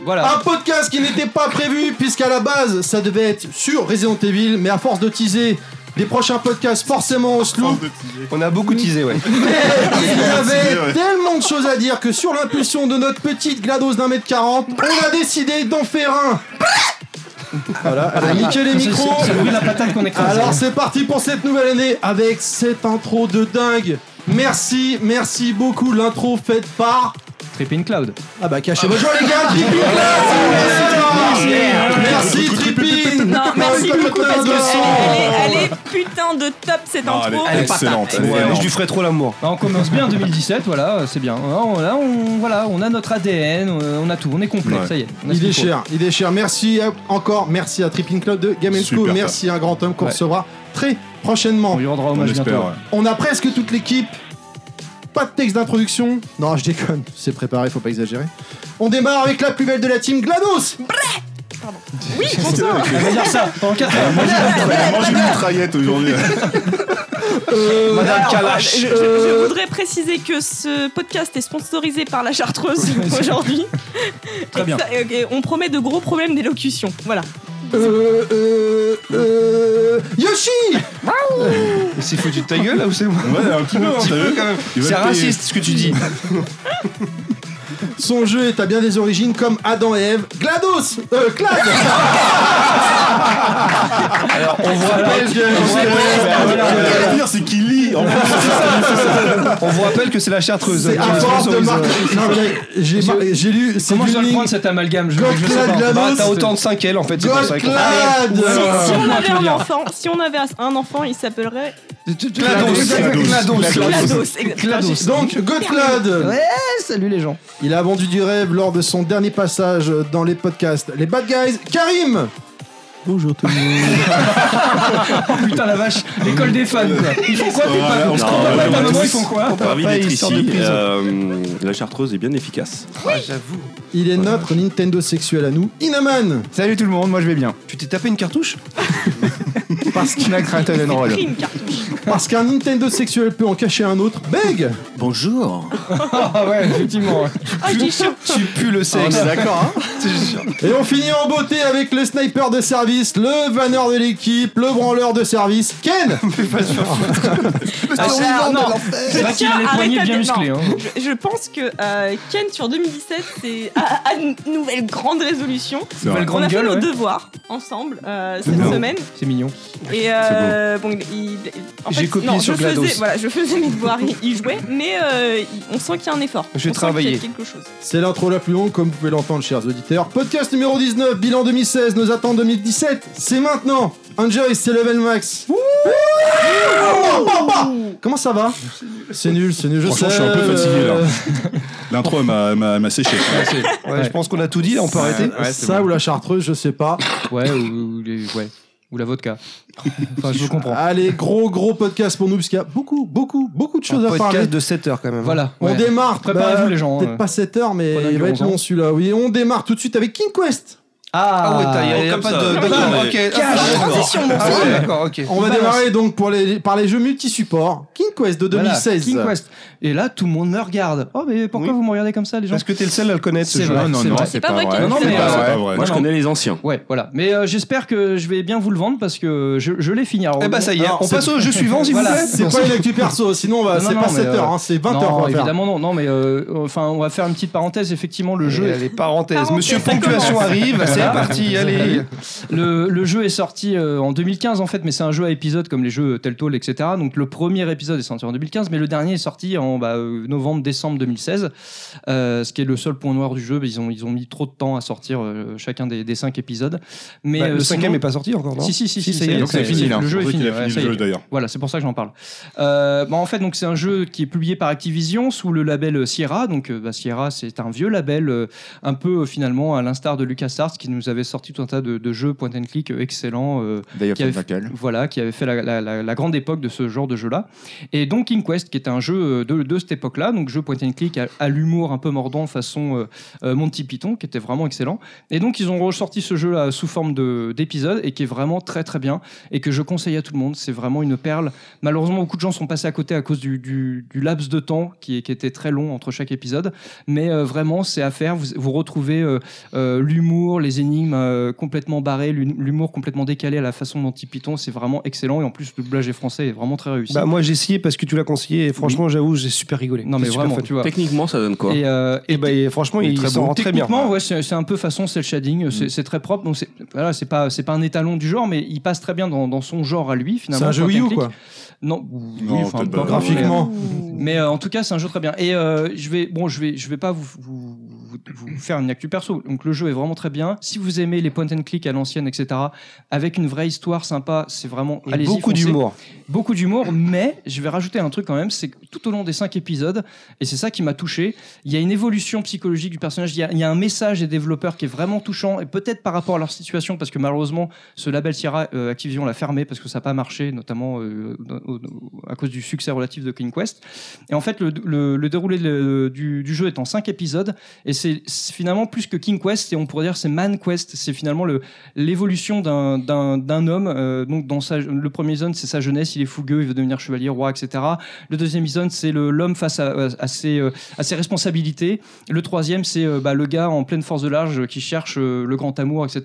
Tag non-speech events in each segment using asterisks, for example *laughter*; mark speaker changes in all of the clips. Speaker 1: Oh, Ah.
Speaker 2: podcast qui n'était pas prévu, puisqu'à la base, ça devait être sur Resident Evil, mais à force de teaser des prochains podcasts, forcément, on se loupe.
Speaker 3: On a beaucoup teasé, ouais.
Speaker 2: Il y avait tellement de choses à dire que sur l'impulsion de notre petite GLaDOS d'un mètre quarante, on a décidé d'en faire un. Voilà, elle a niqué les micros.
Speaker 1: C'est le bruit de la patate qu'on écrase.
Speaker 2: Alors c'est parti pour cette nouvelle année avec cette intro de dingue. Merci, merci beaucoup. L'intro faite par.
Speaker 1: Tripping Cloud.
Speaker 2: Ah bah cachez vos joies les gars, Tripping Cloud Merci Tripping
Speaker 4: Non, merci beaucoup parce que elle, est, elle est putain de top cette
Speaker 5: Non, Ah, elle est
Speaker 4: intro.
Speaker 5: excellente. elle est
Speaker 3: Ouais,
Speaker 5: énorme.
Speaker 3: je lui ferai trop l'amour.
Speaker 1: Bah, on commence bien en 2017, voilà, euh, c'est bien. Là on, là, on- voilà, on a notre ADN, euh, on a tout, on est complet,
Speaker 5: Ouais.
Speaker 1: ça y est. on a ce
Speaker 2: Il est
Speaker 1: qu'il faut.
Speaker 2: cher, il est cher. Merci à- encore, merci à Tripping Cloud de Game
Speaker 5: Super
Speaker 2: School.
Speaker 5: top.
Speaker 2: Merci à un grand homme qu'on
Speaker 1: Ouais.
Speaker 2: recevra très prochainement.
Speaker 1: On lui rendra
Speaker 5: On
Speaker 1: hommage bientôt.
Speaker 5: espère. ouais.
Speaker 2: On a presque toute l'équipe. Pas de texte d'introduction. Non, je déconne. C'est préparé, faut pas exagérer. On démarre avec la plus belle de la team, GLaDOS.
Speaker 1: Elle va Ah, dire ça pendant 4 heures.
Speaker 5: Ouais, Mange une mitraillette *laughs* aujourd'hui.
Speaker 4: Alors,
Speaker 3: Kalash.
Speaker 4: Je, je- je voudrais préciser que ce podcast est sponsorisé par la
Speaker 1: *laughs*
Speaker 4: Chartreuse aujourd'hui.
Speaker 1: Très
Speaker 4: Et
Speaker 1: bien.
Speaker 4: ça- et on promet de gros problèmes d'élocution. Voilà.
Speaker 2: Euh, euh, euh, Yoshi.
Speaker 3: Il s'est foutu de ta gueule là ou c'est moi
Speaker 5: Ouais, un petit peu, hein,
Speaker 3: Un petit
Speaker 5: t'as
Speaker 3: peu,
Speaker 5: vu
Speaker 3: quand même.
Speaker 5: Il va
Speaker 3: C'est
Speaker 5: le payer.
Speaker 3: raciste ce que
Speaker 5: *laughs*
Speaker 3: tu dis.
Speaker 2: Son jeu est à bien des origines comme Adam et Ève. GLaDOS. Euh, Clad.
Speaker 3: Alors on vous rappelle, on vous
Speaker 1: Bah,
Speaker 3: rappelle-
Speaker 5: Le pire, c'est qu'il lit. En plus,
Speaker 3: on vous rappelle que c'est la chartreuse.
Speaker 2: C'est
Speaker 3: hein,
Speaker 2: à
Speaker 3: qui
Speaker 2: force de
Speaker 3: sponsorise,
Speaker 2: marque.
Speaker 3: euh,
Speaker 2: Non, mais J'ai mar- j'ai lu. C'est
Speaker 1: Comment je dois le
Speaker 2: Dunning.
Speaker 1: prendre cet amalgame Je,
Speaker 2: Gold
Speaker 1: je
Speaker 2: Clad
Speaker 1: sais pas.
Speaker 2: Glados.
Speaker 3: Bah t'as autant de 5 L en fait, c'est pour ça qu'on-
Speaker 2: Goclad.
Speaker 4: Si, si on
Speaker 1: Euh, Moi,
Speaker 4: avait
Speaker 1: tu me
Speaker 4: un
Speaker 1: diras.
Speaker 4: enfant, si on avait un enfant, il s'appellerait
Speaker 3: Clados.
Speaker 1: Clados.
Speaker 4: Glados.
Speaker 1: Glados.
Speaker 2: Donc, Gotlad
Speaker 1: Ouais, salut les gens.
Speaker 2: Il a vendu du rêve lors de son dernier passage dans les podcasts Les Bad Guys. Karim Bonjour tout le monde.
Speaker 1: Oh putain la vache, l'école des fans quoi. Ils font quoi tes
Speaker 5: Voilà,
Speaker 1: fans
Speaker 5: on se
Speaker 1: Ils
Speaker 5: comprend
Speaker 1: comprennent
Speaker 5: pas,
Speaker 1: pas,
Speaker 5: on
Speaker 1: maman,
Speaker 5: tous.
Speaker 1: ils font quoi
Speaker 6: Ravi
Speaker 3: Papa,
Speaker 6: d'être
Speaker 3: il sort de
Speaker 6: ici.
Speaker 3: prison.
Speaker 6: Euh, la chartreuse est bien efficace.
Speaker 2: Il est notre Nintendo sexuel à nous, Inaman
Speaker 7: Salut tout le monde, moi je vais bien.
Speaker 3: Tu t'es tapé une cartouche
Speaker 7: Parce qu'il a craint un roll.
Speaker 4: Crime, cartouche.
Speaker 2: Parce qu'un Nintendo sexuel peut en cacher un autre. Beg
Speaker 6: Bonjour.
Speaker 1: Ah ouais, effectivement. ouais.
Speaker 4: Ah, j'ai chaud.
Speaker 3: Tu pues le sexe.
Speaker 2: Ah,
Speaker 7: D'accord,
Speaker 2: *laughs*
Speaker 7: hein
Speaker 2: Et on finit en beauté avec le sniper de service, le vanneur de l'équipe, le branleur de service, Ken
Speaker 1: Ah, c'est- non, C'est vrai qu'il a les
Speaker 4: Arrête
Speaker 1: poignets
Speaker 4: ta
Speaker 1: bien
Speaker 4: tête,
Speaker 1: musclés.
Speaker 4: non.
Speaker 1: hein.
Speaker 4: Je, je pense que euh, Ken sur 2017 c'est à, à une nouvelle grande résolution.
Speaker 5: C'est vrai.
Speaker 1: Nouvelle
Speaker 4: on a
Speaker 1: grande
Speaker 4: fait
Speaker 1: gueule,
Speaker 4: nos
Speaker 1: ouais.
Speaker 4: devoirs ensemble euh, cette
Speaker 5: beau.
Speaker 4: semaine
Speaker 1: C'est mignon.
Speaker 4: et euh, bon, il- il- en
Speaker 3: J'ai
Speaker 4: fait,
Speaker 3: copié
Speaker 4: non,
Speaker 3: sur
Speaker 4: je faisais,
Speaker 3: GLaDOS.
Speaker 4: voilà, je faisais mes devoirs, il, il jouait, mais euh, il- on sent qu'il y a un effort.
Speaker 3: Je
Speaker 4: On sent qu'il y
Speaker 3: vais
Speaker 4: a
Speaker 3: travailler.
Speaker 4: quelque chose.
Speaker 2: C'est l'intro la plus longue, comme vous pouvez l'entendre, chers auditeurs. Podcast numéro 19, bilan 2016, nos attentes 2017, c'est maintenant Enjoy, c'est level max Ouh Ouh Ouh Comment ça va C'est nul, c'est nul, je sais.
Speaker 5: Franchement, je suis un peu fatigué, là.
Speaker 2: euh,
Speaker 5: L'intro elle m'a- m'a m'a *laughs* séché.
Speaker 3: Ouais, Je pense qu'on a tout dit là, on peut arrêter.
Speaker 2: ça ou la chartreuse, je sais pas.
Speaker 1: Ouais, ou, ou les- ouais. Ou la vodka. Enfin, je vous comprends.
Speaker 2: Allez, gros gros podcast pour nous, parce qu'il y a beaucoup, beaucoup, beaucoup de choses à parler.
Speaker 3: Podcast de 7 heures quand même.
Speaker 1: Voilà.
Speaker 2: On
Speaker 1: ouais.
Speaker 2: démarre.
Speaker 1: Préparez-vous,
Speaker 2: bah,
Speaker 1: les gens,
Speaker 2: Peut-être
Speaker 1: euh.
Speaker 2: pas 7 heures, mais
Speaker 1: Prenez hein.
Speaker 2: il
Speaker 1: du
Speaker 2: va être
Speaker 1: bon
Speaker 2: long celui-là. Oui, on démarre tout de suite avec King Quest.
Speaker 1: Ah,
Speaker 3: Ah ouais, t'as- il y a
Speaker 6: comme
Speaker 3: pas
Speaker 6: ça.
Speaker 3: de.
Speaker 6: Comme ça,
Speaker 3: d'accord,
Speaker 6: mais-
Speaker 3: ok. Ah,
Speaker 4: Transition, mon
Speaker 3: Ah
Speaker 4: frère.
Speaker 3: ouais, d'accord, ok.
Speaker 2: On va
Speaker 1: balance.
Speaker 2: démarrer donc pour les, par les jeux multi-supports. King Quest de
Speaker 1: Voilà,
Speaker 2: 2016.
Speaker 1: King Quest. Et là, tout le monde me regarde. Oh, mais pourquoi
Speaker 3: Oui.
Speaker 1: vous me regardez comme ça, les gens
Speaker 3: Parce que t'es le seul à le connaître ce
Speaker 1: C'est
Speaker 3: jeu.
Speaker 1: vrai,
Speaker 3: Ah, non,
Speaker 1: c'est
Speaker 3: non.
Speaker 1: vrai.
Speaker 4: C'est pas vrai
Speaker 6: vrai.
Speaker 4: Ken,
Speaker 1: Non,
Speaker 4: c'est
Speaker 1: non, mais,
Speaker 4: pas
Speaker 5: Ah,
Speaker 4: vrai.
Speaker 5: c'est
Speaker 1: euh,
Speaker 5: pas vrai.
Speaker 6: Moi, je connais les anciens.
Speaker 1: Ouais, voilà. Mais euh, j'espère que je vais bien vous le vendre parce que je, je l'ai fini. Alors,
Speaker 3: Eh bah ça y est,
Speaker 1: alors,
Speaker 3: on
Speaker 1: c'est-
Speaker 3: passe *laughs* au jeu suivant s'il vous
Speaker 1: Voilà.
Speaker 3: plaît.
Speaker 2: C'est pas une actu perso, sinon on va-
Speaker 1: Non,
Speaker 2: c'est
Speaker 1: non,
Speaker 2: pas
Speaker 1: mais,
Speaker 2: 7
Speaker 1: euh,
Speaker 2: heures, hein, c'est 20 heures. on
Speaker 1: Non,
Speaker 2: va faire.
Speaker 1: évidemment non. Non, mais euh, enfin, on va faire une petite parenthèse. Effectivement, le jeu.
Speaker 3: Et Les parenthèses.
Speaker 4: Parenthèses,
Speaker 3: Monsieur
Speaker 4: ça
Speaker 3: Ponctuation
Speaker 4: commence.
Speaker 3: arrive, c'est
Speaker 1: Voilà.
Speaker 3: parti, allez.
Speaker 1: Le, le jeu est sorti euh, en 2015 en fait, mais c'est un jeu à épisodes comme les jeux Telltale, etc. Donc le premier épisode est sorti en 2015, mais le dernier est sorti en bah, euh, novembre-décembre 2016, euh, ce qui est le seul point noir du jeu. Mais ils, ont, ils ont mis trop de temps à sortir euh, chacun des, des cinq épisodes. Mais
Speaker 3: Bah,
Speaker 1: euh,
Speaker 3: Le cinquième
Speaker 1: sinon-
Speaker 3: n'est pas sorti encore, non
Speaker 1: Si, si, si,
Speaker 3: Si,
Speaker 1: si,
Speaker 3: ça
Speaker 1: ça y est,
Speaker 3: Donc, c'est fini, là.
Speaker 1: Le jeu est fini.
Speaker 5: Il a
Speaker 1: ouais,
Speaker 5: fini
Speaker 1: ça y
Speaker 5: le
Speaker 1: est.
Speaker 5: jeu d'ailleurs.
Speaker 1: Voilà, c'est pour ça que j'en parle. Euh, bah, en fait, donc c'est un jeu qui est publié par Activision sous le label euh, Sierra. Donc euh, bah, Sierra, c'est un vieux label, euh, un peu euh, finalement à l'instar de LucasArts, qui qui nous avait sorti tout un tas de, de jeux point and click excellents. euh,
Speaker 8: Day of
Speaker 1: Qui avait-
Speaker 8: Tentacle.
Speaker 1: voilà, qui avait fait la, la- la- la grande époque de ce genre de jeu-là. Et donc King Quest, qui était un jeu euh, de, de cette époque-là, donc jeu point and click à, à l'humour un peu mordant façon euh, euh, Monty Python, qui était vraiment excellent. Et donc ils ont ressorti ce jeu-là sous forme de- d'épisode et qui est vraiment très très bien et que je conseille à tout le monde. C'est vraiment une perle. Malheureusement, beaucoup de gens sont passés à côté à cause du, du- du laps de temps qui, qui était très long entre chaque épisode. Mais euh, vraiment, c'est à faire. Vous, vous retrouvez euh, euh, l'humour, les énigmes euh, complètement barrées, l'hu- l'humour complètement décalé à la façon Monty Python, c'est vraiment excellent. Et en plus, le doublage est français est vraiment très réussi.
Speaker 3: Bah, moi j'ai essayé parce que tu l'as conseillé et franchement j'avoue j'ai super rigolé.
Speaker 1: non mais
Speaker 3: Super
Speaker 1: vraiment,
Speaker 3: fun.
Speaker 1: tu vois.
Speaker 5: Techniquement, ça donne quoi
Speaker 1: Et, euh,
Speaker 3: Et bah, et franchement il s'en rend très bien. Mm.
Speaker 1: Techniquement, ouais, c'est c'est un peu façon cel shading, c'est c'est très propre. Donc c'est voilà, c'est pas c'est pas un étalon du genre, mais il passe très bien dans, dans son genre à lui finalement.
Speaker 9: C'est un jeu Wii U
Speaker 1: Point and
Speaker 9: quoi.
Speaker 1: click. Non, oui,
Speaker 10: Non,
Speaker 1: enfin,
Speaker 10: peut-être
Speaker 1: pas-
Speaker 3: bah,
Speaker 10: pas.
Speaker 9: Graphiquement.
Speaker 1: Mais euh, en tout cas, c'est un jeu très bien. Et euh, je vais, bon, je vais, je vais pas vous, vous, vous- vous faire une actu perso. Donc le jeu est vraiment très bien. Si vous aimez les point and click à l'ancienne, etc., avec une vraie histoire sympa, c'est vraiment
Speaker 3: Et
Speaker 1: allez-y,
Speaker 3: beaucoup
Speaker 1: foncez.
Speaker 3: d'humour.
Speaker 1: Beaucoup d'humour. Mais je vais rajouter un truc quand même, c'est que tout au long des cinq épisodes, et c'est ça qui m'a touché. Il y a une évolution psychologique du personnage. Il y, a, il y a un message des développeurs qui est vraiment touchant, et peut-être par rapport à leur situation, parce que malheureusement, ce label Sierra, euh, Activision l'a fermé parce que ça n'a pas marché, notamment euh, dans- au- à cause du succès relatif de King Quest. Et en fait, le, le- le déroulé de- du, du jeu est en cinq épisodes, et c'est c'est finalement plus que King Quest, et on pourrait dire c'est Man Quest. C'est finalement le- l'évolution d'un- d'un d'un homme. euh, donc, dans sa, le premier zone, c'est sa jeunesse, il est fougueux, il veut devenir chevalier, roi, etc. Le deuxième zone, c'est le- l'homme face à, à- à ses, euh, à ses responsabilités. Le troisième, c'est euh, bah, le gars en pleine force de large euh, qui cherche euh, le grand amour, etc.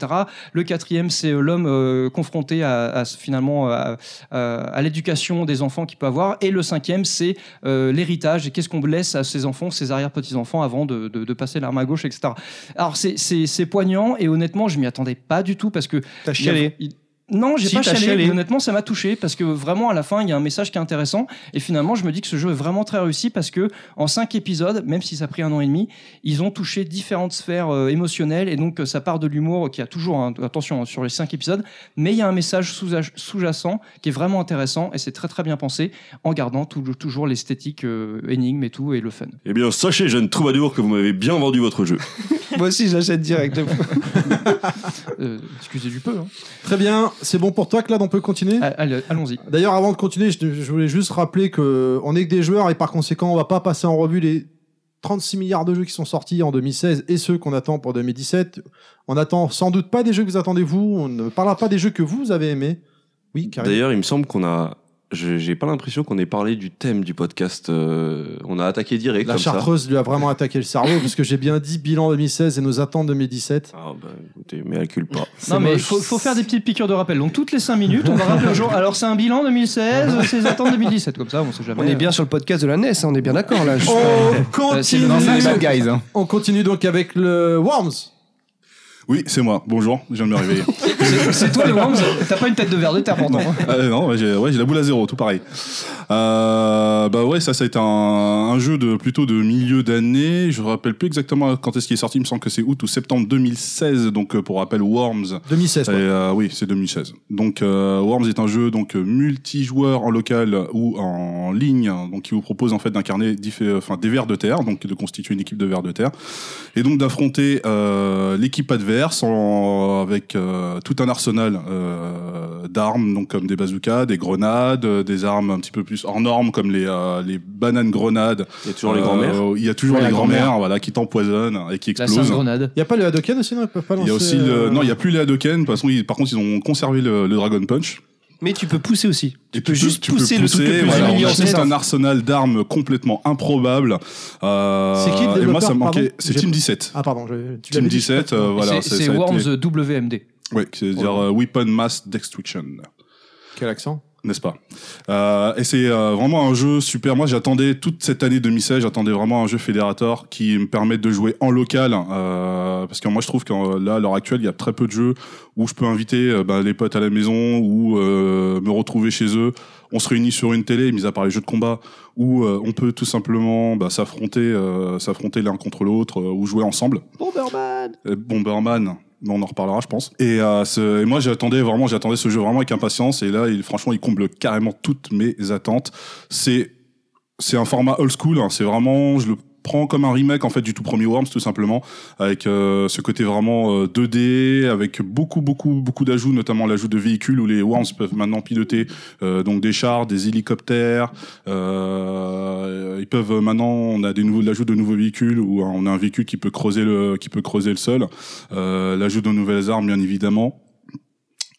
Speaker 1: Le quatrième, c'est euh, l'homme euh, confronté à, à ce- finalement à, à- à l'éducation des enfants qu'il peut avoir. Et le cinquième, c'est euh, l'héritage et qu'est-ce qu'on laisse à ses enfants, ses arrière-petits-enfants avant de, de- de passer l'arme à gauche, etc. Alors c'est- c'est c'est poignant et honnêtement, je m'y attendais pas du tout parce que
Speaker 3: T'as chialé.
Speaker 1: il y a- il- Non, j'ai
Speaker 3: Si,
Speaker 1: pas
Speaker 3: t'as
Speaker 1: chialé,
Speaker 3: chialé.
Speaker 1: mais honnêtement, ça m'a touché parce que vraiment, à la fin, il y a un message qui est intéressant. Et finalement, je me dis que ce jeu est vraiment très réussi parce que en cinq épisodes, même si ça a pris un an et demi, ils ont touché différentes sphères euh, émotionnelles et donc euh, ça part de l'humour qui a toujours, un- attention, hein, sur les cinq épisodes, mais il y a un message sous- sous-jacent qui est vraiment intéressant et c'est très très bien pensé en gardant tou- toujours l'esthétique euh, énigme et tout et le fun.
Speaker 10: Eh bien, sachez, jeune troubadour, que vous m'avez bien vendu votre jeu.
Speaker 3: Moi aussi j'achète direct.
Speaker 1: *laughs* Euh, excusez du peu. hein.
Speaker 9: Très bien, c'est bon pour toi, Claude, on peut continuer
Speaker 1: Ah, allez, Allons-y.
Speaker 9: D'ailleurs, avant de continuer, je, je voulais juste rappeler que on est que des joueurs et par conséquent, on va pas passer en revue les 36 milliards de jeux qui sont sortis en 2016 et ceux qu'on attend pour 2017. On attend sans doute pas des jeux que vous attendez vous. On ne parlera pas des jeux que vous avez aimés. Oui, carrément.
Speaker 5: D'ailleurs, il me semble qu'on a. je- J'ai pas l'impression qu'on ait parlé du thème du podcast. euh, on a attaqué direct
Speaker 9: La
Speaker 5: comme
Speaker 9: chartreuse lui a vraiment attaqué le cerveau parce que j'ai bien dit bilan 2016 et nos attentes 2017.
Speaker 5: ça. Ah bah écoutez, mais elle culpe pas.
Speaker 1: Non, mais il
Speaker 9: moche.
Speaker 1: faut, faut faire des petites piqûres de rappel. Donc, toutes les 5 minutes, on va rappeler au jour. Alors, c'est un bilan 2016, c'est les attentes 2017. Comme ça, on sait jamais. Euh,
Speaker 3: On est bien sur le podcast de la NES, hein, on est bien d'accord là. Je-
Speaker 9: On
Speaker 1: c'est
Speaker 9: continue.
Speaker 1: le-
Speaker 8: Non, c'est les bad guys. hein.
Speaker 9: on continue donc avec le Worms.
Speaker 10: Oui, c'est moi. Bonjour, je viens de me réveiller.
Speaker 1: C'est- C'est toi, les Worms. T'as pas une tête de verre de terre pourtant. hein.
Speaker 10: Euh, non, ouais, j'ai ouais, j'ai la boule à zéro, tout pareil. Euh, bah ouais, ça, ça a été un, un jeu de plutôt de milieu d'année. Je me rappelle plus exactement quand est-ce qu'il est sorti. Il me semble que c'est août ou septembre 2016. Donc euh, pour rappel, Worms.
Speaker 9: 2016.
Speaker 10: Et,
Speaker 9: quoi.
Speaker 10: euh, oui, c'est 2016. Donc euh, Worms est un jeu donc euh, multijoueur en local ou en ligne, hein, donc qui vous propose en fait d'incarner diffé- euh, enfin des vers de terre, donc de constituer une équipe de vers de terre, et donc d'affronter euh, l'équipe adverse en- avec euh, tout un arsenal euh, d'armes, donc comme des bazookas, des grenades, euh, des armes un petit peu plus hors normes comme les euh, les bananes grenades.
Speaker 5: Il y a toujours
Speaker 10: Euh,
Speaker 5: les grands-mères.
Speaker 10: Il y a toujours
Speaker 8: Ouais,
Speaker 10: les
Speaker 8: la grand-mère.
Speaker 10: grands-mères, voilà, qui t'empoisonnent et qui
Speaker 1: La
Speaker 10: explosent.
Speaker 1: Sainte-Grenade.
Speaker 9: Il y a pas le Hadoken aussi, non Ils peuvent pas
Speaker 10: Il y a
Speaker 9: lancer,
Speaker 10: aussi le...
Speaker 9: euh,
Speaker 10: Non, il n'y a plus les Hadoken. De toute façon, ils- par contre, ils ont conservé le, le Dragon Punch.
Speaker 3: Mais tu peux pousser aussi. Tu, peux juste
Speaker 10: tu
Speaker 3: pousser, le truc le plus
Speaker 10: voilà,
Speaker 3: humiliant.
Speaker 10: on a
Speaker 3: c'est
Speaker 10: tout
Speaker 3: ça.
Speaker 10: un arsenal d'armes complètement improbable. Euh,
Speaker 9: C'est qui le
Speaker 10: Et moi, ça
Speaker 9: développeur,
Speaker 10: me
Speaker 9: pardon
Speaker 10: manquait. C'est
Speaker 9: J'ai-
Speaker 10: Team 17.
Speaker 9: Ah pardon, je- tu
Speaker 10: Team
Speaker 9: l'avais dit, je sais pas
Speaker 10: 17,
Speaker 9: si-
Speaker 10: euh, voilà.
Speaker 1: c'est
Speaker 10: ça-
Speaker 1: c'est
Speaker 10: ça a été-
Speaker 1: Worms WMD.
Speaker 10: Ouais, c'est-à-dire euh, Weapon Mass Destruction.
Speaker 9: Quel accent
Speaker 10: n'est-ce pas Euh, Et c'est euh, vraiment un jeu super. Moi, j'attendais toute cette année 2016, j'attendais vraiment un jeu fédérateur qui me permette de jouer en local, euh, parce que moi, je trouve que euh, là, à l'heure actuelle, il y a très peu de jeux où je peux inviter euh, bah, les potes à la maison ou euh, me retrouver chez eux. On se réunit sur une télé, mis à part les jeux de combat, où euh, on peut tout simplement bah, s'affronter, euh, s'affronter l'un contre l'autre euh, ou jouer ensemble. Euh, Bomberman. mais on en reparlera, je pense. Et, euh, ce- et moi, j'attendais vraiment, j'attendais ce jeu vraiment avec impatience. Et là, il, franchement, il comble carrément toutes mes attentes. C'est c'est un format old school. hein. C'est vraiment, je le prend comme un remake en fait du tout premier Worms tout simplement avec euh, ce côté vraiment euh, 2D avec beaucoup beaucoup beaucoup d'ajouts notamment l'ajout de véhicules où les Worms peuvent maintenant piloter euh, donc des chars, des hélicoptères, euh, ils peuvent euh, maintenant on a des nouveaux l'ajout de nouveaux véhicules où hein, on a un véhicule qui peut creuser le qui peut creuser le sol, euh, l'ajout de nouvelles armes bien évidemment.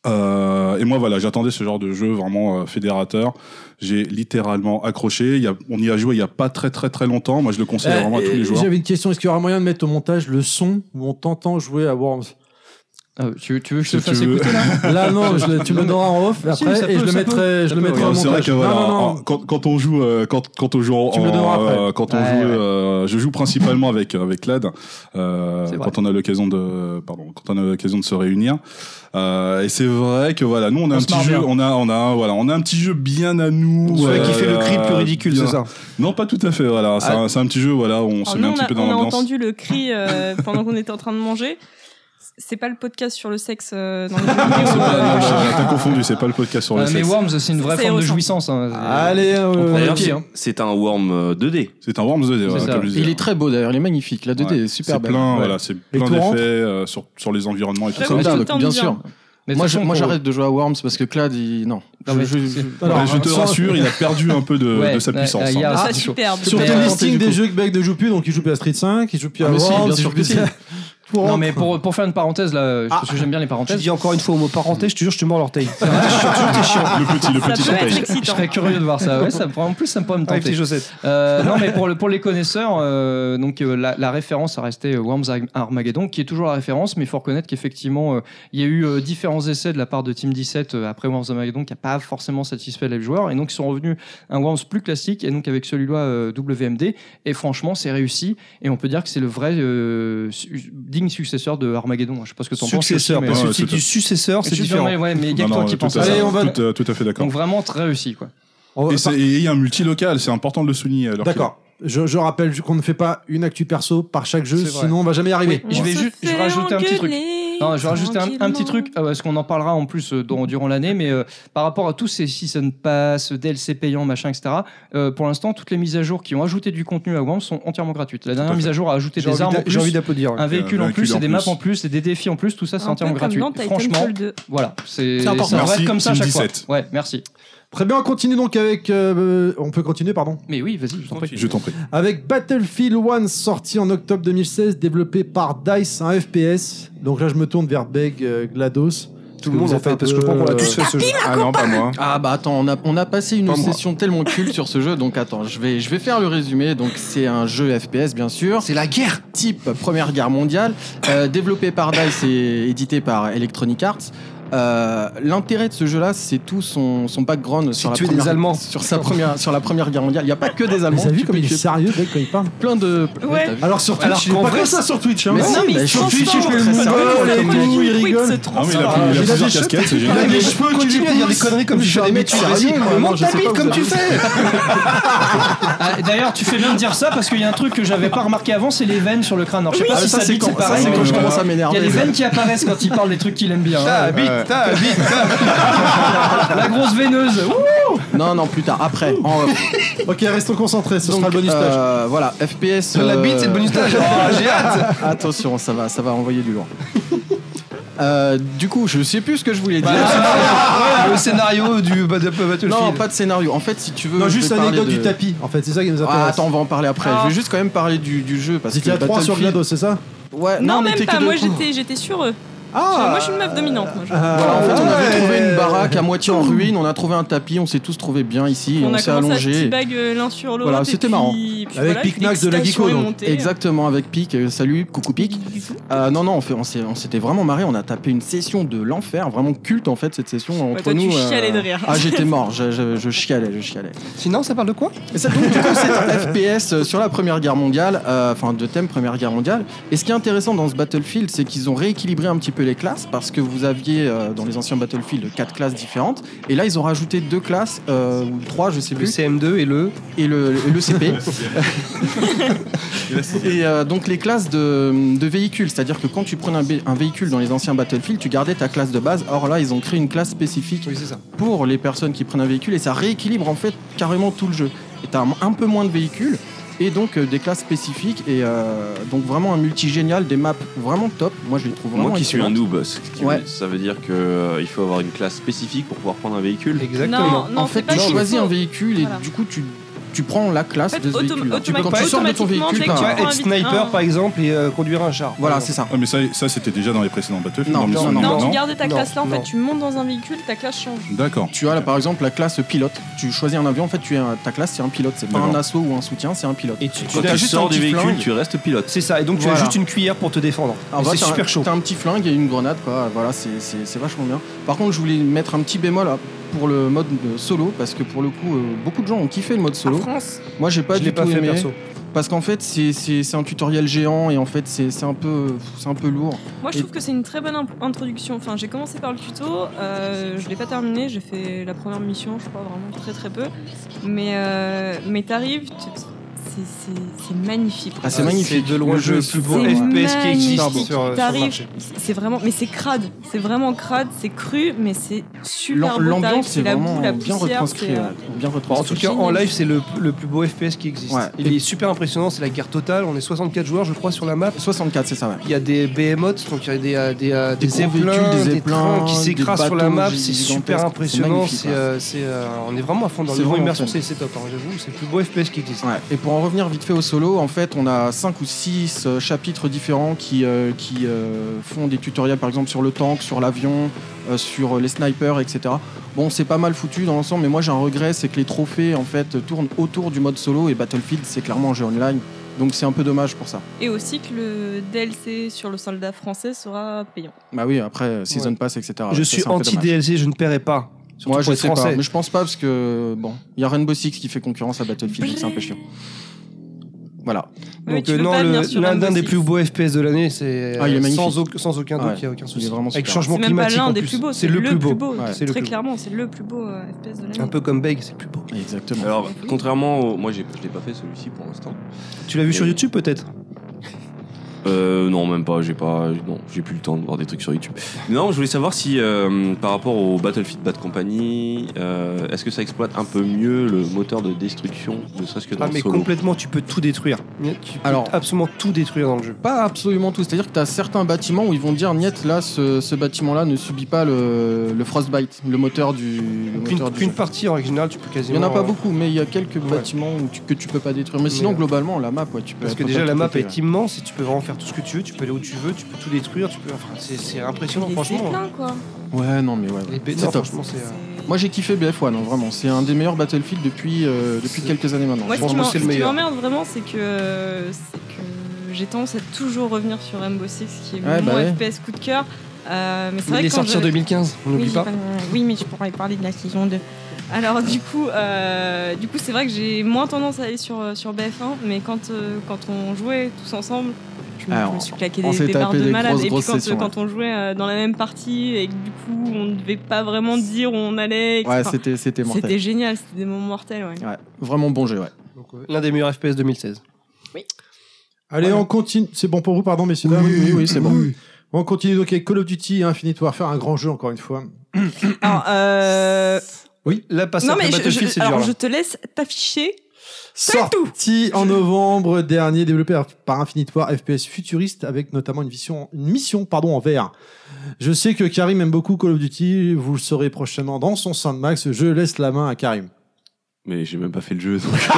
Speaker 10: Euh, et moi voilà, j'attendais ce genre de jeu vraiment euh, fédérateur. J'ai littéralement accroché. Il y a, on y a joué il y a pas très très très longtemps. Moi je le conseille vraiment à tous les joueurs.
Speaker 2: Euh, J'avais une question. Est-ce qu'il y aura moyen de mettre au montage le son où on t'entend jouer à Worms
Speaker 1: Ah, tu, veux- tu veux que je te
Speaker 10: Si tu
Speaker 1: fasse
Speaker 10: veux.
Speaker 1: écouter là
Speaker 2: Là, non, je le- tu me le donneras en off après
Speaker 1: ça
Speaker 2: et je
Speaker 1: peut,
Speaker 2: le
Speaker 1: ça
Speaker 2: mettrai, je le
Speaker 1: peut,
Speaker 2: mettrai
Speaker 10: Ouais,
Speaker 2: au
Speaker 10: c'est
Speaker 2: montage.
Speaker 10: vrai que voilà,
Speaker 2: non, non,
Speaker 10: en-
Speaker 2: non.
Speaker 10: Quand, quand on joue, euh, quand, quand on joue, en-
Speaker 2: Tu me le donneras après.
Speaker 10: euh, quand on
Speaker 1: Ouais,
Speaker 10: joue,
Speaker 1: ouais.
Speaker 10: euh, je joue principalement avec avec Lad. euh,
Speaker 1: C'est vrai.
Speaker 10: quand on a l'occasion de, pardon, quand on a l'occasion de se réunir. Euh, et c'est vrai que voilà, nous on a
Speaker 1: On
Speaker 10: un
Speaker 1: se
Speaker 10: petit
Speaker 1: marre
Speaker 10: jeu,
Speaker 1: bien.
Speaker 10: on a on a un- voilà, on a un petit jeu bien à nous.
Speaker 3: Celui
Speaker 10: euh,
Speaker 3: qui fait le cri le plus ridicule,
Speaker 10: bien.
Speaker 3: c'est ça.
Speaker 10: Non, pas tout à fait. Voilà, c'est
Speaker 3: Ah.
Speaker 10: un, c'est un petit jeu. Voilà, on
Speaker 4: Alors
Speaker 10: se met
Speaker 4: nous,
Speaker 10: un
Speaker 4: on
Speaker 10: petit
Speaker 4: a,
Speaker 10: peu dans
Speaker 4: on a
Speaker 10: l'ambiance.
Speaker 4: entendu le cri euh, pendant qu'on était en train de manger. C'est pas le podcast sur le sexe euh, dans les jeux vidéo.
Speaker 10: C'est pas- non,
Speaker 4: euh,
Speaker 10: j'ai- j'ai été confondu. C'est pas le podcast sur le
Speaker 1: Ah, Mais
Speaker 10: sexe.
Speaker 1: Worms, c'est une vraie
Speaker 4: Ça y
Speaker 1: forme de
Speaker 4: ressemble.
Speaker 1: jouissance. hein.
Speaker 2: Allez, euh,
Speaker 1: On prend le
Speaker 5: D'ailleurs,
Speaker 1: pied,
Speaker 5: c'est-
Speaker 1: hein.
Speaker 5: c'est un worm euh, 2D.
Speaker 10: C'est un Worms 2D.
Speaker 1: C'est
Speaker 10: voilà,
Speaker 1: ça.
Speaker 10: comme je disais.
Speaker 8: Il est très beau d'ailleurs, il est magnifique. La 2D est super
Speaker 10: C'est
Speaker 8: belle.
Speaker 10: plein,
Speaker 8: Ouais.
Speaker 10: voilà, c'est
Speaker 2: Et
Speaker 10: plein
Speaker 2: tout rentre
Speaker 10: d'effets euh, sur sur les environnements et tout
Speaker 4: Ouais,
Speaker 10: ça.
Speaker 8: Comme
Speaker 4: Tout
Speaker 8: d'hab,
Speaker 4: le temps
Speaker 8: bien
Speaker 4: bizarre.
Speaker 8: sûr.
Speaker 1: Mais de
Speaker 8: Moi,
Speaker 1: toute
Speaker 8: je-
Speaker 1: façon,
Speaker 8: moi,
Speaker 1: qu'on-
Speaker 8: j'arrête de jouer à Worms parce que Clad, il... non.
Speaker 1: Non, mais
Speaker 8: Je- je-
Speaker 1: c'est- euh,
Speaker 2: Alors,
Speaker 10: Ouais, je te
Speaker 2: sans-
Speaker 10: rassure, il a perdu un peu de,
Speaker 1: Ouais,
Speaker 10: de sa
Speaker 1: ouais,
Speaker 10: puissance.
Speaker 1: il y
Speaker 10: hein.
Speaker 1: a-
Speaker 4: ça,
Speaker 1: *laughs* Ah,
Speaker 4: superbe.
Speaker 2: Sur
Speaker 1: Mais
Speaker 2: ton
Speaker 1: euh,
Speaker 2: listing
Speaker 8: du
Speaker 2: des
Speaker 8: coup.
Speaker 2: jeux que Beck ne joue plus, donc il joue plus à Street 5, il joue plus à
Speaker 8: Ah, mais si,
Speaker 2: Worms,
Speaker 8: bien
Speaker 2: il
Speaker 8: sûr
Speaker 2: joue
Speaker 8: que
Speaker 2: plus
Speaker 8: si.
Speaker 2: à- Tout
Speaker 1: Non,
Speaker 2: rentre.
Speaker 1: mais pour, pour faire une parenthèse, là, je-
Speaker 2: Ah.
Speaker 1: parce que j'aime bien les
Speaker 3: Tu
Speaker 1: parenthèses.
Speaker 3: dis encore une fois au mot parenthèse, je te jure, je te
Speaker 2: *laughs*
Speaker 3: mords l'orteil.
Speaker 10: Le petit, le
Speaker 4: Ça
Speaker 10: petit
Speaker 4: peut être
Speaker 10: champagne.
Speaker 1: Je
Speaker 4: excitant.
Speaker 1: serais curieux de voir ça. Ouais, ça me prend- en plus, ça me pourrait me
Speaker 3: Ah, les petites
Speaker 1: tenter.
Speaker 3: chaussettes.
Speaker 1: Euh, non, mais pour, le, pour les connaisseurs, euh, donc euh, la, la référence a resté euh, Worms Ar- Armageddon, qui est toujours la référence, mais il faut reconnaître qu'effectivement, euh, il y a eu euh, différents essais de la part de Team 17 euh, après Worms Armageddon qui n'a pas forcément satisfait les joueurs, et donc ils sont revenus à un Worms plus classique, et donc avec celui-là euh, WMD, et franchement, c'est réussi, et on peut dire que c'est le vrai euh, su- digne successeur de Armageddon. Je sais pas ce que t'en penses.
Speaker 3: Successeur,
Speaker 1: aussi,
Speaker 3: parce
Speaker 10: ouais,
Speaker 3: que si
Speaker 10: c'est-
Speaker 3: tu successeur, c'est
Speaker 1: Tu- non,
Speaker 3: différent.
Speaker 1: mais ouais, mais il y a que
Speaker 10: Non,
Speaker 1: toi
Speaker 10: non,
Speaker 1: qui
Speaker 10: tout
Speaker 1: penses
Speaker 10: à
Speaker 1: à
Speaker 10: fait-
Speaker 2: Allez, on va-
Speaker 10: Tout, euh, tout à fait d'accord.
Speaker 1: Donc vraiment très réussi, quoi.
Speaker 2: On va-
Speaker 10: Et c'est- et il y a un multilocal, c'est important de le souligner. alors que-
Speaker 2: Oh, D'accord. Je, je rappelle qu'on ne fait pas une actu perso par chaque jeu,
Speaker 1: C'est vrai.
Speaker 2: sinon on va jamais y arriver.
Speaker 1: Oui. Je vais juste- je vais rajouter un petit truc. Non, je vais rajouter un, un petit truc, euh, parce qu'on en parlera en plus euh, dans- durant l'année, mais euh, par rapport à tous ces season pass, DLC payants, machin, etc., euh, pour l'instant, toutes les mises à jour qui ont ajouté du contenu à WAM sont entièrement gratuites. La dernière
Speaker 10: à
Speaker 1: mise à jour a ajouté
Speaker 3: J'ai
Speaker 1: des armes
Speaker 3: envie
Speaker 1: en
Speaker 3: d'a- j'ai envie
Speaker 1: plus,
Speaker 3: d'applaudir.
Speaker 1: un véhicule en plus,
Speaker 10: véhicule
Speaker 1: et des
Speaker 10: en
Speaker 1: maps
Speaker 10: plus.
Speaker 1: en plus, et des défis en plus, tout ça, c'est
Speaker 4: Un peu
Speaker 1: entièrement
Speaker 4: comme
Speaker 1: gratuit.
Speaker 4: dans
Speaker 1: Franchement,
Speaker 4: Titanfall 2.
Speaker 1: voilà, c'est
Speaker 2: C'est important.
Speaker 1: ça devrait
Speaker 10: Merci,
Speaker 1: être comme ça à
Speaker 10: Team
Speaker 1: chaque
Speaker 10: 17.
Speaker 1: fois. Ouais, merci.
Speaker 2: Très bien, on continue donc avec. euh, on peut continuer, pardon.
Speaker 1: Mais oui, vas-y, je t'en prie.
Speaker 10: Je t'en prie.
Speaker 2: Avec Battlefield 1, sorti en octobre 2016, développé par DICE, un FPS. Donc là, je me tourne vers Beg, euh, GLaDOS.
Speaker 3: Tout le monde en fait, parce que je crois qu'on l'a tous fait ce jeu.
Speaker 11: Ah non, pas moi.
Speaker 8: Ah bah attends, on a, on a passé une
Speaker 11: Pas moi.
Speaker 8: session tellement culte sur ce jeu, donc attends, je vais, je vais faire le résumé. Donc c'est un jeu FPS bien sûr. C'est la guerre Type Première Guerre mondiale, euh, développé par DICE et édité par Electronic Arts. Euh, L'intérêt de ce jeu-là, c'est tout son, son background sur la,
Speaker 3: tuer des
Speaker 8: première,
Speaker 3: Allemands.
Speaker 8: sur, sa première, sur la Première Guerre mondiale. Il n'y a pas que des
Speaker 2: Mais
Speaker 8: Allemands.
Speaker 2: t'as vu
Speaker 8: tu
Speaker 2: comme
Speaker 8: peux
Speaker 2: il est
Speaker 8: tuer
Speaker 2: sérieux, Beg, quand il parle
Speaker 8: plein de...
Speaker 4: Ouais.
Speaker 8: t'as vu.
Speaker 2: Alors sur
Speaker 3: Alors
Speaker 2: Twitch, il est
Speaker 3: qu'en
Speaker 2: pas
Speaker 3: vrai,
Speaker 2: comme ça sur Twitch, hein.
Speaker 8: Mais
Speaker 4: non,
Speaker 8: si,
Speaker 4: mais il
Speaker 8: bah,
Speaker 4: se
Speaker 8: sur Twitch,
Speaker 4: transforme.
Speaker 8: je fais le
Speaker 4: Ça
Speaker 8: mongol
Speaker 4: s'appelle le
Speaker 8: et tout,
Speaker 4: Quick
Speaker 8: il
Speaker 4: se
Speaker 8: rigole.
Speaker 10: Ah, mais il a,
Speaker 4: transforme.
Speaker 10: il a
Speaker 2: Il a
Speaker 10: plusieurs
Speaker 2: des
Speaker 10: casquettes, c'est
Speaker 3: Il
Speaker 10: génial.
Speaker 3: y a des cheveux, continue à dire des conneries comme tu fais des mecs sérieux. Monte ta bite comme tu fais.
Speaker 1: Ah, D'ailleurs, tu fais bien de dire ça, parce qu'il y a un truc que j'avais pas remarqué avant, c'est les veines sur le crâne. Alors, je sais
Speaker 8: Ah,
Speaker 1: pas si
Speaker 8: ça
Speaker 1: ça
Speaker 8: c'est
Speaker 1: bite, c'est
Speaker 8: quand, ça,
Speaker 1: pareil.
Speaker 8: c'est quand je
Speaker 1: mais-
Speaker 8: commence à
Speaker 1: Il
Speaker 8: m'énerver.
Speaker 1: y a des
Speaker 8: ça.
Speaker 1: veines qui apparaissent quand il parle des trucs qu'il aime bien. hein.
Speaker 3: Ta bite, ta bite,
Speaker 1: La grosse veineuse. Ouh.
Speaker 8: Non, non, plus tard, après. En, euh,
Speaker 2: Ok, restons concentrés, ce sera
Speaker 8: donc,
Speaker 2: le bonus stage.
Speaker 8: euh, voilà, FPS.
Speaker 3: La
Speaker 8: euh,
Speaker 3: bite, c'est le bonus *laughs* stage. Oh, J'ai hâte.
Speaker 8: *laughs* Attention, ça va, ça va envoyer du lourd. Euh, du coup, je sais plus ce que je voulais dire.
Speaker 2: Bah,
Speaker 3: Le scénario du Bad- Battlefield.
Speaker 8: non, pas de scénario. En fait, si tu veux,
Speaker 2: Non,
Speaker 8: Euh, je
Speaker 2: juste
Speaker 8: vais parler
Speaker 2: l'anecdote
Speaker 8: de-
Speaker 2: du tapis, en fait, c'est ça qui nous intéresse.
Speaker 8: Ah, attends, on va en parler après. Je vais juste quand même parler du, du jeu parce
Speaker 2: C'était
Speaker 8: que
Speaker 2: à 3 sur
Speaker 8: Battlefield-
Speaker 2: GLaDOS, c'est ça
Speaker 8: Ouais, non,
Speaker 4: Non,
Speaker 8: on
Speaker 4: même
Speaker 8: était
Speaker 4: pas.
Speaker 8: que
Speaker 4: Moi,
Speaker 8: deux.
Speaker 4: j'étais j'étais sur eux. Moi, je suis une meuf dominante. moi, je-
Speaker 8: Ah, Voilà, en fait, on avait
Speaker 2: Ah, Ouais.
Speaker 8: trouvé une baraque à moitié en ruine, on a trouvé un tapis, on s'est tous trouvés bien ici, et on,
Speaker 4: On a
Speaker 8: s'est
Speaker 4: commencé à
Speaker 8: allongé.
Speaker 4: se bague euh, l'un sur l'autre.
Speaker 8: Voilà,
Speaker 4: et
Speaker 8: c'était
Speaker 4: puis-
Speaker 8: marrant.
Speaker 4: puis
Speaker 2: Avec
Speaker 4: voilà,
Speaker 2: Pic Mac de la
Speaker 4: l'excitation
Speaker 2: Geeko,
Speaker 4: est
Speaker 2: donc.
Speaker 4: montée.
Speaker 8: Exactement, avec Pic. euh, Salut, coucou Pic. Euh, non, non, on, fait- on s'est- on s'était vraiment marré. On a tapé une session de l'enfer, vraiment culte en fait cette session entre
Speaker 4: Ouais, toi, tu
Speaker 8: nous.
Speaker 4: chialais de rire.
Speaker 8: Ah, j'étais mort. Je, je- je chialais, je chialais.
Speaker 3: Sinon, ça parle de quoi
Speaker 8: Et ça, donc, du coup, c'est
Speaker 4: *laughs*
Speaker 8: un FPS euh, sur la Première Guerre mondiale, euh, enfin de thème Première Guerre mondiale. Et ce qui est intéressant dans ce Battlefield, c'est qu'ils ont rééquilibré un petit peu les classes parce que vous aviez euh, dans les anciens Battlefield quatre classes différentes, et là ils ont rajouté deux classes euh, ou trois, je sais
Speaker 3: Le
Speaker 8: plus
Speaker 3: CM2 et le.
Speaker 8: et le, et le CP.
Speaker 5: *laughs*
Speaker 8: *laughs* et euh, donc les classes de, de véhicules, c'est-à-dire que quand tu prenais un, bé- un véhicule dans les anciens Battlefield, tu gardais ta classe de base. Or là, ils ont créé une classe spécifique
Speaker 3: Oui, c'est ça.
Speaker 8: pour les personnes qui prennent un véhicule et ça rééquilibre en fait carrément tout le jeu. Et t'as un, un peu moins de véhicules. et donc euh, des classes spécifiques et euh, donc vraiment un multi génial, des maps vraiment top. Moi je les trouve vraiment.
Speaker 5: Moi qui suis un
Speaker 8: excellentes.
Speaker 5: noob, ce qui-
Speaker 8: Ouais.
Speaker 5: ça veut dire que euh, il faut avoir une classe spécifique pour pouvoir prendre un véhicule.
Speaker 4: Non, non,
Speaker 8: en
Speaker 4: c'est
Speaker 8: fait,
Speaker 4: pas
Speaker 8: tu
Speaker 4: ce qu'il
Speaker 8: choisis
Speaker 4: faut.
Speaker 8: un véhicule et
Speaker 4: Voilà.
Speaker 8: du coup tu, tu prends la classe
Speaker 4: En fait,
Speaker 8: de ce
Speaker 4: autom-
Speaker 8: véhicule. Tu-
Speaker 4: automatiquement-
Speaker 8: quand tu sors de ton
Speaker 4: automatiquement,
Speaker 8: véhicule,
Speaker 4: dès que
Speaker 8: t'as
Speaker 4: tu
Speaker 8: un-
Speaker 4: prends
Speaker 3: être
Speaker 4: un vite-
Speaker 3: sniper
Speaker 4: un-
Speaker 3: par exemple et euh, conduire un char.
Speaker 8: Voilà, c'est ça.
Speaker 10: Ah, mais ça, ça c'était déjà dans les précédents Battlefield.
Speaker 8: Non,
Speaker 10: dans mes
Speaker 8: non,
Speaker 10: souvenirs,
Speaker 4: Non,
Speaker 10: non
Speaker 4: tu gardais ta
Speaker 3: Non,
Speaker 4: classe là, en
Speaker 3: non.
Speaker 4: fait, tu montes dans un véhicule, ta classe change.
Speaker 10: D'accord.
Speaker 8: Tu as là, par exemple la classe pilote. Tu choisis un avion, en fait, tu es un- ta classe c'est un pilote, c'est pas
Speaker 10: D'accord.
Speaker 8: un assaut ou un soutien, c'est un pilote.
Speaker 3: Et tu,
Speaker 5: Quand
Speaker 3: as
Speaker 5: tu
Speaker 3: juste
Speaker 5: sors
Speaker 3: un
Speaker 5: du
Speaker 3: petit
Speaker 5: véhicule,
Speaker 3: flingue.
Speaker 5: tu restes pilote.
Speaker 3: C'est ça, et donc tu as
Speaker 8: Voilà.
Speaker 3: juste une cuillère pour te défendre.
Speaker 8: Alors,
Speaker 3: Et
Speaker 8: voilà,
Speaker 3: C'est
Speaker 8: Ah, bah, t'as un-
Speaker 3: super chaud.
Speaker 8: T'as un petit flingue et une grenade, quoi. Voilà, c'est- c'est c'est vachement bien. Par contre, je voulais mettre un petit bémol à- pour le mode euh, solo, parce que pour le coup, euh, beaucoup de gens ont kiffé le mode solo.
Speaker 4: France.
Speaker 8: Moi, j'ai pas
Speaker 3: Ah, Je
Speaker 8: du
Speaker 3: l'ai
Speaker 8: tout
Speaker 3: pas fait
Speaker 8: aimé.
Speaker 3: perso.
Speaker 8: Parce qu'en fait, c'est- c'est c'est un tutoriel géant et en fait, c'est c'est un peu, c'est un peu lourd.
Speaker 4: Moi, je trouve que c'est une très bonne imp- introduction. Enfin, j'ai commencé par le tuto, euh, je l'ai pas terminé, j'ai fait la première mission, je crois, vraiment très très peu. Mais, euh, mais t'arrives, tu- c'est- c'est c'est magnifique.
Speaker 8: Ah, c'est magnifique.
Speaker 3: C'est de loin
Speaker 8: Le
Speaker 3: le
Speaker 8: jeu est
Speaker 3: plus
Speaker 8: super
Speaker 3: beau
Speaker 8: beau.
Speaker 3: FPS qui existe
Speaker 4: Magnifique.
Speaker 3: sur, euh, sur le
Speaker 4: T'arrives,
Speaker 3: marché.
Speaker 4: c'est vraiment, mais c'est crade, c'est vraiment crade, c'est cru, mais c'est super
Speaker 8: L'am-
Speaker 4: beau. T'arrives,
Speaker 8: L'ambiance c'est
Speaker 4: la boue,
Speaker 8: vraiment
Speaker 4: la
Speaker 8: bien
Speaker 4: poussière,
Speaker 8: retranscrit.
Speaker 4: c'est, euh,
Speaker 8: ouais, Bien
Speaker 3: En
Speaker 8: retranscrit.
Speaker 3: tout cas, en
Speaker 4: génial.
Speaker 3: live, c'est le, le plus beau FPS qui existe.
Speaker 8: Ouais.
Speaker 3: Il est super impressionnant, c'est la guerre totale. On est 64 joueurs, je crois, sur la map.
Speaker 8: 64, c'est ça, ouais.
Speaker 3: Il y a des behemoths, donc il y a des, euh, des, euh, des,
Speaker 8: Des gros
Speaker 3: zeppelins,
Speaker 8: véhicules, des
Speaker 3: des
Speaker 8: zeppelins,
Speaker 3: trains qui
Speaker 8: des
Speaker 3: s'écrasent sur la
Speaker 8: bateaux
Speaker 3: map.
Speaker 8: gigantesques.
Speaker 3: C'est super
Speaker 8: C'est
Speaker 3: impressionnant.
Speaker 8: magnifique,
Speaker 3: C'est,
Speaker 8: ouais.
Speaker 3: euh, c'est, euh, on est vraiment à fond dans
Speaker 8: C'est
Speaker 3: le
Speaker 8: vraiment
Speaker 3: immersion.
Speaker 8: fun.
Speaker 3: C'est, c'est top, hein, j'avoue. C'est le plus beau FPS qui existe.
Speaker 8: Ouais. Et pour en revenir vite fait au solo, en fait, on a 5 ou 6 chapitres différents qui, euh, qui euh, font des tutoriels, par exemple, sur le tank, sur l'avion, euh, sur les snipers, etc. Bon, c'est pas mal foutu dans l'ensemble, mais moi j'ai un regret, c'est que les trophées, en fait, tournent autour du mode solo et Battlefield, c'est clairement un jeu online. Donc c'est un peu dommage pour ça.
Speaker 4: Et aussi que le DLC sur le soldat français sera payant.
Speaker 8: Bah oui, après, euh, Season Pass, etc.
Speaker 3: Je
Speaker 8: Ça,
Speaker 3: suis
Speaker 8: c'est un peu dommage.
Speaker 3: anti-DLC, je ne paierai pas. Surtout
Speaker 8: Moi,
Speaker 3: pour
Speaker 8: je
Speaker 3: les
Speaker 8: sais
Speaker 3: Français.
Speaker 8: pas, mais je pense pas parce que bon, il y a Rainbow Six qui fait concurrence à Battlefield, donc c'est un peu chiant. Voilà.
Speaker 4: Mais
Speaker 3: Donc
Speaker 4: tu
Speaker 3: euh,
Speaker 4: veux
Speaker 3: non,
Speaker 4: pas
Speaker 3: le-
Speaker 4: venir sur
Speaker 3: l'un
Speaker 4: Rainbow
Speaker 3: l'un des
Speaker 4: Six.
Speaker 3: plus beaux FPS de l'année, c'est
Speaker 8: Ah, il est
Speaker 3: euh,
Speaker 8: magnifique.
Speaker 3: sans, au- sans aucun doute,
Speaker 8: Ouais.
Speaker 3: il n'y a aucun
Speaker 8: Il
Speaker 3: souci.
Speaker 8: est vraiment
Speaker 3: Avec
Speaker 8: super.
Speaker 3: changement
Speaker 4: C'est même pas
Speaker 3: climatique
Speaker 4: l'un
Speaker 3: en
Speaker 4: des
Speaker 3: plus.
Speaker 4: plus beaux,
Speaker 3: C'est le plus beau.
Speaker 8: Ouais.
Speaker 3: C'est le
Speaker 4: Très
Speaker 3: plus beau.
Speaker 4: clairement, c'est le plus beau euh, FPS de l'année.
Speaker 3: Un peu comme Beg, c'est le plus beau.
Speaker 8: Exactement.
Speaker 5: Alors, contrairement au. Moi, j'ai- je l'ai pas fait celui-ci pour l'instant.
Speaker 3: Tu l'as vu sur
Speaker 5: Et-
Speaker 3: YouTube peut-être
Speaker 5: Euh, non, même pas. J'ai pas. Non, j'ai plus le temps de voir des trucs sur YouTube. Non, je voulais savoir si, euh, par rapport au Battlefield Bad Company, euh, est-ce que ça exploite un peu mieux le moteur de destruction, ne serait-ce que dans
Speaker 3: Ah
Speaker 5: le
Speaker 3: mais
Speaker 5: solo
Speaker 3: complètement, tu peux tout détruire. Tu peux
Speaker 8: Alors-
Speaker 3: absolument tout détruire dans le jeu.
Speaker 8: Pas absolument tout, c'est-à-dire que tu as certains bâtiments où ils vont dire Niet, là, ce, ce bâtiment-là ne subit pas le, le frostbite, le moteur du. le
Speaker 3: Qu'une
Speaker 8: moteur du
Speaker 3: qu'une
Speaker 8: jeu.
Speaker 3: partie en général, tu peux
Speaker 8: Il y
Speaker 3: quasiment.
Speaker 8: en a pas
Speaker 3: euh,
Speaker 8: beaucoup, mais il y a quelques
Speaker 3: Ouais.
Speaker 8: bâtiments où tu- que tu peux pas détruire. Mais sinon,
Speaker 3: Mais, euh,
Speaker 8: globalement, la map, ouais, tu peux.
Speaker 3: Parce que
Speaker 8: tu peux
Speaker 3: déjà
Speaker 8: pas
Speaker 3: la
Speaker 8: tout
Speaker 3: map
Speaker 8: péter,
Speaker 3: est immense et tu peux vraiment faire tout ce que tu veux, tu peux aller où tu veux, tu peux tout détruire, tu peux. Enfin, c'est- c'est impressionnant
Speaker 4: Des
Speaker 3: franchement. hein.
Speaker 4: zeppelins, quoi.
Speaker 8: ouais. Ouais, non, mais ouais. ouais.
Speaker 3: Les bêtes-
Speaker 8: C'est
Speaker 3: non,
Speaker 8: top.
Speaker 3: franchement, c'est, euh,
Speaker 4: C'est-
Speaker 8: Moi, j'ai kiffé BF1, non, vraiment. C'est un des meilleurs Battlefield depuis, euh,
Speaker 3: C'est-
Speaker 8: depuis quelques années maintenant.
Speaker 4: Moi, ce
Speaker 8: Je
Speaker 3: pense
Speaker 4: qui
Speaker 3: que
Speaker 4: m'en-
Speaker 3: c'est
Speaker 4: ce
Speaker 3: le
Speaker 4: qui
Speaker 3: meilleur.
Speaker 4: m'emmerde vraiment, c'est que, c'est que j'ai tendance à toujours revenir sur Rainbow Six, qui est
Speaker 8: Ouais,
Speaker 4: mon
Speaker 8: bah ouais.
Speaker 4: FPS coup de cœur. Euh, mais c'est
Speaker 3: Il
Speaker 4: vrai
Speaker 3: est
Speaker 4: que quand
Speaker 3: sorti en
Speaker 4: je-
Speaker 3: 2015, on
Speaker 4: oui,
Speaker 3: n'oublie
Speaker 4: j'ai
Speaker 3: pas.
Speaker 4: pas- oui, mais je pourrais parler de la saison 2. Alors du coup, euh, du coup, c'est vrai que j'ai moins tendance à aller sur, euh, sur BF1, mais quand, euh, quand on jouait tous ensemble, je me,
Speaker 8: Ah,
Speaker 4: je me suis claqué
Speaker 8: on
Speaker 4: des,
Speaker 8: s'est
Speaker 4: des barres
Speaker 8: tapé
Speaker 4: de
Speaker 8: des
Speaker 4: malade.
Speaker 8: grosses,
Speaker 4: et puis
Speaker 8: grosses
Speaker 4: quand, euh,
Speaker 8: sessions,
Speaker 4: quand on jouait euh, dans la même partie et que du coup on ne devait pas vraiment dire où on allait,
Speaker 8: Ouais,
Speaker 4: etc.
Speaker 8: c'était c'était
Speaker 4: c'était
Speaker 8: mortel.
Speaker 4: génial, c'était des moments mortels. Ouais.
Speaker 8: Ouais, vraiment bon jeu, ouais.
Speaker 3: Donc, euh, L'un des meilleurs FPS 2016.
Speaker 2: Allez, on continue. C'est bon pour vous, pardon, messieurs dames
Speaker 8: oui, oui, oui, c'est bon.
Speaker 2: On continue donc avec Call of Duty et Infinite Warfare, un grand jeu encore une fois.
Speaker 4: Alors, euh,
Speaker 3: Oui, là, passer
Speaker 4: non
Speaker 3: après
Speaker 4: mais je,
Speaker 3: Battlefield,
Speaker 4: je-
Speaker 3: c'est dur.
Speaker 4: alors
Speaker 3: là.
Speaker 4: je te laisse t'afficher.
Speaker 2: Sorti en novembre dernier, développé par Infinite War, FPS futuriste avec notamment une mission, une mission pardon, en VR. Je sais que Karim aime beaucoup Call of Duty, vous le saurez prochainement dans son Sandmax. Je laisse la main à Karim.
Speaker 5: Mais j'ai même pas fait le jeu. donc.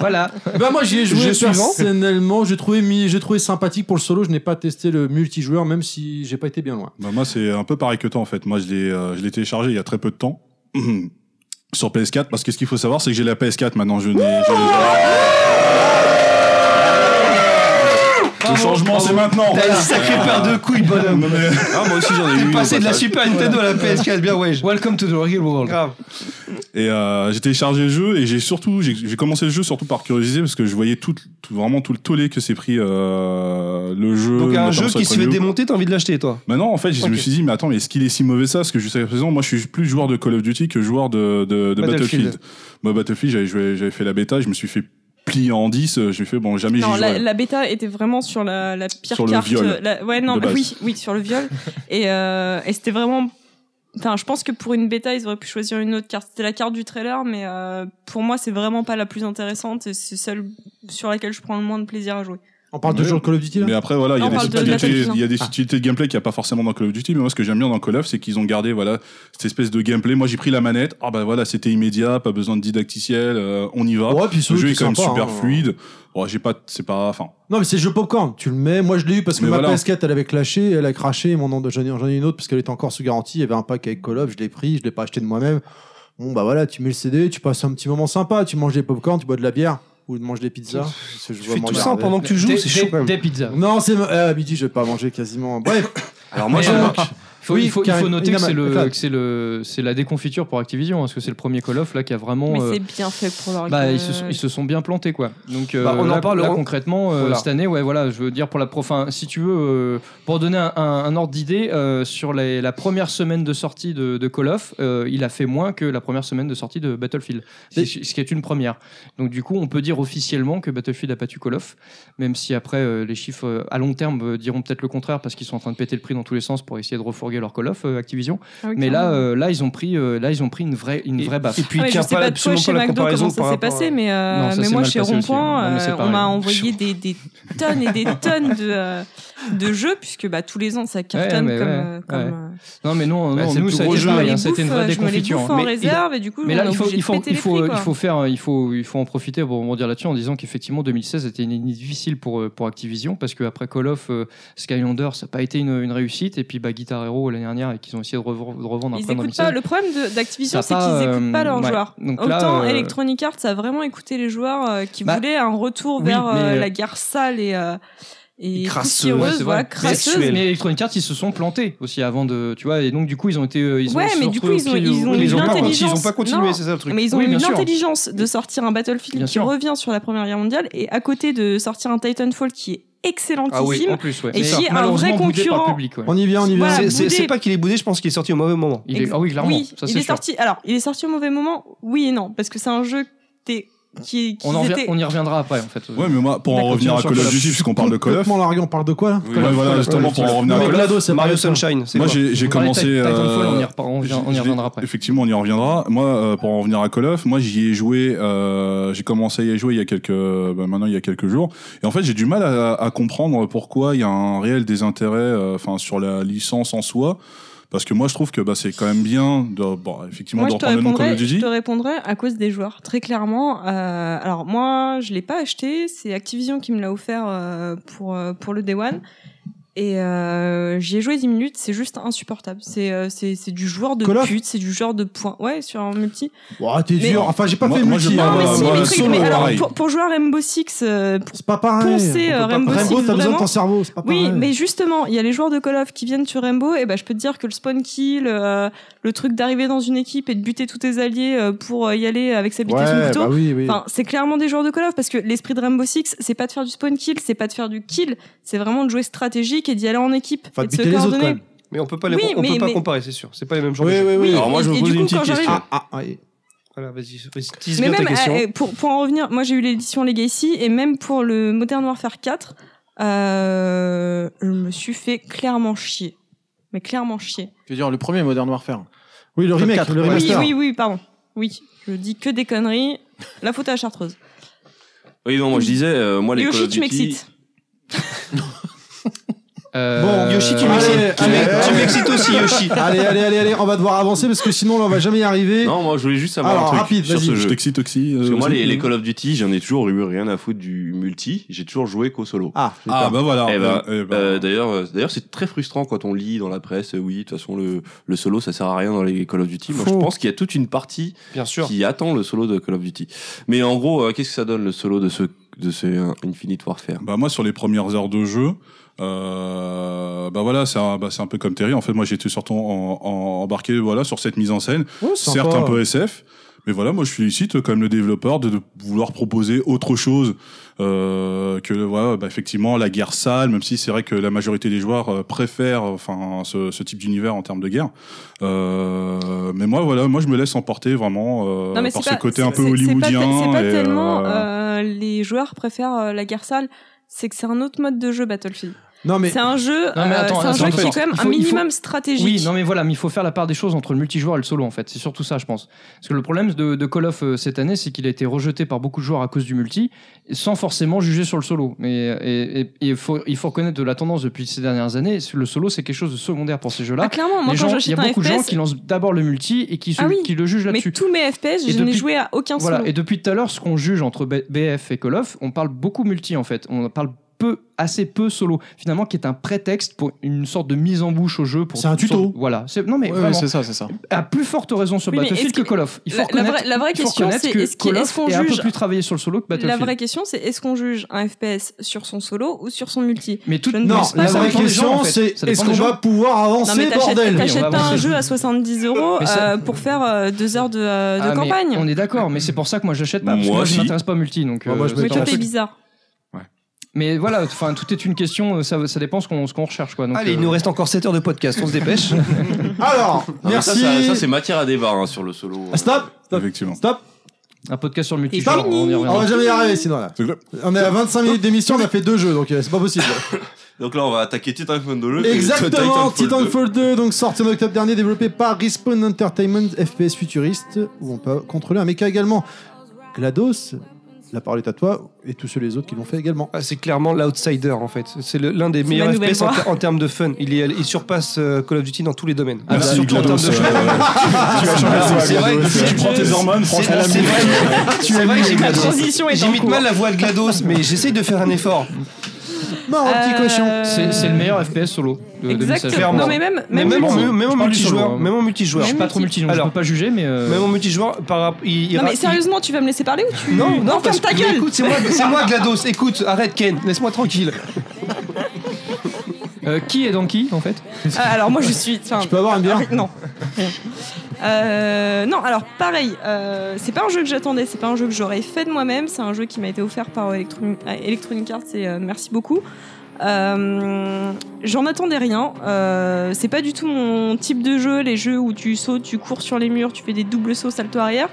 Speaker 3: Voilà.
Speaker 1: *laughs*
Speaker 2: Bah moi j'y ai
Speaker 3: Jeu
Speaker 2: joué
Speaker 3: suivant.
Speaker 2: personnellement, j'ai trouvé, mi- j'ai trouvé sympathique pour le solo, je n'ai pas testé le multijoueur même si j'ai pas été bien loin.
Speaker 10: Bah, moi, c'est un peu pareil que toi, en fait. Moi, je l'ai, euh, je l'ai téléchargé il y a très peu de temps. *clears throat* Sur PS4, parce que ce qu'il faut savoir, c'est que j'ai la PS4 maintenant. Je n'ai- je n'ai- Le changement, c'est maintenant.
Speaker 3: Ah, T'as une sacrée paire de couilles, bonhomme.
Speaker 10: Non, mais-
Speaker 5: Ah, moi aussi, j'en ai eu. *laughs* au
Speaker 3: Passer de la
Speaker 5: passage.
Speaker 3: Super Nintendo à la PS4, bien ouais. Welcome to the real world.
Speaker 1: Ah,
Speaker 3: Grave.
Speaker 10: Et euh, j'ai téléchargé le jeu et j'ai surtout j'ai j'ai commencé le jeu surtout par curiosité parce que je voyais tout, tout- vraiment tout le tollé que s'est pris euh, le jeu.
Speaker 3: Donc un
Speaker 10: notamment
Speaker 3: jeu
Speaker 10: sur
Speaker 3: qui
Speaker 10: les
Speaker 3: se fait
Speaker 10: premiers jours.
Speaker 3: démonter, t'as envie de l'acheter, toi.
Speaker 10: Maintenant en fait je
Speaker 3: Ok.
Speaker 10: me suis dit mais attends mais est-ce qu'il est si mauvais ça parce que jusqu'à présent moi je suis plus joueur de Call of Duty que joueur de, de, de
Speaker 3: Battlefield.
Speaker 10: Battlefield. Moi Battlefield j'avais joué- j'avais fait la bêta je me suis fait plier en 10 euh, j'ai fait bon jamais j'y
Speaker 4: Non, la,
Speaker 10: jouerai.
Speaker 4: la bêta était vraiment sur la, la pire
Speaker 10: Sur le
Speaker 4: carte.
Speaker 10: viol,
Speaker 4: la- ouais, non,
Speaker 10: de base.
Speaker 1: *laughs*
Speaker 4: oui, oui, sur le viol. et euh, et c'était vraiment Enfin, je pense que pour une bêta, ils auraient pu choisir une autre carte. C'était la carte du trailer, mais euh, pour moi, c'est vraiment pas la plus intéressante. et C'est celle sur laquelle je prends le moins de plaisir à jouer.
Speaker 2: On parle toujours de Call of Duty là
Speaker 10: Mais après, voilà, il y
Speaker 4: Non,
Speaker 10: a
Speaker 4: on
Speaker 10: des
Speaker 4: parle de la
Speaker 10: subtilités,
Speaker 4: télévision. Ah.
Speaker 10: il y a des subtilités de gameplay qu'il n'y a pas forcément dans Call of Duty. Mais moi, ce que j'aime bien dans Call of, c'est qu'ils ont gardé voilà, cette espèce de gameplay. Moi, j'ai pris la manette. Ah, bah voilà, c'était immédiat, pas besoin de didacticiel, euh, on y va.
Speaker 2: Ouais, puis
Speaker 10: le
Speaker 2: celui
Speaker 10: jeu
Speaker 2: qui
Speaker 10: est quand même
Speaker 2: sympa,
Speaker 10: super
Speaker 2: hein.
Speaker 10: fluide. Bon, j'ai pas, c'est pas, enfin,
Speaker 2: Non, mais c'est le jeu popcorn. Tu le mets. Moi, je l'ai eu parce que
Speaker 10: Mais
Speaker 2: ma
Speaker 10: voilà.
Speaker 2: PS4, elle avait clashé, elle a craché. Mon nom- j'en ai, j'en ai une autre parce qu'elle était encore sous garantie. Il y avait un pack avec Call of. Je l'ai pris. Je l'ai pas acheté de moi-même. Bon, bah voilà, tu mets le CD, tu passes un petit moment sympa. Tu manges des popcorn, tu bois de la bière ou tu manges des pizzas. Parce que je vois
Speaker 3: fais
Speaker 2: mon
Speaker 3: tout
Speaker 2: verre
Speaker 3: ça
Speaker 2: avec.
Speaker 3: pendant que tu joues,
Speaker 1: Des-
Speaker 3: c'est chaud
Speaker 1: des-
Speaker 3: quand même.
Speaker 1: Des pizzas.
Speaker 2: Non, c'est euh, à midi, je vais pas manger quasiment. Bref,
Speaker 5: Alors moi,
Speaker 1: Mais,
Speaker 5: je
Speaker 1: euh,
Speaker 5: remarque-
Speaker 1: Faut-
Speaker 2: Oui,
Speaker 1: il, faut, il
Speaker 2: Karim,
Speaker 1: faut noter que
Speaker 2: Inama-
Speaker 1: c'est
Speaker 2: Fab.
Speaker 1: le, que c'est le, c'est la déconfiture pour Activision, hein, parce que c'est le premier Call of là qui a vraiment.
Speaker 4: Mais
Speaker 1: euh,
Speaker 4: c'est bien fait pour leur
Speaker 1: bah,
Speaker 4: gueule.
Speaker 1: ils, se sont, ils se sont bien plantés quoi. Donc euh,
Speaker 3: Bah, on en
Speaker 1: là,
Speaker 3: parle,
Speaker 1: là,
Speaker 3: on-
Speaker 1: concrètement euh,
Speaker 3: Voilà.
Speaker 1: cette année, ouais voilà, je veux dire pour la pro, enfin, si tu veux euh, pour donner un, un- un ordre d'idée euh, sur les- la première semaine de sortie de, de Call of, euh, il a fait moins que la première semaine de sortie de Battlefield, C'est- ce qui est une première. Donc du coup, on peut dire officiellement que Battlefield a battu Call of, même si après euh, les chiffres euh, à long terme euh, diront peut-être le contraire parce qu'ils sont en train de péter le prix dans tous les sens pour essayer de refourguer leur Call of euh, Activision.
Speaker 4: Ah oui,
Speaker 1: Mais là,
Speaker 4: clairement.
Speaker 1: euh, là ils ont pris, euh, là ils ont pris une vraie, une vraie baffe.
Speaker 3: Et puis,
Speaker 4: Ah, mais
Speaker 3: il
Speaker 4: je
Speaker 3: tient
Speaker 4: sais pas
Speaker 3: pas
Speaker 4: de quoi
Speaker 3: absolument
Speaker 4: chez
Speaker 3: pas la
Speaker 4: McDo comment
Speaker 3: comparaison
Speaker 4: ça
Speaker 3: par
Speaker 4: s'est
Speaker 3: rapport
Speaker 4: passé,
Speaker 3: à-
Speaker 4: mais, euh,
Speaker 1: Non, ça
Speaker 4: mais
Speaker 1: s'est
Speaker 4: moi
Speaker 1: mal
Speaker 4: chez
Speaker 1: passé aussi.
Speaker 4: Rond-Point,
Speaker 1: Non, mais c'est
Speaker 4: euh, on
Speaker 1: pareil. *laughs*
Speaker 4: m'a envoyé des, des tonnes et des tonnes de, euh, de jeux, puisque bah, tous les ans ça cartonne
Speaker 1: mais
Speaker 4: comme.
Speaker 1: ouais,
Speaker 4: euh, comme,
Speaker 1: ouais.
Speaker 4: euh,
Speaker 1: Non, mais non,
Speaker 3: Bah,
Speaker 1: non
Speaker 3: c'est le
Speaker 1: nous,
Speaker 3: plus
Speaker 1: ça a
Speaker 3: gros
Speaker 1: été
Speaker 3: jeu.
Speaker 1: pareil,
Speaker 4: je
Speaker 1: hein,
Speaker 4: me
Speaker 1: ça a été
Speaker 4: les
Speaker 1: une
Speaker 4: bouffe,
Speaker 1: vraie
Speaker 4: euh, je me les
Speaker 1: déconfiture.
Speaker 4: bouffe
Speaker 1: hein.
Speaker 4: en
Speaker 1: Mais-
Speaker 4: réserve et du coup,
Speaker 1: Mais là,
Speaker 4: on est
Speaker 1: il faut,
Speaker 4: obligé
Speaker 1: il
Speaker 4: de
Speaker 1: faut,
Speaker 4: péter
Speaker 1: il
Speaker 4: les
Speaker 1: faut, euh,
Speaker 4: prix,
Speaker 1: il
Speaker 4: quoi.
Speaker 1: faut faire, il faut, il faut en profiter pour rebondir là-dessus en disant qu'effectivement 2016 était une année difficile pour euh, pour Activision parce que après Call of euh, Skylander, ça n'a pas été une, une réussite et puis bah Guitar Hero l'année dernière et qu'ils ont essayé de, revo- de revendre
Speaker 4: Ils
Speaker 1: après en 2016.
Speaker 4: écoutent pas. Le problème de- d'Activision,
Speaker 1: Ça
Speaker 4: c'est
Speaker 1: a pas,
Speaker 4: qu'ils
Speaker 1: euh,
Speaker 4: écoutent pas leurs
Speaker 1: ouais.
Speaker 4: joueurs.
Speaker 1: Donc là,
Speaker 4: Autant
Speaker 1: euh,
Speaker 4: Electronic Arts a vraiment écouté les joueurs euh, qui
Speaker 1: Bah,
Speaker 4: voulaient un retour
Speaker 1: oui,
Speaker 4: vers
Speaker 1: mais,
Speaker 4: euh,
Speaker 1: euh,
Speaker 4: la guerre sale et euh, et
Speaker 3: Et crasseuse,
Speaker 1: Ouais,
Speaker 4: poussiéreuse,
Speaker 1: c'est
Speaker 4: voilà,
Speaker 1: vrai.
Speaker 4: crasseuse.
Speaker 1: Mais, mais Electronic Arts, ils se sont plantés aussi avant de, tu vois, et donc du coup ils ont été, euh, ils ont
Speaker 4: Ouais,
Speaker 1: se
Speaker 4: mais
Speaker 1: sont
Speaker 4: du coup,
Speaker 1: retrouvés
Speaker 4: ils ont-
Speaker 1: au pied du-
Speaker 4: ils ont
Speaker 1: au pied
Speaker 4: eu
Speaker 1: du
Speaker 3: Ils ont
Speaker 1: mur,
Speaker 3: pas
Speaker 1: quoi.
Speaker 3: continué,
Speaker 4: l'intelligence.
Speaker 3: c'est
Speaker 4: Non.
Speaker 3: ça le truc. c'est ça le truc.
Speaker 4: Mais ils ont
Speaker 1: Oui,
Speaker 4: eu
Speaker 1: bien sûr.
Speaker 4: l'intelligence de sortir un Battlefield
Speaker 1: Bien
Speaker 4: qui
Speaker 1: sûr.
Speaker 4: revient sur la Première Guerre mondiale et à côté de sortir un Titanfall qui est excellentissime.
Speaker 3: Ah oui,
Speaker 1: En plus, ouais.
Speaker 4: Et
Speaker 1: C'est ça.
Speaker 4: qui est un
Speaker 1: Malheureusement
Speaker 4: vrai
Speaker 1: boudé par le
Speaker 4: concurrent.
Speaker 1: public, ouais.
Speaker 2: on y vient, on y vient.
Speaker 4: Voilà.
Speaker 3: C'est- C'est
Speaker 4: boudé.
Speaker 3: c'est pas qu'il est boudé, je pense qu'il est sorti au mauvais moment.
Speaker 1: Il est- ah oui, clairement.
Speaker 4: Oui,
Speaker 1: ça,
Speaker 4: il
Speaker 1: c'est
Speaker 4: est
Speaker 1: sûr.
Speaker 4: sorti. Alors, il est sorti au mauvais moment. Oui et non, parce que c'est un jeu qui, qui, qui
Speaker 1: On, en revient-
Speaker 4: était-
Speaker 1: on y reviendra après, en fait.
Speaker 10: Ouais, mais moi, pour en
Speaker 1: D'accord,
Speaker 10: revenir à
Speaker 1: sur
Speaker 10: Call
Speaker 1: Call
Speaker 10: of
Speaker 1: of
Speaker 10: Duty, puisqu'on parle de Call of.
Speaker 2: Complètement largué, on parle de quoi là
Speaker 5: Oui,
Speaker 10: Ouais, voilà, justement, pour en revenir à
Speaker 2: Non,
Speaker 10: Call
Speaker 2: mais
Speaker 10: of.
Speaker 2: Glado, c'est
Speaker 3: Mario
Speaker 2: pareil, ça.
Speaker 3: Sunshine, c'est
Speaker 10: Moi,
Speaker 3: quoi
Speaker 10: j'ai j'ai
Speaker 1: On parlait de
Speaker 10: commencé.
Speaker 1: Titanfall,
Speaker 10: euh,
Speaker 1: on y repart- on revient- on y
Speaker 10: je- je-
Speaker 1: reviendra après.
Speaker 10: Effectivement, on y reviendra. Moi, euh, pour en revenir à Call of, moi, j'y ai joué. euh, j'ai commencé à y jouer il y a quelques, bah, maintenant il y a quelques jours. Et en fait, j'ai du mal à, à comprendre pourquoi il y a un réel désintérêt, euh, enfin, sur la licence en soi. Parce que moi, je trouve que bah, c'est quand même bien, de, bon, effectivement,
Speaker 4: Moi,
Speaker 10: de
Speaker 4: je te,
Speaker 10: reprendre le nom Call
Speaker 4: répondrais,
Speaker 10: of
Speaker 4: je
Speaker 10: Duty.
Speaker 4: te répondrais à cause des joueurs, très clairement. Euh, alors, moi, je l'ai pas acheté. C'est Activision qui me l'a offert euh, pour, euh, pour le Day One. Et euh, j'y ai joué 10 minutes. C'est juste insupportable. C'est euh, c'est c'est du joueur de
Speaker 2: Call of
Speaker 4: pute, c'est du genre de point. Ouais, sur un multi.
Speaker 2: Ouah, t'es
Speaker 4: Mais-
Speaker 2: dur. Enfin, j'ai pas
Speaker 10: Moi-
Speaker 2: fait
Speaker 10: moi, je
Speaker 2: multi.
Speaker 10: parle-
Speaker 2: hein.
Speaker 4: non, mais
Speaker 10: bah,
Speaker 4: si,
Speaker 10: bah,
Speaker 4: mais,
Speaker 10: solo,
Speaker 4: très- mais alors,
Speaker 10: pareil.
Speaker 4: pour, pour jouer à Rainbow Six, euh, pour
Speaker 2: C'est pas pareil.
Speaker 4: poncer,
Speaker 2: On peut
Speaker 4: euh,
Speaker 2: pas-
Speaker 4: Rainbow Six,
Speaker 2: t'as besoin de
Speaker 4: vraiment.
Speaker 2: ton cerveau. c'est pas
Speaker 4: Oui,
Speaker 2: Ah, pareil.
Speaker 4: mais justement, il y a les joueurs de Call of qui viennent sur Rainbow, et ben je peux te dire que le spawn kill, euh, le truc d'arriver dans une équipe et de buter tous tes alliés euh, pour euh, y aller avec sa bite et son
Speaker 2: Ouais,
Speaker 4: couteau,
Speaker 2: bah oui, oui.
Speaker 4: Enfin, c'est clairement des joueurs de Call of parce que l'esprit de Rainbow Six, c'est pas de faire du spawn kill, c'est pas de faire du kill, c'est vraiment de jouer stratégique et d'y aller en équipe
Speaker 2: Enfin,
Speaker 4: et
Speaker 2: de
Speaker 4: de se
Speaker 2: buter les autres quand
Speaker 4: coordonner.
Speaker 2: même.
Speaker 3: Mais on peut pas les-
Speaker 4: Oui,
Speaker 3: on peut
Speaker 4: mais-
Speaker 3: pas
Speaker 4: mais-
Speaker 3: comparer, c'est sûr. C'est pas les mêmes genres. de
Speaker 2: Oui,
Speaker 3: jeux.
Speaker 2: oui, oui.
Speaker 5: Alors moi,
Speaker 4: et-
Speaker 5: je me
Speaker 4: et
Speaker 5: pose
Speaker 4: du
Speaker 5: une
Speaker 4: coup,
Speaker 5: petite
Speaker 4: quand j'arrive-
Speaker 5: question.
Speaker 2: Ah, ah, ah, et-
Speaker 3: Voilà, vas-y, vas-y, tease
Speaker 4: Mais
Speaker 3: bien ta
Speaker 4: même
Speaker 3: question.
Speaker 4: euh, pour, pour en revenir, moi j'ai eu l'édition Legacy et même pour le Modern Warfare 4, euh, je me suis fait clairement chier. Mais clairement chier.
Speaker 8: Je veux dire, le premier Modern Warfare.
Speaker 2: Oui, le remake,
Speaker 8: Quatre,
Speaker 2: le
Speaker 8: ouais.
Speaker 2: remaster.
Speaker 4: Oui, oui, oui, pardon. Oui, je dis que des conneries. La faute à la chartreuse.
Speaker 5: Oui, non, moi je disais, euh, moi les Call
Speaker 4: Mmh. Yoshi,
Speaker 5: of Duty.
Speaker 4: tu m'excites.
Speaker 1: Euh,
Speaker 3: Yoshi, tu m'excites.
Speaker 2: Allez,
Speaker 3: Tu
Speaker 2: allez,
Speaker 3: m'ex- Tu
Speaker 2: *laughs*
Speaker 3: m'excites aussi, Yoshi.
Speaker 2: Allez, allez, allez, allez, on va devoir avancer parce que sinon là, on va jamais y arriver.
Speaker 5: Non, moi je voulais juste savoir
Speaker 2: Alors,
Speaker 5: un truc
Speaker 2: rapide,
Speaker 5: sur
Speaker 2: vas-y, Mmh.
Speaker 5: ce
Speaker 10: Je
Speaker 5: jeu.
Speaker 10: t'excite aussi. euh,
Speaker 5: Parce que moi,
Speaker 10: aussi.
Speaker 5: les, les Call of Duty, j'en ai toujours eu rien à foutre du multi. J'ai toujours joué qu'au solo.
Speaker 2: Ah, j'ai
Speaker 10: Ah,
Speaker 2: peur.
Speaker 10: bah voilà.
Speaker 5: Eh ben,
Speaker 10: Eh ben,
Speaker 5: Euh, d'ailleurs, euh, d'ailleurs, c'est très frustrant quand on lit dans la presse. euh, oui, de toute façon, le, le solo, ça sert à rien dans les Call of Duty. Moi,
Speaker 2: Faux.
Speaker 5: je pense qu'il y a toute une partie
Speaker 3: Bien sûr.
Speaker 5: qui attend le solo de Call of Duty. Mais en gros, euh, qu'est-ce que ça donne le solo de ce de ce euh, Infinite Warfare
Speaker 10: Bah moi sur les premières heures de jeu, euh, bah voilà c'est un, bah, c'est un peu comme Terry. En fait moi j'étais surtout en, en- embarqué voilà sur cette mise en scène,
Speaker 2: Ouais, c'est
Speaker 10: certes
Speaker 2: Oh, sympa.
Speaker 10: un peu SF. Mais voilà, moi je félicite euh, quand même le développeur de, de vouloir proposer autre chose euh, que voilà, bah, effectivement la guerre sale, même si c'est vrai que la majorité des joueurs euh, préfèrent euh, enfin ce, ce type d'univers en termes de guerre. Euh, mais moi voilà, moi je me laisse emporter vraiment euh,
Speaker 4: Non, mais
Speaker 10: par
Speaker 4: c'est
Speaker 10: ce
Speaker 4: pas-
Speaker 10: côté un
Speaker 4: c'est-
Speaker 10: peu
Speaker 4: c'est- c'est pas te-
Speaker 10: hollywoodien.
Speaker 4: C'est pas,
Speaker 10: et, euh,
Speaker 4: tellement euh, les joueurs préfèrent euh, la guerre sale, c'est que c'est un autre mode de jeu Battlefield.
Speaker 2: Non, mais
Speaker 4: C'est un jeu,
Speaker 1: Non, mais
Speaker 4: euh,
Speaker 1: attends,
Speaker 4: c'est un
Speaker 1: attends,
Speaker 4: jeu qui
Speaker 1: attends.
Speaker 4: est quand même
Speaker 1: Il
Speaker 4: un
Speaker 1: faut- il faut-
Speaker 4: minimum stratégique.
Speaker 1: Oui, non mais voilà, mais il faut faire la part des choses entre le multijoueur et le solo en fait. C'est surtout ça, je pense. Parce que le problème de, de Call of euh, cette année, c'est qu'il a été rejeté par beaucoup de joueurs à cause du multi, sans forcément juger sur le solo. Mais euh, et, et- et faut- il faut reconnaître de la tendance depuis ces dernières années. Le solo, c'est quelque chose de secondaire pour ces
Speaker 4: Ah,
Speaker 1: jeux-là.
Speaker 4: clairement, moi
Speaker 1: Les gens-
Speaker 4: quand
Speaker 1: il y a
Speaker 4: j'achète un
Speaker 1: beaucoup de gens
Speaker 4: FPS,
Speaker 1: qui lancent d'abord le multi et qui, se-
Speaker 4: Ah oui.
Speaker 1: qui le jugent
Speaker 4: mais
Speaker 1: là-dessus.
Speaker 4: tous mes FPS,
Speaker 1: Et
Speaker 4: je n'ai
Speaker 1: depuis-
Speaker 4: joué à aucun solo.
Speaker 1: Voilà. Et depuis tout à l'heure, ce qu'on juge entre B- BF et Call of, on parle beaucoup multi en fait. On parle peu, assez peu solo. Finalement, qui est un prétexte pour une sorte de mise en bouche au jeu. pour-
Speaker 2: C'est un tuto.
Speaker 1: Voilà. C'est- Non mais
Speaker 8: Ouais,
Speaker 1: vraiment,
Speaker 8: c'est ça, c'est ça.
Speaker 1: à plus forte raison sur
Speaker 4: Oui, mais
Speaker 1: Battlefield
Speaker 4: est-ce que-
Speaker 1: que Call of. Il faut
Speaker 4: La- la,
Speaker 1: reconnaître,
Speaker 4: vraie, la vraie
Speaker 1: il faut
Speaker 4: question,
Speaker 1: reconnaître
Speaker 4: c'est
Speaker 1: que
Speaker 4: est-ce qu'on
Speaker 1: Call of
Speaker 4: est-ce qu'on
Speaker 1: est un peu
Speaker 4: juge
Speaker 1: plus travaillé sur le solo que
Speaker 4: La
Speaker 1: Battlefield.
Speaker 4: vraie question, c'est est-ce qu'on juge un FPS sur son solo ou sur son multi
Speaker 1: Mais tout
Speaker 4: Je ne
Speaker 2: Non,
Speaker 4: pense
Speaker 2: la
Speaker 4: pas, ça
Speaker 2: vraie
Speaker 4: dépend des
Speaker 2: question,
Speaker 1: gens, en fait. Ça
Speaker 2: c'est
Speaker 1: dépend
Speaker 2: est-ce
Speaker 1: des
Speaker 2: qu'on
Speaker 1: gens.
Speaker 2: va pouvoir
Speaker 4: Non, mais
Speaker 2: avancer,
Speaker 4: t'achètes-
Speaker 2: bordel
Speaker 1: Oui,
Speaker 4: T'achètes
Speaker 1: on va
Speaker 4: pas un
Speaker 1: avancer.
Speaker 4: jeu à 70 euros
Speaker 1: Mais ça-
Speaker 4: euh, pour faire euh, deux heures de, euh, de
Speaker 1: Ah, mais
Speaker 4: campagne.
Speaker 1: On est d'accord, mais c'est pour ça que moi j'achète pas. Parce que
Speaker 5: Moi
Speaker 1: moi, je
Speaker 5: si.
Speaker 1: m'intéresse pas au multi, donc. euh,
Speaker 2: Ouais, moi, je
Speaker 1: c'est
Speaker 4: Mais
Speaker 2: m'intéresse
Speaker 1: pas-
Speaker 4: toi,
Speaker 2: un
Speaker 4: t'es
Speaker 2: truc.
Speaker 4: bizarre.
Speaker 1: Mais voilà, enfin tout est une question. euh, Ça, ça dépend ce qu'on ce qu'on recherche quoi. Donc,
Speaker 3: Allez,
Speaker 1: euh,
Speaker 3: il nous reste encore 7 heures de podcast, on
Speaker 1: *laughs*
Speaker 3: se dépêche.
Speaker 2: Alors,
Speaker 5: Non, mais ça,
Speaker 2: merci.
Speaker 5: Ça, ça, c'est matière à débat hein, sur le solo.
Speaker 2: Ah, Stop, stop,
Speaker 10: Effectivement.
Speaker 2: stop.
Speaker 1: un podcast sur le multi.
Speaker 2: Stop.
Speaker 1: on y
Speaker 2: On
Speaker 1: reviendra.
Speaker 2: va jamais y arriver sinon là.
Speaker 10: C'est clair.
Speaker 2: On est à 25 minutes d'émission, on a fait deux jeux donc euh, c'est pas possible.
Speaker 5: Donc là, on va attaquer Titanfall 2.
Speaker 2: Exactement, Titanfall 2, donc sorti en octobre dernier, développé par Respawn Entertainment, FPS futuriste, où on peut contrôler un méca également. GLaDOS, la parole est à toi, et tous ceux les autres qui l'ont fait également.
Speaker 3: Ah, c'est clairement l'outsider en fait. C'est le- l'un des meilleurs
Speaker 4: ma nouvelle
Speaker 3: FPS en,
Speaker 4: voix.
Speaker 3: en termes de fun. Il, est- il surpasse euh, Call of Duty dans tous les domaines.
Speaker 10: Ah, bah,
Speaker 3: surtout en termes
Speaker 10: *laughs* GLaDOS,
Speaker 3: de fun.
Speaker 10: euh,
Speaker 3: Tu vas changer de voix, c'est vrai,
Speaker 10: Si tu prends tes hormones, franchement,
Speaker 3: c'est vrai.
Speaker 4: Tu
Speaker 3: C'est vrai que j'ai-
Speaker 4: La transition est en
Speaker 3: J'imite
Speaker 4: cours.
Speaker 3: mal la voix de GLaDOS, mais j'essaye de faire un effort.
Speaker 2: Non, petit
Speaker 4: Euh,
Speaker 2: cochon.
Speaker 1: C'est c'est le meilleur FPS solo. De, de message.
Speaker 4: Exactement. Non, mais même,
Speaker 3: Mais
Speaker 4: même,
Speaker 3: même,
Speaker 4: multi-
Speaker 1: Je
Speaker 3: en- même en
Speaker 1: parle du
Speaker 3: multijoueur.
Speaker 1: solo, hein.
Speaker 3: Même en multijoueur.
Speaker 1: Je suis pas trop multi, donc
Speaker 3: Alors-
Speaker 1: je peux pas juger, mais. euh,
Speaker 3: Même en multijoueur, par rapport. il- il
Speaker 4: Non,
Speaker 3: ra-
Speaker 4: mais
Speaker 3: il-
Speaker 4: sérieusement, tu vas me laisser parler ou tu.
Speaker 3: Non, non,
Speaker 4: ferme
Speaker 3: parce
Speaker 4: ta
Speaker 3: que-
Speaker 4: gueule
Speaker 3: Écoute, c'est moi, c'est
Speaker 1: *laughs*
Speaker 3: moi GLaDOS. Écoute, arrête Ken, laisse-moi tranquille.
Speaker 1: euh, qui est dans qui en fait
Speaker 2: *laughs*
Speaker 4: Euh, alors moi je suis. Ah,
Speaker 2: Je peux avoir une bière
Speaker 4: Non. Rien. Euh, non, alors pareil, euh, c'est pas un jeu que j'attendais, c'est pas un jeu que j'aurais fait de moi-même, c'est un jeu qui m'a été offert par Electronic, euh, Electronic Arts et euh, merci beaucoup. Euh, J'en attendais rien, euh, c'est pas du tout mon type de jeu, les jeux où tu sautes, tu cours sur les murs, tu fais des doubles sauts, salto arrière.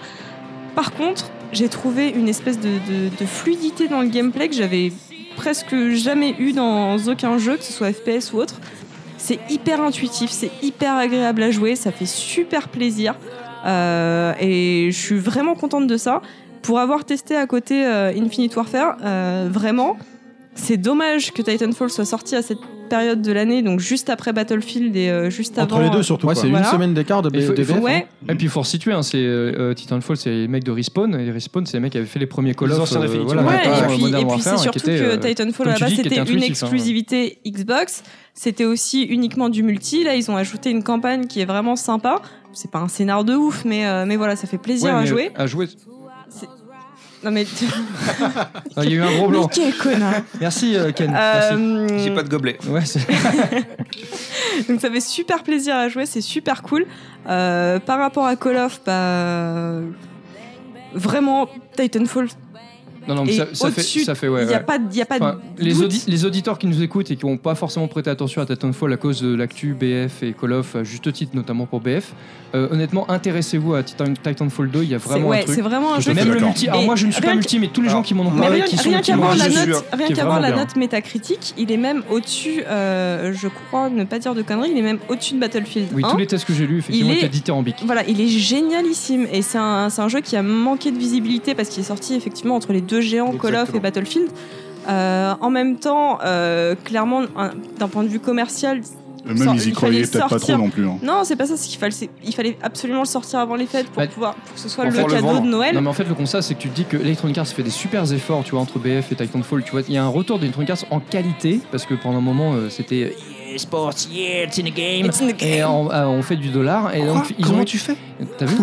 Speaker 4: Par contre, j'ai trouvé une espèce de, de- de fluidité dans le gameplay que j'avais presque jamais eu dans aucun jeu, que ce soit FPS ou autre. C'est hyper intuitif, c'est hyper agréable à jouer, ça fait super plaisir. Euh, et je suis vraiment contente de ça. Pour avoir testé à côté euh, Infinite Warfare, euh, vraiment, c'est dommage que Titanfall soit sorti à cette période de l'année, donc juste après Battlefield et euh, juste
Speaker 2: Entre
Speaker 4: avant.
Speaker 2: les deux surtout.
Speaker 8: Ouais,
Speaker 2: quoi.
Speaker 8: c'est une
Speaker 4: Voilà.
Speaker 8: semaine d'écart de
Speaker 1: Il faut- il
Speaker 8: BF.
Speaker 1: faut-
Speaker 4: Ouais,
Speaker 1: Et puis il faut resituer, hein, c'est euh, euh, Titanfall, c'est les mecs de Respawn, et Respawn, c'est les mecs qui avaient fait les premiers Call
Speaker 3: Les
Speaker 1: of. euh,
Speaker 3: anciens d'Infinity
Speaker 1: voilà,
Speaker 4: Ouais,
Speaker 1: par rapport
Speaker 4: et
Speaker 1: à
Speaker 4: puis,
Speaker 1: Modern
Speaker 4: et puis c'est
Speaker 1: Warfare, qui
Speaker 4: surtout
Speaker 1: était,
Speaker 4: que
Speaker 1: euh,
Speaker 4: Titanfall
Speaker 1: comme
Speaker 4: à la
Speaker 1: tu
Speaker 4: base
Speaker 1: dis, qui était
Speaker 4: c'était une
Speaker 1: intuitif, hein.
Speaker 4: exclusivité Xbox, c'était aussi uniquement du multi. Là, ils ont ajouté une campagne qui est vraiment sympa. C'est pas un scénar de ouf, mais, euh, mais voilà, ça fait plaisir
Speaker 1: ouais,
Speaker 4: à
Speaker 1: mais *laughs*
Speaker 4: jouer.
Speaker 1: À jouer.
Speaker 4: Non, mais.
Speaker 1: Ah, Il y a eu un gros
Speaker 4: *laughs* mais
Speaker 1: blanc.
Speaker 4: quel connard
Speaker 1: Merci euh, Ken. *laughs* Merci.
Speaker 4: Euh,
Speaker 3: J'ai pas de gobelet.
Speaker 1: Ouais, c'est-
Speaker 4: Donc ça fait super plaisir à jouer, c'est super cool. Euh, par rapport à Call of, bah. Vraiment, Titanfall,
Speaker 1: Non, non, mais
Speaker 4: Et
Speaker 1: ça, ça fait,
Speaker 4: au-dessus,
Speaker 1: ça fait,
Speaker 4: il
Speaker 1: ouais.
Speaker 4: n'y a
Speaker 1: ouais.
Speaker 4: pas, de- y a pas
Speaker 1: Enfin,
Speaker 4: de.
Speaker 1: les,
Speaker 4: doute.
Speaker 1: audi- les auditeurs qui nous écoutent et qui n'ont pas forcément prêté attention à Titanfall à cause de l'actu BF et Call of, à juste titre, notamment pour BF, euh, honnêtement, intéressez-vous à Titan- Titanfall 2, il y a
Speaker 4: C'est-
Speaker 1: vraiment
Speaker 4: ouais,
Speaker 1: un
Speaker 4: c'est
Speaker 1: truc.
Speaker 4: vraiment un jeu qui
Speaker 1: Même le multi. Alors,
Speaker 4: Et
Speaker 1: moi, je ne suis
Speaker 4: rien
Speaker 1: pas
Speaker 4: que-
Speaker 1: multi, mais tous les gens qui m'en ont
Speaker 4: Mais
Speaker 1: parlé,
Speaker 4: rien,
Speaker 1: qui sont
Speaker 4: rien
Speaker 1: qui
Speaker 4: qu'avoir
Speaker 1: m'ont
Speaker 4: la
Speaker 1: dit,
Speaker 4: note, rien
Speaker 1: qui est
Speaker 4: qu'avoir
Speaker 1: vraiment
Speaker 4: la
Speaker 1: bien.
Speaker 4: note métacritique, il est même au-dessus, euh, je crois, ne pas dire de conneries, il est même au-dessus de Battlefield
Speaker 1: Oui,
Speaker 4: 1.
Speaker 1: tous les tests que j'ai lus, effectivement,
Speaker 4: hein. Il est-
Speaker 1: étaient dithyrambiques.
Speaker 4: Voilà, il est génialissime et c'est un, c'est un jeu qui a manqué de visibilité parce qu'il est sorti effectivement entre les deux géants Call of et
Speaker 3: Exactement.
Speaker 4: Battlefield. Euh, en même temps, euh, clairement, un- d'un point de vue commercial,
Speaker 10: Même ils y
Speaker 4: Il fallait
Speaker 10: croyaient peut-être pas trop
Speaker 4: sortir.
Speaker 10: non plus. hein.
Speaker 4: non, c'est pas ça, c'est qu'il fallait, c'est- il fallait absolument le sortir avant les fêtes pour
Speaker 1: Bah,
Speaker 4: pouvoir pour que ce soit
Speaker 3: pour
Speaker 4: le
Speaker 3: pouvoir le
Speaker 4: cadeau
Speaker 3: vendre.
Speaker 4: de Noël.
Speaker 1: Non mais en fait le constat c'est que tu te dis que Electronic Arts fait des super efforts tu vois entre BF et Titanfall tu vois il y a un retour d'Electronic Arts en qualité parce que pendant un moment euh, c'était euh, yeah sports yeah it's in the game
Speaker 4: It's in the
Speaker 1: et
Speaker 4: game.
Speaker 1: on, ah, on fait du dollar et donc ils
Speaker 3: Comment
Speaker 1: ont
Speaker 3: tu fais
Speaker 1: t'as vu *laughs*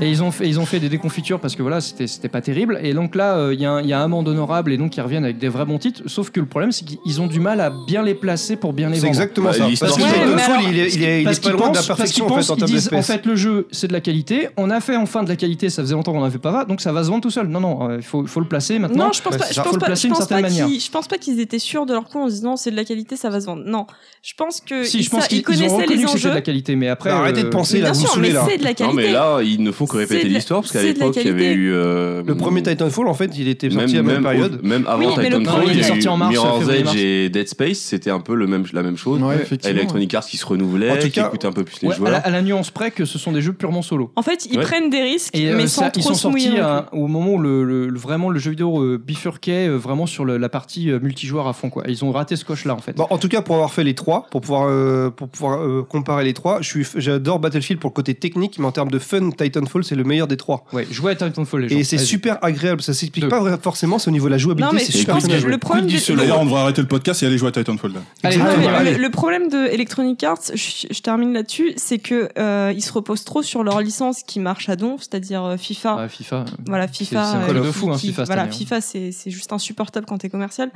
Speaker 1: et ils ont fait ils ont fait des déconfitures parce que voilà c'était c'était pas terrible et donc là euh, il y a un- il y a un monde honorable et donc ils reviennent avec des vrais bons titres sauf que le problème c'est qu'ils ont du mal à bien les placer pour bien les
Speaker 3: C'est
Speaker 1: vendre
Speaker 3: exactement
Speaker 5: Bah,
Speaker 3: ça.
Speaker 5: l'histoire-
Speaker 3: Parce que
Speaker 4: Ouais, mais
Speaker 3: Titanfall,
Speaker 4: alors-
Speaker 3: il est- il est il
Speaker 1: parce
Speaker 3: est pas
Speaker 1: qu'ils
Speaker 3: loin de la
Speaker 1: pensent, parce qu'ils
Speaker 3: perfection en
Speaker 1: pensent,
Speaker 3: fait en
Speaker 1: ils
Speaker 3: termes
Speaker 1: disent en
Speaker 3: d'espèce.
Speaker 1: fait le jeu c'est de la qualité, on a fait enfin de la qualité, ça faisait longtemps qu'on n'en avait pas, va, donc ça va se vendre tout seul. Non non, euh, il faut, faut le placer maintenant.
Speaker 4: Non, je pense
Speaker 3: bah,
Speaker 4: pas.
Speaker 3: c'est
Speaker 4: Je
Speaker 3: ça.
Speaker 4: pense
Speaker 1: Faut le
Speaker 4: pas.
Speaker 1: placer
Speaker 4: Je
Speaker 1: d'une
Speaker 4: pense
Speaker 1: certaine
Speaker 4: pas
Speaker 1: manière.
Speaker 4: qu'ils- je pense pas qu'ils étaient sûrs de leur coup en se disant c'est de la qualité, ça va se vendre. Non, Je pense que
Speaker 1: Si,
Speaker 4: ils
Speaker 1: je pense
Speaker 4: sa- ils
Speaker 1: qu'ils ils ont
Speaker 4: connaissent
Speaker 1: reconnu
Speaker 4: les
Speaker 1: que c'était de
Speaker 4: enjeux.
Speaker 1: la qualité, mais après. euh,
Speaker 3: Non, Bah, arrêtez de penser.
Speaker 4: Mais
Speaker 3: là,
Speaker 4: bien
Speaker 3: vous
Speaker 4: sûr,
Speaker 3: saoulez,
Speaker 4: mais
Speaker 3: là.
Speaker 4: c'est de la
Speaker 5: Non, mais
Speaker 4: qualité.
Speaker 5: là, il ne faut que
Speaker 4: C'est
Speaker 5: répéter
Speaker 4: de la-
Speaker 5: l'histoire, parce qu'à
Speaker 4: c'est de la
Speaker 5: l'époque, il y avait
Speaker 4: qualité.
Speaker 5: eu. euh,
Speaker 3: Le premier Titanfall, en fait, il était sorti à la même période.
Speaker 5: au- même avant
Speaker 4: Oui, mais le
Speaker 5: Titanfall,
Speaker 4: premier
Speaker 5: il y a
Speaker 4: est
Speaker 5: eu
Speaker 1: sorti en mars,
Speaker 5: Mirror's
Speaker 1: février,
Speaker 5: Edge
Speaker 1: mars.
Speaker 5: et Dead Space, c'était un peu le même, la même chose.
Speaker 8: Ouais,
Speaker 5: Electronic Arts qui se renouvelait,
Speaker 3: En tout
Speaker 5: qui
Speaker 3: cas,
Speaker 5: écoutait un peu plus les
Speaker 1: Ouais, à,
Speaker 5: joueurs.
Speaker 1: la, à la nuance près que ce sont des jeux purement solo.
Speaker 4: En fait, ils
Speaker 5: Ouais.
Speaker 4: prennent des risques,
Speaker 1: Et euh,
Speaker 4: mais sans
Speaker 1: ça,
Speaker 4: trop
Speaker 1: ils sont
Speaker 4: se mouiller.
Speaker 1: sortis
Speaker 4: non
Speaker 1: à- au moment où le, le- le- vraiment le jeu vidéo euh, bifurquait euh, vraiment sur le- la partie euh, multijoueur à fond. Quoi. Ils ont raté ce coche-là en fait.
Speaker 3: Bon, Bah, en tout cas, pour avoir fait les trois, pour pouvoir, euh, pour pouvoir euh, comparer les trois, je suis f- j'adore Battlefield pour le côté technique, mais en termes de fun, Titanfall, c'est le meilleur des trois.
Speaker 1: Ouais, jouer à Titanfall, les gens.
Speaker 3: Et c'est
Speaker 1: Allez.
Speaker 3: super agréable, ça s'explique
Speaker 1: Deux.
Speaker 3: pas vra- forcément, c'est au niveau de la jouabilité,
Speaker 4: Non, mais
Speaker 3: c'est
Speaker 4: je
Speaker 3: super
Speaker 4: pense
Speaker 3: bien
Speaker 4: que
Speaker 3: joué.
Speaker 4: le problème
Speaker 10: Coup de
Speaker 4: de-
Speaker 10: dix, D'ailleurs, on devrait arrêter le podcast et aller jouer à Titanfall. là.
Speaker 1: Allez,
Speaker 4: Non, mais
Speaker 1: Titanfall.
Speaker 4: le, le problème de Electronic Arts, je, je termine là-dessus, c'est que euh, ils se reposent trop sur leur licence qui marche à donf, c'est-à-dire euh, FIFA.
Speaker 1: Ah, FIFA.
Speaker 4: Voilà, FIFA.
Speaker 1: c'est un
Speaker 4: euh,
Speaker 1: Call of
Speaker 4: qui-
Speaker 1: Fou, hein,
Speaker 4: qui-
Speaker 1: FIFA, cette
Speaker 4: Voilà,
Speaker 1: année, hein.
Speaker 4: FIFA, c'est c'est juste insupportable quand t'es commercial.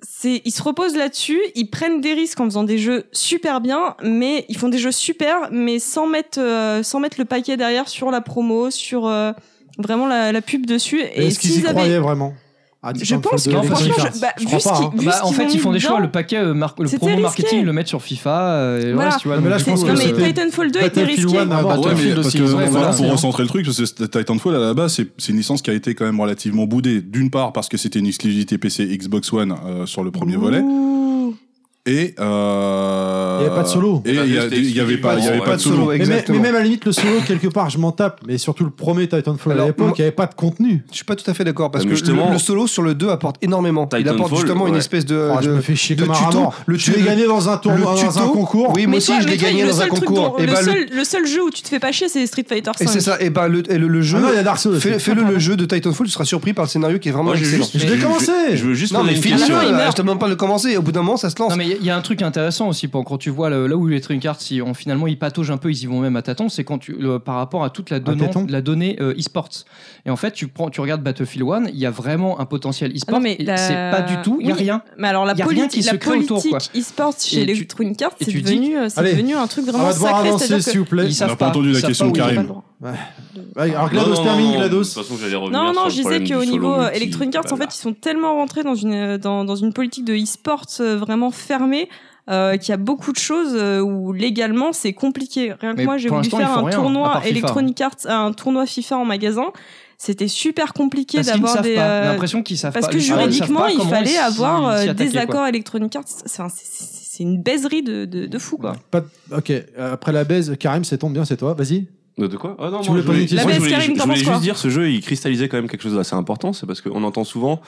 Speaker 4: C'est, ils se reposent là-dessus, ils prennent des risques en faisant des jeux super bien, mais ils font des jeux super, mais sans mettre, euh, sans mettre le paquet derrière sur la promo, sur euh, vraiment la, la pub dessus. Et
Speaker 2: Est-ce qu'ils y
Speaker 4: s'ils avaient-
Speaker 2: croyaient vraiment à
Speaker 4: Je
Speaker 2: Titanfall
Speaker 4: pense que
Speaker 2: 2,
Speaker 4: franchement,
Speaker 2: Electronic
Speaker 4: je-
Speaker 2: Arts
Speaker 4: bah,
Speaker 2: Je
Speaker 4: vu
Speaker 2: crois
Speaker 4: ce
Speaker 2: pas,
Speaker 4: qui-
Speaker 2: hein.
Speaker 4: vu
Speaker 1: Bah,
Speaker 4: ce
Speaker 1: en
Speaker 4: qu'ils
Speaker 1: fait,
Speaker 4: ont
Speaker 1: ils font
Speaker 4: mis
Speaker 1: des choix.
Speaker 4: dedans,
Speaker 1: Le paquet, euh, mar- le
Speaker 4: C'était
Speaker 1: promo
Speaker 4: risqué.
Speaker 1: marketing, ils le mettent sur FIFA. euh, et le
Speaker 4: Voilà.
Speaker 1: reste, tu vois,
Speaker 2: Non, mais là,
Speaker 1: donc,
Speaker 2: je
Speaker 1: du
Speaker 2: pense
Speaker 1: coup,
Speaker 2: que
Speaker 4: non,
Speaker 1: euh,
Speaker 4: mais
Speaker 2: c'était-
Speaker 4: Titanfall 2 était
Speaker 2: Battlefield hein,
Speaker 4: risqué.
Speaker 2: 1 à
Speaker 8: Ah,
Speaker 10: Ouais, mais
Speaker 8: Battlefield
Speaker 10: parce
Speaker 8: aussi,
Speaker 10: que,
Speaker 8: ils ont
Speaker 10: enfin,
Speaker 8: relancé,
Speaker 10: pour
Speaker 8: hein.
Speaker 10: recentrer le truc, parce que Titanfall à la base, c'est- c'est une licence qui a été quand même relativement boudée. D'une part parce que c'était une exclusivité PC Xbox One euh, sur le premier volet,
Speaker 4: Ouh.
Speaker 10: et euh,
Speaker 2: Il y avait pas de solo.
Speaker 10: Et il y a- il y avait pas, il y avait pas de solo.
Speaker 2: Mais, mais- mais
Speaker 3: exactement.
Speaker 2: même à la limite, le solo, quelque part, je m'en tape. Mais surtout, le premier Titanfall à
Speaker 3: Alors,
Speaker 2: l'époque,
Speaker 3: moi-
Speaker 2: il n'y avait pas de contenu.
Speaker 3: Je suis pas tout à fait d'accord parce
Speaker 5: Mais
Speaker 3: que
Speaker 5: justement-
Speaker 3: le, le solo sur le 2 apporte énormément. il apporte
Speaker 5: Titanfall,
Speaker 3: justement une
Speaker 5: ouais.
Speaker 3: espèce de,
Speaker 2: Ah, je
Speaker 3: de-
Speaker 2: me fais chier
Speaker 3: de
Speaker 2: comme un
Speaker 3: tuto.
Speaker 2: ramor.
Speaker 3: Euh, Le
Speaker 2: Je
Speaker 3: tu-
Speaker 2: l'ai gagné dans un tournoi,
Speaker 3: le
Speaker 2: dans un
Speaker 3: tuto.
Speaker 2: concours.
Speaker 3: Oui, moi
Speaker 4: Mais
Speaker 3: aussi
Speaker 4: toi-
Speaker 3: je
Speaker 4: mais
Speaker 3: l'ai
Speaker 4: toi,
Speaker 3: gagné
Speaker 4: le
Speaker 3: dans un
Speaker 4: seul truc
Speaker 3: concours.
Speaker 4: dont-
Speaker 3: Et
Speaker 4: le,
Speaker 3: bah, le-
Speaker 4: seul, le seul jeu où tu te fais pas chier, c'est Street Fighter
Speaker 3: et
Speaker 4: 5.
Speaker 3: c'est ça. Et bah le, et le- le jeu.
Speaker 2: Ah non, il y a Dark Souls.
Speaker 3: Fais- Fais-le le jeu de Titanfall, tu seras surpris par le scénario qui est vraiment
Speaker 5: Moi, j'ai
Speaker 3: excellent.
Speaker 5: juste-
Speaker 2: Je l'ai commencé.
Speaker 5: Je veux juste
Speaker 3: Non,
Speaker 5: poser
Speaker 3: mais
Speaker 5: une
Speaker 3: finis-le,
Speaker 5: question.
Speaker 4: Ah non, il meurt.
Speaker 3: je te demande pas de commencer, au bout d'un moment ça se lance.
Speaker 1: Non mais il y a- il y, a un truc intéressant aussi pour- quand tu vois le- là où les trading cards si on, finalement ils pataugent un peu ils y vont même à tâtons c'est quand tu le- par rapport à toute la, donnant-
Speaker 2: téton
Speaker 1: la donnée euh, e-sports et en fait tu prends tu regardes Battlefield 1 il y a vraiment un potentiel e-sport
Speaker 4: Ah non, mais
Speaker 1: et
Speaker 4: la-
Speaker 1: c'est pas du tout il y a
Speaker 4: Oui.
Speaker 1: rien
Speaker 4: Mais alors la,
Speaker 1: Y a rien
Speaker 4: politi-
Speaker 1: qui se
Speaker 4: la
Speaker 1: crée
Speaker 4: politique
Speaker 1: autour, quoi.
Speaker 4: e-sport chez
Speaker 1: Et tu-
Speaker 4: Electronic Arts,
Speaker 1: et
Speaker 4: c'est
Speaker 1: tu
Speaker 4: devenu, euh, c'est
Speaker 2: Allez,
Speaker 4: devenu un truc
Speaker 2: On
Speaker 4: vraiment
Speaker 2: va devoir
Speaker 4: sacré.
Speaker 2: Ah, avancer,
Speaker 4: C'est-à-dire que
Speaker 2: s'il vous plaît.
Speaker 1: ils
Speaker 10: On
Speaker 1: savent
Speaker 10: n'a pas entendu la
Speaker 1: ils savent
Speaker 10: question de
Speaker 1: pas où ils-
Speaker 10: Karim.
Speaker 4: pas le droit.
Speaker 2: Ouais, Alors,
Speaker 5: Non,
Speaker 2: GLaDOS
Speaker 5: non,
Speaker 2: termine,
Speaker 5: non, non,
Speaker 2: GLaDOS.
Speaker 5: De toute façon, j'allais revenir
Speaker 4: Non,
Speaker 5: sur
Speaker 4: non,
Speaker 5: le
Speaker 4: je disais
Speaker 5: problème
Speaker 4: qu'au
Speaker 5: du
Speaker 4: niveau
Speaker 5: solo
Speaker 4: euh,
Speaker 5: multi, bah
Speaker 4: Electronic Arts, en
Speaker 5: blablabla.
Speaker 4: fait, ils sont tellement rentrés dans une, euh, dans, dans une politique de e-sport euh, vraiment fermée euh, qu'il y a beaucoup de choses euh, où légalement c'est compliqué. Rien que
Speaker 1: Mais
Speaker 4: moi, j'ai
Speaker 1: pour
Speaker 4: voulu
Speaker 1: l'instant, ils
Speaker 4: faire
Speaker 1: font
Speaker 4: un
Speaker 1: rien, à part
Speaker 4: tournoi
Speaker 1: FIFA. hein.
Speaker 4: Electronic Arts, un tournoi FIFA en magasin. C'était super compliqué
Speaker 1: parce qu'ils ne
Speaker 4: d'avoir
Speaker 1: savent
Speaker 4: des.
Speaker 1: pas J'ai
Speaker 4: euh,
Speaker 1: l'impression qu'ils savent
Speaker 4: Parce
Speaker 1: pas
Speaker 4: que
Speaker 1: les joueurs, ils savent
Speaker 4: juridiquement,
Speaker 1: pas
Speaker 4: il
Speaker 1: comment
Speaker 4: fallait
Speaker 1: s'y-
Speaker 4: avoir
Speaker 1: s'y
Speaker 4: euh,
Speaker 1: attaquer,
Speaker 4: des
Speaker 1: quoi.
Speaker 4: accords Electronic Arts. C'est un- c'est- c'est une baiserie de, de, de fou, quoi.
Speaker 2: Pas- Ok, euh, après la baise, Karim, ça tombe bien, c'est toi. Vas-y.
Speaker 5: De de quoi Ah non,
Speaker 2: Tu
Speaker 5: moi,
Speaker 2: voulais
Speaker 5: je
Speaker 2: poser une
Speaker 5: voulais,
Speaker 2: question.
Speaker 5: moi, je
Speaker 4: La
Speaker 5: voulais-
Speaker 4: BS Karim,
Speaker 5: je
Speaker 4: t'en
Speaker 5: voulais
Speaker 4: penses
Speaker 5: juste
Speaker 4: quoi
Speaker 5: dire, ce jeu, il cristallisait quand même quelque chose d'assez important. C'est parce qu'on entend souvent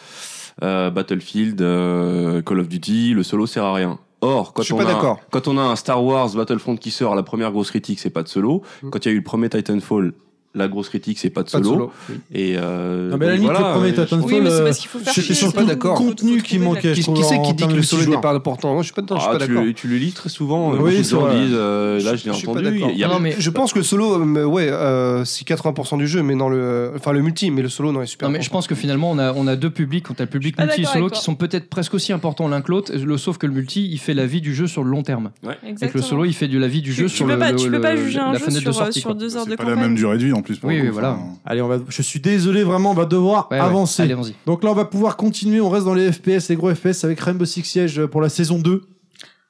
Speaker 5: euh, Battlefield, euh, Call of Duty, le solo sert à rien. Or, quand
Speaker 3: Je suis
Speaker 5: on,
Speaker 3: pas
Speaker 5: a,
Speaker 3: d'accord.
Speaker 5: quand on a un Star Wars Battlefront qui sort, la première grosse critique, c'est pas de solo.
Speaker 3: Mm.
Speaker 5: Quand il y a eu le premier Titanfall, la grosse critique, c'est pas de
Speaker 3: Pas de
Speaker 5: solo.
Speaker 3: solo.
Speaker 5: Et euh,
Speaker 2: Non, mais à la
Speaker 5: donc
Speaker 2: limite, le premier
Speaker 5: et je-
Speaker 2: Titanfall,
Speaker 4: Oui, mais c'est
Speaker 2: euh,
Speaker 4: parce qu'il faut faire
Speaker 2: c'était
Speaker 4: chier,
Speaker 2: surtout
Speaker 3: pas
Speaker 4: faut-
Speaker 3: d'accord.
Speaker 4: faut-
Speaker 2: le
Speaker 4: faut
Speaker 2: contenu
Speaker 4: trouver
Speaker 2: qui
Speaker 4: de la
Speaker 2: manquait.
Speaker 3: Qui,
Speaker 2: je
Speaker 3: qui
Speaker 2: trouve,
Speaker 3: c'est
Speaker 2: en
Speaker 3: qui dit
Speaker 2: termes
Speaker 3: que
Speaker 2: de
Speaker 3: le solo
Speaker 2: petits
Speaker 3: n'est
Speaker 2: joueurs.
Speaker 3: pas important Non, je suis pas, non, je suis
Speaker 5: Ah,
Speaker 3: pas
Speaker 5: tu,
Speaker 3: d'accord.
Speaker 5: le- tu le lis très souvent. euh,
Speaker 2: Oui,
Speaker 5: beaucoup de
Speaker 2: c'est
Speaker 5: gens
Speaker 2: vrai.
Speaker 5: disent, euh, là, je l'ai
Speaker 3: Je suis pas
Speaker 5: entendu. il y a- il y a-
Speaker 1: Non, mais
Speaker 3: Je pense que le solo, euh, ouais, euh, c'est 80% du jeu, mais dans le, euh, enfin le multi, mais le solo, non, est super.
Speaker 1: Non mais je pense que finalement on a, on a deux publics, on a le public
Speaker 4: Ah,
Speaker 1: multi et
Speaker 4: d'accord,
Speaker 1: solo
Speaker 4: d'accord.
Speaker 1: qui sont peut-être presque aussi importants l'un que l'autre, le- sauf que le multi il fait la vie du jeu sur le long terme. Et que le
Speaker 4: Exactement.
Speaker 1: solo il fait de la vie du
Speaker 4: Tu-
Speaker 1: jeu
Speaker 4: tu
Speaker 1: sur
Speaker 4: peux
Speaker 1: le,
Speaker 4: pas,
Speaker 1: le-
Speaker 4: tu peux
Speaker 1: le-
Speaker 4: pas juger un
Speaker 1: la
Speaker 4: jeu
Speaker 1: fenêtre de
Speaker 4: sur, euh,
Speaker 1: sortie.
Speaker 4: sur
Speaker 1: quoi.
Speaker 4: deux heures de
Speaker 10: C'est pas
Speaker 4: campagne.
Speaker 10: la même durée de vie en plus. pour
Speaker 1: Oui,
Speaker 10: le
Speaker 1: oui,
Speaker 10: coup,
Speaker 1: voilà.
Speaker 10: enfin,
Speaker 2: Allez, on va... je suis désolé, vraiment, on va devoir
Speaker 1: Ouais, ouais,
Speaker 2: avancer.
Speaker 1: allez, vas-y.
Speaker 2: Donc là, on va pouvoir continuer. On reste dans les FPS, les gros FPS avec Rainbow Six Siege pour la saison 2.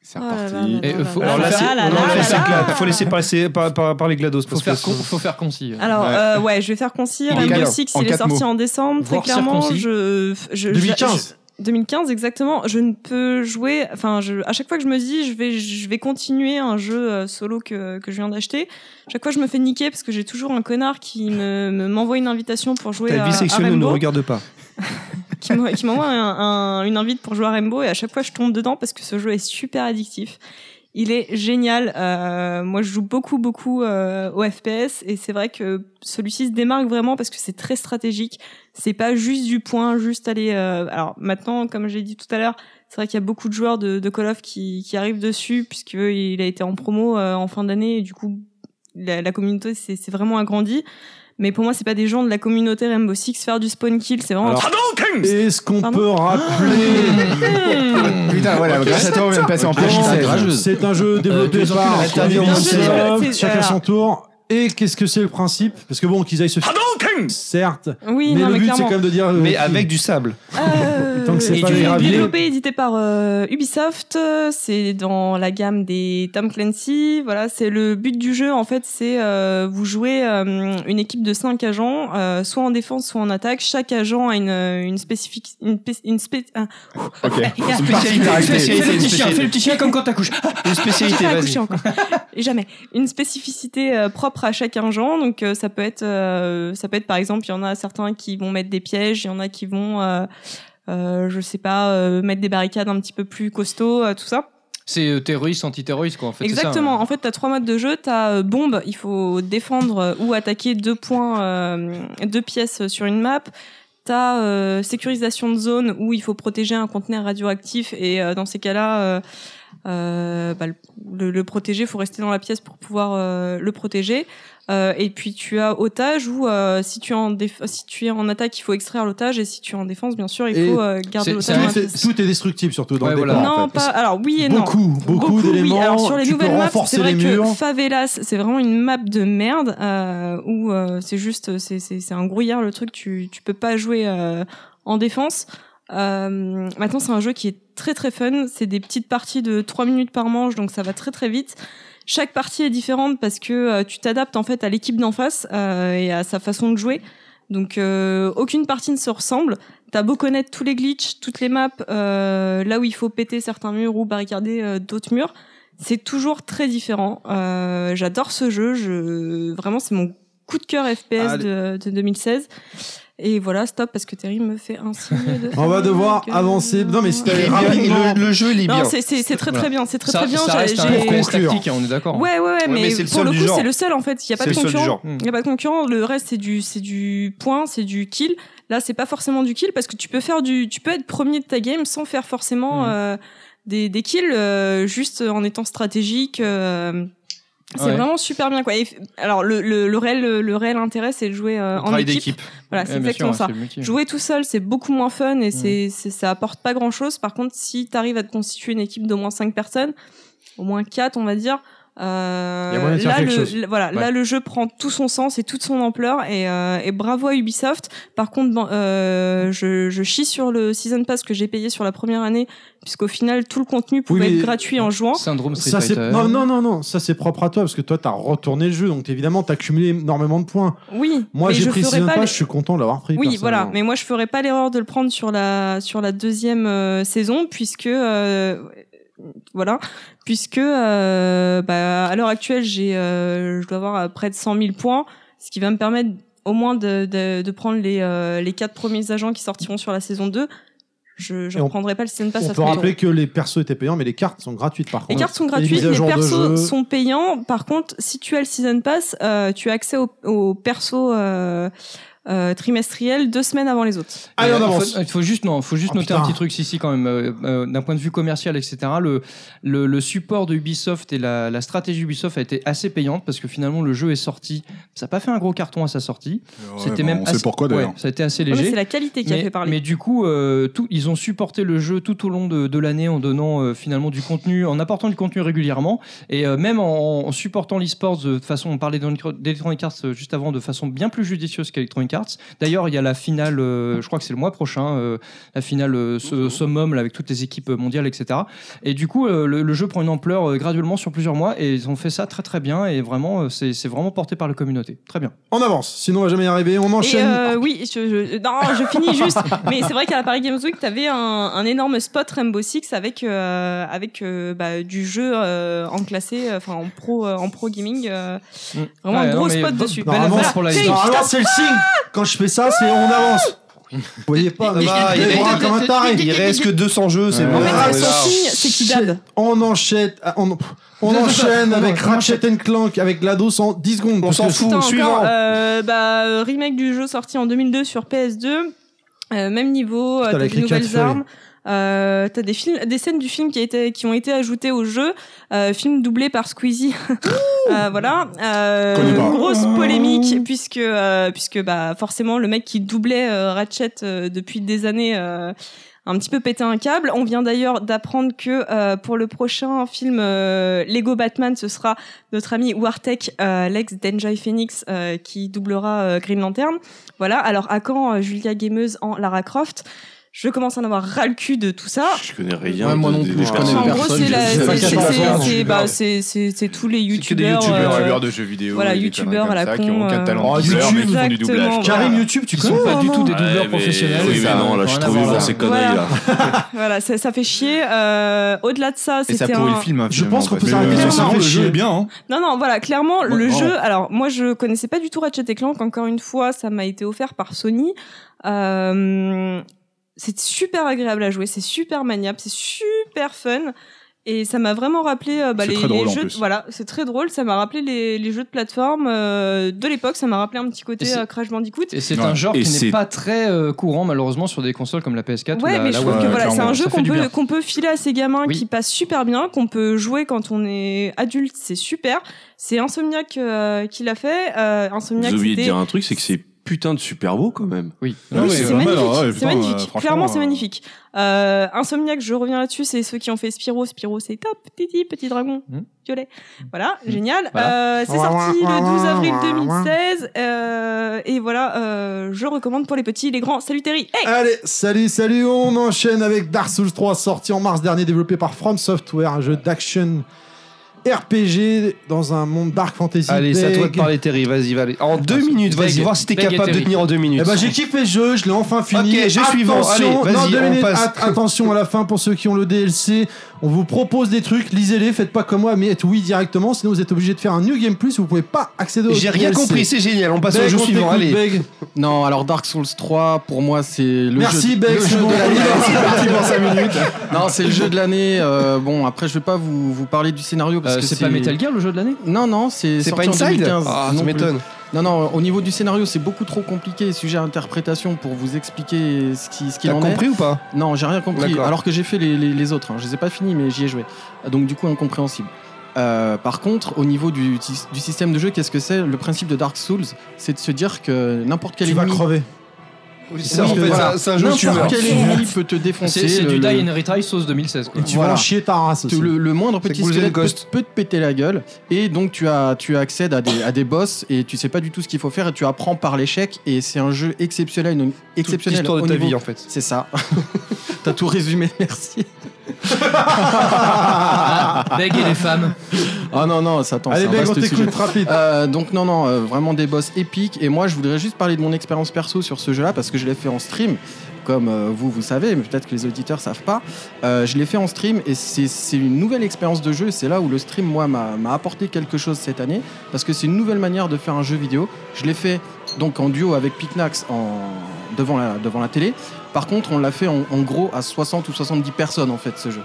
Speaker 11: C'est
Speaker 4: Oh là là
Speaker 11: reparti.
Speaker 4: là là
Speaker 1: Et, euh,
Speaker 4: là
Speaker 1: faut-
Speaker 4: là
Speaker 3: Alors là,
Speaker 4: là
Speaker 3: c'est-
Speaker 4: là là
Speaker 3: non,
Speaker 4: là
Speaker 3: là,
Speaker 4: là
Speaker 3: c'est
Speaker 4: là.
Speaker 3: clair. faut laisser passer, par- par- parler GLaDOS.
Speaker 1: Faut
Speaker 3: Parce
Speaker 1: faire,
Speaker 3: que
Speaker 1: con- faut faire concis.
Speaker 4: Alors,
Speaker 11: Ouais.
Speaker 4: euh, ouais, je vais faire concis.
Speaker 11: En
Speaker 4: Rainbow
Speaker 11: quatre-
Speaker 4: Six,
Speaker 11: en
Speaker 4: il est
Speaker 11: quatre
Speaker 4: sorti
Speaker 11: mots.
Speaker 4: en décembre.
Speaker 1: Voire
Speaker 4: très clairement,
Speaker 1: circoncis.
Speaker 4: je, je, je-
Speaker 2: 2015.
Speaker 4: je- 2015, exactement. Je ne peux jouer. Enfin, je, à chaque fois que je me dis, je vais, je vais continuer un jeu euh, solo que, que je viens d'acheter. Chaque fois, je me fais niquer parce que j'ai toujours un connard qui me me- m'envoie une invitation pour jouer
Speaker 3: ta
Speaker 1: euh,
Speaker 4: à,
Speaker 3: vie
Speaker 4: à
Speaker 3: sexuelle ne nous
Speaker 4: Rainbow,
Speaker 3: regarde *laughs* pas.
Speaker 4: *laughs* qui m'en- qui m'envoie un- un- une invite pour jouer à Rainbow et à chaque fois, je tombe dedans parce que ce jeu est super addictif. Il est génial. Euh, moi, je joue beaucoup, beaucoup euh, au FPS et c'est vrai que celui-ci se démarque vraiment parce que c'est très stratégique. C'est pas juste du point, juste aller. euh, Alors maintenant, comme j'ai dit tout à l'heure, c'est vrai qu'il y a beaucoup de joueurs de, de Call of qui, qui arrivent dessus puisqu'il a été en promo euh, en fin d'année et du coup, la, la communauté s'est s'est vraiment agrandie. Mais pour moi, c'est pas des gens de la communauté Rainbow Six faire du spawn kill. C'est vraiment.
Speaker 2: Alors, Est-ce qu'on
Speaker 4: Pardon
Speaker 2: peut rappeler Ah,
Speaker 11: Putain,
Speaker 3: Ah,
Speaker 11: voilà, grâce à toi, on vient de passer en
Speaker 8: Ah, je sais.
Speaker 11: PS16.
Speaker 8: rageuse.
Speaker 2: C'est un jeu développé
Speaker 8: Euh,
Speaker 2: par
Speaker 4: sûr,
Speaker 8: bien
Speaker 4: bien sûr,
Speaker 2: Ubisoft,
Speaker 4: c'est-
Speaker 2: chacun
Speaker 4: alors.
Speaker 2: son tour. Et qu'est-ce que c'est le principe Parce que bon, qu'ils aillent se certes.
Speaker 4: Oui,
Speaker 2: mais
Speaker 4: non,
Speaker 2: le
Speaker 4: mais
Speaker 2: but, c'est
Speaker 4: clairement.
Speaker 2: quand même de dire. euh,
Speaker 3: Mais
Speaker 2: qui-
Speaker 3: avec du *laughs* sable.
Speaker 4: Euh,
Speaker 2: Tant que c'est
Speaker 4: et
Speaker 2: pas
Speaker 4: qui
Speaker 2: les
Speaker 4: est
Speaker 2: raviers.
Speaker 4: développé, édité par euh, Ubisoft. euh, C'est dans la gamme des Tom Clancy. Voilà, c'est le but du jeu. En fait, c'est euh, vous jouez euh, une équipe de cinq agents, euh, soit en défense, soit en attaque. Chaque agent a une, euh, une spécifique, une, pé- une spé- ah, *laughs*
Speaker 3: Ok.
Speaker 1: Fais le
Speaker 3: Spécialité.
Speaker 1: petit chien, fais le petit chien comme quand t'accouches.
Speaker 3: Une spécialité,
Speaker 1: *laughs*
Speaker 4: J'ai pas
Speaker 3: vas-y.
Speaker 4: accouché encore. Et Jamais. Une spécificité euh, propre à chacun genre. Donc euh, ça peut être, euh, ça peut être par exemple, il y en a certains qui vont mettre des pièges, il y en a qui vont, euh, euh, je sais pas, euh, mettre des barricades un petit peu plus costauds, euh, tout ça.
Speaker 1: C'est euh, terroriste, antiterroriste, quoi, en fait. c'est ça,
Speaker 4: Exactement.
Speaker 1: hein.
Speaker 4: en fait, t'as trois modes de jeu. T'as euh, bombe, il faut défendre euh, ou attaquer deux points, euh, deux pièces sur une map. T'as euh, sécurisation de zone où il faut protéger un conteneur radioactif et euh, dans ces cas-là, euh, euh, bah, le, le, le protéger, faut rester dans la pièce pour pouvoir euh, le protéger. Euh, et puis tu as otage où euh, si tu es en déf- si tu es en attaque, il faut extraire l'otage et si tu es en défense, bien sûr, il
Speaker 2: Et
Speaker 4: faut euh, garder
Speaker 1: c'est-
Speaker 4: l'otage.
Speaker 1: c'est
Speaker 4: dans
Speaker 1: un
Speaker 4: la
Speaker 2: tout, est,
Speaker 4: pièce.
Speaker 2: tout est destructible, surtout dans
Speaker 1: Ouais,
Speaker 2: le
Speaker 1: voilà.
Speaker 2: décor, en
Speaker 4: Non,
Speaker 2: fait.
Speaker 4: pas. Alors oui et non.
Speaker 2: Beaucoup, beaucoup,
Speaker 4: oui.
Speaker 2: d'éléments.
Speaker 4: Alors sur les
Speaker 2: tu peux
Speaker 4: nouvelles maps, c'est
Speaker 2: renforcer
Speaker 4: vrai
Speaker 2: les murs.
Speaker 4: que Favelas, c'est vraiment une map de merde euh, où euh, c'est juste, c'est c'est c'est un grouillard le truc. Tu tu peux pas jouer euh, en défense. Euh, maintenant, c'est un jeu qui est très très fun. C'est des petites parties de 3 minutes par manche, donc ça va très très vite. Chaque partie est différente parce que euh, tu t'adaptes en fait à l'équipe d'en face euh, et à sa façon de jouer. Donc euh, aucune partie ne se ressemble. T'as beau connaître tous les glitches, toutes les maps, euh, là où il faut péter certains murs ou barricader euh, d'autres murs, c'est toujours très différent. Euh, J'adore ce jeu, je... vraiment c'est mon coup de cœur FPS de, de 2016. Et voilà, stop parce que Terry me fait un signe de.
Speaker 2: On va devoir
Speaker 4: euh, que-
Speaker 2: avancer. Non, mais si
Speaker 3: Et
Speaker 2: t'avais rapidement.
Speaker 3: Le le jeu, il est bien.
Speaker 4: Non, c'est- c'est c'est très très bien, c'est très
Speaker 1: Ça,
Speaker 4: très bien.
Speaker 1: ça
Speaker 4: j'ai-
Speaker 1: reste un
Speaker 4: j'ai-
Speaker 1: FPS
Speaker 2: Conclure.
Speaker 1: tactique, hein, on est d'accord.
Speaker 4: Ouais, ouais, ouais, mais,
Speaker 3: mais c'est le
Speaker 4: pour
Speaker 3: seul
Speaker 4: le
Speaker 3: du
Speaker 4: coup,
Speaker 3: genre.
Speaker 4: c'est le seul en fait. Il y a pas
Speaker 3: C'est
Speaker 4: de
Speaker 3: le seul du
Speaker 4: concurrent.
Speaker 3: genre.
Speaker 4: Il y a pas de concurrent. Le reste, c'est du, c'est du point, c'est du kill. Là, c'est pas forcément du kill parce que tu peux faire du, tu peux être premier de ta game sans faire forcément
Speaker 3: Mmh.
Speaker 1: Mm.
Speaker 4: euh, des, des kills, euh, juste en étant stratégique. euh, c'est
Speaker 1: Ouais.
Speaker 4: vraiment super bien quoi. Et f- alors le, le, le réel le, le réel intérêt c'est de jouer euh, en
Speaker 3: Travail
Speaker 4: équipe.
Speaker 3: d'équipe.
Speaker 4: Voilà, c'est
Speaker 1: hein,
Speaker 4: exactement ça.
Speaker 2: Mm.
Speaker 4: Jouer tout seul, c'est beaucoup moins fun et c'est c'est- ça apporte pas grand chose. Par contre, si t'arrives à te constituer une équipe d'au moins 5 personnes, au moins 4 on va dire,
Speaker 2: Il y a moyen
Speaker 4: euh,
Speaker 2: de faire
Speaker 4: là,
Speaker 2: quelque chose.
Speaker 4: le, le- voilà, là le jeu prend tout son sens et toute son ampleur et, euh, et bravo à Ubisoft. Par contre, ben, euh, je, je chie sur le season pass que j'ai payé sur la première année puisqu'au final tout le contenu pouvait
Speaker 2: mais-
Speaker 4: être gratuit en jouant.
Speaker 1: Syndrome Street
Speaker 2: Ça, c'est...
Speaker 1: Fighter.
Speaker 2: Non, non, non, non, ça c'est propre à toi parce que toi t'as retourné le jeu donc évidemment t'as cumulé énormément de points.
Speaker 4: Oui,
Speaker 2: Moi
Speaker 4: mais
Speaker 2: j'ai
Speaker 4: je
Speaker 2: pris
Speaker 4: ferais
Speaker 2: Season
Speaker 4: pas
Speaker 2: Pass,
Speaker 4: les-
Speaker 2: je suis content de l'avoir pris.
Speaker 4: Oui, voilà.
Speaker 2: personnellement.
Speaker 4: Mais moi, je ferais pas l'erreur de le prendre sur la sur la deuxième euh, saison, puisque euh, voilà, puisque euh, bah, à l'heure actuelle, j'ai euh, je dois avoir euh, près de 100 000 points, ce qui va me permettre au moins de de, de prendre les euh, les quatre premiers agents qui sortiront sur la saison 2. Je je
Speaker 2: Et on-
Speaker 4: reprendrai pas le season pass
Speaker 2: On
Speaker 4: à
Speaker 2: peut
Speaker 4: tout
Speaker 2: rappeler que les persos étaient payants mais les cartes sont gratuites par contre.
Speaker 4: les cartes sont
Speaker 2: mises
Speaker 4: gratuites,
Speaker 2: à
Speaker 4: les
Speaker 2: jour de jeu.
Speaker 4: persos sont payants. Par contre, si tu as le season pass, euh, tu as accès aux au persos euh, euh, trimestriels deux semaines avant les autres.
Speaker 2: Allez, Ah, on
Speaker 1: Euh,
Speaker 2: avance.
Speaker 1: faut- Il faut juste, non, faut juste
Speaker 2: Oh,
Speaker 1: noter
Speaker 2: putain.
Speaker 1: un petit truc ici quand même. euh, euh, D'un point de vue commercial, etc. Le, le, le support de Ubisoft et la, la stratégie Ubisoft a été assez payante parce que finalement le jeu est sorti. Ça n'a pas fait un gros carton à sa sortie. C'était même.
Speaker 10: On
Speaker 1: assez-
Speaker 10: sait pourquoi
Speaker 1: ouais,
Speaker 10: d'ailleurs.
Speaker 1: Ça a été assez
Speaker 4: Ouais, mais
Speaker 1: léger.
Speaker 4: C'est la qualité qui a
Speaker 1: mais,
Speaker 4: fait parler.
Speaker 1: mais du coup, euh, tout- ils ont supporté le jeu tout au long de, de l'année en donnant euh, finalement du contenu, en apportant du contenu régulièrement et euh, même en, en supportant l'e-sports de façon, on parlait d'Electro- d'Electronic Arts euh, juste avant, de façon bien plus judicieuse qu'Electronic Arts. D'ailleurs, il y a la finale, euh, je crois que c'est le mois prochain, euh, la finale euh,
Speaker 10: Mmh.
Speaker 1: ce- summum là, avec toutes les équipes euh, mondiales, etc. Et du coup, euh, le, le jeu prend une ampleur euh, graduellement sur plusieurs mois et ils ont fait ça très très bien et vraiment, euh, c'est c'est vraiment porté par la communauté. Très bien.
Speaker 2: On avance, sinon on va jamais y arriver. On
Speaker 4: Et
Speaker 2: enchaîne.
Speaker 4: euh, oui, je, je- non, je finis juste. *laughs* Mais c'est vrai qu'à la Paris Games Week, t'avais un, un énorme spot Rainbow Six avec euh, avec euh, bah, du jeu euh, en classé, euh, enfin en pro euh, en pro gaming. euh, vraiment
Speaker 1: Mm. Ouais,
Speaker 4: un gros
Speaker 1: non, mais
Speaker 4: spot
Speaker 1: bon-
Speaker 4: dessus.
Speaker 1: belle
Speaker 2: Normalement,
Speaker 1: avance pour la
Speaker 4: Bah, Voilà.
Speaker 2: Normalement, c'est le signe. Quand je fais ça, c'est on avance. Vous voyez pas,
Speaker 3: Ah bah,
Speaker 2: il
Speaker 3: il
Speaker 2: est
Speaker 3: reste-
Speaker 2: comme un taré.
Speaker 3: Il reste que 200 jeux, c'est
Speaker 2: Ouais.
Speaker 3: bon.
Speaker 4: En fait,
Speaker 2: Ah,
Speaker 4: son
Speaker 2: voilà.
Speaker 4: signe, c'est qu'il dab.
Speaker 2: On enchaîne, euh, on, on enchaîne avec Ratchet and Clank, avec GLaDOS en 10 secondes.
Speaker 3: On
Speaker 2: parce
Speaker 3: s'en
Speaker 2: que-
Speaker 3: fout,
Speaker 4: Putain,
Speaker 3: suivant.
Speaker 4: encore, euh, bah, euh, remake du jeu sorti en 2002 sur PS2. Euh, même niveau, euh,
Speaker 2: Putain,
Speaker 4: t'as
Speaker 2: avec
Speaker 4: des
Speaker 2: les quatre
Speaker 4: nouvelles
Speaker 2: feuilles.
Speaker 4: armes. Euh, t'as des films, des scènes du film qui, a été- qui ont été ajoutées au jeu, euh, film doublé par Squeezie. *laughs* Euh, voilà, Euh,
Speaker 10: Connais pas.
Speaker 4: grosse polémique puisque euh, puisque bah forcément le mec qui doublait euh, Ratchet euh, depuis des années euh, un petit peu pété un câble. On vient d'ailleurs d'apprendre que euh, pour le prochain film euh, Lego Batman, ce sera notre ami Wartek, euh, l'ex d'Enjoy Phoenix, euh, qui doublera euh, Green Lantern. Voilà, alors à quand euh, Julia Gameuse en Lara Croft je commence à en avoir ras le cul de tout ça.
Speaker 5: Je connais rien.
Speaker 8: Ouais, moi
Speaker 5: de-
Speaker 8: non
Speaker 5: des-
Speaker 8: plus,
Speaker 5: des
Speaker 8: je
Speaker 5: personnes.
Speaker 8: connais
Speaker 4: En gros, c'est la-
Speaker 8: C'est pas
Speaker 4: c'est-
Speaker 8: qu'elle
Speaker 4: c'est-
Speaker 8: parle,
Speaker 4: c'est-
Speaker 8: hein,
Speaker 4: bah, c'est- c'est- c'est tous les
Speaker 3: C'est que des
Speaker 4: youtubeurs.
Speaker 3: youtubeurs,
Speaker 4: euh,
Speaker 12: Youtubeurs de jeux vidéo.
Speaker 4: voilà,
Speaker 12: et des
Speaker 4: youtubeurs
Speaker 12: conneries
Speaker 4: à la
Speaker 12: comme ça, qui
Speaker 4: con,
Speaker 12: ont aucun
Speaker 4: euh,
Speaker 12: talent
Speaker 10: Ah,
Speaker 12: de doubleur, mais qui font du
Speaker 4: exactement,
Speaker 12: doublage.
Speaker 4: voilà.
Speaker 2: Karim YouTube, tu
Speaker 1: Ils sont
Speaker 2: connais
Speaker 1: pas du tout des
Speaker 5: Ah,
Speaker 1: doubleurs
Speaker 5: mais-
Speaker 1: professionnels.
Speaker 5: Oui, mais
Speaker 1: ça,
Speaker 5: non, là, je
Speaker 1: rien à
Speaker 5: trouve
Speaker 1: voir.
Speaker 5: dans ces conneries, là.
Speaker 4: Voilà, ça, ça fait chier. Euh, Au-delà de ça,
Speaker 12: Et ça
Speaker 4: c'était
Speaker 12: pourrit
Speaker 4: un...
Speaker 12: le film.
Speaker 2: Je pense qu'on peut
Speaker 10: Mais
Speaker 2: s'arrêter
Speaker 10: euh,
Speaker 4: clairement,
Speaker 10: sincèrement,
Speaker 2: fait
Speaker 10: le jeu
Speaker 2: chier.
Speaker 10: est bien. hein.
Speaker 4: Non, non, voilà, clairement, le
Speaker 10: non.
Speaker 4: jeu. Alors, moi, je connaissais pas du tout Ratchet et Clank. Encore une fois, ça m'a été offert par Sony. Euh, c'est super agréable à jouer, c'est super maniable, c'est super fun. Et ça m'a vraiment rappelé euh, bah,
Speaker 10: C'est
Speaker 4: les,
Speaker 10: très drôle,
Speaker 4: les
Speaker 10: en
Speaker 4: jeux.
Speaker 10: plus.
Speaker 4: Voilà, c'est très drôle. Ça m'a rappelé les, les jeux de plateforme euh, de l'époque. Ça m'a rappelé un petit
Speaker 1: Et
Speaker 4: côté
Speaker 1: c'est-
Speaker 4: euh, Crash Bandicoot.
Speaker 1: Et c'est
Speaker 10: Ouais.
Speaker 1: un genre
Speaker 5: Et
Speaker 1: qui
Speaker 5: c'est-
Speaker 1: n'est pas très euh, courant malheureusement sur des consoles comme la PS4 ou
Speaker 4: Ouais,
Speaker 1: la,
Speaker 4: mais
Speaker 1: la
Speaker 4: je trouve
Speaker 1: One.
Speaker 4: que
Speaker 10: ouais,
Speaker 4: voilà, c'est
Speaker 10: clairement,
Speaker 4: un jeu
Speaker 1: ça fait
Speaker 4: qu'on
Speaker 1: du bien.
Speaker 4: peut, qu'on peut filer à ces gamins
Speaker 1: Oui.
Speaker 4: qui passe super bien, qu'on peut jouer quand on est adulte, c'est super. C'est Insomniac euh, qui l'a fait. Euh,
Speaker 5: Vous
Speaker 4: Insomniac,
Speaker 5: oubliez de
Speaker 4: c'était-
Speaker 5: dire un truc, c'est que c'est putain de super beau quand même.
Speaker 1: Oui.
Speaker 4: Oui,
Speaker 10: Ah ouais,
Speaker 4: c'est
Speaker 10: pas mal,
Speaker 4: magnifique,
Speaker 10: ouais,
Speaker 4: c'est
Speaker 10: putain, euh,
Speaker 4: magnifique.
Speaker 10: franchement,
Speaker 4: Clairement, c'est
Speaker 10: euh,
Speaker 4: magnifique. Euh, Insomniac, je reviens là-dessus, c'est ceux qui ont fait Spyro. Spyro, c'est top, petit petit dragon
Speaker 1: Hmm.
Speaker 4: violet. Voilà, génial. Euh, c'est
Speaker 2: Ouah,
Speaker 4: sorti
Speaker 2: ouah,
Speaker 4: le 12
Speaker 2: ouah,
Speaker 4: avril
Speaker 2: ouah,
Speaker 4: 2016. Euh, et voilà, euh, je recommande pour les petits et les grands. Salut Terry. Hey
Speaker 2: Allez, salut, salut, on enchaîne avec Dark Souls 3, sorti en mars dernier, développé par From Software, un jeu d'action RPG dans un monde Dark Fantasy.
Speaker 3: Allez, c'est à toi de
Speaker 2: vague.
Speaker 3: parler, Terry. Vas-y, vas-y. En deux minutes, vas-y,
Speaker 1: Beg-
Speaker 3: voir si t'es
Speaker 1: Beg et
Speaker 3: capable de
Speaker 1: Terry.
Speaker 3: tenir en deux minutes.
Speaker 2: Eh ben, j'ai kiffé le jeu, je l'ai enfin fini.
Speaker 3: Ok, jeu suivant,
Speaker 2: Attention,
Speaker 3: allez,
Speaker 2: non,
Speaker 3: vas-y,
Speaker 2: deux
Speaker 3: on
Speaker 2: minutes,
Speaker 3: passe.
Speaker 2: at- attention à la fin pour ceux qui ont le DLC. On vous propose des trucs, lisez-les, faites pas comme moi, mais êtes oui directement, sinon vous êtes obligé de faire un New Game Plus, vous pouvez pas accéder au
Speaker 3: J'ai rien
Speaker 2: DLC.
Speaker 3: compris, c'est génial. On passe au
Speaker 2: Beg,
Speaker 3: jeu
Speaker 2: on
Speaker 3: suivant.
Speaker 2: t'écoute,
Speaker 3: Allez.
Speaker 2: Beg.
Speaker 8: Non, alors Dark Souls 3, pour moi, c'est le
Speaker 2: Merci
Speaker 8: jeu.
Speaker 2: Beg, *laughs*
Speaker 8: le
Speaker 2: c'est
Speaker 8: jeu
Speaker 2: bon.
Speaker 8: de l'année.
Speaker 2: pour 5 minutes.
Speaker 8: Non, c'est le jeu de l'année. euh, bon, après, je vais pas vous, vous parler du scénario parce
Speaker 1: Euh,
Speaker 8: que
Speaker 1: c'est pas Metal Gear le jeu de l'année
Speaker 8: Non, non, c'est
Speaker 3: C'est pas
Speaker 8: sorti en
Speaker 3: Inside
Speaker 8: 2015.
Speaker 3: Ah,
Speaker 8: non
Speaker 3: ça
Speaker 8: plus.
Speaker 3: m'étonne.
Speaker 8: Non, non, au niveau du scénario, c'est beaucoup trop compliqué, sujet à interprétation pour vous expliquer ce qui, ce qu'il
Speaker 3: T'as
Speaker 8: en
Speaker 3: compris ou pas
Speaker 8: est. Non, j'ai rien compris.
Speaker 3: D'accord.
Speaker 8: Alors que j'ai fait les, les- les autres, hein. je les ai pas finis, mais j'y ai joué. Donc, du coup, incompréhensible. Euh, par contre, au niveau du, du système de jeu, qu'est-ce que c'est Le principe de Dark Souls, c'est de se dire que n'importe quel
Speaker 2: Tu vas
Speaker 8: ennemi,
Speaker 2: crever.
Speaker 3: Ça, en
Speaker 8: Oui,
Speaker 3: fait,
Speaker 8: voilà.
Speaker 3: ça- C'est un jeu où tu meurs.
Speaker 8: n'importe quel ennemi peut te défoncer.
Speaker 1: C'est c'est
Speaker 8: le-
Speaker 1: du
Speaker 8: le-
Speaker 1: Die and Retry sauce 2016. Quoi.
Speaker 2: Et tu
Speaker 8: Voilà.
Speaker 2: vas en chier ta race aussi.
Speaker 8: le, le moindre petit
Speaker 3: que Ghouls and
Speaker 8: squelette peut,
Speaker 3: Ghosts.
Speaker 8: peut te péter la gueule et donc tu as tu accèdes à des, à des boss et tu sais pas du tout ce qu'il faut faire et tu apprends par l'échec et c'est un jeu exceptionnel une-
Speaker 3: Toute
Speaker 8: exceptionnel
Speaker 3: l'histoire de
Speaker 8: au
Speaker 3: ta
Speaker 8: niveau-
Speaker 3: vie, hein. en fait.
Speaker 8: c'est ça *laughs* t'as tout résumé *laughs* merci
Speaker 1: Beg et les
Speaker 4: *laughs*
Speaker 1: femmes.
Speaker 8: ah non non ça attend
Speaker 2: Allez
Speaker 8: c'est un
Speaker 2: Beg, on
Speaker 8: vaste sujet.
Speaker 2: t'écoute rapide.
Speaker 8: Euh, donc non non euh, vraiment des boss épiques et moi je voudrais juste parler de mon expérience perso sur ce jeu là parce que je l'ai fait en stream comme euh, vous vous savez mais peut-être que les auditeurs savent pas Euh, je l'ai fait en stream et c'est c'est une nouvelle expérience de jeu c'est là où le stream moi m'a m'a apporté quelque chose cette année parce que c'est une nouvelle manière de faire un jeu vidéo je l'ai fait donc en duo avec Picnax en devant la devant la télé par contre on l'a fait en, en gros à 60 ou 70 personnes en fait ce jeu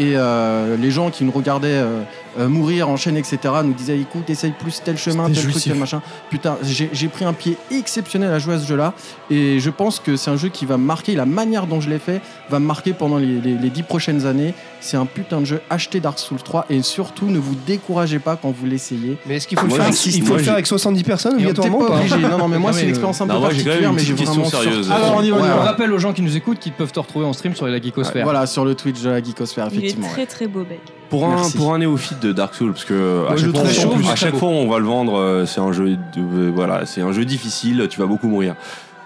Speaker 8: et euh, les gens qui nous regardaient euh, euh, mourir en chaîne, etc., nous disaient écoute, essaye plus tel chemin, tel
Speaker 2: C'était
Speaker 8: truc,
Speaker 2: jouissif.
Speaker 8: tel machin. Putain, j'ai j'ai pris un pied exceptionnel à jouer à ce jeu-là. Et je pense que c'est un jeu qui va me marquer, la manière dont je l'ai fait, va me marquer pendant les, les, les 10 prochaines années. C'est un putain de jeu. Achetez Dark Souls 3 et surtout, ne vous découragez pas quand vous l'essayez.
Speaker 3: Mais est-ce qu'il faut
Speaker 5: Moi,
Speaker 3: le faire avec-
Speaker 5: j'insiste,
Speaker 3: il faut
Speaker 5: moi,
Speaker 3: le faire
Speaker 5: j'ai-
Speaker 3: avec 70 personnes
Speaker 8: Et on peut
Speaker 3: obligatoirement ou
Speaker 8: pas
Speaker 3: pas
Speaker 8: obligé. Non, non, mais moi,
Speaker 1: Non, mais,
Speaker 8: c'est une expérience un peu
Speaker 5: Non, moi j'ai quand
Speaker 8: particulière,
Speaker 5: même une
Speaker 8: mais j'ai
Speaker 5: petite question
Speaker 8: vraiment
Speaker 5: sérieuse.
Speaker 8: sur-
Speaker 2: Alors, on y va, on y
Speaker 8: Ouais.
Speaker 4: Ah.
Speaker 2: va.
Speaker 1: On rappelle aux gens qui nous écoutent qu'ils peuvent te retrouver en stream sur la Geekosphère.
Speaker 8: Voilà, sur le Twitch de la Geekosphère,
Speaker 4: Il est
Speaker 8: effectivement. ouais.
Speaker 4: très très beau bec.
Speaker 5: Pour un,
Speaker 8: Merci.
Speaker 5: pour un néophyte de Dark Souls, parce que à
Speaker 3: Le jeu
Speaker 5: chaque, fois,
Speaker 3: très chaud,
Speaker 5: on,
Speaker 3: mais
Speaker 5: à
Speaker 3: très
Speaker 5: chaque
Speaker 3: beau.
Speaker 5: fois, on va le vendre, euh, c'est un jeu de- euh, voilà, c'est un jeu difficile, tu vas beaucoup mourir.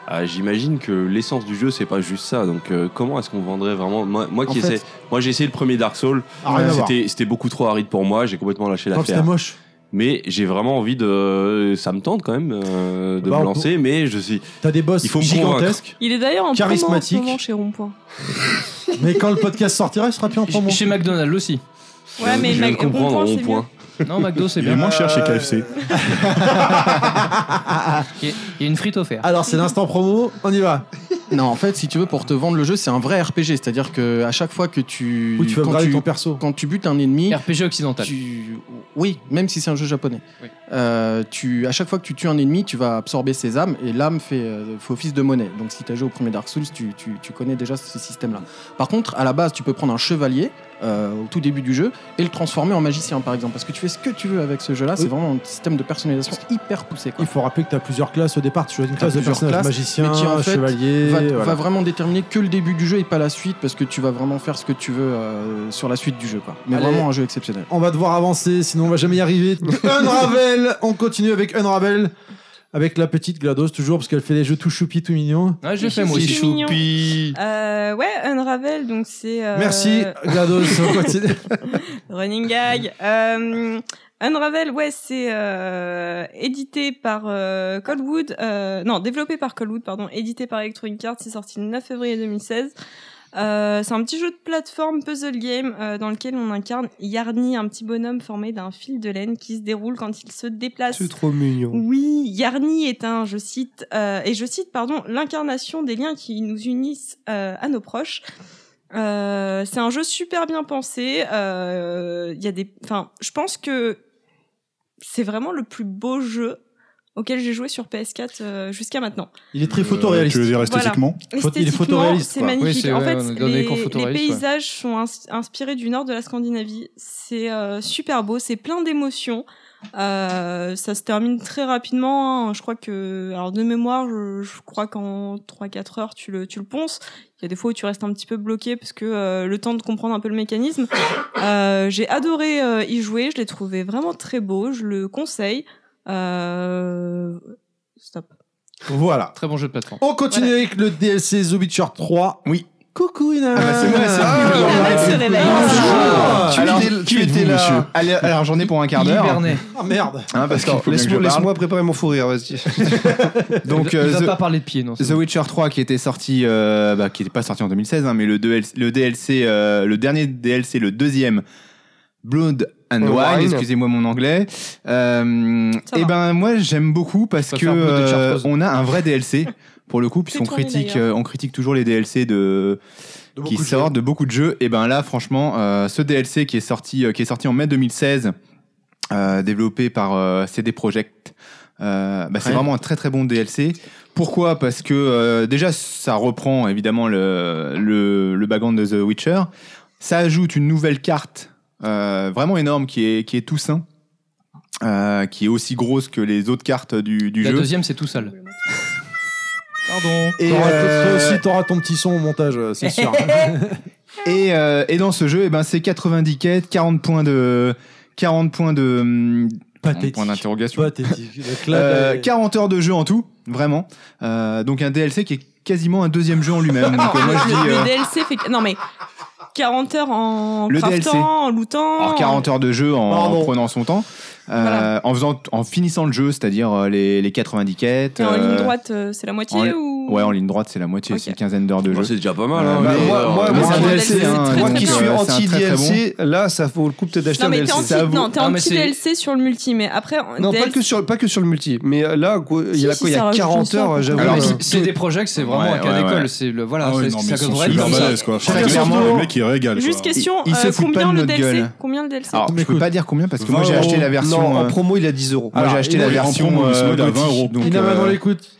Speaker 5: Ah, J'imagine que l'essence du jeu c'est pas juste ça. Donc euh, comment est-ce qu'on vendrait vraiment Moi, moi qui
Speaker 8: En fait-
Speaker 5: essaie, moi j'ai essayé le premier Dark Souls,
Speaker 2: Ah, rien à voir. Oh,
Speaker 5: c'était c'était beaucoup trop aride pour moi, j'ai complètement lâché
Speaker 2: Non, C'était
Speaker 5: l'affaire.
Speaker 2: moche.
Speaker 5: Mais j'ai vraiment envie de, ça me tente quand même euh, de
Speaker 2: Bah,
Speaker 5: me
Speaker 2: on-
Speaker 5: lancer, mais je suis,
Speaker 2: T'as des boss
Speaker 5: Il faut me
Speaker 2: gigantesques.
Speaker 4: Il est d'ailleurs en promo en ce
Speaker 2: Charismatique.
Speaker 4: moment chez Rondpoint.
Speaker 2: Mais quand le podcast sortira, il sera
Speaker 1: *laughs*
Speaker 2: plus en promo.
Speaker 1: Ch- Chez McDonald's aussi.
Speaker 4: Ouais, mais
Speaker 5: je viens de
Speaker 4: Mac-
Speaker 5: comprendre
Speaker 4: Rondpoint,
Speaker 5: en
Speaker 4: c'est
Speaker 5: rond
Speaker 4: mieux.
Speaker 5: point.
Speaker 1: Non, McDo c'est
Speaker 10: Il est
Speaker 1: bien.
Speaker 10: moins cher
Speaker 4: Euh,
Speaker 10: chez KFC.
Speaker 1: Il y a- il y a une frite
Speaker 4: Ah,
Speaker 1: offerte.
Speaker 2: Alors c'est l'instant promo, on y va.
Speaker 8: Non, en fait, si tu veux, pour te vendre le jeu, c'est un vrai RPG. C'est-à-dire que à chaque fois que tu.
Speaker 2: Où tu vas
Speaker 8: quand,
Speaker 2: graver
Speaker 8: tu
Speaker 2: ton perso.
Speaker 8: quand tu butes un ennemi.
Speaker 1: RPG occidental.
Speaker 8: Tu... Oui, même si c'est un jeu japonais.
Speaker 1: Oui.
Speaker 8: euh, tu, à chaque fois que tu tues un ennemi, tu vas absorber ses âmes et l'âme fait, euh, fait office de monnaie. Donc si tu as joué au premier Dark Souls, tu, tu- tu connais déjà ce système-là. Par contre, à la base, tu peux prendre un chevalier euh, au tout début du jeu et le transformer en magicien, par exemple, parce que tu fais ce que tu veux avec ce jeu-là. C'est
Speaker 2: Oui.
Speaker 8: vraiment un système de personnalisation hyper poussé. Quoi.
Speaker 2: Il faut rappeler que tu as plusieurs classes au départ. Tu choisis une
Speaker 8: T'as
Speaker 2: classe de
Speaker 8: plusieurs
Speaker 2: personnage
Speaker 8: classes,
Speaker 2: magicien,
Speaker 8: mais qui, en fait,
Speaker 2: chevalier.
Speaker 8: va,
Speaker 2: voilà.
Speaker 8: va vraiment déterminer que le début du jeu et pas la suite parce que tu vas vraiment faire ce que tu veux euh, sur la suite du jeu quoi. Mais
Speaker 2: Allez.
Speaker 8: vraiment un jeu exceptionnel.
Speaker 2: On va devoir avancer, sinon on va jamais y arriver. Unravel On continue avec Unravel. Avec la petite GLaDOS, toujours, parce qu'elle fait des jeux tout choupi, tout mignon.
Speaker 1: Ouais, Ah, je l'ai fait moi aussi.
Speaker 4: C'est mignon. Euh, ouais, Unravel, donc c'est. euh,
Speaker 2: Merci, GLaDOS. On continue.
Speaker 4: Running
Speaker 1: *laughs*
Speaker 4: gag. Euh, Unravel, ouais, c'est euh, édité par euh, Coldwood. euh, non, développé par Coldwood, pardon. Édité par Electronic Arts. C'est sorti le 9 février 2016. Euh, c'est un petit jeu de plateforme puzzle game euh, dans lequel on incarne Yarny, un petit bonhomme formé d'un fil de laine qui se déroule quand il se déplace.
Speaker 3: C'est trop mignon.
Speaker 4: Oui, Yarny est un, je cite, euh, et je cite, pardon, l'incarnation des liens qui nous unissent euh, à nos proches. Euh, c'est un jeu super bien pensé. euh, Il y a des, enfin, je pense que c'est vraiment le plus beau jeu auquel j'ai joué sur PS4 euh, jusqu'à maintenant.
Speaker 2: Il est très
Speaker 10: Euh, Tu veux
Speaker 2: photoréaliste.
Speaker 10: dire esthétiquement
Speaker 2: Faut- il est
Speaker 4: Esthétiquement,
Speaker 2: photoréaliste,
Speaker 4: C'est
Speaker 2: quoi.
Speaker 1: Oui,
Speaker 4: magnifique.
Speaker 1: c'est-
Speaker 4: en
Speaker 1: ouais,
Speaker 4: fait,
Speaker 1: on est dans des
Speaker 4: les,
Speaker 1: cours
Speaker 4: les
Speaker 1: photoréalistes, ouais.
Speaker 4: paysages sont ins- inspirés du nord de la Scandinavie. C'est euh, super beau, c'est plein d'émotions. Euh, ça se termine très rapidement. hein. Je crois que, alors de mémoire, je, je crois qu'en 3-4 heures, tu le, tu le ponces. Il y a des fois où tu restes un petit peu bloqué parce que euh, le temps de comprendre un peu le mécanisme. Euh, J'ai adoré euh, y jouer. Je l'ai trouvé vraiment très beau. Je le conseille. Euh... Stop.
Speaker 2: Voilà.
Speaker 1: Très bon jeu de plateforme.
Speaker 2: On continue avec le DLC The Witcher 3.
Speaker 11: Oui.
Speaker 2: Coucou, Ina.
Speaker 11: Ah bah, c'est moi, ça.
Speaker 2: Ah,
Speaker 11: Ina
Speaker 2: bah,
Speaker 4: Ina se
Speaker 2: bah,
Speaker 4: réveille.
Speaker 2: bonjour.
Speaker 8: Ah.
Speaker 11: Tu
Speaker 2: Alors-
Speaker 11: étais, tu étais là. Allez, alors j'en ai pour un quart d'heure.
Speaker 1: Hiberné.
Speaker 2: Ah, merde.
Speaker 11: Hein, parce qu'il
Speaker 3: Attends,
Speaker 11: faut bien que je
Speaker 3: laisse-moi
Speaker 11: parle.
Speaker 3: laisse-moi préparer mon fou rire, vas-y.
Speaker 11: Donc
Speaker 1: il va- il
Speaker 11: euh,
Speaker 1: va
Speaker 11: The-
Speaker 1: pas parler de pied, non. c'est
Speaker 11: The Witcher 3 qui était sorti, euh, bah, qui n'était pas sorti en 2016, hein, mais le, DLC, le, DLC, euh, le dernier DLC, le deuxième, Blood and
Speaker 3: Oh,
Speaker 11: Wine,
Speaker 3: Wine.
Speaker 11: excusez-moi mon anglais. Euh,
Speaker 4: Ça
Speaker 11: et
Speaker 4: va.
Speaker 11: ben moi j'aime beaucoup parce
Speaker 1: Ça
Speaker 11: que
Speaker 1: fait un peu de
Speaker 11: euh,
Speaker 1: chartreuse.
Speaker 11: on a un vrai
Speaker 4: *laughs*
Speaker 11: DLC pour le coup puisqu'on
Speaker 4: toi, mais
Speaker 11: critique,
Speaker 4: d'ailleurs.
Speaker 11: euh, on critique toujours les DLC de
Speaker 2: De
Speaker 11: qui
Speaker 2: beaucoup de
Speaker 11: sortent de beaucoup de jeux. Et ben là franchement, euh, ce DLC qui est sorti, euh, qui est sorti en mai 2016, euh, développé par euh, CD Projekt. Euh, bah, c'est
Speaker 8: Ouais.
Speaker 11: vraiment un très très bon DLC. Pourquoi Parce que euh, déjà ça reprend évidemment le, le, le background de The Witcher. Ça ajoute une nouvelle carte euh, vraiment énorme qui est, qui est Toussaint, euh, qui est aussi grosse que les autres cartes du, du
Speaker 1: La
Speaker 11: jeu.
Speaker 1: deuxième, c'est tout seul. Pardon.
Speaker 11: Et,
Speaker 2: T'auras- Toi
Speaker 11: euh,
Speaker 2: aussi, t'auras ton petit son au montage, euh, c'est sûr.
Speaker 11: Et, euh, et dans ce jeu, eh ben, c'est 90 quêtes, 40 points de. 40 points de. hum,
Speaker 2: Pathétique.
Speaker 11: Point d'interrogation.
Speaker 2: Pathétique. Donc là,
Speaker 11: Euh,
Speaker 2: là,
Speaker 11: 40 heures de jeu en tout, vraiment. Euh, donc un DLC qui est quasiment un deuxième jeu en lui-même. Donc, euh, moi
Speaker 4: *laughs*
Speaker 11: je dis.
Speaker 4: Ah, le,
Speaker 11: euh,
Speaker 4: le DLC fait. que- Non, mais 40 heures en
Speaker 11: Le
Speaker 4: craftant,
Speaker 11: DLC.
Speaker 4: en lootant.
Speaker 11: Alors 40 heures de jeu en
Speaker 2: Pardon.
Speaker 11: prenant son temps, euh,
Speaker 4: Oh. Voilà.
Speaker 11: en, faisant, en finissant le jeu, c'est-à-dire euh, les, les 90 quêtes.
Speaker 4: Et en
Speaker 11: euh,
Speaker 4: ligne droite, euh, c'est la moitié
Speaker 11: en li-
Speaker 4: ou
Speaker 11: Ouais, en ligne droite, c'est la moitié,
Speaker 4: Ok.
Speaker 11: c'est une quinzaine d'heures de jeu.
Speaker 5: Bah, c'est déjà pas mal.
Speaker 11: Euh,
Speaker 5: hein,
Speaker 11: bah,
Speaker 5: mais-
Speaker 11: moi-
Speaker 3: moi-
Speaker 11: mais
Speaker 3: moi,
Speaker 11: c'est un
Speaker 3: moi,
Speaker 11: DLC, hein,
Speaker 4: c'est
Speaker 3: Moi
Speaker 4: très,
Speaker 11: donc,
Speaker 3: qui
Speaker 4: très
Speaker 3: suis
Speaker 11: euh, c'est un très, très bon.
Speaker 3: anti-DLC, là, ça vaut le coup peut-être d'acheter
Speaker 4: Non,
Speaker 3: un
Speaker 4: mais t'es
Speaker 3: DLC.
Speaker 4: anti,
Speaker 11: ça vaut-
Speaker 4: non, t'es
Speaker 1: Ah, mais c'est-
Speaker 4: anti-DLC sur le multi, mais après. en
Speaker 3: Non,
Speaker 4: DLC
Speaker 3: pas que, sur, pas que sur le multi, mais euh, là, quoi, il y a,
Speaker 4: Si,
Speaker 3: quoi,
Speaker 4: si,
Speaker 3: il y
Speaker 4: ça
Speaker 3: a
Speaker 4: rajoute
Speaker 3: 40
Speaker 4: une
Speaker 3: heures,
Speaker 4: sorte.
Speaker 3: j'avoue.
Speaker 1: Alors,
Speaker 3: euh,
Speaker 1: c'est- c'est des projets que c'est vraiment
Speaker 11: Ouais,
Speaker 1: un cas
Speaker 11: ouais,
Speaker 1: d'école.
Speaker 11: ouais.
Speaker 1: C'est le
Speaker 10: Ah
Speaker 1: voilà,
Speaker 10: ouais,
Speaker 1: c'est
Speaker 10: non, mais Ah,
Speaker 1: ça
Speaker 10: ils
Speaker 1: que
Speaker 10: sont
Speaker 1: devrait être
Speaker 10: super
Speaker 1: comme ça.
Speaker 10: balèzes, quoi. Enfin,
Speaker 11: Chacun
Speaker 10: clairement,
Speaker 11: son
Speaker 10: le mec, il régale. quoi.
Speaker 4: Juste question,
Speaker 11: Ils- ils se
Speaker 4: euh,
Speaker 11: foutent pas
Speaker 4: combien
Speaker 11: de
Speaker 4: le
Speaker 11: notre
Speaker 4: DLC
Speaker 11: gueule.
Speaker 4: Combien le DLC
Speaker 11: Alors, je peux
Speaker 2: Écoute.
Speaker 11: pas dire combien parce que moi j'ai
Speaker 10: 20
Speaker 11: acheté
Speaker 10: euros.
Speaker 11: la version.
Speaker 3: non, en
Speaker 11: euh,
Speaker 3: promo, il a 10 euros.
Speaker 11: Moi, j'ai acheté la
Speaker 10: il est en
Speaker 11: version
Speaker 10: promo,
Speaker 11: euh,
Speaker 10: sinon, il est à 20
Speaker 11: gothique.
Speaker 10: euros.
Speaker 11: Donc,
Speaker 2: Ina,
Speaker 11: euh,
Speaker 2: maintenant, on l'écoute.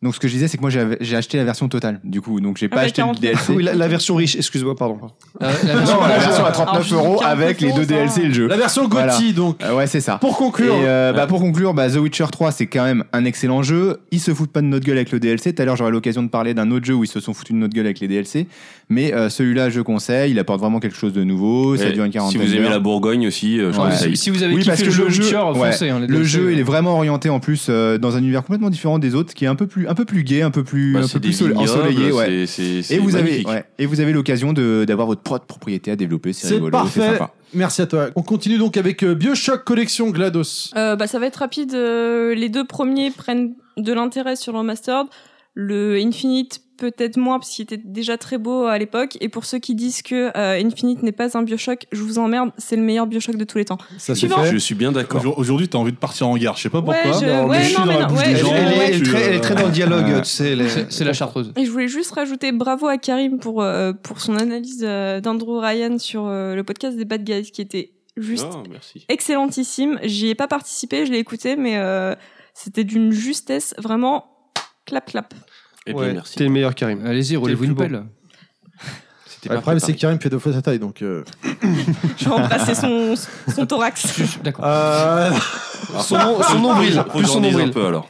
Speaker 11: donc, ce que je disais, c'est que moi, j'avais- j'ai acheté la version totale. Du coup, donc j'ai
Speaker 4: bah,
Speaker 11: pas acheté le
Speaker 4: 40.
Speaker 11: DLC.
Speaker 3: Oui, la, la version riche, excuse-moi, pardon.
Speaker 1: Euh, la version-
Speaker 11: Non, la version à
Speaker 4: Alors, je
Speaker 11: 39
Speaker 4: dis
Speaker 11: euros
Speaker 4: 40
Speaker 11: avec les
Speaker 4: Ah, euros,
Speaker 11: deux
Speaker 4: ça
Speaker 11: DLC et le jeu.
Speaker 2: La version Gotti,
Speaker 11: Voilà.
Speaker 2: donc.
Speaker 11: Euh, Ouais, c'est ça.
Speaker 2: Pour conclure.
Speaker 11: Et, euh, bah, pour conclure, bah, The Witcher 3, c'est quand même un excellent jeu. Ils se foutent pas de notre gueule avec le DLC. Tout à l'heure, j'aurai l'occasion de parler d'un autre jeu où ils se sont foutus de notre gueule avec les DLC. Mais euh, celui-là, je conseille. Il apporte vraiment quelque chose de nouveau. ça
Speaker 5: Ouais,
Speaker 11: dure une quarantaine
Speaker 5: Si vous aimez
Speaker 11: d'heures.
Speaker 5: la Bourgogne aussi, euh, je
Speaker 11: Ouais.
Speaker 5: conseille.
Speaker 1: Si- Si vous avez
Speaker 11: Oui,
Speaker 1: kiffé
Speaker 11: parce
Speaker 1: le
Speaker 11: que
Speaker 1: jeu
Speaker 11: le jeu-
Speaker 1: Witcher,
Speaker 11: ouais.
Speaker 1: foncez. hein, les
Speaker 11: Le
Speaker 1: DLC,
Speaker 11: jeu,
Speaker 1: ouais.
Speaker 11: il est vraiment orienté en plus euh, dans un univers complètement différent des autres, qui est un peu plus, un peu plus gai, un peu plus,
Speaker 5: Bah,
Speaker 11: un
Speaker 5: c'est
Speaker 11: peu
Speaker 5: des
Speaker 11: plus sole-
Speaker 5: vignobles,
Speaker 11: ensoleillé. ouais.
Speaker 5: c'est- c'est- c'est
Speaker 11: Et vous, avez,
Speaker 5: magnifique.
Speaker 11: ouais. et vous avez l'occasion de- d'avoir votre propre propriété à développer. C'est
Speaker 2: C'est
Speaker 11: rigolo,
Speaker 2: parfait.
Speaker 11: c'est sympa.
Speaker 2: Merci à toi. On continue donc avec euh, Bioshock Collection GLaDOS.
Speaker 4: Euh, bah, ça va être rapide. euh, les deux premiers prennent de l'intérêt sur le remastered. Le Infinite, peut-être moins, parce qu'il était déjà très beau à l'époque. Et pour ceux qui disent que euh, Infinite n'est pas un Bioshock, je vous emmerde, c'est le meilleur Bioshock de tous les temps.
Speaker 2: Ça
Speaker 4: c'est Suivant. fait.
Speaker 5: Je suis bien d'accord.
Speaker 10: Aujourd'hui- Aujourd'hui, t'as envie de partir en gare, je sais pas pourquoi.
Speaker 4: Ouais, je-
Speaker 10: mais
Speaker 4: ouais,
Speaker 10: je suis
Speaker 4: non,
Speaker 10: dans
Speaker 4: mais
Speaker 10: la
Speaker 4: non,
Speaker 10: bouche
Speaker 4: ouais,
Speaker 10: des
Speaker 3: Elle,
Speaker 10: gens,
Speaker 4: je-
Speaker 3: elle est- elle est
Speaker 10: tu,
Speaker 3: très, elle est
Speaker 10: euh,
Speaker 3: très dans le dialogue,
Speaker 11: Ouais.
Speaker 3: tu sais. elle est-
Speaker 1: euh, C'est c'est la chartreuse.
Speaker 4: Et je voulais juste rajouter bravo à Karim pour, euh, pour son analyse euh, d'Andrew Ryan sur euh, le podcast des Bad Guys, qui était juste
Speaker 5: Ah, merci.
Speaker 4: excellentissime. J'y ai pas participé, je l'ai écouté, mais euh, c'était d'une justesse vraiment clap clap.
Speaker 5: Eh bien,
Speaker 3: Ouais,
Speaker 5: merci.
Speaker 3: T'es le meilleur, Karim.
Speaker 1: Allez-y, relevez
Speaker 3: plus
Speaker 1: une
Speaker 3: beau.
Speaker 1: pelle.
Speaker 5: C'était
Speaker 2: le
Speaker 5: pas
Speaker 2: problème, c'est
Speaker 5: préparé.
Speaker 2: que Karim fait deux fois sa taille, donc. euh,
Speaker 4: *laughs* Je vais embrasser son, son thorax.
Speaker 1: D'accord.
Speaker 2: euh, *laughs*
Speaker 3: Son, nom- son nombril. Plus
Speaker 5: Redondez
Speaker 3: son
Speaker 5: Ah, un
Speaker 3: nombril.
Speaker 5: peu alors.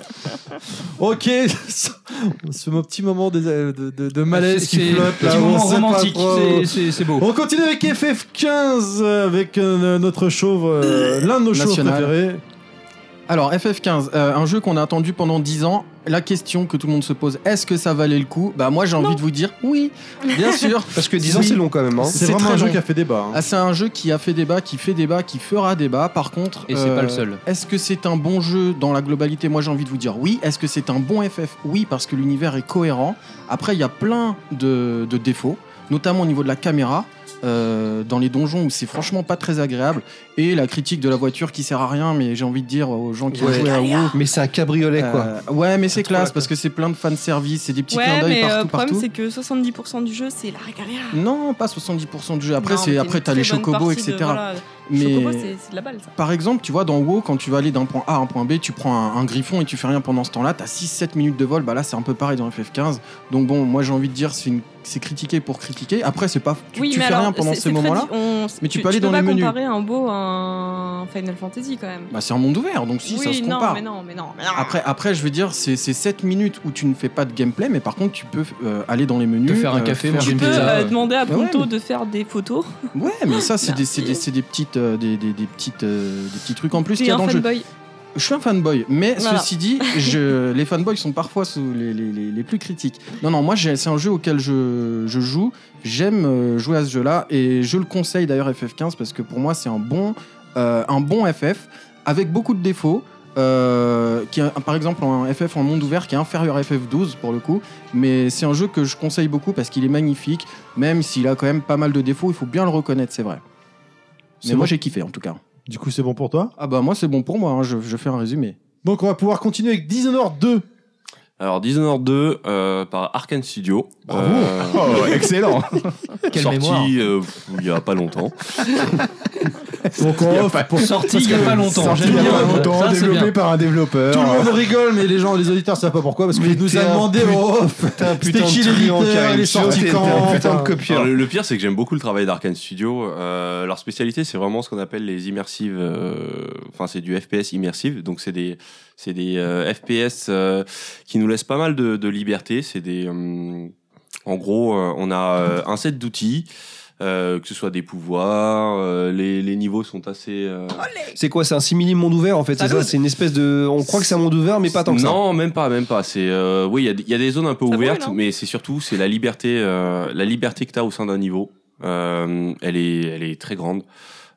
Speaker 2: ok, *laughs* ce mon petit moment des- de, de- de malaise
Speaker 1: C'est-
Speaker 2: qui
Speaker 1: c'est
Speaker 2: flotte
Speaker 1: un
Speaker 2: là.
Speaker 1: petit
Speaker 2: on
Speaker 1: moment
Speaker 2: sait pas
Speaker 1: romantique,
Speaker 2: trop.
Speaker 1: c'est- c'est c'est beau.
Speaker 2: On continue avec FF15 euh, avec euh, notre chauve, euh, l'un de nos chauves
Speaker 8: National.
Speaker 2: préférés.
Speaker 8: Alors, FF15, euh, un jeu qu'on a attendu pendant 10 ans. La question que tout le monde se pose, est-ce que ça valait le coup Bah, moi, j'ai envie
Speaker 4: Non.
Speaker 8: de vous dire oui, bien sûr.
Speaker 3: Parce que 10 ans,
Speaker 8: Oui.
Speaker 3: c'est long quand même. hein.
Speaker 2: C'est
Speaker 8: C'est
Speaker 2: vraiment
Speaker 8: très
Speaker 2: un jeu
Speaker 8: long.
Speaker 2: qui a fait débat. hein.
Speaker 8: Ah, c'est un jeu qui a fait débat, qui fait débat, qui fera débat. Par contre, euh,
Speaker 1: Et c'est pas le seul.
Speaker 8: Est-ce que c'est un bon jeu dans la globalité Moi, j'ai envie de vous dire oui. Est-ce que c'est un bon FF Oui, parce que l'univers est cohérent. Après, il y a plein de, de défauts, notamment au niveau de la caméra. euh, dans les donjons où c'est franchement pas très agréable et la critique de la voiture qui sert à rien mais j'ai envie de dire aux gens qui ont
Speaker 3: Ouais.
Speaker 8: joué à WoW
Speaker 3: Mais c'est un cabriolet, quoi.
Speaker 8: euh, ouais mais c'est
Speaker 3: trop la
Speaker 8: classe parce que c'est plein de fanservice c'est des petits clins
Speaker 4: Ouais,
Speaker 8: d'œil
Speaker 4: mais euh, le
Speaker 8: partout
Speaker 4: problème
Speaker 8: partout
Speaker 4: c'est que 70% du jeu c'est la galère.
Speaker 8: non pas 70% du jeu après
Speaker 4: Non,
Speaker 8: c'est
Speaker 4: mais
Speaker 8: après
Speaker 4: une
Speaker 8: t'as les
Speaker 4: très bonne
Speaker 8: chocobos
Speaker 4: partie de-
Speaker 8: etc
Speaker 4: voilà.
Speaker 8: mais
Speaker 4: Chocobo, c'est c'est de la balle ça.
Speaker 8: par exemple, tu vois, dans WoW, quand tu vas aller d'un point A à un point B, tu prends un, un griffon et tu fais rien pendant ce temps-là, t'as 6-7 minutes de vol, bah là c'est un peu pareil dans FF15. Donc bon, moi j'ai envie de dire, c'est une- c'est critiqué pour critiquer. Après, c'est pas. Tu, tu fais rien pendant
Speaker 4: c'est-
Speaker 8: ce
Speaker 4: c'est très
Speaker 8: moment-là.
Speaker 4: di- on-
Speaker 8: mais tu peux aller dans
Speaker 4: pas
Speaker 8: les menus.
Speaker 4: comparer un beau à un Final Fantasy quand même.
Speaker 8: Bah c'est un monde ouvert, donc si
Speaker 4: oui,
Speaker 8: ça se
Speaker 4: non,
Speaker 8: compare.
Speaker 4: mais non, mais non, mais non.
Speaker 8: Après, après, je veux dire, c'est 7 minutes où tu ne fais pas de gameplay, mais par contre, tu peux euh, aller dans les menus.
Speaker 1: Te faire un
Speaker 8: euh,
Speaker 1: café,
Speaker 8: faire
Speaker 1: manger
Speaker 4: tu
Speaker 1: une
Speaker 8: des-
Speaker 4: peux
Speaker 1: pizza.
Speaker 4: euh, demander à
Speaker 8: Bah ouais,
Speaker 4: Ponto
Speaker 8: mais-
Speaker 4: de faire des photos.
Speaker 8: Ouais, mais ça, c'est des,
Speaker 4: Merci.
Speaker 8: c'est des, c'est des, petites, euh, des, des, des petites, euh, des petits trucs en plus qu'il
Speaker 4: J'ai
Speaker 8: y a
Speaker 4: un
Speaker 8: dans le jeu.
Speaker 4: fanboy.
Speaker 8: Je suis un fanboy, mais
Speaker 4: Voilà.
Speaker 8: ceci dit, je, les fanboys sont parfois sous les, les- les- les plus critiques. Non, non, moi j'ai- c'est un jeu auquel je, je joue. J'aime euh, jouer à ce jeu-là et je le conseille d'ailleurs FF15 parce que pour moi c'est un bon, euh, un bon FF avec beaucoup de défauts. euh, qui est, par exemple un FF en monde ouvert qui est inférieur à FF12 pour le coup mais c'est un jeu que je conseille beaucoup parce qu'il est magnifique même s'il a quand même pas mal de défauts il faut bien le reconnaître c'est vrai mais
Speaker 2: C'est
Speaker 8: moi
Speaker 2: bon.
Speaker 8: j'ai kiffé en tout cas
Speaker 2: Du coup, c'est bon pour toi.
Speaker 8: ah bah moi c'est bon pour moi hein, je, je fais un résumé
Speaker 2: Donc, on va pouvoir continuer avec Dishonored
Speaker 11: *laughs*
Speaker 2: 2.
Speaker 5: Alors, Dishonored 2 euh, par Arkane Studio. Euh,
Speaker 11: Oh,
Speaker 5: *laughs*
Speaker 11: excellent.
Speaker 1: Quelle
Speaker 5: sorti,
Speaker 1: mémoire.
Speaker 5: euh, pff, il y a pas longtemps.
Speaker 2: Donc, on offre pour
Speaker 1: Sorti il y a pas longtemps.
Speaker 11: Sorti
Speaker 1: j'aime
Speaker 11: il y a
Speaker 1: bien.
Speaker 11: pas longtemps,
Speaker 1: Ça, c'est
Speaker 11: développé
Speaker 1: bien.
Speaker 11: par un développeur.
Speaker 2: Tout le monde rigole, mais les gens, les auditeurs savent pas pourquoi, parce qu'il nous a
Speaker 11: Putain,
Speaker 2: demandé
Speaker 11: putain,
Speaker 2: oh, off. *laughs*
Speaker 11: Putain,
Speaker 2: C'était qui l'éditeur, il est sorti
Speaker 11: Putain,
Speaker 2: quand,
Speaker 11: putain
Speaker 2: enfin.
Speaker 11: de
Speaker 5: Alors,
Speaker 11: copieur.
Speaker 5: le, le pire, c'est que j'aime beaucoup le travail d'Arkane Studio. Euh, leur spécialité, c'est vraiment ce qu'on appelle les immersives. euh, Enfin, c'est du FPS immersive. Donc, c'est des, c'est des euh, FPS euh, qui nous laissent pas mal de, de liberté. C'est des, hum, en gros, euh, on a euh, un set d'outils. euh, que ce soit des pouvoirs, euh, les, les niveaux sont assez. euh,
Speaker 3: C'est quoi C'est un simili monde ouvert en fait. C'est ça. C'est une espèce de. On croit que c'est un monde ouvert, mais pas tant que ça.
Speaker 5: non, même pas, même pas. C'est euh, oui, il y a des- il y, a des zones un peu
Speaker 4: Ça
Speaker 5: ouvertes,
Speaker 4: brûle, hein.
Speaker 5: mais c'est surtout c'est la liberté, euh, la liberté que t'as au sein d'un niveau. Euh, elle est, elle est très grande.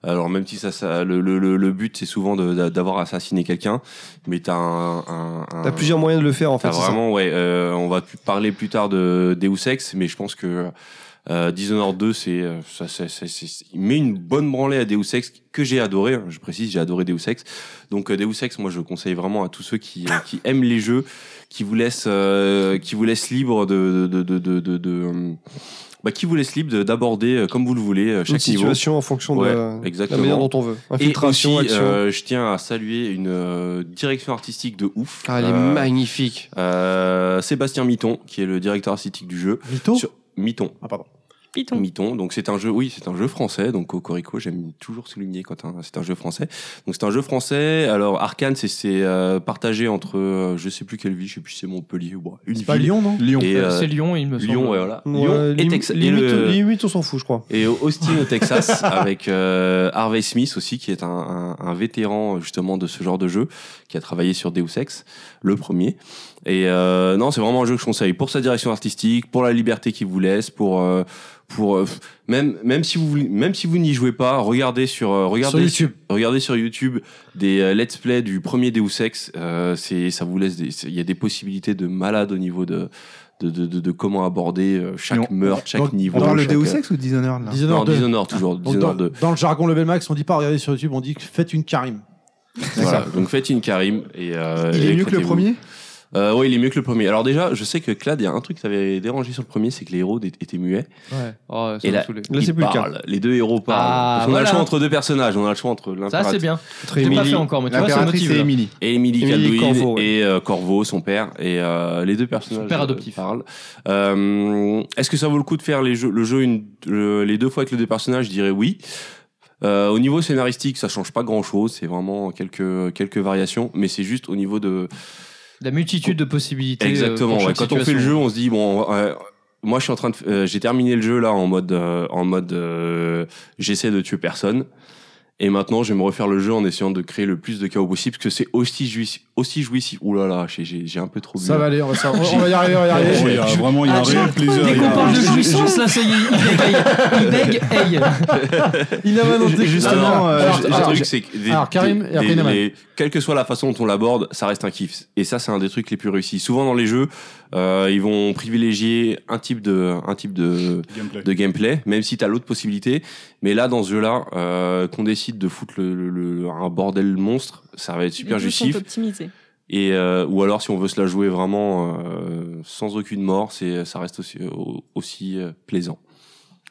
Speaker 5: Alors même si ça, ça- le, le- le- le but c'est souvent de- d'a- d'avoir assassiné quelqu'un, mais t'as un, un, un-
Speaker 3: T'as plusieurs moyens de le faire en
Speaker 5: t'as
Speaker 3: fait. c'est ça.
Speaker 5: vraiment ouais. euh, on va plus- parler plus tard de Deus Ex, mais je pense que euh, Dishonored 2 c'est euh, ça, ça- ça- c'est- il met une bonne branlée à Deus Ex que j'ai adoré. hein. je précise, j'ai adoré Deus Ex. Donc euh, Deus Ex, moi je conseille vraiment à tous ceux qui, euh, qui aiment les jeux, qui vous laissent, euh, qui vous laissent libre de, de, de, de, de- de, euh, bah, qui vous laisse libre de- d'aborder euh, comme vous le voulez euh,
Speaker 3: Une
Speaker 5: chaque niveau.
Speaker 3: situation en fonction
Speaker 5: Ouais,
Speaker 3: de la
Speaker 5: exactement.
Speaker 3: manière dont on veut.
Speaker 5: Et
Speaker 3: Infiltration,
Speaker 5: aussi,
Speaker 3: action.
Speaker 5: euh, je tiens à saluer une euh, direction artistique de ouf.
Speaker 3: Ah, elle est
Speaker 5: Euh,
Speaker 3: magnifique.
Speaker 5: euh, Sébastien Miton, qui est le directeur artistique du jeu.
Speaker 2: Mytho
Speaker 5: Sur- Miton.
Speaker 4: Python.
Speaker 5: Miton. Donc c'est un jeu, oui, c'est un jeu français. Donc Cocorico, j'aime toujours souligner quand un- c'est un jeu français. Donc c'est un jeu français. Alors Arkane, c'est c'est, euh, partagé entre, euh, je sais plus quelle ville, je sais plus si c'est Montpellier ou une
Speaker 2: C'est pas
Speaker 5: ville.
Speaker 2: Lyon, non
Speaker 5: Lyon. Et,
Speaker 1: Euh,
Speaker 5: euh,
Speaker 1: C'est Lyon, il me semble.
Speaker 5: Lyon, ouais, voilà.
Speaker 3: Ouais,
Speaker 5: Lyon et
Speaker 3: lim-
Speaker 5: Tex- et
Speaker 3: limite,
Speaker 5: le-
Speaker 3: limite, on s'en fout, je crois.
Speaker 5: et Austin au
Speaker 11: *laughs*
Speaker 5: Texas avec euh, Harvey Smith aussi qui est un, un- un vétéran justement de ce genre de jeu qui a travaillé sur Deus Ex le premier et euh, non c'est vraiment un jeu que je conseille pour sa direction artistique pour la liberté qu'il vous laisse pour euh, pour euh, même même si vous voulez- même si vous n'y jouez pas regardez sur euh,
Speaker 2: Sur
Speaker 5: regardez
Speaker 2: YouTube.
Speaker 5: regardez sur YouTube des euh, let's play du premier Deus Ex euh, c'est ça vous laisse des- c'est- il y a des possibilités de malade au niveau de de, de, de- de comment aborder euh,
Speaker 11: Mais
Speaker 5: chaque
Speaker 11: on-
Speaker 5: meurtre chaque
Speaker 2: donc,
Speaker 5: niveau
Speaker 11: On parle de
Speaker 5: chaque-
Speaker 11: Deus Ex ou de Dishonored là
Speaker 5: non,
Speaker 2: Dishonored 2.
Speaker 5: Dishonored,
Speaker 11: Ah,
Speaker 5: toujours.
Speaker 2: Donc, dans,
Speaker 5: Dishonored 2.
Speaker 2: dans le jargon level max, on dit pas regardez sur YouTube, on dit faites une Karim.
Speaker 5: Voilà. Donc faites une Karim. Et, euh,
Speaker 11: Il
Speaker 5: et
Speaker 11: est mieux que le
Speaker 5: écoutez-vous.
Speaker 11: premier
Speaker 5: Euh, ouais, il est mieux que le premier. Alors déjà, je sais que Clad, il y a un truc qui t'avait dérangé sur le premier, c'est que les héros d- étaient muets.
Speaker 1: Ouais. Oh, ça
Speaker 5: Et
Speaker 1: m'a
Speaker 5: là,
Speaker 1: saoulé.
Speaker 3: Là,
Speaker 5: ils
Speaker 3: c'est plus le cas.
Speaker 5: parlent. Les deux héros parlent.
Speaker 1: Ah,
Speaker 5: Parce qu'on a
Speaker 1: voilà.
Speaker 5: le choix entre deux personnages. On a le choix entre
Speaker 1: Ça, c'est
Speaker 5: l'impératrice
Speaker 1: bien. J'ai pas fait encore, mais tu vois, ça
Speaker 11: L'impératrice
Speaker 1: motive.
Speaker 11: c'est
Speaker 1: là.
Speaker 11: Émilie.
Speaker 5: et Émilie Cadouille
Speaker 3: Émilie Corvo, ouais.
Speaker 5: et euh, Corvo, son père. Et euh, les deux personnages
Speaker 1: Son père
Speaker 5: euh,
Speaker 1: adoptif.
Speaker 5: parlent. Euh, Est-ce que ça vaut le coup de faire les jeux, le jeu une, le- les deux fois avec les deux personnages Je dirais oui. Euh, au niveau scénaristique, ça change pas grand chose. C'est vraiment quelques quelques variations, mais c'est juste au niveau de
Speaker 1: La multitude de possibilités. euh,
Speaker 5: Exactement.
Speaker 1: pour
Speaker 5: ouais.
Speaker 1: chaque
Speaker 5: Quand on fait le
Speaker 1: situation.
Speaker 5: jeu, on se dit bon. euh, moi, je suis en train de. euh, j'ai terminé le jeu là en mode, euh, en mode, euh, j'essaie de tuer personne. Et maintenant, je vais me refaire le jeu en essayant de créer le plus de chaos possible, parce que c'est aussi jouissif. Aussi jouissif. Ouh là là, j'ai- j'ai j'ai un peu trop. bu,
Speaker 2: Ça
Speaker 5: là.
Speaker 2: va aller, on va, ça- on va y arriver, on va y
Speaker 10: Oh, il
Speaker 2: arriver.
Speaker 10: y a vraiment, il y a un réel plaisir.
Speaker 1: Dès
Speaker 10: il y
Speaker 1: qu'on
Speaker 10: a-
Speaker 1: parle de jouissance, là, ça y est, il bégaye. Il bégaye, hey.
Speaker 2: Il a même
Speaker 5: Ju- Justement, euh,
Speaker 2: alors,
Speaker 5: ju- le
Speaker 2: alors,
Speaker 5: truc, c'est que des-
Speaker 2: alors, Karim et
Speaker 5: des-
Speaker 2: après
Speaker 5: des-
Speaker 2: Naman.
Speaker 5: les- quelle que soit la façon dont on l'aborde, ça reste un kiff. Et ça, c'est un des trucs les plus réussis. Souvent dans les jeux, euh, ils vont privilégier un type de, un type de,
Speaker 10: Gameplay.
Speaker 5: de gameplay, même si t'as l'autre possibilité. Mais là, dans ce jeu-là, euh, qu'on décide de foutre le, le- le- un bordel monstre, ça va être super
Speaker 4: Les deux sont
Speaker 5: justif.
Speaker 4: optimisés.
Speaker 5: Et euh, ou alors, si on veut se la jouer vraiment euh, sans aucune mort, c'est ça reste aussi, au- aussi euh, plaisant.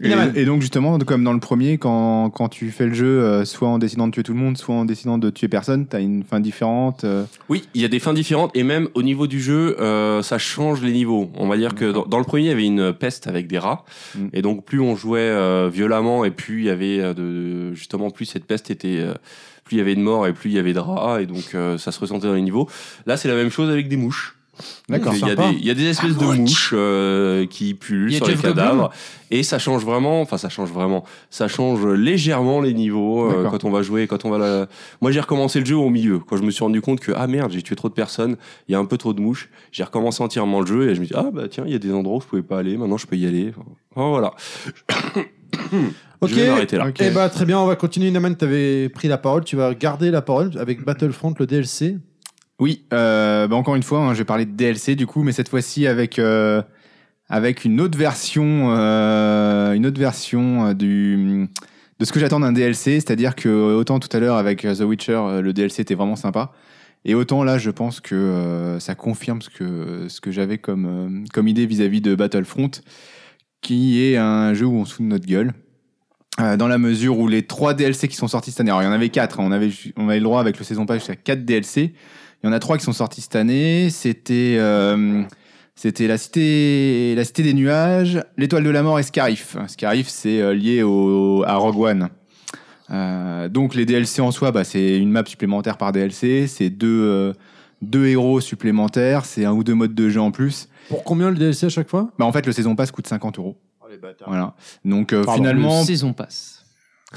Speaker 11: Et, et donc justement, comme dans le premier, quand, quand tu fais le jeu, euh, soit en décidant de tuer tout le monde, soit en décidant de tuer personne, t'as une fin différente. euh.
Speaker 5: Oui, il y a des fins différentes et même au niveau du jeu, euh, ça change les niveaux. On va dire que dans, dans le premier, il y avait une peste avec des rats
Speaker 11: Mm.
Speaker 5: et donc plus on jouait euh, violemment et plus il y avait euh, de justement plus cette peste était euh, plus il y avait de morts et plus il y avait de rats et donc euh, ça se ressentait dans les niveaux. Là, c'est la même chose avec des mouches.
Speaker 2: D'accord,
Speaker 5: Il y a
Speaker 2: sympa.
Speaker 5: des il y a des espèces de mouches euh, qui pullulent
Speaker 1: Il y a
Speaker 5: sur
Speaker 1: Jeff
Speaker 5: les
Speaker 1: Goldblum.
Speaker 5: cadavres et ça change vraiment, enfin ça change vraiment, ça change légèrement les niveaux euh,
Speaker 11: D'accord.
Speaker 5: quand on va jouer, quand on va la... Moi j'ai recommencé le jeu au milieu quand je me suis rendu compte que ah merde j'ai tué trop de personnes, il y a un peu trop de mouches, j'ai recommencé entièrement le jeu et je me dis ah bah tiens il y a des endroits où je pouvais pas aller, maintenant je peux y aller. Enfin, oh, voilà.
Speaker 2: Ok.
Speaker 5: Je vais m'arrêter là.
Speaker 11: Ok.
Speaker 2: Eh bah très bien, on va continuer. Naman, t'avais pris la parole, tu vas garder la parole avec Battlefront, le DLC.
Speaker 11: Oui, euh, bah encore une fois, hein, je vais parler de DLC du coup, mais cette fois-ci avec euh, avec une autre version, euh, une autre version euh, du de ce que j'attends d'un DLC, c'est-à-dire que autant tout à l'heure avec euh, The Witcher, euh, le DLC était vraiment sympa, et autant là, je pense que euh, ça confirme ce que ce que j'avais comme euh, comme idée vis-à-vis de Battlefront, qui est un jeu où on se fout de notre gueule. Euh, dans la mesure où les trois DLC qui sont sortis cette année, alors il y en avait quatre, hein, on avait ju- on avait le droit avec le saison pass jusqu'à quatre DLC. Il y en a trois qui sont sortis cette année. C'était euh, c'était la cité la cité des nuages, l'étoile de la mort et Scarif. Scarif c'est euh, lié au à Rogue One. Euh, donc les DLC en soi, bah, c'est une map supplémentaire par DLC, c'est deux euh, deux héros supplémentaires, c'est un ou deux modes de jeu en plus.
Speaker 2: Pour combien le DLC à chaque fois
Speaker 11: Bah en fait le saison pass coûte 50 euros. Voilà. Donc euh,
Speaker 2: Pardon.
Speaker 11: finalement,
Speaker 1: Le saison passe. *laughs*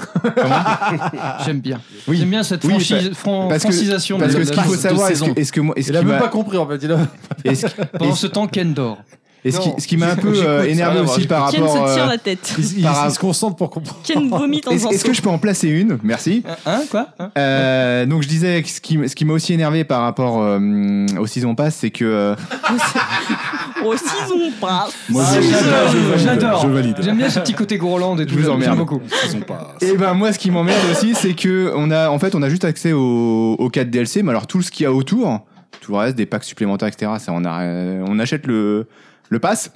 Speaker 1: J'aime bien.
Speaker 11: Oui.
Speaker 1: J'aime bien cette
Speaker 11: Oui,
Speaker 1: franchise, fran-
Speaker 11: parce que-
Speaker 1: francisation
Speaker 11: parce
Speaker 1: de
Speaker 11: que
Speaker 1: la
Speaker 11: ce qu'il faut
Speaker 1: de
Speaker 11: savoir, est-ce
Speaker 1: saison.
Speaker 11: que, est-ce que moi, est-ce
Speaker 2: Il a
Speaker 11: qui
Speaker 2: même
Speaker 11: m'a-
Speaker 2: pas compris en fait. Il a...
Speaker 11: est-ce-
Speaker 1: Pendant
Speaker 11: est-ce-
Speaker 1: ce temps, Ken dort.
Speaker 11: est-ce qui-
Speaker 3: Non.
Speaker 11: ce qui m'a un peu euh,
Speaker 5: J'écoute,
Speaker 11: énervé
Speaker 5: ça va,
Speaker 11: aussi par
Speaker 4: Ken
Speaker 11: rapport,
Speaker 4: se tire
Speaker 11: euh,
Speaker 4: la
Speaker 8: *laughs*
Speaker 4: tête.
Speaker 2: Il, il-
Speaker 11: Par-
Speaker 2: il se concentre pour comprendre.
Speaker 4: Ken vomit en
Speaker 11: est-ce
Speaker 4: faisant
Speaker 11: est-ce que je peux en placer une Merci.
Speaker 1: Hein, Hein Quoi Hein
Speaker 11: Euh, donc je disais que ce qui, ce qui m'a aussi énervé par rapport euh, au saison pass, c'est que euh,
Speaker 4: Oh, saison passe.
Speaker 10: Moi,
Speaker 1: Ah,
Speaker 10: je- je
Speaker 1: J'adore.
Speaker 10: valide,
Speaker 1: J'adore.
Speaker 10: Je valide.
Speaker 1: J'aime bien ce petit côté gourland et tout.
Speaker 11: Je vous
Speaker 1: j'aime
Speaker 11: emmerde.
Speaker 1: beaucoup.
Speaker 10: Ils sont pas.
Speaker 11: Et ben moi, ce qui m'emmerde aussi, c'est que on a, en fait, on a juste accès aux, aux 4 DLC, mais alors tout ce qu'il y a autour, tout le reste, des packs supplémentaires, etc. Ça, on, a, euh, on achète le le pass.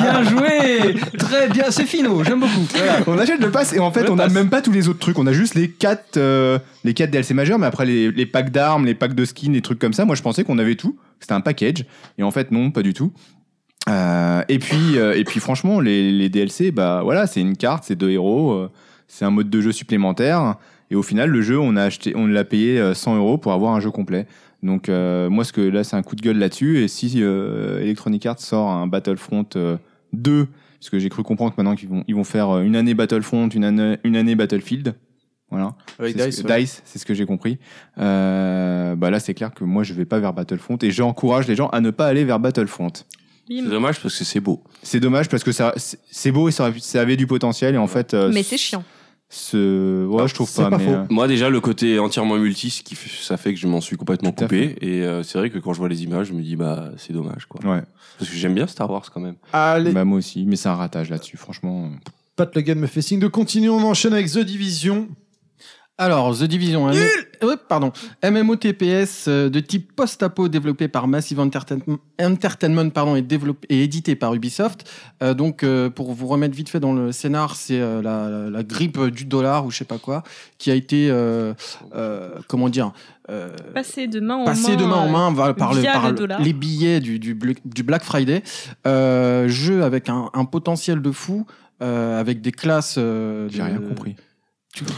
Speaker 1: Bien joué. Très bien. C'est finaux. J'aime beaucoup.
Speaker 11: *laughs* on achète le pass et en fait,
Speaker 1: Le
Speaker 11: on n'a
Speaker 1: pass.
Speaker 11: même pas tous les autres trucs. On a juste les 4 les quatre DLC majeurs, mais après les, les packs d'armes, les packs de skins, les trucs comme ça. Moi, je pensais qu'on avait tout. C'était un package. Et en fait, non, pas du tout. Euh, et puis, euh, et puis, franchement, les, les DLC, bah voilà, c'est une carte, c'est deux héros, euh, c'est un mode de jeu supplémentaire. Et au final, le jeu, on a acheté, on l'a payé euh, 100 euros pour avoir un jeu complet. Donc, euh, moi, ce que là, c'est un coup de gueule là-dessus. Et si euh, Electronic Arts sort un Battlefront euh, 2, parce que j'ai cru comprendre que maintenant qu'ils vont, ils vont faire euh, une année Battlefront, une année, une année Battlefield. Voilà.
Speaker 5: Avec
Speaker 11: C'est ce que- Dice, c'est ce que j'ai compris. Euh, bah là, c'est clair que moi, je vais pas vers Battlefront et j'encourage les gens à ne pas aller vers Battlefront.
Speaker 5: C'est
Speaker 4: Bim.
Speaker 5: dommage parce que c'est beau.
Speaker 11: C'est dommage parce que ça, c'est- c'est beau et ça, aurait pu- ça avait du potentiel et en fait. euh,
Speaker 4: Mais c'est chiant.
Speaker 11: Ce, ouais, je trouve
Speaker 2: C'est
Speaker 11: pas.
Speaker 2: pas
Speaker 11: mais,
Speaker 2: faux.
Speaker 11: euh,
Speaker 5: Moi déjà le côté entièrement multi, ce qui fait- ça fait que je m'en suis complètement
Speaker 11: Tout à
Speaker 5: coupé. Et euh, c'est vrai que quand je vois les images, je me dis bah c'est dommage quoi.
Speaker 11: ouais.
Speaker 5: Parce que j'aime bien Star Wars quand même.
Speaker 2: Allez,
Speaker 11: Bah, moi aussi, mais c'est un ratage là-dessus, franchement.
Speaker 2: Pat Logan me fait signe de continuer. On enchaîne avec The Division.
Speaker 8: Alors, The Division. un autre- Ouais, pardon. MMOTPS euh, de type post-apo développé par Massive Entertainment, Entertainment, pardon, et, développé, et édité par Ubisoft. Euh, donc, euh, pour vous remettre vite fait dans le scénar, c'est euh, la, la- la grippe du dollar ou je sais pas quoi, qui a été, euh, euh, comment dire, euh,
Speaker 4: Passer de main en main.
Speaker 8: passé de main en
Speaker 4: euh,
Speaker 8: main par, par le,
Speaker 4: via
Speaker 8: par
Speaker 4: le
Speaker 8: le-
Speaker 4: dollar.
Speaker 8: les billets du, du, Blu- du Black Friday. Euh, jeu avec un, un potentiel de fou, euh, avec des classes. euh,
Speaker 11: J'ai
Speaker 8: de-
Speaker 11: rien compris.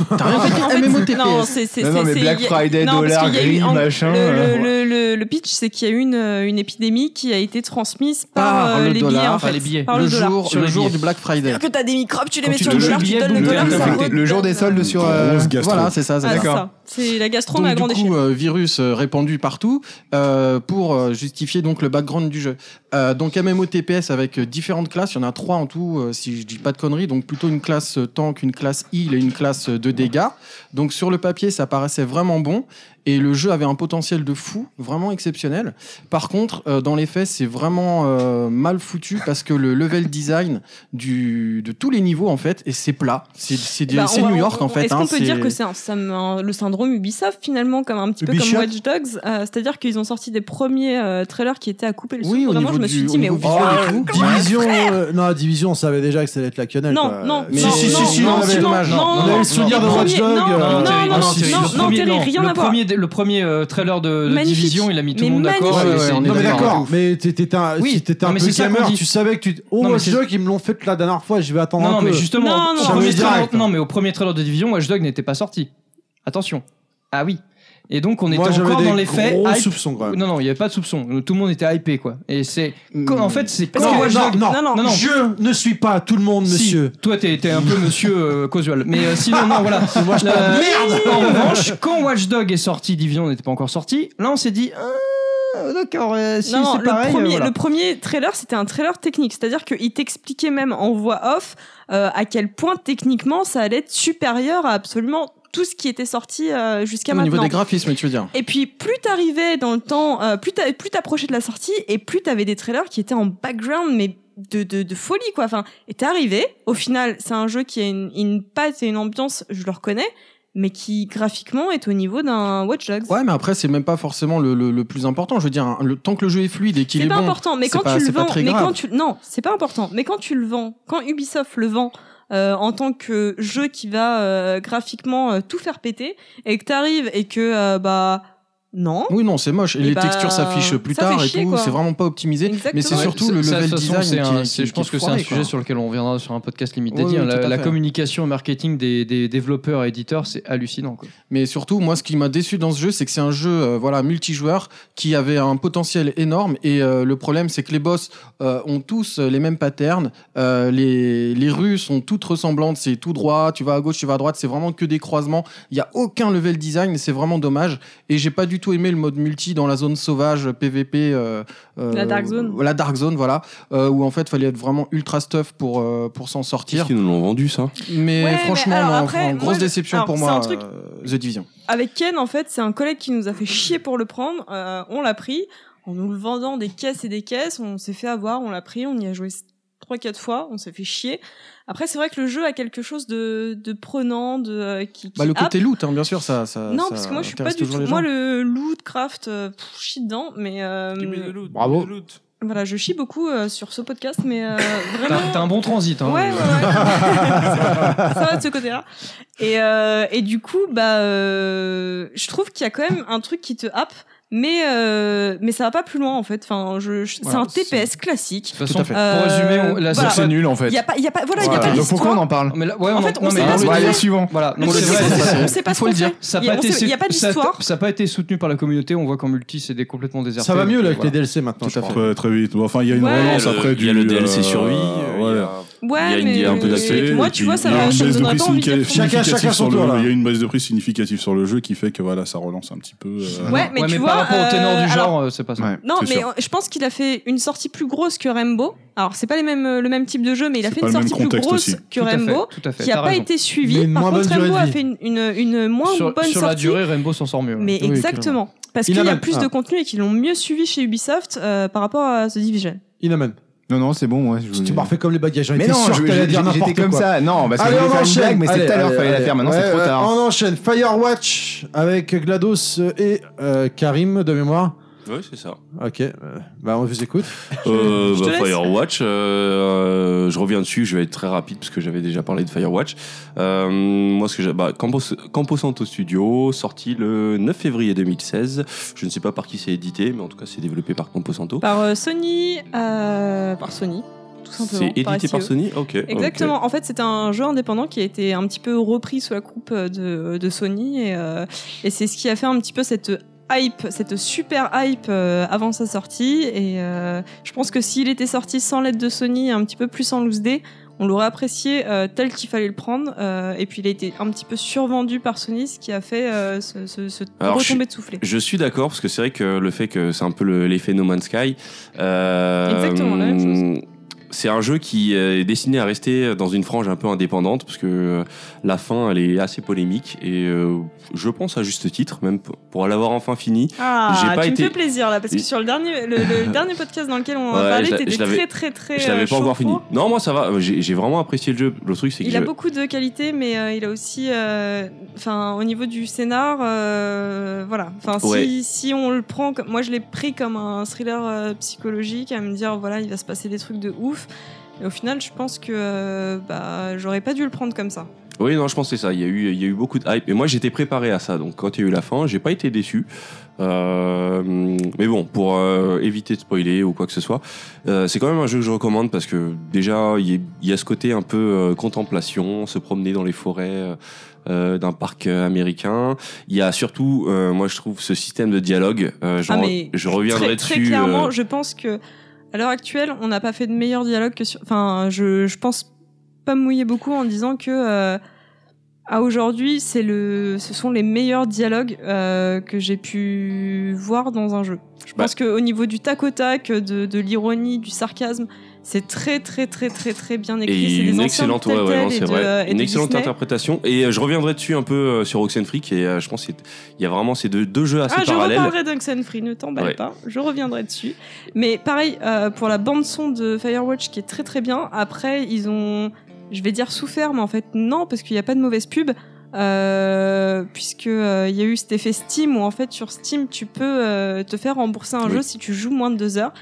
Speaker 8: T'as
Speaker 4: *laughs*
Speaker 8: rien
Speaker 4: En fait, en fait,
Speaker 8: compris
Speaker 4: Non,
Speaker 8: MMOTPS.
Speaker 4: c'est c'est-
Speaker 11: Non, non, mais
Speaker 4: c'est-
Speaker 11: Black
Speaker 4: il y a-
Speaker 11: Friday,
Speaker 4: non, parce
Speaker 11: dollar,
Speaker 4: qu'il y a eu-
Speaker 11: gris,
Speaker 4: en-
Speaker 11: machin.
Speaker 4: Le,
Speaker 11: euh,
Speaker 4: le- le- le pitch, c'est qu'il y a eu une, euh, une épidémie qui a été transmise par,
Speaker 8: Ah, Par
Speaker 4: euh,
Speaker 8: le
Speaker 4: les
Speaker 8: dollar,
Speaker 4: billets, en
Speaker 8: par
Speaker 4: fait.
Speaker 1: les billets.
Speaker 4: Par le,
Speaker 8: le
Speaker 4: dollar.
Speaker 8: jour,
Speaker 1: Sur
Speaker 8: le
Speaker 1: le
Speaker 8: jour
Speaker 1: billet.
Speaker 8: du Black Friday.
Speaker 4: C'est-à-dire que t'as des microbes, tu les
Speaker 11: Quand
Speaker 4: mets
Speaker 11: tu
Speaker 4: sur
Speaker 11: te
Speaker 4: le
Speaker 11: le
Speaker 4: dollar, tu
Speaker 1: billet,
Speaker 4: donnes
Speaker 1: donc
Speaker 4: le
Speaker 1: le
Speaker 4: dollar.
Speaker 1: billet
Speaker 4: ça
Speaker 10: affecté.
Speaker 11: le jour des
Speaker 4: redonne.
Speaker 11: soldes sur. euh,
Speaker 10: Grosse gastro.
Speaker 8: Voilà, c'est ça, c'est
Speaker 4: Ah,
Speaker 8: ça.
Speaker 4: c'est ça. C'est la gastrome à
Speaker 8: Donc,
Speaker 4: grande
Speaker 8: du
Speaker 4: échelle.
Speaker 8: coup, euh, virus euh, répandu partout euh, pour euh, justifier donc le background du jeu. Euh, donc MMOTPS avec euh, différentes classes, il y en a trois en tout, euh, si je dis pas de conneries. Donc plutôt une classe euh, tank, une classe heal et une classe euh, de dégâts. Donc sur le papier, ça paraissait vraiment bon et le jeu avait un potentiel de fou, vraiment exceptionnel. Par contre, euh, dans les faits, c'est vraiment euh, mal foutu parce que le level design du, de tous les niveaux en fait, et c'est plat, c'est c'est
Speaker 4: Bah,
Speaker 8: c'est
Speaker 4: on va-
Speaker 8: New York
Speaker 4: on-
Speaker 8: en fait.
Speaker 4: Est-ce
Speaker 8: hein,
Speaker 4: qu'on peut
Speaker 8: c'est-
Speaker 4: dire que c'est un- ça me- le syndrome Ubisoft finalement, comme un petit peu comme
Speaker 2: Ubisoft
Speaker 4: Watch Dogs euh, C'est-à-dire qu'ils ont sorti des premiers euh, trailers qui étaient à couper le
Speaker 8: Oui,
Speaker 4: souffle.
Speaker 8: au
Speaker 4: Vraiment,
Speaker 8: niveau
Speaker 4: je me
Speaker 8: du-
Speaker 4: suis
Speaker 8: au
Speaker 4: dit, mais
Speaker 8: niveau
Speaker 4: oh,
Speaker 8: visuel et
Speaker 4: comment
Speaker 8: tout.
Speaker 2: Division, euh, non, Division, on savait déjà que ça allait être la quenelle.
Speaker 4: Non,
Speaker 2: quoi.
Speaker 4: non,
Speaker 2: Mais
Speaker 4: non,
Speaker 2: si,
Speaker 4: non,
Speaker 2: si, si,
Speaker 4: non,
Speaker 2: on avait-
Speaker 4: non, non,
Speaker 2: on avait le souvenir
Speaker 4: non,
Speaker 2: de
Speaker 4: non,
Speaker 2: Watch
Speaker 4: non,
Speaker 2: Dog.
Speaker 4: non,
Speaker 2: euh,
Speaker 4: non,
Speaker 1: Terry,
Speaker 4: non, non,
Speaker 1: Terry,
Speaker 4: non,
Speaker 1: le
Speaker 4: non,
Speaker 1: premier-
Speaker 4: Terry,
Speaker 1: non,
Speaker 4: rien
Speaker 1: le
Speaker 4: à voir.
Speaker 1: premier- Le premier euh, trailer de, de
Speaker 4: Magnifique.
Speaker 1: Division, il a mis tout
Speaker 4: Mais
Speaker 1: le monde d'accord.
Speaker 4: magnifique.
Speaker 1: et c'est-
Speaker 8: Ouais, ouais,
Speaker 2: Non mais
Speaker 8: est d'accord.
Speaker 2: d'accord, mais t'étais un,
Speaker 1: Oui.
Speaker 2: si t'étais un
Speaker 1: Non, mais
Speaker 2: peu
Speaker 1: c'est ça qu'on
Speaker 2: gamer,
Speaker 1: dit.
Speaker 2: tu savais que tu. Oh,
Speaker 1: Non, mais
Speaker 2: Watch
Speaker 1: c'est-
Speaker 2: Dogs, ils me l'ont fait la dernière fois, je vais attendre
Speaker 1: Non,
Speaker 2: un
Speaker 1: non,
Speaker 2: peu.
Speaker 1: mais justement,
Speaker 4: Non,
Speaker 1: au
Speaker 4: non,
Speaker 1: premier
Speaker 2: non.
Speaker 1: trailer,
Speaker 2: Direct.
Speaker 1: non, mais au premier trailer de Division, Watch Dog n'était pas sorti. Attention. Ah oui. Et donc, on était
Speaker 2: Moi, j'avais
Speaker 1: encore
Speaker 2: des
Speaker 1: dans les faits.
Speaker 2: gros
Speaker 1: hype.
Speaker 2: soupçons quand même.
Speaker 1: Non, non, il n'y avait pas de soupçon. Tout le monde était hypé, quoi. Et c'est. En fait, c'est.
Speaker 4: Parce
Speaker 1: quand
Speaker 4: que-
Speaker 1: Watch Dogs-
Speaker 4: non, non,
Speaker 1: non, non.
Speaker 2: Je ne suis pas tout le monde,
Speaker 1: Si,
Speaker 2: monsieur.
Speaker 1: toi, t'es t'es un peu monsieur euh, Casual. Mais euh, sinon, non, voilà. Euh,
Speaker 2: Merde
Speaker 1: En revanche, quand Watch Dog est sorti, Division n'était pas encore sorti. Là, on s'est dit. Ah, D'accord, euh, si,
Speaker 4: Non, non,
Speaker 1: c'est
Speaker 4: le,
Speaker 1: pareil. euh,
Speaker 4: premier,
Speaker 1: voilà.
Speaker 4: le premier trailer, c'était un trailer technique, c'est-à-dire qu'il t'expliquait même en voix off euh, à quel point techniquement ça allait être supérieur à absolument tout ce qui était sorti euh, jusqu'à
Speaker 8: Au niveau
Speaker 4: maintenant.
Speaker 8: des graphismes, tu veux dire
Speaker 4: Et puis plus t'arrivais dans le temps, euh, plus t'a- plus t'approchais de la sortie, et plus t'avais des trailers qui étaient en background, mais de, de, de folie quoi. Enfin, et t'es arrivé. Au final, c'est un jeu qui a une, une patte et une ambiance, je le reconnais, mais qui graphiquement est au niveau d'un Watch Dogs.
Speaker 8: Ouais, mais après, c'est même pas forcément le, le- le plus important. Je veux dire, hein, le, tant que le jeu est fluide et qu'il est,
Speaker 4: C'est pas
Speaker 8: bon.
Speaker 4: important, mais
Speaker 8: c'est
Speaker 4: quand
Speaker 8: pas-
Speaker 4: tu le
Speaker 8: c'est pas
Speaker 4: vends,
Speaker 8: très
Speaker 4: mais
Speaker 8: grave.
Speaker 4: quand tu non, c'est pas important, mais quand tu le vends, quand Ubisoft le vend euh, en tant que jeu qui va euh, graphiquement euh, tout faire péter et que t'arrives et que euh, bah non,
Speaker 8: Oui, non, c'est moche. Et,
Speaker 4: Eh
Speaker 8: les
Speaker 4: bah,
Speaker 8: textures s'affichent plus
Speaker 4: ça
Speaker 8: tard
Speaker 4: fait
Speaker 8: et
Speaker 4: chier,
Speaker 8: tout.
Speaker 4: quoi.
Speaker 8: C'est vraiment pas optimisé. Mais c'est
Speaker 4: Exactement.
Speaker 8: surtout
Speaker 1: Ouais,
Speaker 8: le
Speaker 1: ça,
Speaker 8: level
Speaker 1: de toute façon,
Speaker 8: design.
Speaker 1: c'est
Speaker 8: qui
Speaker 1: un-
Speaker 8: est-
Speaker 1: c'est-
Speaker 8: qui-
Speaker 1: je pense
Speaker 8: qui est
Speaker 1: que c'est un
Speaker 8: foiré,
Speaker 1: sujet
Speaker 8: quoi.
Speaker 1: sur lequel on reviendra sur un podcast limite
Speaker 8: Oui,
Speaker 1: dédié.
Speaker 8: oui,
Speaker 1: hein.
Speaker 8: tout à
Speaker 1: la, la
Speaker 8: fait.
Speaker 1: communication marketing des, des développeurs et éditeurs, c'est hallucinant. Quoi.
Speaker 8: Mais surtout, moi, ce qui m'a déçu dans ce jeu, c'est que c'est un jeu, euh, voilà, multijoueur, qui avait un potentiel énorme. Et euh, le problème, c'est que les boss euh, ont tous euh, les mêmes patterns. Euh, les, les rues sont toutes ressemblantes. C'est tout droit, tu vas à gauche, tu vas à droite. C'est vraiment que des croisements. Il y a aucun level design. C'est vraiment dommage. Et j'ai pas du tout aimé le mode multi dans la zone sauvage PVP. euh, euh,
Speaker 4: La Dark Zone.
Speaker 8: La dark zone, voilà, euh, où en fait, fallait être vraiment ultra stuff pour euh, pour s'en
Speaker 5: Qu'est-ce
Speaker 8: sortir.
Speaker 5: qu'ils nous l'ont vendu ça
Speaker 8: Mais
Speaker 4: Ouais, mais
Speaker 8: franchement,
Speaker 4: alors
Speaker 8: non,
Speaker 4: après,
Speaker 8: enfin,
Speaker 4: moi,
Speaker 8: grosse
Speaker 4: je-
Speaker 8: déception
Speaker 4: alors,
Speaker 8: pour
Speaker 4: c'est
Speaker 8: moi.
Speaker 4: un truc-
Speaker 8: euh, The Division.
Speaker 4: avec Ken, en fait, c'est un collègue qui nous a fait chier pour le prendre. Euh, on l'a pris en nous le vendant des caisses et des caisses. On s'est fait avoir, on l'a pris, on y a joué trois quatre fois, on s'est fait chier. Après, c'est vrai que le jeu a quelque chose de, de prenant, de euh, qui, qui
Speaker 8: Bah, le
Speaker 4: happe.
Speaker 8: côté loot, hein, bien sûr, ça. ça
Speaker 4: Non,
Speaker 8: ça
Speaker 4: parce que moi je suis pas
Speaker 8: intéresse
Speaker 4: du
Speaker 8: toujours
Speaker 4: tout.
Speaker 8: les
Speaker 4: Moi
Speaker 8: gens.
Speaker 4: le loot craft, euh, pff, je chie dedans, mais euh,
Speaker 2: Bravo.
Speaker 4: voilà, je chie beaucoup euh, sur ce podcast, mais euh,
Speaker 1: T'as
Speaker 4: vraiment.
Speaker 1: t'as un bon transit. Hein,
Speaker 4: Ouais, ouais, ouais. ça va de ce côté-là. Et, euh, et du coup, bah, euh, je trouve qu'il y a quand même un truc qui te happe, mais euh, mais ça va pas plus loin en fait. Enfin, je, je-
Speaker 8: Voilà,
Speaker 4: c'est un TPS classique.
Speaker 1: De toute façon,
Speaker 8: fait.
Speaker 4: Euh,
Speaker 1: pour résumer, on- la
Speaker 4: voilà.
Speaker 11: C'est nul en fait.
Speaker 4: Il y a pas, il y a pas, voilà, il y
Speaker 11: Voilà.
Speaker 4: a pas
Speaker 11: Ah, Donc pourquoi on
Speaker 4: d'histoire.
Speaker 11: en parle
Speaker 1: Mais là- ouais,
Speaker 4: En
Speaker 1: on-
Speaker 4: fait, on
Speaker 1: non,
Speaker 4: sait
Speaker 1: mais-
Speaker 4: pas ce
Speaker 11: On
Speaker 4: qu'on
Speaker 11: va aller
Speaker 4: fait.
Speaker 11: suivant.
Speaker 1: Voilà,
Speaker 4: On
Speaker 1: non,
Speaker 4: sait
Speaker 1: c'est
Speaker 4: pas
Speaker 1: vrai.
Speaker 4: ce qu'on- on
Speaker 1: c'est-
Speaker 4: sait pas ce
Speaker 8: faut
Speaker 4: qu'on
Speaker 8: le dire.
Speaker 4: fait.
Speaker 1: Ça
Speaker 4: Il y
Speaker 1: n'a
Speaker 4: a-
Speaker 1: pas
Speaker 4: on
Speaker 1: été
Speaker 4: sait- il y a pas
Speaker 1: ça-
Speaker 4: d'histoire.
Speaker 1: Ça n'a pas été soutenu par la communauté. On voit qu'en multi, c'est des- complètement déserté.
Speaker 2: Ça va mieux là avec les
Speaker 1: Voilà.
Speaker 2: DLC maintenant. je
Speaker 10: Très,
Speaker 2: crois.
Speaker 10: très vite. Bon, Enfin, il y a une
Speaker 4: Ouais.
Speaker 10: relance
Speaker 5: Il y a le-
Speaker 10: après
Speaker 5: Il
Speaker 10: du.
Speaker 5: y a le DLC
Speaker 10: euh,
Speaker 5: survie.
Speaker 10: ouais.
Speaker 5: Il y a
Speaker 4: Ouais,
Speaker 5: une-
Speaker 4: mais
Speaker 5: un peu d'aspect,
Speaker 4: moi,
Speaker 5: et
Speaker 4: tu
Speaker 5: puis
Speaker 4: vois, ça
Speaker 10: Il y a
Speaker 4: va.
Speaker 10: une
Speaker 4: Ça me
Speaker 10: baisse de
Speaker 4: donne
Speaker 10: prix
Speaker 4: pas envie de
Speaker 10: significative
Speaker 4: le prendre.
Speaker 2: Chacun- chacun son
Speaker 10: sur le-
Speaker 2: tour, là.
Speaker 10: Il y a une baisse de prix significative sur le jeu qui fait que voilà, ça relance un petit peu. euh,
Speaker 4: Ouais, mais
Speaker 1: Ouais,
Speaker 4: tu
Speaker 1: mais
Speaker 4: vois,
Speaker 1: par rapport au ténor
Speaker 4: euh,
Speaker 1: du
Speaker 4: alors,
Speaker 1: genre, euh, c'est pas ça.
Speaker 11: Ouais.
Speaker 4: Non,
Speaker 10: C'est
Speaker 4: mais
Speaker 10: sûr.
Speaker 4: euh, je pense qu'il a fait une sortie plus grosse que Rainbow. Alors, c'est pas les mêmes, le même type de jeu, mais il a
Speaker 10: C'est
Speaker 4: fait
Speaker 10: pas
Speaker 4: une
Speaker 10: le même
Speaker 4: sortie plus
Speaker 10: contexte
Speaker 4: grosse
Speaker 10: aussi.
Speaker 4: que
Speaker 1: Tout à fait,
Speaker 4: Rainbow,
Speaker 1: tout à fait,
Speaker 4: qui
Speaker 1: t'as
Speaker 4: a pas
Speaker 1: raison.
Speaker 4: été
Speaker 2: Mais
Speaker 4: suivie.
Speaker 2: une
Speaker 4: Par
Speaker 2: moins bonne
Speaker 4: contre,
Speaker 2: durée de
Speaker 4: Rainbow a
Speaker 2: vie.
Speaker 4: fait une, une, une moins
Speaker 1: sur,
Speaker 4: bonne
Speaker 1: sur la
Speaker 4: sortie.
Speaker 1: durée, Rainbow s'en sort mieux. ouais.
Speaker 4: mais
Speaker 8: Oui,
Speaker 4: exactement. Parce
Speaker 2: Il
Speaker 4: qu'il y
Speaker 2: a
Speaker 4: a
Speaker 2: même-
Speaker 4: plus de
Speaker 2: ah.
Speaker 4: contenu et qu'ils l'ont mieux suivi chez Ubisoft euh, par rapport à The Division.
Speaker 2: Inaman.
Speaker 11: Non, non, c'est bon, ouais. je
Speaker 2: Si tu
Speaker 11: voulais-
Speaker 2: m'as refait comme les bagages, j'en
Speaker 11: Mais
Speaker 2: étais
Speaker 11: non,
Speaker 2: sûr
Speaker 11: je-
Speaker 2: que t'allais
Speaker 11: je-
Speaker 2: dire
Speaker 11: j'étais
Speaker 2: n'importe
Speaker 11: comme
Speaker 2: quoi.
Speaker 11: ça. Non, parce que je
Speaker 2: Allez,
Speaker 11: voulais
Speaker 2: on
Speaker 11: faire une
Speaker 2: enchaîne.
Speaker 11: blague, mais c'est
Speaker 2: Allez,
Speaker 11: tout à l'heure,
Speaker 2: allez,
Speaker 11: fallait la
Speaker 2: allez.
Speaker 11: faire. Maintenant, c'est
Speaker 2: Ouais,
Speaker 11: trop
Speaker 2: ouais,
Speaker 11: tard.
Speaker 2: On enchaîne. Firewatch avec GLaDOS et euh, Karim de mémoire.
Speaker 5: Ouais, c'est ça.
Speaker 2: Ok, euh, bah on vous écoute.
Speaker 5: Euh,
Speaker 4: je te
Speaker 5: bah,
Speaker 4: laisse.
Speaker 5: Firewatch, euh, euh, je reviens dessus, je vais être très rapide parce que j'avais déjà parlé de Firewatch. Euh, moi, ce que j'ai, bah, Campos, Campo Santo Studio, sorti le 9 février 2016. Je ne sais pas par qui c'est édité, mais en tout cas, c'est développé par Campo Santo.
Speaker 4: Par euh, Sony, euh, par Sony, tout simplement. E
Speaker 5: C'est édité
Speaker 4: SEO.
Speaker 5: par Sony Ok. ok.
Speaker 4: Exactement. En fait, c'est un jeu indépendant qui a été un petit peu repris sous la coupe euh, de, de Sony et, euh, et c'est ce qui a fait un petit peu cette hype, cette super hype euh, avant sa sortie. Et euh, je pense que s'il était sorti sans l'aide de Sony, un petit peu plus en loose day, on l'aurait apprécié euh, tel qu'il fallait le prendre. Euh, et puis il a été un petit peu survendu par Sony, ce qui a fait euh, ce, ce, ce
Speaker 5: Alors, je
Speaker 4: retombé de soufflet.
Speaker 5: Je suis d'accord parce que c'est vrai que le fait que c'est un peu le- l'effet No Man's Sky. euh,
Speaker 4: Exactement, la même chose.
Speaker 5: C'est un jeu qui euh, est destiné à rester dans une frange un peu indépendante parce que euh, la fin elle est assez polémique et euh, je pense à juste titre même p- pour l'avoir enfin fini.
Speaker 4: Ah,
Speaker 5: *laughs* j'ai pas
Speaker 4: tu
Speaker 5: été-
Speaker 4: me fais plaisir là, parce que
Speaker 5: Et-
Speaker 4: sur le dernier, le,
Speaker 5: *laughs*
Speaker 4: le dernier podcast dans lequel on a
Speaker 5: Ouais,
Speaker 4: parlé,
Speaker 5: je l'a-
Speaker 4: t'étais
Speaker 5: je l'avais-
Speaker 4: très très très.
Speaker 5: je l'avais
Speaker 4: euh,
Speaker 5: pas encore
Speaker 4: chaud
Speaker 5: fini.
Speaker 4: pour.
Speaker 5: Non moi ça va, euh, j'ai j'ai vraiment apprécié le jeu. Le truc c'est que
Speaker 4: Il a
Speaker 5: je-
Speaker 4: beaucoup de qualités, mais euh, il a aussi, euh, enfin, au niveau du scénar, euh, voilà. Enfin, si,
Speaker 5: Ouais.
Speaker 4: si on le prend, comme, moi je l'ai pris comme un thriller euh, psychologique, à me dire voilà, il va se passer des trucs de ouf. Et au final, je pense que euh, bah, j'aurais pas dû le prendre comme ça.
Speaker 5: Oui, non, je pense que c'est ça. Il y, a eu, il y a eu beaucoup de hype. Et moi, j'étais préparé à ça. Donc, quand il y a eu la fin, j'ai pas été déçu. Euh, mais bon, pour euh, éviter de spoiler ou quoi que ce soit, euh, c'est quand même un jeu que je recommande parce que déjà, il y, a- il y a ce côté un peu euh, contemplation, se promener dans les forêts euh, euh, d'un parc euh, américain. Il y a surtout, euh, moi, je trouve ce système de dialogue. euh, je,
Speaker 4: Ah,
Speaker 5: re-
Speaker 4: mais
Speaker 5: je reviendrai
Speaker 4: très,
Speaker 5: dessus.
Speaker 4: très clairement,
Speaker 5: euh,
Speaker 4: je pense que à l'heure actuelle, on n'a pas fait de meilleur dialogue que sur. Enfin, je, je pense pas me mouiller beaucoup en disant que euh, à aujourd'hui, c'est le, ce sont les meilleurs dialogues euh, que j'ai pu voir dans un jeu. Je
Speaker 5: Bah.
Speaker 4: pense que au niveau du tac au tac, de, de l'ironie, du sarcasme, c'est très très très très très bien écrit.
Speaker 5: Et
Speaker 4: C'est des
Speaker 5: une
Speaker 4: anciens
Speaker 5: excellente, ouais,
Speaker 4: Telltale
Speaker 5: ouais, non,
Speaker 4: et
Speaker 5: c'est
Speaker 4: de-
Speaker 5: vrai.
Speaker 4: et
Speaker 5: Une
Speaker 4: de
Speaker 5: excellente
Speaker 4: Disney.
Speaker 5: interprétation. Et euh, je reviendrai dessus un peu euh, sur Oxenfree, qui est, euh, je pense, c'est- il y a vraiment ces deux, deux jeux assez
Speaker 4: Ah, je
Speaker 5: parallèles.
Speaker 4: reparlerai d'Oxenfree, ne t'emballe
Speaker 5: Ouais.
Speaker 4: pas, je reviendrai dessus. Mais pareil, euh, pour la bande-son de Firewatch qui est très très bien, après ils ont, je vais dire souffert, mais en fait non, parce qu'il n'y a pas de mauvaise pub, euh, puisque euh, il y a eu cet effet Steam où en fait sur Steam tu peux euh, te faire rembourser un
Speaker 5: Oui.
Speaker 4: jeu si tu joues moins de deux heures.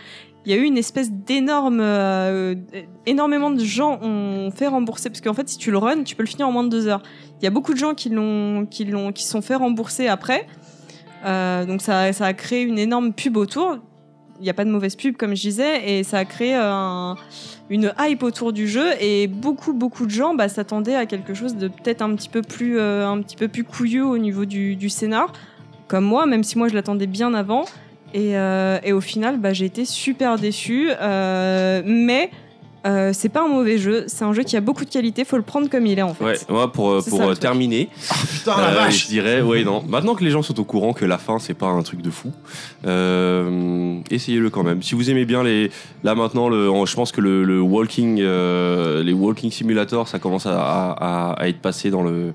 Speaker 4: Il y a eu une espèce d'énorme. euh, énormément de gens ont fait rembourser. Parce qu'en fait, si tu le runs, tu peux le finir en moins de deux heures. Il y a beaucoup de gens qui l'ont, qui l'ont, qui se sont fait rembourser après. Euh, donc ça, ça a créé une énorme pub autour. Il n'y a pas de mauvaise pub, comme je disais, et ça a créé un- une hype autour du jeu. Et beaucoup, beaucoup de gens bah, s'attendaient à quelque chose de peut-être un petit peu plus, euh, un petit peu plus couilleux au niveau du, du scénar, comme moi, même si moi je l'attendais bien avant. Et, euh, et au final, bah, j'ai été super déçue. Euh, mais euh, c'est pas un mauvais jeu. C'est un jeu qui a beaucoup de qualité. Faut le prendre comme il est, en fait.
Speaker 5: Ouais, moi pour, euh,
Speaker 4: C'est
Speaker 5: pour
Speaker 4: ça, le
Speaker 5: euh,
Speaker 4: truc.
Speaker 5: terminer,
Speaker 2: Putain,
Speaker 5: euh, je dirais, ouais, non. Maintenant que les gens sont au courant que la fin c'est pas un truc de fou, euh, essayez-le quand même. Si vous aimez bien les, là maintenant, le, en- je pense que le, le walking, euh, les walking simulators, ça commence à, à- à- à être passé dans le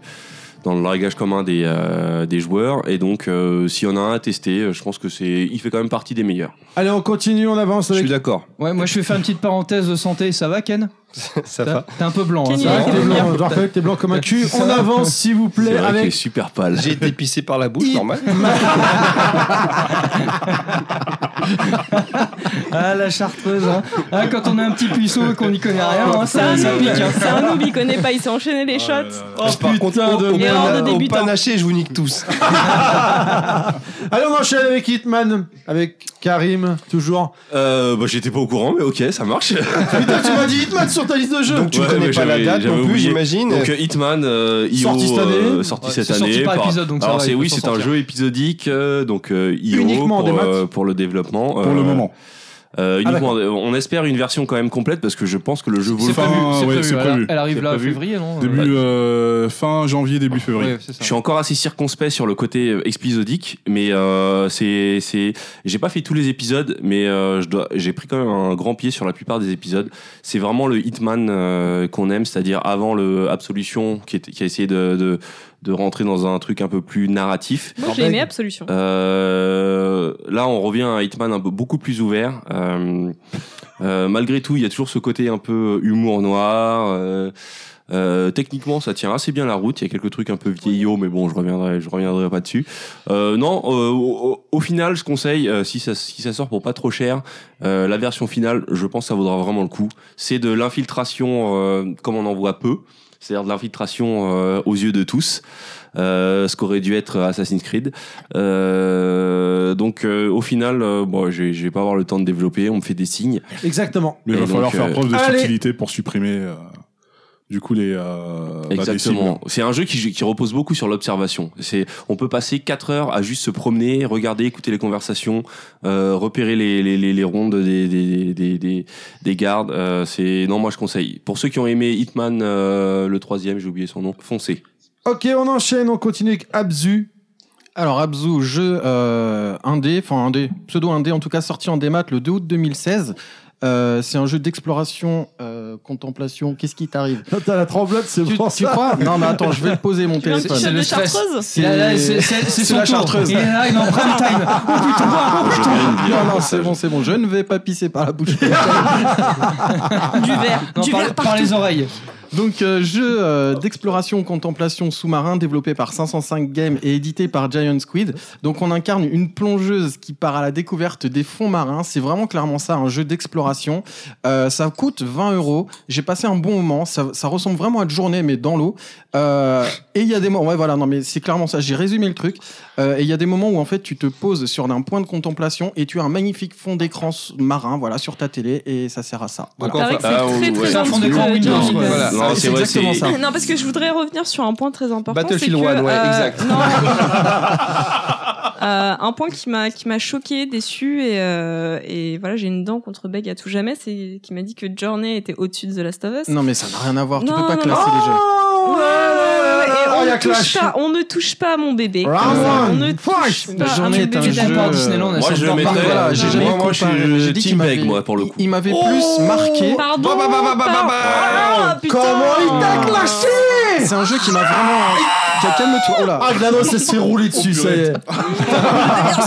Speaker 5: dans le langage commun des, euh, des joueurs et donc euh, s'il y en a un à tester, euh, je pense que c'est, il fait quand même partie des meilleurs.
Speaker 2: Allez, on continue, on avance
Speaker 3: Je suis
Speaker 2: avec.
Speaker 3: d'accord.
Speaker 1: Ouais, moi je vais faire une petite parenthèse de santé. Ça va, Ken
Speaker 3: Ça
Speaker 1: T'as-
Speaker 3: va.
Speaker 1: T'es un peu blanc. hein,
Speaker 4: Ken,
Speaker 1: ça
Speaker 4: il
Speaker 1: va
Speaker 4: est
Speaker 2: Ah, t'es
Speaker 4: Ouais,
Speaker 2: blanc,
Speaker 1: T'as-
Speaker 2: je rappelle, t'es blanc *laughs* comme un cul. On avance, s'il vous
Speaker 5: C'est
Speaker 2: plaît,
Speaker 5: vrai qu'il est
Speaker 2: avec.
Speaker 5: super pâle.
Speaker 3: J'ai été pissé par la bouche,
Speaker 2: Il-
Speaker 3: normal.
Speaker 1: Ah la chartreuse. hein. Ah, quand on a un petit puceau et qu'on n'y connaît rien, hein,
Speaker 4: Ah, C'est
Speaker 1: ça,
Speaker 4: un
Speaker 1: ça
Speaker 4: noob,
Speaker 1: pique. hein.
Speaker 4: c'est un noob, il connaît pas, il s'est enchaîné les shots. Oh,
Speaker 3: Par contre, au, au
Speaker 4: merde.
Speaker 3: pana-
Speaker 4: Erreur de
Speaker 3: au
Speaker 4: débutant.
Speaker 3: panaché, je vous nique tous.
Speaker 2: Allez, on enchaîne avec Hitman, avec Karim, toujours.
Speaker 5: Euh, bah, j'étais pas au courant, mais ok, ça marche.
Speaker 2: Putain, tu m'as dit Hitman sur ta liste de jeux.
Speaker 3: Donc tu
Speaker 5: Ouais,
Speaker 3: connais
Speaker 5: mais
Speaker 3: pas la
Speaker 5: j'avais-
Speaker 3: date
Speaker 5: j'avais
Speaker 3: non plus,
Speaker 5: oublié.
Speaker 3: j'imagine.
Speaker 5: Donc euh, Hitman, euh, IO,
Speaker 2: Sorti cette année.
Speaker 5: euh, sorti
Speaker 1: Ouais,
Speaker 5: cette
Speaker 1: c'est sorti
Speaker 5: année.
Speaker 1: par épisode, donc ça
Speaker 5: Alors
Speaker 1: va,
Speaker 5: c'est
Speaker 1: il peut
Speaker 5: oui,
Speaker 1: s'en
Speaker 5: c'est un
Speaker 1: sortir.
Speaker 5: jeu épisodique, euh, donc euh, IO
Speaker 2: Uniquement en
Speaker 5: pour,
Speaker 2: démat
Speaker 5: euh, pour le développement.
Speaker 10: Pour le
Speaker 5: euh,
Speaker 10: moment.
Speaker 5: euh, uniquement, en dé- on espère une version quand même complète parce que je pense que le jeu vaut le
Speaker 1: C'est
Speaker 10: Enfin,
Speaker 5: coup.
Speaker 1: prévu. c'est
Speaker 10: ouais,
Speaker 1: prévu,
Speaker 10: c'est
Speaker 1: elle-
Speaker 10: prévu.
Speaker 1: Elle arrive
Speaker 10: C'est
Speaker 1: là en
Speaker 10: prévu.
Speaker 1: février, non
Speaker 10: Début, euh, fin janvier, début février.
Speaker 1: Ouais, c'est ça.
Speaker 5: Je suis encore assez circonspect sur le côté euh, épisodique, mais euh, c'est c'est j'ai pas fait tous les épisodes, mais euh, je dois j'ai pris quand même un grand pied sur la plupart des épisodes. C'est vraiment le Hitman euh, qu'on aime, c'est-à-dire avant le Absolution qui, est- qui a essayé de, de de rentrer dans un truc un peu plus narratif.
Speaker 4: Moi, j'ai aimé Absolution.
Speaker 5: Euh, là, on revient à Hitman un peu beaucoup plus ouvert. Euh, euh, malgré tout, il y a toujours ce côté un peu humour noir. euh, euh, techniquement, ça tient assez bien la route. Il y a quelques trucs un peu vieillots, mais bon, je reviendrai, je reviendrai pas dessus. Euh, non, euh, au, au- au final, je conseille euh, si ça si ça sort pour pas trop cher, euh, la version finale, je pense, que ça vaudra vraiment le coup. C'est de l'infiltration, euh, comme on en voit peu, c'est-à-dire de l'infiltration euh, aux yeux de tous. Euh, ce qu'aurait dû être Assassin's Creed. Euh, donc euh, au final, euh, bon, je vais- je vais pas avoir le temps de développer. On me fait des signes.
Speaker 2: Exactement.
Speaker 10: Mais il va
Speaker 5: Et
Speaker 10: falloir
Speaker 5: donc,
Speaker 10: faire
Speaker 5: euh,
Speaker 10: preuve de
Speaker 2: allez.
Speaker 10: subtilité pour supprimer euh, du coup les. euh, bah, des cibles.
Speaker 5: Exactement. C'est un jeu qui, qui repose beaucoup sur l'observation. C'est, on peut passer 4 heures à juste se promener, regarder, écouter les conversations, euh, repérer les, les, les, les rondes des, des, des, des, des gardes. Euh, c'est, non, moi je conseille. Pour ceux qui ont aimé Hitman, euh, le troisième, j'ai oublié son nom, foncez.
Speaker 2: Ok, on enchaîne, on continue avec Abzu.
Speaker 8: Alors Abzu, jeu euh, indé, enfin indé, pseudo indé, en tout cas sorti en démat le 2 août 2016. Euh, c'est un jeu d'exploration, euh, contemplation. Qu'est-ce qui t'arrive
Speaker 2: T'as la tremblote, c'est
Speaker 8: tu,
Speaker 2: pour
Speaker 8: tu
Speaker 2: ça.
Speaker 8: crois Non, mais attends, je vais le poser mon
Speaker 4: Tu veux un petit
Speaker 8: téléphone.
Speaker 4: chef
Speaker 1: le
Speaker 4: de
Speaker 1: stress.
Speaker 4: chartreuse
Speaker 1: Il a-
Speaker 11: Ah,
Speaker 1: là, C'est c'est- c'est son tour. Il est là, il est en prime time.
Speaker 8: Ah,
Speaker 11: *laughs*
Speaker 8: Non, non, c'est bon, c'est bon. Je ne vais pas pisser par la bouche.
Speaker 4: Du verre.
Speaker 1: Non,
Speaker 4: du
Speaker 1: par,
Speaker 4: verre
Speaker 1: par les oreilles.
Speaker 8: Donc, euh, jeu euh, d'exploration contemplation sous-marin développé par 505 Games et édité par Giant Squid. Donc, on incarne une plongeuse qui part à la découverte des fonds marins. C'est vraiment clairement ça, un jeu d'exploration. Euh, ça coûte 20 euros. J'ai passé un bon moment. Ça, ça ressemble vraiment à une journée, mais dans l'eau. Euh, et il y a des moments. Ouais, voilà, non, mais c'est clairement ça. J'ai résumé le truc. Euh, et il y a des moments où, en fait, tu te poses sur un point de contemplation et tu as un magnifique fond d'écran s- marin, voilà, sur ta télé. Et ça sert à ça. Voilà.
Speaker 4: Il paraît que c'est
Speaker 5: Ah, ouais,
Speaker 4: très très
Speaker 5: ouais.
Speaker 1: C'est un fond d'écran
Speaker 4: gentil,
Speaker 1: Windows,
Speaker 4: Johnny
Speaker 1: quoi.
Speaker 4: Depp.
Speaker 1: Voilà.
Speaker 5: Non,
Speaker 8: c'est
Speaker 5: c'est vrai,
Speaker 8: exactement
Speaker 5: c'est-
Speaker 8: ça.
Speaker 4: Non, parce que je voudrais revenir sur un point très important.
Speaker 3: Battlefield
Speaker 4: c'est que,
Speaker 3: One, ouais,
Speaker 4: euh,
Speaker 3: exact.
Speaker 4: non. Euh, un point qui m'a qui m'a choqué, déçu et euh, et voilà, j'ai une dent contre Beg à tout jamais, c'est qui m'a dit que Journey était au-dessus de The Last of Us.
Speaker 8: Non, mais ça n'a rien à voir. tu
Speaker 4: Non,
Speaker 8: peux pas
Speaker 4: non,
Speaker 8: classer les jeux.
Speaker 4: Ouais, ouais, ouais, ouais, et
Speaker 2: Oh,
Speaker 4: on,
Speaker 2: y a
Speaker 4: ne touche
Speaker 2: clash.
Speaker 4: pas, on ne touche pas à mon bébé.
Speaker 2: Round
Speaker 4: Euh, on
Speaker 2: one,
Speaker 4: ne touche
Speaker 2: fight.
Speaker 4: pas à
Speaker 8: Journey
Speaker 4: mon
Speaker 8: est
Speaker 4: bébé
Speaker 8: un
Speaker 1: J'aime
Speaker 8: jeu-
Speaker 4: d'Adam.
Speaker 1: pas Disneyland.
Speaker 5: Moi,
Speaker 1: ça
Speaker 5: je
Speaker 1: me
Speaker 5: mettrais-
Speaker 1: parle pas.
Speaker 8: Bah, Voilà, j'ai
Speaker 5: Moi,
Speaker 8: jamais
Speaker 5: moi, je
Speaker 8: comparé,
Speaker 5: suis,
Speaker 8: mais
Speaker 5: euh,
Speaker 8: j'ai dit
Speaker 5: team
Speaker 8: qu'il m'avait-
Speaker 5: Beg, moi, pour le coup.
Speaker 8: Il m'avait
Speaker 4: Oh
Speaker 8: plus marqué.
Speaker 4: Pardon.
Speaker 3: Bah, bah, bah, bah, bah, bah, bah.
Speaker 4: pardon. Ah, putain.
Speaker 2: Comment il t'a clashé
Speaker 8: C'est un jeu qui m'a vraiment. Qui a- Calme-toi. Oh là.
Speaker 2: Ah, Glados, elle s'est roulée dessus, ça y est.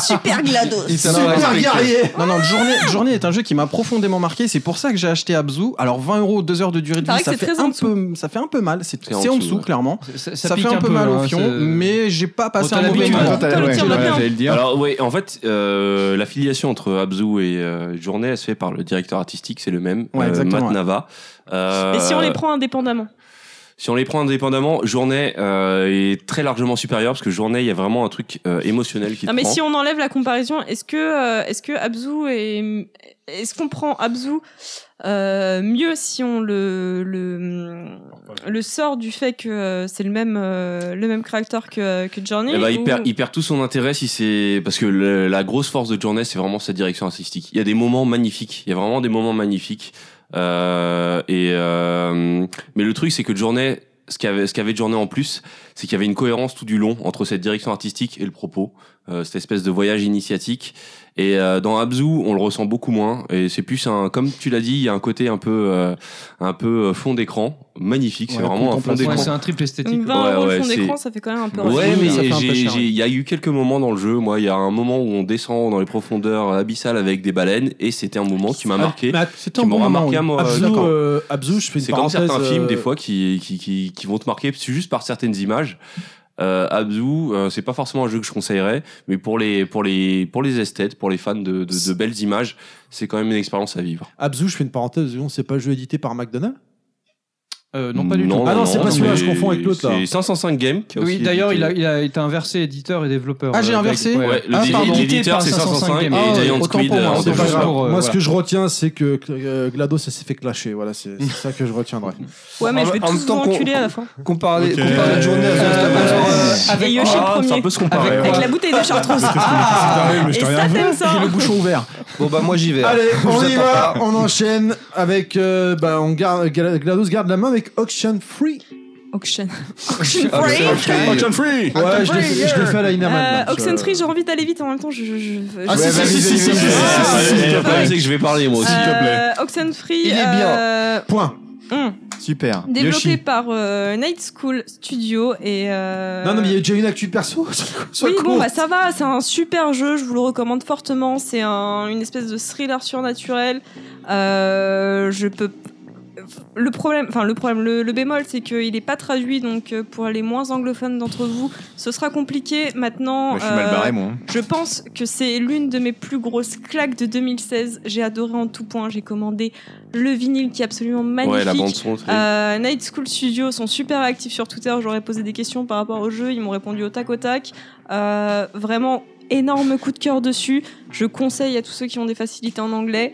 Speaker 12: Super GLaDOS.
Speaker 8: Il s'en a
Speaker 2: Super
Speaker 8: respecté.
Speaker 2: guerrier
Speaker 8: Non, non, Journée, Journée est un jeu qui m'a profondément marqué. C'est pour ça que j'ai acheté Abzu. Alors, 20 euros, 2 heures de durée de
Speaker 4: Paraît que
Speaker 8: vie, ça
Speaker 4: c'est
Speaker 8: fait,
Speaker 4: très en
Speaker 8: un
Speaker 4: dessous.
Speaker 8: peu, ça fait un peu mal. C'est c'est
Speaker 5: en
Speaker 8: en
Speaker 5: dessous,
Speaker 8: dessous,
Speaker 5: ouais.
Speaker 8: clairement.
Speaker 1: Ça,
Speaker 8: Ça,
Speaker 1: pique
Speaker 8: fait un peu, mal au
Speaker 1: hein,
Speaker 8: fion,
Speaker 1: c'est-
Speaker 8: mais j'ai pas passé
Speaker 1: Autant
Speaker 8: un mauvais
Speaker 1: l'habitude.
Speaker 8: moment.
Speaker 1: Attends,
Speaker 11: Toi, t'as-
Speaker 4: Toi, le
Speaker 11: ouais,
Speaker 4: tir
Speaker 11: voilà,
Speaker 4: de pain.
Speaker 1: hein.
Speaker 11: J'allais le dire.
Speaker 5: Alors oui, en fait, euh, la filiation entre Abzu et euh, Journée, elle se fait par le directeur artistique, c'est le même,
Speaker 8: Ouais,
Speaker 5: euh,
Speaker 8: exactement,
Speaker 5: Matt
Speaker 8: ouais.
Speaker 5: Nava. Euh,
Speaker 4: Et si on les prend indépendamment
Speaker 5: Si on les prend indépendamment, Journée euh, est très largement supérieure parce que Journée, il y a vraiment un truc euh, émotionnel qui te
Speaker 4: Non, mais
Speaker 5: prend.
Speaker 4: si on enlève la comparaison, est-ce que, euh, est-ce que Abzu est, est-ce qu'on prend Abzu euh, mieux si on le, le, le sort du fait que euh, c'est le même, euh, le même créateur que, que Journey
Speaker 5: Eh ben, il,
Speaker 4: ou-
Speaker 5: perd, il perd tout son intérêt si c'est parce que le- la grosse force de Journey, c'est vraiment sa direction artistique. Il y a des moments magnifiques, il y a vraiment des moments magnifiques. Euh, et euh, mais le truc, c'est que Journey, ce qu'avait ce qu'avait Journey en plus, c'est qu'il y avait une cohérence tout du long entre cette direction artistique et le propos, euh, cette espèce de voyage initiatique. Et euh, dans Abzu, on le ressent beaucoup moins. Et c'est plus un, comme tu l'as dit, il y a un côté un peu, euh, un peu euh, fond d'écran, magnifique. c'est
Speaker 8: Ouais,
Speaker 5: vraiment un fond
Speaker 8: contemplation.
Speaker 5: d'écran.
Speaker 1: Ouais, c'est un triple esthétique.
Speaker 4: Donc 20
Speaker 5: Ouais,
Speaker 4: euros
Speaker 5: ouais,
Speaker 4: le fond
Speaker 5: c'est-
Speaker 4: d'écran, ça fait quand même un peu.
Speaker 8: Ouais,
Speaker 5: Ouais,
Speaker 8: oui, ça
Speaker 5: mais
Speaker 8: fait un peu
Speaker 5: j'ai-
Speaker 8: cher.
Speaker 5: j'ai- il y a eu quelques moments dans le jeu. Moi, il y a un moment où on descend dans les profondeurs abyssales avec des baleines, et c'était un moment
Speaker 2: Ah,
Speaker 5: qui m'a marqué.
Speaker 8: C'était
Speaker 5: qui m'aura marqué à moi. euh,
Speaker 2: Abzu,
Speaker 5: d'accord.
Speaker 2: euh, Abzu, je fais une
Speaker 5: C'est comme
Speaker 2: parenthèse.
Speaker 5: certains films,
Speaker 2: euh,
Speaker 5: des fois, qui, qui, qui, qui vont te marquer c'est juste par certaines images. Euh, Abzu, euh, c'est pas forcément un jeu que je conseillerais, mais pour les, pour les, pour les esthètes, pour les fans de, de, de belles images, c'est quand même une expérience à vivre.
Speaker 2: euh, Abzu, je fais une parenthèse, seconde, c'est pas un jeu édité par McDonald's
Speaker 1: Euh, non, pas du tout.
Speaker 2: Ah non, c'est pas celui-là,
Speaker 5: mais
Speaker 2: je confonds avec l'autre, là.
Speaker 5: C'est 505 Games. qui a
Speaker 1: Oui,
Speaker 5: aussi
Speaker 1: d'ailleurs, il
Speaker 5: édité-
Speaker 1: a, il a été inversé éditeur et développeur.
Speaker 8: Ah, j'ai
Speaker 1: euh,
Speaker 8: inversé
Speaker 1: Greg.
Speaker 5: Ouais, le
Speaker 8: Ah,
Speaker 5: dé-
Speaker 8: pardon.
Speaker 5: l'éditeur, c'est
Speaker 1: Édité par
Speaker 5: 505 et
Speaker 1: Games.
Speaker 8: Ah,
Speaker 5: Giant
Speaker 8: autant
Speaker 5: Squid.
Speaker 8: pour moi,
Speaker 5: euh,
Speaker 8: autant
Speaker 5: c'est
Speaker 8: pour
Speaker 5: pas
Speaker 8: moi.
Speaker 5: grave.
Speaker 2: Moi,
Speaker 1: Pour, euh,
Speaker 2: ce
Speaker 1: voilà.
Speaker 2: que je retiens, c'est que euh, GLaDOS, elle s'est fait clasher. Voilà, c'est c'est ça que je retiendrai.
Speaker 4: *laughs* Ouais, mais je vais
Speaker 3: En même
Speaker 4: tous vous
Speaker 3: temps qu'on- Euh,
Speaker 4: enculer à la fin.
Speaker 3: Comparer
Speaker 10: Ok.
Speaker 3: comparer Journey à The Last of Us.
Speaker 1: Euh,
Speaker 4: Et Yoshi
Speaker 5: Ah,
Speaker 4: le
Speaker 5: c'est un
Speaker 4: premier.
Speaker 5: peu ce qu'on parlait.
Speaker 4: Avec la bouteille de chartreuse. Ah,
Speaker 10: mais
Speaker 4: Et
Speaker 10: je t'ai
Speaker 4: ça,
Speaker 10: rien
Speaker 2: *laughs*
Speaker 4: t'aimes ça
Speaker 8: Le bouchon ouvert.
Speaker 3: Bon, bah, moi, j'y vais.
Speaker 2: Allez,
Speaker 3: Je
Speaker 2: on
Speaker 3: vous
Speaker 2: y
Speaker 3: attends
Speaker 2: va,
Speaker 3: pas.
Speaker 2: on enchaîne avec. euh, bah, on garde, Gla- GLaDOS garde la main avec Auction Free.
Speaker 4: Auction.
Speaker 10: Action free
Speaker 2: Ouais, je l'ai fait- je l'ai fait à la Inaman.
Speaker 4: Euh, Oxenfree, j'ai envie d'aller vite en même temps. Je, je, je-
Speaker 2: Ah,
Speaker 4: je-
Speaker 2: si, si, si, si, si, si, si,
Speaker 5: Ah,
Speaker 2: si,
Speaker 5: ouais,
Speaker 2: si,
Speaker 5: Le
Speaker 2: si.
Speaker 5: problème, c'est que je vais parler moi aussi.
Speaker 4: Euh, Oxenfree.
Speaker 3: Il est bien.
Speaker 4: euh,
Speaker 2: Point.
Speaker 4: hum,
Speaker 11: Super.
Speaker 4: Développé
Speaker 11: Yoshi.
Speaker 4: par euh, Night School Studio et. euh,
Speaker 2: Non, non, mais il y a déjà une actu perso. *laughs* Sois
Speaker 4: Oui, bon,
Speaker 2: con.
Speaker 4: bah ça va, c'est un super jeu, je vous le recommande fortement. C'est un- une espèce de thriller surnaturel. Euh, je peux. Le problème, enfin, le problème, le, le bémol, c'est qu'il n'est pas traduit, donc euh, pour les moins anglophones d'entre vous, ce sera compliqué. Maintenant,
Speaker 11: Bah, je suis mal
Speaker 4: euh,
Speaker 11: barré, moi. hein.
Speaker 4: je pense que c'est l'une de mes plus grosses claques de 2016. J'ai adoré en tout point. J'ai commandé le vinyle qui est absolument magnifique.
Speaker 5: Ouais, la bande son. très-
Speaker 4: Euh, Night School Studio sont super actifs sur Twitter. J'aurais posé des questions par rapport au jeu. Ils m'ont répondu au tac au tac. Euh, vraiment énorme coup de cœur dessus. Je conseille à tous ceux qui ont des facilités en anglais.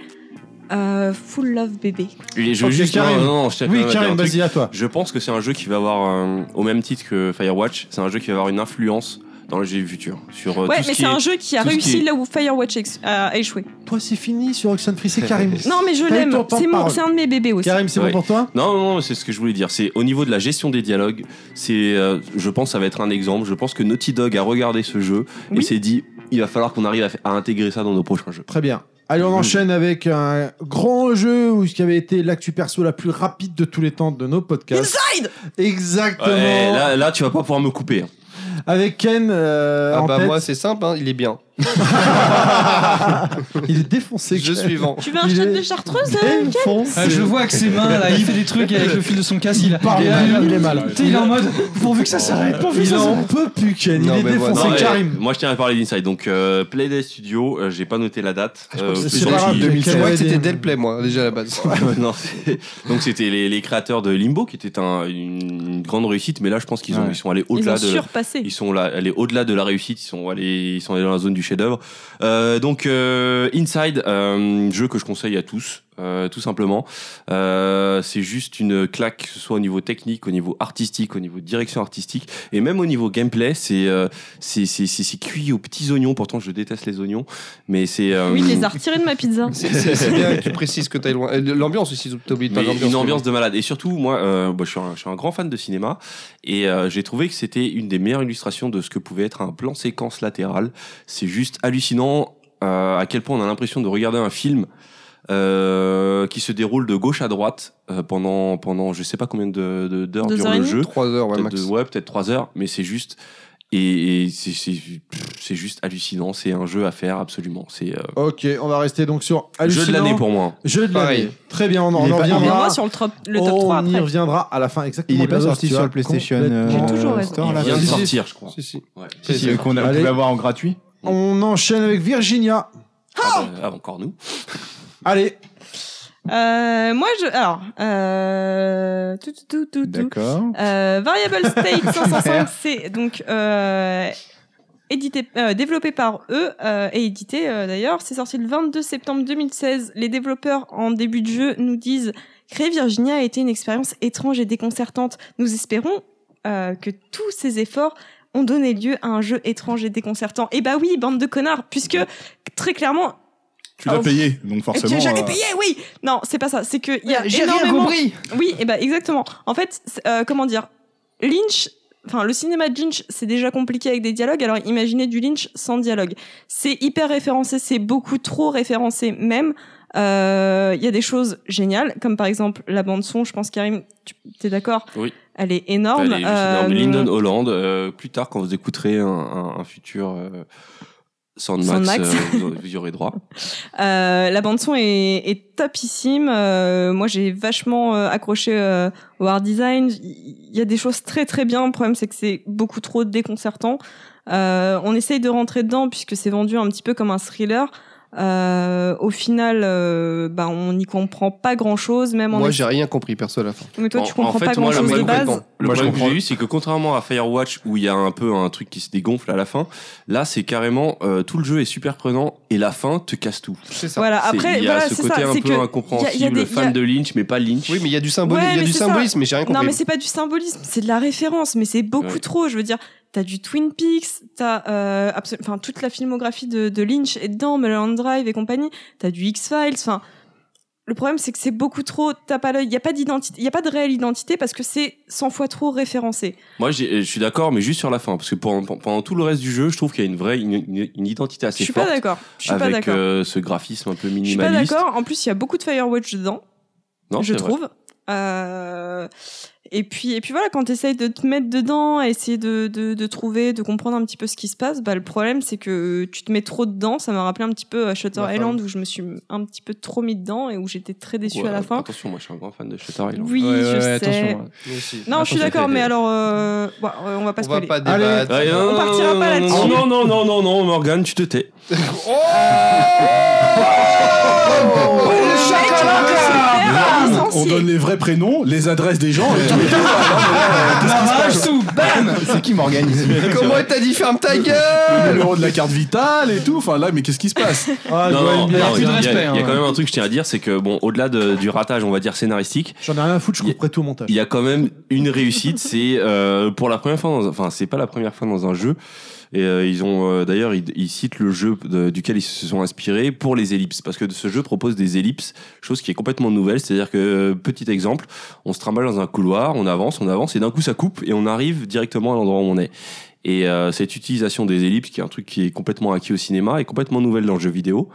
Speaker 4: Euh, full love bébé.
Speaker 5: Et je veux
Speaker 2: Ok,
Speaker 5: juste.
Speaker 2: Karim.
Speaker 5: Non, non, non, je tiens quand
Speaker 2: Oui,
Speaker 5: même à dire
Speaker 2: Karim,
Speaker 5: un truc.
Speaker 2: vas-y, à toi.
Speaker 5: Je pense que c'est un jeu qui va avoir, euh, au même titre que Firewatch, c'est un jeu qui va avoir une influence dans le jeu futur. Sur euh,
Speaker 4: Ouais,
Speaker 5: tout ce
Speaker 4: mais
Speaker 5: qui
Speaker 4: c'est un
Speaker 5: est-
Speaker 4: jeu qui a
Speaker 5: tout ce
Speaker 4: réussi
Speaker 5: qui est-
Speaker 4: là où Firewatch ex- a a échoué.
Speaker 2: Toi, c'est fini sur Oxen Free,
Speaker 5: *laughs*
Speaker 2: c'est Karim.
Speaker 4: Non, mais je
Speaker 2: T'as eu
Speaker 4: l'aime.
Speaker 2: ton temps de
Speaker 4: C'est mon-
Speaker 2: parole.
Speaker 4: c'est un de mes bébés aussi.
Speaker 2: Karim, c'est bon
Speaker 5: Ouais.
Speaker 2: pour toi
Speaker 5: Non, non, non, c'est ce que je voulais dire. C'est au niveau de la gestion des dialogues, c'est, euh, je pense, que ça va être un exemple. Je pense que Naughty Dog a regardé ce jeu et
Speaker 4: Oui.
Speaker 5: s'est dit, il va falloir qu'on arrive à, fa- à intégrer ça dans nos prochains jeux.
Speaker 2: Très bien. Allez, on enchaîne avec un grand jeu où ce qui avait été l'actu perso la plus rapide de tous les temps de nos
Speaker 4: *laughs*
Speaker 2: podcasts.
Speaker 12: Inside
Speaker 2: Exactement.
Speaker 5: Ouais, eh, là, là, tu vas pas pouvoir me couper. hein.
Speaker 2: Avec Ken euh,
Speaker 3: Ah
Speaker 2: en
Speaker 3: bah
Speaker 2: tête.
Speaker 3: moi c'est simple, hein, il est bien.
Speaker 2: Il est défoncé.
Speaker 3: Jeu
Speaker 2: Ken.
Speaker 3: suivant.
Speaker 4: Tu veux un
Speaker 2: Il
Speaker 4: chat
Speaker 2: est
Speaker 4: de chartreuse hein
Speaker 2: Défoncé.
Speaker 1: Ah, je vois que ses mains là, il fait des trucs avec le fil de son casque. Il, a-
Speaker 2: parle
Speaker 1: il est-
Speaker 2: mal,
Speaker 1: il, a-
Speaker 2: il est mal.
Speaker 1: Tu sais, il est en mode pourvu que ça s'arrête, pourvu que
Speaker 2: Il
Speaker 1: ça s'arrête.
Speaker 2: en peut plus, Ken.
Speaker 3: Non,
Speaker 2: il est
Speaker 3: mais voilà.
Speaker 2: défoncé.
Speaker 5: Non, eh,
Speaker 2: Karim.
Speaker 5: moi, je tiens à parler d'Inside. Donc, euh, Playday Studio, euh, j'ai pas noté la date. Euh,
Speaker 2: Ah, que c'est
Speaker 5: faisant
Speaker 2: pas
Speaker 5: qu'il-
Speaker 2: grave,
Speaker 5: Ouais,
Speaker 2: 2016.
Speaker 3: Je crois que
Speaker 2: Ouais,
Speaker 3: c'était
Speaker 2: des-
Speaker 3: Delplay moi déjà à la base.
Speaker 5: *laughs* ouais, non, c'est- donc, c'était les, les créateurs de Limbo qui était un- une grande réussite, mais là, je pense qu'ils ont-
Speaker 11: Ouais.
Speaker 5: ils sont allés
Speaker 4: Ils ont
Speaker 5: au-delà de.
Speaker 4: surpassé.
Speaker 5: Ils sont là, allés au-delà de la réussite, ils sont allés, ils sont allés dans la zone du chef-d'œuvre. Euh, donc euh, Inside, euh, jeu que je conseille à tous, euh, tout simplement. Euh, c'est juste une claque, que ce soit au niveau technique, au niveau artistique, au niveau de direction artistique, et même au niveau gameplay. C'est euh, c'est c'est c'est c'est cuit aux petits oignons. Pourtant, je déteste les oignons, mais c'est euh,
Speaker 4: Oui, il les a retirés de ma pizza.
Speaker 5: *laughs*
Speaker 3: C'est- C'est c'est bien que tu précises que t'as loin. Euh, L'ambiance aussi, t'as oublié de
Speaker 5: Mais
Speaker 3: parler d'ambiance.
Speaker 5: une ambiance de malade. Et surtout, moi, euh, bah, je, suis un, je suis un grand fan de cinéma et euh, j'ai trouvé que c'était une des meilleures illustrations de ce que pouvait être un plan séquence latéral. C'est juste hallucinant euh, à quel point on a l'impression de regarder un film euh, qui se déroule de gauche à droite euh, pendant pendant je sais pas combien de de- d'heures
Speaker 4: Deux
Speaker 5: dure
Speaker 4: heures et
Speaker 5: le
Speaker 4: demie
Speaker 5: jeu.
Speaker 3: 3 heures, ouais,
Speaker 5: Peut-être
Speaker 3: max.
Speaker 5: deux- ouais, peut-être trois heures, mais c'est juste. Et, et c'est- c'est pff, c'est juste hallucinant, c'est un jeu à faire absolument. C'est euh,
Speaker 2: Ok, on va rester donc sur
Speaker 5: jeu de
Speaker 2: hallucinant.
Speaker 5: l'année pour moi.
Speaker 2: Jeu de
Speaker 3: Pareil.
Speaker 2: l'année. Très bien, on en
Speaker 11: Il est
Speaker 2: on en
Speaker 11: pas- il est
Speaker 4: On
Speaker 2: reviendra.
Speaker 4: verra sur le, trop- le top
Speaker 2: Oh, on
Speaker 4: 3
Speaker 2: y
Speaker 4: après.
Speaker 2: reviendra à la fin exactement.
Speaker 11: Il est
Speaker 2: Blazo,
Speaker 11: pas sorti
Speaker 2: tu
Speaker 11: sur
Speaker 2: as
Speaker 11: le PlayStation euh,
Speaker 2: complètement-
Speaker 4: J'ai toujours raison.
Speaker 2: Oh
Speaker 11: Store, là.
Speaker 5: Il vient de
Speaker 3: si, si.
Speaker 5: sortir, je crois.
Speaker 3: Si, si.
Speaker 5: Ouais. Ah,
Speaker 11: Si, si, Qu'on a- qu'on
Speaker 2: Allez.
Speaker 11: pouvait avoir en gratuit.
Speaker 2: On enchaîne avec Virginia.
Speaker 5: Ah bah, ah, encore nous.
Speaker 2: Allez,
Speaker 4: Euh, moi, je. Alors. Euh, tout, tout, tout, tout, tout.
Speaker 11: D'accord.
Speaker 4: Euh, Variable State 505C, donc euh, édité, euh, développé par eux euh, et édité euh, d'ailleurs. C'est sorti le 22 septembre 2016. Les développeurs en début de jeu nous disent Créer Virginia a été une expérience étrange et déconcertante. Nous espérons euh, que tous ces efforts ont donné lieu à un jeu étrange et déconcertant. Et bah oui, bande de connards, puisque très clairement,
Speaker 10: Tu l'as
Speaker 4: Oh.
Speaker 10: payé, donc
Speaker 4: et
Speaker 10: forcément.
Speaker 4: que j'en ai
Speaker 10: euh,
Speaker 4: payé, oui. Non, c'est pas ça. C'est que il y a
Speaker 8: J'ai rien
Speaker 4: énormément.
Speaker 8: compris.
Speaker 4: Oui, et ben exactement. En fait, c'est- euh, comment dire, Lynch, enfin le cinéma de Lynch, c'est déjà compliqué avec des dialogues. Alors imaginez du Lynch sans dialogue. C'est hyper référencé, c'est beaucoup trop référencé même. Euh, Il y a des choses géniales, comme par exemple la bande son. Je pense Karim, tu es d'accord
Speaker 5: Oui.
Speaker 4: Elle est énorme.
Speaker 5: Allez, je suis
Speaker 4: Euh,
Speaker 5: énorme. Lyndon Holland, euh, plus tard, quand vous écouterez un, un- un futur euh, Sandmax,
Speaker 4: Sandmax.
Speaker 5: euh,
Speaker 4: *laughs*
Speaker 5: vous, vous y aurez droit.
Speaker 4: Euh, la bande son est, est topissime. Euh, moi, j'ai vachement euh, accroché euh, au art design. Il y a des choses très très bien. Le problème, c'est que c'est beaucoup trop déconcertant. Euh, on essaye de rentrer dedans puisque c'est vendu un petit peu comme un thriller. Euh, au final, euh, bah, on n'y comprend pas grand chose, même en.
Speaker 3: Moi j'ai rien compris perso à la fin.
Speaker 4: Mais toi,
Speaker 5: En-
Speaker 4: tu comprends
Speaker 5: en fait,
Speaker 4: pas grand
Speaker 5: moi, la
Speaker 4: chose de
Speaker 5: bonne
Speaker 4: base.
Speaker 3: compétence.
Speaker 5: Le
Speaker 3: Moi, je
Speaker 5: problème que j'ai
Speaker 3: comprends.
Speaker 5: eu, c'est que contrairement à Firewatch, où il y a un peu un truc qui se dégonfle à la fin, là, c'est carrément euh, tout le jeu est super prenant et la fin te casse tout.
Speaker 3: C'est ça.
Speaker 4: Voilà.
Speaker 5: C'est-
Speaker 4: Bah, Après,
Speaker 5: il y a
Speaker 4: voilà,
Speaker 5: ce
Speaker 4: c'est
Speaker 5: côté
Speaker 4: ça.
Speaker 5: un
Speaker 4: C'est
Speaker 5: peu
Speaker 4: que
Speaker 5: incompréhensible,
Speaker 4: il y a des- il y
Speaker 5: fan
Speaker 4: a-
Speaker 5: de Lynch, mais pas Lynch.
Speaker 3: Oui, mais il y a du symbolisme,
Speaker 4: Ouais,
Speaker 3: il y a
Speaker 4: mais
Speaker 3: du
Speaker 4: c'est ça.
Speaker 3: symbolisme, mais j'ai rien
Speaker 4: Non,
Speaker 3: compris.
Speaker 4: mais c'est pas du symbolisme, c'est de la référence, mais c'est beaucoup
Speaker 5: Ouais.
Speaker 4: trop. Je veux dire, t'as du Twin Peaks, t'as euh, absolu- enfin toute la filmographie de, de Lynch est dedans, Mulholland Drive et compagnie. T'as du X Files. Enfin, le problème c'est que c'est beaucoup trop. T'as pas l'œil. Y a pas d'identité. Y a pas de réelle identité parce que c'est 100 fois trop référencé.
Speaker 5: Moi, j'ai- euh, je suis d'accord, mais juste sur la fin, parce que pendant, pendant tout le reste du jeu, je trouve qu'il y a une vraie une, une- une identité
Speaker 4: Je
Speaker 5: assez
Speaker 4: suis pas
Speaker 5: forte
Speaker 4: d'accord. Je suis pas
Speaker 5: avec
Speaker 4: d'accord.
Speaker 5: euh, ce graphisme un peu
Speaker 4: Je suis pas
Speaker 5: minimaliste.
Speaker 4: d'accord. En plus, il y a beaucoup de Firewatch dedans,
Speaker 5: Non,
Speaker 4: je
Speaker 5: c'est vrai.
Speaker 4: trouve. Euh, et puis, et puis voilà, quand tu essayes de te mettre dedans, à essayer de, de, de trouver, de comprendre un petit peu ce qui se passe, bah, le problème c'est que tu te mets trop dedans. Ça m'a rappelé un petit peu à Shutter
Speaker 11: Enfin.
Speaker 4: Island où je me suis un petit peu trop mis dedans et où j'étais très déçue à la fin.
Speaker 5: Attention, moi je suis un grand fan de Shutter Island.
Speaker 4: Oui,
Speaker 1: Ouais, ouais,
Speaker 4: je
Speaker 1: ouais,
Speaker 4: sais.
Speaker 1: attention.
Speaker 5: hein.
Speaker 4: Non, je suis d'accord, mais alors, euh, bon, euh, on va pas
Speaker 3: On va
Speaker 4: spoiler.
Speaker 3: pas débattre.
Speaker 5: Ouais,
Speaker 4: On
Speaker 5: non,
Speaker 4: partira pas
Speaker 5: non,
Speaker 4: là-dessus.
Speaker 5: Non, non, non, non, non, Morgane, tu te
Speaker 3: *laughs*
Speaker 5: tais.
Speaker 3: Oh
Speaker 4: *laughs* Ah,
Speaker 10: On
Speaker 4: insensé.
Speaker 10: donne les vrais prénoms, les adresses des gens. et-
Speaker 11: C'est qui m'organise
Speaker 3: *laughs* Comment t'as dit ferme ta gueule
Speaker 10: le numéro de la carte vitale et tout. Enfin là, mais qu'est-ce qui
Speaker 5: *laughs*
Speaker 10: se passe
Speaker 2: Ah,
Speaker 5: Non,
Speaker 2: Joël
Speaker 5: non, non, il y
Speaker 2: Miller,
Speaker 5: a il y
Speaker 2: putain,
Speaker 5: a- il y a quand même un truc que je tiens à dire, c'est que, bon, au-delà de- du ratage, on va dire scénaristique,
Speaker 2: J'en ai rien à foutre, je couperai tout au montage.
Speaker 5: il y a quand même une réussite. C'est euh, pour la première fois, dans un- enfin, c'est pas la première fois dans un jeu. Et euh, ils ont euh, d'ailleurs, ils, ils citent le jeu de- duquel ils se sont inspirés pour les ellipses, parce que ce jeu propose des ellipses, chose qui est complètement nouvelle. C'est-à-dire que euh, petit exemple, on se trimballe dans un couloir, on avance, on avance, et d'un coup ça coupe et on arrive directement à l'endroit où on est. Et euh, cette utilisation des ellipses, qui est un truc qui est complètement acquis au cinéma, est complètement nouvelle dans le jeu vidéo.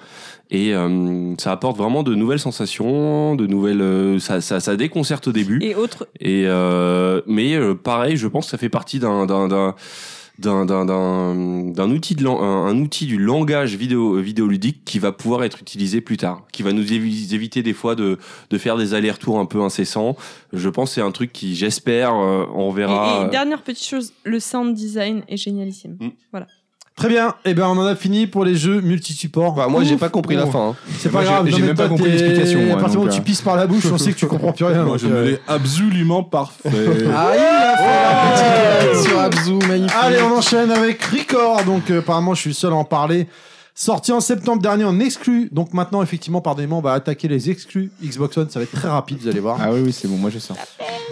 Speaker 5: Et euh, ça apporte vraiment de nouvelles sensations, de nouvelles, euh, ça, ça, ça déconcerte au début.
Speaker 4: Et autre,
Speaker 5: Et euh, mais euh, pareil, je pense que ça fait partie d'un d'un d'un d'un d'un d'un d'un outil de lan- un, un outil du langage vidéo euh, vidéoludique qui va pouvoir être utilisé plus tard, qui va nous évi- éviter des fois de de faire des allers-retours un peu incessants. Je pense que c'est un truc qui j'espère euh, on
Speaker 4: et,
Speaker 5: verra.
Speaker 11: Ah.
Speaker 4: et
Speaker 5: euh,
Speaker 4: dernière petite chose, le sound design est génialissime.
Speaker 2: Très bien, et ben on en a fini pour les jeux multi-supports.
Speaker 3: Bah, moi, j'ai
Speaker 2: Ouf.
Speaker 3: pas compris la
Speaker 2: Bon,
Speaker 3: fin. hein.
Speaker 2: C'est
Speaker 11: Moi,
Speaker 2: pas
Speaker 11: j'ai-
Speaker 2: grave,
Speaker 11: j'ai
Speaker 2: non, mais
Speaker 11: même pas
Speaker 2: toi,
Speaker 11: compris
Speaker 2: t'es-
Speaker 11: l'explication, moi,
Speaker 2: À partir du
Speaker 11: donc,
Speaker 2: moment où
Speaker 11: euh.
Speaker 2: tu pisses par la bouche, on sait que tu comprends plus rien.
Speaker 10: Moi,
Speaker 2: donc,
Speaker 10: je me
Speaker 2: euh,
Speaker 10: l'ai absolument parfait.
Speaker 8: Ah, il a fait la petite sur Abzu, magnifique.
Speaker 2: euh, Allez, on enchaîne avec Record. Donc, euh, apparemment, je suis le seul à en parler. Sorti en septembre dernier en exclu. Donc, maintenant, effectivement, pardonnez-moi, on va attaquer les exclus Xbox One. Ça va être très rapide, vous allez voir.
Speaker 11: Ah oui, oui, c'est bon, moi je sors.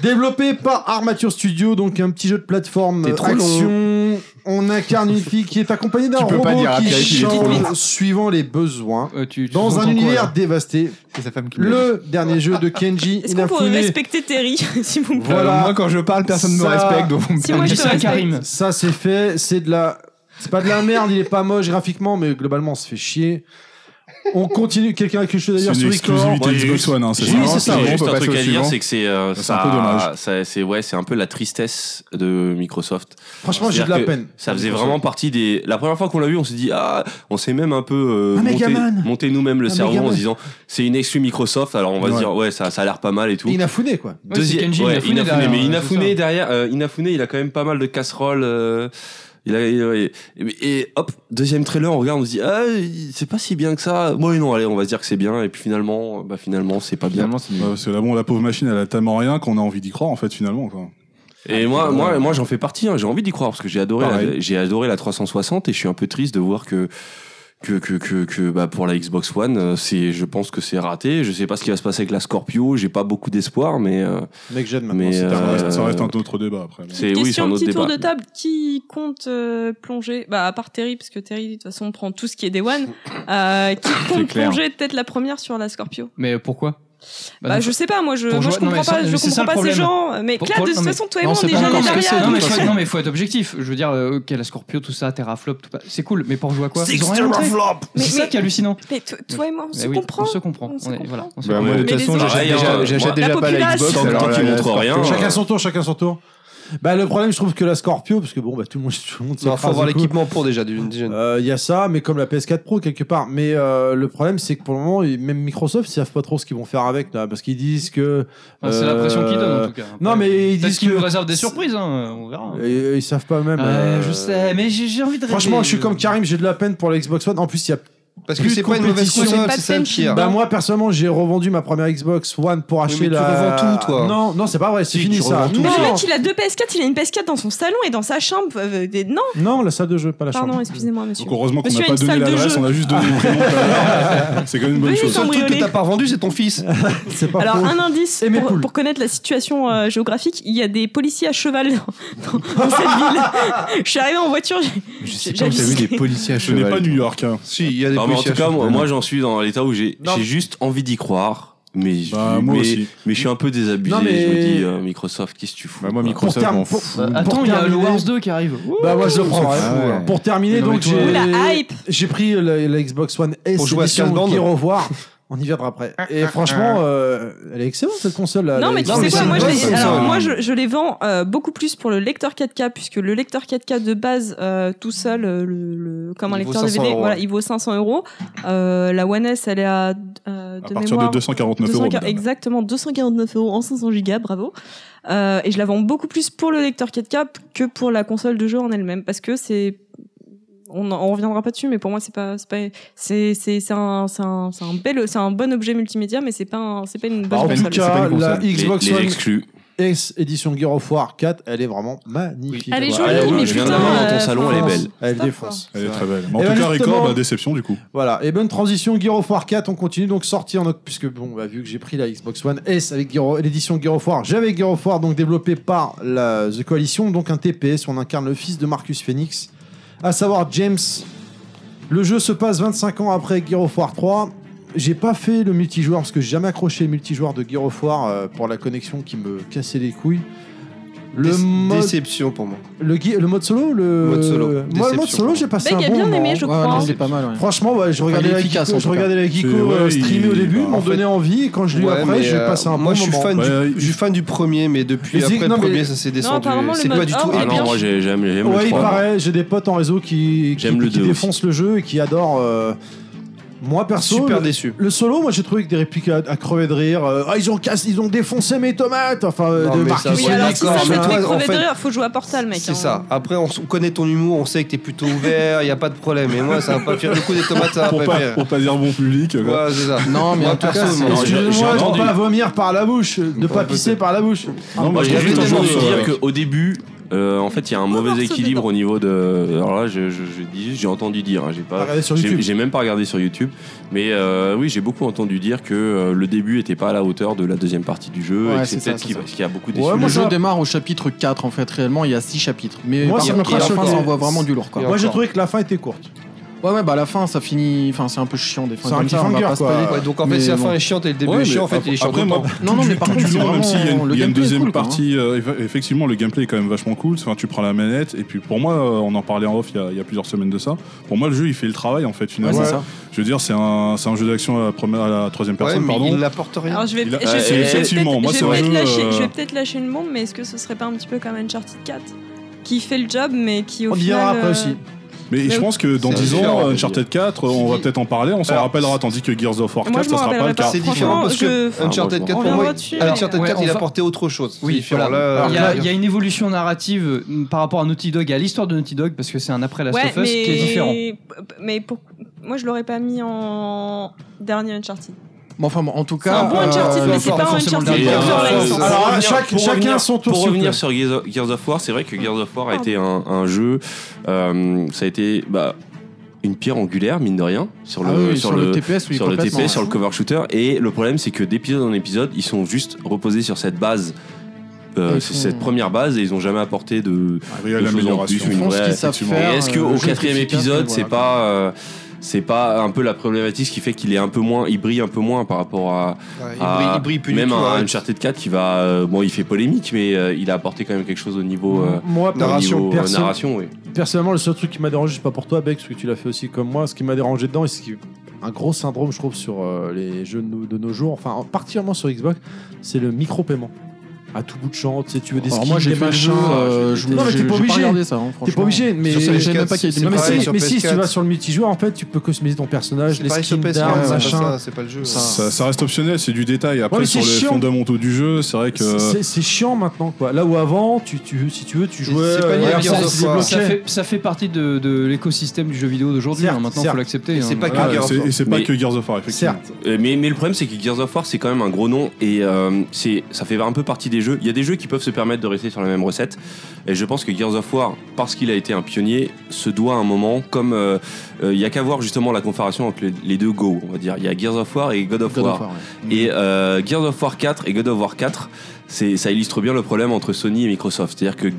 Speaker 2: Développé par Armature Studio, donc un petit jeu de plateforme euh, action. On incarne une fille qui est accompagnée d'un
Speaker 11: Tu peux
Speaker 2: robot
Speaker 11: pas dire,
Speaker 2: qui
Speaker 11: Pierre, il est trop
Speaker 2: change suivant les besoins.
Speaker 1: Euh, tu- tu
Speaker 2: Dans
Speaker 1: sous-entends
Speaker 2: un
Speaker 1: quoi,
Speaker 2: univers
Speaker 1: là
Speaker 2: dévasté,
Speaker 11: C'est sa femme qui me l'a dit.
Speaker 2: le dernier jeu de Kenji
Speaker 4: Est-ce qu'on pourrait
Speaker 2: Inafune.
Speaker 4: respecter Terry, *laughs* s'il vous plaît
Speaker 2: Voilà.
Speaker 11: Euh, Moi quand je parle, personne ne me
Speaker 2: Ça-
Speaker 11: respecte, donc on me
Speaker 4: Si moi je
Speaker 1: Dis
Speaker 4: te
Speaker 1: ça à
Speaker 4: respecte.
Speaker 1: Karim.
Speaker 2: Ça, c'est fait. C'est de la. C'est pas de la merde, il est pas moche graphiquement, mais globalement, on se fait chier. On continue. Quelqu'un a quelque chose à
Speaker 10: C'est
Speaker 2: dire
Speaker 10: une
Speaker 2: sur Record
Speaker 10: exclusivité
Speaker 5: Moi, j'ai
Speaker 10: Xbox One, hein, c'est
Speaker 5: J'ai
Speaker 10: ça
Speaker 2: Oui, c'est ça.
Speaker 5: j'ai
Speaker 2: Bon, on
Speaker 5: juste
Speaker 11: peut
Speaker 5: un
Speaker 11: passer
Speaker 5: truc
Speaker 11: au
Speaker 5: à dire,
Speaker 11: suivant.
Speaker 5: c'est que c'est euh,
Speaker 10: C'est
Speaker 5: ça-
Speaker 10: un peu dommage.
Speaker 5: ça- c'est ouais, c'est un peu la tristesse de Microsoft.
Speaker 2: Franchement, j'ai de la
Speaker 5: C'est-à-dire que
Speaker 2: peine.
Speaker 5: Ça faisait vraiment partie des. La première fois qu'on l'a vu, on s'est dit ah, on s'est même un peu euh, monté, monté nous-mêmes le cerveau en se disant c'est une exclu Microsoft, alors on va se
Speaker 10: Ouais.
Speaker 5: dire ouais ça, ça a l'air pas mal et tout.
Speaker 2: Et Inafune, quoi.
Speaker 1: Ouais, c'est Kenji Inafune derrière,
Speaker 5: mais
Speaker 1: ouais, c'est
Speaker 5: Inafune
Speaker 1: ça.
Speaker 5: derrière, euh, Inafune, il a quand même pas mal de casseroles. euh, il a, il a- et, et hop, deuxième trailer, on regarde, on se dit ah c'est pas si bien que ça. Bon, non, allez, on va se dire que c'est bien. Et puis finalement, bah finalement, c'est pas bien.
Speaker 11: Finalement, c'est
Speaker 10: Ouais, parce que là, bon, la pauvre machine, elle a tellement rien qu'on a envie d'y croire, en fait, finalement. Quoi.
Speaker 5: Et moi, moi, moi, j'en fais partie. hein. J'ai envie d'y croire parce que j'ai adoré, la,
Speaker 10: Pareil.
Speaker 5: j'ai adoré la 360 et je suis un peu triste de voir que que que que, que, bah, pour la Xbox One, euh, c'est, je pense que c'est raté. Je sais pas ce qui va se passer avec la Scorpio. J'ai pas beaucoup d'espoir, mais euh,
Speaker 2: Mec jeune, maintenant.
Speaker 5: mais
Speaker 2: c'est
Speaker 10: Ça
Speaker 5: euh,
Speaker 10: reste- ça reste un autre débat après.
Speaker 5: c'est oui, c'est
Speaker 4: Question,
Speaker 5: un autre
Speaker 4: petit
Speaker 5: débat.
Speaker 4: tour de table. Qui compte euh, plonger Bah, à part Terry, parce que Terry, de toute façon, prend tout ce qui est Day One. Euh, qui compte
Speaker 11: clair.
Speaker 4: plonger peut-être la première sur la Scorpio
Speaker 1: Mais euh, pourquoi
Speaker 4: Bah, je sais pas, moi, je,
Speaker 1: Pour
Speaker 4: moi, je
Speaker 1: jouer- non,
Speaker 4: comprends
Speaker 1: mais
Speaker 4: pas,
Speaker 1: ça-
Speaker 4: je
Speaker 1: mais c'est ça
Speaker 4: comprends
Speaker 1: le
Speaker 4: pas ces
Speaker 1: problème.
Speaker 4: gens. Mais
Speaker 1: Pour-
Speaker 4: Clad, de
Speaker 1: pour-
Speaker 4: toute
Speaker 1: non, mais-
Speaker 4: façon, toi et
Speaker 8: non,
Speaker 4: moi, on
Speaker 8: c'est
Speaker 4: est
Speaker 8: pas
Speaker 4: jeunes
Speaker 8: encore
Speaker 4: et
Speaker 8: ce que c'est,
Speaker 4: derrière.
Speaker 1: non,
Speaker 4: de
Speaker 1: mais
Speaker 4: toute
Speaker 1: faut-
Speaker 4: façon.
Speaker 1: non, mais faut être objectif. Je veux dire, euh, ok, la Scorpio, tout ça, Terraflop, tout ça. Terraflop, mais pour jouer à quoi Ils ont rien montré.
Speaker 4: Mais-
Speaker 1: C'est ça
Speaker 4: mais-
Speaker 1: qui est hallucinant.
Speaker 4: Mais to- toi et moi, on
Speaker 1: Mais
Speaker 4: se
Speaker 1: oui,
Speaker 4: comprend.
Speaker 1: On se comprend.
Speaker 4: On se
Speaker 1: On est-
Speaker 4: comprend.
Speaker 1: voilà, on se
Speaker 11: Bah, moi, de
Speaker 4: Mais
Speaker 11: toute
Speaker 4: les
Speaker 11: façon,
Speaker 4: autres-
Speaker 11: j'achète
Speaker 5: Pareil,
Speaker 11: déjà,
Speaker 5: hein.
Speaker 11: j'achète
Speaker 5: Moi,
Speaker 11: déjà
Speaker 4: la
Speaker 11: pas la
Speaker 4: population,
Speaker 11: Xbox.
Speaker 4: tant
Speaker 11: alors euh,
Speaker 5: qu'ils
Speaker 11: la- la
Speaker 5: montrent rien,
Speaker 3: Oh.
Speaker 11: Scorpio,
Speaker 5: euh,
Speaker 2: Chacun son tour, chacun son tour. Bah, le problème, je trouve que la Scorpio, parce que bon, bah, tout le monde, tout le monde
Speaker 3: Il faut
Speaker 2: s'écrase
Speaker 3: avoir
Speaker 2: du coup.
Speaker 3: l'équipement pour déjà. d'une- déjà.
Speaker 2: Euh, Il y a ça, mais comme la PS4 Pro quelque part. Mais euh, le problème, c'est que pour le moment, même Microsoft, ils savent pas trop ce qu'ils vont faire avec, là, parce qu'ils disent que euh,
Speaker 1: Enfin, c'est l'impression qu'ils donnent en tout cas.
Speaker 2: non, mais ils
Speaker 1: Peut-être
Speaker 2: disent
Speaker 1: qu'ils
Speaker 2: que
Speaker 1: nous réservent des surprises, hein, on verra.
Speaker 2: Et- et ils savent pas même.
Speaker 1: Ouais, bah,
Speaker 2: euh,
Speaker 1: Je sais, mais j'ai j'ai envie de.
Speaker 2: Franchement,
Speaker 1: rêver.
Speaker 2: je suis comme Karim, j'ai de la peine pour la Xbox One. En plus, il y a
Speaker 3: Parce que
Speaker 2: plus de
Speaker 3: c'est pas une mauvaise
Speaker 2: compétition,
Speaker 3: console,
Speaker 4: pas
Speaker 3: c'est
Speaker 4: de
Speaker 3: ça le
Speaker 4: fan
Speaker 3: pire.
Speaker 2: Bah moi personnellement j'ai revendu ma première Xbox One pour acheter
Speaker 3: mais tu
Speaker 2: la.
Speaker 3: revends tout, toi.
Speaker 2: Non non c'est pas vrai c'est
Speaker 3: Si,
Speaker 2: fini
Speaker 3: tu
Speaker 2: ça.
Speaker 3: revends tout.
Speaker 4: Mais
Speaker 2: Non,
Speaker 4: le mec, il a deux PS4, il a une PS4 dans son salon et dans sa chambre. euh, des- Non,
Speaker 2: non la salle de jeu pas la
Speaker 4: pardon,
Speaker 2: chambre.
Speaker 4: excusez-moi, monsieur.
Speaker 10: Donc heureusement qu'on
Speaker 4: Monsieur
Speaker 10: n'a
Speaker 4: a
Speaker 10: pas
Speaker 4: une
Speaker 10: donné
Speaker 4: salle de
Speaker 10: l'adresse,
Speaker 4: jeu.
Speaker 10: on a juste
Speaker 8: *laughs*
Speaker 10: donné le prénom tout à l'heure. C'est quand même une bonne
Speaker 4: Oui,
Speaker 10: chose.
Speaker 3: Le truc que
Speaker 4: cambriolé.
Speaker 3: t'as pas revendu, c'est ton fils.
Speaker 2: C'est pas
Speaker 4: Alors
Speaker 2: faux.
Speaker 4: un indice
Speaker 2: Et mes
Speaker 4: pour,
Speaker 2: poules.
Speaker 4: pour connaître la situation euh, géographique, il y a des policiers à cheval dans, dans- dans cette ville. Je suis arrivée en voiture. j'ai-
Speaker 11: Je sais
Speaker 4: J'ai-
Speaker 11: pas où
Speaker 4: j'ai
Speaker 11: t'as vu
Speaker 4: visité.
Speaker 11: des policiers à
Speaker 10: Je n'ai
Speaker 11: cheval.
Speaker 10: pas New York. hein.
Speaker 3: Si, il y a des
Speaker 5: Non, mais en tout
Speaker 3: policiers.
Speaker 5: cas, moi, moi, j'en suis dans l'état où j'ai,
Speaker 2: Non.
Speaker 5: j'ai juste envie d'y croire, mais je-
Speaker 10: Bah, moi
Speaker 5: mais,
Speaker 10: aussi.
Speaker 5: mais je suis un peu désabusé.
Speaker 2: Non, mais-
Speaker 5: Je me dis euh, Microsoft, qu'est-ce que tu fous
Speaker 11: Bah, moi,
Speaker 5: quoi.
Speaker 2: pour,
Speaker 11: Microsoft,
Speaker 2: term-
Speaker 11: m'en
Speaker 2: pour-
Speaker 11: fout.
Speaker 1: Euh,
Speaker 2: pour
Speaker 1: Attends, il y a Halo
Speaker 2: terminer-
Speaker 1: Wars 2 qui arrive. Ouh.
Speaker 2: Bah moi je le prends.
Speaker 11: fout, ouais.
Speaker 2: Pour terminer
Speaker 1: Mais non, mais
Speaker 2: donc
Speaker 1: toi-
Speaker 2: j'ai
Speaker 4: Ouh, la hype.
Speaker 2: j'ai pris la, la Xbox One S
Speaker 3: Pour jouer à
Speaker 2: édition
Speaker 3: Scaleband.
Speaker 2: Gear of War On y viendra après. Et franchement, euh, elle est excellente cette console là.
Speaker 4: Non, mais tu sais quoi,
Speaker 3: c'est
Speaker 4: moi,
Speaker 3: une
Speaker 4: je
Speaker 3: bonne
Speaker 4: les,
Speaker 3: console.
Speaker 4: alors, moi je, je les vends euh, beaucoup plus pour le lecteur 4K, puisque le lecteur 4K de base, euh, tout seul, euh, le, le- comme un
Speaker 3: Il vaut
Speaker 4: lecteur DVD,
Speaker 3: 500 euros,
Speaker 4: voilà,
Speaker 3: ouais.
Speaker 4: il vaut 500 euros. Euh, La One S, elle est à, euh,
Speaker 10: À
Speaker 4: de
Speaker 10: partir
Speaker 4: mémoire,
Speaker 10: de 249 euros.
Speaker 4: 240
Speaker 10: madame.
Speaker 4: Exactement, 249 euros en 500 gigas, bravo. Euh, et je la vends beaucoup plus pour le lecteur 4K que pour la console de jeu en elle-même, parce que c'est, on, en- on reviendra pas dessus, mais pour moi c'est pas, c'est pas, c'est, c'est, c'est un, c'est un, c'est un bel, c'est un bon objet multimédia, mais c'est pas, un- c'est pas une bonne
Speaker 2: en
Speaker 11: pas
Speaker 2: tout
Speaker 11: une- c'est pas
Speaker 2: cas,
Speaker 11: une console.
Speaker 2: la
Speaker 5: Les-
Speaker 2: Xbox
Speaker 5: les
Speaker 2: One
Speaker 5: exclus.
Speaker 2: X édition Gear of War 4, elle est vraiment magnifique.
Speaker 4: Elle est
Speaker 2: Voilà.
Speaker 4: jolie,
Speaker 2: Elle-
Speaker 5: oui,
Speaker 4: mais
Speaker 5: je viens de
Speaker 4: putain,
Speaker 5: la voir dans ton
Speaker 4: euh,
Speaker 5: salon,
Speaker 4: enfin,
Speaker 5: elle est belle.
Speaker 2: Elle
Speaker 4: Stop,
Speaker 2: défonce.
Speaker 10: Elle est
Speaker 2: C'est
Speaker 10: très belle. Mais
Speaker 2: Eh
Speaker 10: en
Speaker 2: ben,
Speaker 10: tout cas, record,
Speaker 2: justement-
Speaker 10: bah, déception du coup.
Speaker 2: Voilà, et bonne transition Gear of War 4, on continue donc sorti en oct- puisque bon, bah, vu que j'ai pris la Xbox One S avec Gear of- l'édition Gear of War, j'avais Gear of War donc développé par la The Coalition, donc un TPS, on incarne le fils de Marcus Phoenix, à savoir James. Le jeu se passe 25 ans après Gear of War 3. J'ai pas fait le multijoueur parce que j'ai jamais accroché le multijoueur de Gear of War euh, pour la connexion qui me cassait les couilles. Le
Speaker 3: Déce-
Speaker 2: mode,
Speaker 3: Déception pour moi.
Speaker 2: le, gui- le mode solo, le
Speaker 3: Mode solo.
Speaker 2: Moi, le
Speaker 3: Déception.
Speaker 2: mode solo, j'ai passé
Speaker 4: Beck
Speaker 2: un
Speaker 4: a
Speaker 2: bon
Speaker 4: bien
Speaker 2: moment.
Speaker 4: aimé, je
Speaker 8: Ouais,
Speaker 4: crois.
Speaker 8: non, c'est pas mal. ouais.
Speaker 2: Franchement, ouais, je regardais
Speaker 8: il est
Speaker 2: la
Speaker 8: efficace,
Speaker 2: Geeko,
Speaker 8: en
Speaker 2: je
Speaker 8: tout cas.
Speaker 2: regardais la Geeko
Speaker 10: C'est- ouais,
Speaker 2: euh, streamée au
Speaker 10: il-
Speaker 2: début,
Speaker 10: bah,
Speaker 2: m'en
Speaker 10: en
Speaker 2: donnait envie. Et quand je l'ai eu
Speaker 3: Ouais,
Speaker 2: après,
Speaker 3: mais,
Speaker 2: j'ai
Speaker 3: euh,
Speaker 2: passé un bon
Speaker 3: moi, je suis
Speaker 2: moment.
Speaker 3: fan
Speaker 10: Ouais,
Speaker 3: du, je suis fan du premier, mais depuis
Speaker 2: Les
Speaker 3: après
Speaker 2: Zig-
Speaker 3: le
Speaker 2: non, mais-
Speaker 3: premier, ça s'est descendu.
Speaker 4: apparemment, le
Speaker 3: C'est pas
Speaker 4: mode
Speaker 3: du
Speaker 4: un,
Speaker 3: tout.
Speaker 4: on
Speaker 5: Ah
Speaker 4: est bien
Speaker 5: non, moi j'ai- j'aime j'aime
Speaker 2: Ouais,
Speaker 5: le
Speaker 2: il
Speaker 5: 3. moi.
Speaker 2: paraît. J'ai des potes en réseau qui, qui,
Speaker 5: J'aime le
Speaker 2: qui
Speaker 5: deux
Speaker 2: défoncent le jeu et qui adorent. euh, Moi, perso,
Speaker 3: Super
Speaker 2: le,
Speaker 3: déçu.
Speaker 2: le solo, moi, j'ai trouvé que des répliques à, à crever de rire. euh, ah, ils ont cassé, ils ont défoncé mes tomates. Enfin, euh,
Speaker 3: Non,
Speaker 2: de
Speaker 3: mais
Speaker 2: Marcus
Speaker 3: ça,
Speaker 4: Oui,
Speaker 3: Ouais,
Speaker 4: alors
Speaker 2: Phoenix,
Speaker 4: si ça,
Speaker 3: d'accord,
Speaker 4: ça
Speaker 3: mais
Speaker 4: te fait
Speaker 3: toi, en
Speaker 4: crever de
Speaker 3: fait,
Speaker 4: rire, faut jouer à Portal, mec. hein.
Speaker 3: C'est ça. Après, on s- on connaît ton humour, on sait que t'es plutôt ouvert, il y a pas de problème. Mais moi, ça va pas faire le coup des tomates, ça va
Speaker 10: Pour
Speaker 3: pas
Speaker 10: pas,
Speaker 3: faire.
Speaker 10: pour pas dire bon public. quoi.
Speaker 3: bah, Ouais, c'est ça.
Speaker 8: Non, mais
Speaker 3: Moi,
Speaker 8: en tout cas,
Speaker 3: perso,
Speaker 8: c'est-
Speaker 3: moi,
Speaker 5: Non, j'ai- j'ai
Speaker 2: Excusez-moi de
Speaker 5: entendu.
Speaker 2: pas vomir par la bouche, de pas pisser par la bouche.
Speaker 10: Non,
Speaker 5: Moi,
Speaker 10: mais
Speaker 5: j'ai
Speaker 10: j'ai
Speaker 5: juste
Speaker 10: vu
Speaker 5: envie
Speaker 10: ton
Speaker 5: de
Speaker 10: jeu,
Speaker 5: dire qu'au début, euh, en fait, il y a un
Speaker 4: voir
Speaker 5: mauvais
Speaker 4: ce
Speaker 5: équilibre
Speaker 4: dedans.
Speaker 5: au niveau de. Alors là, je, je- je dis juste, j'ai entendu dire. hein, j'ai
Speaker 2: T'as
Speaker 5: pas.
Speaker 2: regardé sur
Speaker 5: j'ai-
Speaker 2: YouTube.
Speaker 5: J'ai même pas regardé sur YouTube, mais euh, oui, j'ai beaucoup entendu dire que euh, le début était pas à la hauteur de la deuxième partie du jeu,
Speaker 8: Ouais,
Speaker 5: et que
Speaker 8: c'est
Speaker 5: c'est
Speaker 8: ça,
Speaker 5: peut-être
Speaker 8: c'est
Speaker 5: ce qui,
Speaker 8: ça.
Speaker 5: ce qui a beaucoup déçu.
Speaker 2: Ouais,
Speaker 8: Le
Speaker 2: moi,
Speaker 8: jeu
Speaker 2: ça-
Speaker 8: démarre au chapitre 4, en fait, réellement, il y a 6 chapitres. Mais
Speaker 2: Moi,
Speaker 8: par
Speaker 2: ça
Speaker 8: contre,
Speaker 2: m'a pas
Speaker 8: la fin,
Speaker 2: choqué.
Speaker 8: ça envoie vraiment du lourd, quoi.
Speaker 2: Moi, j'ai trouvé que la fin était courte.
Speaker 8: Ouais, ouais, bah la fin, ça finit. Enfin, c'est un peu chiant des fois.
Speaker 2: C'est un
Speaker 8: Comme ça, on va
Speaker 2: cliffhanger,
Speaker 8: pas se
Speaker 2: quoi.
Speaker 8: spoiler.
Speaker 3: Ouais, donc en fait,
Speaker 8: Mais
Speaker 3: si la fin
Speaker 8: bon.
Speaker 3: est chiante et le début
Speaker 10: Ouais,
Speaker 3: est chiant, en
Speaker 10: mais
Speaker 3: fait, il est chiant.
Speaker 10: après,
Speaker 3: content.
Speaker 10: moi,
Speaker 8: Non, non, mais par
Speaker 10: tout
Speaker 8: contre,
Speaker 10: du
Speaker 8: c'est
Speaker 10: long, même
Speaker 8: vraiment-
Speaker 10: s'il y a une,
Speaker 8: le
Speaker 10: il y a une
Speaker 8: gameplay est
Speaker 10: deuxième
Speaker 8: cool, quoi, hein.
Speaker 10: partie, euh, eff- effectivement, le gameplay est quand même vachement cool. Enfin, tu prends la manette, et puis pour moi, euh, on en parlait en off il y a, il y a plusieurs semaines de ça. Pour moi, le jeu, il fait le travail, en fait,
Speaker 8: Ouais,
Speaker 10: finalement.
Speaker 8: c'est ça.
Speaker 10: Je veux dire, c'est un, c'est un jeu d'action à la, première, à la troisième personne,
Speaker 3: Ouais, mais
Speaker 10: pardon.
Speaker 3: il n'apporte rien.
Speaker 4: Alors je vais,
Speaker 10: Il a-
Speaker 4: je vais-
Speaker 5: euh,
Speaker 4: je vais
Speaker 10: effectivement,
Speaker 4: peut-être-
Speaker 10: moi,
Speaker 4: je
Speaker 10: c'est
Speaker 4: vais
Speaker 10: un
Speaker 4: peut-être
Speaker 10: jeu,
Speaker 4: lâcher,
Speaker 10: euh,
Speaker 4: je vais peut-être lâcher le monde, mais est-ce que ce serait pas un petit peu comme Uncharted 4 qui fait le job, mais qui au
Speaker 2: On y
Speaker 4: final.
Speaker 2: verra après
Speaker 4: euh,
Speaker 2: aussi.
Speaker 10: Mais je
Speaker 4: Mais-
Speaker 10: pense que dans
Speaker 3: C'est
Speaker 10: 10
Speaker 3: différent,
Speaker 10: ans, euh,
Speaker 3: je veux
Speaker 10: Uncharted 4, on va peut-être en parler, on s'en
Speaker 3: Alors,
Speaker 10: rappellera, tandis que Gears of War
Speaker 4: Moi,
Speaker 10: 4,
Speaker 4: je
Speaker 10: ça
Speaker 4: m'en
Speaker 10: sera pas
Speaker 4: rappellerai
Speaker 10: le cas.
Speaker 4: pas.
Speaker 3: C'est différent parce que
Speaker 4: Franchement,
Speaker 3: Uncharted
Speaker 5: je-
Speaker 3: 4
Speaker 4: on
Speaker 3: pour moi,
Speaker 4: reviendra dessus,
Speaker 3: Uncharted
Speaker 1: mais-
Speaker 3: 4
Speaker 1: Ouais,
Speaker 3: il
Speaker 1: on va-
Speaker 3: apportait autre chose. C'est
Speaker 1: Oui,
Speaker 3: différent.
Speaker 1: voilà.
Speaker 3: Là,
Speaker 1: Il y,
Speaker 3: là,
Speaker 1: a, il y a une évolution narrative euh, par rapport à Naughty Dog et à l'histoire de Naughty Dog parce que c'est un après Last
Speaker 4: Ouais,
Speaker 1: of Us
Speaker 4: mais
Speaker 1: qui est différent.
Speaker 4: mais pour- moi je l'aurais pas mis en dernier Uncharted.
Speaker 3: Ah,
Speaker 8: Bon, enfin, bon, en tout
Speaker 4: C'est
Speaker 8: cas.
Speaker 4: un bon
Speaker 8: euh,
Speaker 4: Uncharted, mais c'est
Speaker 8: enfin,
Speaker 4: pas un
Speaker 8: forcément,
Speaker 4: Uncharted
Speaker 8: le
Speaker 5: Et,
Speaker 4: Gears
Speaker 8: gameplay-
Speaker 4: of
Speaker 3: Ah,
Speaker 4: War, là, ils sont-
Speaker 5: euh,
Speaker 2: Alors,
Speaker 5: pour
Speaker 2: chaque-
Speaker 5: revenir-
Speaker 2: chacun
Speaker 5: pour
Speaker 2: son tour,
Speaker 5: Pour
Speaker 2: s'il vous
Speaker 5: revenir
Speaker 2: plaît.
Speaker 5: sur Gears of- Gears of War, c'est vrai que Gears of War a été un, un jeu. euh, ça a été bah, une pierre angulaire, mine de rien, sur le,
Speaker 8: Ah oui,
Speaker 5: sur le,
Speaker 8: TPS, oui,
Speaker 5: sur le
Speaker 8: complètement,
Speaker 5: TP, sur
Speaker 8: ouais.
Speaker 5: le cover shooter. Et le problème, c'est que d'épisode en épisode, ils sont juste reposés sur cette base. euh,
Speaker 8: Ils
Speaker 5: c'est
Speaker 8: font-
Speaker 5: cette première base et ils ont jamais apporté de. Quelque chose
Speaker 10: Réelle
Speaker 5: en
Speaker 10: amélioration.
Speaker 5: plus,
Speaker 8: Ils font ce
Speaker 5: Ouais,
Speaker 8: qu'ils savent
Speaker 10: effectivement.
Speaker 8: faire.
Speaker 5: Et est-ce
Speaker 8: euh,
Speaker 5: qu'au
Speaker 8: le jeu est
Speaker 5: quatrième
Speaker 8: efficace,
Speaker 5: épisode,
Speaker 8: et
Speaker 5: c'est
Speaker 8: voilà.
Speaker 5: pas. euh, c'est pas un peu la problématique qui fait qu'il est un peu moins, il brille un peu moins par rapport à,
Speaker 3: ouais,
Speaker 5: à-
Speaker 3: il brille- il brille plus du
Speaker 5: même
Speaker 3: tout.
Speaker 5: un
Speaker 3: hein.
Speaker 5: Uncharted 4 qui va, euh, bon, il fait polémique, mais euh, il a apporté quand même quelque chose au
Speaker 8: Mmh.
Speaker 5: niveau, euh,
Speaker 2: Moi,
Speaker 5: au
Speaker 3: Narration,
Speaker 5: niveau, euh,
Speaker 2: perso-
Speaker 5: narration, oui.
Speaker 2: Personnellement, le seul truc qui m'a dérangé, c'est pas pour toi, Beck, parce que tu l'as fait aussi comme moi. Ce qui m'a dérangé dedans, et ce qui est un gros syndrome, je trouve, sur euh, les jeux de nos, de nos jours, enfin, particulièrement sur Xbox, c'est le micro-paiement. À tout bout de champ, tu sais, tu veux des
Speaker 8: Alors,
Speaker 2: skins,
Speaker 8: moi, j'ai
Speaker 2: des
Speaker 8: fait le jeu.
Speaker 2: machins.
Speaker 8: euh, je me-
Speaker 2: Non, mais
Speaker 8: j'ai-
Speaker 2: t'es pas
Speaker 8: j'ai
Speaker 2: obligé.
Speaker 8: regardé ça, hein,
Speaker 2: T'es pas
Speaker 8: franchement.
Speaker 2: obligé, mais.
Speaker 8: Sur
Speaker 3: les
Speaker 8: je savais
Speaker 3: quatre,
Speaker 8: pas qu'il y avait
Speaker 3: c'est
Speaker 8: des
Speaker 2: Non, mais,
Speaker 3: pareil
Speaker 2: si,
Speaker 3: sur
Speaker 2: mais si, si
Speaker 3: PS4.
Speaker 2: tu vas sur le multijoueur, en fait, tu peux customiser ton personnage,
Speaker 3: C'est
Speaker 2: les
Speaker 3: pareil sur
Speaker 2: skins
Speaker 3: PS4,
Speaker 2: d'armes,
Speaker 3: c'est pas
Speaker 2: machin.
Speaker 3: ça, c'est pas le jeu.
Speaker 8: Ça-
Speaker 10: Ça, ça reste optionnel, c'est du détail. Après,
Speaker 2: mais
Speaker 10: sur
Speaker 2: c'est
Speaker 10: les
Speaker 2: chiant.
Speaker 10: fondamentaux du jeu, c'est vrai que.
Speaker 2: C'est- C'est c'est chiant maintenant, quoi. Là où avant, tu, tu- si tu veux, tu jouais.
Speaker 3: C'est pas lié à
Speaker 2: euh,
Speaker 3: Gears
Speaker 2: ça,
Speaker 3: of
Speaker 2: c'est
Speaker 3: War.
Speaker 2: débloqué.
Speaker 1: Ça fait, ça fait partie de, de l'écosystème du jeu vidéo d'aujourd'hui.
Speaker 2: Certes,
Speaker 1: hein, Maintenant,
Speaker 2: certes.
Speaker 1: faut l'accepter.
Speaker 3: Et c'est
Speaker 1: hein.
Speaker 3: pas que
Speaker 10: Voilà,
Speaker 3: Gears of
Speaker 10: c'est-
Speaker 3: War.
Speaker 10: et c'est pas
Speaker 5: Mais-
Speaker 10: que Gears of War, effectivement.
Speaker 2: Certes.
Speaker 5: Euh, Mais, mais le problème, c'est que Gears of War, c'est quand même un gros nom et euh, c'est, ça fait un peu partie des jeux. Il y a des jeux qui peuvent se permettre de rester sur la même recette. Et je pense que Gears of War, parce qu'il a été un pionnier, se doit à un moment, comme euh, euh, il y a qu'à voir justement la comparaison entre les, les deux Go, on va dire. Il y a Gears of War et God of
Speaker 8: God
Speaker 5: War.
Speaker 8: of War, ouais.
Speaker 5: Et euh, Gears of War 4 et God of War 4, c'est, ça illustre bien le problème entre Sony et Microsoft. C'est-à-dire que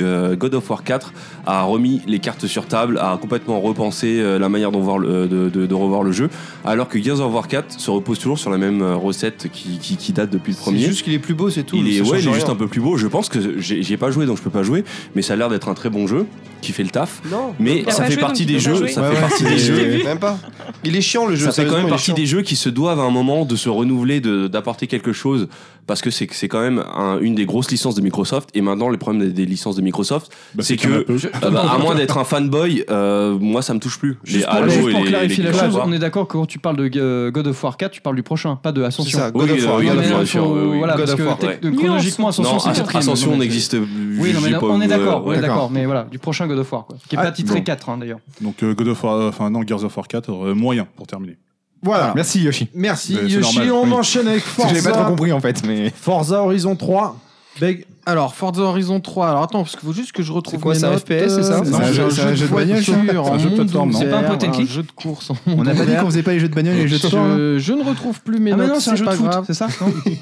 Speaker 5: euh, God of War 4 a remis les cartes sur table, a complètement repensé euh, la manière d'en voir le- euh, de, de- de revoir le jeu, alors que Gears of War 4 se repose toujours sur la même euh, recette qui, qui- qui date depuis le
Speaker 3: C'est
Speaker 5: premier.
Speaker 3: juste qu'il est plus beau, c'est tout.
Speaker 5: il
Speaker 3: ça
Speaker 5: est, ouais,
Speaker 3: change
Speaker 5: il est
Speaker 3: rien.
Speaker 5: juste un peu plus beau. Je pense que j'ai, j'y ai pas joué, donc je peux pas jouer, mais ça a l'air d'être un très bon jeu. qui fait le taf.
Speaker 3: Non.
Speaker 5: Mais
Speaker 4: Il a
Speaker 5: ça
Speaker 4: pas
Speaker 5: fait
Speaker 4: joué,
Speaker 5: partie
Speaker 4: donc
Speaker 5: des
Speaker 4: il peut pas
Speaker 5: jeux,
Speaker 4: jouer.
Speaker 5: ça fait partie des jeux.
Speaker 3: Même pas. Il est chiant le jeu.
Speaker 5: ça fait quand
Speaker 3: sérieusement,
Speaker 5: même
Speaker 3: il est
Speaker 5: partie
Speaker 3: chiant.
Speaker 5: des jeux qui se doivent à un moment de se renouveler, de- d'apporter quelque chose, parce que c'est c'est quand même un- une des grosses licences de Microsoft. Et maintenant, le problème des, des licences de Microsoft,
Speaker 10: Bah,
Speaker 5: c'est
Speaker 10: qu'il y en a
Speaker 5: que,
Speaker 10: peu.
Speaker 5: euh, bah, à moins d'être un fanboy, euh, moi ça me touche plus.
Speaker 1: Juste
Speaker 5: Les
Speaker 1: pour,
Speaker 5: Halo
Speaker 1: juste pour
Speaker 5: et les-
Speaker 1: clarifier
Speaker 5: les
Speaker 1: la
Speaker 5: Call of
Speaker 1: chose,
Speaker 5: Duty.
Speaker 1: on est d'accord que quand tu parles de euh, God of War 4, tu parles du prochain, pas de
Speaker 3: C'est
Speaker 1: Ascension.
Speaker 3: ça.
Speaker 5: Oui,
Speaker 3: God of War,
Speaker 5: oui, bien
Speaker 3: God of
Speaker 1: mais
Speaker 3: War.
Speaker 1: non,
Speaker 5: sûr,
Speaker 1: faut-
Speaker 5: oui, oui.
Speaker 1: voilà,
Speaker 3: God
Speaker 1: parce
Speaker 3: of
Speaker 1: que
Speaker 3: War,
Speaker 1: tec-
Speaker 5: ouais.
Speaker 1: de- chronologiquement, Ascension,
Speaker 5: Non,
Speaker 1: c'est quatrième,
Speaker 5: Ascension
Speaker 1: donc, euh,
Speaker 5: n'existe.
Speaker 1: Oui, non, mais
Speaker 5: j'ai
Speaker 1: non,
Speaker 5: pas-
Speaker 1: on est
Speaker 5: euh,
Speaker 1: d'accord, on
Speaker 5: ouais.
Speaker 1: est d'accord, mais voilà, du prochain God of War, quoi, qui est
Speaker 11: Ah,
Speaker 1: pas titré
Speaker 11: bon.
Speaker 1: 4 hein, d'ailleurs.
Speaker 10: Donc euh, God of War, euh, enfin non, Gears of War 4, euh, moyen pour terminer.
Speaker 2: Voilà.
Speaker 11: Merci Yoshi.
Speaker 2: Ah, Merci
Speaker 10: Mais c'est
Speaker 2: Yoshi,
Speaker 10: normal,
Speaker 2: on
Speaker 10: oui.
Speaker 2: enchaîne avec
Speaker 11: Parce que J'avais pas trop
Speaker 2: Forza,
Speaker 11: compris en fait, mais.
Speaker 2: Forza Horizon 3. Beg,
Speaker 8: Alors, Forza Horizon 3, alors attends, parce qu'il faut juste que je retrouve.
Speaker 3: C'est quoi,
Speaker 8: mes
Speaker 3: c'est un
Speaker 8: notes,
Speaker 3: FPS, c'est ça
Speaker 8: euh,
Speaker 11: C'est un jeu- c'est un jeu de bagnole, ça
Speaker 8: voiture,
Speaker 11: C'est un
Speaker 8: en
Speaker 11: jeu
Speaker 8: monde
Speaker 11: de plateforme, non
Speaker 8: ouvert,
Speaker 1: C'est pas un pot and
Speaker 8: un
Speaker 1: click
Speaker 8: jeu de course. en
Speaker 11: On
Speaker 8: monde
Speaker 11: n'a pas dit
Speaker 8: ouvert.
Speaker 11: qu'on faisait pas les jeux de bagnole et les jeux de sport.
Speaker 2: hein.
Speaker 11: là
Speaker 8: je, je ne retrouve plus mes
Speaker 1: Ah, mais
Speaker 8: notes,
Speaker 1: non, c'est un jeu de
Speaker 8: pas
Speaker 1: foot,
Speaker 8: grave.
Speaker 1: c'est ça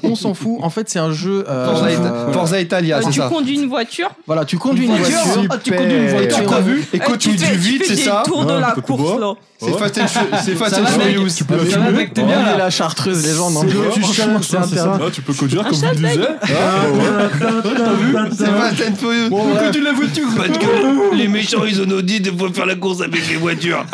Speaker 8: On s'en fout. En fait, c'est un jeu. euh,
Speaker 3: Forza, Ita- Forza Italia,
Speaker 4: Euh,
Speaker 3: Ah, c'est
Speaker 4: tu
Speaker 3: ça.
Speaker 4: conduis une voiture,
Speaker 8: Voilà, tu conduis une
Speaker 4: Voiture.
Speaker 8: voiture.
Speaker 11: Ah, tu conduis une voiture,
Speaker 8: Et on-
Speaker 11: t'as
Speaker 3: Et
Speaker 4: Euh,
Speaker 3: quand tu
Speaker 4: fais-
Speaker 3: du vite,
Speaker 4: fais
Speaker 3: c'est
Speaker 4: des
Speaker 3: ça
Speaker 4: tours de
Speaker 10: Ouais,
Speaker 4: la
Speaker 10: on peut tout
Speaker 4: course
Speaker 10: voir.
Speaker 4: là.
Speaker 3: C'est Fast and Fu- c'est Fast
Speaker 1: Ça
Speaker 3: and
Speaker 1: va, mec
Speaker 3: Furious.
Speaker 10: Tu peux
Speaker 1: Ça va, mec, t'es
Speaker 8: Voilà.
Speaker 1: bien là
Speaker 8: la chartreuse, les gens dans le jeu.
Speaker 2: tu chantes,
Speaker 8: c'est
Speaker 2: hein, c'est
Speaker 8: interdit.
Speaker 2: ça
Speaker 10: Ah, tu peux conduire comme tu disais.
Speaker 3: C'est Fast and Furious.
Speaker 2: voilà.
Speaker 3: tu l'as voiture.
Speaker 5: Parce que les méchants ils ont nos dit de faire la course avec les voitures.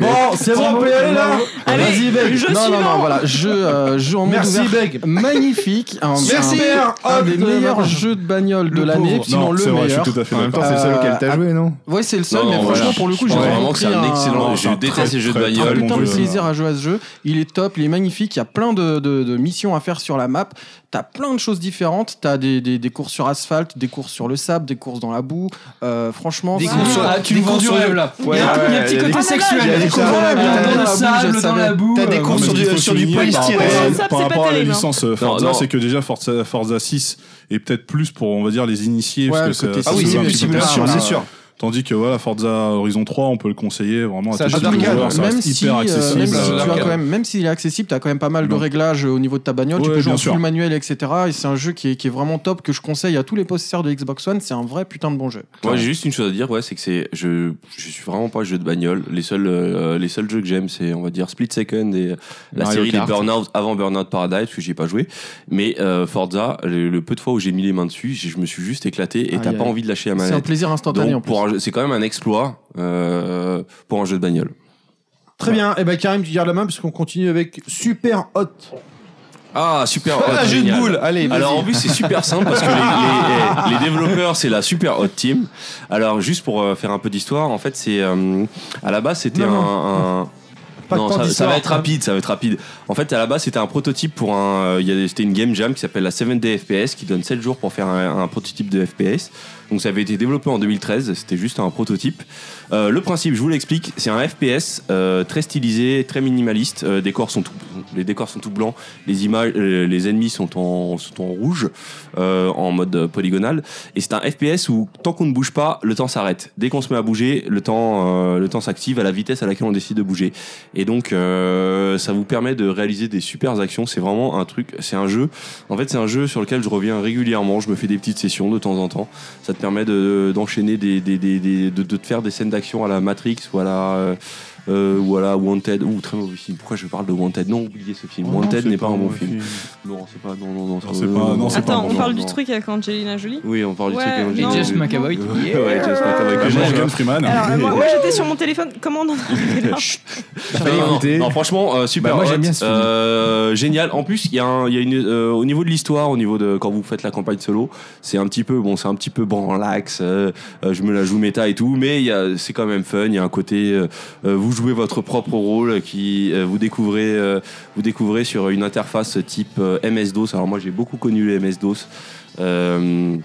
Speaker 2: Bon, c'est bon, on peut y aller là
Speaker 3: Ah,
Speaker 4: Allez,
Speaker 2: Vas-y, Beg.
Speaker 4: je
Speaker 8: Non,
Speaker 4: suis
Speaker 8: non, non,
Speaker 4: lent.
Speaker 8: voilà, jeu, euh, jeu en monde
Speaker 2: Merci,
Speaker 8: ouvert.
Speaker 2: Beg.
Speaker 8: Magnifique. Un,
Speaker 2: Merci,
Speaker 8: un-
Speaker 2: Hop,
Speaker 8: un des
Speaker 2: de-
Speaker 8: meilleurs jeux de bagnole de
Speaker 2: Le
Speaker 8: l'année,
Speaker 2: pauvre.
Speaker 8: sinon
Speaker 10: c'est
Speaker 8: le
Speaker 10: vrai, je
Speaker 8: meilleur.
Speaker 10: suis tout à fait
Speaker 11: En même
Speaker 10: d'accord.
Speaker 11: temps, c'est le seul
Speaker 8: Euh,
Speaker 11: auquel t'as joué, non
Speaker 8: Ouais, c'est le seul,
Speaker 5: Non,
Speaker 8: mais
Speaker 5: non,
Speaker 8: franchement,
Speaker 5: voilà.
Speaker 8: pour le coup,
Speaker 5: Je
Speaker 8: j'ai
Speaker 5: pense
Speaker 8: vraiment
Speaker 5: vraiment que
Speaker 8: pris
Speaker 5: c'est un excellent.
Speaker 10: Non, c'est
Speaker 5: Je
Speaker 10: un très,
Speaker 5: déteste ces jeux de
Speaker 10: très, très
Speaker 8: un
Speaker 5: bagnole.
Speaker 10: bon
Speaker 8: putain
Speaker 10: jeu,
Speaker 8: de
Speaker 10: ça.
Speaker 8: plaisir à jouer à ce jeu. Il est top, il est magnifique. Il y a plein de, de- de missions à faire sur la map. T'as plein de choses différentes. T'as des, des, des courses sur asphalte, des courses sur le sable, des courses dans la boue. Euh, franchement,
Speaker 3: Des
Speaker 8: c'est-
Speaker 3: courses sur-
Speaker 1: Ah, tu me vends du rêve là.
Speaker 11: Ouais,
Speaker 1: il y a un
Speaker 11: ouais,
Speaker 1: il y a un petit
Speaker 11: il y a
Speaker 1: côté
Speaker 11: des-
Speaker 1: sexuel.
Speaker 11: il y a des
Speaker 1: dans
Speaker 11: courses dans la-
Speaker 1: le
Speaker 8: dans la boue,
Speaker 1: sable,
Speaker 8: je
Speaker 1: dans
Speaker 8: savais.
Speaker 1: la boue.
Speaker 3: T'as des
Speaker 1: euh,
Speaker 3: courses
Speaker 10: Non,
Speaker 3: sur
Speaker 10: mais il
Speaker 3: du-
Speaker 10: faut
Speaker 3: sur du
Speaker 10: souligner par rapport-
Speaker 3: polystyrène.
Speaker 4: Ça, c'est
Speaker 10: Par
Speaker 4: pas
Speaker 10: rapport à la
Speaker 4: terrible, hein.
Speaker 10: licence euh,
Speaker 5: non.
Speaker 10: Forza, c'est que déjà Forza, Forza 6 est peut-être plus pour, on va dire, les initiés.
Speaker 8: Ouais,
Speaker 10: parce
Speaker 8: le
Speaker 10: que ça-
Speaker 8: côté
Speaker 10: ça
Speaker 3: Ah oui,
Speaker 10: se
Speaker 8: c'est
Speaker 10: voit un
Speaker 3: c'est
Speaker 10: petit peu
Speaker 8: multiplat,
Speaker 10: plus
Speaker 3: simulation,
Speaker 10: sur
Speaker 3: c'est
Speaker 10: la-
Speaker 3: sûr.
Speaker 10: Tandis que voilà, Forza Horizon 3, on peut le conseiller vraiment à
Speaker 3: Ça
Speaker 10: tous
Speaker 3: joue
Speaker 10: les
Speaker 3: d'arcade,
Speaker 10: joueurs, ça
Speaker 8: même
Speaker 10: reste
Speaker 8: si,
Speaker 10: hyper
Speaker 8: euh,
Speaker 10: accessible.
Speaker 8: même si tu
Speaker 10: euh,
Speaker 8: as quand même, même s'il est accessible, t'as quand même pas mal de
Speaker 10: Non.
Speaker 8: réglages euh, au niveau de ta bagnole. tu
Speaker 10: Ouais,
Speaker 8: peux jouer
Speaker 10: bien
Speaker 8: en
Speaker 10: sûr.
Speaker 8: full manuel, etc. Et c'est un jeu qui est, qui est vraiment top que je conseille à tous les possesseurs de Xbox One. C'est un vrai putain de bon jeu.
Speaker 5: Moi, j'ai juste une chose à dire, ouais, c'est que c'est, je, je suis vraiment pas jeu de bagnole. Les seuls, euh, les seuls jeux que j'aime, c'est, on va dire, Split Second et euh, la
Speaker 11: Mario
Speaker 5: série
Speaker 11: Kart.
Speaker 5: des Burnout avant Burnout Paradise, parce que j'y ai pas joué. Mais euh, Forza, le, le peu de fois où j'ai mis les mains dessus, j'ai- je me suis juste éclaté et
Speaker 8: Aïe,
Speaker 5: t'as
Speaker 8: aïe.
Speaker 5: pas envie de lâcher la
Speaker 8: C'est un
Speaker 5: manette.
Speaker 8: plaisir instantané en
Speaker 5: Donc,
Speaker 8: plus.
Speaker 5: pour un jeu- c'est quand même un exploit euh, pour un jeu de bagnole.
Speaker 2: Très bien, et ben Karim, tu gardes la main puisqu'on continue avec Super Hot.
Speaker 5: Ah, super.
Speaker 3: Ah,
Speaker 5: oh,
Speaker 3: j'ai une
Speaker 5: génial.
Speaker 3: boule. Allez, vas-y.
Speaker 5: Alors en plus c'est super simple parce que les, les- les développeurs c'est la super hot team. Alors juste pour euh, faire un peu d'histoire, en fait c'est euh, à la base c'était
Speaker 2: Non,
Speaker 5: un,
Speaker 2: non.
Speaker 5: un-
Speaker 2: Pas de
Speaker 5: non
Speaker 2: temps
Speaker 5: ça, ça
Speaker 2: d'histoire.
Speaker 5: va être rapide, ça va être rapide. En fait à la base c'était un prototype pour un, euh, il y a- c'était une game jam qui s'appelle la 7 Day FPS qui donne 7 jours pour faire un, un prototype de FPS. Donc ça avait été développé en 2013, c'était juste un prototype. Euh, le principe, je vous l'explique, c'est un FPS euh, très stylisé, très minimaliste. Euh, décors sont tout- les décors sont tout blancs, les images, euh, les ennemis sont en, sont en rouge, euh, en mode euh, polygonal. Et c'est un FPS où tant qu'on ne bouge pas, le temps s'arrête. Dès qu'on se met à bouger, le temps, euh, le temps s'active à la vitesse à laquelle on décide de bouger. Et donc, euh, ça vous permet de réaliser des super actions. C'est vraiment un truc, c'est un jeu. En fait, c'est un jeu sur lequel je reviens régulièrement. Je me fais des petites sessions de temps en temps. Ça te permet de- d'enchaîner des, des, des, des- de, de te faire des scènes d'action à la Matrix ou à la, euh, euh, ou à la Wanted. Ouh, très mauvais film. Pourquoi je parle de Wanted Non, oubliez ce film. Wanted n'est pas un bon film. Non, c'est pas. Non, non, non. ça- euh,
Speaker 10: c'est pas- non, c'est pas
Speaker 4: Attends,
Speaker 10: bon
Speaker 4: on
Speaker 10: genre,
Speaker 4: parle du
Speaker 5: non.
Speaker 4: truc avec Angelina
Speaker 3: *laughs*
Speaker 4: Jolie.
Speaker 5: Oui, on parle
Speaker 4: Ouais,
Speaker 5: du
Speaker 4: non.
Speaker 5: truc.
Speaker 1: Et Jess
Speaker 4: Just
Speaker 5: Ouais,
Speaker 1: McAvoy.
Speaker 5: ouais, Jess
Speaker 11: euh,
Speaker 5: McAvoy. que
Speaker 10: Et
Speaker 5: j'aime.
Speaker 10: Morgan Freeman.
Speaker 4: Alors, euh, moi, moi, j'étais sur mon téléphone. Comment on en arrive là
Speaker 11: fallait
Speaker 5: non, non,
Speaker 11: écouter.
Speaker 5: non, franchement, euh, super
Speaker 11: Bah, moi,
Speaker 5: hot,
Speaker 11: j'aime bien ce film.
Speaker 5: euh, génial. En plus, il y a, un- il y a une, euh, au niveau de l'histoire, au niveau de quand vous faites la campagne solo, c'est un petit peu, bon, c'est un petit peu branlax. euh, euh, je me la joue méta et tout, mais il y a- c'est quand même fun. Il y a un côté, euh, euh, vous jouez votre propre rôle, qui euh, vous découvrez, euh, vous découvrez sur une interface type euh, MS-DOS. Alors moi, j'ai beaucoup connu le MS-DOS. Euh,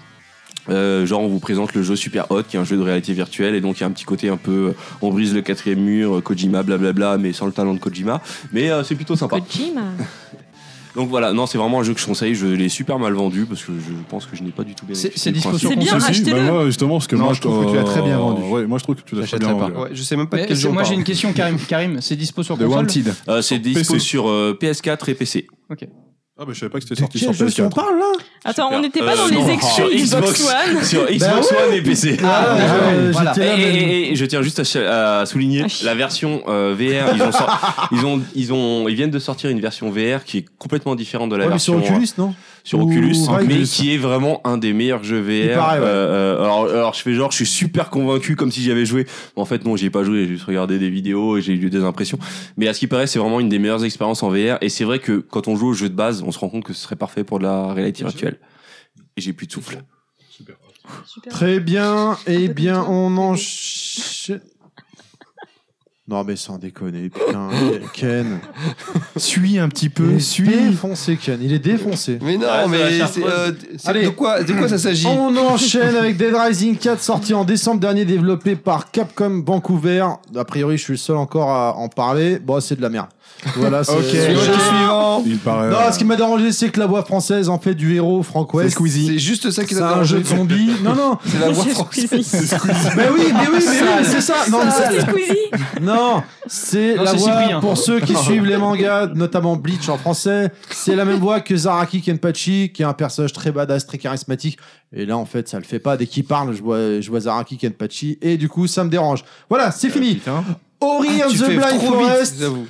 Speaker 5: euh, genre on vous présente le jeu Super Hot qui est un jeu de réalité virtuelle et donc il y a un petit côté un peu euh, on brise le quatrième mur euh, Kojima blablabla mais sans le talent de Kojima mais euh, c'est plutôt sympa
Speaker 4: Kojima.
Speaker 5: donc voilà non c'est vraiment un jeu que je conseille je l'ai super mal vendu parce que je pense que je n'ai pas du tout bien
Speaker 1: C'est- c'est dispo sur
Speaker 4: C'est bien,
Speaker 10: Si, si,
Speaker 4: achetez-le.
Speaker 10: bah, moi, justement, parce que
Speaker 11: Non,
Speaker 10: moi, euh,
Speaker 11: je trouve que tu l'as très bien vendu.
Speaker 10: Ouais, moi, je trouve que tu l'as très bien
Speaker 11: J'achèterai
Speaker 10: vendu.
Speaker 3: Ouais, je sais même pas de
Speaker 1: Mais
Speaker 3: quel
Speaker 1: c'est-
Speaker 3: jeu on
Speaker 1: moi j'ai
Speaker 3: parle.
Speaker 1: une question Karim, Karim, c'est dispo sur
Speaker 11: The
Speaker 1: console
Speaker 11: Wanted.
Speaker 5: Euh, c'est dispo
Speaker 10: PC.
Speaker 5: sur euh, PS4 et PC
Speaker 10: Ah, bah, je savais pas que c'était
Speaker 2: De
Speaker 10: sorti sur
Speaker 2: quel jeu on
Speaker 10: PS4.
Speaker 2: parle là
Speaker 4: Attends,
Speaker 5: Super.
Speaker 4: on n'était pas
Speaker 5: Euh,
Speaker 4: dans
Speaker 5: non,
Speaker 4: les
Speaker 3: Ah,
Speaker 5: sur
Speaker 4: exclus Xbox
Speaker 5: Xbox.
Speaker 3: *laughs*
Speaker 5: *laughs*
Speaker 4: One.
Speaker 5: sur Xbox One et PC
Speaker 2: Bah Ah, euh,
Speaker 1: voilà.
Speaker 2: j'étais là,
Speaker 5: Et,
Speaker 2: mais-
Speaker 5: et- et- et je tiens juste à ch- à, souligner
Speaker 4: Ah, chi-
Speaker 5: la version euh, VR. *laughs* Ils ont, sor- ils ont, ils ont, ils viennent de sortir une version VR qui est complètement différente de la
Speaker 2: Ouais, mais sur
Speaker 5: version. euh,
Speaker 2: Oculus, non
Speaker 5: sur
Speaker 2: Ou
Speaker 5: Oculus,
Speaker 2: Vive.
Speaker 5: mais qui est vraiment un des meilleurs jeux VR.
Speaker 2: paraît, ouais.
Speaker 5: Euh, euh, alors, alors, je fais genre, je suis super convaincu comme si j'y avais joué. Mais en fait, non, j'y ai pas joué. J'ai juste regardé des vidéos et j'ai eu des impressions. Mais à ce qui paraît, c'est vraiment une des meilleures expériences en VR. Et c'est vrai que quand on joue au jeu de base, on se rend compte que ce serait parfait pour de la réalité virtuelle. Et j'ai plus de souffle.
Speaker 4: Super.
Speaker 2: Très bien, eh bien, on enchaîne. Non, mais sans déconner, putain, Ken.
Speaker 11: Suis un petit peu,
Speaker 2: Il est
Speaker 11: suis.
Speaker 2: défoncé, Ken, il est défoncé.
Speaker 3: Mais non,
Speaker 5: Ouais, c'est
Speaker 3: mais
Speaker 5: la
Speaker 3: c'est,
Speaker 5: chartreuse.
Speaker 3: euh, c'est
Speaker 2: Allez.
Speaker 3: de quoi, de quoi ça s'agit
Speaker 2: On enchaîne avec Dead Rising 4, sorti en décembre dernier, développé par Capcom Vancouver. A priori, je suis le seul encore à en parler. Bon, c'est de la merde. Voilà, c'est.
Speaker 3: Suivant, suivant.
Speaker 10: Il paraît.
Speaker 2: Non,
Speaker 10: euh,
Speaker 2: ce qui m'a dérangé, c'est que la voix française en fait du héros Frank West.
Speaker 3: C'est juste ça qui
Speaker 2: C'est
Speaker 3: t'a
Speaker 2: un
Speaker 3: dérangé.
Speaker 2: jeu de zombies. Non, non.
Speaker 3: C'est la voix
Speaker 4: C'est
Speaker 3: française.
Speaker 4: Squeezie.
Speaker 2: Mais oui, mais oui, mais oui, mais c'est ça. Non, mais c'est-
Speaker 4: C'est Squeezie
Speaker 2: Non, c'est
Speaker 1: Non,
Speaker 2: la
Speaker 1: c'est
Speaker 2: voix
Speaker 1: Cyprien.
Speaker 2: pour ceux qui suivent les mangas, notamment Bleach en français. C'est la même voix que Zaraki Kenpachi, qui est un personnage très badass, très charismatique. Et là, en fait, ça le fait pas. Dès qu'il parle, je vois, je vois Zaraki Kenpachi, et du coup, ça me dérange. Voilà, c'est fini. Ori and
Speaker 3: Ah, Tu
Speaker 2: the
Speaker 3: fais
Speaker 2: Blind
Speaker 3: trop vite,
Speaker 2: Forest.
Speaker 3: j'avoue.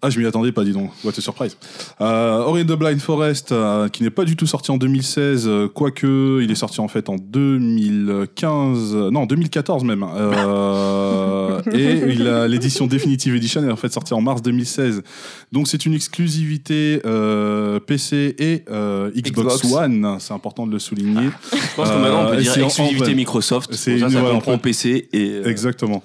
Speaker 10: Ah, je m'y attendais pas, dis donc. What a surprise. Euh, Ori and the Blind Forest, euh, qui n'est pas du tout sorti en 2016, euh, quoique il est sorti en fait en 2015, euh, non, en 2014 même. Euh, et il a l'édition Definitive Edition est en fait sortie en mars 2016. Donc c'est une exclusivité euh, PC et euh, Xbox,
Speaker 3: Xbox. Ah,
Speaker 10: One. C'est important de le souligner.
Speaker 5: Je pense que
Speaker 10: Euh,
Speaker 5: maintenant on peut
Speaker 10: et
Speaker 5: dire
Speaker 10: c'est en-
Speaker 5: exclusivité
Speaker 10: en-
Speaker 5: Microsoft.
Speaker 10: c'est
Speaker 5: C'est ça,
Speaker 10: une-
Speaker 5: ça
Speaker 10: ouais,
Speaker 5: comprend
Speaker 10: on peut-
Speaker 5: PC et. euh,
Speaker 10: Exactement.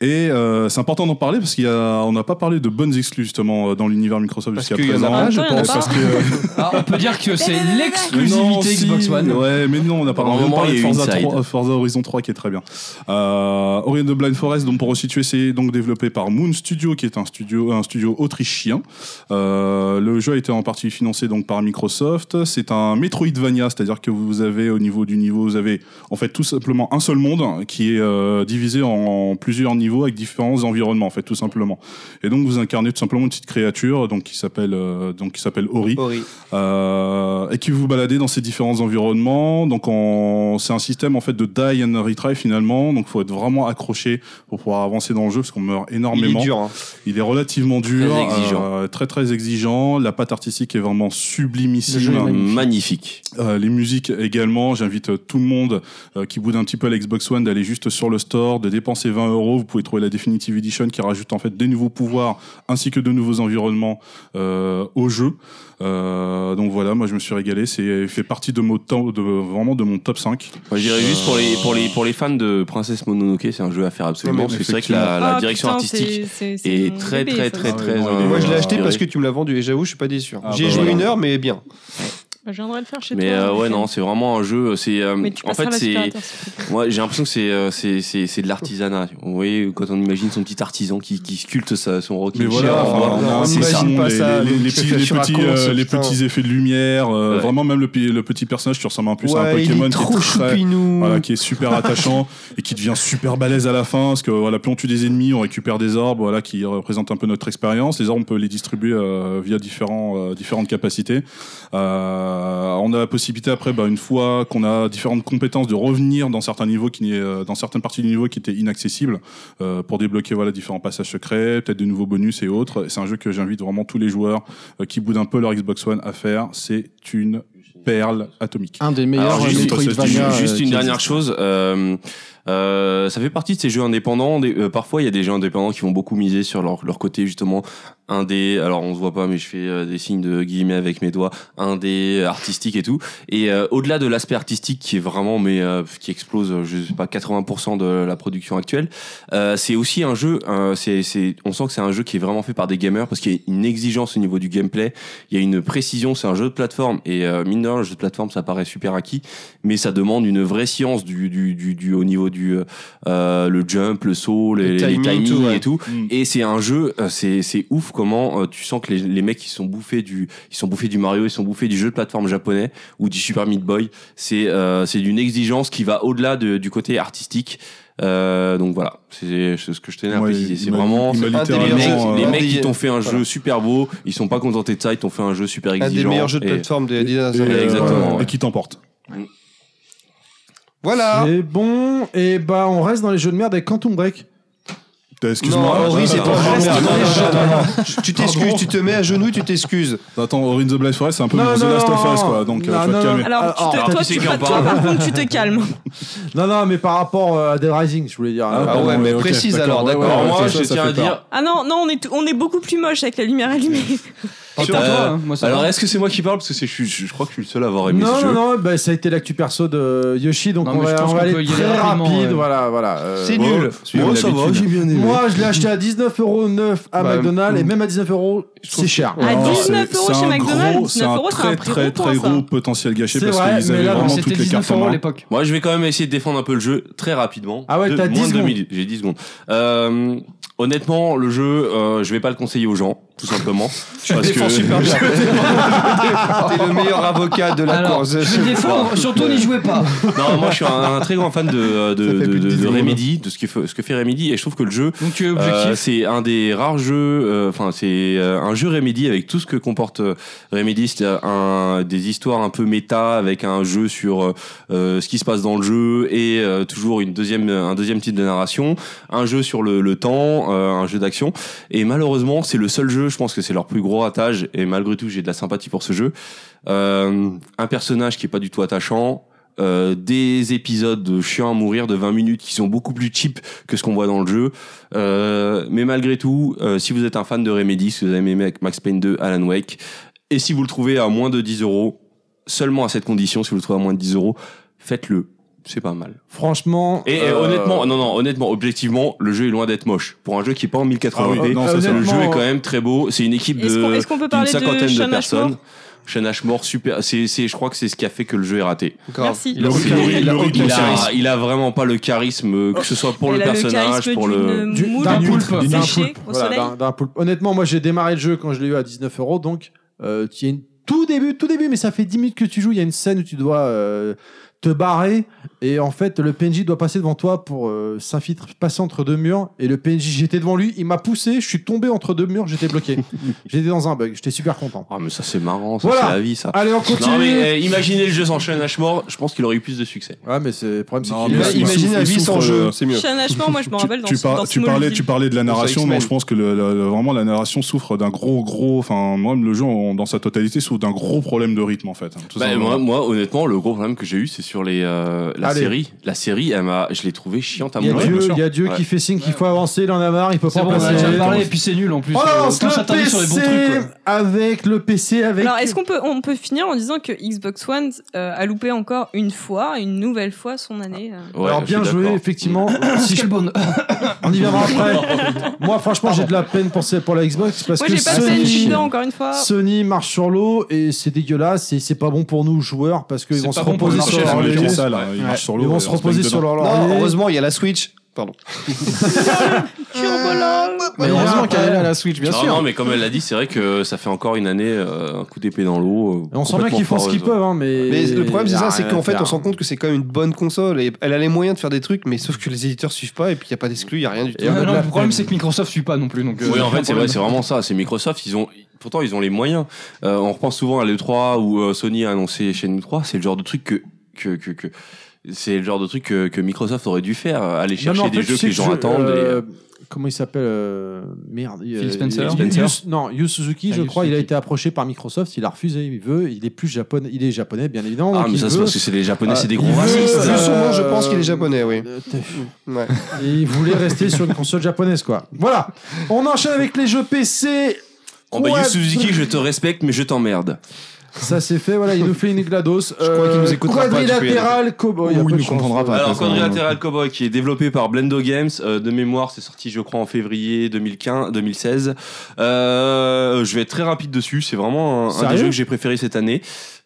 Speaker 10: Et euh, c'est important d'en parler parce qu'il y a, on n'a pas parlé de bonnes exclus justement euh, dans l'univers Microsoft
Speaker 3: Parce
Speaker 10: jusqu'à
Speaker 3: qu'il y en a
Speaker 10: présent.
Speaker 3: pas,
Speaker 4: Ah, je
Speaker 10: Euh,
Speaker 4: pense.
Speaker 10: Parce que euh,
Speaker 1: Ah, on peut dire que c'est
Speaker 10: Non,
Speaker 1: l'exclusivité
Speaker 10: si,
Speaker 1: Xbox One.
Speaker 10: Ouais, mais non, on a pas
Speaker 5: Pendant un
Speaker 10: on vient de
Speaker 5: moment,
Speaker 10: parler
Speaker 5: il
Speaker 10: de
Speaker 5: y a eu
Speaker 10: Forza,
Speaker 5: Inside.
Speaker 10: 3, euh, Forza Horizon 3 qui est très bien. Euh, Ori and the Blind Forest, donc pour resituer, c'est donc développé par Moon Studio, qui est un studio, un studio autrichien. Euh, le jeu a été en partie financé donc par Microsoft. C'est un Metroidvania, c'est-à-dire que vous avez au niveau du niveau, vous avez en fait tout simplement un seul monde qui est euh, divisé en plusieurs niveaux avec différents environnements, en fait tout simplement. Et donc vous incarnez tout simplement une petite créature donc qui s'appelle euh, donc qui s'appelle Ori.
Speaker 3: Ori.
Speaker 10: Euh, et qui vous baladez dans ces différents environnements. Donc, en- c'est un système en fait de die and retry finalement. Donc, faut être vraiment accroché pour pouvoir avancer dans le jeu parce qu'on meurt
Speaker 3: Il
Speaker 10: énormément.
Speaker 3: est dur. hein.
Speaker 10: Il est relativement dur,
Speaker 5: Très exigeant.
Speaker 10: euh, très très exigeant. La patte artistique est vraiment
Speaker 8: Le jeu est
Speaker 10: sublimissime.
Speaker 8: magnifique.
Speaker 5: Magnifique.
Speaker 10: Euh, les musiques également. J'invite euh, tout le monde euh, qui boude un petit peu à la Xbox One d'aller juste sur le store, de dépenser 20 euros. Vous pouvez trouver la Definitive Edition qui rajoute en fait des nouveaux pouvoirs ainsi que de nouveaux environnements euh, au jeu. Euh, donc voilà, moi je me suis régalé. C'est fait partie de mon temps, de, vraiment de mon top 5.
Speaker 5: Moi, je dirais juste pour les, pour, les, pour les fans de Princesse Mononoke, c'est un jeu à faire absolument.
Speaker 10: Ouais, mais
Speaker 5: parce que c'est vrai que la, la
Speaker 4: Ah,
Speaker 5: direction
Speaker 4: putain,
Speaker 5: artistique
Speaker 4: c'est- c'est- c'est
Speaker 5: est
Speaker 4: mon
Speaker 5: très,
Speaker 4: bébé,
Speaker 5: très, très,
Speaker 4: ça.
Speaker 10: Ah ouais,
Speaker 5: très.
Speaker 10: non,
Speaker 5: euh,
Speaker 10: il est-
Speaker 3: Moi, je l'ai
Speaker 10: Ah,
Speaker 3: acheté
Speaker 10: ouais.
Speaker 3: parce que tu me l'as vendu et j'avoue, je suis pas déçu.
Speaker 10: Ah,
Speaker 3: J'ai
Speaker 10: bah
Speaker 3: joué
Speaker 10: voilà.
Speaker 3: une heure, mais bien.
Speaker 4: Bah, Je viendrai le faire chez
Speaker 5: Mais
Speaker 4: toi.
Speaker 5: euh, ouais,
Speaker 4: Ken.
Speaker 5: non, c'est vraiment un jeu. C'est euh,
Speaker 4: Mais tu
Speaker 5: en fait,
Speaker 4: passeras
Speaker 5: c'est
Speaker 4: l'aspirateur, s'il te plaît.
Speaker 5: moi j'ai l'impression que c'est euh, c'est c'est c'est de l'artisanat. Vous voyez, quand on imagine son petit artisan qui qui sculpte sa, son rocking
Speaker 10: Mais voilà,
Speaker 5: chair en bois,
Speaker 10: enfin, on a
Speaker 5: c'est
Speaker 10: tout
Speaker 5: ça.
Speaker 10: le monde,
Speaker 3: euh, pas
Speaker 10: les-
Speaker 3: ça,
Speaker 10: les, les
Speaker 3: donc,
Speaker 10: petits,
Speaker 3: je
Speaker 10: les,
Speaker 3: suis
Speaker 10: petits,
Speaker 3: raconte,
Speaker 10: euh, les
Speaker 3: putain.
Speaker 10: petits effets de lumière, euh,
Speaker 5: Ouais.
Speaker 10: vraiment même le, pi- le petit personnage qui ressemble un peu à un
Speaker 3: Ouais, il
Speaker 10: Pokémon
Speaker 3: est
Speaker 10: qui est
Speaker 3: trop
Speaker 10: très-
Speaker 3: choupinou.
Speaker 10: voilà, qui est super attachant et qui devient super balèze à la fin parce que voilà, plus on tue des ennemis, on récupère des orbes, voilà, qui représentent un peu notre expérience. Les orbes, on peut les distribuer euh, via différents, euh, différentes capacités. Euh, on a la possibilité après, bah, une fois qu'on a différentes compétences, de revenir dans certains niveaux qui, n'est- euh, dans certaines parties du niveau qui étaient inaccessibles euh, pour débloquer voilà différents passages secrets, peut-être de nouveaux bonus et autres. Et C'est un jeu que j'invite vraiment tous les joueurs euh, qui boudent un peu leur Xbox One à faire. C'est une perle atomique.
Speaker 8: Un des meilleurs
Speaker 5: Alors,
Speaker 10: Meilleur
Speaker 5: juste,
Speaker 8: Metroidvania.
Speaker 5: juste- juste
Speaker 8: euh,
Speaker 5: une
Speaker 8: qui
Speaker 5: dernière
Speaker 8: existe.
Speaker 5: chose. euh, euh, ça fait partie de ces jeux indépendants. Des- euh, parfois, il y a des jeux indépendants qui vont beaucoup miser sur leur, leur côté justement indé. Alors, on se voit pas, mais je fais euh, des signes de guillemets avec mes doigts. Indé, euh, artistique et tout. Et euh, au-delà de l'aspect artistique qui est vraiment, mais euh, qui explose, euh, je sais pas, 80% de la production actuelle, euh, c'est aussi un jeu. euh, c'est, c'est, on sent que c'est un jeu qui est vraiment fait par des gamers parce qu'il y a une exigence au niveau du gameplay. Il y a une précision. C'est un jeu de plateforme et euh, mine de rien, le jeu de plateforme, ça paraît super acquis mais ça demande une vraie science du, du, du, du- au niveau du euh, le jump, le saut, les, les
Speaker 3: Le timing,
Speaker 5: timings
Speaker 3: tout, ouais.
Speaker 5: et tout.
Speaker 10: Mm.
Speaker 5: Et c'est un jeu, euh, c'est c'est ouf comment euh, tu sens que les, les mecs ils sont bouffés du ils sont bouffés du Mario, ils sont bouffés du jeu de plateforme japonais ou du Super Meat Boy. C'est euh, c'est d'une exigence qui va au-delà de- du côté artistique. Euh, donc voilà, c'est c'est ce que je tenais à
Speaker 10: Ouais,
Speaker 5: préciser.
Speaker 10: il
Speaker 5: C'est
Speaker 10: m'a-
Speaker 5: vraiment
Speaker 10: il m'a
Speaker 3: c'est un des
Speaker 5: les
Speaker 10: littéralement,
Speaker 5: mecs,
Speaker 3: meilleurs,
Speaker 10: euh,
Speaker 5: les
Speaker 3: un
Speaker 5: mecs
Speaker 3: des-
Speaker 5: qui t'ont fait un jeu
Speaker 3: voilà.
Speaker 5: super beau, ils sont pas contentés de ça, ils t'ont fait un jeu super
Speaker 3: Un
Speaker 5: exigeant.
Speaker 3: des meilleurs jeux de hein.
Speaker 5: et-
Speaker 3: plateforme des des dernières
Speaker 10: et,
Speaker 3: années.
Speaker 10: euh,
Speaker 5: Exactement, ouais.
Speaker 10: et qui t'emporte.
Speaker 3: Voilà.
Speaker 2: Ah. Et bon, et bah, on reste dans les jeux de merde avec Quantum Break.
Speaker 10: Excuse-moi. euh,
Speaker 3: Non, Ori, c'est
Speaker 10: Attends,
Speaker 3: pas
Speaker 10: attends,
Speaker 3: juste.
Speaker 10: attends,
Speaker 3: Non,
Speaker 10: attends,
Speaker 3: non,
Speaker 10: attends.
Speaker 3: Tu t'excuses, tu te mets à genoux, tu t'excuses.
Speaker 10: Attends, Ori in the Blind Forest, c'est un peu
Speaker 2: Non,
Speaker 10: The
Speaker 2: non,
Speaker 10: Last of
Speaker 2: non,
Speaker 10: Us,
Speaker 2: non.
Speaker 10: quoi. Donc,
Speaker 2: Non,
Speaker 10: euh, tu vas
Speaker 2: non,
Speaker 10: te
Speaker 2: non.
Speaker 10: calmer.
Speaker 4: Alors,
Speaker 2: Alors,
Speaker 4: tu te-
Speaker 5: alors,
Speaker 4: toi,
Speaker 5: qui c'est
Speaker 4: tu-
Speaker 5: qui en
Speaker 4: toi,
Speaker 5: parle
Speaker 4: par contre, tu te calmes.
Speaker 2: Non, non, mais par rapport euh, à Dead Rising, je voulais dire.
Speaker 10: Ah,
Speaker 2: Euh,
Speaker 10: ouais, ouais,
Speaker 3: mais
Speaker 10: ok,
Speaker 3: précise
Speaker 10: d'accord,
Speaker 3: alors,
Speaker 10: ouais,
Speaker 3: d'accord.
Speaker 10: ouais,
Speaker 5: Alors
Speaker 10: ouais,
Speaker 5: moi,
Speaker 10: ça,
Speaker 5: je
Speaker 10: ça, ça
Speaker 5: tiens à
Speaker 10: fait peur.
Speaker 5: dire.
Speaker 4: Ah non, non, on est, tout- on est beaucoup plus moche avec la lumière allumée.
Speaker 1: Pas pour
Speaker 5: Euh,
Speaker 1: toi, hein, moi, ça
Speaker 5: Alors
Speaker 1: va.
Speaker 5: est-ce que c'est moi qui parle parce que c'est- je, suis- je crois que je suis le seul à avoir aimé
Speaker 2: Non,
Speaker 5: ce
Speaker 2: non,
Speaker 5: jeu.
Speaker 2: non, bah, ça a été l'actu perso de Yoshi, donc on
Speaker 1: Non, mais je
Speaker 2: va,
Speaker 1: pense
Speaker 2: on va
Speaker 1: qu'on peut
Speaker 2: aller
Speaker 1: y aller
Speaker 2: très
Speaker 1: rapidement,
Speaker 2: rapide,
Speaker 1: ouais.
Speaker 2: voilà, voilà. euh,
Speaker 3: C'est
Speaker 10: ouais,
Speaker 3: nul.
Speaker 10: Moi, ça va, j'ai bien aimé.
Speaker 2: Moi, je l'ai acheté à 19,09€ à
Speaker 3: Bah,
Speaker 2: McDonald's, et même à 19€, c'est cher.
Speaker 4: À
Speaker 10: Alors,
Speaker 4: 19
Speaker 10: c'est-
Speaker 4: euros
Speaker 10: c'est
Speaker 4: chez
Speaker 10: un
Speaker 4: McDonald's,
Speaker 10: gros- C'est
Speaker 4: 19
Speaker 10: un
Speaker 4: euros, c'est
Speaker 10: très
Speaker 4: un
Speaker 10: très
Speaker 4: très gros
Speaker 10: très
Speaker 4: point,
Speaker 10: gros
Speaker 4: ça.
Speaker 10: potentiel gâché
Speaker 2: C'est
Speaker 10: parce
Speaker 2: vrai,
Speaker 10: qu'ils
Speaker 2: mais
Speaker 10: avaient
Speaker 2: là,
Speaker 10: vraiment
Speaker 1: C'était
Speaker 10: toutes les
Speaker 1: 19
Speaker 10: cartes en
Speaker 1: euros à
Speaker 10: main.
Speaker 1: l'époque.
Speaker 5: Moi, je vais quand même essayer de défendre un peu le jeu très rapidement.
Speaker 2: Ah ouais,
Speaker 5: De-
Speaker 2: t'as
Speaker 5: moins
Speaker 2: 10
Speaker 5: de deux
Speaker 2: secondes.
Speaker 5: minutes. J'ai 10 secondes. Euh, honnêtement, le jeu, euh, je vais pas le conseiller aux gens, tout
Speaker 2: *laughs*
Speaker 5: simplement.
Speaker 3: Tu
Speaker 5: Parce
Speaker 3: défends
Speaker 5: que- *laughs*
Speaker 3: super bien. T'es le meilleur avocat de la
Speaker 1: Alors,
Speaker 3: cause.
Speaker 1: je défends, surtout n'y jouez pas.
Speaker 5: *laughs* Non, moi, je suis un, un très grand fan de, euh, de,
Speaker 2: Ça fait
Speaker 5: de,
Speaker 2: plus de
Speaker 5: de-
Speaker 2: 10
Speaker 5: de
Speaker 2: secondes.
Speaker 5: Remedy, de ce que, fait- ce que fait Remedy, et je trouve que le jeu,
Speaker 1: Donc, tu es objectif.
Speaker 5: Euh, c'est un des rares jeux, euh, enfin c'est euh, un jeu Remedy avec tout ce que comporte euh, Remedy, c'est un des histoires un peu méta avec un jeu sur euh, euh, ce qui se passe dans le jeu et euh, toujours une deuxième un deuxième type de narration, un jeu sur le, le temps, euh, un jeu d'action et malheureusement c'est le seul jeu, je pense que c'est leur plus gros attache et malgré tout j'ai de la sympathie pour ce jeu. Euh, un personnage qui est pas du tout attachant. euh, des épisodes chiants à mourir de 20 minutes qui sont beaucoup plus cheap que ce qu'on voit dans le jeu euh, mais malgré tout, euh, si vous êtes un fan de Remedy, si vous avez aimé Max Payne 2, Alan Wake, et si vous le trouvez à moins de 10 euros, seulement à cette condition, si vous le trouvez à moins de 10 euros, faites-le. C'est pas mal.
Speaker 2: Franchement.
Speaker 5: Et, et
Speaker 2: euh,
Speaker 5: honnêtement, non, non, honnêtement, objectivement, le jeu est loin d'être moche. Pour un jeu qui est pas en 1080p,
Speaker 10: Ah oui, non, ça, ça,
Speaker 5: le jeu est
Speaker 2: honnêtement,
Speaker 5: quand même très beau. C'est une équipe
Speaker 4: euh, Est-ce qu'on
Speaker 5: de d'une
Speaker 4: est-ce qu'on peut parler de
Speaker 5: cinquantaine de,
Speaker 4: Sean
Speaker 5: personnes.
Speaker 4: Ashmore
Speaker 5: Sean Ashmore, super. C'est, c'est, je crois que c'est ce qui a fait que le jeu est raté.
Speaker 4: Merci.
Speaker 10: Il a aucun-
Speaker 5: C'est-
Speaker 10: il a aucun
Speaker 5: il
Speaker 10: charisme.
Speaker 5: a, il a vraiment pas le charisme, euh, que ce soit pour
Speaker 4: Elle
Speaker 5: le
Speaker 4: a
Speaker 5: personnage,
Speaker 4: charisme
Speaker 5: pour le.
Speaker 4: d'une
Speaker 2: du-
Speaker 4: moule
Speaker 2: d'un poulpe,
Speaker 4: séchée
Speaker 2: d'un
Speaker 4: au
Speaker 2: Voilà,
Speaker 4: soleil.
Speaker 2: d'un- d'un poulpe. Honnêtement, moi j'ai démarré le jeu quand je l'ai eu à 19 euros, donc euh, tu y es une- tout début, tout début, mais ça fait 10 minutes que tu joues. Il y a une scène où tu dois euh, te barrer et en fait le PNJ doit passer devant toi pour euh, s'infiltrer, passer entre deux murs. Et le PNJ, j'étais devant lui, il m'a poussé, je suis tombé entre deux murs, j'étais *laughs* bloqué, j'étais dans un bug, j'étais super content.
Speaker 5: Ah, mais ça, c'est marrant, ça,
Speaker 2: Voilà.
Speaker 5: c'est la vie, ça.
Speaker 2: Allez, on continue.
Speaker 5: Non mais euh, imaginez le jeu sans Sean Ashmore, je pense qu'il aurait eu plus de succès.
Speaker 2: Ouais, mais c'est le problème, c'est
Speaker 10: Non,
Speaker 2: qu'il
Speaker 10: mais
Speaker 2: est-
Speaker 10: il
Speaker 3: Bah, Imagine
Speaker 10: souffre-
Speaker 3: la
Speaker 10: il
Speaker 3: vie sans
Speaker 10: souffre,
Speaker 3: jeu.
Speaker 10: euh,
Speaker 3: C'est mieux.
Speaker 4: Sean Ashmore, moi je me
Speaker 10: Tu-
Speaker 4: rappelle dans
Speaker 10: tu, par-
Speaker 4: dans
Speaker 10: tu parlais,
Speaker 4: Smallville.
Speaker 10: tu parlais de la narration,
Speaker 3: X-Men.
Speaker 10: mais je pense que le- le- le- vraiment la narration souffre d'un gros, gros, enfin moi le jeu en- dans sa totalité souffre d'un gros problème de rythme en fait. hein, tout
Speaker 5: Bah,
Speaker 10: simplement.
Speaker 5: moi, moi, honnêtement, le gros problème que j'ai eu, c'est sur les euh, la
Speaker 2: Allez.
Speaker 5: série. La série, elle m'a, je l'ai trouvée chiante à
Speaker 2: il y a
Speaker 5: mourir.
Speaker 10: Ouais, bien
Speaker 2: Dieu,
Speaker 10: sûr.
Speaker 2: il y a Dieu qui fait signe qu'il faut avancer, il en a marre, il peut
Speaker 1: C'est
Speaker 2: pas
Speaker 1: bon, on en a
Speaker 2: passer. Oh
Speaker 1: déjà parlé, et puis c'est nul en plus.
Speaker 2: On
Speaker 1: Euh,
Speaker 2: avance
Speaker 1: autant
Speaker 2: le
Speaker 1: s'attarder
Speaker 2: PC
Speaker 1: sur les bons trucs, quoi.
Speaker 2: avec le PC avec.
Speaker 4: Alors, est-ce qu'on peut, on peut finir en disant que Xbox One euh, a loupé encore une fois, une nouvelle fois son année euh.
Speaker 5: Ouais,
Speaker 2: Alors
Speaker 5: je
Speaker 2: bien
Speaker 5: suis
Speaker 2: joué,
Speaker 5: d'accord.
Speaker 1: *coughs*
Speaker 2: effectivement. si
Speaker 1: Si
Speaker 2: je-
Speaker 1: je bonne.
Speaker 2: on y viendra après. Moi, franchement, j'ai de la peine pour, ce- pour la Xbox parce
Speaker 4: Moi
Speaker 2: que
Speaker 4: j'ai passé une
Speaker 2: Sony,
Speaker 4: vidéo encore une fois.
Speaker 2: Sony marche sur l'eau et c'est dégueulasse et c'est pas bon pour nous joueurs parce qu'ils
Speaker 1: C'est
Speaker 2: vont se
Speaker 1: pas bon pour
Speaker 2: reposer
Speaker 1: le
Speaker 2: sur
Speaker 1: marché,
Speaker 2: leur
Speaker 10: Ouais,
Speaker 2: laurier.
Speaker 10: c'est ça, là, il marche sur l'eau,
Speaker 2: Ils vont se
Speaker 10: euh, on baigne
Speaker 2: reposer sur
Speaker 10: dedans.
Speaker 2: leur
Speaker 3: Non,
Speaker 2: laurier.
Speaker 3: heureusement, il y a la Switch. Pardon.
Speaker 8: Mais heureusement qu'elle est là, la Switch, bien
Speaker 5: non,
Speaker 8: sûr.
Speaker 5: non, mais comme elle l'a dit, c'est vrai que ça fait encore une année, euh, un coup d'épée dans l'eau. euh,
Speaker 2: Et On sent bien qu'ils font ce qu'ils peuvent, hein, mais.
Speaker 3: Mais le problème, c'est
Speaker 2: y a
Speaker 3: ça, c'est
Speaker 2: rien
Speaker 3: qu'en
Speaker 2: à
Speaker 3: fait,
Speaker 2: faire.
Speaker 3: on se rend compte que c'est quand même une bonne console et elle a les moyens de faire des trucs, mais sauf que les éditeurs suivent pas et puis il n'y a pas d'exclus, il n'y a rien du tout.
Speaker 2: Et on a de
Speaker 1: Non,
Speaker 2: la
Speaker 1: Le problème,
Speaker 2: peine.
Speaker 1: c'est que Microsoft suit pas non plus. donc, euh,
Speaker 5: Oui, en fait, c'est
Speaker 1: problème.
Speaker 5: vrai, c'est vraiment ça. C'est Microsoft, ils ont. Pourtant, ils ont les moyens. Euh, on repense souvent à l'E3 où euh, Sony a annoncé chaîne E3. C'est le genre de truc que. que, que, que- c'est le genre de truc que, que Microsoft aurait dû faire, aller
Speaker 2: Non, mais
Speaker 5: chercher
Speaker 2: en
Speaker 5: des
Speaker 2: fait,
Speaker 5: jeux
Speaker 2: tu
Speaker 5: que
Speaker 2: sais
Speaker 5: les gens
Speaker 2: je-
Speaker 5: attendent. et-
Speaker 2: euh, Comment il s'appelle euh, Merde. euh,
Speaker 1: Phil Spencer
Speaker 2: Yu- Yu-
Speaker 5: Spencer
Speaker 2: non, Yu Suzuki,
Speaker 1: Ah,
Speaker 2: je
Speaker 1: Yu
Speaker 2: crois, il a
Speaker 1: Suzuki.
Speaker 2: été approché par Microsoft, il a refusé, il veut, il est plus japonais, il est japonais, bien évidemment.
Speaker 5: Ah,
Speaker 2: donc
Speaker 5: mais
Speaker 2: il
Speaker 5: ça, c'est
Speaker 2: veut-
Speaker 5: parce que c'est les Japonais,
Speaker 2: Ah,
Speaker 5: c'est des
Speaker 2: il
Speaker 5: gros
Speaker 2: veut-
Speaker 5: racistes.
Speaker 3: Vu son nom, je
Speaker 2: Euh,
Speaker 3: pense qu'il est japonais, oui.
Speaker 2: Euh, t'es-
Speaker 3: Ouais.
Speaker 2: Et il voulait rester sur une console japonaise, quoi. Voilà. On enchaîne avec les jeux PC.
Speaker 5: Oh bah,
Speaker 2: Ouais.
Speaker 5: Yu Suzuki, je te respecte, mais je t'emmerde.
Speaker 2: Ça c'est fait, voilà, il nous fait une GLaDOS. euh,
Speaker 3: crois qu'il nous écoutera pas,
Speaker 2: Quadrilatéral, Cowboy. y
Speaker 11: Ou
Speaker 2: a
Speaker 11: il
Speaker 2: peu
Speaker 11: nous
Speaker 2: de chance.
Speaker 11: comprendra pas.
Speaker 5: Alors,
Speaker 11: ça,
Speaker 5: Quadrilateral Cowboy, qui est développé par Blendo Games, euh, de mémoire, c'est sorti, je crois, en février 2015, 2016. Euh, je vais être très rapide dessus, c'est vraiment un- un,
Speaker 2: Sérieux
Speaker 5: des jeux que j'ai préféré cette année.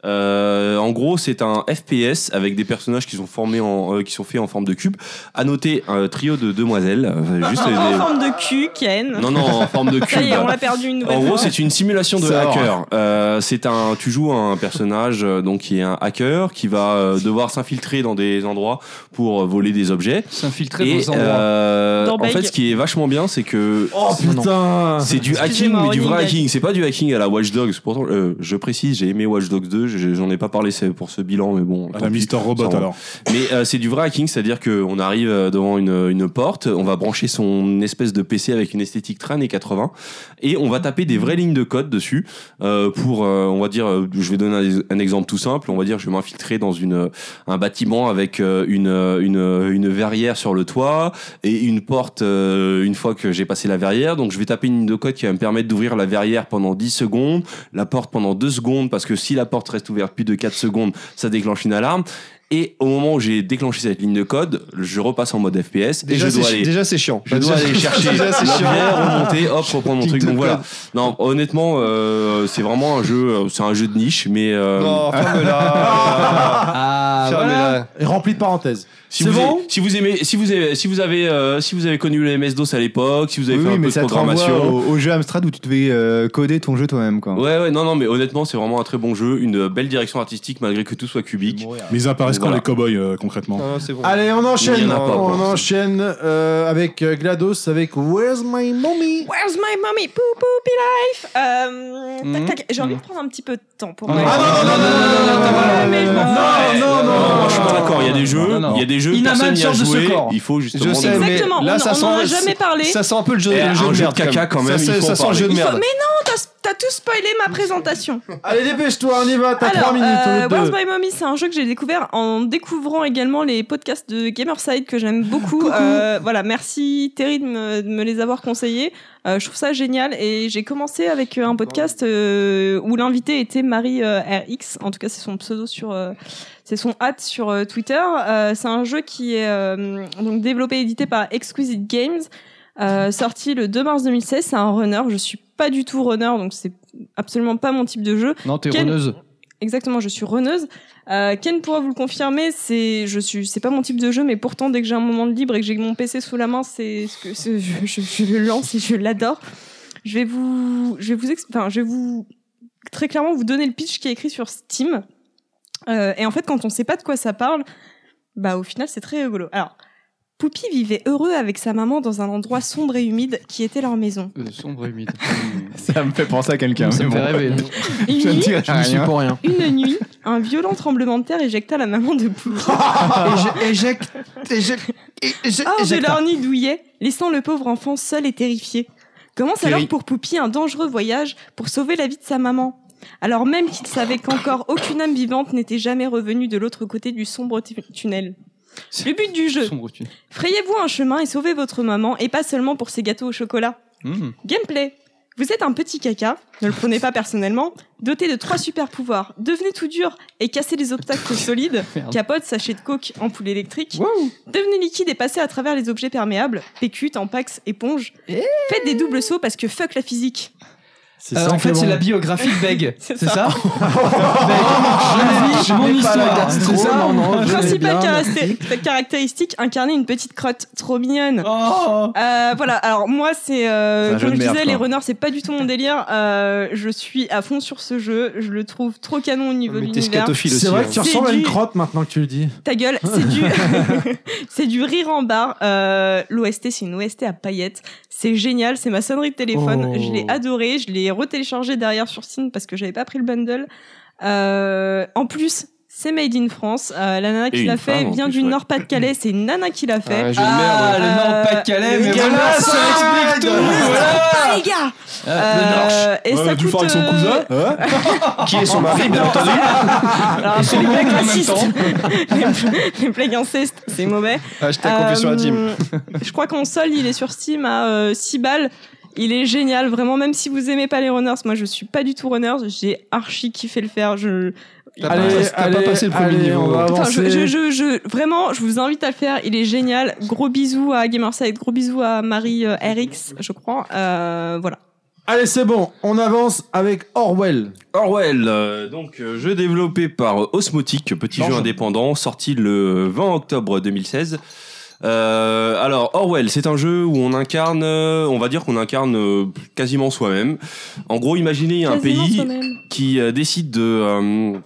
Speaker 5: Euh, en gros, c'est un FPS avec des personnages qui sont formés en, euh, qui sont faits en forme de cube. À noter un trio de demoiselles, euh,
Speaker 4: *laughs*
Speaker 5: juste
Speaker 4: en
Speaker 5: des-
Speaker 4: forme de cul, Ken.
Speaker 5: non non en forme de
Speaker 4: Ça y
Speaker 5: cube.
Speaker 4: est, on l'a perdu une nouvelle
Speaker 5: En gros,
Speaker 4: fois.
Speaker 5: c'est une simulation de
Speaker 2: C'est
Speaker 5: hacker. Euh, c'est un, tu joue un personnage euh, donc qui est un hacker qui va euh, devoir s'infiltrer dans des endroits pour euh, voler des objets.
Speaker 1: S'infiltrer
Speaker 5: Et
Speaker 1: dans un endroit.
Speaker 5: euh,
Speaker 4: Dans
Speaker 5: en fait,
Speaker 4: Beg.
Speaker 5: ce qui est vachement bien, c'est que
Speaker 2: Oh putain
Speaker 5: c'est du hacking,
Speaker 4: Excusez-moi,
Speaker 5: mais du vrai
Speaker 4: Running
Speaker 5: hacking. C'est pas du hacking à la Watch Dogs. Pourtant, euh, je précise, j'ai aimé Watch Dogs 2. je- J'en ai pas parlé c'est pour ce bilan, mais bon. tant
Speaker 10: À Ah, la
Speaker 5: pis.
Speaker 10: Mister
Speaker 5: Ça,
Speaker 10: Robot
Speaker 5: on-
Speaker 10: alors.
Speaker 5: Mais euh, c'est du vrai hacking, c'est-à-dire qu'on arrive euh, devant une, une porte, on va brancher son espèce de PC avec une esthétique très années 80, et on va taper des vraies lignes de code dessus euh, pour, euh, on va dire, euh, je vais donner un, un exemple tout simple, on va dire, je vais m'infiltrer dans une, euh, un bâtiment avec euh, une, euh, une, euh, une verrière sur le toit et une porte euh, une fois que j'ai passé la verrière, donc je vais taper une ligne de code qui va me permettre d'ouvrir la verrière pendant 10 secondes, la porte pendant 2 secondes, parce que si la porte reste ouverte plus de 4 secondes, ça déclenche une alarme. Et au moment où j'ai déclenché cette ligne de code, je repasse en mode FPS
Speaker 3: Déjà,
Speaker 5: et je
Speaker 3: c'est
Speaker 5: dois
Speaker 3: chi-
Speaker 5: aller.
Speaker 3: déjà, c'est chiant.
Speaker 5: Je dois aller chercher
Speaker 3: Déjà, c'est chiant.
Speaker 5: la remonter, hop, reprendre mon truc.
Speaker 3: Ligne de
Speaker 5: Donc voilà. Non, honnêtement, euh, c'est vraiment un jeu, euh, c'est un jeu de niche, mais euh,
Speaker 3: Non, ferme-la.
Speaker 1: Ah,
Speaker 3: Ferme-la.
Speaker 2: Et rempli de parenthèses.
Speaker 5: si
Speaker 2: c'est
Speaker 5: vous,
Speaker 2: bon
Speaker 5: si vous aimez, si vous avez, si vous avez, euh, si vous avez connu le MS DOS à l'époque, si vous avez fait un peu de programmation,
Speaker 11: au, au jeu Amstrad où tu devais euh, coder ton jeu toi-même. quoi.
Speaker 5: Ouais, ouais, non, non, mais honnêtement, c'est vraiment un très bon jeu, une belle direction artistique malgré que tout soit cubique.
Speaker 10: Mais ils apparaissent quand
Speaker 5: Voilà.
Speaker 10: les cowboys euh, concrètement
Speaker 3: Non, c'est bon.
Speaker 2: Allez, on
Speaker 5: Il
Speaker 2: enchaîne.
Speaker 5: y en a pas,
Speaker 2: on
Speaker 5: pour l'instant.
Speaker 2: enchaîne euh, avec euh, GLaDOS, avec Where's My Mommy
Speaker 4: Where's my mommy? Poo poopy life! Euh, tac, tac. J'ai envie de prendre un petit peu de temps pour moi.
Speaker 1: non,
Speaker 2: non, non, non, non, non, non,
Speaker 4: Mais je
Speaker 2: non,
Speaker 4: m'en fous.
Speaker 2: non, non,
Speaker 5: Moi, je suis pas
Speaker 2: non.
Speaker 5: d'accord. Il y a des jeux,
Speaker 1: non, non.
Speaker 5: il y a des jeux.
Speaker 1: Inaman
Speaker 5: personne n'y a
Speaker 1: sort de ce
Speaker 5: joué.
Speaker 1: corps.
Speaker 5: Il faut justement.
Speaker 3: Je sais,
Speaker 5: des-
Speaker 3: mais
Speaker 4: Exactement,
Speaker 3: là,
Speaker 4: on
Speaker 3: ça
Speaker 4: on en a
Speaker 3: sent-
Speaker 4: jamais parlé.
Speaker 3: Ça sent un peu le jeu,
Speaker 5: Eh,
Speaker 3: le jeu
Speaker 5: un
Speaker 3: de
Speaker 5: jeu
Speaker 3: merde.
Speaker 5: de caca, quand même,
Speaker 3: Ça,
Speaker 5: il
Speaker 3: ça,
Speaker 5: faut
Speaker 3: ça
Speaker 5: en
Speaker 3: sent le jeu de
Speaker 4: Il faut-
Speaker 3: merde.
Speaker 4: Mais non, t'as- t'as tout spoilé ma présentation.
Speaker 2: Allez, dépêche-toi, on y va, t'as 3 minutes
Speaker 4: euh,
Speaker 2: au lieu
Speaker 4: Where's
Speaker 2: de deux.
Speaker 4: My Mommy, c'est un jeu que j'ai découvert en découvrant également les podcasts de Gamerside que j'aime beaucoup. Euh, voilà, merci Terry de me, de me les avoir conseillés. Euh, je trouve ça génial et j'ai commencé avec euh, un podcast euh, où l'invité était Marie euh, RX. En tout cas, c'est son pseudo sur, euh, c'est son hâte sur euh, Twitter. Euh, c'est un jeu qui est euh, donc développé et édité par Exquisite Games. Euh, sorti le 2 mars 2016, c'est un runner. Je suis pas du tout runner, donc c'est absolument pas mon type de jeu.
Speaker 1: Non, t'es
Speaker 4: Quel-
Speaker 1: runneuse.
Speaker 4: Exactement, je suis runneuse. Euh, Ken pourra vous le confirmer, c'est je suis c'est pas mon type de jeu, mais pourtant dès que j'ai un moment de libre et que j'ai mon PC sous la main, c'est ce que c'est- je, je, je le lance et je l'adore. Je vais vous je vais vous ex- enfin je vais vous très clairement vous donner le pitch qui est écrit sur Steam. Euh, et en fait, quand on sait pas de quoi ça parle, bah au final c'est très rigolo. Alors Poupie vivait heureux avec sa maman dans un endroit sombre et humide qui était leur maison.
Speaker 1: Euh, sombre et humide.
Speaker 11: Ça me fait penser à quelqu'un.
Speaker 1: Ça
Speaker 11: mais
Speaker 1: me fait
Speaker 11: bon.
Speaker 1: rêver.
Speaker 4: Une
Speaker 11: Je ne
Speaker 4: nuit,
Speaker 11: dirai
Speaker 8: Je n'y suis
Speaker 11: rien.
Speaker 8: Ah pour rien.
Speaker 4: une nuit, un violent tremblement de terre éjecta la maman de Poupie.
Speaker 8: Éjecte, éjecte,
Speaker 4: Ah,
Speaker 3: Ah,
Speaker 8: éjecte.
Speaker 4: hors de leur nid douillet, laissant le pauvre enfant seul et terrifié. Commence alors pour Poupie un dangereux voyage pour sauver la vie de sa maman. Alors même qu'il savait qu'encore aucune âme vivante n'était jamais revenue de l'autre côté du sombre tu- tunnel. Le but du jeu,
Speaker 1: Sombre tu.
Speaker 4: frayez-vous un chemin et sauvez votre maman, et pas seulement pour ses gâteaux au chocolat.
Speaker 1: Mmh.
Speaker 4: Gameplay. Vous êtes un petit caca, ne le prenez pas personnellement, doté de trois super pouvoirs. Devenez tout dur et cassez les obstacles solides.
Speaker 1: Merde.
Speaker 4: Capote, sachet de coke, ampoule électrique. Devenez liquide et passez à travers les objets perméables. PQ, tampax, éponge.
Speaker 1: Eh.
Speaker 4: Faites des doubles sauts parce que fuck la physique.
Speaker 2: C'est
Speaker 1: Euh,
Speaker 2: ça
Speaker 1: en fait,
Speaker 2: que
Speaker 1: c'est
Speaker 2: l'on-
Speaker 1: la biographie de Beg.
Speaker 4: C'est
Speaker 1: c'est ça,
Speaker 4: ça.
Speaker 1: Beg, Je vis mon histoire. C'est ça
Speaker 8: Non, non, je l'ai
Speaker 4: Principale
Speaker 8: bien.
Speaker 4: caractéristique, caractéristique, incarner une petite crotte trop mignonne.
Speaker 1: *laughs* Oh.
Speaker 4: Euh, voilà, alors moi c'est
Speaker 11: C'est
Speaker 4: euh,
Speaker 11: un jeu
Speaker 4: comme je
Speaker 11: de
Speaker 4: disais,
Speaker 11: merde, quoi.
Speaker 4: les runners c'est pas du tout mon délire. Euh, je suis à fond sur ce jeu, je le trouve trop canon au niveau de
Speaker 3: Mais t'es
Speaker 4: l'univers.
Speaker 3: scatophile aussi.
Speaker 2: C'est vrai
Speaker 3: hein.
Speaker 2: que tu
Speaker 4: C'est
Speaker 2: ressembles à une
Speaker 4: du-
Speaker 2: crotte maintenant que tu le dis.
Speaker 4: Ta gueule, c'est du, *laughs* c'est du rire en barre. Euh, L'OST, c'est une OST à paillettes. C'est génial, c'est ma sonnerie de téléphone.
Speaker 2: Oh.
Speaker 4: Je l'ai adoré, je l'ai retéléchargé derrière sur Steam parce que j'avais pas pris le bundle. Euh, en plus, c'est made in France. Euh, la nana qui
Speaker 5: une
Speaker 4: l'a fait
Speaker 5: femme, en
Speaker 4: vient
Speaker 5: plus,
Speaker 4: du
Speaker 5: ouais.
Speaker 4: Nord-Pas-de-Calais. C'est une nana qui l'a fait.
Speaker 8: Ah, je-
Speaker 1: Ah,
Speaker 4: merde.
Speaker 1: le
Speaker 4: Euh,
Speaker 1: Nord-Pas-de-Calais, mais voilà, ça explique tout.
Speaker 12: Ah, les gars
Speaker 1: Voilà.
Speaker 4: Euh, et ça coûte.
Speaker 10: tu le feras avec son
Speaker 4: euh,
Speaker 10: cousin hein
Speaker 3: Qui est son mari, bien entendu.
Speaker 4: *laughs* Alors,
Speaker 1: son
Speaker 4: les
Speaker 1: oncle
Speaker 4: blagues
Speaker 1: en même
Speaker 4: racistes,
Speaker 1: temps.
Speaker 4: *laughs* les- les blagues incestes, c'est mauvais.
Speaker 3: Hashtag confession
Speaker 4: Euh,
Speaker 3: intime.
Speaker 4: Je crois qu'en sol, il est sur Steam à euh, 6 balles. Il est génial, vraiment, même si vous aimez pas les runners. Moi, je suis pas du tout runner. J'ai archi kiffé le faire. Je,
Speaker 3: T'as pas- t'as pas passé le premier
Speaker 2: allez,
Speaker 3: niveau.
Speaker 2: On va
Speaker 4: Putain,
Speaker 2: avancer.
Speaker 4: je, je, je, je- vraiment, je vous invite à le faire. Il est génial. Gros bisous à Gamerside, gros bisous à Marie euh, RX, je crois. Euh, voilà.
Speaker 2: Allez, c'est bon, on avance avec Orwell.
Speaker 5: Orwell, euh, donc euh, jeu développé par Osmotic, petit jeu indépendant, sorti le 20 octobre 2016. Euh, alors Orwell, c'est un jeu où on incarne, euh, on va dire qu'on incarne euh, quasiment soi-même. En gros, imaginez un
Speaker 4: Quasiment
Speaker 5: pays
Speaker 4: soi-même.
Speaker 5: qui euh, décide de euh,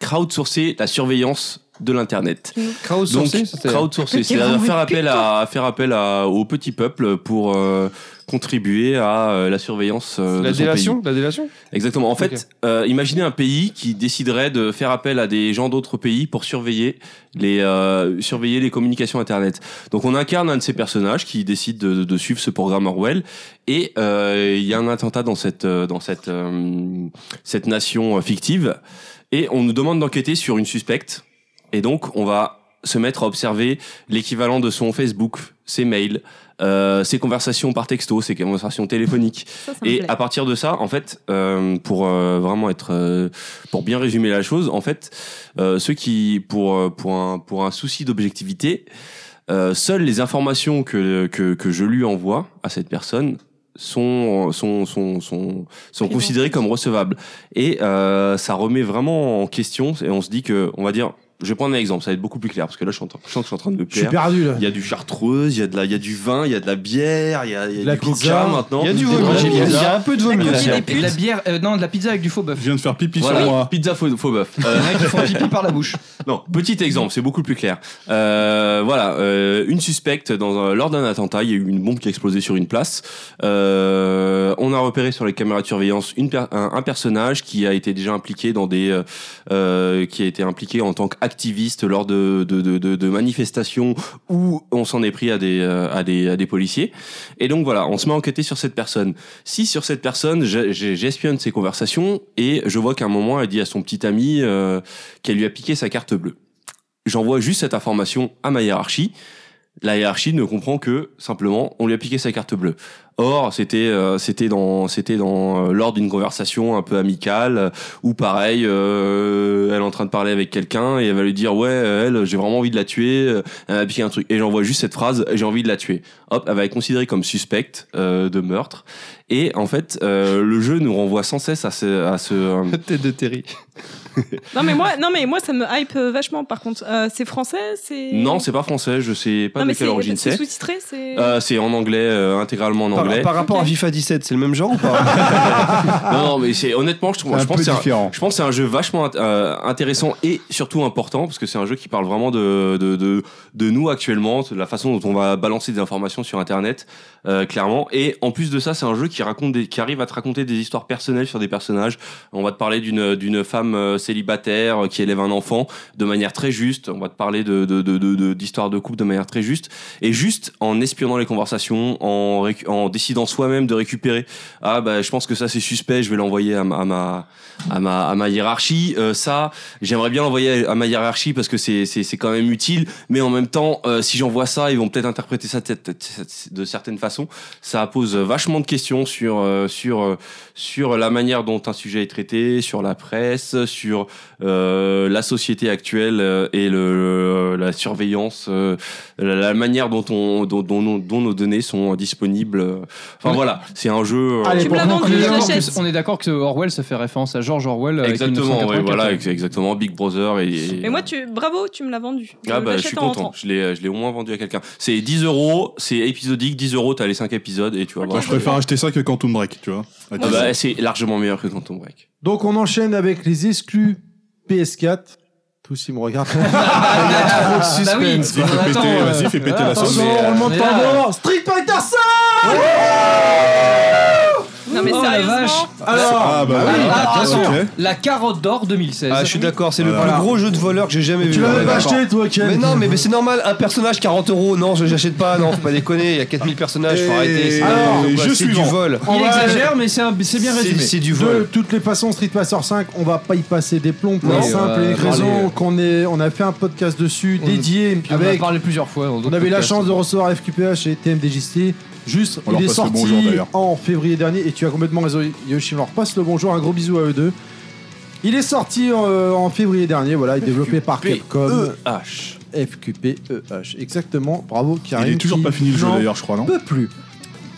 Speaker 5: crowdsourcer la surveillance de l'internet.
Speaker 1: Crowdsourcing,
Speaker 5: Donc,
Speaker 1: c'est-
Speaker 5: crowdsourcer, c'est-à-dire faire appel à faire appel à, au petit peuple pour euh, contribuer à euh, la surveillance euh,
Speaker 3: La
Speaker 5: de son
Speaker 3: délation, la délation.
Speaker 5: pays. Exactement. En fait,
Speaker 3: Ok.
Speaker 5: euh, imaginez un pays qui déciderait de faire appel à des gens d'autres pays pour surveiller les euh, surveiller les communications internet. Donc on incarne un de ces personnages qui décide de, de suivre ce programme Orwell et euh, il y a un attentat dans cette euh, dans cette euh, cette nation euh, fictive et on nous demande d'enquêter sur une suspecte et donc on va se mettre à observer l'équivalent de son Facebook, ses mails, euh, ses conversations par texto, ses conversations téléphoniques.
Speaker 4: Ça, ça me
Speaker 5: Et
Speaker 4: plaît.
Speaker 5: à partir de ça, en fait, euh, pour euh, vraiment être, euh, pour bien résumer la chose, en fait, euh, ceux qui, pour euh, pour un pour un souci d'objectivité, euh, seules les informations que, que que je lui envoie à cette personne sont sont sont sont sont
Speaker 4: Prises en
Speaker 5: considérées
Speaker 4: compte.
Speaker 5: comme recevables. Et euh, ça remet vraiment en question. Et on se dit que, on va dire, je vais prendre un exemple, ça va être beaucoup plus clair parce que là, je, suis en train- je sens que je suis en train de me
Speaker 2: Je suis
Speaker 5: perdre.
Speaker 2: perdu là.
Speaker 5: Il y a du chartreuse, il y a de la, il y a du vin, il y a de la bière, il y a, il y a
Speaker 2: La
Speaker 5: du coca
Speaker 2: pizza.
Speaker 5: maintenant.
Speaker 3: Il y a du
Speaker 5: Des
Speaker 3: vomi,
Speaker 5: branches
Speaker 3: il y a- il y
Speaker 5: pizza.
Speaker 3: a un peu de vomi.
Speaker 4: La
Speaker 3: là.
Speaker 4: coquille des
Speaker 1: Et de la
Speaker 4: putes.
Speaker 1: bière, euh, non, de la pizza avec du faux bœuf.
Speaker 10: Je *laughs* viens de faire pipi
Speaker 5: Voilà.
Speaker 10: sur moi.
Speaker 5: Pizza faux, faux bœuf. Euh,
Speaker 1: Il y en a qui font pipi par la bouche.
Speaker 5: non, petit exemple, c'est beaucoup plus clair. Euh, voilà, euh, une suspecte dans un- lors d'un attentat, il y a eu une bombe qui a explosé sur une place. Euh, on a repéré sur les caméras de surveillance une per- un, un personnage qui a été déjà impliqué dans des, euh, euh, qui a été impliqué en tant qu'activiste lors de de, de, de- de manifestations où on s'en est pris à des euh, à des à des policiers. Et donc voilà, on se met à enquêter sur cette personne. Si sur cette personne, j'ai- j'ai- j'espionne ses conversations et je vois qu'à un moment, elle dit à son petit ami. euh, qu'elle lui a piqué sa carte bleue. J'envoie juste cette information à ma hiérarchie. La hiérarchie ne comprend que simplement on lui a piqué sa carte bleue. Or c'était euh, c'était dans c'était dans euh, lors d'une conversation un peu amicale euh, où pareil euh, elle est en train de parler avec quelqu'un et elle va lui dire ouais euh, elle j'ai vraiment envie de la tuer euh, elle m'a piqué un truc et j'envoie juste cette phrase j'ai envie de la tuer. Hop elle va être considérée comme suspecte euh, de meurtre et en fait euh, le jeu nous renvoie sans cesse à ce à ce euh,
Speaker 3: *laughs* Tête de Terry.
Speaker 4: Non mais moi, non mais moi, ça me hype euh, vachement. Par contre, Euh, c'est français, c'est
Speaker 5: non c'est pas français je sais pas
Speaker 4: Non,
Speaker 5: de
Speaker 4: mais
Speaker 5: quelle origine c'est.
Speaker 4: sous-titré, c'est.
Speaker 5: Euh, c'est en anglais, euh, intégralement en
Speaker 3: Par,
Speaker 5: anglais.
Speaker 3: par rapport à
Speaker 4: Ok.
Speaker 3: FIFA 17, c'est le même genre ou pas
Speaker 5: Non, non, mais c'est honnêtement, je trouve,
Speaker 11: un
Speaker 5: je pense,
Speaker 11: peu
Speaker 5: que c'est un-
Speaker 11: différent.
Speaker 5: je pense que c'est un jeu vachement int- euh, intéressant et surtout important parce que c'est un jeu qui parle vraiment de de, de de nous actuellement, de la façon dont on va balancer des informations sur Internet, euh, clairement. Et en plus de ça, c'est un jeu qui raconte, des, qui arrive à te raconter des histoires personnelles sur des personnages. On va te parler d'une d'une femme euh, célibataire euh, qui élève un enfant de manière très juste. On va te parler de de de de- de- d'histoires de couple de manière très juste et juste en espionnant les conversations, en récu- en décidant soi-même de récupérer ah bah je pense que ça c'est suspect, je vais l'envoyer à ma à ma à ma, à ma hiérarchie. Euh, ça, j'aimerais bien l'envoyer à ma hiérarchie parce que c'est c'est c'est quand même utile, mais en même temps, euh, si j'envoie ça, ils vont peut-être interpréter ça de, cette- de certaines façons. Ça pose vachement de questions sur euh, sur euh, sur la manière dont un sujet est traité, sur la presse, sur euh, la société actuelle euh, et le, le- la surveillance, euh, la, la manière dont on dont, dont, nos- dont nos données sont disponibles. Enfin
Speaker 1: Ouais.
Speaker 5: voilà, c'est un jeu. euh,
Speaker 2: Allez,
Speaker 4: Tu me l'as
Speaker 2: pour-
Speaker 4: vendu,
Speaker 1: On est
Speaker 4: je
Speaker 1: d'accord
Speaker 4: l'achète.
Speaker 1: que- on est d'accord que Orwell, ça fait référence à George Orwell. euh, avec
Speaker 5: Exactement, ouais,
Speaker 1: 1984.
Speaker 5: voilà, ex- exactement. Big Brother et. et-
Speaker 4: Mais moi, tu, bravo, tu me l'as vendu. Je
Speaker 5: ah bah, je
Speaker 4: l'achète
Speaker 5: suis
Speaker 4: en
Speaker 5: content.
Speaker 4: rentrant.
Speaker 5: Je l'ai, je l'ai au moins vendu à quelqu'un. C'est 10 euros, c'est épisodique. 10 euros, t'as les 5 épisodes et tu vois.
Speaker 4: Ok.
Speaker 10: Moi, je préfère acheter ça que Quantum Break, tu vois. À
Speaker 5: Ah
Speaker 10: 10.
Speaker 5: bah, c'est largement meilleur que Quantum Break.
Speaker 2: Donc on enchaîne avec les exclus PS4. Tous ils me
Speaker 3: *laughs*
Speaker 2: regardent.
Speaker 1: Bah oui,
Speaker 10: Vas-y, fais péter, vas-y, fais péter la sauce.
Speaker 2: Attention,
Speaker 1: euh,
Speaker 2: roulement de
Speaker 1: mais là-
Speaker 2: tambour. Street Fighter V
Speaker 4: Non mais
Speaker 1: Oh, la
Speaker 4: sérieusement,
Speaker 2: Alors,
Speaker 10: Ah bah oui.
Speaker 1: Ah, bien sûr.
Speaker 10: Ok.
Speaker 1: La carotte d'or 2016.
Speaker 3: Ah, je suis d'accord, c'est le
Speaker 10: Voilà.
Speaker 3: plus gros jeu de voleur que j'ai jamais vu.
Speaker 2: tu l'as
Speaker 3: Ouais,
Speaker 2: même pas
Speaker 3: d'accord.
Speaker 2: acheté toi, Ken
Speaker 3: Mais non, mais, mais c'est normal, un personnage 40 euros, non, je j'achète pas, non, faut pas déconner, il y a 4000 personnages, faut
Speaker 10: Et-
Speaker 3: arrêter. c'est-
Speaker 10: Alors,
Speaker 3: c'est-
Speaker 10: jeu
Speaker 3: c'est du
Speaker 10: suivant.
Speaker 3: vol.
Speaker 2: On
Speaker 1: Il
Speaker 2: va-
Speaker 1: exagère, mais c'est un- c'est bien
Speaker 3: C'est-
Speaker 1: résumé.
Speaker 3: C'est du
Speaker 2: De
Speaker 3: vol.
Speaker 2: toutes les façons, Street Fighter 5, on va pas y passer des plombs pour
Speaker 3: Non,
Speaker 2: la
Speaker 3: euh,
Speaker 2: simple et unique
Speaker 3: parler-
Speaker 2: raison qu'on est, on a fait un podcast dessus
Speaker 1: On-
Speaker 2: dédié
Speaker 1: Puis Ah, on en a
Speaker 2: avec.
Speaker 1: parlé plusieurs fois. dans
Speaker 2: On
Speaker 1: d'autres
Speaker 2: avait la
Speaker 1: podcasts.
Speaker 2: chance de recevoir FQPH et TMDJC. Juste,
Speaker 10: On
Speaker 2: il
Speaker 10: leur
Speaker 2: est
Speaker 10: passe le
Speaker 2: sorti
Speaker 10: bonjour, d'ailleurs.
Speaker 2: en février dernier et tu as complètement raison, Yoshi. On leur passe le bonjour, un gros bisou à eux deux. Il est sorti euh, en février dernier, voilà, il
Speaker 10: E
Speaker 2: est développé par Capcom.
Speaker 5: E H.
Speaker 2: FQPEH. E Exactement, bravo Karim.
Speaker 10: Il est toujours
Speaker 2: qui
Speaker 10: pas fini le jeu
Speaker 2: n'en
Speaker 10: d'ailleurs, je crois, non
Speaker 2: peut plus.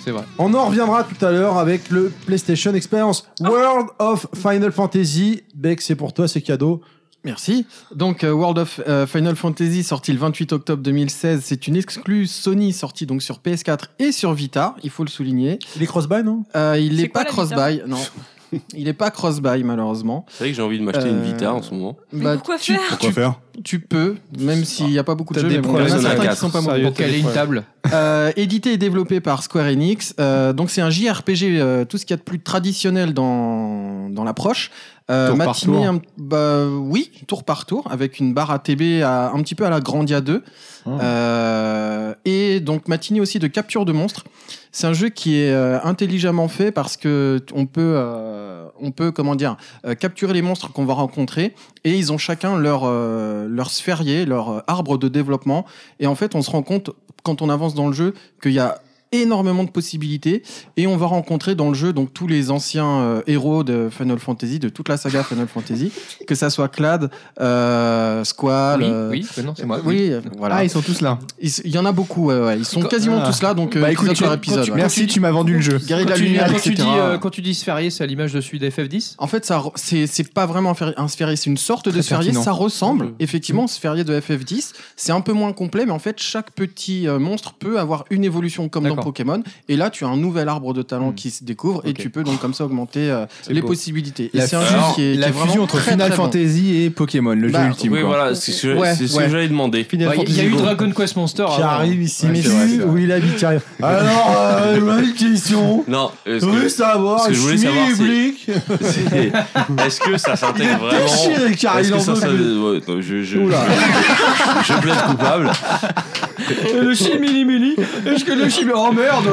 Speaker 1: C'est vrai.
Speaker 2: On en reviendra tout à l'heure avec le PlayStation Experience World of Final Fantasy. Beck, c'est pour toi, c'est cadeau.
Speaker 8: Merci. Donc euh, World of euh, Final Fantasy sorti le 28 octobre 2016, c'est une exclue Sony sortie donc sur PS4 et sur Vita, il faut le souligner.
Speaker 2: Il est cross-buy, non
Speaker 8: Euh, il
Speaker 4: C'est
Speaker 8: n'est
Speaker 4: quoi
Speaker 8: pas
Speaker 4: la
Speaker 8: cross-buy, non. *laughs* Il n'est pas cross-buy malheureusement.
Speaker 5: C'est vrai que j'ai envie de m'acheter une
Speaker 8: Euh,
Speaker 5: Vita en ce moment.
Speaker 4: Mais
Speaker 8: Bah,
Speaker 4: pourquoi
Speaker 8: tu-
Speaker 4: faire
Speaker 10: Pourquoi faire
Speaker 8: Tu peux, même s'il n'y a pas beaucoup de
Speaker 3: T'as
Speaker 8: jeux,
Speaker 3: des
Speaker 8: mais bon, il y en
Speaker 3: problèmes
Speaker 8: a
Speaker 5: de
Speaker 8: certains qui
Speaker 5: sarcasme,
Speaker 8: sont pas mauvais.
Speaker 1: Pour caler une table.
Speaker 8: Euh, édité et développé par Square Enix. Euh, donc c'est un JRPG, euh, tout ce qu'il y a de plus traditionnel dans, dans l'approche. Euh,
Speaker 11: Tour par
Speaker 8: matinée,
Speaker 11: tour.
Speaker 8: un- bah, oui, tour par tour, avec une barre ATB à, un petit peu à la Grandia 2. Mmh. Euh, et donc matinée aussi de capture de monstres. C'est un jeu qui est euh, intelligemment fait parce que t- on peut, euh, on peut comment dire, euh, capturer les monstres qu'on va rencontrer et ils ont chacun leur euh, leur sphérié, leur euh, arbre de développement. Et en fait, on se rend compte quand on avance dans le jeu qu'il y a énormément de possibilités et on va rencontrer dans le jeu donc tous les anciens euh, héros de Final Fantasy de toute la saga Final Fantasy que ça soit Clad, euh, Squall,
Speaker 1: Oui,
Speaker 8: euh,
Speaker 1: oui, mais non, c'est moi.
Speaker 8: oui, euh, voilà.
Speaker 11: Ah, ils sont tous là.
Speaker 8: Ils- Il y en a beaucoup, ouais, ouais. ils sont
Speaker 11: Quand-
Speaker 8: quasiment
Speaker 11: ah.
Speaker 8: tous là, donc euh,
Speaker 11: Bah,
Speaker 8: épisode
Speaker 11: écoute,
Speaker 8: par
Speaker 11: tu-
Speaker 8: épisode. ouais.
Speaker 11: Merci, tu m'as vendu le jeu.
Speaker 8: Guerrier de
Speaker 1: Quand
Speaker 8: la
Speaker 1: tu,
Speaker 8: lumière,
Speaker 1: quand tu dis,
Speaker 8: etc..
Speaker 1: euh, quand tu dis sphérié, c'est à l'image de celui d'FF10
Speaker 8: En fait, ça, re- c'est, c'est pas vraiment un fer- un sphérié, c'est une sorte de
Speaker 11: Très
Speaker 8: sphérié.
Speaker 11: pertinent. Mmh.
Speaker 8: Ça ressemble effectivement au sphérié de FF10. C'est un peu moins complet, mais en fait, chaque petit euh, monstre peut avoir une évolution comme
Speaker 1: D'accord.
Speaker 8: dans Pokémon. Et là, tu as un nouvel arbre de
Speaker 11: Mmh.
Speaker 8: talent qui se découvre et
Speaker 1: Ok.
Speaker 8: tu peux donc comme ça augmenter euh,
Speaker 1: C'est
Speaker 8: les
Speaker 1: beau.
Speaker 8: possibilités. Et
Speaker 11: La
Speaker 8: c'est un jeu
Speaker 11: fusion-
Speaker 8: qui est, qui
Speaker 11: la
Speaker 8: est vraiment
Speaker 11: fusion entre
Speaker 8: très,
Speaker 11: Final
Speaker 8: très bon.
Speaker 11: Fantasy et Pokémon, le
Speaker 8: Bah,
Speaker 11: jeu ultime.
Speaker 5: Oui,
Speaker 11: quoi.
Speaker 5: voilà, c'est ce que,
Speaker 8: Ouais,
Speaker 5: c'est ce
Speaker 8: ouais.
Speaker 5: que j'allais demander.
Speaker 1: Bah, Il y a eu
Speaker 3: Fantasy Go.
Speaker 1: Dragon Quest Monster.
Speaker 2: Qui
Speaker 1: avant.
Speaker 2: arrive ici,
Speaker 11: Ouais, c'est vrai,
Speaker 2: monsieur,
Speaker 11: c'est vrai.
Speaker 2: où il habite, qui arrive. Alors, euh, ma question.
Speaker 5: Non, euh, ce que-
Speaker 2: Oui, savoir,
Speaker 5: ce que je voulais savoir, c'est-
Speaker 2: public.
Speaker 5: c'est- est-ce que ça s'intègle vraiment
Speaker 2: Déchiré, car
Speaker 5: Est-ce
Speaker 2: il
Speaker 5: que
Speaker 2: en
Speaker 5: ça,
Speaker 2: veut
Speaker 5: ça-
Speaker 2: plus.
Speaker 5: ouais, non, je, je,
Speaker 2: Oula.
Speaker 5: *laughs* je- je plaide coupable.
Speaker 1: Le Chimilimili. Est-ce que le Chimili. Oh merde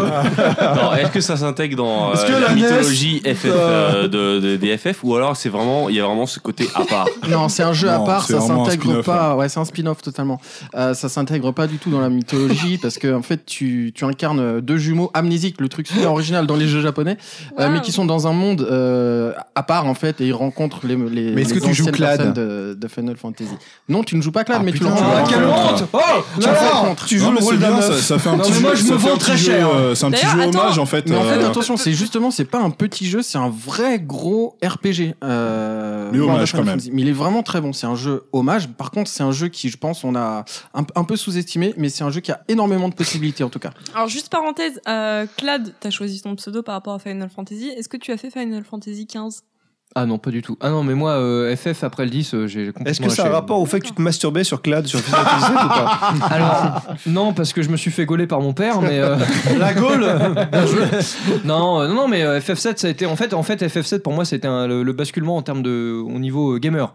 Speaker 5: Non, est-ce que ça s'intègre dans
Speaker 2: Est-ce
Speaker 5: euh,
Speaker 2: que
Speaker 5: la,
Speaker 2: la
Speaker 5: mythologie FF euh,
Speaker 2: euh,
Speaker 5: de, de- des FF ou alors c'est vraiment il y a vraiment ce côté à part
Speaker 8: Non, c'est un jeu
Speaker 10: Non,
Speaker 8: à part,
Speaker 10: c'est
Speaker 8: ça
Speaker 10: vraiment un
Speaker 8: s'intègre
Speaker 10: spin-off,
Speaker 8: pas. Ouais, c'est un spin-off totalement. Euh, ça s'intègre pas du tout dans
Speaker 10: *laughs*
Speaker 8: la mythologie parce que en fait, tu, tu incarnes deux jumeaux amnésiques, le truc super original dans les jeux japonais, euh, mais qui sont dans un monde euh, à part en fait et ils rencontrent les les,
Speaker 11: Mais est-ce
Speaker 8: les
Speaker 11: que tu joues
Speaker 8: anciennes
Speaker 11: Clad
Speaker 8: personnes de, de Final Fantasy. Non, tu ne joues pas Clad,
Speaker 11: Ah,
Speaker 8: mais
Speaker 11: putain,
Speaker 8: tu
Speaker 11: tu
Speaker 8: le
Speaker 11: vois,
Speaker 8: rencontres.
Speaker 11: quel honte
Speaker 1: Oh
Speaker 8: Tu le rencontres.
Speaker 10: Tu joues le rôle d'un ça, ça fait
Speaker 1: Non,
Speaker 10: un petit
Speaker 1: mais moi,
Speaker 10: jeu-
Speaker 1: je
Speaker 10: ça
Speaker 1: me
Speaker 10: fait un
Speaker 1: vends
Speaker 10: petit
Speaker 1: très
Speaker 10: jeu,
Speaker 1: cher.
Speaker 10: euh, C'est un petit
Speaker 4: D'ailleurs,
Speaker 10: jeu
Speaker 4: attends.
Speaker 10: hommage en fait.
Speaker 8: Mais en fait,
Speaker 10: euh,
Speaker 8: attention, c'est justement, c'est pas un petit jeu, c'est un vrai gros RPG. euh,
Speaker 10: Mais
Speaker 8: World
Speaker 10: hommage,
Speaker 8: of Final
Speaker 10: quand même.
Speaker 8: Fantasy. Mais il est vraiment très bon. C'est un jeu hommage. Par contre, c'est un jeu qui, je pense, on a un, un peu sous-estimé, mais c'est un jeu qui a énormément de possibilités en tout cas.
Speaker 4: Alors, juste parenthèse, euh, Clad, t'as choisi ton pseudo par rapport à Final Fantasy. Est-ce que tu as fait Final Fantasy 15
Speaker 1: Ah non, pas du tout. Ah non, mais moi, euh, FF après le 10, euh, j'ai complètement.
Speaker 3: Est-ce que ça a
Speaker 1: lâché. Ah,
Speaker 3: rapport au fait que tu te masturbais sur Clad sur Final Fantasy VII ou *laughs* pas
Speaker 1: Alors, non, parce que je me suis fait gauler par mon père, mais.
Speaker 3: *laughs*
Speaker 1: euh,
Speaker 2: La Gaule.
Speaker 1: non, euh, non, non, mais euh, FF7, ça a été. En fait, en fait FF7, pour moi, c'était un- le, le basculement en termes de. au niveau euh, gamer.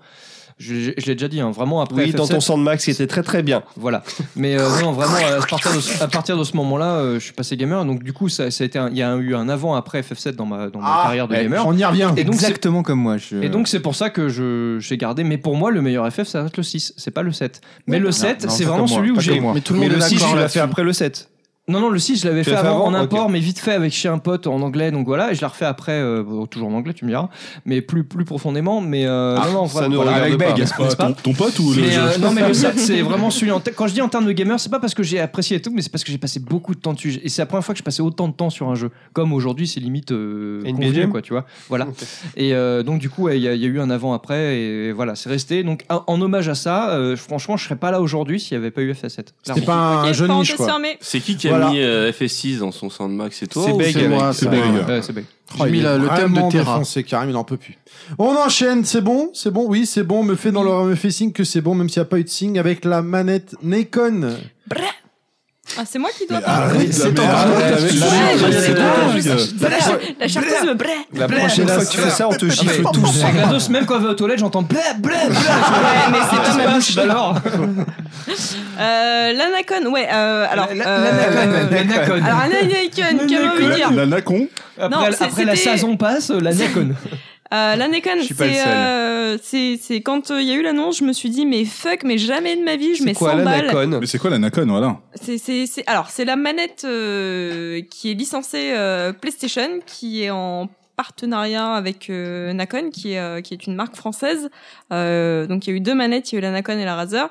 Speaker 1: Je, je- je l'ai déjà dit, hein, vraiment après.
Speaker 3: Oui,
Speaker 1: FF7,
Speaker 3: dans ton Sandmax, qui était très très bien.
Speaker 1: Voilà. Mais euh, non, vraiment, à partir de ce, à partir de ce moment-là, euh, je suis passé gamer. Donc, du coup, ça, ça a été un- il y a eu un avant-après FF7 dans ma, dans ma carrière de
Speaker 11: Ah, ouais,
Speaker 1: gamer.
Speaker 2: On y revient.
Speaker 1: Et donc, c'est-
Speaker 11: Exactement comme moi. je-
Speaker 1: Et donc c'est pour ça que je j'ai gardé. Mais pour moi, le meilleur FF, ça reste le 6. C'est pas le 7. Mais le
Speaker 11: Non,
Speaker 1: 7,
Speaker 11: non,
Speaker 1: c'est
Speaker 11: pas
Speaker 1: vraiment
Speaker 11: comme moi,
Speaker 1: celui où
Speaker 11: pas
Speaker 1: j'ai.
Speaker 11: comme moi.
Speaker 8: Mais tout le
Speaker 3: Mais
Speaker 8: monde
Speaker 3: le
Speaker 8: est
Speaker 3: 6,
Speaker 8: d'accord
Speaker 3: tu l'as
Speaker 8: là-dessus.
Speaker 3: fait après le 7.
Speaker 1: Non, non, le 6, je l'avais
Speaker 3: Tu
Speaker 1: fait,
Speaker 3: l'as fait
Speaker 1: avant, en
Speaker 3: avant
Speaker 1: import, mais vite fait avec chez un pote en anglais. Donc voilà, et je la refais après, euh, bon, toujours en anglais, tu me diras, mais plus plus profondément. Mais euh, non, non,
Speaker 3: ça
Speaker 1: vraiment,
Speaker 3: nous
Speaker 1: voilà.
Speaker 3: regarde
Speaker 11: avec
Speaker 3: pas.
Speaker 11: Beg.
Speaker 10: c'est pas
Speaker 1: n'est-ce pas
Speaker 10: ton, ton pote ou le
Speaker 1: Mais,
Speaker 10: jeu
Speaker 1: euh, non mais le 7 c'est vraiment celui en tête. *laughs* Quand je dis en termes de gamer, c'est pas parce que j'ai apprécié et tout, mais c'est parce que j'ai passé beaucoup de temps dessus. Et c'est la première fois que je passais autant de temps sur un jeu. Comme aujourd'hui, c'est limite euh,
Speaker 3: NBGM.
Speaker 1: convenu, quoi, tu vois. Voilà. Et euh, donc du coup, ouais, il y, a- il y a eu un avant après et voilà, c'est resté. Donc en, en hommage à ça, euh, franchement, je serais pas là aujourd'hui s'il y avait pas eu FF7.
Speaker 2: C'est pas un
Speaker 4: Ok,
Speaker 2: jeune niche,
Speaker 4: parenthèse
Speaker 2: quoi.
Speaker 4: fermée.
Speaker 5: C'est qui qui a
Speaker 2: Voilà.
Speaker 5: mis euh, FS6 dans son Sandmax C'est toi
Speaker 8: C'est
Speaker 5: ou
Speaker 8: Beg
Speaker 5: c'est Ah,
Speaker 8: avec-
Speaker 5: Beg
Speaker 8: c'est
Speaker 10: Beg.
Speaker 1: Ouais, ouais, c'est bien.
Speaker 4: Ah,
Speaker 8: J'ai mis la- le thème de Terra.
Speaker 2: C'est Karim, il en peut plus. On enchaîne, c'est bon, c'est bon, oui, c'est bon. Me fait dans le me fait signe que c'est bon, même s'il n'y a pas eu de signe avec la manette Nikon.
Speaker 4: Ah, c'est moi qui dois
Speaker 10: Mais
Speaker 4: parler.
Speaker 10: arrête,
Speaker 2: C'est
Speaker 10: mais
Speaker 2: en-
Speaker 10: arrête avec
Speaker 4: Ouais,
Speaker 10: ce
Speaker 4: je
Speaker 10: jeu,
Speaker 4: sais
Speaker 10: c'est
Speaker 4: pas, je
Speaker 10: dingue.
Speaker 4: La, la chartreuse me brûle.
Speaker 3: La prochaine
Speaker 2: la
Speaker 3: fois que tu fais ça, on te gifle
Speaker 1: Ah, mais-
Speaker 3: tous.
Speaker 1: Ah, GLaDOS, même quand elle va aux toilettes, j'entends blé, blé, blé.
Speaker 4: hein. mais c'est pas ma
Speaker 1: bouche. alors.
Speaker 4: Euh, L'anacon, ouais, euh, alors. euh,
Speaker 1: La Nacon.
Speaker 4: Alors, l'anacon, comment vous dire
Speaker 10: La Nacon
Speaker 4: Non,
Speaker 1: Après,
Speaker 4: c'est-
Speaker 1: après la
Speaker 4: c'était-
Speaker 1: saison passe, la Nacon.
Speaker 4: Euh, L'anacon,
Speaker 11: Ah, Je suis pas le
Speaker 4: c'est,
Speaker 11: seul.
Speaker 4: euh, c'est c'est quand euh, il y a eu l'annonce, je me suis dit, mais fuck, mais jamais de ma vie, je mets 100 balles.
Speaker 10: Mais c'est quoi la Nacon voilà
Speaker 4: C'est, c'est, c'est- alors, c'est la manette euh, qui est licencée euh, PlayStation, qui est en partenariat avec euh, Nacon, qui est, euh, qui est une marque française. Euh, donc, il y a eu deux manettes, il y a eu la Nacon et la Razer.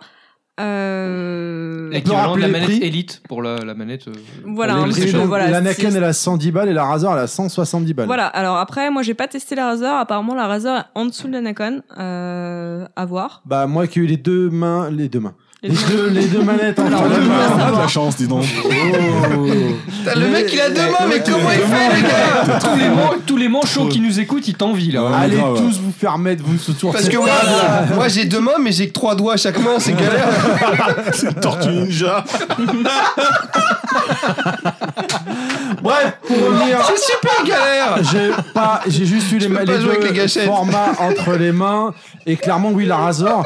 Speaker 4: Euh,
Speaker 1: L'équivalent de la
Speaker 2: rappeler les
Speaker 1: manette
Speaker 2: prix.
Speaker 1: Elite pour la, la manette. euh,
Speaker 4: Voilà,
Speaker 1: pour
Speaker 4: un
Speaker 1: les
Speaker 4: prix,
Speaker 2: prix,
Speaker 1: PlayStation.
Speaker 4: donc,
Speaker 2: donc,
Speaker 4: voilà,
Speaker 2: la Naken,
Speaker 4: c'est-
Speaker 2: elle a 110 balles et la Razor, elle a 170 balles.
Speaker 4: Voilà, alors après, moi j'ai pas testé la Razer, apparemment la Razer est en dessous de la Nacon, euh, à voir.
Speaker 2: Bah, moi qui ai eu les deux mains, les deux mains. Les deux, les deux manettes hein, en
Speaker 4: Alors,
Speaker 2: deux
Speaker 4: deux
Speaker 2: mains.
Speaker 4: mains.
Speaker 10: Ah, de la chance, dis donc.
Speaker 2: Oh,
Speaker 3: le mec, il a deux mains, mais comment il fait, les gars
Speaker 1: tous, les man- tous les manchots qui nous écoutent, ils t'envient là.
Speaker 10: Ah,
Speaker 2: Allez
Speaker 10: grave.
Speaker 2: tous vous faire mettre, vous, sous tour.
Speaker 3: Parce que moi, moi, j'ai deux mains, mais j'ai que trois doigts à chaque main, c'est galère.
Speaker 10: Tortue Ninja.
Speaker 2: Bref, pour revenir.
Speaker 3: *laughs* C'est super galère.
Speaker 2: J'ai pas, j'ai juste eu les,
Speaker 3: peux
Speaker 2: ma-
Speaker 3: pas
Speaker 2: les
Speaker 3: jouer avec
Speaker 2: deux
Speaker 3: les gâchettes.
Speaker 2: formats entre les mains et clairement oui la Razor.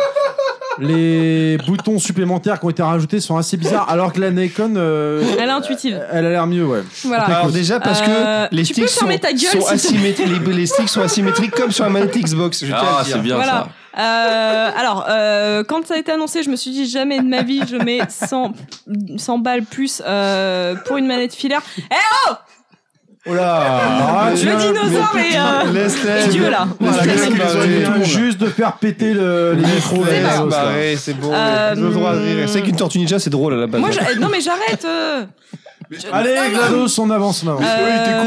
Speaker 2: Les boutons supplémentaires qui ont été rajoutés sont assez bizarres alors que la Nikon euh,
Speaker 4: Elle est intuitive.
Speaker 2: elle a l'air mieux ouais.
Speaker 4: Voilà.
Speaker 3: Alors déjà parce que
Speaker 4: Ah. Euh,
Speaker 3: les
Speaker 4: tu peux
Speaker 3: sticks sont,
Speaker 4: fermer ta gueule,
Speaker 3: sont
Speaker 4: s'il te
Speaker 3: asymétriques, les, les sticks sont asymétriques comme sur la manette Xbox. Je tiens à
Speaker 5: Ah,
Speaker 3: le dire.
Speaker 5: c'est bien
Speaker 4: Voilà.
Speaker 5: ça.
Speaker 4: Euh, alors, euh, quand ça a été annoncé, je me suis dit jamais de ma vie, je mets 100, 100 balles plus euh, pour une manette filaire.
Speaker 3: Oh là
Speaker 4: Le
Speaker 3: mais-
Speaker 4: Ah, dinosaure est, euh,
Speaker 3: laisse
Speaker 4: est Dieu là.
Speaker 3: Voilà,
Speaker 2: Parce
Speaker 3: laisse
Speaker 2: que
Speaker 3: les
Speaker 2: je
Speaker 3: oiseaux
Speaker 2: viens
Speaker 3: et tout le monde.
Speaker 2: juste de faire péter le, les micros.
Speaker 3: Laisse
Speaker 2: là,
Speaker 3: se
Speaker 2: là.
Speaker 3: barrer, c'est bon.
Speaker 4: Euh,
Speaker 3: Ils ont le droit de rire. C'est qu'une tortue ninja, c'est drôle à
Speaker 2: Bah,
Speaker 3: la base.
Speaker 4: Moi, je- eh, non mais j'arrête. euh.
Speaker 2: Allez Glados, on avance là.
Speaker 4: Euh,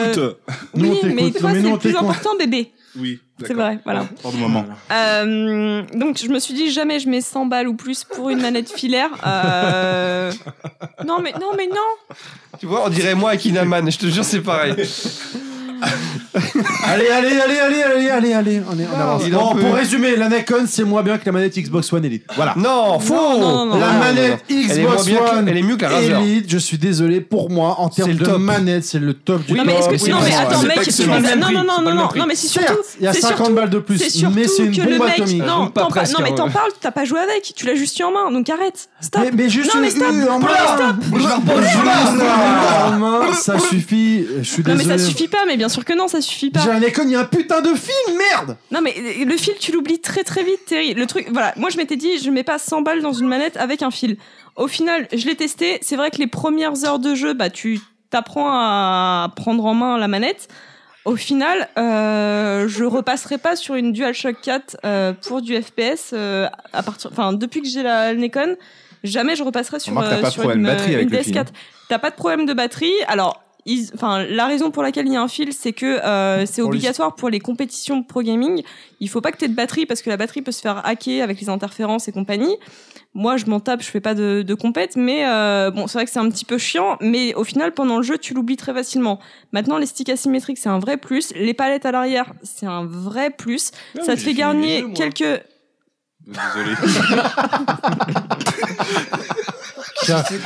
Speaker 10: Oui, t'écoutes.
Speaker 2: Nous, on
Speaker 4: oui, mais
Speaker 2: t'écoute.
Speaker 4: toi,
Speaker 2: Mais
Speaker 4: c'est
Speaker 2: nous, on
Speaker 4: le plus
Speaker 2: t'écoute.
Speaker 4: important, bébé.
Speaker 10: Oui.
Speaker 4: C'est vrai, voilà.
Speaker 10: Pardon, maman.
Speaker 4: Euh, donc, je me suis dit jamais je mets 100 balles ou plus pour une manette filaire. Euh, Non mais non mais non.
Speaker 3: Tu vois, on dirait moi avec Inaman, je te jure, c'est *laughs* pareil.
Speaker 2: Allez allez allez allez allez allez allez on est on avance.
Speaker 3: Ah. il
Speaker 2: Bon,
Speaker 3: en peut.
Speaker 2: pour résumer la Nikon c'est moins bien que la manette Xbox One Elite. Voilà.
Speaker 3: Non, faux
Speaker 4: Non, non, non, non.
Speaker 2: La
Speaker 3: non,
Speaker 2: manette
Speaker 3: non, non. Elle est moins
Speaker 2: Xbox
Speaker 3: bien que-
Speaker 2: One
Speaker 3: elle est mieux que la Razer.
Speaker 2: Elite, je suis désolé pour moi en termes
Speaker 3: C'est
Speaker 2: de
Speaker 3: le top.
Speaker 2: manette, c'est le top du
Speaker 4: non
Speaker 2: top.
Speaker 4: mais est-ce que
Speaker 2: Oui,
Speaker 4: non mais
Speaker 2: bon,
Speaker 4: attends
Speaker 2: c'est
Speaker 4: mec, tu
Speaker 10: excellent.
Speaker 4: mets-
Speaker 10: C'est pas le
Speaker 4: non
Speaker 10: même
Speaker 4: non non non non non mais c'est surtout
Speaker 2: Certes, il y a
Speaker 4: c'est
Speaker 2: 50
Speaker 4: surtout-
Speaker 2: balles de plus,
Speaker 4: C'est surtout
Speaker 2: mais c'est une
Speaker 4: que
Speaker 2: bombe
Speaker 4: le mec.
Speaker 2: atomique.
Speaker 1: Pas
Speaker 4: Non, t'en par-
Speaker 1: presque,
Speaker 4: non, mais
Speaker 1: hein,
Speaker 4: t'en
Speaker 1: ouais.
Speaker 4: parles, t'as pas joué avec, tu l'as juste eu en main, donc arrête, stop.
Speaker 2: Mais, mais juste
Speaker 4: Non, mais
Speaker 2: une
Speaker 4: stop.
Speaker 2: U en main,
Speaker 4: Stop.
Speaker 2: Juste une U en main, ça suffit. Je suis
Speaker 4: Non, mais
Speaker 2: désolé.
Speaker 4: ça suffit pas, mais bien sûr que non, ça suffit pas.
Speaker 2: J'ai un école, il y a un putain de film, merde.
Speaker 4: Non, mais euh, le fil, tu l'oublies très très vite, Terry. Le truc, voilà, moi je m'étais dit, je mets pas 100 balles dans une manette avec un fil. Au final, je l'ai testé, c'est vrai que les premières heures de jeu, bah tu t'apprends à prendre en main la manette. Au final, euh, je repasserai pas sur une DualShock 4 euh, pour du FPS euh, à partir, enfin depuis que j'ai la Nikon, jamais je repasserai sur,
Speaker 11: Remarque, t'as
Speaker 4: euh,
Speaker 11: pas de
Speaker 4: sur
Speaker 11: problème
Speaker 4: une,
Speaker 11: de batterie
Speaker 4: euh,
Speaker 11: avec
Speaker 4: une
Speaker 11: le fil, hein.
Speaker 4: DS4. T'as pas de problème de batterie. Alors, ils- enfin, la raison pour laquelle il y a un fil, c'est que euh, c'est
Speaker 2: Pour les-
Speaker 4: obligatoire pour les compétitions pro gaming. Il faut pas que t'aies de batterie parce que la batterie peut se faire hacker avec les interférences et compagnie. Moi, je m'en tape, je fais pas de, de compète, mais euh, bon, c'est vrai que c'est un petit peu chiant, mais au final, pendant le jeu, tu l'oublies très facilement. Maintenant, les sticks asymétriques, c'est un vrai plus. Les palettes à l'arrière, c'est un vrai plus. Ça te fait gagner quelques.
Speaker 5: Désolé.
Speaker 4: *laughs*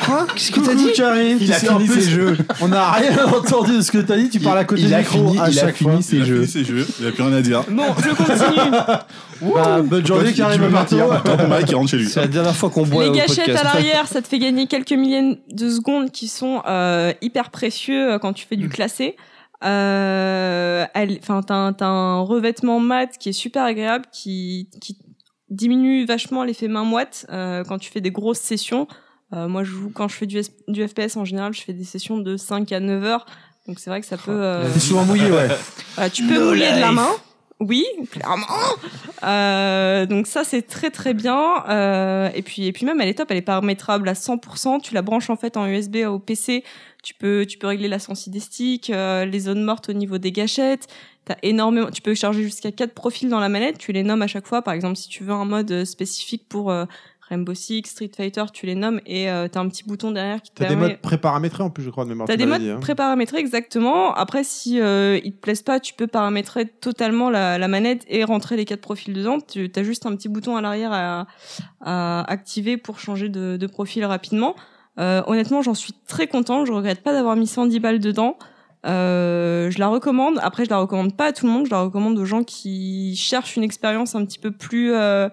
Speaker 3: Quoi Qu'est-ce que t'as
Speaker 2: Coucou
Speaker 3: dit
Speaker 2: Karine,
Speaker 11: Il
Speaker 2: tu
Speaker 11: a
Speaker 2: sais, en
Speaker 11: fini
Speaker 2: plus,
Speaker 11: ses jeux.
Speaker 2: On n'a rien *laughs* entendu de ce que t'as dit. Tu parles à côté
Speaker 11: il
Speaker 2: du
Speaker 11: a
Speaker 2: micro
Speaker 11: fini-
Speaker 2: à
Speaker 11: il a
Speaker 2: chaque
Speaker 11: fini
Speaker 2: fois.
Speaker 11: ses
Speaker 10: Il a
Speaker 11: jeux.
Speaker 10: fini ses jeux, il a plus rien à dire.
Speaker 4: Bon, je continue.
Speaker 2: Bah, bonne journée, Karine, va partir.
Speaker 10: Attends pour Mike qui rentre chez lui.
Speaker 3: C'est la dernière fois qu'on boit
Speaker 4: les
Speaker 3: au
Speaker 4: gâchettes
Speaker 3: *laughs* podcast.
Speaker 4: à l'arrière, ça te fait gagner quelques millièmes de secondes qui sont euh, hyper précieux euh, quand tu fais
Speaker 3: Mm.
Speaker 4: du classé. Euh, elle- Enfin, t'as un, t'as un revêtement mat qui est super agréable, qui, qui diminue vachement l'effet main moite euh, quand tu fais des grosses sessions. Euh, moi, je joue quand je fais du, S- du FPS en général, je fais des sessions de 5 à 9 heures. Donc c'est vrai que ça
Speaker 3: Oh,
Speaker 4: peut. euh,
Speaker 2: C'est souvent mouillé, ouais.
Speaker 4: voilà, Euh, tu peux mouiller de la main. Oui, clairement. Euh, donc ça c'est très très bien. Euh, et puis et puis même elle est top, elle est paramétrable à 100%. Tu la branches en fait en USB au PC. Tu peux tu peux régler la sensi des sticks, euh, les zones mortes au niveau des gâchettes. T'as énormément. Tu peux charger jusqu'à quatre profils dans la manette. Tu les nommes à chaque fois. Par exemple si tu veux un mode euh, spécifique pour euh, Rainbow Six, Street Fighter, tu les nommes et euh, t'as un petit bouton derrière qui te
Speaker 2: T'as des
Speaker 4: permet-
Speaker 2: modes préparamétrés en plus, je crois, de mémoire.
Speaker 4: T'as
Speaker 2: tu
Speaker 4: des
Speaker 2: m'avais
Speaker 4: modes
Speaker 2: dit, hein.
Speaker 4: préparamétrés exactement. Après, si euh, ils te plaisent pas, tu peux paramétrer totalement la, la manette et rentrer les quatre profils dedans. Tu as juste un petit bouton à l'arrière à, à activer pour changer de, de profil rapidement. Euh, honnêtement, j'en suis très content. Je regrette pas d'avoir mis 110 balles dedans. Euh, je la recommande. Après, je la recommande pas à tout le monde. Je la recommande aux gens qui cherchent une expérience un petit peu plus, euh,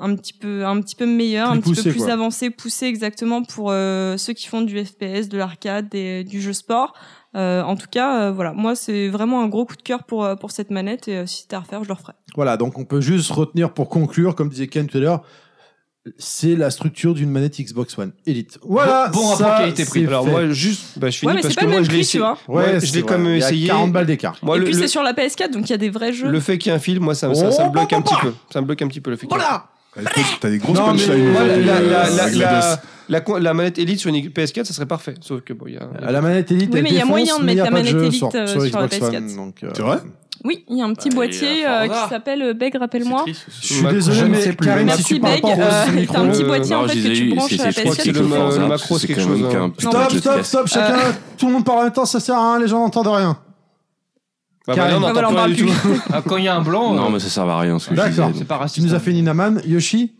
Speaker 4: un petit peu, un petit peu meilleure,
Speaker 2: Plus
Speaker 4: un petit
Speaker 2: poussée,
Speaker 4: peu plus
Speaker 2: quoi.
Speaker 4: avancée, poussée exactement pour euh, ceux qui font du FPS, de l'arcade, des- du jeu sport. Euh, en tout cas, euh, voilà, moi c'est vraiment un gros coup de cœur pour euh, pour cette manette et euh, si c'était à refaire, je le referais.
Speaker 2: Voilà, donc on peut juste retenir pour conclure, comme disait Ken tout à l'heure, c'est la structure d'une manette Xbox One Elite. Voilà,
Speaker 1: Bon, bon rapport
Speaker 2: ça,
Speaker 1: qualité-prix.
Speaker 2: c'est
Speaker 3: Alors
Speaker 2: fait.
Speaker 3: moi juste, bah, je finis
Speaker 4: ouais, mais
Speaker 3: parce
Speaker 4: c'est pas
Speaker 3: que
Speaker 4: le
Speaker 3: moi
Speaker 4: même
Speaker 3: je l'ai
Speaker 4: prix, tu
Speaker 3: essayé.
Speaker 4: vois.
Speaker 3: Ouais,
Speaker 2: Ouais, c'est
Speaker 3: je l'ai
Speaker 2: vrai.
Speaker 3: quand même
Speaker 2: Il y a
Speaker 3: essayé.
Speaker 2: 40 balles d'écart.
Speaker 3: Moi,
Speaker 4: et
Speaker 3: le,
Speaker 4: puis
Speaker 3: le-
Speaker 4: c'est sur la PS4, donc il y a des vrais jeux.
Speaker 3: le fait qu'il y ait un film, moi ça, ça, ça me bloque un petit peu. Ça me bloque un petit peu le fait. qu'il y ait-
Speaker 4: Voilà.
Speaker 10: Ah, T'as- T'as des grosses
Speaker 3: Non, mais
Speaker 10: punchlines.
Speaker 3: moi, la-
Speaker 10: euh,
Speaker 3: la- la-
Speaker 10: avec la DOS.
Speaker 3: la- la con- La manette Elite sur une PS4, ça serait parfait. Sauf que bon, il y a.
Speaker 2: La manette Elite,
Speaker 4: Oui,
Speaker 2: elle
Speaker 4: mais il y a
Speaker 2: défonce,
Speaker 4: moyen de
Speaker 2: mais il y a
Speaker 4: mettre la
Speaker 2: pas de
Speaker 4: manette
Speaker 2: jeu
Speaker 4: Elite,
Speaker 2: sur,
Speaker 4: euh,
Speaker 2: sur
Speaker 4: sur la
Speaker 2: Xbox One.
Speaker 4: PS4.
Speaker 2: donc, euh,
Speaker 10: C'est vrai
Speaker 4: Oui, il y a un petit
Speaker 5: Bah, il est
Speaker 4: boîtier
Speaker 5: à
Speaker 4: euh,
Speaker 5: Forza.
Speaker 4: qui s'appelle euh, Beg, rappelle-moi.
Speaker 5: C'est
Speaker 2: Je suis
Speaker 3: Ma-
Speaker 2: désolé,
Speaker 3: je ne
Speaker 2: mais
Speaker 3: sais
Speaker 2: Bah,
Speaker 3: plus.
Speaker 2: Karim, si
Speaker 4: Merci
Speaker 2: tu parles
Speaker 4: Beg,
Speaker 2: pas au
Speaker 4: euh,
Speaker 2: micro-
Speaker 4: t'as un petit
Speaker 3: euh,
Speaker 4: boîtier en fait que tu branches à la
Speaker 5: je crois que c'est
Speaker 4: PS4.
Speaker 3: le
Speaker 5: le Forza,
Speaker 3: macro,
Speaker 5: parce que
Speaker 3: c'est
Speaker 5: c'est
Speaker 3: quelque
Speaker 5: quand même
Speaker 3: chose,
Speaker 5: qu'un
Speaker 3: hein.
Speaker 5: putain
Speaker 2: Stop,
Speaker 5: de jeu de
Speaker 2: stop,
Speaker 5: casse.
Speaker 2: stop, chacun,
Speaker 4: Euh.
Speaker 2: tout le monde parle en même temps, ça sert à rien, les gens n'entendent rien.
Speaker 3: Bah, voilà,
Speaker 4: Bah,
Speaker 3: on n'entend
Speaker 4: voilà, on
Speaker 3: plus
Speaker 4: parle
Speaker 3: rien du
Speaker 1: *laughs*
Speaker 4: plus.
Speaker 3: tout.
Speaker 1: Ah, quand il y a un blanc,
Speaker 5: Non,
Speaker 1: euh,
Speaker 5: mais ça sert à rien ce que je disais.
Speaker 2: D'accord.
Speaker 5: donc.
Speaker 1: c'est pas
Speaker 2: Tu
Speaker 1: raciste.
Speaker 2: nous as fait Ninaman, Yoshi,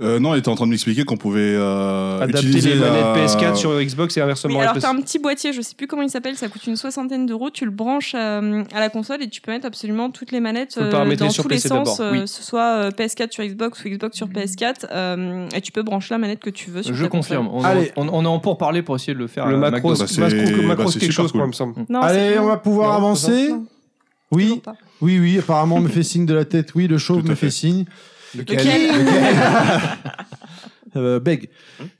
Speaker 10: Euh, Non, il était en train de m'expliquer qu'on pouvait euh,
Speaker 3: Adapter
Speaker 10: utiliser
Speaker 3: les
Speaker 10: la-
Speaker 3: manettes PS4 sur Xbox et inversement.
Speaker 4: Oui,
Speaker 3: la
Speaker 4: alors
Speaker 3: PS4.
Speaker 4: t'as un petit boîtier, je sais plus comment il s'appelle, ça coûte une soixantaine d'euros. Tu le branches euh, à la console et tu peux mettre absolument toutes les manettes
Speaker 3: Faut le
Speaker 4: euh,
Speaker 3: paramétrer
Speaker 4: dans
Speaker 3: sur
Speaker 4: tous les
Speaker 3: PC
Speaker 4: sens,
Speaker 3: d'abord, oui.
Speaker 4: euh, ce soit euh, PS4 sur Xbox ou Xbox sur PS4, euh, et tu peux brancher la manette que tu veux sur
Speaker 1: hein. Je
Speaker 4: ta console.
Speaker 1: confirme. On,
Speaker 2: Allez.
Speaker 1: on- on est en pourparlers pour essayer de le faire. euh,
Speaker 3: Le
Speaker 1: à
Speaker 3: macro,
Speaker 10: Bah,
Speaker 1: McDo.
Speaker 10: c'est-
Speaker 3: macro, macro,
Speaker 10: bah, c'est
Speaker 3: quelque
Speaker 10: super
Speaker 3: chose, quoi,
Speaker 10: cool.
Speaker 3: il me semble.
Speaker 4: Non, c'est
Speaker 2: Allez,
Speaker 4: bon.
Speaker 2: on va pouvoir
Speaker 3: Non,
Speaker 2: avancer. Oui,
Speaker 4: Toujours pas.
Speaker 2: oui, oui, apparemment, on me fait signe de la tête, oui, le chauve
Speaker 10: Tout à
Speaker 2: me
Speaker 10: fait.
Speaker 2: fait signe.
Speaker 4: Lequel *laughs*
Speaker 2: *laughs* Euh, Beg.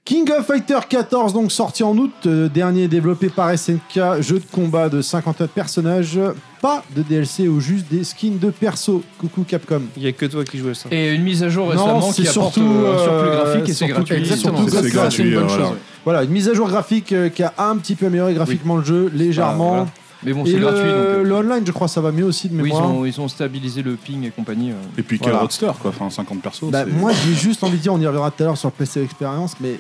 Speaker 2: King of Fighter 14, donc sorti en août euh, dernier, développé par SNK, jeu de combat de 54 personnages, pas de DLC ou juste des skins de perso. Coucou Capcom.
Speaker 3: Il y a que toi qui joues à ça.
Speaker 1: Et une mise à jour récemment
Speaker 2: Non, c'est
Speaker 1: qui apporte
Speaker 2: surtout,
Speaker 1: euh, un surplus
Speaker 2: euh,
Speaker 1: graphique et c'est
Speaker 2: surtout-
Speaker 1: gratuit.
Speaker 2: exactement.
Speaker 1: Donc,
Speaker 2: C'est
Speaker 1: ça,
Speaker 10: gratuit,
Speaker 1: une bonne
Speaker 10: voilà.
Speaker 1: chose.
Speaker 2: Voilà, une mise à jour graphique euh, qui a un petit peu amélioré graphiquement le jeu, légèrement.
Speaker 1: Bah, voilà. Mais bon,
Speaker 2: Et
Speaker 1: c'est
Speaker 2: le,
Speaker 1: gratuit. donc, euh,
Speaker 2: le online, je crois, ça va mieux aussi de
Speaker 1: oui, ils,
Speaker 2: mémoire.
Speaker 1: ont, ils ont stabilisé le ping et compagnie. euh.
Speaker 10: Et puis quel
Speaker 2: Voilà.
Speaker 10: roadster, quoi. Enfin, 50 persos.
Speaker 2: Bah,
Speaker 10: c'est-
Speaker 2: moi, j'ai juste envie de dire, on y reviendra tout à l'heure sur le PC Experience, mais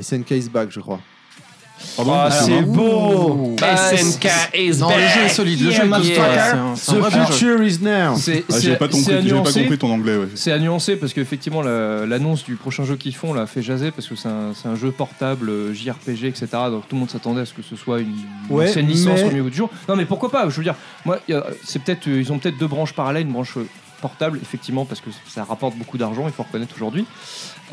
Speaker 2: SNK is back, je crois.
Speaker 10: Ah bon
Speaker 3: Ah,
Speaker 10: Parce que
Speaker 3: c'est
Speaker 10: moi-
Speaker 3: beau
Speaker 1: Bah,
Speaker 8: Bah, Non, le jeu est solide, le jeu est costaud.
Speaker 1: motherfucker.
Speaker 8: C'est un- c'est un
Speaker 2: The
Speaker 8: vrai bon jeu.
Speaker 2: future is now.
Speaker 1: C'est
Speaker 10: Ah,
Speaker 1: c'est-
Speaker 10: J'ai pas, ton-
Speaker 1: c'est à
Speaker 10: j'ai pas
Speaker 1: nuancer.
Speaker 10: compris ton anglais, ouais.
Speaker 1: C'est à nuancer parce qu'effectivement la- l'annonce du prochain jeu qu'ils font l'a fait jaser parce que c'est un, c'est un jeu portable euh, JRPG etc donc tout le monde s'attendait à ce que ce soit une une
Speaker 2: Ouais,
Speaker 1: ancienne licence
Speaker 2: mais-
Speaker 1: au milieu du jour non mais pourquoi pas je veux dire moi y a- c'est peut-être euh, ils ont peut-être deux branches parallèles une branche euh, portable effectivement parce que ça rapporte beaucoup d'argent il faut reconnaître aujourd'hui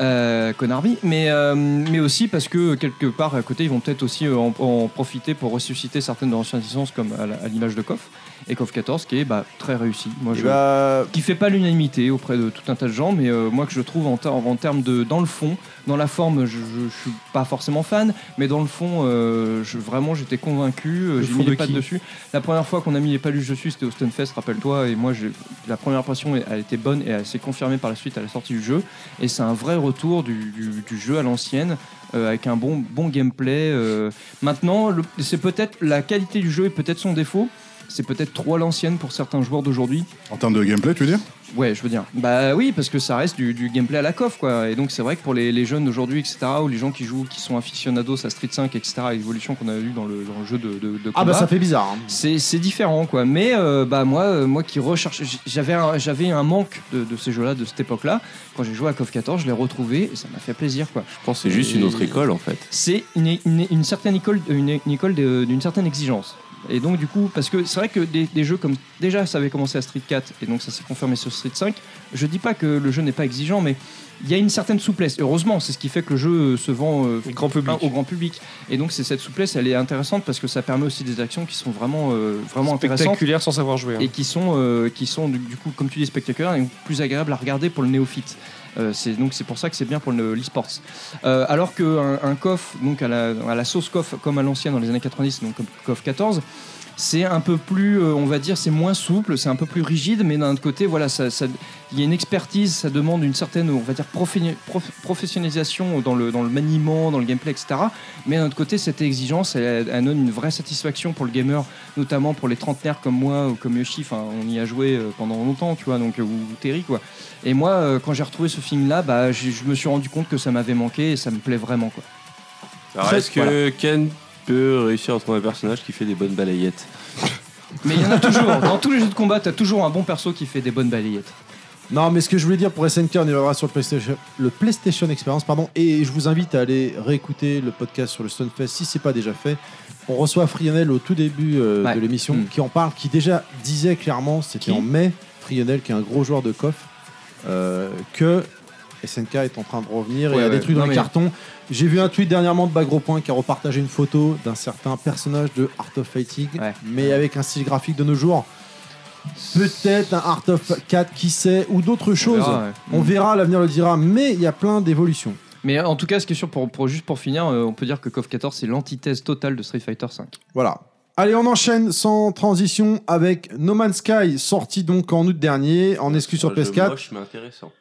Speaker 1: euh, Konami mais euh, mais aussi parce que quelque part à côté ils vont peut-être aussi euh, en, en profiter pour ressusciter certaines de leurs anciennes licences comme à la- à l'image de KOF et KOF 14 qui est bah, très réussi moi
Speaker 2: Et
Speaker 1: je
Speaker 2: bah,
Speaker 1: qui fait pas l'unanimité auprès de tout un tas de gens, mais euh, moi que je trouve en, ter- en termes de dans le fond, dans la forme, je, je- je suis pas forcément fan, mais dans le fond, euh, je, vraiment j'étais convaincu, euh,
Speaker 3: Le
Speaker 1: j'ai
Speaker 3: fond
Speaker 1: mis
Speaker 3: de
Speaker 1: les pattes
Speaker 3: qui
Speaker 1: dessus. La première fois qu'on a mis les paluches dessus, c'était au Stunfest, rappelle-toi, et moi j'ai- la première impression elle était bonne et elle s'est confirmée par la suite à la sortie du jeu, et c'est un vrai retour du, du- du jeu à l'ancienne. euh, avec un bon, bon gameplay. euh. Maintenant, le- c'est peut-être la qualité du jeu et peut-être son défaut. C'est peut-être trop à l'ancienne pour certains joueurs d'aujourd'hui.
Speaker 10: En termes de gameplay, tu veux dire
Speaker 1: Ouais, je veux dire. Bah oui, parce que ça reste du, du gameplay à la coffre, quoi. Et donc c'est vrai que pour les, les jeunes d'aujourd'hui, etc., ou les gens qui jouent, qui sont aficionados à Street 5, etc., à l'évolution qu'on a eu dans le, dans le jeu de, de, de
Speaker 2: ah bah
Speaker 1: combat,
Speaker 2: ça fait bizarre. hein.
Speaker 1: c'est, c'est différent, quoi. Mais euh, bah moi, euh, moi qui recherche, j- j'avais un, j'avais un manque de, de ces jeux-là, de cette époque-là. Quand j'ai joué à KOF 14, je l'ai retrouvé et ça m'a fait plaisir, quoi.
Speaker 5: Je pense que c'est juste une autre école en fait.
Speaker 1: C'est une, une- une certaine école, une, une école de- d'une certaine exigence. Et donc du coup, parce que c'est vrai que des, des jeux comme déjà ça avait commencé à Street 4 et donc ça s'est confirmé sur Street 5. Je dis pas que le jeu n'est pas exigeant, mais il y a une certaine souplesse. Heureusement, c'est ce qui fait que le jeu se vend euh,
Speaker 3: Le grand public.
Speaker 1: un- au grand public. Et donc c'est cette souplesse, elle est intéressante parce que ça permet aussi des actions qui sont vraiment, euh, vraiment intéressantes
Speaker 3: Spectaculaire sans savoir jouer. hein.
Speaker 1: et qui sont, euh, qui sont du, du coup, comme tu dis, spectaculaires et plus agréables à regarder pour le néophyte. Euh, c'est donc c'est pour ça que c'est bien pour le- l'e-sports. Euh, alors qu'un un KOF, donc à la, à la sauce KOF comme à l'ancienne dans les années 90, donc comme KOF 14, c'est un peu plus, euh, on va dire, c'est moins souple, c'est un peu plus rigide, mais d'un autre côté, voilà, ça, ça- il y a une expertise, ça demande une certaine, on va dire, profé- prof- professionnalisation dans le, dans le maniement, dans le gameplay, etc. Mais d'un autre côté, cette exigence, elle, elle donne une vraie satisfaction pour le gamer notamment pour les trentenaires comme moi ou comme Yoshi, enfin, on y a joué euh, pendant longtemps, tu vois, donc, euh, ou Terry, quoi. Et moi, euh, quand j'ai retrouvé ce film-là, bah, j'ai- je me suis rendu compte que ça m'avait manqué et ça me plaît vraiment, quoi.
Speaker 5: Est-ce que Ken peut réussir à trouver un personnage qui fait des bonnes balayettes
Speaker 1: Mais il y en a toujours, dans tous les jeux de combat, t'as toujours un bon perso qui fait des bonnes balayettes.
Speaker 2: Non, mais ce que je voulais dire pour SNK, on y reviendra sur le PlayStation, le PlayStation Experience, pardon, et je vous invite à aller réécouter le podcast sur le Stonefest si c'est pas déjà fait. On reçoit Frionel au tout début euh,
Speaker 1: Ouais.
Speaker 2: de l'émission
Speaker 1: Mm.
Speaker 2: qui en parle, qui déjà disait clairement, c'était
Speaker 1: Qui
Speaker 2: en mai, Frionel qui est un gros joueur de KOF, euh, que SNK est en train de revenir et
Speaker 11: Ouais,
Speaker 2: il y a des
Speaker 11: ouais.
Speaker 2: trucs dans
Speaker 1: Non,
Speaker 2: les
Speaker 1: mais-
Speaker 2: cartons. J'ai vu un tweet dernièrement de Bagro Point qui a repartagé une photo d'un certain personnage de Art of Fighting,
Speaker 1: Ouais.
Speaker 2: mais avec un style graphique de nos jours. Peut-être un Art of 4, qui sait, ou d'autres choses.
Speaker 1: verra, ouais.
Speaker 2: On verra, l'avenir le dira, mais il y a plein d'évolutions.
Speaker 1: Mais en tout cas, ce qui est sûr, pour, pour- juste pour finir, euh, on peut dire que KOF 14, c'est l'antithèse totale de Street Fighter 5.
Speaker 2: Voilà. Allez, on enchaîne sans transition avec No Man's Sky, sorti donc en août dernier, en exclu sur
Speaker 5: Un jeu
Speaker 2: PS4.
Speaker 5: Moche mais intéressant.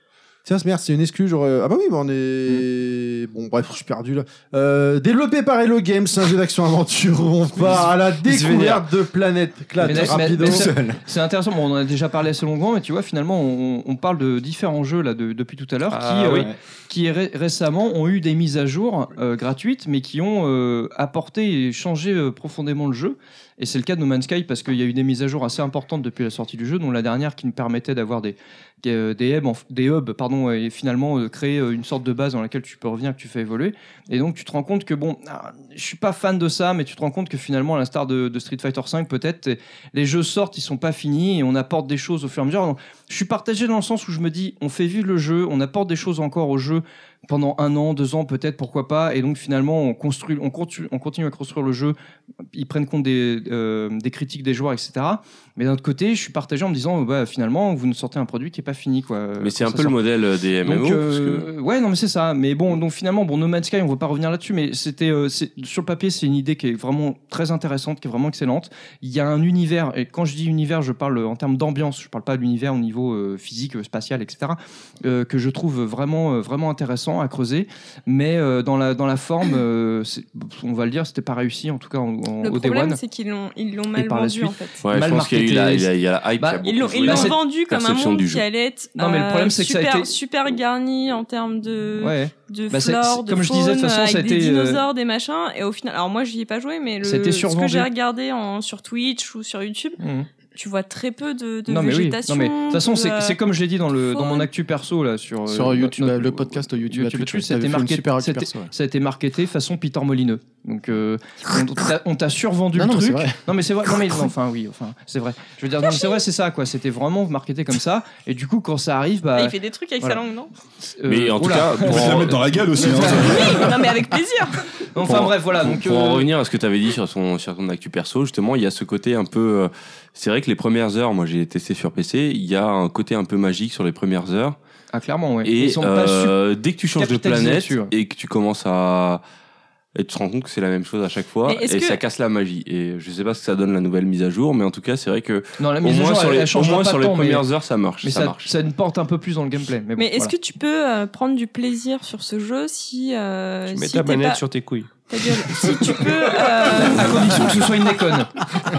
Speaker 2: Tiens, merde, c'est une excuse. Genre, euh, ah bah oui, bah on est. Bon, bref, je suis perdu là. Euh, développé par Hello Games, c'est un jeu d'action aventure où on part à la découverte de planètes. Clad,
Speaker 1: Mais non, mais-
Speaker 2: rapido.
Speaker 1: mais ça- C'est intéressant, bon, on en a déjà parlé assez longuement, mais tu vois, finalement, on, on parle de différents jeux là, de- depuis tout à l'heure qui, euh, qui ré- récemment ont eu des mises à jour euh, gratuites, mais qui ont euh, apporté et changé euh, profondément le jeu. Et c'est le cas de No Man's Sky parce qu'il y a eu des mises à jour assez importantes depuis la sortie du jeu, dont la dernière qui nous permettait d'avoir des, des, euh, des hubs, en f- des hubs, pardon, et finalement euh, créer euh, une sorte de base dans laquelle tu peux revenir, que tu fais évoluer. Et donc tu te rends compte que bon, ah, je suis pas fan de ça, mais tu te rends compte que finalement, à l'instar de, de Street Fighter V, peut-être les jeux sortent, ils sont pas finis et on apporte des choses au fur et à mesure. Donc, je suis partagé dans le sens où je me dis, on fait vivre le jeu, on apporte des choses encore au jeu pendant un an, deux ans peut-être, pourquoi pas. Et donc finalement, on construit, on continue, on continue à construire le jeu. Ils prennent compte des, euh, des critiques des joueurs, etc. Mais d'un autre côté, je suis partagé en me disant, bah finalement, vous nous sortez un produit qui est pas fini, quoi.
Speaker 5: Mais c'est
Speaker 1: Quand
Speaker 5: un
Speaker 1: ça
Speaker 5: peu le
Speaker 1: sort.
Speaker 5: modèle euh, des MMO.
Speaker 1: Donc,
Speaker 5: parce que-
Speaker 1: euh, ouais, non, mais c'est ça. Mais bon, donc finalement, bon, No Man's Sky, on va pas revenir là-dessus, mais c'était euh, c'est- sur le papier, c'est une idée qui est vraiment très intéressante, qui est vraiment excellente. Il y a un univers, et quand je dis univers, je parle en termes d'ambiance, je parle pas de l'univers au niveau euh, physique, euh, spatial, etc., euh, que je trouve vraiment, euh, vraiment intéressant à creuser. Mais euh, dans la dans la forme, euh, c'est- on va le dire, c'était pas réussi, en tout cas en- en-
Speaker 4: Le
Speaker 1: au Day One.
Speaker 4: problème, c'est qu'ils l'ont ils l'ont mal
Speaker 1: par la
Speaker 4: vendu
Speaker 1: suite,
Speaker 4: en fait.
Speaker 5: Ouais, je
Speaker 1: mal
Speaker 5: pense qu'il y a eu la,
Speaker 1: marketé.
Speaker 5: il y a- il y a la hype.
Speaker 1: Bah,
Speaker 5: qui a beaucoup
Speaker 4: Ils l'ont
Speaker 5: joué.
Speaker 4: ils l'ont
Speaker 1: Bah, c'est-
Speaker 4: vendu comme un
Speaker 5: perception
Speaker 4: monde
Speaker 5: du
Speaker 4: qui
Speaker 5: jeu.
Speaker 4: allait être
Speaker 1: Non, mais le
Speaker 4: euh,
Speaker 1: problème, c'est que ça a
Speaker 4: super,
Speaker 1: été-
Speaker 4: super garni en termes de,
Speaker 1: Ouais.
Speaker 4: de
Speaker 1: Bah, c'est-
Speaker 4: flore,
Speaker 1: c'est-
Speaker 4: de
Speaker 1: comme je
Speaker 4: faune,
Speaker 1: disais, de toute façon,
Speaker 4: avec
Speaker 1: ça a
Speaker 4: des
Speaker 1: été, euh,
Speaker 4: dinosaures, des machins. Et au final, alors moi, je n'y ai pas joué, mais le,
Speaker 1: Ça a été
Speaker 4: ce que
Speaker 1: survendu.
Speaker 4: j'ai regardé en, sur Twitch ou sur YouTube,
Speaker 1: Mhm.
Speaker 4: tu vois très peu de, de
Speaker 1: non, mais oui.
Speaker 4: végétation.
Speaker 1: Non, mais de toute façon,
Speaker 4: de,
Speaker 1: c'est
Speaker 4: euh,
Speaker 1: c'est comme je l'ai dit dans, le, dans mon
Speaker 4: faune.
Speaker 1: actu perso, là, sur, euh,
Speaker 8: Sur YouTube,
Speaker 1: notre-
Speaker 8: le podcast au YouTube, à
Speaker 1: YouTube
Speaker 8: Twitch,
Speaker 1: Twitch,
Speaker 8: ouais,
Speaker 1: c'était
Speaker 8: t'avais fait une
Speaker 1: marqué-
Speaker 8: super actu
Speaker 1: c'était-
Speaker 8: perso, ouais.
Speaker 1: ça a été marketé façon Peter Molineux. Donc euh, on t'a- on t'a survendu
Speaker 8: Non,
Speaker 1: le
Speaker 8: non, mais c'est
Speaker 1: truc.
Speaker 8: vrai.
Speaker 1: Non mais c'est vrai. Non mais non, enfin oui, enfin c'est vrai. Je veux dire, non, mais c'est vrai, c'est ça quoi. C'était vraiment marketé comme ça. Et du coup, quand ça arrive,
Speaker 4: Ah,
Speaker 1: bah.
Speaker 4: il fait des trucs avec
Speaker 1: Voilà.
Speaker 4: sa langue, non *laughs*
Speaker 1: euh,
Speaker 5: Mais en tout
Speaker 1: oula.
Speaker 5: cas,
Speaker 10: On va se la mettre dans la gueule aussi. hein, ça.
Speaker 4: Non, mais avec
Speaker 1: *laughs*
Speaker 4: plaisir.
Speaker 1: Enfin
Speaker 5: Pour-
Speaker 1: bref, voilà.
Speaker 5: Pour-
Speaker 1: Donc
Speaker 5: pour en
Speaker 1: euh,
Speaker 5: revenir à ce que tu avais dit sur ton, sur ton actu perso, justement, il y a ce côté un peu. euh, c'est vrai que les premières heures, moi j'ai testé sur PC, il y a un côté un peu magique sur les premières heures.
Speaker 1: ah, clairement, ouais.
Speaker 5: Et
Speaker 1: Ils sont pas super-
Speaker 5: euh, dès que tu changes de
Speaker 1: capitalisés
Speaker 5: planète
Speaker 1: dessus, ouais.
Speaker 5: et que tu commences à. Et tu te rends compte que c'est la même chose à chaque fois
Speaker 4: Mais est-ce
Speaker 5: et
Speaker 4: que-
Speaker 5: ça casse la magie. Et je sais pas ce que ça donne la nouvelle mise à jour, mais en tout cas, c'est vrai que
Speaker 1: Non, la
Speaker 5: au
Speaker 1: Ah, mise à
Speaker 5: moins
Speaker 1: jour,
Speaker 5: sur
Speaker 1: elle-
Speaker 5: les,
Speaker 1: elle
Speaker 5: au
Speaker 1: changera
Speaker 5: moins
Speaker 1: pas
Speaker 5: sur les
Speaker 1: tant, mais-
Speaker 5: premières heures, ça marche.
Speaker 1: Mais
Speaker 5: ça,
Speaker 1: ça,
Speaker 5: marche.
Speaker 1: ça ne porte un peu plus dans le gameplay. Mais, bon,
Speaker 4: Mais est-ce
Speaker 1: voilà.
Speaker 4: que tu peux euh, prendre du plaisir sur ce jeu si. euh,
Speaker 3: Tu mets
Speaker 4: si
Speaker 3: ta
Speaker 4: t'es
Speaker 3: manette
Speaker 4: pas-
Speaker 3: sur tes couilles.
Speaker 4: Ta gueule. Si tu peux. euh,
Speaker 1: *laughs* à condition que ce soit une déconne.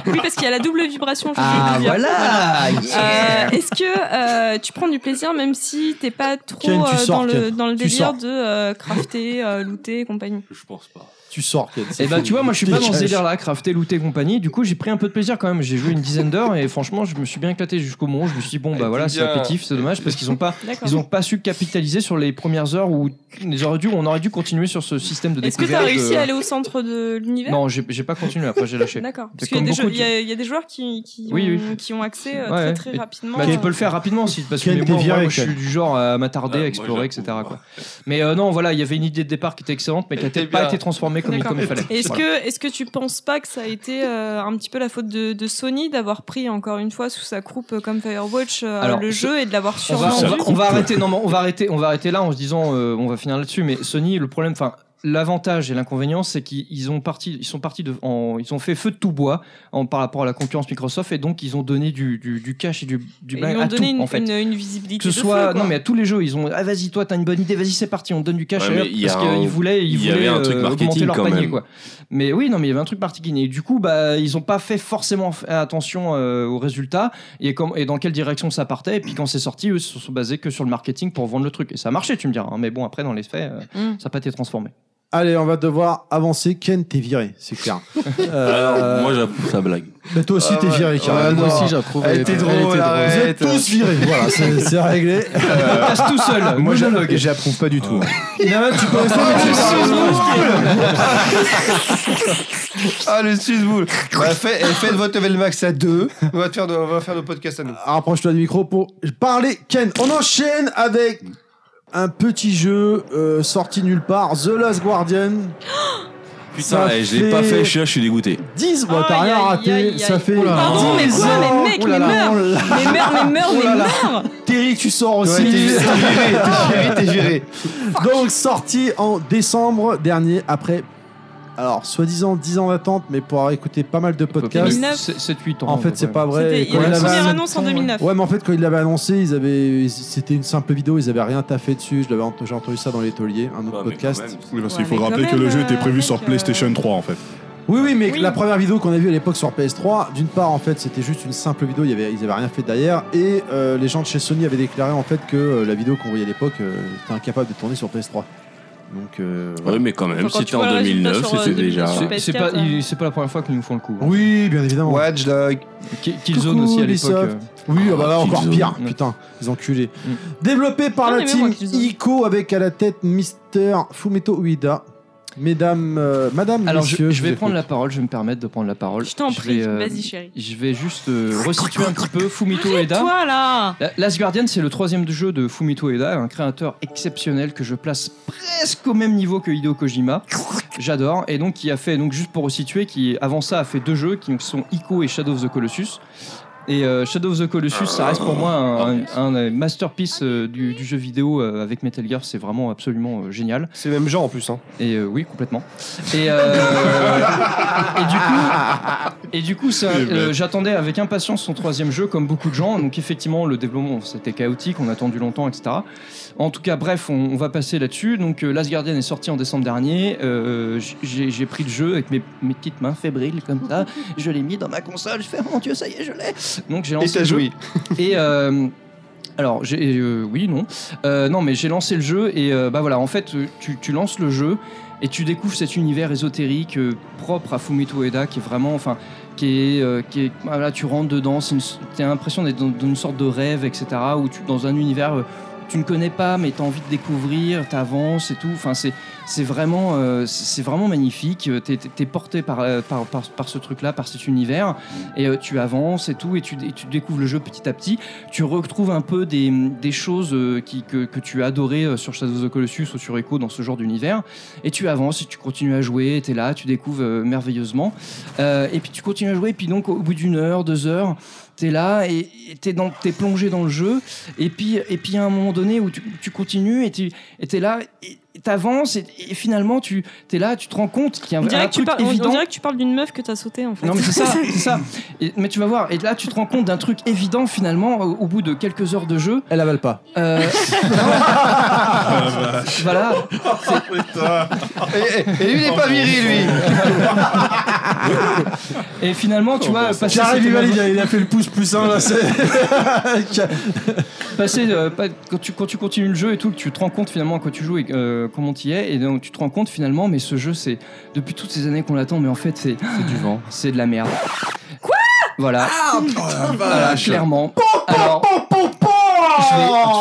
Speaker 4: Oui, parce qu'il y a la double vibration, je voulais
Speaker 1: Ah
Speaker 4: le dire.
Speaker 1: voilà.
Speaker 4: Euh, Est-ce que euh, tu prends du plaisir même si t'es pas trop
Speaker 2: Ken, tu
Speaker 4: euh,
Speaker 2: sors,
Speaker 4: dans, le,
Speaker 2: Ken.
Speaker 4: dans le
Speaker 2: Tu
Speaker 4: délire
Speaker 2: sors.
Speaker 4: de euh, crafter, euh, looter et compagnie
Speaker 5: Je pense pas.
Speaker 2: Tu sors, Ken. c'est
Speaker 1: Et bah
Speaker 2: fou.
Speaker 1: tu vois, moi je suis pas dans ce
Speaker 2: Dégage.
Speaker 1: délire là, crafter, looter et compagnie. Du coup, j'ai pris un peu de plaisir quand même. J'ai joué une dizaine d'heures et franchement, je me suis bien éclaté jusqu'au moment où je me suis dit, bon bah voilà, c'est répétitif, c'est dommage parce qu'ils ont pas
Speaker 4: D'accord.
Speaker 1: ils ont pas su capitaliser sur les premières heures où ils auraient dû on aurait dû continuer sur ce système de
Speaker 4: Est-ce que
Speaker 1: découverte.
Speaker 4: t'as réussi
Speaker 1: de-
Speaker 4: à aller au centre de l'univers
Speaker 1: Non, j'ai j'ai pas continué après j'ai lâché.
Speaker 4: D'accord. Parce
Speaker 1: C'est
Speaker 4: qu'il y, a
Speaker 1: comme
Speaker 4: des
Speaker 1: beaucoup
Speaker 4: jeux- il y a- il y a des joueurs qui, qui,
Speaker 1: Oui,
Speaker 4: ont,
Speaker 1: oui.
Speaker 4: qui ont accès euh,
Speaker 1: Ouais.
Speaker 4: très
Speaker 1: Et-
Speaker 4: très rapidement.
Speaker 1: Bah, tu
Speaker 4: euh,
Speaker 1: peux le faire rapidement si parce que
Speaker 2: Ken,
Speaker 1: mais
Speaker 2: t'es
Speaker 1: moi, moi,
Speaker 2: viré,
Speaker 1: moi, je
Speaker 2: Ken.
Speaker 1: suis du genre à m'attarder,
Speaker 5: Ah,
Speaker 1: à
Speaker 5: moi,
Speaker 1: explorer, etc.
Speaker 5: j'avoue,
Speaker 1: Quoi. Mais euh, non, voilà, il y avait une idée de départ qui était excellente,
Speaker 5: Eh
Speaker 1: mais qui a peut-être pas
Speaker 3: bien.
Speaker 1: été transformée comme, il-
Speaker 4: D'accord.
Speaker 1: comme il fallait.
Speaker 4: Est-ce
Speaker 1: Voilà.
Speaker 4: que, est que tu penses pas que ça a été euh, un petit peu la faute de, de Sony d'avoir pris encore une fois sous sa croupe euh, comme Firewatch euh,
Speaker 1: Alors,
Speaker 4: le
Speaker 1: ce-
Speaker 4: jeu et de l'avoir
Speaker 1: on va, on va-
Speaker 4: survendu
Speaker 1: on va arrêter. Non, mais on va arrêter. On va arrêter là en se disant, euh, on va finir là-dessus. Mais Sony, le problème, enfin. L'avantage et l'inconvénient, c'est qu'ils ils ont parti, ils sont partis de, en- ils ont fait feu de tout bois en, par rapport à la concurrence Microsoft et donc ils ont donné du, du, du cash et du, du
Speaker 4: Ils
Speaker 1: blin
Speaker 4: lui ont
Speaker 1: à
Speaker 4: donné
Speaker 1: tout,
Speaker 4: une,
Speaker 1: en fait.
Speaker 4: une, une visibilité.
Speaker 1: que ce
Speaker 4: de
Speaker 1: soit,
Speaker 4: feu, quoi.
Speaker 1: non mais à tous les jeux, ils ont, ah vas-y toi t'as une bonne idée, vas-y c'est parti, on te donne du cash
Speaker 5: Ouais,
Speaker 1: à
Speaker 5: mais
Speaker 1: eux,
Speaker 5: il y a
Speaker 1: parce
Speaker 5: un-
Speaker 1: qu'ils voulaient, ils
Speaker 5: il y avait
Speaker 1: voulaient
Speaker 5: un
Speaker 1: euh,
Speaker 5: truc
Speaker 1: augmenter
Speaker 5: marketing
Speaker 1: leur
Speaker 5: quand
Speaker 1: panier
Speaker 5: même.
Speaker 1: quoi. Mais oui non mais il y avait un truc particulier. Et du coup bah ils ont pas fait forcément f- attention euh, aux résultats et, comme, et dans quelle direction ça partait. Et puis quand c'est sorti, eux se sont basés que sur le marketing pour vendre le truc et ça a marché tu me diras. hein. Mais bon après dans les faits, euh,
Speaker 4: Mm.
Speaker 1: ça n'a pas été transformé.
Speaker 2: Allez, on va devoir avancer. Ken, t'es viré, c'est clair.
Speaker 5: Alors,
Speaker 2: Euh,
Speaker 5: moi j'approuve sa blague.
Speaker 2: mais toi aussi, t'es viré,
Speaker 8: Ah,
Speaker 2: Karim.
Speaker 8: moi
Speaker 2: Voilà.
Speaker 8: aussi, j'approuve.
Speaker 11: Elle était drôle,
Speaker 2: Vous
Speaker 11: arrête.
Speaker 2: êtes tous virés. Voilà, c'est c'est
Speaker 11: *laughs*
Speaker 2: réglé.
Speaker 1: On passe tout
Speaker 3: *laughs*
Speaker 1: seul.
Speaker 11: Moi, j'a-
Speaker 1: monologue.
Speaker 11: j'approuve pas du tout.
Speaker 2: Inaman, tu peux rester avec nous.
Speaker 3: *laughs* Ah, le susboule bah, fait, Faites votre level max à 2. On va, te faire, de- on va faire nos podcasts à nous.
Speaker 2: Rapproche-toi du micro pour parler Ken. On enchaîne avec un petit jeu euh, sorti nulle part, The Last Guardian.
Speaker 5: *gasps* Putain,
Speaker 2: Ça
Speaker 5: eh, je l'ai pas fait, je suis là, je suis dégoûté.
Speaker 2: 10, bon, t'as
Speaker 4: Aïe,
Speaker 2: rien
Speaker 4: aïe, aïe,
Speaker 2: raté,
Speaker 4: aïe.
Speaker 2: ça fait
Speaker 4: Oh là là. Pardon, mais
Speaker 2: 10
Speaker 4: quoi, mais
Speaker 2: ans.
Speaker 4: mec,
Speaker 2: Oh là
Speaker 4: mais
Speaker 2: là, on l'a-
Speaker 4: Mais meurs, mais meurs,
Speaker 2: Oh
Speaker 4: mais
Speaker 2: là là.
Speaker 4: meurs
Speaker 2: Terry, tu sors aussi.
Speaker 3: t'es viré,
Speaker 2: *laughs*
Speaker 3: t'es viré, t'es viré.
Speaker 2: Donc sorti en décembre dernier après alors soi-disant 10 ans d'attente, mais pour avoir écouté pas mal de podcasts,
Speaker 4: 2009.
Speaker 1: 7-8 ans. euh,
Speaker 2: en fait c'est pas vrai.
Speaker 4: C'était-
Speaker 2: Et
Speaker 4: il y
Speaker 2: quand
Speaker 4: a eu
Speaker 2: il
Speaker 4: la
Speaker 2: avait-
Speaker 4: première annonce en 2009.
Speaker 2: Ouais, mais en fait, quand ils l'avaient annoncé, ils avaient, ils- c'était une simple vidéo, ils avaient rien taffé dessus. Je l'avais ent- J'ai entendu ça dans les tauliers, un autre
Speaker 5: Ouais, Bah, Ah, mais
Speaker 2: podcast.
Speaker 5: quand même,
Speaker 10: Oui,
Speaker 4: *laughs*
Speaker 10: parce
Speaker 4: Ouais,
Speaker 10: qu'il faut
Speaker 4: mais
Speaker 10: rappeler
Speaker 4: quand
Speaker 10: que le
Speaker 4: même,
Speaker 10: jeu était
Speaker 4: euh,
Speaker 10: prévu sur
Speaker 4: mec, euh,
Speaker 10: PlayStation 3 en fait.
Speaker 2: Oui, oui, mais
Speaker 4: Oui.
Speaker 2: la première vidéo qu'on a vue à l'époque sur PS3, d'une part, en fait, c'était juste une simple vidéo, il y avait, ils avaient rien fait derrière, et euh, les gens de chez Sony avaient déclaré en fait que euh, la vidéo qu'on voyait à l'époque euh, était incapable de tourner sur PS3. Donc, euh, voilà.
Speaker 5: Ouais, mais quand même,
Speaker 4: Enfin, quand
Speaker 5: c'était
Speaker 4: tu vois
Speaker 5: en
Speaker 4: le résultat
Speaker 5: 2009,
Speaker 4: sur, euh,
Speaker 5: c'était déjà.
Speaker 4: sur
Speaker 1: C'est
Speaker 4: PS4,
Speaker 1: pas,
Speaker 4: hein.
Speaker 1: il- c'est pas la première fois qu'ils nous font le coup.
Speaker 2: oui, bien évidemment.
Speaker 3: Watch Dogs.
Speaker 1: Ki- Killzone aussi à l'époque.
Speaker 2: Ubisoft.
Speaker 1: euh,
Speaker 2: Oui, ah bah là,
Speaker 5: Ah,
Speaker 2: encore
Speaker 5: Killzone.
Speaker 2: pire,
Speaker 1: Mm.
Speaker 2: putain, les enculés.
Speaker 1: Mm.
Speaker 2: Développé par
Speaker 4: Non,
Speaker 2: la
Speaker 4: Ah, mais même moi,
Speaker 2: team
Speaker 4: Killzone.
Speaker 2: Ico avec à la tête Mister Fumeto Ueda. Mesdames, euh, madame,
Speaker 1: Alors, je,
Speaker 2: messieurs,
Speaker 1: je vais
Speaker 2: vous
Speaker 1: prendre la
Speaker 2: écoute.
Speaker 1: parole, je vais me permettre de prendre la parole.
Speaker 4: Je t'en
Speaker 1: vais,
Speaker 4: prie,
Speaker 1: euh,
Speaker 4: vas-y chérie.
Speaker 1: Je vais juste euh, resituer un petit peu Fumito Ueda.
Speaker 4: Toi là
Speaker 1: La- Last Guardian, c'est le troisième jeu de Fumito Ueda, un créateur exceptionnel que je place presque au même niveau que Hideo Kojima. J'adore. Et donc, qui a fait, donc juste pour resituer, qui avant ça a fait deux jeux qui sont Ico et Shadow of the Colossus. Et euh, Shadow of the Colossus, ça reste pour moi un, un, euh, masterpiece euh, du, du jeu vidéo euh, avec Metal Gear. C'est vraiment absolument euh, génial.
Speaker 3: C'est le même genre en plus. Hein.
Speaker 1: Et euh, oui, complètement. Et, euh, *laughs* et du coup, et du coup, ça,
Speaker 10: Il est
Speaker 1: euh,
Speaker 10: bête.
Speaker 1: j'attendais avec impatience son troisième jeu, comme beaucoup de gens. Donc effectivement, le développement c'était chaotique, on a attendu longtemps, etc. En tout cas, bref, on, on va passer là-dessus. Donc euh, Last Guardian est sorti en décembre dernier. Euh, j- j'ai j'ai pris le jeu avec mes, mes petites mains fébriles comme ça. Je l'ai mis dans ma console. Je fais oh mon dieu, ça y est, je l'ai. Donc j'ai lancé
Speaker 3: Et t'as
Speaker 1: le jeu.
Speaker 3: joué.
Speaker 1: *laughs* Et euh, alors, j'ai, euh, oui, non. Euh, non, mais j'ai lancé le jeu et euh, bah voilà, en fait, euh, tu, tu lances le jeu et tu découvres cet univers ésotérique euh, propre à Fumito Ueda qui est vraiment, enfin, qui est, euh, qui est voilà, tu rentres dedans, c'est une, t'as l'impression d'être dans, dans une sorte de rêve, etc. Ou tu dans un univers euh, que tu ne connais pas, mais t'as envie de découvrir, t'avances et tout. Enfin, c'est c'est vraiment, euh, c'est vraiment magnifique. Euh, T'es, t'es- t'es porté par, euh, par, par, par ce truc-là, par cet univers, et euh, tu avances et tout, et tu, et tu découvres le jeu petit à petit tu retrouves un peu des, des choses euh, qui, que, que tu as adorées euh, sur Shadow of the Colossus ou sur Echo dans ce genre d'univers. Et tu avances, et tu continues à jouer, tu es là, tu découvres euh, merveilleusement. Euh, et puis tu continues à jouer, et puis donc au bout d'une heure, deux heures, tu es là et et t'es dans- t'es plongé dans le jeu. Et puis et puis à un moment donné où tu, tu continues et tu es là, et tu avances, et, et finalement tu es là, tu te rends compte qu'il y a un,
Speaker 4: on dirait,
Speaker 1: un
Speaker 4: que tu
Speaker 1: truc
Speaker 4: parles, on- on
Speaker 1: évident.
Speaker 4: dirait que tu parles d'une meuf que t'as sautée en fait.
Speaker 1: Non mais c'est
Speaker 4: *laughs*
Speaker 1: ça, c'est ça. Et- mais tu vas voir, et là tu te rends compte d'un truc évident finalement au, au bout de quelques heures de jeu.
Speaker 2: Elle avale pas.
Speaker 4: *laughs*
Speaker 1: Euh, voilà.
Speaker 3: Et, et- et lui, il est pas viril, lui.
Speaker 1: Et finalement,
Speaker 3: Oh,
Speaker 1: tu vois, passer
Speaker 2: J'arrive,
Speaker 1: cette
Speaker 2: il valide,
Speaker 1: émotion-
Speaker 2: il a fait le pouce plus un là, c'est.
Speaker 1: passer, euh, pas- quand, tu, quand tu continues le jeu et tout, que tu te rends compte finalement quand tu joues et euh, comment tu y es, et donc tu te rends compte finalement, mais ce jeu, c'est depuis toutes ces années qu'on l'attend, mais en fait, c'est
Speaker 11: C'est du vent.
Speaker 1: *gasps* c'est de la merde. Voilà.
Speaker 4: Ah,
Speaker 1: Ah, Voilà, clairement. Alors, je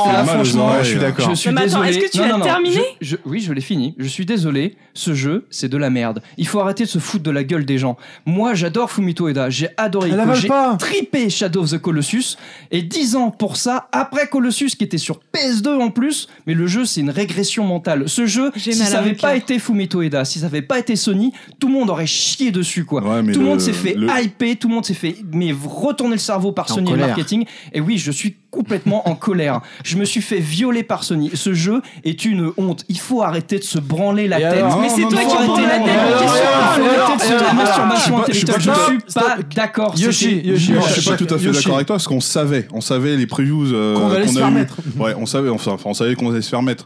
Speaker 1: vais- là,
Speaker 10: mal aux
Speaker 1: Ah, franchement,
Speaker 10: oreilles,
Speaker 1: je suis
Speaker 10: hein.
Speaker 1: d'accord. Je suis
Speaker 4: Mais attends,
Speaker 1: désolé.
Speaker 4: est-ce que tu
Speaker 1: Non,
Speaker 4: l'as
Speaker 1: non, non,
Speaker 4: terminé
Speaker 1: je- je- Oui, je l'ai fini. Je suis désolé. Ce jeu, c'est de la merde. Il faut arrêter de se foutre de la gueule des gens. Moi, j'adore Fumito Eda. J'ai adoré.
Speaker 2: Elle
Speaker 1: Ico.
Speaker 2: avale
Speaker 1: J'ai
Speaker 2: pas.
Speaker 1: tripé Shadow of the Colossus. Et 10 ans pour ça, après Colossus, qui était sur PS2 en plus. Mais le jeu, c'est une régression mentale. Ce jeu,
Speaker 4: J'ai
Speaker 1: si
Speaker 4: mal à
Speaker 1: ça
Speaker 4: mon
Speaker 1: avait pas
Speaker 4: cœur.
Speaker 1: été Fumito Eda, si ça avait pas été Sony, tout le monde aurait chié dessus, quoi.
Speaker 10: Ouais, mais
Speaker 1: Tout le
Speaker 10: le-
Speaker 1: monde s'est fait
Speaker 10: le-
Speaker 1: hyper, tout le monde s'est fait mais retourner le cerveau par
Speaker 11: T'es en
Speaker 1: Sony et le
Speaker 11: colère.
Speaker 1: marketing. Et oui, je suis complètement en colère. Je me suis fait violer par Sony. Ce jeu est une honte. Il faut arrêter de se branler la
Speaker 2: Et
Speaker 1: tête.
Speaker 10: alors
Speaker 4: Mais c'est
Speaker 10: Non,
Speaker 4: toi
Speaker 10: non,
Speaker 4: qui
Speaker 10: non,
Speaker 4: prends la
Speaker 10: non,
Speaker 4: tête.
Speaker 10: non,
Speaker 1: Il
Speaker 2: non,
Speaker 4: qu'est-ce que tu
Speaker 2: non,
Speaker 4: parles
Speaker 1: faut arrêter de se faire de la masturbation
Speaker 10: je suis pas-
Speaker 1: intellectuelle.
Speaker 10: je suis pas-
Speaker 1: Je suis
Speaker 2: stop.
Speaker 1: pas d'accord.
Speaker 2: Yoshi,
Speaker 1: C'était-
Speaker 2: Yoshi,
Speaker 10: Non,
Speaker 2: Yoshi.
Speaker 10: je suis pas tout à fait
Speaker 2: Yoshi.
Speaker 10: d'accord avec toi parce qu'on savait, on savait les previews euh,
Speaker 2: Qu'on allait se faire
Speaker 10: eu.
Speaker 2: mettre.
Speaker 10: Ouais, on savait, enfin, enfin, on savait qu'on allait se faire mettre.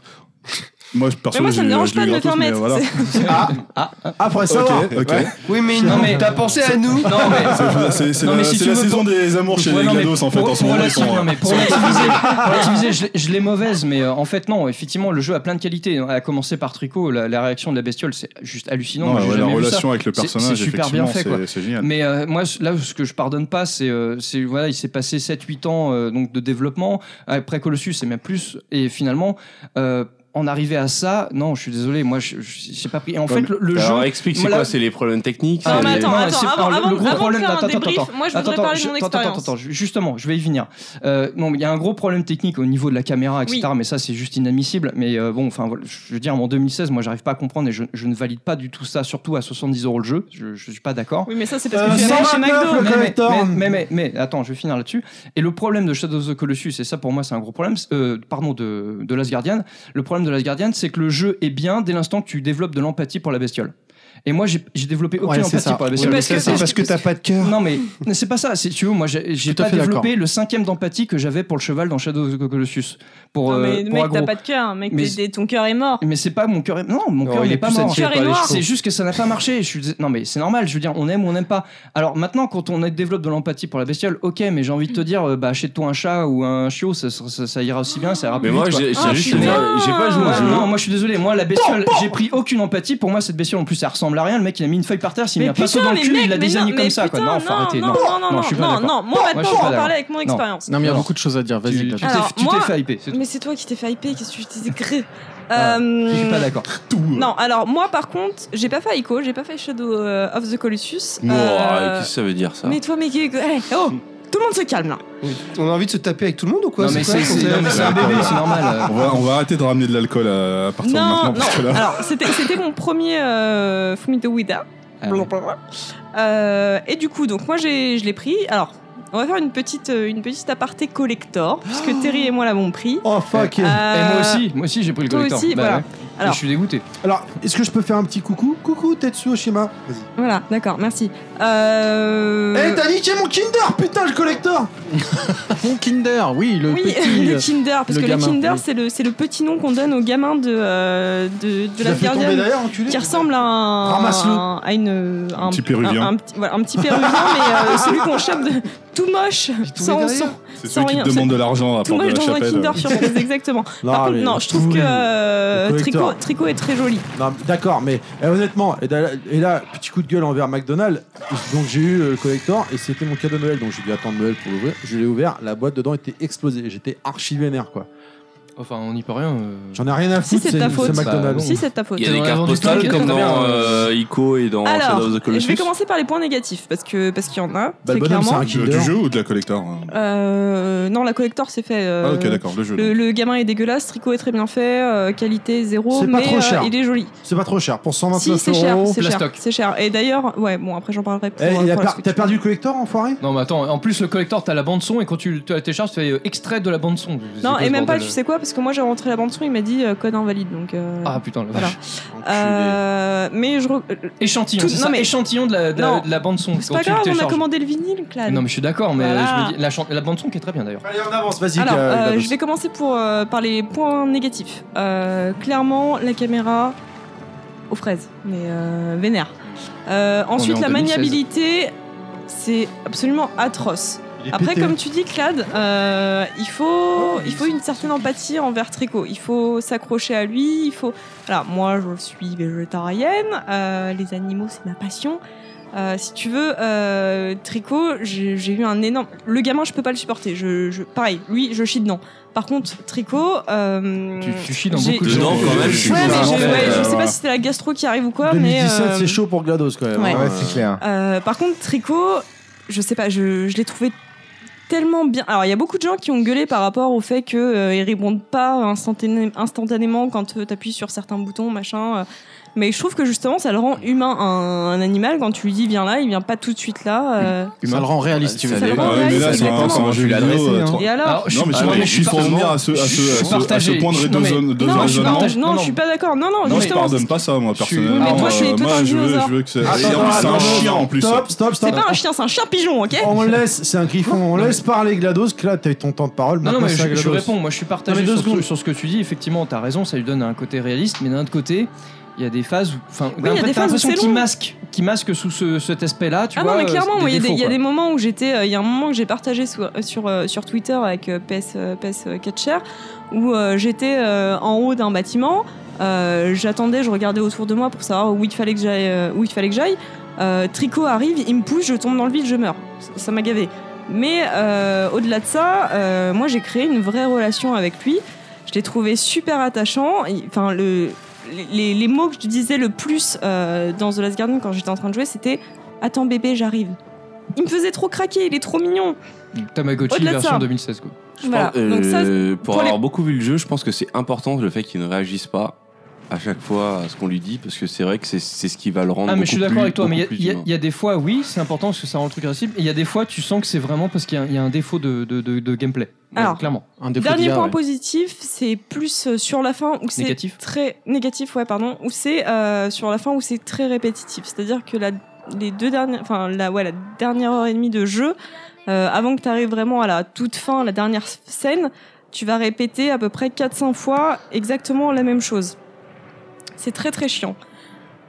Speaker 10: Moi, je-
Speaker 4: Mais
Speaker 10: perso,
Speaker 4: moi ça
Speaker 10: j'ai-
Speaker 4: me dérange
Speaker 10: je l'ai
Speaker 4: pas de me
Speaker 10: gratos,
Speaker 4: faire
Speaker 10: mais
Speaker 4: mettre.
Speaker 10: voilà.
Speaker 4: *laughs* c'est-
Speaker 11: Ah,
Speaker 1: Ah,
Speaker 2: Après ça, va.
Speaker 10: Ok, ok.
Speaker 3: Oui, mais
Speaker 1: Non,
Speaker 3: non,
Speaker 1: mais-
Speaker 3: t'as pensé à nous.
Speaker 1: Non mais.
Speaker 10: *laughs* C'est c'est
Speaker 1: Non, mais
Speaker 10: la,
Speaker 1: si
Speaker 10: c'est
Speaker 1: tu
Speaker 10: la
Speaker 1: veux,
Speaker 10: saison
Speaker 1: pour-
Speaker 10: des amours chez
Speaker 1: Ouais,
Speaker 10: les
Speaker 1: non, mais
Speaker 10: GLaDOS en fait
Speaker 1: pour-
Speaker 10: en ce
Speaker 1: pour
Speaker 10: moment. ils
Speaker 1: relativiser-
Speaker 10: sont,
Speaker 1: non, mais pour relativiser, *laughs* pour relativiser, je l'ai- je l'ai mauvaise, mais euh, en fait, non, effectivement, le jeu a plein de qualités. hein. À commencer par Tricot, la, la réaction de la bestiole, c'est juste hallucinant.
Speaker 10: Non,
Speaker 1: Moi, j'ai
Speaker 10: ouais, la
Speaker 1: jamais vu ça.
Speaker 10: relation avec le
Speaker 1: C'est-
Speaker 10: personnage,
Speaker 1: c'est super bien
Speaker 10: effectivement,
Speaker 1: fait, quoi.
Speaker 10: c'est- c'est génial.
Speaker 1: Mais euh, moi, là, ce que je pardonne pas, c'est, euh, c'est voilà, il s'est passé 7-8 ans euh, donc de développement. Après Colossus, c'est même plus. Et finalement, euh, en arriver à ça, non, je suis désolé, moi, je je- j'ai pas pris. Et
Speaker 10: Bah,
Speaker 1: en fait, le, le jeu.
Speaker 5: Alors explique, c'est
Speaker 1: Voilà.
Speaker 5: quoi C'est les problèmes techniques
Speaker 4: Non,
Speaker 5: c'est-
Speaker 4: Ah, mais attends,
Speaker 1: Non,
Speaker 4: attends,
Speaker 1: c'est-
Speaker 4: avant-
Speaker 1: alors, le-
Speaker 4: avant-
Speaker 1: le gros
Speaker 4: avant de
Speaker 1: problème-
Speaker 4: faire un
Speaker 1: attends, attends,
Speaker 4: débrief,
Speaker 1: attends.
Speaker 4: moi, je voudrais
Speaker 1: Attends,
Speaker 4: parler de
Speaker 1: je-
Speaker 4: mon
Speaker 1: attends, attends,
Speaker 4: expérience.
Speaker 1: attends, ju- justement, je vais y venir. Euh, non, mais il y a un gros problème technique au niveau de la caméra, etc. Mais ça, c'est juste inadmissible. Mais euh, bon, enfin, voilà, je veux dire, en 2016, moi, j'arrive pas à comprendre et je, je ne valide pas du tout ça, surtout à 70 euros le jeu. Je, je suis pas d'accord.
Speaker 4: Oui mais ça c'est
Speaker 2: Euh,
Speaker 4: parce que tu l'as
Speaker 2: cent
Speaker 4: chez
Speaker 2: vingt-neuf,
Speaker 4: McDo.
Speaker 2: le
Speaker 1: Mais, mais,
Speaker 2: collector.
Speaker 1: mais, mais- mais- mais, attends, je vais finir là-dessus. Et le problème de Shadow of the Colossus, et ça pour moi c'est un gros problème, c'est- euh, pardon, de, de Last Guardian, le problème de Last Guardian c'est que le jeu est bien dès l'instant que tu développes de l'empathie pour la bestiole. Et moi, j'ai j'ai développé aucune
Speaker 8: Ouais, c'est
Speaker 1: empathie
Speaker 8: ça.
Speaker 1: pour la
Speaker 8: Oui,
Speaker 1: bestiole.
Speaker 8: mais
Speaker 1: Parce
Speaker 8: ça,
Speaker 1: que-
Speaker 8: c'est
Speaker 3: Parce que t'as pas de cœur.
Speaker 1: non mais c'est pas ça. Si tu veux, moi j'ai j'ai
Speaker 8: Tout à
Speaker 1: pas
Speaker 8: fait
Speaker 1: développé le cinquième d'empathie que j'avais pour le cheval dans Shadow of the Colossus. Pour,
Speaker 4: Non,
Speaker 1: euh,
Speaker 4: mais
Speaker 1: pour
Speaker 4: mec,
Speaker 1: Agro.
Speaker 4: t'as pas de cœur, mec,
Speaker 1: Mais-
Speaker 4: t'es- t'es- ton cœur est mort.
Speaker 1: Mais c'est pas mon cœur. est- Non, mon cœur
Speaker 8: il
Speaker 1: n'est
Speaker 8: est
Speaker 1: pas
Speaker 8: plus
Speaker 1: mort.
Speaker 4: Mon cœur est noir.
Speaker 1: C'est juste que ça n'a pas marché. Je suis... dés- Non, mais c'est normal. Je veux dire, on aime ou on n'aime pas. Alors maintenant, quand on développe de l'empathie pour la bestiole, ok, mais j'ai envie de te dire, euh, bah achète-toi un chat ou un chiot, ça, ça- ça- ça ira aussi bien, ça ira plus
Speaker 5: Mais moi,
Speaker 1: vite, quoi.
Speaker 5: j'ai j'ai
Speaker 4: Ah,
Speaker 5: juste.
Speaker 4: putain.
Speaker 5: j'ai- J'ai pas joué au
Speaker 1: Ouais,
Speaker 5: jeu.
Speaker 1: non, moi je suis désolé, moi la bestiole, j'ai pris aucune empathie. Pour moi, cette bestiole en plus, ça ressemble à rien. Le mec il a mis une feuille par terre, s'il met
Speaker 4: Mais
Speaker 1: un pinceau
Speaker 4: putain,
Speaker 1: dans le
Speaker 4: mais
Speaker 1: cul,
Speaker 4: mec,
Speaker 1: il a
Speaker 4: mais
Speaker 1: dessiné
Speaker 4: non,
Speaker 1: comme
Speaker 4: mais
Speaker 1: ça. quoi.
Speaker 4: putain,
Speaker 1: Non, faut arrêter. Non,
Speaker 4: non, non,
Speaker 1: je suis pas
Speaker 4: non,
Speaker 1: d'accord.
Speaker 4: non. Moi
Speaker 1: je
Speaker 4: maintenant,
Speaker 1: suis
Speaker 4: on
Speaker 1: pas
Speaker 4: va
Speaker 1: d'accord.
Speaker 4: parler avec mon
Speaker 1: Non.
Speaker 4: expérience.
Speaker 8: Non, mais il y a
Speaker 1: Alors,
Speaker 8: beaucoup de choses à dire. Vas-y,
Speaker 1: Tu tu
Speaker 8: Gladio.
Speaker 1: t'es
Speaker 4: Alors,
Speaker 1: tu t'es
Speaker 4: moi-
Speaker 1: fait hyper. c'est tout.
Speaker 4: Mais c'est toi qui t'es fait hyper, qu'est-ce que tu te disais gré
Speaker 1: Ah, Je suis
Speaker 4: Euh,
Speaker 1: pas hein. d'accord.
Speaker 4: Non, alors moi par contre, j'ai pas fait Ico, j'ai pas fait Shadow euh, of the Colossus.
Speaker 5: Ouah,
Speaker 4: Euh,
Speaker 5: ah, Qu'est-ce que ça veut dire ça
Speaker 4: mais toi, mais qui- hey, oh, tout le monde se calme là.
Speaker 3: On a envie de se taper avec tout le monde ou quoi
Speaker 1: Non, mais
Speaker 3: quoi
Speaker 1: c'est
Speaker 3: le
Speaker 1: c'est-
Speaker 3: concept
Speaker 1: non, mais c'est un bébé, c'est normal. euh.
Speaker 10: On va, on va arrêter de ramener de l'alcool à, à partir de maintenant.
Speaker 4: Non,
Speaker 10: parce que
Speaker 4: non.
Speaker 10: là-
Speaker 4: Alors c'était c'était mon premier euh, Fumito Ueda.
Speaker 1: Ah ouais.
Speaker 4: Euh, et du coup, donc moi j'ai- je l'ai pris. Alors, on va faire une petite euh, une petite aparté collector puisque Terry et moi l'avons pris.
Speaker 2: Oh fuck
Speaker 4: Euh,
Speaker 1: Ah. Et moi aussi, moi aussi j'ai pris le
Speaker 4: toi
Speaker 1: collector. Bah
Speaker 4: aussi, voilà.
Speaker 1: ouais. Et
Speaker 4: Alors.
Speaker 1: je suis dégoûté.
Speaker 2: Alors, est-ce que je peux faire un petit coucou Coucou Tetsuo Shima. Vas-y.
Speaker 4: Voilà, d'accord, merci. Euh...
Speaker 2: Eh, t'as niqué mon Kinder, putain, le collector
Speaker 8: Mon Kinder, oui, le
Speaker 4: Oui,
Speaker 8: petit.
Speaker 1: *laughs*
Speaker 4: *laughs*
Speaker 8: euh,
Speaker 4: le Kinder, parce
Speaker 8: le
Speaker 4: que
Speaker 8: gamin,
Speaker 4: le Kinder,
Speaker 8: oui.
Speaker 4: c'est le, c'est le petit nom qu'on donne aux gamins de, euh, de, de
Speaker 2: Tu
Speaker 4: la
Speaker 2: l'as fait tomber
Speaker 4: gardienne
Speaker 2: d'ailleurs, enculé.
Speaker 4: qui ressemble à un,
Speaker 2: Ramasse-le.
Speaker 4: un- à une,
Speaker 10: Un petit Péruvien.
Speaker 4: Un, un petit- voilà, un petit péruvien, mais euh, celui qu'on chope de tout moche, sans, sans,
Speaker 10: C'est
Speaker 4: sans
Speaker 10: celui qui
Speaker 4: rien,
Speaker 10: te demande de l'argent à
Speaker 4: tout
Speaker 10: part Ah, de
Speaker 4: moche dans
Speaker 10: la
Speaker 4: un
Speaker 10: chapelle. euh.
Speaker 4: Kinder Surprise, exactement. Par contre,
Speaker 2: mais-
Speaker 4: non, je trouve que
Speaker 2: Oui.
Speaker 4: euh,
Speaker 2: Le collector.
Speaker 4: tricot, tricot est très joli.
Speaker 2: Non, mais D'accord, mais eh, honnêtement, et là, et là, petit coup de gueule envers McDonald's. Donc j'ai eu euh, le collector et c'était mon cadeau de Noël, donc j'ai dû attendre Noël pour l'ouvrir. Je l'ai ouvert, la boîte dedans était explosée. J'étais archi vénère, quoi.
Speaker 1: Enfin, on n'y peut rien. euh.
Speaker 2: J'en ai rien à
Speaker 4: Si,
Speaker 2: foutre,
Speaker 4: c'est ta faute.
Speaker 2: c'est McDonald's.
Speaker 1: Bah,
Speaker 4: Si, c'est de ta faute.
Speaker 5: Il y a
Speaker 1: T'es
Speaker 5: des
Speaker 1: dans
Speaker 5: cartes
Speaker 1: l'avant du
Speaker 5: postales
Speaker 1: truc,
Speaker 5: comme
Speaker 1: t'as
Speaker 5: dans
Speaker 1: bien,
Speaker 5: euh, Ico et dans
Speaker 4: Alors,
Speaker 5: Shadow of the
Speaker 4: je vais
Speaker 5: Colossus.
Speaker 4: commencer par les points négatifs, parce que parce qu'il y en a,
Speaker 2: Bah,
Speaker 4: très
Speaker 2: le bonhomme, c'est
Speaker 4: clairement.
Speaker 2: un
Speaker 10: Du,
Speaker 2: Kinder.
Speaker 10: du jeu ou de la collector hein
Speaker 4: Euh, non, la collector, c'est fait. euh,
Speaker 10: Ah, ok, d'accord, le jeu.
Speaker 4: Le, le gamin est dégueulasse, tricot est très bien fait, euh, qualité zéro,
Speaker 2: C'est pas
Speaker 4: mais
Speaker 2: trop
Speaker 4: euh,
Speaker 2: cher.
Speaker 4: il est joli.
Speaker 2: C'est pas trop cher, pour
Speaker 4: Si,
Speaker 2: 129
Speaker 4: c'est cher,
Speaker 2: euros.
Speaker 4: c'est cher,
Speaker 1: plastoc.
Speaker 4: c'est cher. Et d'ailleurs, ouais, bon, après j'en parlerai pour.
Speaker 2: Eh,
Speaker 4: pour
Speaker 2: il a
Speaker 4: la
Speaker 2: per-
Speaker 4: suite.
Speaker 2: T'as perdu le collector, enfoiré
Speaker 1: Non, mais attends, en plus, le collector, t'as la bande-son et quand tu le télécharges, tu fais euh, extrait de la bande-son. C'est
Speaker 4: Non,
Speaker 1: quoi
Speaker 4: et
Speaker 1: ce
Speaker 4: même pas,
Speaker 1: bordel
Speaker 4: tu sais quoi, parce que moi j'ai rentré la bande son, il m'a dit euh, code invalide, donc. euh,
Speaker 1: Ah putain, la
Speaker 4: Voilà.
Speaker 1: vache.
Speaker 4: euh, mais je. re- euh,
Speaker 1: Échantillon,
Speaker 4: Tout-
Speaker 1: c'est
Speaker 4: non,
Speaker 1: ça,
Speaker 4: mais-
Speaker 1: échantillon de la, de la-
Speaker 4: Non.
Speaker 1: de la bande-son.
Speaker 4: C'est
Speaker 1: quand
Speaker 4: pas
Speaker 1: tu le
Speaker 4: grave, on a
Speaker 1: télécharges.
Speaker 4: commandé le vinyle, Clad.
Speaker 1: Non, mais je suis d'accord, mais
Speaker 4: Voilà.
Speaker 1: je me dis, la, chan- la bande-son qui est très bien d'ailleurs.
Speaker 2: Allez, on avance, vas-y.
Speaker 4: Alors,
Speaker 2: Gaël,
Speaker 4: euh,
Speaker 2: Gaël.
Speaker 4: je vais commencer pour, euh, par les points négatifs. Euh, clairement, la caméra aux fraises, mais euh, vénère. Euh,
Speaker 1: est
Speaker 4: ensuite,
Speaker 1: en
Speaker 4: la
Speaker 1: 2016.
Speaker 4: maniabilité, c'est absolument atroce.
Speaker 2: Il est
Speaker 4: Après,
Speaker 2: pété. Oh,
Speaker 4: comme tu dis, Clad, euh, il, faut, il faut une certaine empathie envers Tricot. Il faut s'accrocher à lui. Il faut. Alors, moi, je suis végétarienne. euh, les animaux, c'est ma passion. Euh, si tu veux, euh, Tricot, j'ai j'ai eu un énorme. Le gamin, je peux pas le supporter. Je, je- Pareil, lui, je chie dedans. Par contre, Tricot. euh,
Speaker 1: Tu, tu chies dans
Speaker 4: j'ai-
Speaker 1: beaucoup de
Speaker 5: Dedans,
Speaker 1: choses.
Speaker 5: quand même, je
Speaker 10: je
Speaker 5: suis
Speaker 4: Ouais, mais
Speaker 5: vraiment-
Speaker 4: je, ouais, je
Speaker 5: Euh,
Speaker 4: sais pas si c'était la gastro qui arrive ou quoi, mais.
Speaker 2: 2017,
Speaker 4: euh,
Speaker 2: c'est chaud pour GLaDOS quand même.
Speaker 4: Ouais.
Speaker 2: hein.
Speaker 11: Ouais, c'est clair.
Speaker 4: euh, par contre, Tricot, je sais pas, je, je l'ai trouvé tellement bien. Alors, il y a beaucoup de gens qui ont gueulé par rapport au fait que euh, il répondent pas instantané- instantanément quand euh, t'appuies sur certains boutons, machin. euh. mais je trouve que justement, ça le rend humain un, un animal quand tu lui dis viens là, il vient pas tout de suite là. euh.
Speaker 8: Ça le rend réaliste, tu veux
Speaker 4: Ça
Speaker 8: dire.
Speaker 4: dépend.
Speaker 10: Ah ouais, mais là, c'est un,
Speaker 4: Exactement.
Speaker 10: c'est un jeu
Speaker 11: Je l'ai
Speaker 10: vidéo.
Speaker 11: adressé,
Speaker 10: euh,
Speaker 11: hein.
Speaker 10: trois-
Speaker 4: Et alors
Speaker 1: Alors, je suis
Speaker 10: Non, mais
Speaker 1: pas-
Speaker 10: tu vois,
Speaker 1: moi,
Speaker 10: mais je suis pour
Speaker 1: totalement-
Speaker 10: revenir à ce, à ce, à
Speaker 1: je suis
Speaker 10: ce, à ce
Speaker 1: partagé.
Speaker 10: point de
Speaker 1: Je- non, mais-
Speaker 4: non,
Speaker 10: raisonnement. de
Speaker 4: je suis
Speaker 10: raisonnement.
Speaker 4: pas, non,
Speaker 1: Non,
Speaker 4: je suis
Speaker 1: non.
Speaker 4: pas d'accord. Non, non,
Speaker 1: Non,
Speaker 10: Moi, je
Speaker 4: justement.
Speaker 10: pardonne pas ça, moi,
Speaker 1: je suis-
Speaker 10: personnellement.
Speaker 1: Mais
Speaker 4: toi, je suis-
Speaker 10: Euh,
Speaker 4: toi, t'es
Speaker 10: moi,
Speaker 4: un
Speaker 10: je veux,
Speaker 4: dinosaure.
Speaker 10: je veux que ça.
Speaker 2: Attends,
Speaker 10: Et en plus,
Speaker 2: attends,
Speaker 10: c'est un
Speaker 2: attends,
Speaker 10: chien
Speaker 2: attends.
Speaker 10: en plus.
Speaker 2: Ah, Stop, stop,
Speaker 4: C'est
Speaker 2: stop.
Speaker 4: pas un chien, c'est un chien pigeon,
Speaker 10: Oh.
Speaker 4: ok
Speaker 2: On laisse, c'est un griffon, on laisse parler GLaDOS, que là t'as eu ton temps de parole,
Speaker 1: Non, non,
Speaker 2: maintenant
Speaker 1: mais
Speaker 2: c'est à
Speaker 1: je, je
Speaker 2: GLaDOS.
Speaker 1: réponds. Moi, je suis partagé
Speaker 2: Non, mais deux
Speaker 1: sur, ce-
Speaker 2: secondes.
Speaker 1: sur ce que tu dis. Effectivement, t'as raison, ça lui donne un côté réaliste, mais d'un autre côté, il y a des phases où. Enfin,
Speaker 4: il y a des phases où c'est
Speaker 1: qui
Speaker 4: long.
Speaker 1: masque, qui masque sous ce- cet aspect-là, tu
Speaker 4: ah
Speaker 1: vois.
Speaker 4: non mais
Speaker 1: euh,
Speaker 4: clairement, moi, il y, a des-
Speaker 1: défauts,
Speaker 4: il y a
Speaker 1: quoi.
Speaker 4: des moments où j'étais, euh, il y a un moment que j'ai partagé sur sur, euh, sur Twitter avec euh, PS euh, PS euh, Catcher où euh, j'étais euh, en haut d'un bâtiment, euh, j'attendais, je regardais autour de moi pour savoir où il fallait que j'aille, euh, où il fallait que j'aille. Euh, tricot arrive, il me pousse, je tombe dans le vide, je meurs. Ça- Ça m'a gavé. Mais euh, au-delà de ça, euh, moi j'ai créé une vraie relation avec lui. Je l'ai trouvé super attachant. Il- Enfin le les, les mots que je disais le plus euh, dans The Last Garden quand j'étais en train de jouer, c'était Attends bébé, j'arrive. Il me faisait trop craquer, il est trop mignon.
Speaker 1: Tamagotchi
Speaker 4: Au-delà de
Speaker 1: Mm. version
Speaker 4: ça.
Speaker 1: 2016, quoi.
Speaker 4: Voilà.
Speaker 5: Euh,
Speaker 4: Donc ça,
Speaker 5: pour,
Speaker 4: pour les-
Speaker 5: avoir beaucoup vu le jeu, je pense que c'est important le fait qu'il ne réagisse pas à chaque fois à ce qu'on lui dit parce que c'est vrai que c'est c'est ce qui va le rendre.
Speaker 1: Ah, mais je suis
Speaker 5: beaucoup
Speaker 1: d'accord
Speaker 5: plus-
Speaker 1: avec toi, mais il y a-
Speaker 5: beaucoup plus
Speaker 1: il y, a-
Speaker 5: humain.
Speaker 1: il y a des fois, oui, c'est important parce que ça rend le truc accessible. Et il y a des fois, tu sens que c'est vraiment parce qu'il y, a un- il y a un défaut de, de- de- de gameplay.
Speaker 4: Alors,
Speaker 1: clairement.
Speaker 8: Un défaut
Speaker 4: Dernier
Speaker 8: d'IA,
Speaker 4: point
Speaker 8: ouais.
Speaker 4: positif, c'est plus euh, sur la fin où c'est
Speaker 1: Négatif.
Speaker 4: très négatif, ouais, pardon, où c'est euh, sur la fin où c'est très répétitif. C'est-à-dire que la, les deux dernières, enfin la, ouais, la dernière heure et demie de jeu, euh, avant que tu arrives vraiment à la toute fin, la dernière scène, tu vas répéter à peu près 4-5 fois exactement la même chose. C'est très très chiant.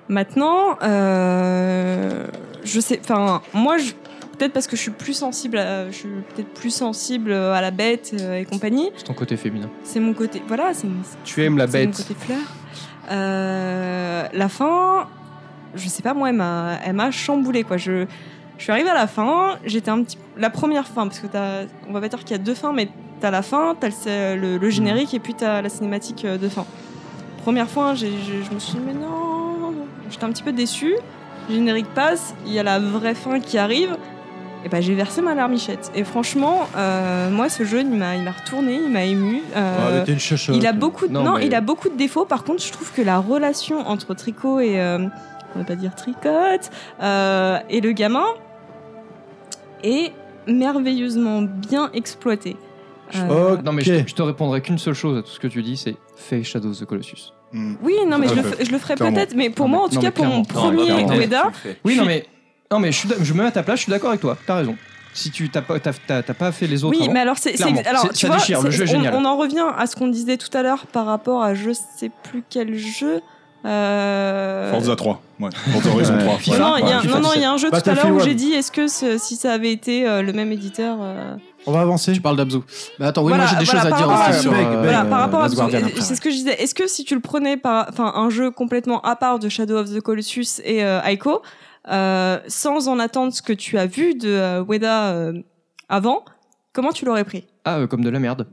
Speaker 4: Maintenant, euh, je sais, enfin, moi, je- peut-être parce que je suis plus sensible, à, je suis peut-être plus sensible à la bête euh, et compagnie.
Speaker 1: C'est ton côté féminin.
Speaker 4: C'est mon côté. Voilà, c'est mon,
Speaker 3: Tu aimes la
Speaker 4: c'est mon
Speaker 3: bête.
Speaker 4: côté fleur. Euh, la fin, je sais pas, moi, elle m'a, elle m'a chamboulé, quoi. Je, je suis arrivée à la fin, j'étais un petit. La première fin, parce que t'as. On va pas dire qu'il y a deux fins, mais t'as la fin, t'as le, le- le générique et puis t'as la cinématique euh, de fin. Première fois, hein, j'ai- je, je me suis dit, mais non J'étais un petit peu déçue. Le générique passe, il y a la vraie fin qui arrive. Et ben j'ai versé ma larmichette. Et franchement, euh, moi, ce jeu, il m'a, il m'a retourné, il m'a ému. Euh,
Speaker 2: Ah, t'es une chachotte.
Speaker 4: Il a beaucoup de,
Speaker 1: Non,
Speaker 4: non,
Speaker 1: mais-
Speaker 4: il a beaucoup de défauts. Par contre, je trouve que la relation entre Tricot et euh, on va pas dire Tricotte euh, et le gamin est merveilleusement bien exploité. Euh,
Speaker 2: Ok.
Speaker 1: Non, mais je, te- je te répondrai qu'une seule chose à tout ce que tu dis c'est fais Shadows of the Colossus.
Speaker 10: Hmm.
Speaker 4: Oui, non, mais
Speaker 10: Tout
Speaker 4: je le,
Speaker 10: à fait.
Speaker 4: f- je le ferai
Speaker 10: Clairement.
Speaker 4: peut-être, mais pour
Speaker 1: Non,
Speaker 4: moi,
Speaker 1: mais-
Speaker 4: en tout
Speaker 1: non,
Speaker 4: cas,
Speaker 1: mais
Speaker 4: pour mon
Speaker 1: clairement. Non, mais
Speaker 4: premier
Speaker 1: clairement.
Speaker 4: Ueda,
Speaker 1: Oui,
Speaker 4: Je
Speaker 1: non,
Speaker 4: suis-
Speaker 1: mais, non, mais je, suis d- je me mets à ta place, je suis d'accord avec toi, t'as raison. Si tu t'as pas, t'as- t'as- t'as pas fait les autres.
Speaker 4: Oui,
Speaker 1: avant.
Speaker 4: mais alors c'est c'est-
Speaker 1: hein. Clairement.
Speaker 4: alors
Speaker 1: C'est-
Speaker 4: tu
Speaker 1: ça
Speaker 4: vois,
Speaker 1: déchire, le
Speaker 4: c'est-
Speaker 1: jeu est
Speaker 4: on-
Speaker 1: génial.
Speaker 4: On, en revient à ce qu'on disait tout à l'heure par rapport à je sais plus quel jeu. euh,
Speaker 10: Forza 3. Ouais. Forza Horizon 3.
Speaker 4: Non,
Speaker 10: voilà.
Speaker 4: non, il y a un-
Speaker 10: Ouais,
Speaker 4: non, non, il y a un jeu tout à l'heure
Speaker 2: Battlefield
Speaker 4: où
Speaker 2: One.
Speaker 4: j'ai dit est-ce que ce- si ça avait été euh, le même éditeur. euh,
Speaker 2: On va avancer.
Speaker 8: Tu parles d'Abzu. Bah attends, oui,
Speaker 4: Voilà,
Speaker 8: moi j'ai des
Speaker 4: voilà,
Speaker 8: choses à
Speaker 4: par
Speaker 8: dire
Speaker 4: rapport
Speaker 8: aussi
Speaker 4: à-
Speaker 8: sur. euh,
Speaker 2: Beg, Beg.
Speaker 4: Voilà, par rapport à
Speaker 8: Last
Speaker 4: ce-
Speaker 8: Guardian, après,
Speaker 4: c'est
Speaker 8: ouais.
Speaker 4: ce que je disais. Est-ce que si tu le prenais par, enfin, un jeu complètement à part de Shadow of the Colossus et euh, Ico, euh, sans en attendre ce que tu as vu de euh, Weda euh, avant, comment tu l'aurais pris
Speaker 1: Ah, euh, comme de la merde.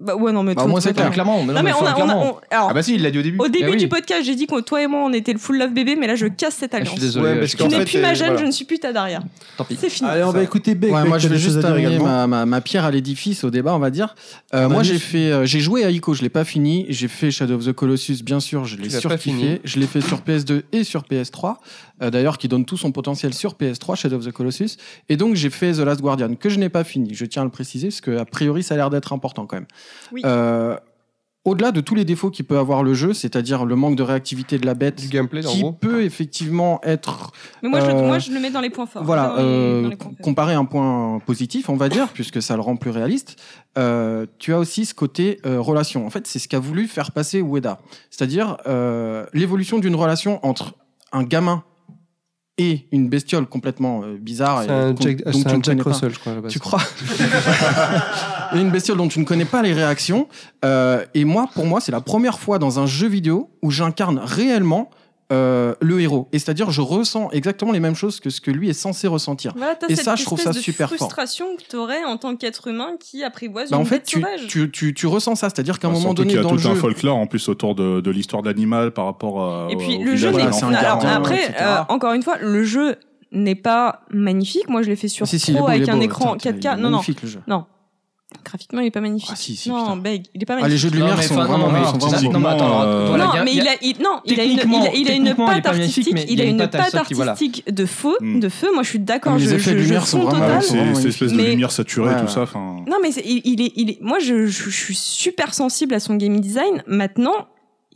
Speaker 4: Bah ouais, non mais
Speaker 8: Bah,
Speaker 4: toi-
Speaker 8: moi, c'est
Speaker 4: toi,
Speaker 8: clair.
Speaker 4: toi-
Speaker 1: Clairement,
Speaker 4: Non mais on a, on a-
Speaker 1: clairement.
Speaker 4: on- alors,
Speaker 11: Ah bah si, il l'a dit au début.
Speaker 4: au début
Speaker 1: oui.
Speaker 4: du podcast, j'ai dit que toi et moi on était le full love bébé, mais là je casse cette
Speaker 1: Ah, Je suis
Speaker 4: alliance.
Speaker 1: désolé.
Speaker 11: Ouais,
Speaker 1: je
Speaker 11: parce
Speaker 1: suis
Speaker 11: qu'en
Speaker 4: Tu n'es
Speaker 11: fait,
Speaker 4: plus
Speaker 11: euh,
Speaker 4: ma jeune,
Speaker 11: voilà.
Speaker 4: je ne suis plus ta Daria.
Speaker 1: Tant pis.
Speaker 4: C'est fini.
Speaker 2: Allez, on va écouter Beck.
Speaker 8: Ouais,
Speaker 2: Beck,
Speaker 8: moi je
Speaker 2: t'as
Speaker 8: vais
Speaker 2: des choses
Speaker 8: juste
Speaker 2: à dire
Speaker 8: terminer
Speaker 2: également. Ah,
Speaker 8: ma, ma, ma pierre à l'édifice au débat on va dire Euh, moi j'ai fait euh, j'ai joué à Ico je l'ai pas fini j'ai fait Shadow of the Colossus bien sûr je l'ai
Speaker 3: l'as pas
Speaker 8: surkiffé
Speaker 3: fini.
Speaker 8: je l'ai fait sur PS2 et sur PS3 euh, d'ailleurs qui donne tout son potentiel sur PS3 Shadow of the Colossus et donc j'ai fait The Last Guardian que je n'ai pas fini je tiens à le préciser parce que a priori ça a l'air d'être important quand même
Speaker 4: Oui.
Speaker 8: Euh, au-delà de tous les défauts qu'il peut avoir le jeu c'est-à-dire le manque de réactivité de la bête
Speaker 3: Du gameplay, en
Speaker 8: qui
Speaker 3: gros.
Speaker 8: peut effectivement être
Speaker 4: Mais moi, je, le-
Speaker 8: Euh,
Speaker 4: moi je le mets dans les points forts.
Speaker 8: voilà,
Speaker 4: dans les-
Speaker 8: euh,
Speaker 4: dans les points faibles.
Speaker 8: comparer un point positif, on va dire, puisque ça le rend plus réaliste, euh, tu as aussi ce côté euh, relation. En fait, c'est ce qu'a voulu faire passer Ueda. C'est-à-dire euh, l'évolution d'une relation entre un gamin et une bestiole complètement euh, bizarre.
Speaker 3: C'est
Speaker 8: et
Speaker 3: un
Speaker 8: qu'on-
Speaker 3: Jack,
Speaker 8: dont
Speaker 3: c'est
Speaker 8: tu
Speaker 3: un Jack
Speaker 8: ne connais pas.
Speaker 3: Russell, je crois. à la base.
Speaker 8: Tu crois Et Une bestiole dont tu ne connais pas les réactions. Euh, et moi, pour moi, c'est la première fois dans un jeu vidéo où j'incarne réellement euh, le héros. Et c'est-à-dire, je ressens exactement les mêmes choses que ce que lui est censé ressentir.
Speaker 4: Voilà, t'as
Speaker 8: Et
Speaker 4: cette
Speaker 8: ça, je trouve
Speaker 4: espèce
Speaker 8: ça
Speaker 4: de
Speaker 8: super fort.
Speaker 4: frustration que t'aurais en tant qu'être humain qui apprivoise
Speaker 8: Bah,
Speaker 4: une
Speaker 8: en fait,
Speaker 4: bête
Speaker 8: tu,
Speaker 4: sauvage.
Speaker 8: tu, tu, tu ressens ça. C'est-à-dire qu'à un
Speaker 10: Ah, Surtout
Speaker 8: moment donné
Speaker 10: qu'il y a
Speaker 8: dans
Speaker 10: tout
Speaker 8: le jeu.
Speaker 10: un folklore en plus autour de, de l'histoire de l'animal par rapport à.
Speaker 4: Et puis
Speaker 10: au
Speaker 4: le jeu
Speaker 10: village
Speaker 4: n'est
Speaker 10: des
Speaker 8: voilà, Oh, c'est
Speaker 10: enfants.
Speaker 8: un
Speaker 4: alors,
Speaker 8: gardien,
Speaker 4: après
Speaker 8: etc.
Speaker 4: euh, encore une fois le jeu n'est pas magnifique. Moi je l'ai fait sur
Speaker 8: Si, si, il est
Speaker 4: pro
Speaker 8: beau, il
Speaker 4: avec
Speaker 8: est
Speaker 4: un
Speaker 8: beau.
Speaker 4: écran
Speaker 8: Putain, il est
Speaker 4: 4K. Non non,
Speaker 8: magnifique, le jeu.
Speaker 4: graphiquement il est pas magnifique.
Speaker 8: Ah, si, si,
Speaker 4: non,
Speaker 8: putain.
Speaker 4: Beg, il est pas
Speaker 8: Ah, les
Speaker 4: magnifique.
Speaker 8: jeux de
Speaker 1: Non,
Speaker 8: lumière
Speaker 1: mais
Speaker 8: sont
Speaker 1: enfin, non,
Speaker 8: vraiment
Speaker 1: mais
Speaker 8: sont vraiment beaux.
Speaker 1: non, mais attends, alors,
Speaker 10: Techniquement,
Speaker 1: voilà,
Speaker 4: euh, non,
Speaker 1: y a-
Speaker 4: mais
Speaker 1: y a-
Speaker 4: il a, il- non, il a une,
Speaker 1: Techniquement,
Speaker 4: il a- il a une
Speaker 1: techniquement, il est
Speaker 4: patte
Speaker 1: pas
Speaker 4: artistique,
Speaker 1: magnifique, mais
Speaker 4: il a une patte
Speaker 1: artistique, voilà.
Speaker 4: artistique de feu,
Speaker 10: Mm.
Speaker 4: de feu. Moi, je suis d'accord.
Speaker 8: Hmm. Mais les
Speaker 4: je,
Speaker 8: effets
Speaker 4: je-
Speaker 8: de
Speaker 4: je
Speaker 8: lumière sont
Speaker 4: fonds
Speaker 8: vraiment-
Speaker 4: total.
Speaker 10: Ah, avec ces-
Speaker 8: vraiment
Speaker 10: cette espèce de
Speaker 4: magnifique.
Speaker 10: lumière saturée,
Speaker 8: Ouais,
Speaker 10: tout
Speaker 8: ouais.
Speaker 10: ça. enfin
Speaker 4: Non, mais c'est- il, il est, il est. Moi, je, je- je suis super sensible à son game design. Maintenant,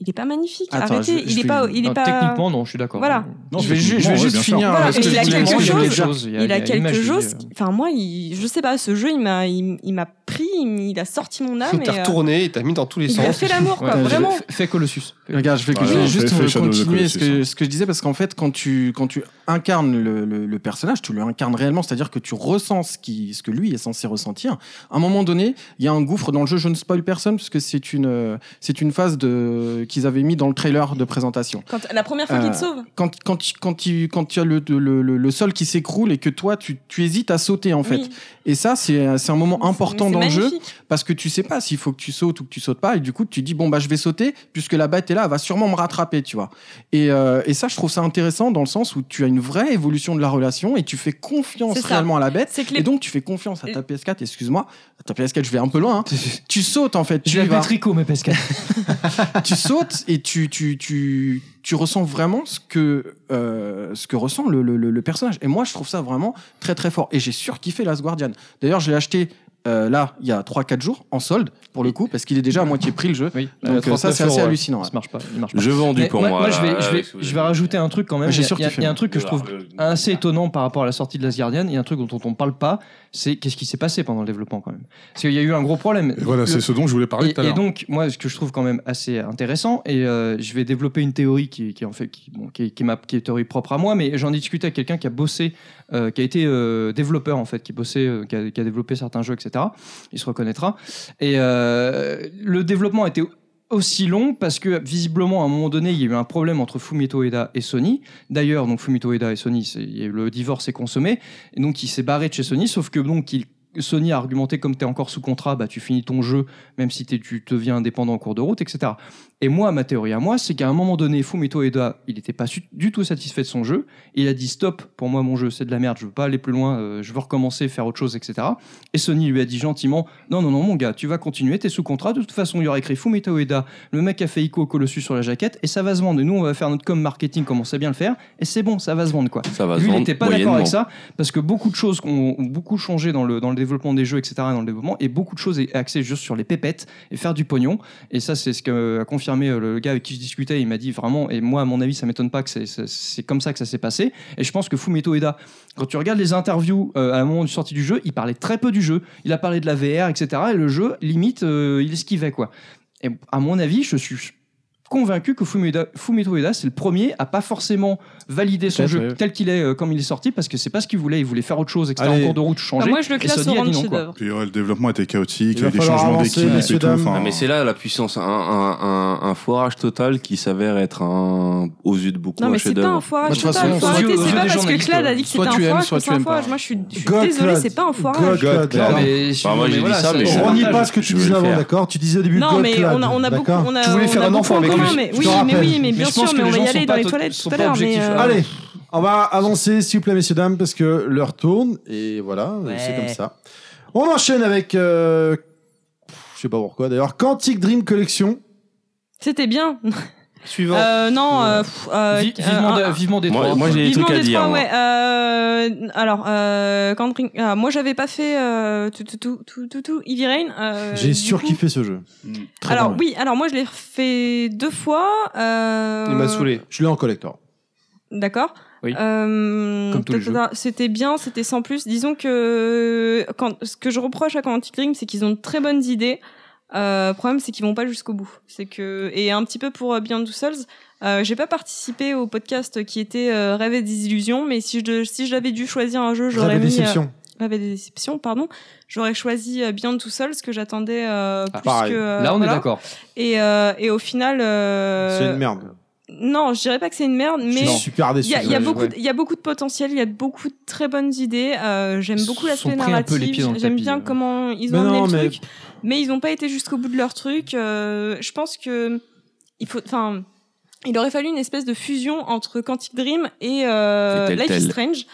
Speaker 4: il est pas magnifique.
Speaker 8: Attends,
Speaker 4: Arrêtez,
Speaker 8: je- je
Speaker 4: il est
Speaker 8: vais-
Speaker 4: pas, il est
Speaker 1: Non,
Speaker 4: pas.
Speaker 1: Techniquement, non, je suis d'accord.
Speaker 4: Voilà.
Speaker 10: Non,
Speaker 8: Je vais, ju- je
Speaker 10: techniquement,
Speaker 8: vais
Speaker 10: ouais,
Speaker 8: juste
Speaker 10: bien sûr.
Speaker 8: finir.
Speaker 4: Voilà,
Speaker 8: parce que
Speaker 4: et
Speaker 8: je
Speaker 4: il a
Speaker 8: voulais
Speaker 4: quelque
Speaker 8: dire, je voulais
Speaker 4: chose-
Speaker 8: dire-
Speaker 4: il a, quelque chose.
Speaker 1: qui...
Speaker 4: Enfin, moi, il, je sais pas. Ce jeu, il m'a, il, il m'a pris, il, m- il a sorti mon âme. et,
Speaker 3: T'as
Speaker 4: euh,
Speaker 3: retourné et t'as mis dans tous les
Speaker 4: il a
Speaker 3: sens.
Speaker 4: fait l'amour, quoi.
Speaker 8: Ouais, je-
Speaker 4: vraiment.
Speaker 1: Fais Colossus.
Speaker 8: Regarde, je vais,
Speaker 10: Ouais,
Speaker 8: je vais
Speaker 10: non,
Speaker 8: juste
Speaker 10: fais- fais Shadow of the
Speaker 8: continuer ce que,
Speaker 10: Colossus, hein.
Speaker 8: ce que je disais parce qu'en fait, quand tu, quand tu incarnes le, le- le personnage, tu le incarnes réellement, c'est-à-dire que tu ressens ce, qui, ce que lui est censé ressentir. À un moment donné, il y a un gouffre dans le jeu, je ne spoil personne parce que c'est une, euh, c'est une phase de, qu'ils avaient mis dans le trailer de présentation.
Speaker 4: Quand, la première fois qu'il
Speaker 8: Euh,
Speaker 4: te sauve.
Speaker 8: Quand, quand, tu- quand, tu- quand tu as le, le, le- le sol qui s'écroule et que toi, tu, tu hésites à sauter en fait.
Speaker 4: Oui.
Speaker 8: Et ça, c'est c'est un moment
Speaker 4: Mais
Speaker 8: important
Speaker 4: c'est
Speaker 8: dans le jeu
Speaker 4: magnifique.
Speaker 8: parce que tu sais pas s'il faut que tu sautes ou que tu sautes pas et du coup tu dis bon bah je vais sauter puisque la bête est là elle va sûrement me rattraper tu vois et, euh, et ça je trouve ça intéressant dans le sens où tu as une vraie évolution de la relation et tu fais confiance
Speaker 4: C'est ça.
Speaker 8: réellement à la bête
Speaker 4: C'est que
Speaker 8: et
Speaker 4: les.
Speaker 8: donc tu fais confiance à ta PS4 *laughs* excuse-moi à ta PS4 je vais un peu loin hein. tu sautes en fait tu y vas
Speaker 4: *laughs*
Speaker 1: tricot, mais Pascal.
Speaker 8: tu sautes et tu, tu, tu, tu ressens vraiment ce que, euh, ce que ressent le, le- le- le personnage. Et moi, je trouve ça vraiment très très fort. Et j'ai surkiffé Last Guardian. D'ailleurs, je l'ai acheté euh, là, il y a 3-4 jours, en solde, pour le coup, parce qu'il est déjà à moitié prix le jeu.
Speaker 1: Oui,
Speaker 8: Donc, euh, ça, c'est
Speaker 1: 39
Speaker 8: assez
Speaker 1: euros,
Speaker 8: hallucinant, ouais.
Speaker 1: Ça marche pas. Il marche pas.
Speaker 5: Je vendu
Speaker 1: Mais
Speaker 5: pour
Speaker 1: moi,
Speaker 5: moi.
Speaker 1: moi, je vais,
Speaker 5: là,
Speaker 1: je
Speaker 5: euh,
Speaker 1: vais,
Speaker 5: si vous
Speaker 1: je
Speaker 5: avez-
Speaker 1: vais rajouter un truc quand même. Il y a- il
Speaker 8: J'ai
Speaker 1: y a-
Speaker 8: surkiffé,
Speaker 1: il y a un
Speaker 8: moi.
Speaker 1: truc que je trouve Euh, assez étonnant par rapport à la sortie de Last Guardian. Il y a un truc dont on parle pas, c'est qu'est-ce qui s'est passé pendant le développement quand même. Parce qu'il y a eu un gros problème.
Speaker 10: Et voilà,
Speaker 1: Le-
Speaker 10: c'est ce dont je voulais parler
Speaker 1: et,
Speaker 10: tout à
Speaker 1: et
Speaker 10: l'heure.
Speaker 1: donc, moi, ce que je trouve quand même assez intéressant, et euh, je vais développer une théorie qui, qui est en fait, qui, bon, qui, est- qui est ma, qui est théorie propre à moi, mais j'en ai discuté avec quelqu'un qui a bossé, euh, qui a été euh, développeur en fait, qui bossait, euh, qui, a, qui a développé certains jeux, etc. Il se reconnaîtra. Et euh, le développement a été aussi long parce que visiblement à un moment donné il y a eu un problème entre Fumito Ueda et Sony. D'ailleurs donc Fumito Ueda et Sony, c'est- il y a eu- le divorce est consommé et donc il s'est barré de chez Sony. Sauf que donc il- Sony a argumenté comme tu es encore sous contrat, bah tu finis ton jeu même si t'es- tu deviens indépendant en cours de route, etc. Et moi, ma théorie à moi, c'est qu'à un moment donné, Fumito Eda, il n'était pas su- du tout satisfait de son jeu. Il a dit stop, pour moi, mon jeu, c'est de la merde, je veux pas aller plus loin, euh, je veux recommencer, faire autre chose, etc. Et Sony lui a dit gentiment non, non, non, mon gars, tu vas continuer, t'es sous contrat, de toute façon, il y aura écrit Fumito Eda, le mec a fait Ico Colossus sur la jaquette, et ça va se vendre. Et nous, on va faire notre com marketing comme on sait bien le faire, et c'est bon, ça va se vendre, quoi.
Speaker 5: Ça va se
Speaker 1: Lui, il
Speaker 5: vendre
Speaker 1: n'était pas d'accord
Speaker 5: moyennement.
Speaker 1: avec ça, parce que beaucoup de choses ont, ont beaucoup changé dans le, dans le développement des jeux, etc., dans le développement, et beaucoup de choses est axées juste sur les pépettes et faire du pognon. Et ça, c'est ce que a confirmé euh, le gars avec qui je discutais. Il m'a dit vraiment, et moi, à mon avis, ça m'étonne pas que c'est- c'est c'est comme ça que ça s'est passé. Et je pense que Fumeto Eda, quand tu regardes les interviews euh, à un moment du sortie du jeu, il parlait très peu du jeu. Il a parlé de la VR, etc. Et le jeu, limite, euh, il esquivait, quoi. Et à mon avis, je suis convaincu que Fumeda- Fumeto Ueda, c'est le premier à pas forcément valider son
Speaker 2: Peut-être,
Speaker 1: jeu
Speaker 2: ouais.
Speaker 1: tel qu'il est, euh, comme il est sorti, parce que c'est pas ce qu'il voulait. Il voulait faire autre chose, etc.
Speaker 2: Allez.
Speaker 1: En cours de route,
Speaker 4: Enfin,
Speaker 1: changer.
Speaker 4: Bah, moi, je le
Speaker 1: Et
Speaker 4: classe
Speaker 1: Sony
Speaker 4: au
Speaker 1: a dit
Speaker 4: rang de
Speaker 1: non, quoi.
Speaker 4: chef-d'œuvre.
Speaker 10: Puis ouais, le développement était chaotique, il y a
Speaker 2: va
Speaker 10: eu des
Speaker 2: falloir
Speaker 10: changements
Speaker 2: avancer,
Speaker 10: d'équipe
Speaker 2: messieurs,
Speaker 10: et tout.
Speaker 2: dames.
Speaker 10: enfin,
Speaker 5: Ah, mais c'est là la puissance, un, un, un, un foirage total qui s'avère être un, aux yeux de beaucoup
Speaker 4: Non,
Speaker 5: un
Speaker 4: mais c'est pas un
Speaker 5: chef-d'œuvre.
Speaker 4: foirage.
Speaker 8: Moi, Bah, de
Speaker 4: total,
Speaker 8: toute façon,
Speaker 4: faut
Speaker 8: aux
Speaker 4: arrêter.
Speaker 1: yeux- aux yeux
Speaker 4: C'est pas
Speaker 1: des
Speaker 4: parce que
Speaker 1: journalistes,
Speaker 4: Claude a dit que
Speaker 8: soit
Speaker 4: c'était un
Speaker 8: tu aimes,
Speaker 4: foirage
Speaker 8: soit
Speaker 4: que
Speaker 8: tu
Speaker 4: c'est un
Speaker 8: aimes pas.
Speaker 4: foirage. Moi, je suis je suis
Speaker 2: God,
Speaker 4: désolée,
Speaker 2: Claude.
Speaker 4: c'est pas un
Speaker 2: God,
Speaker 4: foirage.
Speaker 2: God,
Speaker 5: Non,
Speaker 2: God.
Speaker 1: mais
Speaker 5: Bah, moi, j'ai dit ça, mais
Speaker 2: On
Speaker 5: je-
Speaker 2: renie pas ce que tu
Speaker 5: Je vais
Speaker 2: disais
Speaker 5: le
Speaker 2: avant,
Speaker 5: faire.
Speaker 2: d'accord Tu disais au début
Speaker 4: Non,
Speaker 2: God
Speaker 4: mais
Speaker 2: Clad,
Speaker 4: on a, on a beaucoup.
Speaker 2: d'accord
Speaker 4: On a,
Speaker 3: Tu voulais
Speaker 4: on a
Speaker 3: faire un
Speaker 4: beaucoup
Speaker 3: enfant
Speaker 4: en
Speaker 3: avec
Speaker 4: commun,
Speaker 3: lui.
Speaker 4: Mais,
Speaker 2: Je
Speaker 4: oui,
Speaker 2: te
Speaker 4: mais
Speaker 2: rappelle.
Speaker 4: oui, mais bien
Speaker 1: je pense
Speaker 4: sûr,
Speaker 1: que
Speaker 4: mais
Speaker 1: les
Speaker 4: on va
Speaker 1: gens
Speaker 4: y
Speaker 1: sont
Speaker 4: aller
Speaker 1: pas
Speaker 4: dans les
Speaker 1: to-
Speaker 4: toilettes
Speaker 1: sont
Speaker 4: tout à
Speaker 1: pas
Speaker 4: l'heure. mais,
Speaker 1: objectifs.
Speaker 4: euh,
Speaker 2: Allez, on va avancer, s'il vous plaît, messieurs, dames, parce que l'heure tourne, et voilà, c'est comme ça. On enchaîne avec, euh, pff, je sais pas pourquoi d'ailleurs, Quantic Dream Collection.
Speaker 4: C'était bien.
Speaker 3: Suivant.
Speaker 4: Euh, non, euh, pff, euh,
Speaker 1: Vi- vivement,
Speaker 4: un-
Speaker 1: de- vivement des
Speaker 5: Moi,
Speaker 1: trois.
Speaker 5: moi, j'ai des
Speaker 4: Vivement
Speaker 5: trucs à
Speaker 4: des
Speaker 5: dire.
Speaker 4: trois,
Speaker 5: moi.
Speaker 4: ouais. Euh, alors, euh, quand Ring- ah, moi j'avais pas fait euh, tout, tout, tout, tout, tout, tout, Heavy Rain. euh,
Speaker 2: J'ai
Speaker 4: du
Speaker 2: surkiffé ce jeu.
Speaker 4: coup- Alors oui, alors moi je l'ai fait deux fois. Euh,
Speaker 3: Il m'a saoulé.
Speaker 2: Je l'ai en collector.
Speaker 4: D'accord.
Speaker 1: Oui.
Speaker 4: Euh,
Speaker 1: Comme tous les jeux.
Speaker 4: tata, C'était bien, c'était sans plus. Disons que quand, ce que je reproche à Quantic Dream, c'est qu'ils ont de très bonnes idées. Euh, le problème, c'est qu'ils vont pas jusqu'au bout. C'est que et un petit peu pour euh, Beyond Two Souls, euh, j'ai pas participé au podcast qui était euh, Rêve et Désillusions, mais si je si j'avais dû choisir un jeu, j'aurais
Speaker 2: J'avais
Speaker 4: mis euh,
Speaker 2: déception.
Speaker 4: Rêve et Déception, pardon, j'aurais choisi euh, Beyond Two Souls que j'attendais euh, plus
Speaker 2: pareil.
Speaker 4: que euh,
Speaker 1: Ah, Là, on
Speaker 4: voilà.
Speaker 1: est d'accord.
Speaker 4: Et euh, et au final, euh,
Speaker 2: C'est une merde.
Speaker 4: non, je dirais pas que c'est une merde,
Speaker 2: Je
Speaker 4: mais
Speaker 2: suis super
Speaker 4: il
Speaker 2: déçu.
Speaker 4: y, a, il y a
Speaker 1: Ouais.
Speaker 4: beaucoup, de- il y a beaucoup de potentiel, il y a beaucoup de très bonnes idées. euh, j'aime
Speaker 1: Ils
Speaker 4: beaucoup
Speaker 1: se
Speaker 4: l'aspect
Speaker 1: sont pris un peu les
Speaker 4: narratif.
Speaker 1: pieds dans le
Speaker 4: J'aime
Speaker 1: tapis,
Speaker 4: bien
Speaker 1: euh.
Speaker 4: comment ils
Speaker 2: Mais
Speaker 4: ont amené
Speaker 2: non,
Speaker 4: le
Speaker 2: mais-
Speaker 4: truc, mais ils n'ont pas été jusqu'au bout de leur truc. euh, je pense que il faut, enfin, il aurait fallu une espèce de fusion entre Quantic Dream et, euh,
Speaker 5: Et Telltale.
Speaker 4: Life is Strange.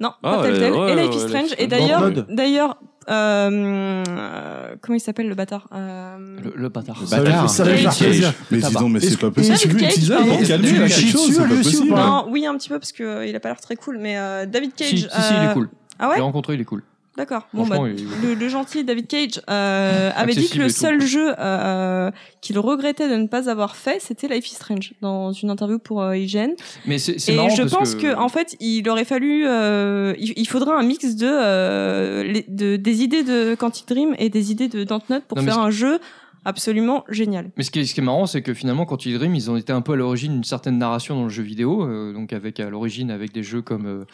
Speaker 4: Non,
Speaker 5: Ah,
Speaker 4: pas Telltale,
Speaker 5: ouais,
Speaker 4: et
Speaker 5: ouais,
Speaker 4: Life is
Speaker 5: ouais,
Speaker 4: Strange.
Speaker 5: Life is
Speaker 4: et
Speaker 5: Strange.
Speaker 4: d'ailleurs,
Speaker 2: Blood.
Speaker 4: d'ailleurs, euh, euh, comment il s'appelle le bâtard euh,
Speaker 1: Le, le bâtard.
Speaker 2: Ça va-
Speaker 11: bâtard.
Speaker 2: Bah, ça va faire
Speaker 4: David
Speaker 2: plaisir.
Speaker 10: Mais dis donc, mais c'est pas possible.
Speaker 4: David Cage,
Speaker 10: Teaser,
Speaker 4: pardon.
Speaker 10: non, calme-toi,
Speaker 2: David
Speaker 10: il y a
Speaker 2: Cage,
Speaker 10: quelque chose,
Speaker 2: dessus,
Speaker 10: c'est pas
Speaker 2: lui aussi, ou
Speaker 10: possible.
Speaker 2: pas
Speaker 4: Non, oui, un petit peu parce que euh, il a pas l'air très cool, mais euh, David Cage.
Speaker 1: Si, si, si, il
Speaker 4: euh,
Speaker 1: est cool.
Speaker 4: Ah ouais
Speaker 1: J'ai rencontré, il est cool.
Speaker 4: D'accord. Bon, bah,
Speaker 1: Franchement, il-
Speaker 4: le, le gentil David Cage euh, avait dit que
Speaker 1: Accessible
Speaker 4: le
Speaker 1: et tout.
Speaker 4: seul jeu euh, qu'il regrettait de ne pas avoir fait, c'était Life is Strange, dans une interview pour euh, IGN.
Speaker 1: Mais c'est c'est
Speaker 4: Et
Speaker 1: marrant
Speaker 4: je
Speaker 1: parce
Speaker 4: pense que...
Speaker 1: que
Speaker 4: en fait, il aurait fallu, euh, il, il faudrait un mix de, euh, les- de- des idées de Quantic Dream et des idées de Dontnod pour
Speaker 1: Non, mais
Speaker 4: faire
Speaker 1: ce-
Speaker 4: un jeu absolument génial.
Speaker 1: Mais ce qui est, ce qui est marrant, c'est que finalement, quand ils Dream, ils ont été un peu à l'origine d'une certaine narration dans le jeu vidéo, euh, donc avec à l'origine avec des jeux comme euh,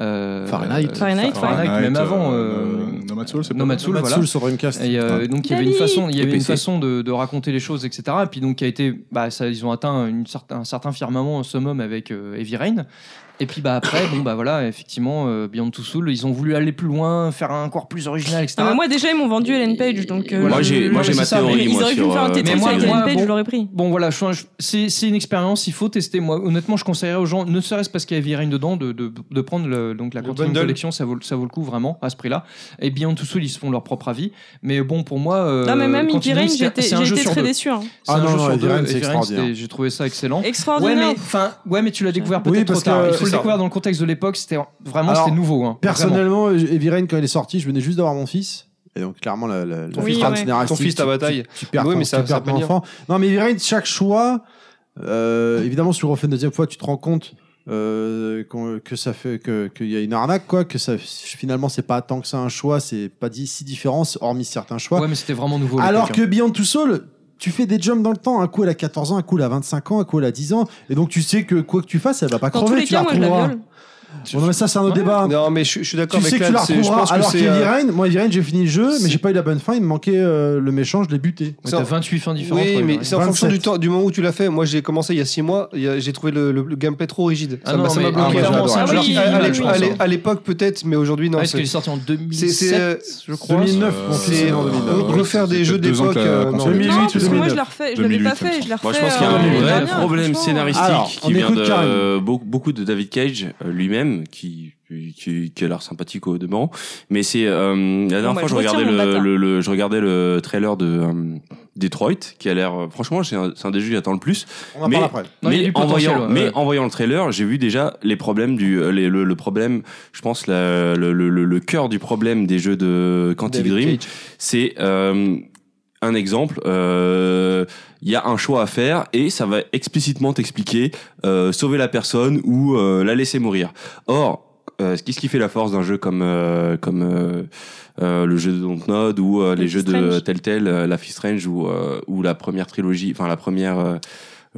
Speaker 1: euh,
Speaker 11: Fahrenheit.
Speaker 4: Fahrenheit,
Speaker 10: Fahrenheit,
Speaker 1: même
Speaker 10: euh,
Speaker 1: avant.
Speaker 10: euh,
Speaker 1: euh,
Speaker 10: Nomad Soul, c'est pas
Speaker 1: Nomad
Speaker 10: mal.
Speaker 1: Soul,
Speaker 2: Matsoul
Speaker 1: voilà.
Speaker 2: sur Dreamcast.
Speaker 1: Et euh, et donc il y avait une
Speaker 4: David
Speaker 1: façon, il y avait une
Speaker 11: PC.
Speaker 1: façon de, de raconter les choses, etc. Et puis donc qui a été, bah, ça, ils ont atteint une certain, un certain firmament, un summum avec euh, Heavy Rain, Et puis bah après, bon bah voilà, effectivement, euh, Beyond Two Souls, ils ont voulu aller plus loin, faire un encore plus original, etc.
Speaker 4: Ah, mais moi déjà ils m'ont vendu Ellen Page donc. euh,
Speaker 1: Voilà.
Speaker 5: Moi, j'ai
Speaker 4: je-
Speaker 5: moi,
Speaker 1: mais
Speaker 5: j'ai ma
Speaker 1: c'est ça,
Speaker 5: théorie.
Speaker 4: Ils
Speaker 5: moi,
Speaker 4: auraient pu
Speaker 5: sur,
Speaker 4: me faire un
Speaker 5: euh,
Speaker 4: Tetris
Speaker 1: mais moi,
Speaker 4: avec
Speaker 1: moi,
Speaker 4: Ellen Page,
Speaker 1: bon.
Speaker 4: je l'aurais pris.
Speaker 1: Bon voilà, je- je- c'est c'est une expérience, il faut tester. Moi, honnêtement, je conseillerais aux gens, ne serait-ce parce qu'il y a Heavy Rain dedans, de, de, de prendre le- donc la Continuum
Speaker 3: bundle.
Speaker 1: collection, ça vaut, ça vaut le coup vraiment à ce prix-là. Et Beyond Two Souls, ils se font leur propre avis. Mais bon, pour moi, euh,
Speaker 4: non mais même Heavy
Speaker 1: Continuum,
Speaker 4: Rain,
Speaker 1: c'est-
Speaker 4: j'étais
Speaker 1: c'est un
Speaker 4: j'ai
Speaker 1: jeu
Speaker 4: été
Speaker 1: sur
Speaker 4: très
Speaker 1: deux.
Speaker 4: déçu. hein.
Speaker 1: C'est un
Speaker 2: Ah non,
Speaker 1: jeu
Speaker 2: non,
Speaker 1: sur
Speaker 2: Heavy
Speaker 1: deux.
Speaker 2: Rain, c'est
Speaker 1: Heavy Rain, c'était-
Speaker 2: extraordinaire.
Speaker 1: J'ai trouvé ça excellent. Ouais
Speaker 4: Extraordinaire.
Speaker 1: mais, enfin, ouais, mais tu l'as découvert
Speaker 4: Oui,
Speaker 1: peut-être trop
Speaker 2: parce
Speaker 1: tard.
Speaker 2: que-
Speaker 1: Il faut le
Speaker 3: c'est ça.
Speaker 1: découvrir dans le contexte de l'époque. C'était vraiment
Speaker 2: Alors,
Speaker 1: c'était nouveau. hein. Vraiment.
Speaker 2: Personnellement, Heavy Rain, quand il est sorti, je venais juste d'avoir mon fils. Et donc, clairement, la, la, la
Speaker 4: Oui,
Speaker 2: fin
Speaker 4: ouais.
Speaker 2: scénaristique,
Speaker 3: Ton fils, ta
Speaker 2: tu-
Speaker 3: bataille.
Speaker 2: Tu, tu perds
Speaker 3: Oui,
Speaker 2: ton,
Speaker 3: mais ça-
Speaker 2: tu
Speaker 3: ça
Speaker 2: perds
Speaker 3: peut
Speaker 2: ton
Speaker 3: dire.
Speaker 2: enfant. Non, mais Heavy Rain, chaque choix, euh, évidemment, si tu le refais une deuxième fois, tu te rends compte euh, qu'on- que ça fait que- qu'il y a une arnaque, quoi. Que ça, finalement, c'est pas tant que ça un choix, c'est pas dit si différent, hormis certains choix.
Speaker 1: Ouais, mais c'était vraiment nouveau. à
Speaker 2: Alors
Speaker 1: l'époque, hein.
Speaker 2: que Beyond Two Souls, tu fais des jumps dans le temps. Un coup, elle a 14 ans, un coup, elle a 25 ans, un coup, elle a 10 ans. Et donc, tu sais que quoi que tu fasses, elle va pas
Speaker 4: Dans
Speaker 2: crever.
Speaker 4: tous les
Speaker 2: tu
Speaker 4: cas,
Speaker 2: la
Speaker 4: moi je la
Speaker 2: retrouveras.
Speaker 4: viole.
Speaker 2: Bon, non, mais ça, c'est un autre débat. hein.
Speaker 3: Non, mais je, je suis d'accord
Speaker 2: Tu
Speaker 3: avec
Speaker 2: sais que tu la
Speaker 3: Lad, c'est- je
Speaker 2: retrouveras.
Speaker 3: pense que
Speaker 2: Alors
Speaker 3: c'est.
Speaker 2: qu'Heavy
Speaker 3: euh,
Speaker 2: Rain, moi, Heavy Rain, j'ai fini le jeu, mais
Speaker 3: c'est-
Speaker 2: j'ai pas eu la bonne fin. Il me manquait euh, le méchant, je l'ai buté.
Speaker 1: hein. Ouais, T'as 28 fins différentes.
Speaker 3: Oui,
Speaker 1: ouais,
Speaker 3: mais
Speaker 1: ouais.
Speaker 3: c'est en fonction
Speaker 2: 27.
Speaker 3: du, temps, du moment où tu l'as fait. Moi, j'ai commencé il y a 6 mois, il y a- j'ai trouvé le, le- le gameplay trop rigide.
Speaker 1: Ah
Speaker 3: ça m'a
Speaker 1: non,
Speaker 3: ça m'a
Speaker 1: mais-
Speaker 3: bloqué.
Speaker 2: ah, moi,
Speaker 3: Alors,
Speaker 2: j'adore.
Speaker 3: à
Speaker 4: Ah oui,
Speaker 3: l'é- à l'é-
Speaker 4: je
Speaker 3: à
Speaker 4: pense,
Speaker 3: l'é-
Speaker 1: hein.
Speaker 3: À l'époque, peut-être, mais aujourd'hui, non.
Speaker 1: Ah, Est-ce
Speaker 3: c'est-
Speaker 1: qu'il est sorti en
Speaker 3: c'est- c'est-
Speaker 1: 2007 je crois
Speaker 2: 2009,
Speaker 10: Euh,
Speaker 2: mon fils,
Speaker 3: c'est-
Speaker 2: il est en
Speaker 10: euh,
Speaker 2: 2009.
Speaker 3: re-
Speaker 10: ouais,
Speaker 3: refaire
Speaker 10: c'est
Speaker 3: des jeux
Speaker 10: peut-être deux ans
Speaker 3: d'époque,
Speaker 10: que la
Speaker 3: euh, non.
Speaker 10: console est
Speaker 2: Mais
Speaker 10: sortie.
Speaker 4: Non, parce que moi je la refais, je l'avais
Speaker 10: 2008,
Speaker 4: pas fait, je la refais.
Speaker 5: Moi, je pense qu'il y a
Speaker 4: euh,
Speaker 5: un
Speaker 4: l'année
Speaker 5: vrai
Speaker 4: dernière,
Speaker 5: problème
Speaker 4: franchement.
Speaker 5: scénaristique
Speaker 2: Alors, on
Speaker 5: qui vient
Speaker 2: écoute
Speaker 5: de
Speaker 2: Karim.
Speaker 5: euh, beaucoup, beaucoup de David Cage euh, lui-même, qui, qui, qui a l'air sympathique au demeurant. Mais c'est euh, la dernière
Speaker 4: bah,
Speaker 5: fois,
Speaker 4: je
Speaker 5: je regardais
Speaker 4: retire mon
Speaker 5: le,
Speaker 4: bâtard.
Speaker 5: le- le- je regardais le trailer de euh, Detroit, qui a l'air, euh, franchement, c'est un, c'est un des jeux que j'attends le plus.
Speaker 2: On en
Speaker 5: Mais-
Speaker 2: parle après.
Speaker 1: Non, il y a
Speaker 5: mais
Speaker 1: du
Speaker 5: en
Speaker 1: potentiel,
Speaker 5: voyant,
Speaker 1: ouais.
Speaker 5: mais en voyant le trailer, j'ai vu déjà les problèmes du, euh, les- le, le problème, je pense la- le, le, le- le cœur du problème des jeux de Quantic
Speaker 3: David
Speaker 5: Dream,
Speaker 3: Cage.
Speaker 5: c'est euh, un exemple. euh, Il y a un choix à faire et ça va explicitement t'expliquer euh, sauver la personne ou euh, la laisser mourir. Or, euh, qu'est-ce qui fait la force d'un jeu comme euh, comme euh, euh, le jeu de Dontnod ou euh, les
Speaker 4: Life is
Speaker 5: jeux de
Speaker 4: Strange.
Speaker 5: Telltale, euh, Life is Strange ou euh, ou la première trilogie, enfin la première euh,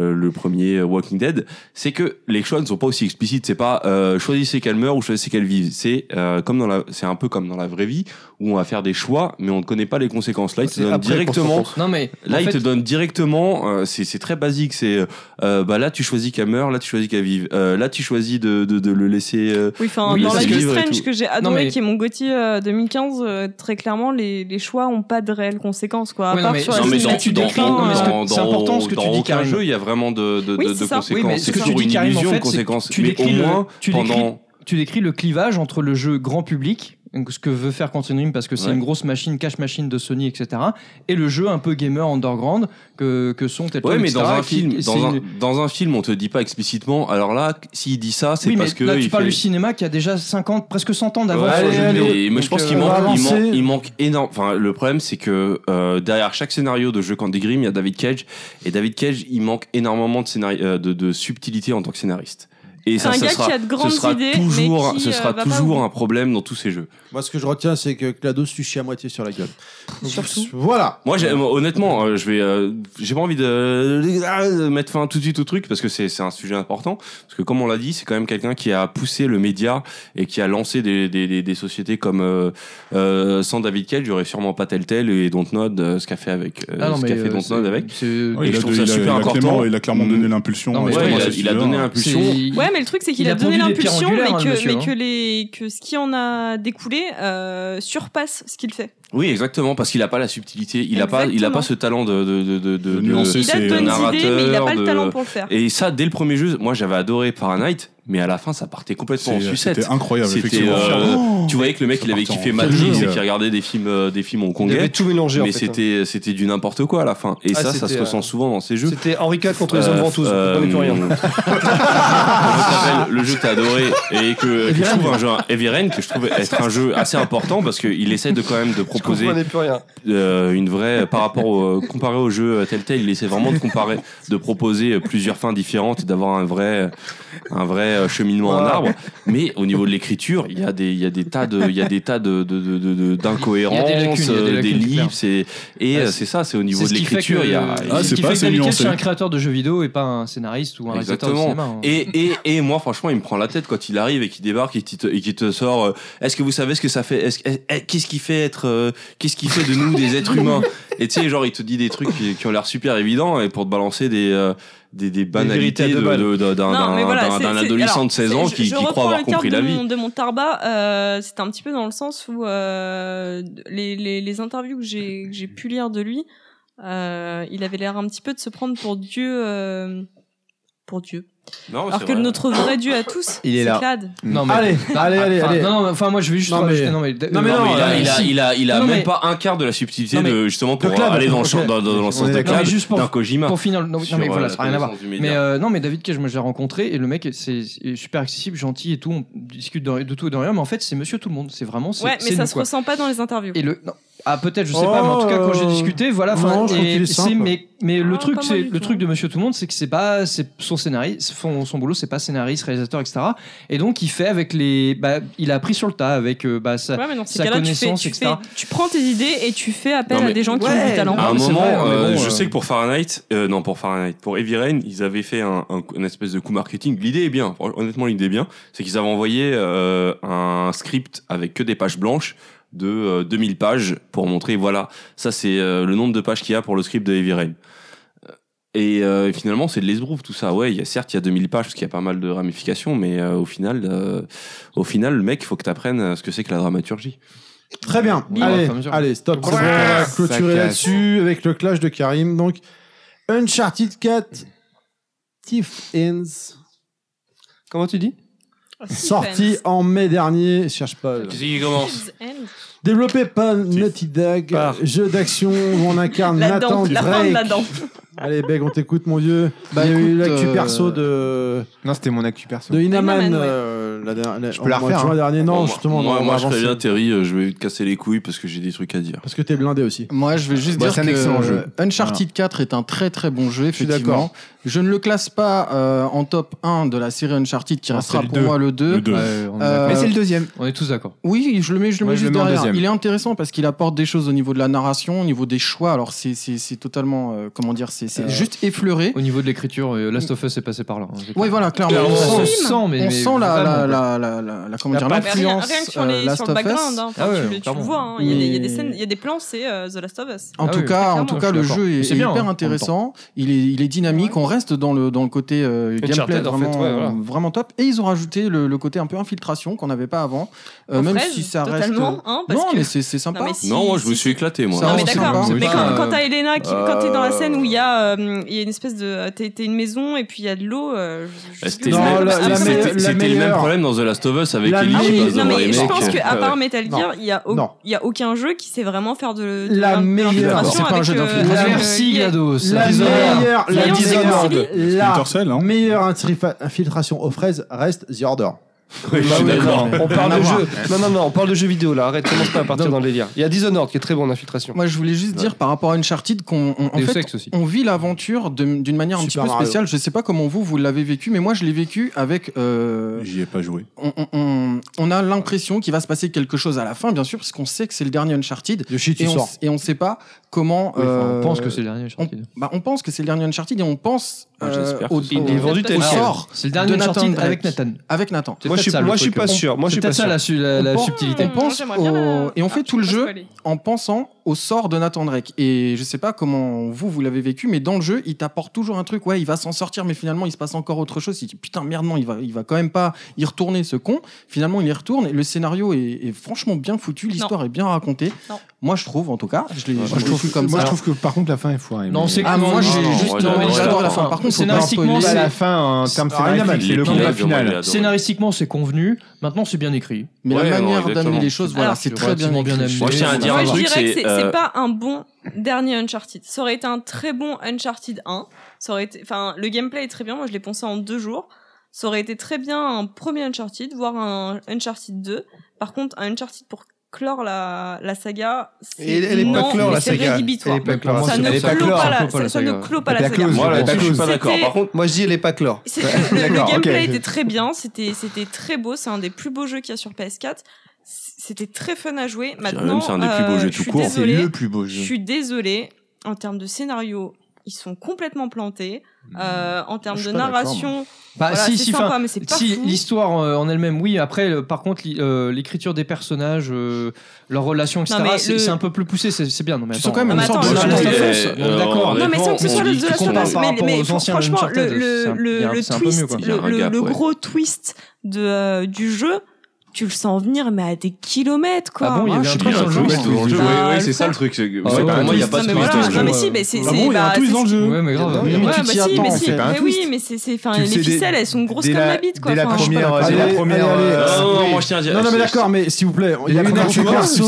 Speaker 5: euh, le premier Walking Dead, c'est que les choix ne sont pas aussi explicites. C'est pas euh, choisissez qu'elle meurt ou choisissez qu'elle vive. C'est euh, comme dans la, c'est un peu comme dans la vraie vie où on va faire des choix, mais on ne connaît pas les conséquences. Là, ils te
Speaker 3: C'est
Speaker 5: donnent
Speaker 3: après qu'on
Speaker 5: directement.
Speaker 1: Non mais
Speaker 5: Là,
Speaker 1: en
Speaker 5: ils
Speaker 1: fait,
Speaker 5: te donnent directement. euh, c'est c'est très basique. C'est euh, bah là, tu choisis qu'elle meurt. Là, tu choisis qu'elle vive. euh, là, tu choisis de de, de le laisser. euh,
Speaker 4: Oui, enfin,
Speaker 5: Oui,
Speaker 4: dans
Speaker 5: parce
Speaker 4: Life
Speaker 5: que-
Speaker 4: is
Speaker 5: livre et
Speaker 4: Strange
Speaker 5: tout.
Speaker 4: que j'ai adoré,
Speaker 1: mais-
Speaker 4: qui est mon Gotti 2015, euh, très clairement, les, les choix ont pas de réelles conséquences, quoi. À
Speaker 1: Ouais, non,
Speaker 4: part
Speaker 1: mais-
Speaker 4: sur la
Speaker 1: Non, mais dans-
Speaker 4: cinématique
Speaker 1: dans-
Speaker 4: de fin,
Speaker 1: non, mais ce que-
Speaker 4: euh,
Speaker 5: dans-
Speaker 1: c'est
Speaker 5: dans-
Speaker 1: important ce que
Speaker 5: dans
Speaker 1: tu dis,
Speaker 5: aucun
Speaker 1: Karim.
Speaker 5: jeu, il y a vraiment de de,
Speaker 4: Oui,
Speaker 5: de,
Speaker 4: c'est
Speaker 5: de
Speaker 4: ça.
Speaker 5: conséquences.
Speaker 1: Oui, mais ce
Speaker 5: c'est
Speaker 1: que tu
Speaker 5: toujours
Speaker 1: dis,
Speaker 5: une
Speaker 1: Karim, en
Speaker 5: illusion
Speaker 1: fait,
Speaker 5: de
Speaker 1: c'est que
Speaker 5: conséquences.
Speaker 1: tu
Speaker 5: mais au
Speaker 1: décris le-
Speaker 5: moins
Speaker 1: tu décris-
Speaker 5: pendant.
Speaker 1: tu décris le clivage entre le jeu grand public, donc ce que veut faire Continuum parce que c'est
Speaker 5: Ouais.
Speaker 1: une grosse machine, cash machine de Sony, etc. Et le jeu un peu gamer underground que, que sont peut-être
Speaker 5: Ouais, mais dans un film, dans un, dans un film, on te dit pas explicitement. Alors là, s'il dit ça, c'est
Speaker 1: oui,
Speaker 5: parce
Speaker 1: mais
Speaker 5: que
Speaker 1: là, tu
Speaker 5: il
Speaker 1: parles
Speaker 5: fait-
Speaker 1: du cinéma qui a déjà 50, presque 100 ans d'avance.
Speaker 5: Ouais,
Speaker 1: sur le jeu
Speaker 2: allez,
Speaker 1: vidéo.
Speaker 5: mais- mais je pense
Speaker 2: euh,
Speaker 5: qu'il
Speaker 2: on
Speaker 5: manque,
Speaker 2: va
Speaker 5: il,
Speaker 2: avancer.
Speaker 5: manque, il manque énorme. Enfin, le problème, c'est que euh, derrière chaque scénario de jeu Candy Grimm, il y a David Cage. Et David Cage, il manque énormément de, scénari- euh, de, de subtilité en tant que scénariste. Et
Speaker 4: C'est
Speaker 5: ça,
Speaker 4: un
Speaker 5: ça
Speaker 4: gars
Speaker 5: sera,
Speaker 4: qui a de grandes
Speaker 5: ce sera
Speaker 4: idées, mais
Speaker 5: toujours,
Speaker 4: qui,
Speaker 5: ce
Speaker 4: euh,
Speaker 5: sera
Speaker 4: va pas au
Speaker 5: toujours
Speaker 4: bout.
Speaker 5: un problème dans tous ces jeux.
Speaker 2: Moi, ce que je retiens, c'est que Clado se chie à moitié sur la gueule.
Speaker 4: Surtout.
Speaker 2: Voilà.
Speaker 5: Moi, j'ai- euh, honnêtement, euh, je vais, euh, j'ai pas envie de, de mettre fin tout de suite au truc parce que c'est c'est un sujet important. Parce que comme on l'a dit, c'est quand même quelqu'un qui a poussé le média et qui a lancé des, des, des, des sociétés comme euh, euh, sans David Cage, j'aurais sûrement pas tel tel et Dontnod, euh, ce qu'a fait avec, euh,
Speaker 1: Ah non,
Speaker 5: ce
Speaker 1: mais,
Speaker 5: qu'a fait
Speaker 1: euh,
Speaker 5: Dontnod
Speaker 1: c'est-
Speaker 5: avec.
Speaker 1: c'est-
Speaker 10: Ouais,
Speaker 5: Et
Speaker 10: il,
Speaker 5: je
Speaker 10: a
Speaker 5: trouve
Speaker 10: donné-
Speaker 5: ça
Speaker 10: il a-
Speaker 5: super
Speaker 10: il a
Speaker 5: important.
Speaker 10: clairement- il a clairement donné
Speaker 5: Mm.
Speaker 10: l'impulsion.
Speaker 1: Non, mais
Speaker 10: à ce
Speaker 5: Ouais,
Speaker 1: justement,
Speaker 5: il, a, il
Speaker 10: moment-là,
Speaker 5: a
Speaker 10: celui-là.
Speaker 5: donné l'impulsion.
Speaker 4: Ouais, mais le truc, c'est qu'il
Speaker 1: Il
Speaker 4: a,
Speaker 1: a
Speaker 4: donné
Speaker 1: pondu des
Speaker 4: l'impulsion, mais,
Speaker 1: perangulaires, hein, le
Speaker 4: que,
Speaker 1: monsieur,
Speaker 4: mais
Speaker 1: hein.
Speaker 4: que, les, que ce qui en a découlé euh, surpasse ce qu'il fait.
Speaker 5: Oui, exactement, parce qu'il a pas la subtilité, il a pas, il a
Speaker 4: Exactement.
Speaker 5: pas ce talent de, de, de, de, de-
Speaker 10: De nuancer.
Speaker 5: de-
Speaker 10: C'est-
Speaker 4: Il a
Speaker 10: c'est,
Speaker 4: de
Speaker 10: euh,
Speaker 4: bonnes idées, mais il a pas
Speaker 5: narrateur,
Speaker 4: le talent
Speaker 5: de-
Speaker 4: pour le faire.
Speaker 5: Et ça, dès le premier jeu, moi j'avais adoré Paranite, mais à la fin ça partait complètement en
Speaker 1: euh,
Speaker 10: C'est-
Speaker 5: sucette.
Speaker 10: C'était incroyable,
Speaker 5: C'était,
Speaker 10: effectivement.
Speaker 5: euh,
Speaker 10: Oh
Speaker 5: Tu voyais que le mec
Speaker 10: Ça
Speaker 5: il avait
Speaker 10: partait
Speaker 5: kiffé
Speaker 10: en
Speaker 5: Matrix
Speaker 10: vrille.
Speaker 5: et qu'il regardait des films, euh, des films
Speaker 3: Il avait
Speaker 5: hongkongais,
Speaker 3: tout mélangé. en
Speaker 5: mais
Speaker 3: fait, hein.
Speaker 5: c'était c'était du n'importe quoi à la fin. Et
Speaker 3: Ah,
Speaker 5: ça, ça se
Speaker 3: c'était,
Speaker 5: ressent
Speaker 3: euh,
Speaker 5: souvent dans ces
Speaker 3: hein.
Speaker 5: jeux.
Speaker 3: C'était Henri IV contre les
Speaker 5: Euh,
Speaker 3: hommes ventouses.
Speaker 5: euh,
Speaker 3: On n'est plus rien.
Speaker 5: Comment ça s'appelle le jeu que t'as adoré et que, que je trouve un jeu, Heavy Rain, que je trouve être un jeu assez important parce qu'il essaie de quand même de
Speaker 3: Je
Speaker 5: proposer
Speaker 3: comprenais plus rien.
Speaker 5: euh, une vraie par rapport au euh, comparé au jeu Telltale, il essaie vraiment de comparer, de proposer euh, plusieurs fins différentes et d'avoir un vrai euh, un vrai euh, cheminement en
Speaker 3: Voilà.
Speaker 5: arbre. Mais au niveau de l'écriture, il y a des il y a des tas de il y a des tas de de- de- de- de- d'incohérences,
Speaker 1: Il y a des lacunes, il y a des
Speaker 5: euh, des
Speaker 1: lacunes,
Speaker 5: lips et et
Speaker 1: Ouais,
Speaker 5: euh,
Speaker 1: c'est-
Speaker 5: c'est ça, c'est au
Speaker 1: C'est
Speaker 5: niveau
Speaker 1: ce
Speaker 5: de
Speaker 1: qui fait que,
Speaker 5: l'écriture, il y a
Speaker 10: Ah,
Speaker 1: c'est
Speaker 10: c'est
Speaker 1: ce qui
Speaker 10: pas
Speaker 1: fait que
Speaker 10: assez
Speaker 1: David Cage
Speaker 10: nuancé.
Speaker 1: est un créateur de jeux vidéo et pas un scénariste ou un réalisateur de
Speaker 5: Exactement.
Speaker 1: cinéma. hein.
Speaker 5: et, et, et moi, franchement, il me prend la tête quand il arrive et qu'il débarque et qu'il te, et qu'il te sort. euh, Est-ce que vous savez ce que ça fait Est-ce- est- est- Qu'est-ce qui fait être euh, Qu'est-ce qui fait de nous des êtres humains Et tu sais, genre, il te dit des trucs qui, qui ont l'air super évidents et pour te balancer des euh, des, des banalités
Speaker 3: vérités à
Speaker 5: de-
Speaker 3: deux balles.
Speaker 5: de- d'un
Speaker 4: Non,
Speaker 5: d'un-
Speaker 4: mais voilà,
Speaker 5: d'un-
Speaker 4: c'est-
Speaker 5: d'un
Speaker 4: c'est-
Speaker 5: adolescent de
Speaker 4: alors,
Speaker 5: 16 ans
Speaker 4: c'est-
Speaker 5: qui,
Speaker 4: je- je
Speaker 5: qui croit
Speaker 4: reprends
Speaker 5: avoir
Speaker 4: le
Speaker 5: compris
Speaker 4: cadre
Speaker 5: la
Speaker 4: de
Speaker 5: vie.
Speaker 4: Mon, de mon tarbat, euh, c'était un petit peu dans le sens où euh, les, les, les interviews que j'ai que j'ai pu lire de lui, euh, il avait l'air un petit peu de se prendre pour Dieu. euh, pour Dieu.
Speaker 5: Non,
Speaker 4: Alors
Speaker 5: Oh, c'est
Speaker 4: que
Speaker 5: vrai.
Speaker 4: notre vrai Dieu à tous,
Speaker 11: Il est là.
Speaker 4: c'est Clad.
Speaker 1: Non, mais.
Speaker 2: Allez, allez, allez,
Speaker 1: Enfin,
Speaker 2: allez.
Speaker 1: Non, non, enfin, moi, je vais juste
Speaker 2: Non, mais-
Speaker 1: rajouter. Non, mais,
Speaker 2: Non, mais
Speaker 5: Non, mais il a,
Speaker 2: euh,
Speaker 5: il a,
Speaker 1: si.
Speaker 5: il a, il a
Speaker 1: Non,
Speaker 5: même
Speaker 1: mais-
Speaker 5: pas un quart de la subtilité
Speaker 1: Non, mais-
Speaker 5: de justement pour
Speaker 2: de Clad.
Speaker 1: *laughs*
Speaker 5: aller dans le champ-
Speaker 2: Ok.
Speaker 5: dans, dans, dans le sens
Speaker 2: On est
Speaker 5: de
Speaker 2: d'accord.
Speaker 1: Non,
Speaker 5: Clad,
Speaker 1: mais juste pour-
Speaker 5: d'un Kojima.
Speaker 1: Pour finir, non, non,
Speaker 5: sur,
Speaker 1: mais
Speaker 5: euh,
Speaker 1: voilà,
Speaker 5: la
Speaker 1: ça n'a rien à voir.
Speaker 5: connaissance du média.
Speaker 1: Mais euh, non, mais David Cage, moi je l'ai rencontré et le mec c'est c'est super accessible, gentil et tout, on discute de, de tout et de rien, mais en fait c'est monsieur tout le monde, c'est vraiment c'est
Speaker 4: Ouais,
Speaker 1: c'est
Speaker 4: mais ça
Speaker 1: nous,
Speaker 4: se
Speaker 1: quoi.
Speaker 4: ressent pas dans les interviews.
Speaker 1: Et le non. ah peut-être je sais
Speaker 2: Oh,
Speaker 1: pas, mais en tout cas quand j'ai
Speaker 2: euh,
Speaker 1: discuté, voilà, enfin,
Speaker 2: non, je trouve
Speaker 1: et
Speaker 2: qu'il est
Speaker 1: c'est-
Speaker 2: simple.
Speaker 1: mais mais le
Speaker 4: Ah,
Speaker 1: truc
Speaker 4: pas moi
Speaker 1: c'est
Speaker 4: du
Speaker 1: le
Speaker 4: tout.
Speaker 1: truc de monsieur tout le monde, c'est que c'est pas c'est son scénariste, son, son boulot c'est pas scénariste, réalisateur etc. Et donc il fait avec les bah, il a pris sur le tas avec euh, bah ça
Speaker 4: Ouais, mais dans ces
Speaker 1: sa
Speaker 4: cas-là, tu, fais,
Speaker 1: connaissance,
Speaker 4: tu,
Speaker 1: etc.
Speaker 4: fais- tu prends tes idées et tu fais appel
Speaker 5: Non, mais-
Speaker 4: à des gens qui ont
Speaker 1: Ouais,
Speaker 4: du talent.
Speaker 5: À un
Speaker 1: mais c'est
Speaker 5: moment,
Speaker 1: vrai, mais
Speaker 5: euh,
Speaker 1: bon,
Speaker 5: je
Speaker 1: euh,
Speaker 5: sais que pour Fahrenheit, euh, non pour Fahrenheit, pour Heavy Rain, ils avaient fait un, un- une espèce de coup marketing. L'idée est bien, honnêtement l'idée est bien, c'est qu'ils avaient envoyé euh, un script avec que des pages blanches de euh, 2000 pages pour montrer, voilà, ça c'est euh, le nombre de pages qu'il y a pour le script de Heavy Rain. Et euh, finalement, c'est de l'esbrouve tout ça. Ouais, il y a, certes, il y a 2000 pages parce qu'il y a pas mal de ramifications, mais euh, au final, euh, au final, le mec, il faut que tu apprennes ce que c'est que la dramaturgie.
Speaker 2: Très bien.
Speaker 1: Oui, on va
Speaker 2: allez,
Speaker 1: faire mesure.
Speaker 2: allez, stop.
Speaker 11: Ouais,
Speaker 2: On va
Speaker 11: ça
Speaker 2: clôturer
Speaker 11: casse.
Speaker 2: là-dessus avec le clash de Karim. Donc, Uncharted 4, Thief Ends,
Speaker 3: Comment tu dis
Speaker 2: sorti en mai dernier. Cherche pas. là.
Speaker 5: qui commence
Speaker 2: Développé par Naughty Dog,
Speaker 3: Par.
Speaker 2: jeu d'action où on incarne
Speaker 4: *laughs* La
Speaker 2: Nathan
Speaker 4: dent, la fin de la
Speaker 2: Drake.
Speaker 4: dent.
Speaker 2: Allez, Beg, on t'écoute, mon vieux.
Speaker 8: Bah,
Speaker 2: Il y a eu
Speaker 8: écoute,
Speaker 2: l'actu
Speaker 8: euh,
Speaker 2: perso de,
Speaker 11: Non, c'était mon actu perso.
Speaker 2: de Inaman.
Speaker 4: Inaman, ouais.
Speaker 2: euh, la dernière- la-
Speaker 11: Je peux la
Speaker 2: au mois de
Speaker 11: refaire,
Speaker 2: juin
Speaker 11: hein.
Speaker 2: dernier. Non,
Speaker 5: Bon,
Speaker 2: justement,
Speaker 5: Moi,
Speaker 2: non, on
Speaker 5: moi
Speaker 2: va
Speaker 5: je serais
Speaker 2: avancer.
Speaker 5: bien, Terry, euh, je vais te casser les couilles parce que j'ai des trucs à dire.
Speaker 2: Parce que t'es blindé aussi.
Speaker 8: Moi, je vais juste
Speaker 11: Bah,
Speaker 8: dire
Speaker 11: c'est un
Speaker 8: que
Speaker 11: excellent jeu.
Speaker 8: Uncharted 4 est un très très bon jeu,
Speaker 2: suis
Speaker 8: effectivement. Je, ne le classe pas euh, en top 1 de la série Uncharted qui
Speaker 11: Non,
Speaker 8: restera
Speaker 11: Ah, c'est le
Speaker 8: pour
Speaker 11: deux.
Speaker 8: moi le 2.
Speaker 10: Le
Speaker 11: Bah,
Speaker 10: deux.
Speaker 8: Euh,
Speaker 11: Mais c'est le deuxième.
Speaker 1: On est tous d'accord.
Speaker 8: Oui, je le mets, je le
Speaker 11: Moi,
Speaker 8: mets
Speaker 11: je le
Speaker 8: juste
Speaker 11: mets en
Speaker 8: derrière.
Speaker 11: deuxième.
Speaker 8: Il est intéressant parce qu'il apporte des choses au niveau de la narration, au niveau des choix. Alors, c'est- c'est c'est totalement, euh, comment dire, c'est c'est
Speaker 1: Euh,
Speaker 8: juste effleuré.
Speaker 1: Au niveau de l'écriture, euh, Last of Us est passé par là. hein, c'est clair.
Speaker 8: Oui, voilà, clairement.
Speaker 1: Alors,
Speaker 8: on
Speaker 1: on
Speaker 8: sent,
Speaker 1: sent, mais
Speaker 8: on
Speaker 1: mais
Speaker 8: sent la,
Speaker 1: vraiment,
Speaker 8: la,
Speaker 1: quoi.
Speaker 8: la, la, la- la- comment dire,
Speaker 4: Ah, Mais rien,
Speaker 8: l'influence
Speaker 4: rien que sur,
Speaker 8: euh,
Speaker 4: les,
Speaker 8: Last
Speaker 4: sur le
Speaker 8: of Us.
Speaker 4: background, hein. Enfin,
Speaker 1: Ah ouais,
Speaker 4: tu, le, tu le
Speaker 1: clairement.
Speaker 4: vois, hein. il, y a des, il y a des
Speaker 8: Mais-
Speaker 4: scènes, il y a des plans, c'est euh, The Last of Us.
Speaker 8: En
Speaker 1: Ah
Speaker 8: tout
Speaker 1: oui,
Speaker 8: cas, en
Speaker 4: clairement.
Speaker 8: tout
Speaker 1: Je
Speaker 8: cas,
Speaker 1: suis
Speaker 8: le
Speaker 1: d'accord.
Speaker 8: jeu est,
Speaker 1: Mais c'est
Speaker 8: est
Speaker 1: bien, en
Speaker 8: hyper
Speaker 1: même
Speaker 8: intéressant. Il est, il est dynamique. On reste dans le dans le côté euh, gameplay
Speaker 3: Uncharted, en fait,
Speaker 8: vraiment,
Speaker 3: ouais, voilà.
Speaker 8: vraiment top. Et ils ont rajouté le, le côté un peu infiltration qu'on n'avait pas avant, Euh,
Speaker 4: En
Speaker 8: même
Speaker 4: fraise,
Speaker 8: si ça reste. euh,
Speaker 4: totalement, hein, parce
Speaker 8: non,
Speaker 4: que-
Speaker 8: mais c'est c'est sympa.
Speaker 4: Non, mais si,
Speaker 5: non, moi, je
Speaker 4: si,
Speaker 5: me
Speaker 4: si.
Speaker 5: suis éclaté, moi.
Speaker 8: Ça,
Speaker 4: Non, mais
Speaker 8: on s'en
Speaker 4: d'accord,
Speaker 8: bat.
Speaker 4: mais
Speaker 8: Oui,
Speaker 4: quand,
Speaker 8: bah,
Speaker 4: quand t'as Elena, qui, quand t'es dans la
Speaker 5: euh,
Speaker 4: scène où il y a, euh, il y a une espèce de. T'es t'es une maison et puis il y a de l'eau. euh, je- je sais
Speaker 5: C'était
Speaker 4: plus
Speaker 5: le
Speaker 2: Non,
Speaker 4: comment
Speaker 5: même-
Speaker 2: la-
Speaker 4: ça
Speaker 5: c'était-
Speaker 2: la
Speaker 5: c'était-
Speaker 4: s'appelle.
Speaker 2: meilleure- la
Speaker 5: c'était le même
Speaker 2: meilleure-
Speaker 5: problème dans The Last of Us avec
Speaker 2: La
Speaker 5: Ellie
Speaker 4: Ah
Speaker 5: qui
Speaker 4: oui,
Speaker 5: passe
Speaker 4: non,
Speaker 5: devant les
Speaker 4: mais je
Speaker 5: mecs.
Speaker 4: pense qu'à
Speaker 5: Ouais.
Speaker 4: part Metal Gear, il n'y a, au-
Speaker 2: Non.
Speaker 4: il y a aucun jeu qui sait vraiment faire de, de
Speaker 2: La
Speaker 4: l'in- de
Speaker 2: meilleure.
Speaker 4: l'infiltration
Speaker 8: C'est pas un
Speaker 4: avec,
Speaker 8: jeu
Speaker 4: euh,
Speaker 8: d'infiltration.
Speaker 4: avec,
Speaker 1: Merci
Speaker 4: euh,
Speaker 1: Glados.
Speaker 2: La
Speaker 1: Désolé.
Speaker 2: meilleure, la
Speaker 4: Voyons, c'est
Speaker 2: meilleure,
Speaker 4: possible.
Speaker 2: la
Speaker 10: Splinter Cell, hein
Speaker 2: meilleure intrifa- infiltration aux fraises reste The Order.
Speaker 5: Ouais, je
Speaker 3: Bah
Speaker 5: suis
Speaker 3: oui,
Speaker 5: d'accord.
Speaker 3: d'accord. On parle de jeu. Non, non, non, on parle de jeux vidéo là. Arrête, commence pas à partir dans les liens. Il y a Dishonored qui est très bon en infiltration.
Speaker 8: Moi, je voulais juste dire par rapport à Uncharted qu'on on- en
Speaker 1: Deus
Speaker 8: fait,
Speaker 1: Ex aussi.
Speaker 8: on vit l'aventure de- d'une manière un
Speaker 2: Super
Speaker 8: petit peu
Speaker 2: Mario.
Speaker 8: spéciale. Je sais pas comment vous vous l'avez vécu, mais moi, je l'ai vécu avec. euh,
Speaker 10: J'y ai pas joué.
Speaker 8: on, on- on- on a l'impression qu'il va se passer quelque chose à la fin, bien sûr, parce qu'on sait que c'est le dernier Uncharted.
Speaker 2: De shit,
Speaker 8: Et
Speaker 2: tu
Speaker 8: on,
Speaker 2: sors.
Speaker 8: s- et on sait pas comment.
Speaker 1: Oui, enfin,
Speaker 8: euh,
Speaker 1: on pense que c'est le dernier
Speaker 8: on,
Speaker 1: Uncharted.
Speaker 8: bah, on pense que c'est le dernier Uncharted et on pense
Speaker 5: Ah,
Speaker 8: euh,
Speaker 5: j'espère que
Speaker 8: au,
Speaker 5: ce sera
Speaker 8: au-
Speaker 3: Il est vendu tel
Speaker 8: au
Speaker 3: quel.
Speaker 8: sort
Speaker 1: Ah, C'est le dernier
Speaker 8: de Nathan
Speaker 1: Uncharted
Speaker 8: Drake.
Speaker 1: avec Nathan.
Speaker 8: avec Nathan.
Speaker 1: C'est
Speaker 3: Moi, je
Speaker 1: peut-être
Speaker 3: suis,
Speaker 1: ça, le
Speaker 3: moi, je suis
Speaker 1: truc.
Speaker 3: pas sûr. Moi, je suis
Speaker 1: C'est
Speaker 3: pas
Speaker 1: peut-être ça
Speaker 3: sûr.
Speaker 1: la, su- la- la
Speaker 8: On pense-
Speaker 1: subtilité.
Speaker 8: on pense
Speaker 4: J'aimerais bien la-
Speaker 8: au- et on fait
Speaker 4: Ah,
Speaker 8: tout le
Speaker 4: je sais pas
Speaker 8: jeu
Speaker 4: spoiler.
Speaker 8: en pensant au sort de Nathan Drake. Et je sais pas comment vous, vous l'avez vécu, mais dans le jeu, il t'apporte toujours un truc. Ouais, il va s'en sortir, mais finalement, il se passe encore autre chose. Il dit, putain, merde, non, il va, il va quand même pas y retourner, ce con. Finalement, il y retourne. et Le scénario est, est franchement bien foutu. L'histoire est bien racontée.
Speaker 4: Non.
Speaker 8: Moi, je trouve, en tout cas. Je l'ai
Speaker 5: Ouais,
Speaker 8: je
Speaker 5: moi,
Speaker 8: l'ai vécu comme
Speaker 11: moi,
Speaker 8: ça.
Speaker 11: je trouve que par contre, la fin est foirée.
Speaker 1: Non,
Speaker 11: mais-
Speaker 1: c'est
Speaker 8: Ah,
Speaker 1: non, non,
Speaker 8: moi, j'ai
Speaker 1: non,
Speaker 8: juste-
Speaker 1: non,
Speaker 8: non,
Speaker 1: non,
Speaker 8: j'adore la fin. Par contre, faut pas
Speaker 1: scénaristiquement,
Speaker 8: spoiler.
Speaker 11: Bah,
Speaker 1: c'est-
Speaker 11: la fin en termes
Speaker 2: Ah, rien à
Speaker 11: scénaristiques,
Speaker 2: battre.
Speaker 11: c'est le
Speaker 5: Non,
Speaker 11: combat
Speaker 5: mais-
Speaker 11: final.
Speaker 1: scénaristiquement, c'est convenu. Maintenant, c'est bien écrit.
Speaker 8: Mais
Speaker 5: Ouais,
Speaker 8: la
Speaker 5: non,
Speaker 8: manière
Speaker 5: exactement.
Speaker 8: d'amener les choses, voilà,
Speaker 4: Alors,
Speaker 8: c'est
Speaker 1: c'est
Speaker 8: très bien
Speaker 1: relativement bien
Speaker 8: écrit.
Speaker 1: amené. Moi, je tiens à
Speaker 5: dire
Speaker 4: Moi,
Speaker 5: un
Speaker 4: je
Speaker 5: truc,
Speaker 4: dirais que
Speaker 5: c'est,
Speaker 4: c'est c'est
Speaker 5: euh,
Speaker 4: pas un bon dernier Uncharted. Ça aurait été un très bon Uncharted 1. Ça aurait été, enfin, le gameplay est très bien. Moi, je l'ai pensé en deux jours. Ça aurait été très bien un premier Uncharted, voire un Uncharted 2. Par contre, un Uncharted pour clore la, la saga,
Speaker 3: Et
Speaker 4: c'est
Speaker 3: elle- elle est pas
Speaker 4: non,
Speaker 3: clore,
Speaker 4: mais
Speaker 3: la
Speaker 4: c'est
Speaker 3: saga.
Speaker 4: rédhibitoire.
Speaker 3: Elle est pas clore.
Speaker 4: Ça
Speaker 1: Elle
Speaker 4: ne
Speaker 1: est pas
Speaker 4: clôt
Speaker 1: clore,
Speaker 4: pas
Speaker 1: ça
Speaker 4: la,
Speaker 1: clôt pas la
Speaker 4: ça- ça ne
Speaker 1: saga.
Speaker 4: clôt pas
Speaker 11: Avec
Speaker 4: la
Speaker 11: la
Speaker 4: saga.
Speaker 11: clause.
Speaker 5: Moi, là-dessus,
Speaker 11: C'était-
Speaker 5: je suis pas d'accord. Par contre,
Speaker 3: Moi, je dis, elle est pas clore.
Speaker 4: C'est- *laughs* le, le
Speaker 11: D'accord,
Speaker 4: gameplay
Speaker 11: ok.
Speaker 4: était très bien, c'était c'était très beau, c'est un des plus beaux jeux qu'il y a sur PS4. C'était très fun à jouer.
Speaker 5: dirais
Speaker 4: Maintenant,
Speaker 5: même c'est un des plus beaux
Speaker 4: euh,
Speaker 5: jeux
Speaker 4: je
Speaker 5: tout
Speaker 4: suis
Speaker 5: court.
Speaker 11: C'est
Speaker 4: désolée,
Speaker 11: le plus beau
Speaker 4: Je
Speaker 11: jeu.
Speaker 4: suis désolée, en termes de scénario, ils sont complètement plantés
Speaker 1: Hmm.
Speaker 4: euh, en termes
Speaker 11: Je suis
Speaker 4: de
Speaker 11: pas d'accord,
Speaker 4: narration.
Speaker 1: Bah,
Speaker 4: voilà,
Speaker 1: si,
Speaker 4: c'est
Speaker 1: si,
Speaker 4: sympa,
Speaker 1: enfin,
Speaker 4: mais c'est pas
Speaker 1: si,
Speaker 4: fou.
Speaker 1: l'histoire euh, en elle-même, oui. Après, le- par contre, li- euh, l'écriture des personnages, euh, leurs relations, etc.,
Speaker 4: Non, mais
Speaker 1: c'est
Speaker 4: le-
Speaker 1: c'est un peu plus poussé, c'est c'est bien. Non, mais
Speaker 8: Tu
Speaker 1: attends,
Speaker 8: sens quand même
Speaker 4: Non, Ah, mais
Speaker 8: une sorte
Speaker 4: attends,
Speaker 8: de
Speaker 4: je-
Speaker 8: lâche
Speaker 4: je-
Speaker 8: d'enfant.
Speaker 5: je- euh,
Speaker 1: On est d'accord.
Speaker 4: Non, mais
Speaker 5: Honnêtement,
Speaker 4: sans que ce
Speaker 5: on
Speaker 4: soit le
Speaker 5: dit
Speaker 4: The Last
Speaker 5: qu'on
Speaker 4: of Us,
Speaker 5: parle
Speaker 4: mais,
Speaker 1: par rapport
Speaker 4: mais
Speaker 1: aux
Speaker 4: fr-
Speaker 1: anciens
Speaker 4: franchement, le,
Speaker 1: Uncharted, c'est
Speaker 4: le,
Speaker 1: un- il y a
Speaker 4: le,
Speaker 1: un-
Speaker 4: le
Speaker 1: c'est un peu mieux,
Speaker 4: twist,
Speaker 1: quoi.
Speaker 5: Il y a
Speaker 4: le,
Speaker 5: un
Speaker 4: le-
Speaker 5: gap,
Speaker 4: le
Speaker 5: ouais.
Speaker 4: gros twist de, euh, du jeu, tu le sens venir, mais à des kilomètres, quoi.
Speaker 1: Ah bon, il y avait un
Speaker 5: Il y
Speaker 1: truc
Speaker 5: a
Speaker 1: dans
Speaker 5: un
Speaker 1: le jeu.
Speaker 5: twist dans le jeu.
Speaker 4: Bah,
Speaker 5: Ouais, ouais,
Speaker 4: le
Speaker 5: c'est ça
Speaker 4: frère.
Speaker 5: le truc. c'est que-
Speaker 1: Ah
Speaker 5: c'est
Speaker 1: ouais,
Speaker 11: bah,
Speaker 5: Pour moi, il n'y a
Speaker 1: twist,
Speaker 5: pas de
Speaker 4: non, mais
Speaker 5: twist dans
Speaker 4: voilà,
Speaker 5: le jeu.
Speaker 4: non, mais si, mais c'est.
Speaker 8: Ah
Speaker 4: c'est-
Speaker 8: bon, il y a un
Speaker 4: bah,
Speaker 8: twist
Speaker 4: c'est-
Speaker 8: dans le jeu.
Speaker 1: Ouais, mais grave.
Speaker 8: Mais
Speaker 4: Ouais, bah
Speaker 8: tu t'y
Speaker 4: si,
Speaker 8: attends,
Speaker 4: mais
Speaker 8: c'est
Speaker 4: si,
Speaker 8: pas un
Speaker 4: mais oui,
Speaker 8: twist.
Speaker 4: mais c'est, c'est, enfin,
Speaker 11: Tu le
Speaker 4: les
Speaker 11: sais dès-
Speaker 4: ficelles, elles sont grosses
Speaker 11: Dès
Speaker 4: comme
Speaker 11: la-
Speaker 4: la bite, quoi.
Speaker 11: Dès la
Speaker 4: Enfin,
Speaker 11: première.
Speaker 9: je suis pas
Speaker 11: dès la
Speaker 9: d'accord.
Speaker 11: première,
Speaker 9: Allez, allez,
Speaker 11: euh,
Speaker 9: allez.
Speaker 5: Non, non, non, moi je tiens à dire.
Speaker 2: Non, non, mais d'accord, mais s'il vous plaît, il y a
Speaker 11: eu une
Speaker 2: combien
Speaker 11: action
Speaker 2: de persos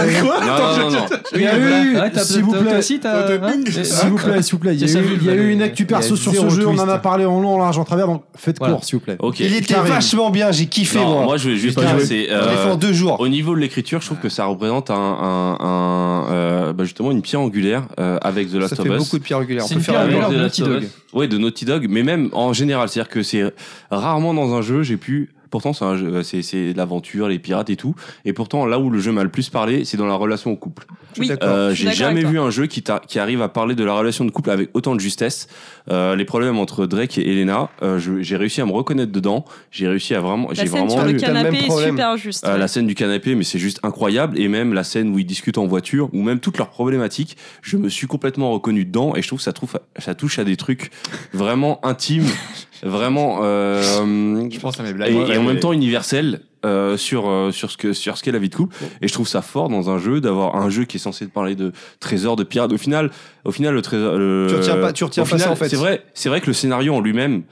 Speaker 5: Non, non, non.
Speaker 2: Il y a
Speaker 1: Ouais,
Speaker 2: eu,
Speaker 1: t'as-
Speaker 2: s'il vous
Speaker 1: toi
Speaker 2: plaît, Euh,
Speaker 1: aussi, t'as- hein
Speaker 2: s'il vous plaît, s'il vous plaît, il y
Speaker 1: Ça
Speaker 2: a eu,
Speaker 1: vu,
Speaker 2: il y a
Speaker 1: le-
Speaker 2: eu une actu
Speaker 11: il y a
Speaker 2: perso sur ce
Speaker 11: zéro
Speaker 2: jeu, on en a
Speaker 11: twist.
Speaker 2: parlé en long, en large, en travers, donc faites
Speaker 1: Voilà.
Speaker 2: court, s'il vous plaît.
Speaker 5: Ok.
Speaker 3: Il était
Speaker 2: Karim.
Speaker 3: vachement bien, j'ai kiffé
Speaker 5: Non,
Speaker 3: moi.
Speaker 5: moi je vais juste
Speaker 2: J'ai pas
Speaker 5: dire,
Speaker 2: joué.
Speaker 5: c'est.
Speaker 3: Je l'ai fait
Speaker 5: euh,
Speaker 3: en deux jours.
Speaker 5: Au niveau de l'écriture, je trouve que ça représente un, un, un, euh, bah, justement une pierre angulaire euh, avec The Last
Speaker 3: Ça
Speaker 5: of
Speaker 3: fait
Speaker 5: Us.
Speaker 3: beaucoup de pierres angulaires. On
Speaker 1: C'est
Speaker 3: peut
Speaker 1: une
Speaker 3: faire
Speaker 1: pierre
Speaker 3: un-
Speaker 1: angulaire. de
Speaker 5: The
Speaker 1: Naughty
Speaker 5: Last of
Speaker 1: Dog.
Speaker 5: Us. Ouais, de Naughty Dog, mais même en général, c'est-à-dire que c'est rarement dans un jeu, j'ai pu. Pourtant, c'est un jeu- euh, c'est c'est l'aventure, les pirates et tout. Et pourtant, là où le jeu m'a le plus parlé, c'est dans la relation au couple.
Speaker 4: Oui,
Speaker 5: Euh,
Speaker 4: je suis
Speaker 5: j'ai
Speaker 4: d'accord
Speaker 5: jamais
Speaker 4: avec
Speaker 5: vu
Speaker 4: toi.
Speaker 5: un jeu qui, t'a- qui arrive à parler de la relation de couple avec autant de justesse. Euh, les problèmes entre Drake et Elena, euh, je- j'ai réussi à me reconnaître dedans. J'ai réussi à vraiment.
Speaker 4: La
Speaker 5: J'ai
Speaker 4: scène
Speaker 5: vraiment
Speaker 4: sur
Speaker 3: eu
Speaker 4: le
Speaker 3: le même
Speaker 4: canapé est
Speaker 3: problème.
Speaker 4: super juste.
Speaker 5: euh,
Speaker 4: ouais.
Speaker 5: la scène du canapé, mais c'est juste incroyable. Et même la scène où ils discutent en voiture, ou même toutes leurs problématiques, je me suis complètement reconnu dedans. Et je trouve que ça, trouve, ça touche à des trucs vraiment intimes, *laughs* vraiment. euh,
Speaker 11: Je pense à mes
Speaker 5: et,
Speaker 11: blagues.
Speaker 5: et en même temps universel euh, sur euh, sur ce que sur ce qu'est la vie de couple et je trouve ça fort dans un jeu d'avoir un jeu qui est censé te parler de trésors de pirates au final au final le trésor le-
Speaker 3: Tu retiens pas- tu retiens
Speaker 5: au
Speaker 3: pas ça,
Speaker 5: final,
Speaker 3: en fait.
Speaker 5: c'est vrai c'est vrai que le scénario en lui-même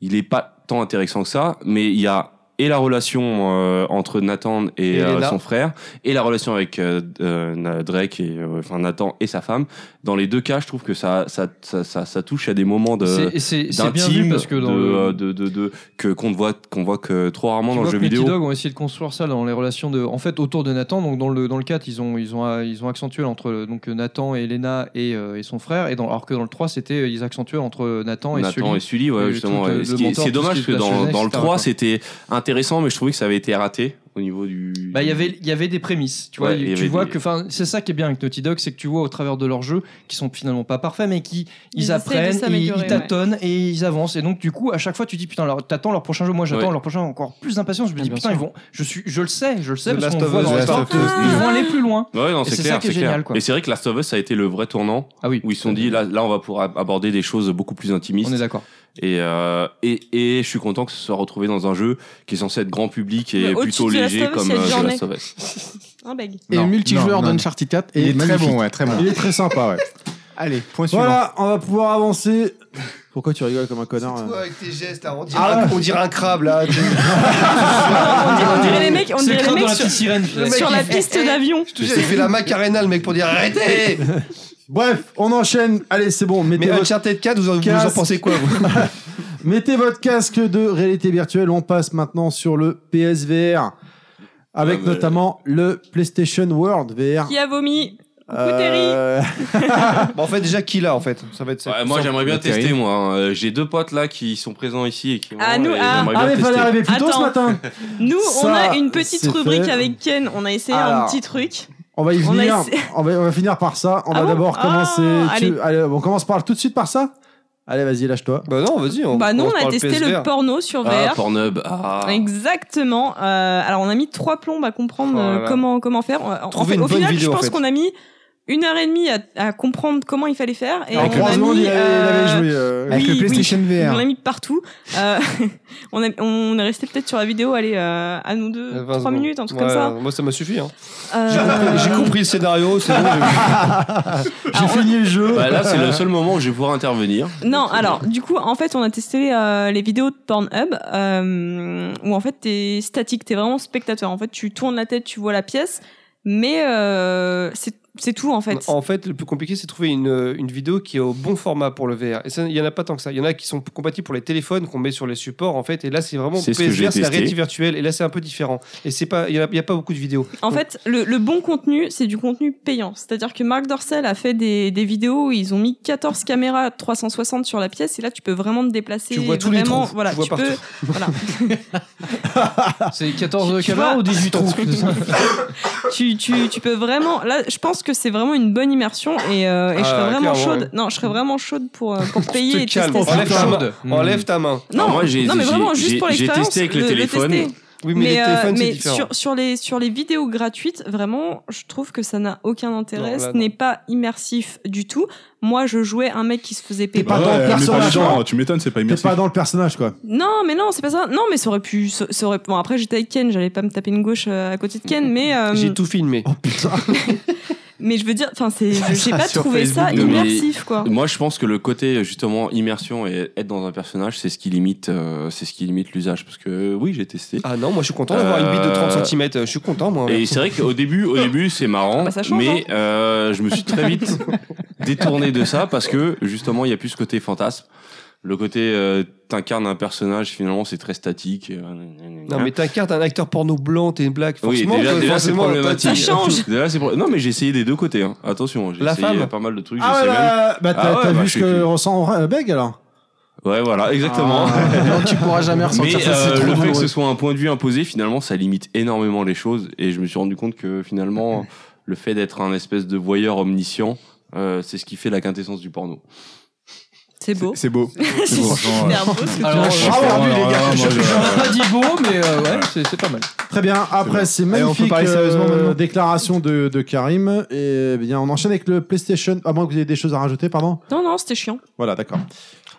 Speaker 5: il est pas tant intéressant que ça mais il y a et la relation euh, entre Nathan et,
Speaker 3: Et
Speaker 5: euh,
Speaker 3: Elena.
Speaker 5: son frère et la relation avec euh, euh, Na- Drake et euh, enfin Nathan et sa femme dans les deux cas je trouve que ça ça ça ça, ça touche à des moments de
Speaker 1: C'est- C'est c'est bien
Speaker 5: d'intime,
Speaker 1: vu parce que dans
Speaker 5: Euh, de,
Speaker 1: le-
Speaker 5: euh, de, de, de- que qu'on ne voit qu'on voit que trop rarement
Speaker 1: Tu
Speaker 5: dans le
Speaker 1: vois
Speaker 5: jeu
Speaker 1: que Naughty
Speaker 5: vidéo.
Speaker 1: Dog ont essayé de construire ça dans les relations de, en fait, autour de Nathan. Donc dans le dans le 4, ils ont ils ont ils ont accentué entre euh, donc Nathan et Elena et, euh, et son frère. Et dans alors que dans le 3, c'était euh, ils accentuaient entre Nathan et Sully.
Speaker 5: Nathan et Sully, ouais,
Speaker 1: Et
Speaker 5: justement.
Speaker 1: tout,
Speaker 5: ouais.
Speaker 1: euh, le
Speaker 5: Ce qui est-
Speaker 1: mentor,
Speaker 5: C'est
Speaker 1: tout ce
Speaker 5: dommage
Speaker 1: qui
Speaker 5: parce que
Speaker 1: est
Speaker 5: dans,
Speaker 1: relationnel,
Speaker 5: dans le
Speaker 1: etc.,
Speaker 5: 3,
Speaker 1: quoi.
Speaker 5: c'était intéressant, mais je trouvais que ça avait été raté au niveau du.
Speaker 1: Bah, il y avait il y avait des prémices, tu vois,
Speaker 5: Ouais, il y
Speaker 1: tu
Speaker 5: avait
Speaker 1: vois
Speaker 5: des-
Speaker 1: que enfin c'est ça qui est bien avec Naughty Dog, c'est que tu vois au travers de leurs jeux qui sont finalement pas parfaits mais qui
Speaker 4: Ils
Speaker 1: ils,
Speaker 4: essaient de
Speaker 1: apprennent, ils,
Speaker 4: s'améliorer,
Speaker 1: ils tâtonnent et ils avancent et donc du coup à chaque fois tu dis putain leur, t'attends leur prochain jeu, moi j'attends
Speaker 5: Ouais.
Speaker 1: leur prochain encore plus d'impatience, je me
Speaker 8: Ah,
Speaker 1: dis
Speaker 8: bien
Speaker 1: putain
Speaker 8: sûr.
Speaker 1: ils vont je suis je le sais, je le sais
Speaker 3: The
Speaker 1: parce
Speaker 3: Last
Speaker 1: qu'on
Speaker 3: of
Speaker 1: voit
Speaker 3: Us,
Speaker 1: dans
Speaker 3: The
Speaker 1: les
Speaker 3: Last
Speaker 1: temps,
Speaker 3: of Us.
Speaker 1: ils vont aller plus loin.
Speaker 5: Ouais, non,
Speaker 1: Et
Speaker 5: c'est
Speaker 1: c'est
Speaker 5: clair,
Speaker 1: ça qui
Speaker 5: c'est
Speaker 1: est
Speaker 5: clair.
Speaker 1: génial, quoi.
Speaker 5: Et c'est vrai que Last of Us, ça a été le vrai tournant
Speaker 1: Ah oui.
Speaker 5: où ils se sont dit, là, là, on va pouvoir aborder des choses beaucoup plus intimistes.
Speaker 1: On est d'accord.
Speaker 5: Et, euh, et, et je suis content que ce soit retrouvé dans un jeu qui est censé être grand public
Speaker 4: Mais
Speaker 5: et
Speaker 4: au-dessus
Speaker 5: plutôt
Speaker 4: de The Last
Speaker 5: léger
Speaker 4: of Us,
Speaker 5: comme
Speaker 4: il y a
Speaker 5: euh,
Speaker 4: du
Speaker 5: The
Speaker 4: genre
Speaker 5: Last of Us.
Speaker 4: Un bag.
Speaker 11: Et
Speaker 8: Et le multijoueur
Speaker 11: non, non.
Speaker 8: d'Uncharted 4
Speaker 11: Il
Speaker 8: est,
Speaker 11: est très
Speaker 8: magnifique.
Speaker 11: bon, ouais, très bon.
Speaker 2: Il est très sympa, ouais.
Speaker 11: Allez, point suivant.
Speaker 2: Voilà, on va pouvoir avancer. Pourquoi tu rigoles comme un connard hein
Speaker 3: avec tes gestes, on
Speaker 2: dirait- Ah ouais.
Speaker 3: euh, on dirait un crabe *laughs* là.
Speaker 4: Ah, On dirait- on dirait les mecs, on
Speaker 1: C'est le
Speaker 4: dirait les
Speaker 1: crabe dans
Speaker 4: mecs
Speaker 1: la
Speaker 4: sur,
Speaker 1: petite sirène.
Speaker 3: Le mec,
Speaker 4: sur la
Speaker 3: il fait-
Speaker 4: piste d'avion.
Speaker 3: J'ai fait la macarena le mec pour dire *laughs* arrêtez
Speaker 2: Bref, on enchaîne. Allez, c'est bon, mettez
Speaker 3: Mais
Speaker 2: votre
Speaker 3: Uncharted 4, vous en, vous en
Speaker 2: Casque.
Speaker 3: pensez quoi *laughs* vous
Speaker 2: Mettez votre casque de réalité virtuelle. On passe maintenant sur le PSVR. Avec
Speaker 5: Ah, mais-
Speaker 2: notamment le PlayStation World VR.
Speaker 4: Qui a vomi
Speaker 2: Euh,
Speaker 3: Bah, En fait, déjà, qui l'a en fait Ça va être ça.
Speaker 5: Ouais, moi, j'aimerais bien
Speaker 11: C'est terrible.
Speaker 5: tester, moi. hein. Euh, J'ai deux potes là qui sont présents ici et qui.
Speaker 4: Ah, nous,
Speaker 5: et
Speaker 4: ah.
Speaker 5: j'aimerais
Speaker 2: Ah,
Speaker 5: bien
Speaker 2: mais fallait
Speaker 5: tester.
Speaker 2: arriver plus tôt ce
Speaker 4: Attends.
Speaker 2: matin.
Speaker 4: Nous, on
Speaker 2: Ça,
Speaker 4: a une petite
Speaker 2: c'est
Speaker 4: rubrique
Speaker 2: fait.
Speaker 4: avec Ken. On a essayé un
Speaker 2: Alors.
Speaker 4: petit truc.
Speaker 2: On va y
Speaker 4: On a
Speaker 2: venir.
Speaker 4: essayé-
Speaker 2: On va, on va finir par ça. On
Speaker 4: Ah
Speaker 2: va
Speaker 4: bon
Speaker 2: d'abord
Speaker 4: Ah,
Speaker 2: commencer. tu-
Speaker 4: allez.
Speaker 2: allez, on commence par tout de suite par ça. Allez, vas-y, lâche-toi.
Speaker 3: Bah non, vas-y.
Speaker 4: bah non,
Speaker 3: commence
Speaker 4: on
Speaker 3: par
Speaker 4: a testé le,
Speaker 3: PSVR.
Speaker 4: porno sur
Speaker 5: Ah,
Speaker 4: VR.
Speaker 5: Pornhub. Ah.
Speaker 4: Exactement. Euh, alors on a mis trois plombes à comprendre
Speaker 3: Oh là
Speaker 4: euh,
Speaker 3: là.
Speaker 4: comment comment faire. En- en
Speaker 3: Trouver
Speaker 4: fait,
Speaker 3: une
Speaker 4: au
Speaker 3: bonne
Speaker 4: final,
Speaker 3: vidéo,
Speaker 4: je
Speaker 3: en
Speaker 4: pense
Speaker 3: fait.
Speaker 4: qu'on a mis une heure et demie à, à comprendre comment il fallait faire
Speaker 3: Ah,
Speaker 4: et
Speaker 2: En
Speaker 4: on
Speaker 2: trois
Speaker 4: a
Speaker 2: secondes,
Speaker 4: mis
Speaker 2: il avait, il avait
Speaker 4: euh,
Speaker 2: joué. euh,
Speaker 11: Avec
Speaker 4: oui,
Speaker 11: le PlayStation
Speaker 4: on
Speaker 11: VR.
Speaker 4: l'a mis partout. Euh, *laughs* on, a- on est resté peut-être sur la vidéo, allez, euh, à nous deux,
Speaker 3: 20
Speaker 4: trois
Speaker 3: secondes.
Speaker 4: minutes, un truc
Speaker 3: Ouais,
Speaker 4: comme ça.
Speaker 3: Moi, ça m'a suffi. Hein.
Speaker 4: Euh,
Speaker 3: J'ai compris le scénario, c'est bon. j'ai-
Speaker 2: J'ai fini le jeu.
Speaker 5: Bah, là, c'est
Speaker 3: *laughs*
Speaker 5: le seul moment où je vais pouvoir intervenir.
Speaker 4: Non,
Speaker 5: Donc, euh,
Speaker 4: alors, du coup, en fait, on a testé euh, les vidéos de Pornhub euh, où en fait, t'es statique, t'es vraiment spectateur. En fait, tu tournes la tête, tu vois la pièce, mais euh, c'est c'est tout en fait.
Speaker 3: En fait, le plus compliqué, c'est de trouver une, euh, une vidéo qui est au bon format pour le VR. Et ça, il y en a pas tant que ça. Il y en a qui sont compatibles pour les téléphones qu'on met sur les supports, en fait. Et là, c'est vraiment
Speaker 5: C'est ce que j'ai
Speaker 3: PSVR, c'est la
Speaker 5: testé.
Speaker 3: réalité virtuelle. Et là, c'est un peu différent. Et c'est pas, il y, en a- il y a pas beaucoup de vidéos.
Speaker 4: En
Speaker 3: Donc,
Speaker 4: fait, le, le bon contenu, c'est du contenu payant. C'est-à-dire que Marc Dorcel a fait des, des vidéos où ils ont mis 14 caméras 360 sur la pièce et là, tu peux vraiment te déplacer.
Speaker 3: Tu vois tous les
Speaker 4: vraiment,
Speaker 3: trous,
Speaker 4: Voilà,
Speaker 3: tu vois
Speaker 4: peux. Voilà.
Speaker 1: C'est 14
Speaker 4: Tu
Speaker 1: caméras
Speaker 4: vois- *laughs*
Speaker 1: ou 18 trous c'est ça
Speaker 4: tu, tu, tu peux vraiment. Là, je pense que c'est vraiment une bonne immersion et, euh, et je
Speaker 3: Ah,
Speaker 4: serais vraiment
Speaker 3: clairement,
Speaker 4: chaude.
Speaker 3: ouais.
Speaker 4: Non, je serais vraiment chaude pour, euh,
Speaker 3: *laughs*
Speaker 4: pour payer et
Speaker 3: Calme,
Speaker 4: tester ça.
Speaker 3: enlève ta main.
Speaker 2: Mmh.
Speaker 1: Mm.
Speaker 5: Hmm.
Speaker 3: Enlève ta main.
Speaker 4: Non,
Speaker 5: Alors moi, j'ai-
Speaker 4: non, mais
Speaker 5: j'ai-
Speaker 4: vraiment juste
Speaker 5: j'ai-
Speaker 4: pour
Speaker 5: j'ai
Speaker 4: l'expérience.
Speaker 5: testé avec le téléphone.
Speaker 4: tester.
Speaker 3: Oui, mais,
Speaker 4: Mais,
Speaker 3: les
Speaker 4: euh,
Speaker 3: téléphones, c'est
Speaker 4: mais
Speaker 3: différent.
Speaker 4: sur, sur, les, sur les vidéos gratuites, vraiment, je trouve que ça n'a aucun intérêt.
Speaker 3: Non, là,
Speaker 4: Ce n'est pas immersif du tout. Moi, je jouais un mec qui se faisait
Speaker 2: T'es
Speaker 4: péper.
Speaker 2: pas
Speaker 10: Ouais,
Speaker 2: dans le
Speaker 10: mais
Speaker 2: personnage,
Speaker 10: pas les gens,
Speaker 2: quoi.
Speaker 10: Tu m'étonnes, c'est pas
Speaker 2: T'es
Speaker 10: immersif.
Speaker 2: pas dans le personnage, quoi.
Speaker 4: Non, mais non, c'est pas ça. Non, mais ça aurait pu. Ça, ça aurait... Bon, après, j'étais avec Ken, j'allais pas me taper une gauche euh, à côté de Ken, mais. euh,
Speaker 3: J'ai tout filmé.
Speaker 4: *laughs* Mais je veux dire, enfin, c'est, j'ai pas
Speaker 11: sur
Speaker 4: trouvé ça
Speaker 5: Facebook, non, mais-
Speaker 4: immersif, quoi.
Speaker 5: Moi, je pense que le côté justement immersion et être dans un personnage, c'est ce qui limite, euh, c'est ce qui limite l'usage. Parce que euh, oui, j'ai testé.
Speaker 3: Ah non, moi je suis content d'avoir une bite de
Speaker 5: Euh,
Speaker 3: 30 cm. Je suis content, moi.
Speaker 5: Et c'est vrai qu'au début, au début, c'est marrant,
Speaker 4: bah, ça change,
Speaker 5: mais euh, je me suis très
Speaker 4: *laughs*
Speaker 5: vite détourné de ça parce que justement, il y a plus ce côté fantasme, le côté euh, t'incarnes un personnage finalement, c'est très statique. euh,
Speaker 3: Non, mais t'incarnes un acteur porno blanc, t'es une blague.
Speaker 5: oui,
Speaker 3: Forcément,
Speaker 5: déjà,
Speaker 3: euh,
Speaker 5: déjà c'est
Speaker 3: forcément,
Speaker 5: problématique.
Speaker 3: t'as-
Speaker 4: Ça change.
Speaker 5: Déjà, c'est pro- Non, mais j'ai essayé des deux côtés. hein. Attention, j'ai
Speaker 3: La
Speaker 5: essayé
Speaker 3: femme.
Speaker 5: pas mal de trucs. je
Speaker 2: Ah
Speaker 5: sais
Speaker 2: ouais,
Speaker 5: même.
Speaker 2: bah, bah,
Speaker 5: Ah
Speaker 2: t'as
Speaker 5: ouais,
Speaker 2: t'as
Speaker 5: bah,
Speaker 2: vu
Speaker 5: je
Speaker 2: ce
Speaker 5: suis
Speaker 2: que
Speaker 5: cul.
Speaker 2: ressent euh, Beg, alors
Speaker 5: ouais, voilà, exactement.
Speaker 8: Non, tu pourras jamais ressentir
Speaker 5: Mais
Speaker 8: ça. c'est
Speaker 5: euh,
Speaker 8: trop
Speaker 5: le fait que
Speaker 8: douloureux.
Speaker 5: ce soit un point de vue imposé, finalement, ça limite énormément les choses. Et je me suis rendu compte que finalement, le fait d'être un espèce de voyeur omniscient, euh, c'est ce qui fait la quintessence du porno.
Speaker 4: C'est beau.
Speaker 11: C'est beau.
Speaker 4: *laughs* C'est
Speaker 11: franchement,
Speaker 4: super beau, ce que tu
Speaker 1: Alors,
Speaker 4: as
Speaker 1: je-
Speaker 4: fait.
Speaker 2: Ah ouais,
Speaker 10: Non,
Speaker 2: lui,
Speaker 10: non,
Speaker 2: les gars,
Speaker 10: non, moi, je-
Speaker 1: J'aurais pas dit beau, mais euh, ouais, c'est c'est pas mal.
Speaker 2: Très bien, après ces
Speaker 11: Et on peut
Speaker 2: magnifiques
Speaker 11: parler sérieusement
Speaker 2: euh,
Speaker 11: maintenant
Speaker 2: déclarations de, de Karim, et eh bien on enchaîne avec le PlayStation. À moins que vous ayez des choses à rajouter, pardon
Speaker 4: Non, non, c'était chiant.
Speaker 2: Voilà, d'accord.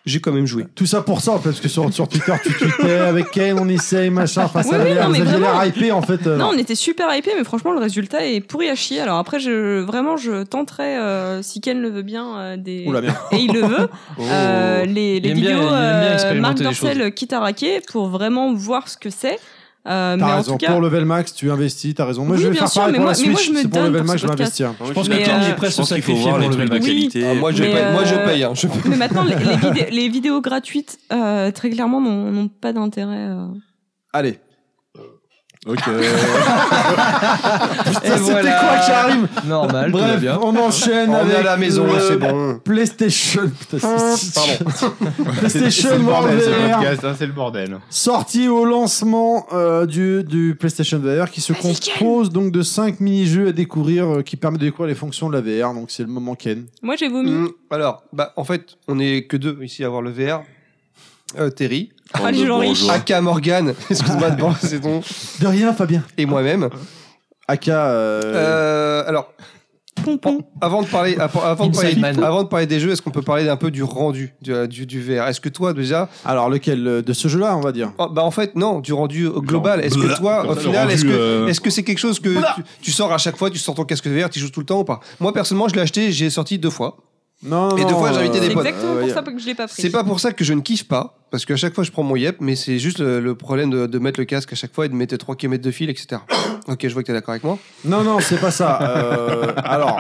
Speaker 3: J'ai quand même joué.
Speaker 2: Tout ça pour ça, en fait, parce que sur, sur Twitter, tu tweetais avec Ken, on essaye, machin, face
Speaker 4: Oui,
Speaker 2: à
Speaker 4: oui, non,
Speaker 2: vous
Speaker 4: mais
Speaker 2: aviez
Speaker 4: vraiment.
Speaker 2: l'air hypé, en fait. euh,
Speaker 4: Non, on était super hypés, mais franchement, le résultat est pourri à chier. Alors après, je, vraiment, je tenterai, euh, si Ken le veut bien, euh, des.
Speaker 2: Oula, merde.
Speaker 4: *laughs*
Speaker 2: Oh.
Speaker 4: Et il
Speaker 2: *laughs*
Speaker 4: le veut, euh, les, les
Speaker 1: aime bien-
Speaker 4: vidéos
Speaker 1: il aime bien
Speaker 4: euh,
Speaker 1: expérimenter
Speaker 4: Marc
Speaker 1: les
Speaker 4: Dorcel quitte à raquer pour vraiment voir ce que c'est. Euh, mais
Speaker 2: T'as
Speaker 4: en
Speaker 2: raison,
Speaker 4: tout cas,
Speaker 2: pour Level Max, tu investis, t'as raison. Moi,
Speaker 4: Oui,
Speaker 2: je vais
Speaker 4: bien
Speaker 2: faire
Speaker 4: sûr,
Speaker 2: pareil
Speaker 4: mais
Speaker 2: pour
Speaker 4: moi-
Speaker 2: la
Speaker 4: mais moi,
Speaker 2: Switch,
Speaker 4: je me
Speaker 2: c'est pour
Speaker 4: donne
Speaker 2: Level
Speaker 4: pour
Speaker 2: Max,
Speaker 4: ce
Speaker 2: je vais
Speaker 4: podcast.
Speaker 2: investir.
Speaker 5: Je
Speaker 1: pense
Speaker 4: que Ken est
Speaker 1: prêt à se
Speaker 5: pense qu'il faut
Speaker 1: sacrifier
Speaker 5: voir
Speaker 1: pour
Speaker 5: les
Speaker 1: le
Speaker 5: trucs de
Speaker 4: Velvet.
Speaker 5: qualité.
Speaker 3: Ah, moi, je
Speaker 4: Mais,
Speaker 3: paye. Moi, je
Speaker 4: euh,
Speaker 3: paye. hein. Je-
Speaker 4: *laughs* mais maintenant, les, les vidé- les vidéos gratuites, euh, très clairement, n'ont n'ont pas d'intérêt. euh.
Speaker 2: Allez.
Speaker 5: Euh,
Speaker 10: Ok.
Speaker 2: *laughs*
Speaker 1: Et voilà. Normal, tout va
Speaker 2: Bref,
Speaker 1: bien.
Speaker 2: on enchaîne
Speaker 3: On
Speaker 2: avec
Speaker 3: est à la maison, là,
Speaker 2: le
Speaker 3: c'est bon.
Speaker 2: PlayStation. Putain, c'est-
Speaker 11: C'est
Speaker 2: PlayStation
Speaker 11: le
Speaker 2: World
Speaker 11: bordel, ce
Speaker 2: VR.
Speaker 11: podcast, hein, c'est le bordel.
Speaker 2: Sorti au lancement euh, du, du PlayStation VR qui se compose donc de 5 mini-jeux à découvrir euh, qui permettent de découvrir les fonctions de la VR. Donc c'est le moment Ken.
Speaker 4: Moi, j'ai vomi.
Speaker 3: Mm, Alors, bah, en fait, on est que deux ici à voir le VR. Euh, Terry,
Speaker 4: Ah, les gens riches.
Speaker 3: Aka Morgan, *laughs*
Speaker 5: *laughs*
Speaker 3: excuse-moi de balancer ton nom,
Speaker 2: De rien, Fabien.
Speaker 3: et moi-même.
Speaker 2: Aka. euh,
Speaker 3: Euh, alors,
Speaker 2: Oh,
Speaker 4: Pompon.
Speaker 3: avant de parler, avant- avant de
Speaker 1: Inside
Speaker 3: parler,
Speaker 1: Man.
Speaker 3: avant de parler des jeux, est-ce qu'on peut parler un peu du rendu du, du, du VR Est-ce que toi, déjà,
Speaker 2: Alors lequel euh, De ce jeu-là, on va dire.
Speaker 3: oh, bah en fait, non, du rendu global. Est-ce que toi,
Speaker 10: Comme
Speaker 3: au
Speaker 10: ça, le
Speaker 3: final,
Speaker 10: rendu,
Speaker 3: est-ce que
Speaker 10: euh,
Speaker 3: Est-ce que c'est quelque chose que tu, tu sors à chaque fois, tu sors ton casque VR, tu joues tout le temps ou pas Moi personnellement, je l'ai acheté, j'ai sorti deux fois.
Speaker 2: Non, non,
Speaker 3: Et deux
Speaker 2: non,
Speaker 3: fois, j'ai invité
Speaker 4: C'est
Speaker 3: des potes.
Speaker 4: exactement
Speaker 2: euh,
Speaker 4: pour
Speaker 2: y a-
Speaker 4: ça que je l'ai pas pris.
Speaker 3: C'est pas pour ça que je ne kiffe pas, parce qu'à chaque fois je prends mon yep, mais c'est juste le, le problème de, de mettre le casque à chaque fois et de mettre 3 km de fil, etc. *coughs* ok, je vois que t'es d'accord avec moi.
Speaker 2: Non, non, c'est pas ça. Euh, alors,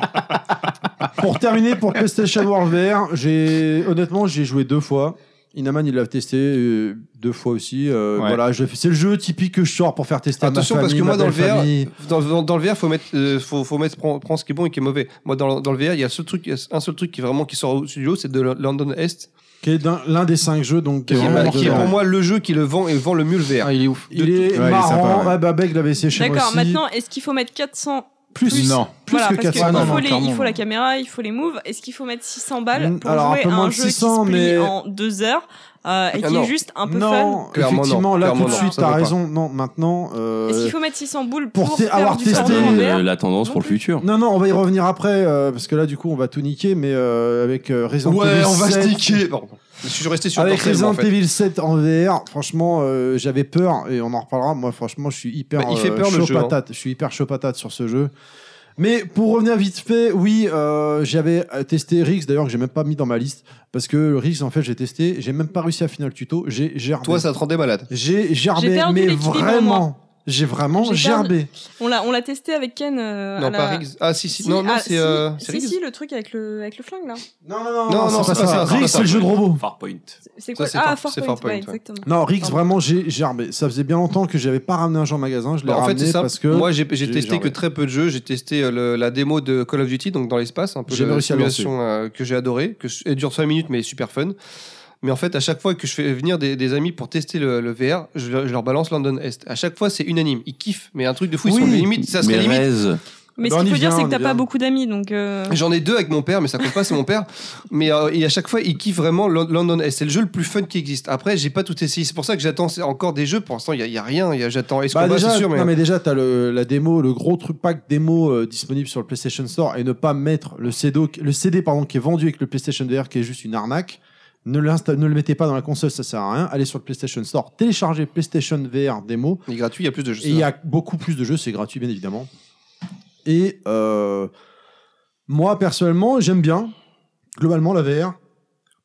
Speaker 2: pour terminer, pour PlayStation World VR, j'ai honnêtement, j'ai joué deux fois. Inaman, il l'a testé euh, deux fois aussi. Euh,
Speaker 11: Ouais.
Speaker 2: Voilà, je- c'est le jeu typique que je sors pour faire tester
Speaker 3: Attention,
Speaker 2: à ma
Speaker 3: parce
Speaker 2: famille,
Speaker 3: que moi,
Speaker 2: ma
Speaker 3: dans le
Speaker 2: belle
Speaker 3: VR,
Speaker 2: famille.
Speaker 3: Dans, dans, dans le VR, faut mettre, euh, faut, faut mettre prends, prends ce qui est bon et qui est mauvais. Moi, dans, le- dans le VR, il y a ce truc, il y a un seul truc qui vraiment qui sort au-dessus du lot, c'est de London Est,
Speaker 2: qui est d'un- l'un des cinq jeux, donc
Speaker 3: qui est,
Speaker 2: vraiment
Speaker 3: qui est
Speaker 2: dedans.
Speaker 3: pour moi le jeu qui le vend et vend le mieux le VR.
Speaker 8: Ah, il est ouf.
Speaker 2: Il est
Speaker 11: Ouais, il est
Speaker 2: marrant.
Speaker 11: sympa, ouais.
Speaker 2: Ah bah Beg l'avait séché moi
Speaker 4: D'accord,
Speaker 2: aussi.
Speaker 4: maintenant, est-ce qu'il faut mettre 400
Speaker 2: plus,
Speaker 11: Non.
Speaker 2: plus
Speaker 4: Voilà,
Speaker 2: que
Speaker 4: parce
Speaker 2: 400.
Speaker 4: qu'il
Speaker 2: non,
Speaker 4: faut,
Speaker 2: non,
Speaker 4: les-
Speaker 2: clairement,
Speaker 4: il faut
Speaker 2: non.
Speaker 4: la caméra, il faut les moves. Est-ce qu'il faut mettre 600 balles
Speaker 2: Mm,
Speaker 4: pour
Speaker 2: alors, un
Speaker 4: jouer
Speaker 2: peu
Speaker 4: à
Speaker 2: moins
Speaker 4: un
Speaker 2: de
Speaker 4: jeu
Speaker 2: 600,
Speaker 4: qui se plie
Speaker 2: mais-
Speaker 4: en deux heures euh, et
Speaker 3: Ah
Speaker 4: qui
Speaker 3: non.
Speaker 4: est juste un peu fun
Speaker 2: non,
Speaker 3: Clairement non,
Speaker 2: effectivement, là tout
Speaker 3: clairement
Speaker 2: de
Speaker 4: non,
Speaker 2: suite,
Speaker 3: ça va
Speaker 2: t'as
Speaker 3: pas.
Speaker 2: raison. Non, maintenant. euh,
Speaker 4: Est-ce qu'il faut mettre 600 boules
Speaker 2: pour
Speaker 4: pour,
Speaker 2: t-
Speaker 4: faire
Speaker 2: avoir
Speaker 4: du
Speaker 2: testé,
Speaker 4: porno en
Speaker 2: euh,
Speaker 4: VR
Speaker 5: la tendance pour le futur.
Speaker 2: Non, non, on va y revenir après, euh, parce que là, du coup, on va tout niquer, mais euh, avec euh, Resident Evil 7.
Speaker 3: Pardon. Je suis resté sur
Speaker 2: Avec
Speaker 3: Portal, moi,
Speaker 2: Resident
Speaker 3: en fait.
Speaker 2: Evil 7 en VR, franchement, euh, j'avais peur, et on en reparlera. Moi, franchement, je suis hyper
Speaker 3: Bah, il fait
Speaker 2: euh,
Speaker 3: peur, le
Speaker 2: chaud
Speaker 3: jeu, hein.
Speaker 2: patate. Je suis hyper chaud patate sur ce jeu. Mais pour revenir vite fait, oui, euh, j'avais euh, testé Rix, d'ailleurs, que j'ai même pas mis dans ma liste, parce que Rix, en fait, j'ai testé, j'ai même pas réussi à finir le tuto, j'ai gerbé.
Speaker 3: Toi, ça te rendait malade.
Speaker 2: J'ai gerbé,
Speaker 4: J'ai perdu
Speaker 2: mais
Speaker 4: l'équilibre,
Speaker 2: vraiment, j'ai vraiment
Speaker 4: J'ai perdu-
Speaker 2: gerbé.
Speaker 4: On l'a, on l'a testé avec Ken. euh, à
Speaker 3: Non,
Speaker 4: la-
Speaker 3: pas Riggs. Ah, si, si.
Speaker 4: Si,
Speaker 3: non, non,
Speaker 4: ah,
Speaker 3: c'est.
Speaker 4: si,
Speaker 3: euh,
Speaker 4: si,
Speaker 3: c'est Riggs.
Speaker 4: si, le truc avec le, avec le flingue là.
Speaker 2: Non, non,
Speaker 3: Non, non,
Speaker 2: c'est pas
Speaker 3: c'est pas
Speaker 2: ça.
Speaker 3: ça.
Speaker 2: Rix, c'est le jeu de robot.
Speaker 5: Farpoint.
Speaker 4: C'est
Speaker 3: Ça,
Speaker 4: quoi
Speaker 3: c'est
Speaker 4: Ah,
Speaker 3: Far- c'est
Speaker 4: Farpoint,
Speaker 3: Farpoint,
Speaker 4: ouais,
Speaker 3: ouais.
Speaker 4: exactement.
Speaker 2: Non, Rix,
Speaker 4: Pardon.
Speaker 2: vraiment, j'ai j'ai armé. Ça faisait bien longtemps que j'avais pas ramené un jeu en magasin. Je l'ai
Speaker 3: Bah, en fait,
Speaker 2: ramené
Speaker 3: c'est simple.
Speaker 2: parce que
Speaker 3: Moi, j'ai j'ai
Speaker 2: j'ai
Speaker 3: testé que
Speaker 2: germé.
Speaker 3: très peu de jeux. J'ai testé euh, le- la démo de Call of Duty, donc dans l'espace, un peu
Speaker 2: J'ai
Speaker 3: la
Speaker 2: réussi à le lancer.
Speaker 3: simulation euh, que j'ai adoré, que je- elle dure 5 minutes, mais super fun. Mais en fait, à chaque fois que je fais venir des, des amis pour tester le, le VR, je, je leur balance London Est. À chaque fois, c'est unanime. Ils kiffent, mais un truc de fou. Ils sont limite, ça serait limite.
Speaker 4: Mais
Speaker 2: Bah, on
Speaker 4: ce qu'il
Speaker 2: y
Speaker 4: faut dire,
Speaker 2: vient, on
Speaker 4: c'est que
Speaker 2: y
Speaker 4: t'as
Speaker 2: vient.
Speaker 4: pas beaucoup d'amis, donc. euh,
Speaker 3: J'en ai deux avec mon père, mais ça compte pas, c'est mon père. Mais euh, et à chaque fois, il kiffe vraiment Lon- London S. C'est le jeu le plus fun qui existe. Après, j'ai pas tout essayé. C'est pour ça que j'attends c'est encore des jeux. Pour l'instant, il y, a- il y a rien. Il y a- J'attends Ace
Speaker 2: Bah
Speaker 3: Combat,
Speaker 2: déjà,
Speaker 3: c'est sûr, mais.
Speaker 2: non mais déjà t'as le, la démo, le gros truc pack démo euh, disponible sur le PlayStation Store et ne pas mettre le CD, le CD pardon qui est vendu avec le PlayStation VR qui est juste une arnaque. Ne, l'insta- ne le mettez pas dans la console, ça sert à rien. Allez sur le PlayStation Store, téléchargez PlayStation VR démo
Speaker 3: Il est gratuit, il y a plus de jeux.
Speaker 2: et il y a beaucoup plus de jeux, c'est gratuit bien évidemment. Et euh, moi personnellement, j'aime bien globalement la VR.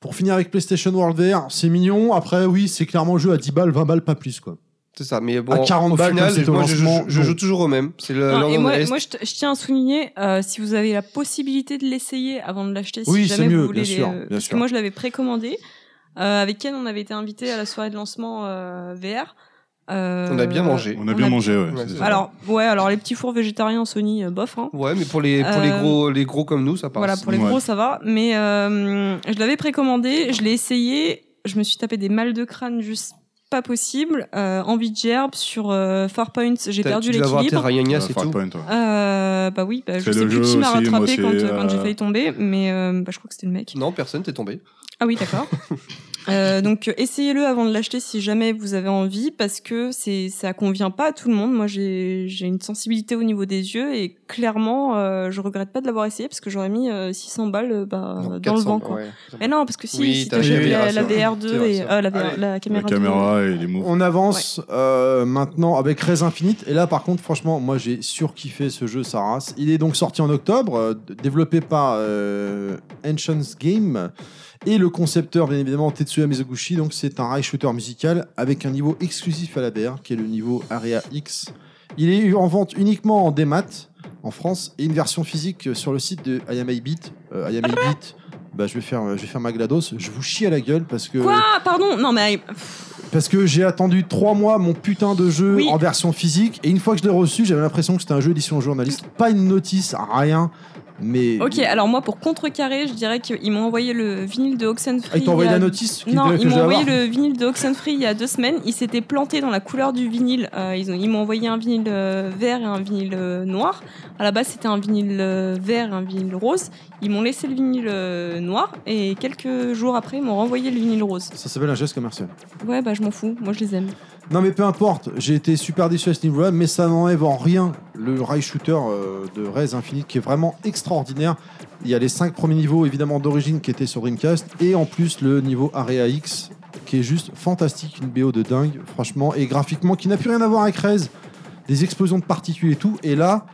Speaker 2: Pour finir avec PlayStation World VR, c'est mignon. Après, oui, c'est clairement le jeu à 10 balles, 20 balles, pas plus quoi.
Speaker 3: C'est ça. Mais bon,
Speaker 2: à 40
Speaker 3: au
Speaker 2: balles,
Speaker 3: final,
Speaker 2: comme c'était au
Speaker 3: moi, je, je-
Speaker 2: lancement,
Speaker 3: je
Speaker 2: bon.
Speaker 3: joue toujours au même. C'est le
Speaker 4: non, et
Speaker 3: London
Speaker 4: moi,
Speaker 3: S.
Speaker 4: moi, je, t- je tiens à souligner, euh, si vous avez la possibilité de l'essayer avant de l'acheter, si
Speaker 2: Oui, c'est
Speaker 4: jamais
Speaker 2: mieux,
Speaker 4: vous voulez.
Speaker 2: bien
Speaker 4: les-
Speaker 2: sûr,
Speaker 4: euh,
Speaker 2: bien
Speaker 4: parce
Speaker 2: sûr.
Speaker 4: que moi, je l'avais précommandé. Euh, avec Ken, on avait été invité à la soirée de lancement euh, VR. Euh,
Speaker 3: On a bien mangé.
Speaker 10: On a bien mangé, ouais.
Speaker 3: Ouais,
Speaker 10: c'est
Speaker 3: c'est
Speaker 10: ça.
Speaker 4: Alors, ouais, alors les petits fours végétariens Sony, euh, bof. Hein.
Speaker 3: Ouais, mais pour les, pour les,
Speaker 4: Euh,
Speaker 3: gros, les gros comme nous, ça passe.
Speaker 4: Voilà, pour les
Speaker 10: Ouais.
Speaker 4: gros, ça va. Mais euh, je l'avais précommandé, je l'ai essayé, je me suis tapé des mal de crâne juste pas possible. Euh, envie de gerbe sur euh, Farpoint, j'ai
Speaker 3: T'as-
Speaker 4: perdu
Speaker 3: tu dois avoir tes
Speaker 4: l'équilibre.
Speaker 3: Rayagnas
Speaker 10: Ouais,
Speaker 3: et
Speaker 10: Far
Speaker 3: tout.
Speaker 10: Point, ouais.
Speaker 4: Euh, bah oui, bah, je
Speaker 10: C'est
Speaker 4: sais
Speaker 10: le
Speaker 4: plus
Speaker 10: jeu
Speaker 4: qui m'a
Speaker 10: aussi, moi,
Speaker 4: rattrapé
Speaker 10: c'est,
Speaker 4: quand, euh, quand j'ai
Speaker 10: euh,
Speaker 4: failli tomber, mais euh, bah, je crois que c'était le mec.
Speaker 3: Non, personne t'est tombé.
Speaker 4: Ah oui,
Speaker 10: *laughs*
Speaker 4: d'accord. Euh, donc euh, essayez-le avant de l'acheter si jamais vous avez envie parce que c'est ça convient pas à tout le monde. Moi j'ai j'ai une sensibilité au niveau des yeux et clairement euh, je regrette pas de l'avoir essayé parce que j'aurais mis euh, 600 balles euh, bah,
Speaker 3: Non,
Speaker 4: dans le
Speaker 3: 400,
Speaker 4: vent quoi.
Speaker 3: ouais.
Speaker 4: Mais non parce que si,
Speaker 3: Oui,
Speaker 4: si
Speaker 3: t'as-
Speaker 4: t'achètes
Speaker 2: oui, oui,
Speaker 4: la,
Speaker 3: c'est
Speaker 4: la
Speaker 3: vrai.
Speaker 4: VR2
Speaker 3: C'est vrai,
Speaker 4: et
Speaker 3: c'est vrai.
Speaker 4: euh, la, VR,
Speaker 3: Allez.
Speaker 4: la caméra,
Speaker 10: La caméra et les moves.
Speaker 2: On avance euh, maintenant avec Raisin Finite. Et là, par contre, franchement, moi j'ai surkiffé ce jeu, sa race. Il est donc sorti en octobre, euh, d- développé par euh, Ancients Game et le concepteur, bien évidemment, Tetsuya Mizoguchi. Donc, c'est un rail shooter musical avec un niveau exclusif à la BR qui est le niveau Area X. Il est en vente uniquement en démat en France et une version physique euh, sur le site de IMABit. Beat. Euh, IMABit, bah, je, vais faire, je vais faire ma GLaDOS. Je vous chie à la gueule parce que.
Speaker 4: Quoi Pardon Non mais
Speaker 2: Parce que j'ai attendu trois mois mon putain de jeu
Speaker 4: Oui.
Speaker 2: en version physique et une fois que je l'ai reçu, j'avais l'impression que c'était un jeu édition journaliste. Pas une notice, rien. Mais.
Speaker 3: *laughs*
Speaker 4: ok alors moi pour contrecarrer je dirais qu'ils m'ont envoyé le vinyle de
Speaker 2: Ah,
Speaker 4: Oxenfree. euh,
Speaker 2: ils t'ont envoyé
Speaker 4: il y a
Speaker 2: la notice qui
Speaker 4: Non,
Speaker 2: que
Speaker 4: ils
Speaker 2: je
Speaker 4: m'ont
Speaker 2: dois
Speaker 4: envoyé
Speaker 2: avoir
Speaker 4: le vinyle de Oxenfree il y a deux semaines. Il s'était planté dans la couleur du vinyle. Euh, ils, ont, ils m'ont envoyé un vinyle euh, vert et un vinyle euh, noir. À la base, c'était un vinyle euh, vert et un vinyle rose. Ils m'ont laissé le vinyle euh, noir et quelques jours après, ils m'ont renvoyé le vinyle rose.
Speaker 2: Ça s'appelle un geste commercial.
Speaker 4: Ouais, bah je m'en fous. Moi, je les aime.
Speaker 2: Non, mais peu importe, j'ai été super déçu à ce niveau-là, mais ça n'enlève en rien le rail shooter euh, de Rez Infinite qui est vraiment extraordinaire. Il y a les cinq premiers niveaux évidemment d'origine qui étaient sur Dreamcast et en plus le niveau Area X qui est juste fantastique, une BO de dingue, franchement, et graphiquement qui n'a plus rien à voir avec Rez. Des explosions de particules et tout, et là,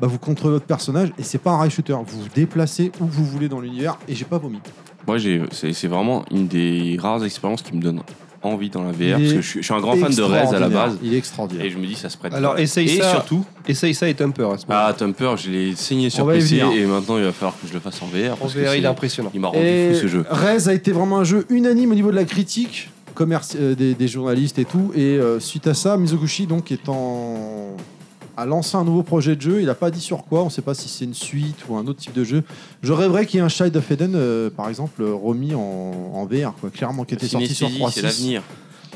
Speaker 2: bah, vous contrôlez votre personnage et c'est pas un rail shooter, vous vous déplacez où vous voulez dans l'univers et j'ai pas vomi.
Speaker 5: Moi, j'ai- c'est c'est vraiment une des rares expériences qui me donne envie dans la VR.
Speaker 2: Il
Speaker 5: Parce
Speaker 2: est
Speaker 5: que je suis, je suis un grand fan de Rez à la
Speaker 2: Extraordinaire.
Speaker 5: base.
Speaker 2: Il est extraordinaire.
Speaker 5: Et je me dis, ça se prête.
Speaker 3: Alors, essaye
Speaker 5: et
Speaker 3: ça.
Speaker 5: surtout,
Speaker 3: Essaye ça et Tumper à ce moment.
Speaker 5: ah, Tumper, je l'ai saigné sur
Speaker 2: On va y
Speaker 5: PC
Speaker 2: venir.
Speaker 5: et maintenant il va falloir que je le fasse en VR.
Speaker 3: En
Speaker 5: parce que
Speaker 3: VR, il est
Speaker 5: c'est-
Speaker 3: impressionnant.
Speaker 5: il m'a rendu
Speaker 2: Et
Speaker 5: fou ce jeu.
Speaker 2: Rez a été vraiment un jeu unanime au niveau de la critique commerci- euh, des, des journalistes et tout. Et euh, suite à ça, Mizoguchi donc est en a lancé un nouveau projet de jeu. Il n'a pas dit sur quoi. On ne sait pas si c'est une suite ou un autre type de jeu. Je rêverais qu'il y ait un Child of Eden, euh, par exemple, euh, remis en, en VR, quoi. Clairement, qui était sorti sur
Speaker 5: Synesthésie, c'est
Speaker 2: 3.6.
Speaker 5: l'avenir.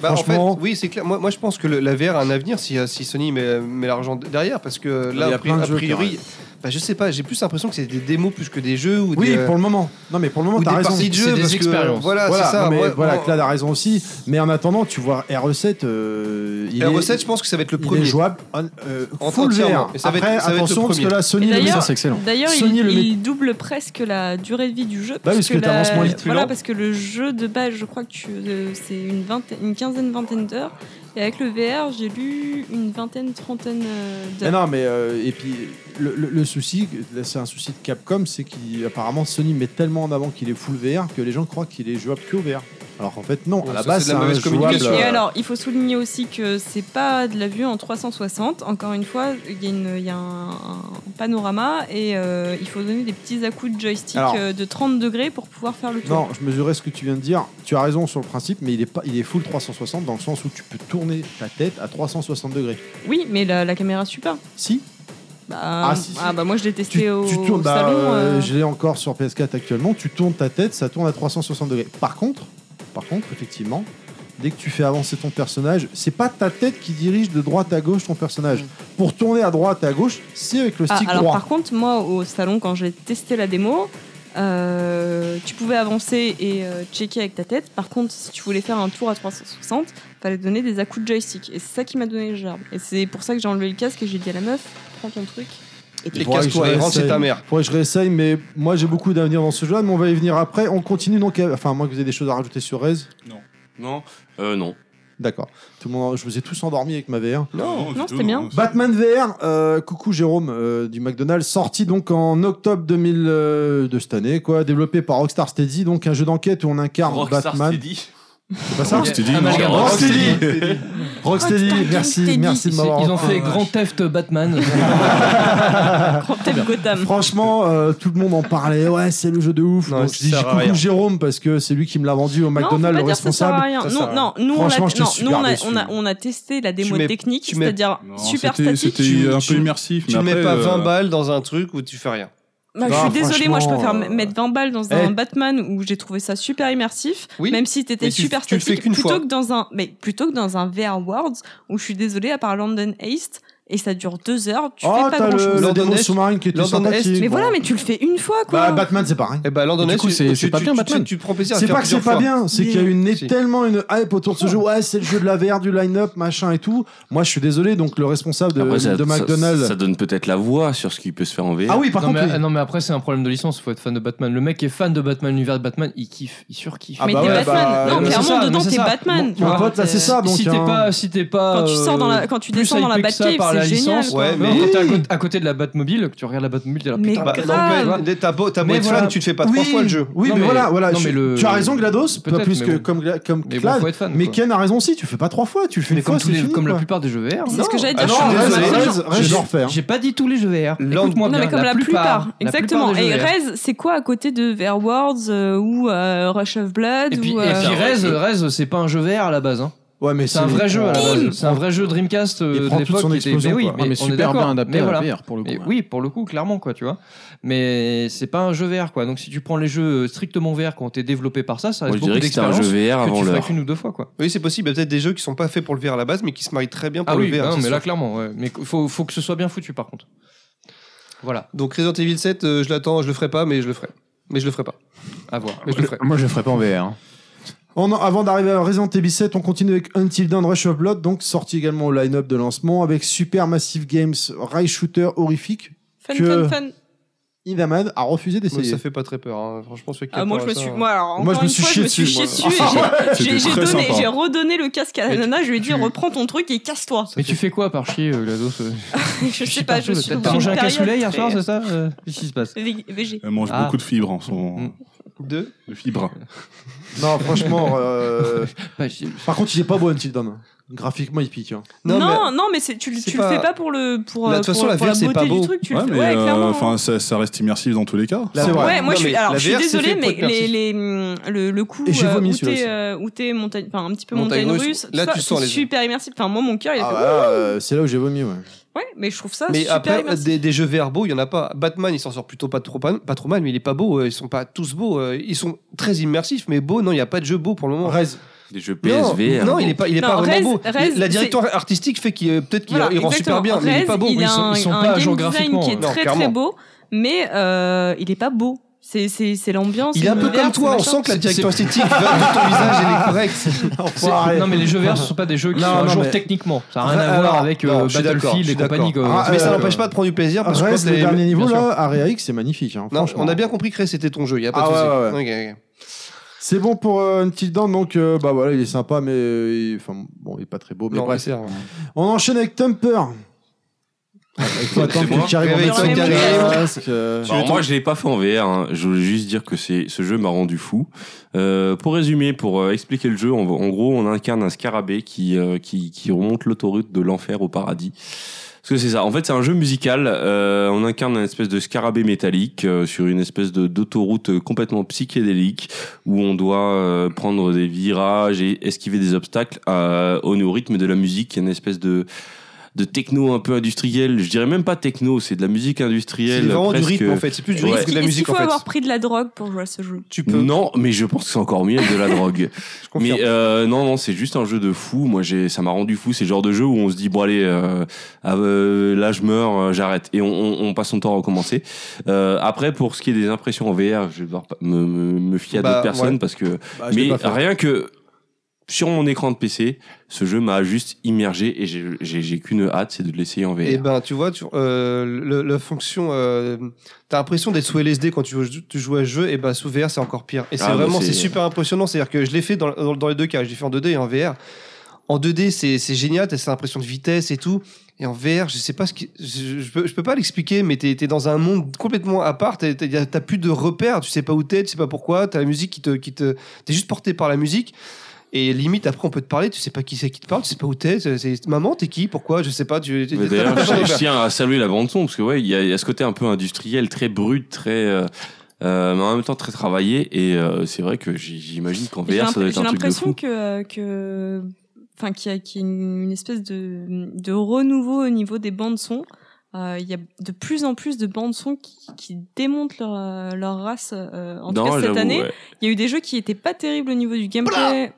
Speaker 3: Bah,
Speaker 2: Franchement-
Speaker 3: en fait, oui, c'est clair. Moi, moi, je pense que le- la VR a un avenir si, euh, si Sony met, met l'argent d- derrière, parce que euh, là,
Speaker 2: Il y a
Speaker 3: a, pri-
Speaker 2: plein de
Speaker 3: a
Speaker 2: jeux qui
Speaker 3: priori, bah, je sais pas, j'ai plus l'impression que c'est des démos plus que des jeux ou
Speaker 2: Oui,
Speaker 3: des, euh,
Speaker 2: pour le moment. Non, mais pour le moment,
Speaker 3: ou des
Speaker 2: t'as raison.
Speaker 3: parties de
Speaker 8: C'est
Speaker 3: jeu,
Speaker 8: des
Speaker 3: parce que,
Speaker 8: expériences.
Speaker 3: voilà,
Speaker 2: voilà,
Speaker 3: Ah, c'est ça.
Speaker 2: non, mais
Speaker 3: moi,
Speaker 2: voilà,
Speaker 3: moi,
Speaker 2: Clad a raison aussi. Mais en attendant, tu vois, RE7, euh, il est-
Speaker 3: RE7, E je pense que ça va être le
Speaker 2: il est
Speaker 3: premier.
Speaker 2: jouable en- euh,
Speaker 3: En-
Speaker 2: full
Speaker 3: entièrement.
Speaker 2: VR.
Speaker 3: Et ça va être-
Speaker 2: Après,
Speaker 3: ça va être le
Speaker 2: attention, parce que
Speaker 3: premier.
Speaker 2: là, Sony,
Speaker 4: Et
Speaker 2: le-
Speaker 4: d'ailleurs-
Speaker 8: Ça, c'est excellent.
Speaker 4: D'ailleurs, il,
Speaker 2: Sony le met- Bah
Speaker 4: il double presque la durée de vie du jeu.
Speaker 2: parce que
Speaker 4: la-
Speaker 2: t'avances moins vite.
Speaker 4: Voilà, parce que le jeu de base, je crois que tu- euh, c'est une, vingtaine- une quinzaine, vingtaine d'heures. Et avec le VR, j'ai lu une vingtaine, trentaine euh,
Speaker 2: Mais
Speaker 4: d'heures.
Speaker 2: non, mais euh, et puis le, le- le souci, là, c'est un souci de Capcom, c'est qu'apparemment Sony met tellement en avant qu'il est full VR que les gens croient qu'il est jouable que au VR. Alors qu'en fait, non.
Speaker 3: Ouais,
Speaker 2: à la
Speaker 3: ça,
Speaker 2: base,
Speaker 3: c'est
Speaker 2: c'est
Speaker 3: de la
Speaker 2: un
Speaker 3: mauvaise
Speaker 2: jouable.
Speaker 3: communication.
Speaker 4: Et
Speaker 2: euh,
Speaker 4: alors, il faut souligner aussi que c'est pas de la vue en 360. Encore une fois, il y a, une- il y a un, un panorama et euh, il faut donner des petits à-coups de joystick
Speaker 2: Alors-
Speaker 4: euh, de 30 degrés pour pouvoir faire le tour.
Speaker 2: Non, je mesurais ce que tu viens de dire. Tu as raison sur le principe, mais il est pas, il est full 360 dans le sens où tu peux tourner ta tête à 360 degrés.
Speaker 4: Oui, mais la, la caméra suit pas.
Speaker 2: Si
Speaker 4: Bah,
Speaker 2: Ah, si, si.
Speaker 4: bah moi je l'ai testé
Speaker 2: tu,
Speaker 4: au,
Speaker 2: tu
Speaker 4: au
Speaker 2: tournes, bah,
Speaker 4: salon.
Speaker 2: euh,
Speaker 4: euh,
Speaker 2: je l'ai encore sur PS4 actuellement, tu tournes ta tête, ça tourne à 360 degrés. Par contre, par contre, effectivement, dès que tu fais avancer ton personnage, c'est pas ta tête qui dirige de droite à gauche ton personnage. Pour tourner à droite à gauche, c'est avec le
Speaker 4: Mm. Ah,
Speaker 2: stick
Speaker 4: alors
Speaker 2: droit.
Speaker 4: par contre, moi au salon, quand j'ai testé la démo, euh, tu pouvais avancer et euh, checker avec ta tête. Par contre, si tu voulais faire un tour à 360, fallait donner des à coups de joystick. Et c'est ça qui m'a donné le gerbe. Et c'est pour ça que j'ai enlevé le casque et j'ai dit à la meuf, prends ton truc.
Speaker 3: Et
Speaker 2: Il
Speaker 3: puis
Speaker 2: faudrait que
Speaker 3: casse-toi
Speaker 2: je
Speaker 3: et rentre chez
Speaker 2: réessaye.
Speaker 3: ta mère.
Speaker 2: Faudrait que je réessaye, mais moi j'ai beaucoup d'avenir dans ce jeu, mais on va y venir après. On continue donc, à- enfin, moi que vous avez des choses à rajouter sur Rez.
Speaker 5: Non, euh, non.
Speaker 2: D'accord. Tout le monde, je vous ai tous endormis avec ma VR.
Speaker 10: Non,
Speaker 4: non,
Speaker 10: du
Speaker 4: c'était
Speaker 10: tout,
Speaker 4: bien.
Speaker 10: c'est-
Speaker 2: Batman VR, euh, coucou Jérôme euh, du McDonald's, sorti donc en octobre 2000 euh, de cette année, quoi, développé par Rockstar Steady, donc un jeu d'enquête où on incarne Batman.
Speaker 5: Steady.
Speaker 2: C'est pas ça
Speaker 10: Rocksteady, non.
Speaker 1: Amalgame.
Speaker 2: Rocksteady. *laughs* Rocksteady,
Speaker 12: Rockstar
Speaker 2: merci,
Speaker 12: Steady.
Speaker 2: merci de
Speaker 1: Ils
Speaker 2: m'avoir.
Speaker 1: ont fait Grand
Speaker 2: *laughs*
Speaker 1: Theft Batman.
Speaker 4: Prends peut-être Gotham.
Speaker 2: Franchement, euh, tout le monde en parlait. Ouais, c'est le jeu de ouf.
Speaker 3: Non,
Speaker 2: Donc,
Speaker 3: ça
Speaker 2: je dis
Speaker 3: sert à rien.
Speaker 2: coucou Jérôme parce que c'est lui qui me l'a vendu au
Speaker 4: non, faut
Speaker 2: McDonald's,
Speaker 4: pas
Speaker 2: le
Speaker 4: dire ça sert à
Speaker 2: responsable.
Speaker 4: rien.
Speaker 3: ça sert à
Speaker 4: Non, non,
Speaker 3: rien.
Speaker 4: nous, on
Speaker 2: Franchement,
Speaker 4: a,
Speaker 2: j'étais
Speaker 4: non,
Speaker 2: super
Speaker 4: nous, on a-
Speaker 2: déçu.
Speaker 4: on a- on a testé la démo
Speaker 3: Tu mets-
Speaker 4: technique,
Speaker 3: tu mets-
Speaker 4: c'est-à-dire
Speaker 10: Non,
Speaker 4: super
Speaker 10: c'était-
Speaker 4: statique.
Speaker 10: C'était un
Speaker 3: Tu-
Speaker 10: peu immersif.
Speaker 3: Tu ne
Speaker 10: mais
Speaker 3: mets
Speaker 10: après,
Speaker 3: pas 20
Speaker 10: euh,
Speaker 3: balles dans un truc où tu fais rien.
Speaker 2: Bah,
Speaker 4: Bah, je suis désolée, moi je
Speaker 2: franchement,
Speaker 4: préfère
Speaker 2: euh,
Speaker 4: m- mettre 20 balles dans
Speaker 2: eh.
Speaker 4: un Batman où j'ai trouvé ça super immersif,
Speaker 3: Oui,
Speaker 4: même si t'étais
Speaker 3: mais tu-
Speaker 4: super
Speaker 3: tu le fais
Speaker 4: statique,
Speaker 3: qu'une
Speaker 4: plutôt
Speaker 3: fois.
Speaker 4: que dans un, mais plutôt que dans un VR Worlds où je suis désolée, à part London East et ça dure deux heures, tu
Speaker 2: Oh,
Speaker 4: fais pas
Speaker 2: t'as
Speaker 4: grand
Speaker 2: le,
Speaker 4: chose.
Speaker 2: la
Speaker 3: London
Speaker 2: démo
Speaker 3: Est.
Speaker 2: sous-marine qui était
Speaker 3: London Est.
Speaker 2: sympathique.
Speaker 4: Mais voilà, mais tu le fais une fois quoi.
Speaker 2: Bah, Batman, c'est pareil.
Speaker 3: Et bah, London
Speaker 8: Du
Speaker 3: Est,
Speaker 8: coup,
Speaker 3: tu-
Speaker 8: c'est-
Speaker 3: tu-
Speaker 8: c'est pas
Speaker 3: tu-
Speaker 8: bien,
Speaker 3: tu-
Speaker 8: Batman.
Speaker 3: Tu prends plaisir à
Speaker 2: C'est
Speaker 3: faire
Speaker 2: pas que c'est
Speaker 3: plusieurs
Speaker 2: pas
Speaker 3: fois.
Speaker 2: bien, c'est
Speaker 4: Mais-
Speaker 2: qu'il y a une,
Speaker 3: Si.
Speaker 2: tellement une hype autour
Speaker 1: Ah.
Speaker 2: de ce jeu. Ouais, c'est le jeu de la VR, du line-up, machin et tout. Moi, je suis désolé, donc le responsable de,
Speaker 5: Après, ça,
Speaker 2: de
Speaker 5: ça-
Speaker 2: McDonald's.
Speaker 5: Ça, donne peut-être la voix sur ce qui peut se faire en VR.
Speaker 2: Ah oui, par
Speaker 1: non,
Speaker 2: contre.
Speaker 1: mais,
Speaker 2: il-
Speaker 1: ah, non, mais après, c'est un problème de licence. Faut être fan de Batman. Le mec est fan de Batman, l'univers de Batman, il kiffe, il surkiffe.
Speaker 2: Ah
Speaker 4: mais
Speaker 2: bah
Speaker 4: t'es
Speaker 2: ouais,
Speaker 4: Batman,
Speaker 2: bah, mais
Speaker 1: euh,
Speaker 4: non,
Speaker 1: c'est
Speaker 4: clairement
Speaker 1: ça,
Speaker 4: dedans
Speaker 1: mais c'est
Speaker 4: t'es
Speaker 1: ça.
Speaker 4: Batman. tu
Speaker 2: Mon
Speaker 4: vois.
Speaker 2: pote, là, c'est ça. donc,
Speaker 1: si Ah, t'es
Speaker 2: hein.
Speaker 1: pas, si t'es pas, euh,
Speaker 4: Quand tu sors dans la- quand tu
Speaker 1: plus
Speaker 4: descends dans la
Speaker 1: hypé que ça
Speaker 4: Batcave,
Speaker 1: par
Speaker 4: c'est
Speaker 1: la
Speaker 4: génial,
Speaker 1: licence,
Speaker 3: quoi.
Speaker 1: non,
Speaker 3: Ouais, mais-
Speaker 1: Quand t'es à, côté- à côté de la Batmobile, que tu regardes la Batmobile, t'es là,
Speaker 4: Mais
Speaker 1: putain,
Speaker 3: Bah,
Speaker 1: Batman.
Speaker 4: grave.
Speaker 3: donc, mais- T'as beau, t'as beau
Speaker 1: Mais
Speaker 3: être
Speaker 1: voilà.
Speaker 3: fan, tu te fais pas trois
Speaker 2: Oui.
Speaker 3: fois le jeu.
Speaker 2: Oui,
Speaker 1: Non,
Speaker 2: mais,
Speaker 1: mais-
Speaker 2: voilà, voilà.
Speaker 1: non, mais
Speaker 2: je-
Speaker 1: le-
Speaker 2: Tu as raison, GLaDOS, pas
Speaker 1: Peut-être,
Speaker 2: plus
Speaker 1: mais
Speaker 2: que
Speaker 1: bon.
Speaker 2: comme, Gla- comme
Speaker 1: Mais bon,
Speaker 2: Clad,
Speaker 1: faut être fan.
Speaker 2: mais
Speaker 1: quoi.
Speaker 2: Ken a raison aussi, tu le fais pas trois fois, tu le fais
Speaker 1: Mais
Speaker 2: une fois,
Speaker 1: comme tous
Speaker 2: c'est
Speaker 1: les-
Speaker 2: fini.
Speaker 1: comme la
Speaker 2: quoi.
Speaker 1: plupart des jeux VR.
Speaker 4: C'est ce que j'allais
Speaker 3: Ah
Speaker 4: dire.
Speaker 3: non,
Speaker 4: je suis
Speaker 3: désolé,
Speaker 4: désolée.
Speaker 2: Rez, Rez, je le refais. hein.
Speaker 1: J'ai pas dit tous les jeux VR. Écoute-moi
Speaker 4: Non,
Speaker 1: bien,
Speaker 4: mais comme la, plupart.
Speaker 1: la
Speaker 4: Exactement.
Speaker 1: plupart des
Speaker 4: et
Speaker 1: jeux VR.
Speaker 4: Rez, c'est quoi à côté de Ver Worlds euh, ou euh, Rush of Blood
Speaker 1: Et puis,
Speaker 4: ou,
Speaker 1: et
Speaker 4: euh,
Speaker 1: puis
Speaker 5: Ouais,
Speaker 1: Rez,
Speaker 5: c'est-
Speaker 1: Rez, c'est pas un jeu VR à la base. hein.
Speaker 2: Ouais, mais
Speaker 1: C'est un vrai jeu à la base. C'est un vrai jeu Dreamcast euh,
Speaker 2: Il prend
Speaker 1: de
Speaker 2: toute
Speaker 1: l'époque.
Speaker 2: son
Speaker 1: qui était-
Speaker 2: explosion,
Speaker 1: mais oui,
Speaker 2: quoi.
Speaker 1: mais,
Speaker 8: mais
Speaker 1: on est
Speaker 8: super
Speaker 1: d'accord.
Speaker 8: bien adapté
Speaker 1: mais
Speaker 8: à
Speaker 1: voilà.
Speaker 8: la VR pour le coup. hein.
Speaker 1: Mais
Speaker 8: ouais.
Speaker 1: oui, pour le coup, clairement, quoi, tu vois. Mais c'est pas un jeu VR, quoi. Donc, si tu prends les jeux euh, strictement VR qui ont été développés par ça, ça
Speaker 5: Moi,
Speaker 1: reste
Speaker 5: je
Speaker 1: beaucoup
Speaker 5: dirais que c'était un jeu
Speaker 1: d'expérience
Speaker 5: VR
Speaker 1: que
Speaker 5: avant
Speaker 1: tu ferais
Speaker 5: l'heure.
Speaker 1: qu'une ou deux fois, quoi.
Speaker 3: Oui, c'est possible. Il y a peut-être des jeux qui sont pas faits pour le VR à la base, mais qui se marient très bien pour
Speaker 1: Ah
Speaker 3: le
Speaker 1: oui,
Speaker 3: VR.
Speaker 1: bah non,
Speaker 3: c'est
Speaker 1: mais là,
Speaker 3: sûr.
Speaker 1: clairement, ouais. Mais faut, faut que ce soit bien foutu, par contre. Voilà,
Speaker 3: Donc Resident Evil 7, euh, je l'attends, je le ferai pas, mais je le ferai. Mais je le ferai pas.
Speaker 1: à voir.
Speaker 3: Mais je le ferai.
Speaker 11: Moi, je le ferais pas en hein. VR.
Speaker 2: On en- avant d'arriver à Resident Evil 7, on continue avec Until Dawn Rush of Blood, donc sorti également au line-up de lancement avec Super Massive Games, Rail Shooter horrifique.
Speaker 4: Fun,
Speaker 2: que-
Speaker 1: euh,
Speaker 4: fun, fun.
Speaker 2: Idaman a refusé
Speaker 3: Moi,
Speaker 2: d'essayer.
Speaker 3: ça fait pas très peur. hein. Franchement, ceux qui
Speaker 4: Ah, moi,
Speaker 3: attendent
Speaker 4: je me
Speaker 3: ça,
Speaker 4: suis.
Speaker 3: euh,
Speaker 4: Moi, alors, encore
Speaker 2: Moi, je me
Speaker 4: une
Speaker 2: suis
Speaker 4: fois,
Speaker 2: chié
Speaker 4: je me suis
Speaker 2: dessus,
Speaker 4: chié
Speaker 2: moi.
Speaker 4: dessus. et j'ai- J'ai
Speaker 10: C'était
Speaker 4: j'ai
Speaker 10: très
Speaker 4: donné,
Speaker 10: sympa.
Speaker 4: j'ai redonné le casque à la
Speaker 3: Mais
Speaker 4: nana, je lui ai dit
Speaker 3: tu-
Speaker 4: reprends ton truc et casse-toi.
Speaker 1: Mais tu fais quoi par chier, euh, Glados euh
Speaker 4: *laughs* Je sais pas, je
Speaker 1: partout,
Speaker 4: suis
Speaker 1: T'as
Speaker 4: dans
Speaker 1: mangé
Speaker 4: une
Speaker 1: un cassoulet
Speaker 4: période
Speaker 1: hier soir,
Speaker 4: très-
Speaker 1: c'est ça Euh, Qu'est-ce qui se passe
Speaker 4: Vé- végé.
Speaker 10: Elle mange
Speaker 1: Ah.
Speaker 10: beaucoup de fibres en ce moment.
Speaker 3: Deux.
Speaker 10: De fibres.
Speaker 2: Non, franchement. euh,
Speaker 1: Pas chier.
Speaker 2: Par contre, il est pas beau Until Dawn. Graphiquement, il pique. hein.
Speaker 4: Non,
Speaker 3: Non,
Speaker 4: non, mais, c'est- tu, le-
Speaker 3: c'est
Speaker 4: tu le fais
Speaker 3: pas-
Speaker 4: pas pour le pour
Speaker 3: De
Speaker 4: euh,
Speaker 3: toute façon,
Speaker 4: pour-
Speaker 3: la
Speaker 4: pour
Speaker 3: VR, c'est
Speaker 4: beauté
Speaker 3: pas
Speaker 4: du
Speaker 10: beau.
Speaker 4: truc, tu le
Speaker 10: Ouais,
Speaker 4: fais-
Speaker 10: mais
Speaker 4: ouais,
Speaker 10: euh,
Speaker 4: clairement.
Speaker 10: enfin, ça, ça reste immersif dans tous les cas.
Speaker 2: C'est vrai.
Speaker 4: Ouais, moi je
Speaker 3: Non,
Speaker 4: suis,
Speaker 3: mais
Speaker 4: alors,
Speaker 3: la
Speaker 4: je suis
Speaker 3: VR, c'est
Speaker 4: désolée,
Speaker 3: fait pour
Speaker 4: mais
Speaker 3: être
Speaker 4: les, les, hum, le, le coup
Speaker 2: Et j'ai
Speaker 4: euh,
Speaker 2: vomi
Speaker 4: où
Speaker 2: sur le
Speaker 4: t'es
Speaker 2: site.
Speaker 4: euh, où t'es montagne, enfin un petit peu
Speaker 3: Montagne
Speaker 4: montagne,
Speaker 3: russe,
Speaker 4: russe,
Speaker 3: là,
Speaker 4: ça,
Speaker 3: tu sens
Speaker 4: c'est
Speaker 3: les-
Speaker 4: super immersif. Enfin moi mon cœur il a
Speaker 2: Ah
Speaker 4: fait
Speaker 2: bah là, euh, c'est là où j'ai vomi. Ouais.
Speaker 4: ouais, mais je trouve ça
Speaker 3: Mais
Speaker 4: super
Speaker 3: après, euh,
Speaker 4: immersif.
Speaker 3: des, des jeux VR beaux, il y en a pas. Batman, il s'en sort plutôt pas trop, pas, pas trop mal, mais il est pas beau. euh, Ils sont pas tous beaux. euh, Ils sont très immersifs, mais beaux. Non, il n'y a pas de jeu beau pour le moment.
Speaker 2: Rez,
Speaker 5: Des jeux
Speaker 3: Non,
Speaker 5: PSVR.
Speaker 3: Non, il est pas, il est
Speaker 4: Non,
Speaker 3: pas
Speaker 4: Rez-
Speaker 3: vraiment beau.
Speaker 4: Rez,
Speaker 3: la directoire artistique fait qu'il euh, peut-être qu'il
Speaker 4: Voilà,
Speaker 3: il rend
Speaker 4: exactement.
Speaker 3: super bien, mais il est
Speaker 4: Rez,
Speaker 3: pas beau.
Speaker 4: Il
Speaker 1: Ils
Speaker 4: a
Speaker 1: sont-
Speaker 4: un,
Speaker 1: ils sont
Speaker 4: un
Speaker 1: pas à jour
Speaker 4: game design qui est
Speaker 1: graphiquement,
Speaker 3: euh.
Speaker 4: très
Speaker 3: Non,
Speaker 4: très
Speaker 3: clairement.
Speaker 4: beau, mais euh, il est pas beau. C'est c'est c'est l'ambiance.
Speaker 3: Il est un peu
Speaker 4: l'univers,
Speaker 3: comme toi,
Speaker 4: c'est
Speaker 3: on
Speaker 4: machin.
Speaker 3: sent que la
Speaker 1: C'est-
Speaker 3: directoire esthétique va de ton visage, elle est correcte.
Speaker 1: *laughs* C'est-
Speaker 2: Enfoiré.
Speaker 1: Non mais les jeux VR ce sont pas des jeux qui
Speaker 2: Non,
Speaker 1: sont à
Speaker 2: non,
Speaker 1: jour
Speaker 2: mais-
Speaker 1: techniquement. Ça n'a rien à
Speaker 3: Ah, Alors,
Speaker 1: voir avec euh,
Speaker 3: non, je suis d'accord,
Speaker 1: Battlefield
Speaker 3: je
Speaker 1: et
Speaker 3: suis
Speaker 1: compagnie.
Speaker 3: d'accord.
Speaker 1: quoi.
Speaker 2: Ah,
Speaker 3: Mais ça
Speaker 2: euh,
Speaker 3: n'empêche pas de prendre du plaisir parce que je pense
Speaker 2: Rez,
Speaker 3: que
Speaker 2: le
Speaker 3: les-
Speaker 2: dernier niveau
Speaker 1: bien
Speaker 2: là, Area X, c'est magnifique. hein,
Speaker 3: Non,
Speaker 2: franchement.
Speaker 3: on a bien compris que Rez, c'était ton jeu, il n'y a pas de
Speaker 2: Ah,
Speaker 3: souci. Ok, ok.
Speaker 2: C'est bon pour euh, Until Dawn, donc euh, bah voilà, il est sympa, mais euh, il- enfin bon, il est pas très beau, mais
Speaker 3: Non,
Speaker 2: bref.
Speaker 3: c'est rien.
Speaker 2: On enchaîne avec Tumper. Il faut attendre
Speaker 5: moi
Speaker 2: que Karim
Speaker 3: Avec
Speaker 2: remette
Speaker 4: toi,
Speaker 2: son
Speaker 4: Karim.
Speaker 2: casque, euh,
Speaker 5: Alors Bah, moi, je l'ai pas fait en VR. hein. Je voulais juste dire que c'est ce jeu m'a rendu fou. Euh, pour résumer, pour euh, expliquer le jeu, on va- en gros, on incarne un scarabée qui euh, qui, qui remonte l'autoroute de l'enfer au paradis. Parce que c'est ça. En fait, c'est un jeu musical. Euh, on incarne un espèce de scarabée métallique euh, sur une espèce de d'autoroute complètement psychédélique où on doit euh, prendre des virages et esquiver des obstacles euh, au, au rythme de la musique. Il y a une espèce de de techno un peu industriel. Je dirais même pas techno, c'est de la musique
Speaker 3: C'est
Speaker 5: industrielle.
Speaker 3: vraiment du
Speaker 5: presque-
Speaker 3: rythme en fait, c'est plus du
Speaker 5: Ouais.
Speaker 3: rythme que
Speaker 4: Est-ce
Speaker 3: de la
Speaker 4: qu'il est-ce qu'il
Speaker 3: musique
Speaker 4: faut
Speaker 3: en fait.
Speaker 4: avoir pris de la drogue pour jouer à ce jeu
Speaker 3: Tu peux.
Speaker 5: Non, mais je pense que c'est encore mieux avec
Speaker 3: *laughs*
Speaker 5: de la drogue.
Speaker 3: je confirme.
Speaker 5: Mais euh, non, non, c'est juste un jeu de fou. Moi, j'ai, ça m'a rendu fou. C'est le genre de jeu où on se dit, bon, allez, euh, ah, euh, là, je meurs, euh, j'arrête. Et on, on- on passe son temps à recommencer. Euh, après, pour ce qui est des impressions en VR, je vais devoir pa- me, me, me fier à
Speaker 3: Bah,
Speaker 5: d'autres personnes
Speaker 3: ouais. Ah,
Speaker 5: parce que. mais rien que sur mon écran de PC, ce jeu m'a juste immergé et j'ai, j'ai, j'ai qu'une hâte, c'est de l'essayer en VR.
Speaker 3: Et ben, tu vois, tu- euh, le- la fonction, euh, t'as l'impression d'être sous LSD quand tu, joues- tu joues à ce jeu, et ben sous VR c'est encore pire. Et c'est
Speaker 5: Ah, bah,
Speaker 3: vraiment,
Speaker 5: c'est-
Speaker 3: c'est super impressionnant. C'est-à-dire que je l'ai fait dans, dans- dans les deux cas, je l'ai fait en 2D et en VR. En 2D, c'est c'est génial, t'as cette impression de vitesse et tout. Et en VR, je sais pas ce qui. Je, je peux, je peux pas l'expliquer, mais t'es es dans un monde complètement à part. t'es- t'es- y a- T'as plus de repères, tu sais pas où t'es, tu sais pas pourquoi. T'as la musique qui te. Qui te t'es juste porté par la musique. Et limite, après, on peut te parler, tu sais pas qui c'est qui te parle, tu sais pas où t'es. c'est- c'est- Maman, t'es qui Pourquoi Je sais pas. Tu,
Speaker 5: Mais D'ailleurs, je, je tiens à saluer la bande son parce que ouais, il y, a- il y a ce côté un peu industriel, très brut, très, euh, euh, mais en même temps très travaillé. Et euh, c'est vrai que j'- j'imagine qu'en
Speaker 4: J'ai
Speaker 5: VR, ça doit
Speaker 4: l'imp-
Speaker 5: être
Speaker 4: j'ai
Speaker 5: un truc de
Speaker 4: l'impression
Speaker 5: fou.
Speaker 4: que, euh, que, enfin, qu'il y a, qu'il y a une, une espèce de, de renouveau au niveau des bandes son. Euh, Il y a de plus en plus de bandes son qui, qui démontent leur, euh, leur race. euh, en tout
Speaker 5: Non,
Speaker 4: cas cette
Speaker 5: j'avoue,
Speaker 4: année, il
Speaker 5: ouais.
Speaker 4: y a eu des jeux qui étaient pas terribles au niveau du gameplay,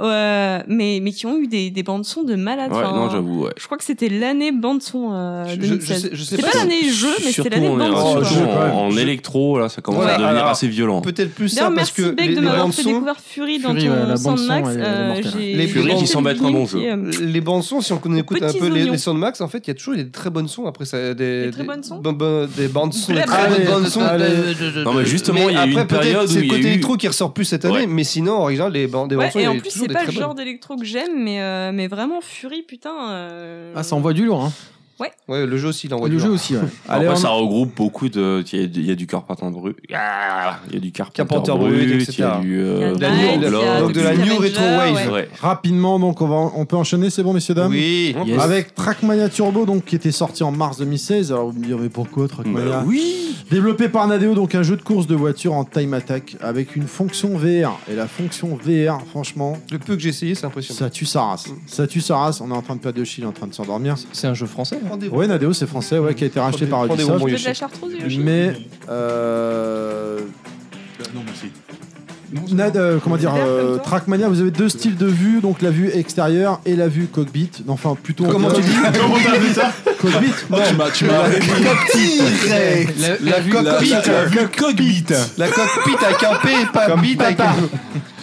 Speaker 4: euh, mais mais qui ont eu des, des bandes son de malade.
Speaker 5: Ouais,
Speaker 4: Enfin,
Speaker 5: non, j'avoue, ouais.
Speaker 4: je crois que c'était l'année bande son euh,
Speaker 3: Je- je- je
Speaker 4: 2016.
Speaker 3: sais- je sais
Speaker 4: C'est
Speaker 3: pas
Speaker 4: pas
Speaker 3: si-
Speaker 4: l'année jeu, mais
Speaker 5: Surtout
Speaker 4: c'est l'année
Speaker 5: en,
Speaker 4: bande
Speaker 5: en-
Speaker 4: son.
Speaker 3: Oh,
Speaker 4: quoi.
Speaker 3: je-
Speaker 5: surtout en-
Speaker 3: ouais.
Speaker 5: en électro, là, ça commence
Speaker 3: Voilà,
Speaker 5: à devenir
Speaker 3: alors-
Speaker 5: assez violent.
Speaker 3: Peut-être plus ça
Speaker 4: D'ailleurs,
Speaker 3: parce
Speaker 4: merci
Speaker 3: que
Speaker 4: Beck
Speaker 3: les,
Speaker 4: de
Speaker 3: les
Speaker 4: m'avoir
Speaker 3: bandes
Speaker 4: fait
Speaker 3: son,
Speaker 4: découvrir Fury dans
Speaker 8: Fury,
Speaker 4: ton
Speaker 8: ouais, la bande
Speaker 4: Sound
Speaker 8: son,
Speaker 4: Max.
Speaker 8: elle est
Speaker 4: euh,
Speaker 8: mortelle.
Speaker 4: j'ai-
Speaker 3: Les
Speaker 4: j'ai
Speaker 3: Fury qui
Speaker 4: quelques
Speaker 5: semble être un bon
Speaker 4: lignes
Speaker 5: jeu.
Speaker 4: qui, euh,
Speaker 3: les bandes sons, si on écoute un
Speaker 4: petits
Speaker 3: peu les,
Speaker 4: oignons.
Speaker 3: les Soundmax, en fait, il y a toujours des très bonnes sons. Après, ça, des,
Speaker 4: Des très
Speaker 3: des-
Speaker 4: bonnes sons
Speaker 3: bon- bon- des bandes sons, des
Speaker 4: Très
Speaker 3: très
Speaker 4: bonnes
Speaker 3: bonnes bandes sons.
Speaker 8: euh,
Speaker 5: Non, mais justement,
Speaker 3: Mais
Speaker 5: il y a eu
Speaker 3: après,
Speaker 5: une période
Speaker 3: peut-être
Speaker 5: où
Speaker 3: c'est
Speaker 5: il
Speaker 3: le
Speaker 5: y a
Speaker 3: côté
Speaker 5: eu-
Speaker 3: électro qui ressort plus cette année,
Speaker 5: Ouais.
Speaker 3: mais sinon, en général, les bandes, des
Speaker 4: Ouais,
Speaker 3: bandes sons, il
Speaker 4: et
Speaker 3: y a
Speaker 4: en plus,
Speaker 3: toujours
Speaker 4: c'est
Speaker 3: des
Speaker 4: pas
Speaker 3: très
Speaker 4: le genre
Speaker 3: bonnes.
Speaker 4: d'électro que j'aime, mais, euh, mais vraiment Fury, putain. euh,
Speaker 8: Ah, ça envoie du lourd. Hein.
Speaker 3: Ouais, le jeu aussi, il envoie
Speaker 8: Le
Speaker 3: du
Speaker 8: jeu
Speaker 3: lourd.
Speaker 8: aussi, ouais.
Speaker 2: Allez,
Speaker 5: Après,
Speaker 2: on-
Speaker 5: Ah ça regroupe beaucoup de. Il y a- il y, a du Carpenter Brut. Ah, Il y a du Carpenter
Speaker 3: Carpenter Brut,
Speaker 5: Brut, il y
Speaker 3: etc.
Speaker 5: a du.
Speaker 4: il y a
Speaker 5: euh,
Speaker 3: de la
Speaker 4: Night,
Speaker 3: New-
Speaker 4: il y a
Speaker 5: Blood,
Speaker 3: donc de la
Speaker 5: du-
Speaker 3: New
Speaker 4: Avenger,
Speaker 3: Retro Wave.
Speaker 4: ouais.
Speaker 5: Ouais.
Speaker 2: Rapidement, donc on, va, on peut enchaîner, c'est bon, messieurs, dames
Speaker 3: Oui.
Speaker 8: Yes.
Speaker 2: Avec Trackmania Turbo, donc qui était sorti en mars 2016. Alors vous me direz pourquoi Trackmania
Speaker 5: oui
Speaker 2: Développé par Nadeo, donc un jeu de course de voiture en time attack avec une fonction VR. Et la fonction VR, franchement,
Speaker 3: Le peu que j'ai essayé, c'est impressionnant.
Speaker 2: ça tue sa race. Ça tue sa race. On est en train de perdre de chill, en train de s'endormir.
Speaker 1: C'est un jeu français.
Speaker 3: Rendez-vous.
Speaker 2: Ouais, Nadeo, c'est français, ouais, qui a été racheté par
Speaker 3: Prends des
Speaker 2: Ubisoft.
Speaker 3: bonbons,
Speaker 4: Je veux de
Speaker 3: Yoshi.
Speaker 4: la chartreuse, Yoshi.
Speaker 2: Mais euh,
Speaker 10: Non, merci.
Speaker 2: Nad, euh, comment dire, euh, Trackmania, vous avez deux styles de vue, donc la vue extérieure et la vue cockpit. Enfin, plutôt.
Speaker 3: Comment tu dis
Speaker 2: *laughs*
Speaker 10: Comment t'as vu ça
Speaker 2: Cockpit.
Speaker 10: Oh, Tu m'as- tu m'as.
Speaker 8: La, la vue-
Speaker 3: coque-
Speaker 8: la-
Speaker 3: Cockpit.
Speaker 1: Ah,
Speaker 10: Le cockpit
Speaker 3: La cockpit avec un P, pas bit avec un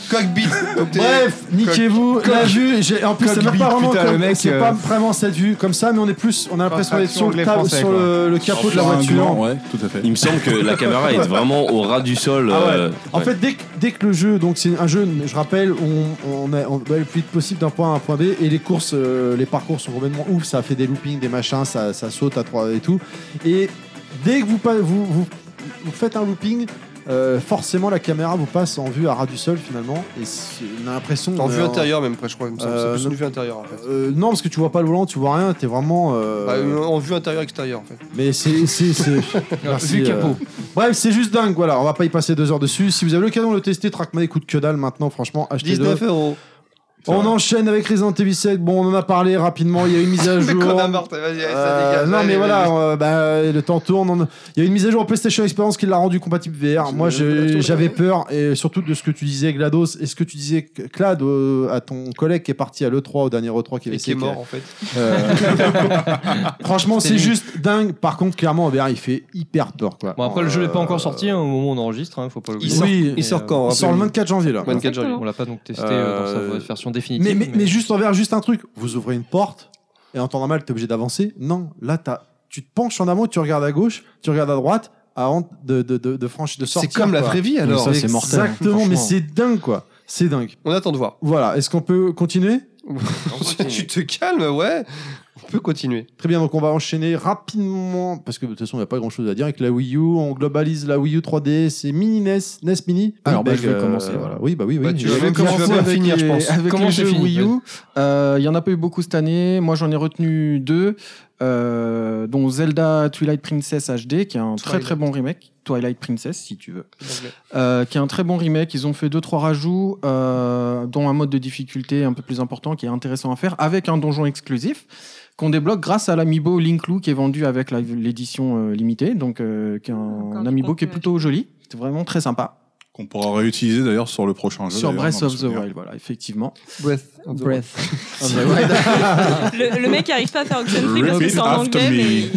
Speaker 3: Cockpit. Donc, t'es-
Speaker 2: Bref, niquez-vous. La vue, j'ai- en plus, c'est même
Speaker 11: Cockpit,
Speaker 2: pas vraiment
Speaker 11: putain,
Speaker 2: comme-
Speaker 11: le mec,
Speaker 2: c'est
Speaker 11: euh,
Speaker 2: pas vraiment cette vue comme ça, mais on est plus, on a l'impression d'être sur, le,
Speaker 11: anglais,
Speaker 2: table-
Speaker 11: français,
Speaker 2: sur le, le capot de la
Speaker 10: Sur un
Speaker 2: voiture.
Speaker 10: gland, Ouais, tout à fait.
Speaker 5: Il me semble que la caméra est vraiment au ras du sol.
Speaker 2: Ah ouais.
Speaker 5: euh,
Speaker 2: En
Speaker 5: ouais.
Speaker 2: fait, dès que, dès que le jeu, donc c'est un jeu, je rappelle, on, on, a- on doit aller le plus vite possible d'un point A à un point B, et les courses, euh, les parcours sont complètement ouf, ça fait des loopings, des machins, ça, ça saute à trois et tout. Et dès que vous, pa- vous, vous, vous faites un looping, euh, forcément la caméra vous passe en vue à ras du sol finalement, et c'est- on a l'impression.
Speaker 3: En
Speaker 2: on est
Speaker 3: vue intérieure, même, après, je crois. il me semble.
Speaker 2: Euh,
Speaker 3: C'est plus une vue intérieure, en fait.
Speaker 2: Euh, non, parce que tu vois pas le volant, tu vois rien, t'es vraiment. euh,
Speaker 3: Bah, euh, en vue intérieure-extérieure, en fait.
Speaker 2: Mais c'est. c'est-
Speaker 3: *laughs*
Speaker 2: c'est-
Speaker 3: Ah,
Speaker 2: Merci,
Speaker 1: Vu capot.
Speaker 2: euh, Bref, c'est juste dingue, voilà, on va pas y passer deux heures dessus. Si vous avez l'occasion de le tester, Trackman écoute que dalle maintenant, franchement, achetez
Speaker 3: 19 euros.
Speaker 2: On enchaîne avec Resident Evil 7, bon, on en a parlé rapidement, il y a eu une mise à
Speaker 3: *laughs* Mais
Speaker 2: jour.
Speaker 3: qu'on a marre, vas-y, allez, ça
Speaker 2: Euh,
Speaker 3: dégage,
Speaker 2: non
Speaker 3: allez,
Speaker 2: mais voilà,
Speaker 3: vas-y.
Speaker 2: euh, bah, le temps tourne. on- Il y a une mise à jour en PlayStation Experience qui l'a rendu compatible VR. Moi j'ai- j'avais peur et surtout de ce que tu disais Glados et ce que tu disais Clad euh, à ton collègue qui est parti à l'E3 au dernier E3 qui avait
Speaker 3: Et qui
Speaker 2: essayé
Speaker 3: est mort, en fait.
Speaker 2: euh, *laughs* Franchement, c'est
Speaker 1: C'était
Speaker 2: juste dingue. Par contre, clairement, en VR, il fait hyper peur. Quoi.
Speaker 1: Bon, après, le jeu n'est pas
Speaker 2: Euh,
Speaker 1: encore sorti hein, au moment où on enregistre, hein, faut pas
Speaker 2: Il
Speaker 1: l'oublier.
Speaker 2: sort,
Speaker 1: Et,
Speaker 3: Il sort
Speaker 1: euh,
Speaker 3: quand
Speaker 2: il sort le 24 janvier là.
Speaker 3: 24 janvier.
Speaker 1: On l'a pas donc testé
Speaker 2: Euh,
Speaker 1: euh, dans sa version définitive.
Speaker 2: Mais, mais, mais juste en VR, juste un truc. Vous ouvrez une porte et en temps normal, t'es obligé d'avancer. Non, là, t'as- tu te penches en amont, tu regardes à gauche, tu regardes à droite avant de, de, de, de franchir, de sortir.
Speaker 3: C'est comme la
Speaker 2: quoi.
Speaker 3: vraie vie, alors.
Speaker 8: ça, c'est mortel, hein.
Speaker 2: Exactement, mais
Speaker 8: franchement.
Speaker 2: c'est dingue quoi. C'est dingue.
Speaker 3: On attend de voir.
Speaker 2: Voilà, est-ce qu'on peut continuer
Speaker 3: tu te calmes, ouais. On peut continuer.
Speaker 2: Très bien, donc on va enchaîner rapidement, parce que de toute façon, il n'y a pas grand-chose à dire avec la Wii U. On globalise la Wii U 3D, c'est Mini E NES, NES Mini.
Speaker 8: Alors,
Speaker 2: Oui,
Speaker 8: bah,
Speaker 2: mec,
Speaker 8: je vais
Speaker 2: euh,
Speaker 8: commencer, voilà.
Speaker 2: Oui, bah oui, oui.
Speaker 3: Bah, tu
Speaker 2: Je-
Speaker 3: vas
Speaker 8: Je
Speaker 3: même
Speaker 8: vais
Speaker 3: bien- tu vas
Speaker 8: commencer
Speaker 3: bien
Speaker 8: avec
Speaker 3: finir,
Speaker 8: les-
Speaker 3: je pense.
Speaker 8: Avec
Speaker 1: Comment
Speaker 8: les
Speaker 1: c'est
Speaker 8: jeux
Speaker 1: fini,
Speaker 8: Wii U, euh, il y en a pas eu beaucoup cette année. Moi, j'en ai retenu deux, euh, dont Zelda Twilight Princess HD, qui est un très
Speaker 3: Twilight.
Speaker 8: très bon remake. Twilight Princess, si tu veux.
Speaker 3: L'anglais.
Speaker 8: Euh, qui est un très bon remake. Ils ont fait deux trois rajouts, euh, euh, dont un mode de difficulté un peu plus important qui est intéressant à faire, avec un donjon exclusif qu'on débloque grâce à l'amiibo Link Lou qui est vendu avec la- l'édition euh, limitée, donc euh, qui est un,
Speaker 4: Encore du
Speaker 8: amiibo
Speaker 4: contenu
Speaker 8: qui est plutôt joli, c'est vraiment très sympa.
Speaker 10: Qu'on pourra réutiliser d'ailleurs sur le prochain jeu.
Speaker 8: Sur
Speaker 10: d'ailleurs,
Speaker 8: Breath
Speaker 10: dans
Speaker 8: of
Speaker 10: le
Speaker 8: the
Speaker 10: souvenir.
Speaker 8: Wild, voilà, effectivement.
Speaker 3: Breath. of the Wild.
Speaker 8: *laughs* Euh,
Speaker 4: Le, le mec arrive pas à faire Oxenfree parce que
Speaker 10: Repeat
Speaker 4: c'est en
Speaker 10: after
Speaker 4: anglais.
Speaker 10: me.
Speaker 4: Mais...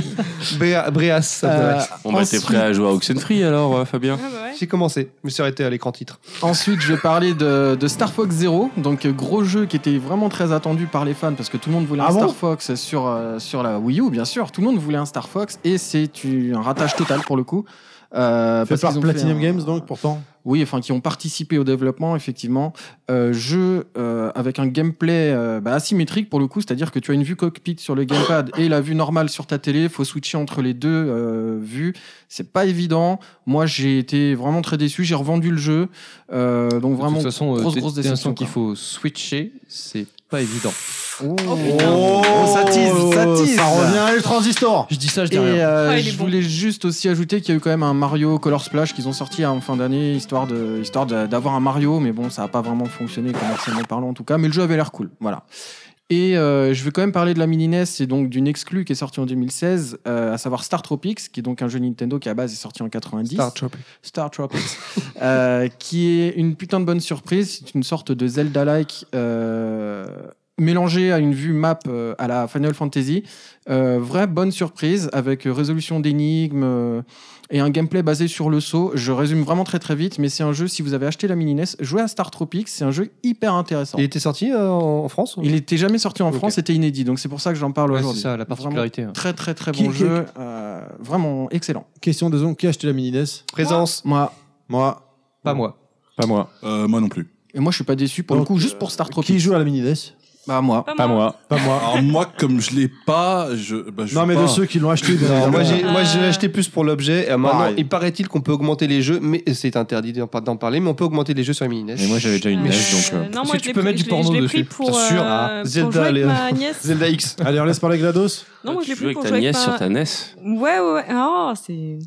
Speaker 3: Brea- Breas. of the Wild.
Speaker 8: Euh,
Speaker 5: Bon, bah, t'es prêt à jouer à Oxenfree alors, euh, Fabien
Speaker 4: Ah bah ouais.
Speaker 3: J'ai commencé, je me suis arrêté à l'écran titre.
Speaker 8: Ensuite, je vais parler de, de Star Fox Zero, donc euh, gros jeu qui était vraiment très attendu par les fans parce que tout le monde voulait un
Speaker 2: Ah bon
Speaker 8: Star Fox sur, euh, sur la Wii U, bien sûr. Tout le monde voulait un Star Fox et c'est eu un ratage total pour le coup. Euh,
Speaker 2: Fait
Speaker 8: parce
Speaker 2: par
Speaker 8: qu'ils ont
Speaker 2: Platinum
Speaker 8: un-
Speaker 2: Games, donc, pourtant.
Speaker 8: Oui, enfin, qui ont participé au développement, effectivement. Euh, jeu euh, avec un gameplay euh, bah, asymétrique pour le coup, c'est-à-dire que tu as une vue cockpit sur le gamepad et la vue normale sur ta télé. faut switcher entre les deux euh, vues. C'est pas évident. Moi, j'ai été vraiment très déçu. J'ai revendu le jeu. Euh, donc, vraiment.
Speaker 1: de toute façon,
Speaker 8: grosse,
Speaker 1: grosse,
Speaker 8: grosse déception,
Speaker 1: qu'il
Speaker 8: quoi.
Speaker 1: faut switcher, c'est pas évident.
Speaker 4: Oh, putain.
Speaker 8: ça tease, ça tease.
Speaker 2: Ça revient, le transistor
Speaker 1: Je dis ça, je
Speaker 8: Et
Speaker 1: dis rien.
Speaker 8: euh,
Speaker 4: Ah, il est
Speaker 8: je
Speaker 4: bon.
Speaker 8: voulais juste aussi ajouter qu'il y a eu quand même un Mario Color Splash qu'ils ont sorti en fin d'année, histoire de histoire de- d'avoir un Mario, mais bon, ça n'a pas vraiment fonctionné commercialement parlant en tout cas, mais le jeu avait l'air cool, voilà. Et euh, je vais quand même parler de la mini NES et donc d'une exclue qui est sortie en 2016, euh, à savoir Star Tropics, qui est donc un jeu Nintendo qui à base est sorti en 90.
Speaker 3: Star Tropic.
Speaker 8: Star Tropics, euh, qui est une putain de bonne surprise. C'est une sorte de Zelda-like euh, mélangé à une vue map euh, à la Final Fantasy. Euh, vraie bonne surprise avec résolution d'énigmes euh, et un gameplay basé sur le saut. Je résume vraiment très très vite, mais c'est un jeu, si vous avez acheté la mini NES, jouez à Star Tropics, c'est un jeu hyper intéressant.
Speaker 3: Il était sorti euh, en en France ou-
Speaker 8: Il n'était jamais sorti en
Speaker 3: Ok.
Speaker 8: France, c'était inédit, donc c'est pour ça que j'en parle
Speaker 1: Ouais, c'est
Speaker 8: aujourd'hui.
Speaker 1: ça, la particularité. hein.
Speaker 8: Vraiment Très très très
Speaker 2: Qui-
Speaker 8: bon
Speaker 2: qui-
Speaker 8: jeu, euh, vraiment excellent.
Speaker 2: Question de zone, qui a acheté la mini E NES
Speaker 3: Présence.
Speaker 8: Moi,
Speaker 2: Moi.
Speaker 1: Pas moi.
Speaker 11: Pas moi.
Speaker 10: Euh, moi non plus.
Speaker 8: et moi je suis pas déçu pour
Speaker 2: Donc, euh,
Speaker 8: le coup, juste pour Star Tropics.
Speaker 2: Qui joue à la mini E NES
Speaker 8: Bah moi.
Speaker 4: Pas
Speaker 11: Pas moi.
Speaker 2: Pas moi.
Speaker 10: Alors moi, comme je l'ai pas, je. bah, je
Speaker 2: Non,
Speaker 10: joue
Speaker 2: mais
Speaker 10: pas.
Speaker 2: de ceux qui l'ont acheté. bien
Speaker 3: Non, moi
Speaker 2: évidemment.
Speaker 3: j'ai moi, j'ai
Speaker 4: Euh.
Speaker 3: acheté plus pour l'objet. et Maintenant,
Speaker 2: Pareil.
Speaker 3: il paraît-il qu'on peut augmenter les jeux, mais c'est interdit d'en d'en parler, mais on peut augmenter les jeux sur les mini
Speaker 11: Mais moi j'avais déjà une
Speaker 4: Euh,
Speaker 11: NES donc. euh,
Speaker 4: non,
Speaker 1: Est-ce
Speaker 4: moi,
Speaker 1: que
Speaker 4: je
Speaker 1: tu
Speaker 4: l'ai
Speaker 1: peux
Speaker 4: pris-
Speaker 1: mettre du
Speaker 4: je l'ais-
Speaker 1: porno
Speaker 4: je l'ai
Speaker 1: dessus
Speaker 4: pris pour,
Speaker 1: Bien sûr,
Speaker 4: euh,
Speaker 1: ah.
Speaker 4: pour
Speaker 3: Zelda,
Speaker 4: jouer
Speaker 3: allez.
Speaker 4: avec ma nièce.
Speaker 3: Zelda X.
Speaker 2: Allez, on laisse parler GLaDOS.
Speaker 4: Non, moi, je l'ai
Speaker 5: tu joues
Speaker 4: pris
Speaker 5: avec
Speaker 4: pour
Speaker 5: ta
Speaker 4: jouer avec
Speaker 5: nièce
Speaker 4: ma...
Speaker 5: sur ta NES
Speaker 4: Ouais, ouais, ouais. Ah, c'est.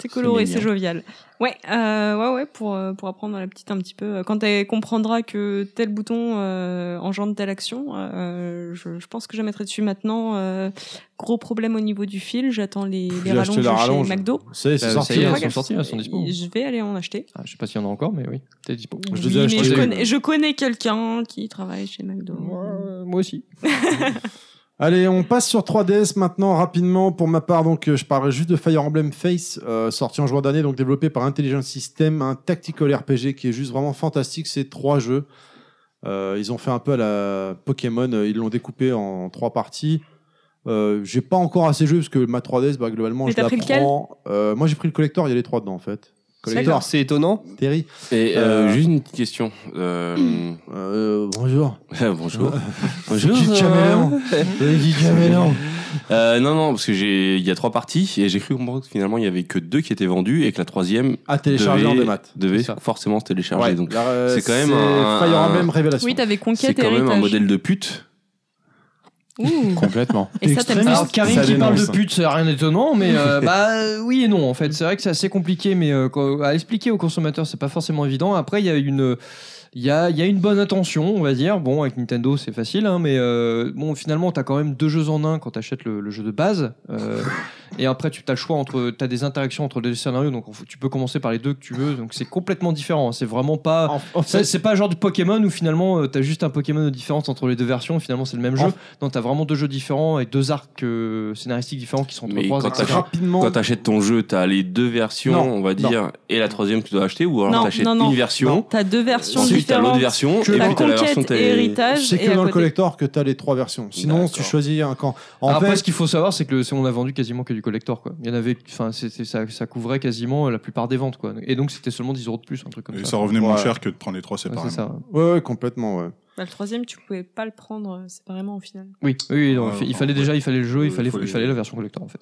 Speaker 4: C'est coloré,
Speaker 11: mignon.
Speaker 4: c'est jovial. Ouais, euh, ouais, ouais, pour, euh, pour apprendre à la petite un petit peu. Quand elle comprendra que tel bouton euh, engendre telle action, euh, je, je pense que je la mettrai dessus maintenant. euh, gros problème au niveau du fil, j'attends les, les
Speaker 2: J'ai acheté
Speaker 4: rallonges
Speaker 2: la rallonge.
Speaker 4: chez McDo.
Speaker 2: Ça y est,
Speaker 1: Bah,
Speaker 2: c'est
Speaker 1: ça
Speaker 2: sorti. hein.
Speaker 1: y est,
Speaker 4: Je
Speaker 1: elles
Speaker 4: crois
Speaker 1: sont
Speaker 4: qu'elles
Speaker 1: sorties, elles sont dispo.
Speaker 4: Je vais aller en acheter.
Speaker 1: Ah, je sais pas s'il y en a encore, mais oui, t'es dispo.
Speaker 2: Je les ai
Speaker 4: Oui, mais
Speaker 2: achetés.
Speaker 4: je, connais, je connais quelqu'un qui travaille chez McDo.
Speaker 1: moi aussi.
Speaker 2: Allez, on passe sur 3DS maintenant rapidement. Pour ma part, donc euh, je parlerai juste de Fire Emblem Face, euh, sorti en juin dernier, donc développé par Intelligent System, un tactical RPG qui est juste vraiment fantastique. C'est trois jeux. Euh, ils ont fait un peu à la Pokémon, euh, ils l'ont découpé en trois parties. Euh, j'ai pas encore assez joué parce que ma 3DS, bah, globalement,
Speaker 4: Mais
Speaker 2: je
Speaker 4: t'as
Speaker 2: la
Speaker 4: pris lequel
Speaker 2: prends. Euh, moi, j'ai pris le collector. Il y a les trois dedans en fait.
Speaker 3: Collector,
Speaker 2: Collector,
Speaker 3: c'est étonnant.
Speaker 2: Terry.
Speaker 5: Et
Speaker 2: Euh,
Speaker 5: euh, juste une petite question. Euh,
Speaker 2: Euh, bonjour.
Speaker 5: *laughs* bonjour. bonjour.
Speaker 2: Guy
Speaker 5: euh,
Speaker 2: Caméléon. Guy
Speaker 1: *laughs*
Speaker 2: Caméléon.
Speaker 5: Euh, non, non, parce que j'ai, il y a trois parties et j'ai cru comprendre que finalement il y avait que deux qui étaient vendues et que la troisième
Speaker 2: À télécharger
Speaker 5: devait,
Speaker 2: en démat.
Speaker 5: devait
Speaker 1: C'est ça.
Speaker 5: forcément se télécharger.
Speaker 2: Ouais,
Speaker 5: donc
Speaker 2: là, euh,
Speaker 5: c'est quand même un-
Speaker 2: Fire
Speaker 5: un-
Speaker 2: Emblem Révélation.
Speaker 4: Oui, t'avais
Speaker 5: c'est
Speaker 4: conquête
Speaker 5: quand même un
Speaker 4: héritage.
Speaker 5: modèle de pute. *laughs*
Speaker 4: Ouh.
Speaker 11: Complètement.
Speaker 4: Et ça, t'aimes ça
Speaker 1: Alors, Karine
Speaker 11: Ça
Speaker 1: qui parle de
Speaker 11: dénonce.
Speaker 1: pute, c'est rien d'étonnant, mais euh, bah euh, oui et non en fait. C'est vrai que c'est assez compliqué, mais euh, quoi- à expliquer aux consommateurs, c'est pas forcément évident. Après, il y a une il y a, il y a une bonne intention, on va dire. Bon, avec Nintendo, c'est facile, hein, mais euh, bon, finalement, t'as quand même deux jeux en un quand t'achètes le, le jeu de base. euh, et après, tu as le choix entre. T'as des interactions entre les deux scénarios, donc tu peux commencer par les deux que tu veux. Donc, c'est complètement différent. hein, C'est vraiment pas.
Speaker 2: En- en
Speaker 1: Ça,
Speaker 2: fait,
Speaker 1: C'est pas genre du Pokémon où finalement euh, t'as juste un Pokémon de différence entre les deux versions, finalement c'est le même jeu.
Speaker 2: En-
Speaker 1: Non, t'as vraiment deux jeux différents et deux arcs euh, scénaristiques différents qui sont
Speaker 5: Mais
Speaker 1: entrecroisés,
Speaker 5: quand t'as-
Speaker 1: etc.
Speaker 2: rapidement.
Speaker 5: Quand t'achètes ton jeu, t'as les deux versions,
Speaker 2: Non,
Speaker 5: on va dire, et la troisième que tu dois acheter, ou
Speaker 4: Non,
Speaker 5: alors t'achètes
Speaker 4: non, non.
Speaker 5: une version,
Speaker 4: T'as deux versions
Speaker 5: ensuite t'as l'autre
Speaker 4: différentes.
Speaker 5: version, et
Speaker 2: Que
Speaker 5: puis
Speaker 2: la
Speaker 5: t'as la version
Speaker 4: conquête
Speaker 5: que
Speaker 4: et
Speaker 5: t'as-
Speaker 4: héritage.
Speaker 2: C'est
Speaker 4: et
Speaker 2: que
Speaker 4: à
Speaker 2: dans le
Speaker 4: côté.
Speaker 2: collector que tu as les trois versions. Sinon,
Speaker 5: D'accord.
Speaker 2: tu choisis un camp. En
Speaker 1: Après,
Speaker 2: fait,
Speaker 1: ce qu'il faut savoir, c'est que le- c'est- on a vendu quasiment que du collector. Quoi. Il y en avait, enfin, c'était- ça, ça couvrait quasiment la plupart des ventes. Quoi. Et donc, c'était seulement 10 euros de plus, un truc comme
Speaker 10: Et
Speaker 1: ça.
Speaker 10: ça revenait moins
Speaker 2: Ouais.
Speaker 10: cher que de prendre les trois
Speaker 1: Ouais,
Speaker 10: séparément.
Speaker 1: c'est ça.
Speaker 2: ouais, ouais, complètement, ouais.
Speaker 4: Bah, le troisième, tu pouvais pas le prendre euh, séparément au final.
Speaker 1: Oui, oui, non,
Speaker 10: Ouais,
Speaker 1: il fa- il
Speaker 10: ouais,
Speaker 1: fallait
Speaker 10: ouais.
Speaker 1: déjà, il fallait le jeu,
Speaker 10: Ouais,
Speaker 1: il fallait,
Speaker 10: il faut les-
Speaker 1: il fallait la version collector en fait.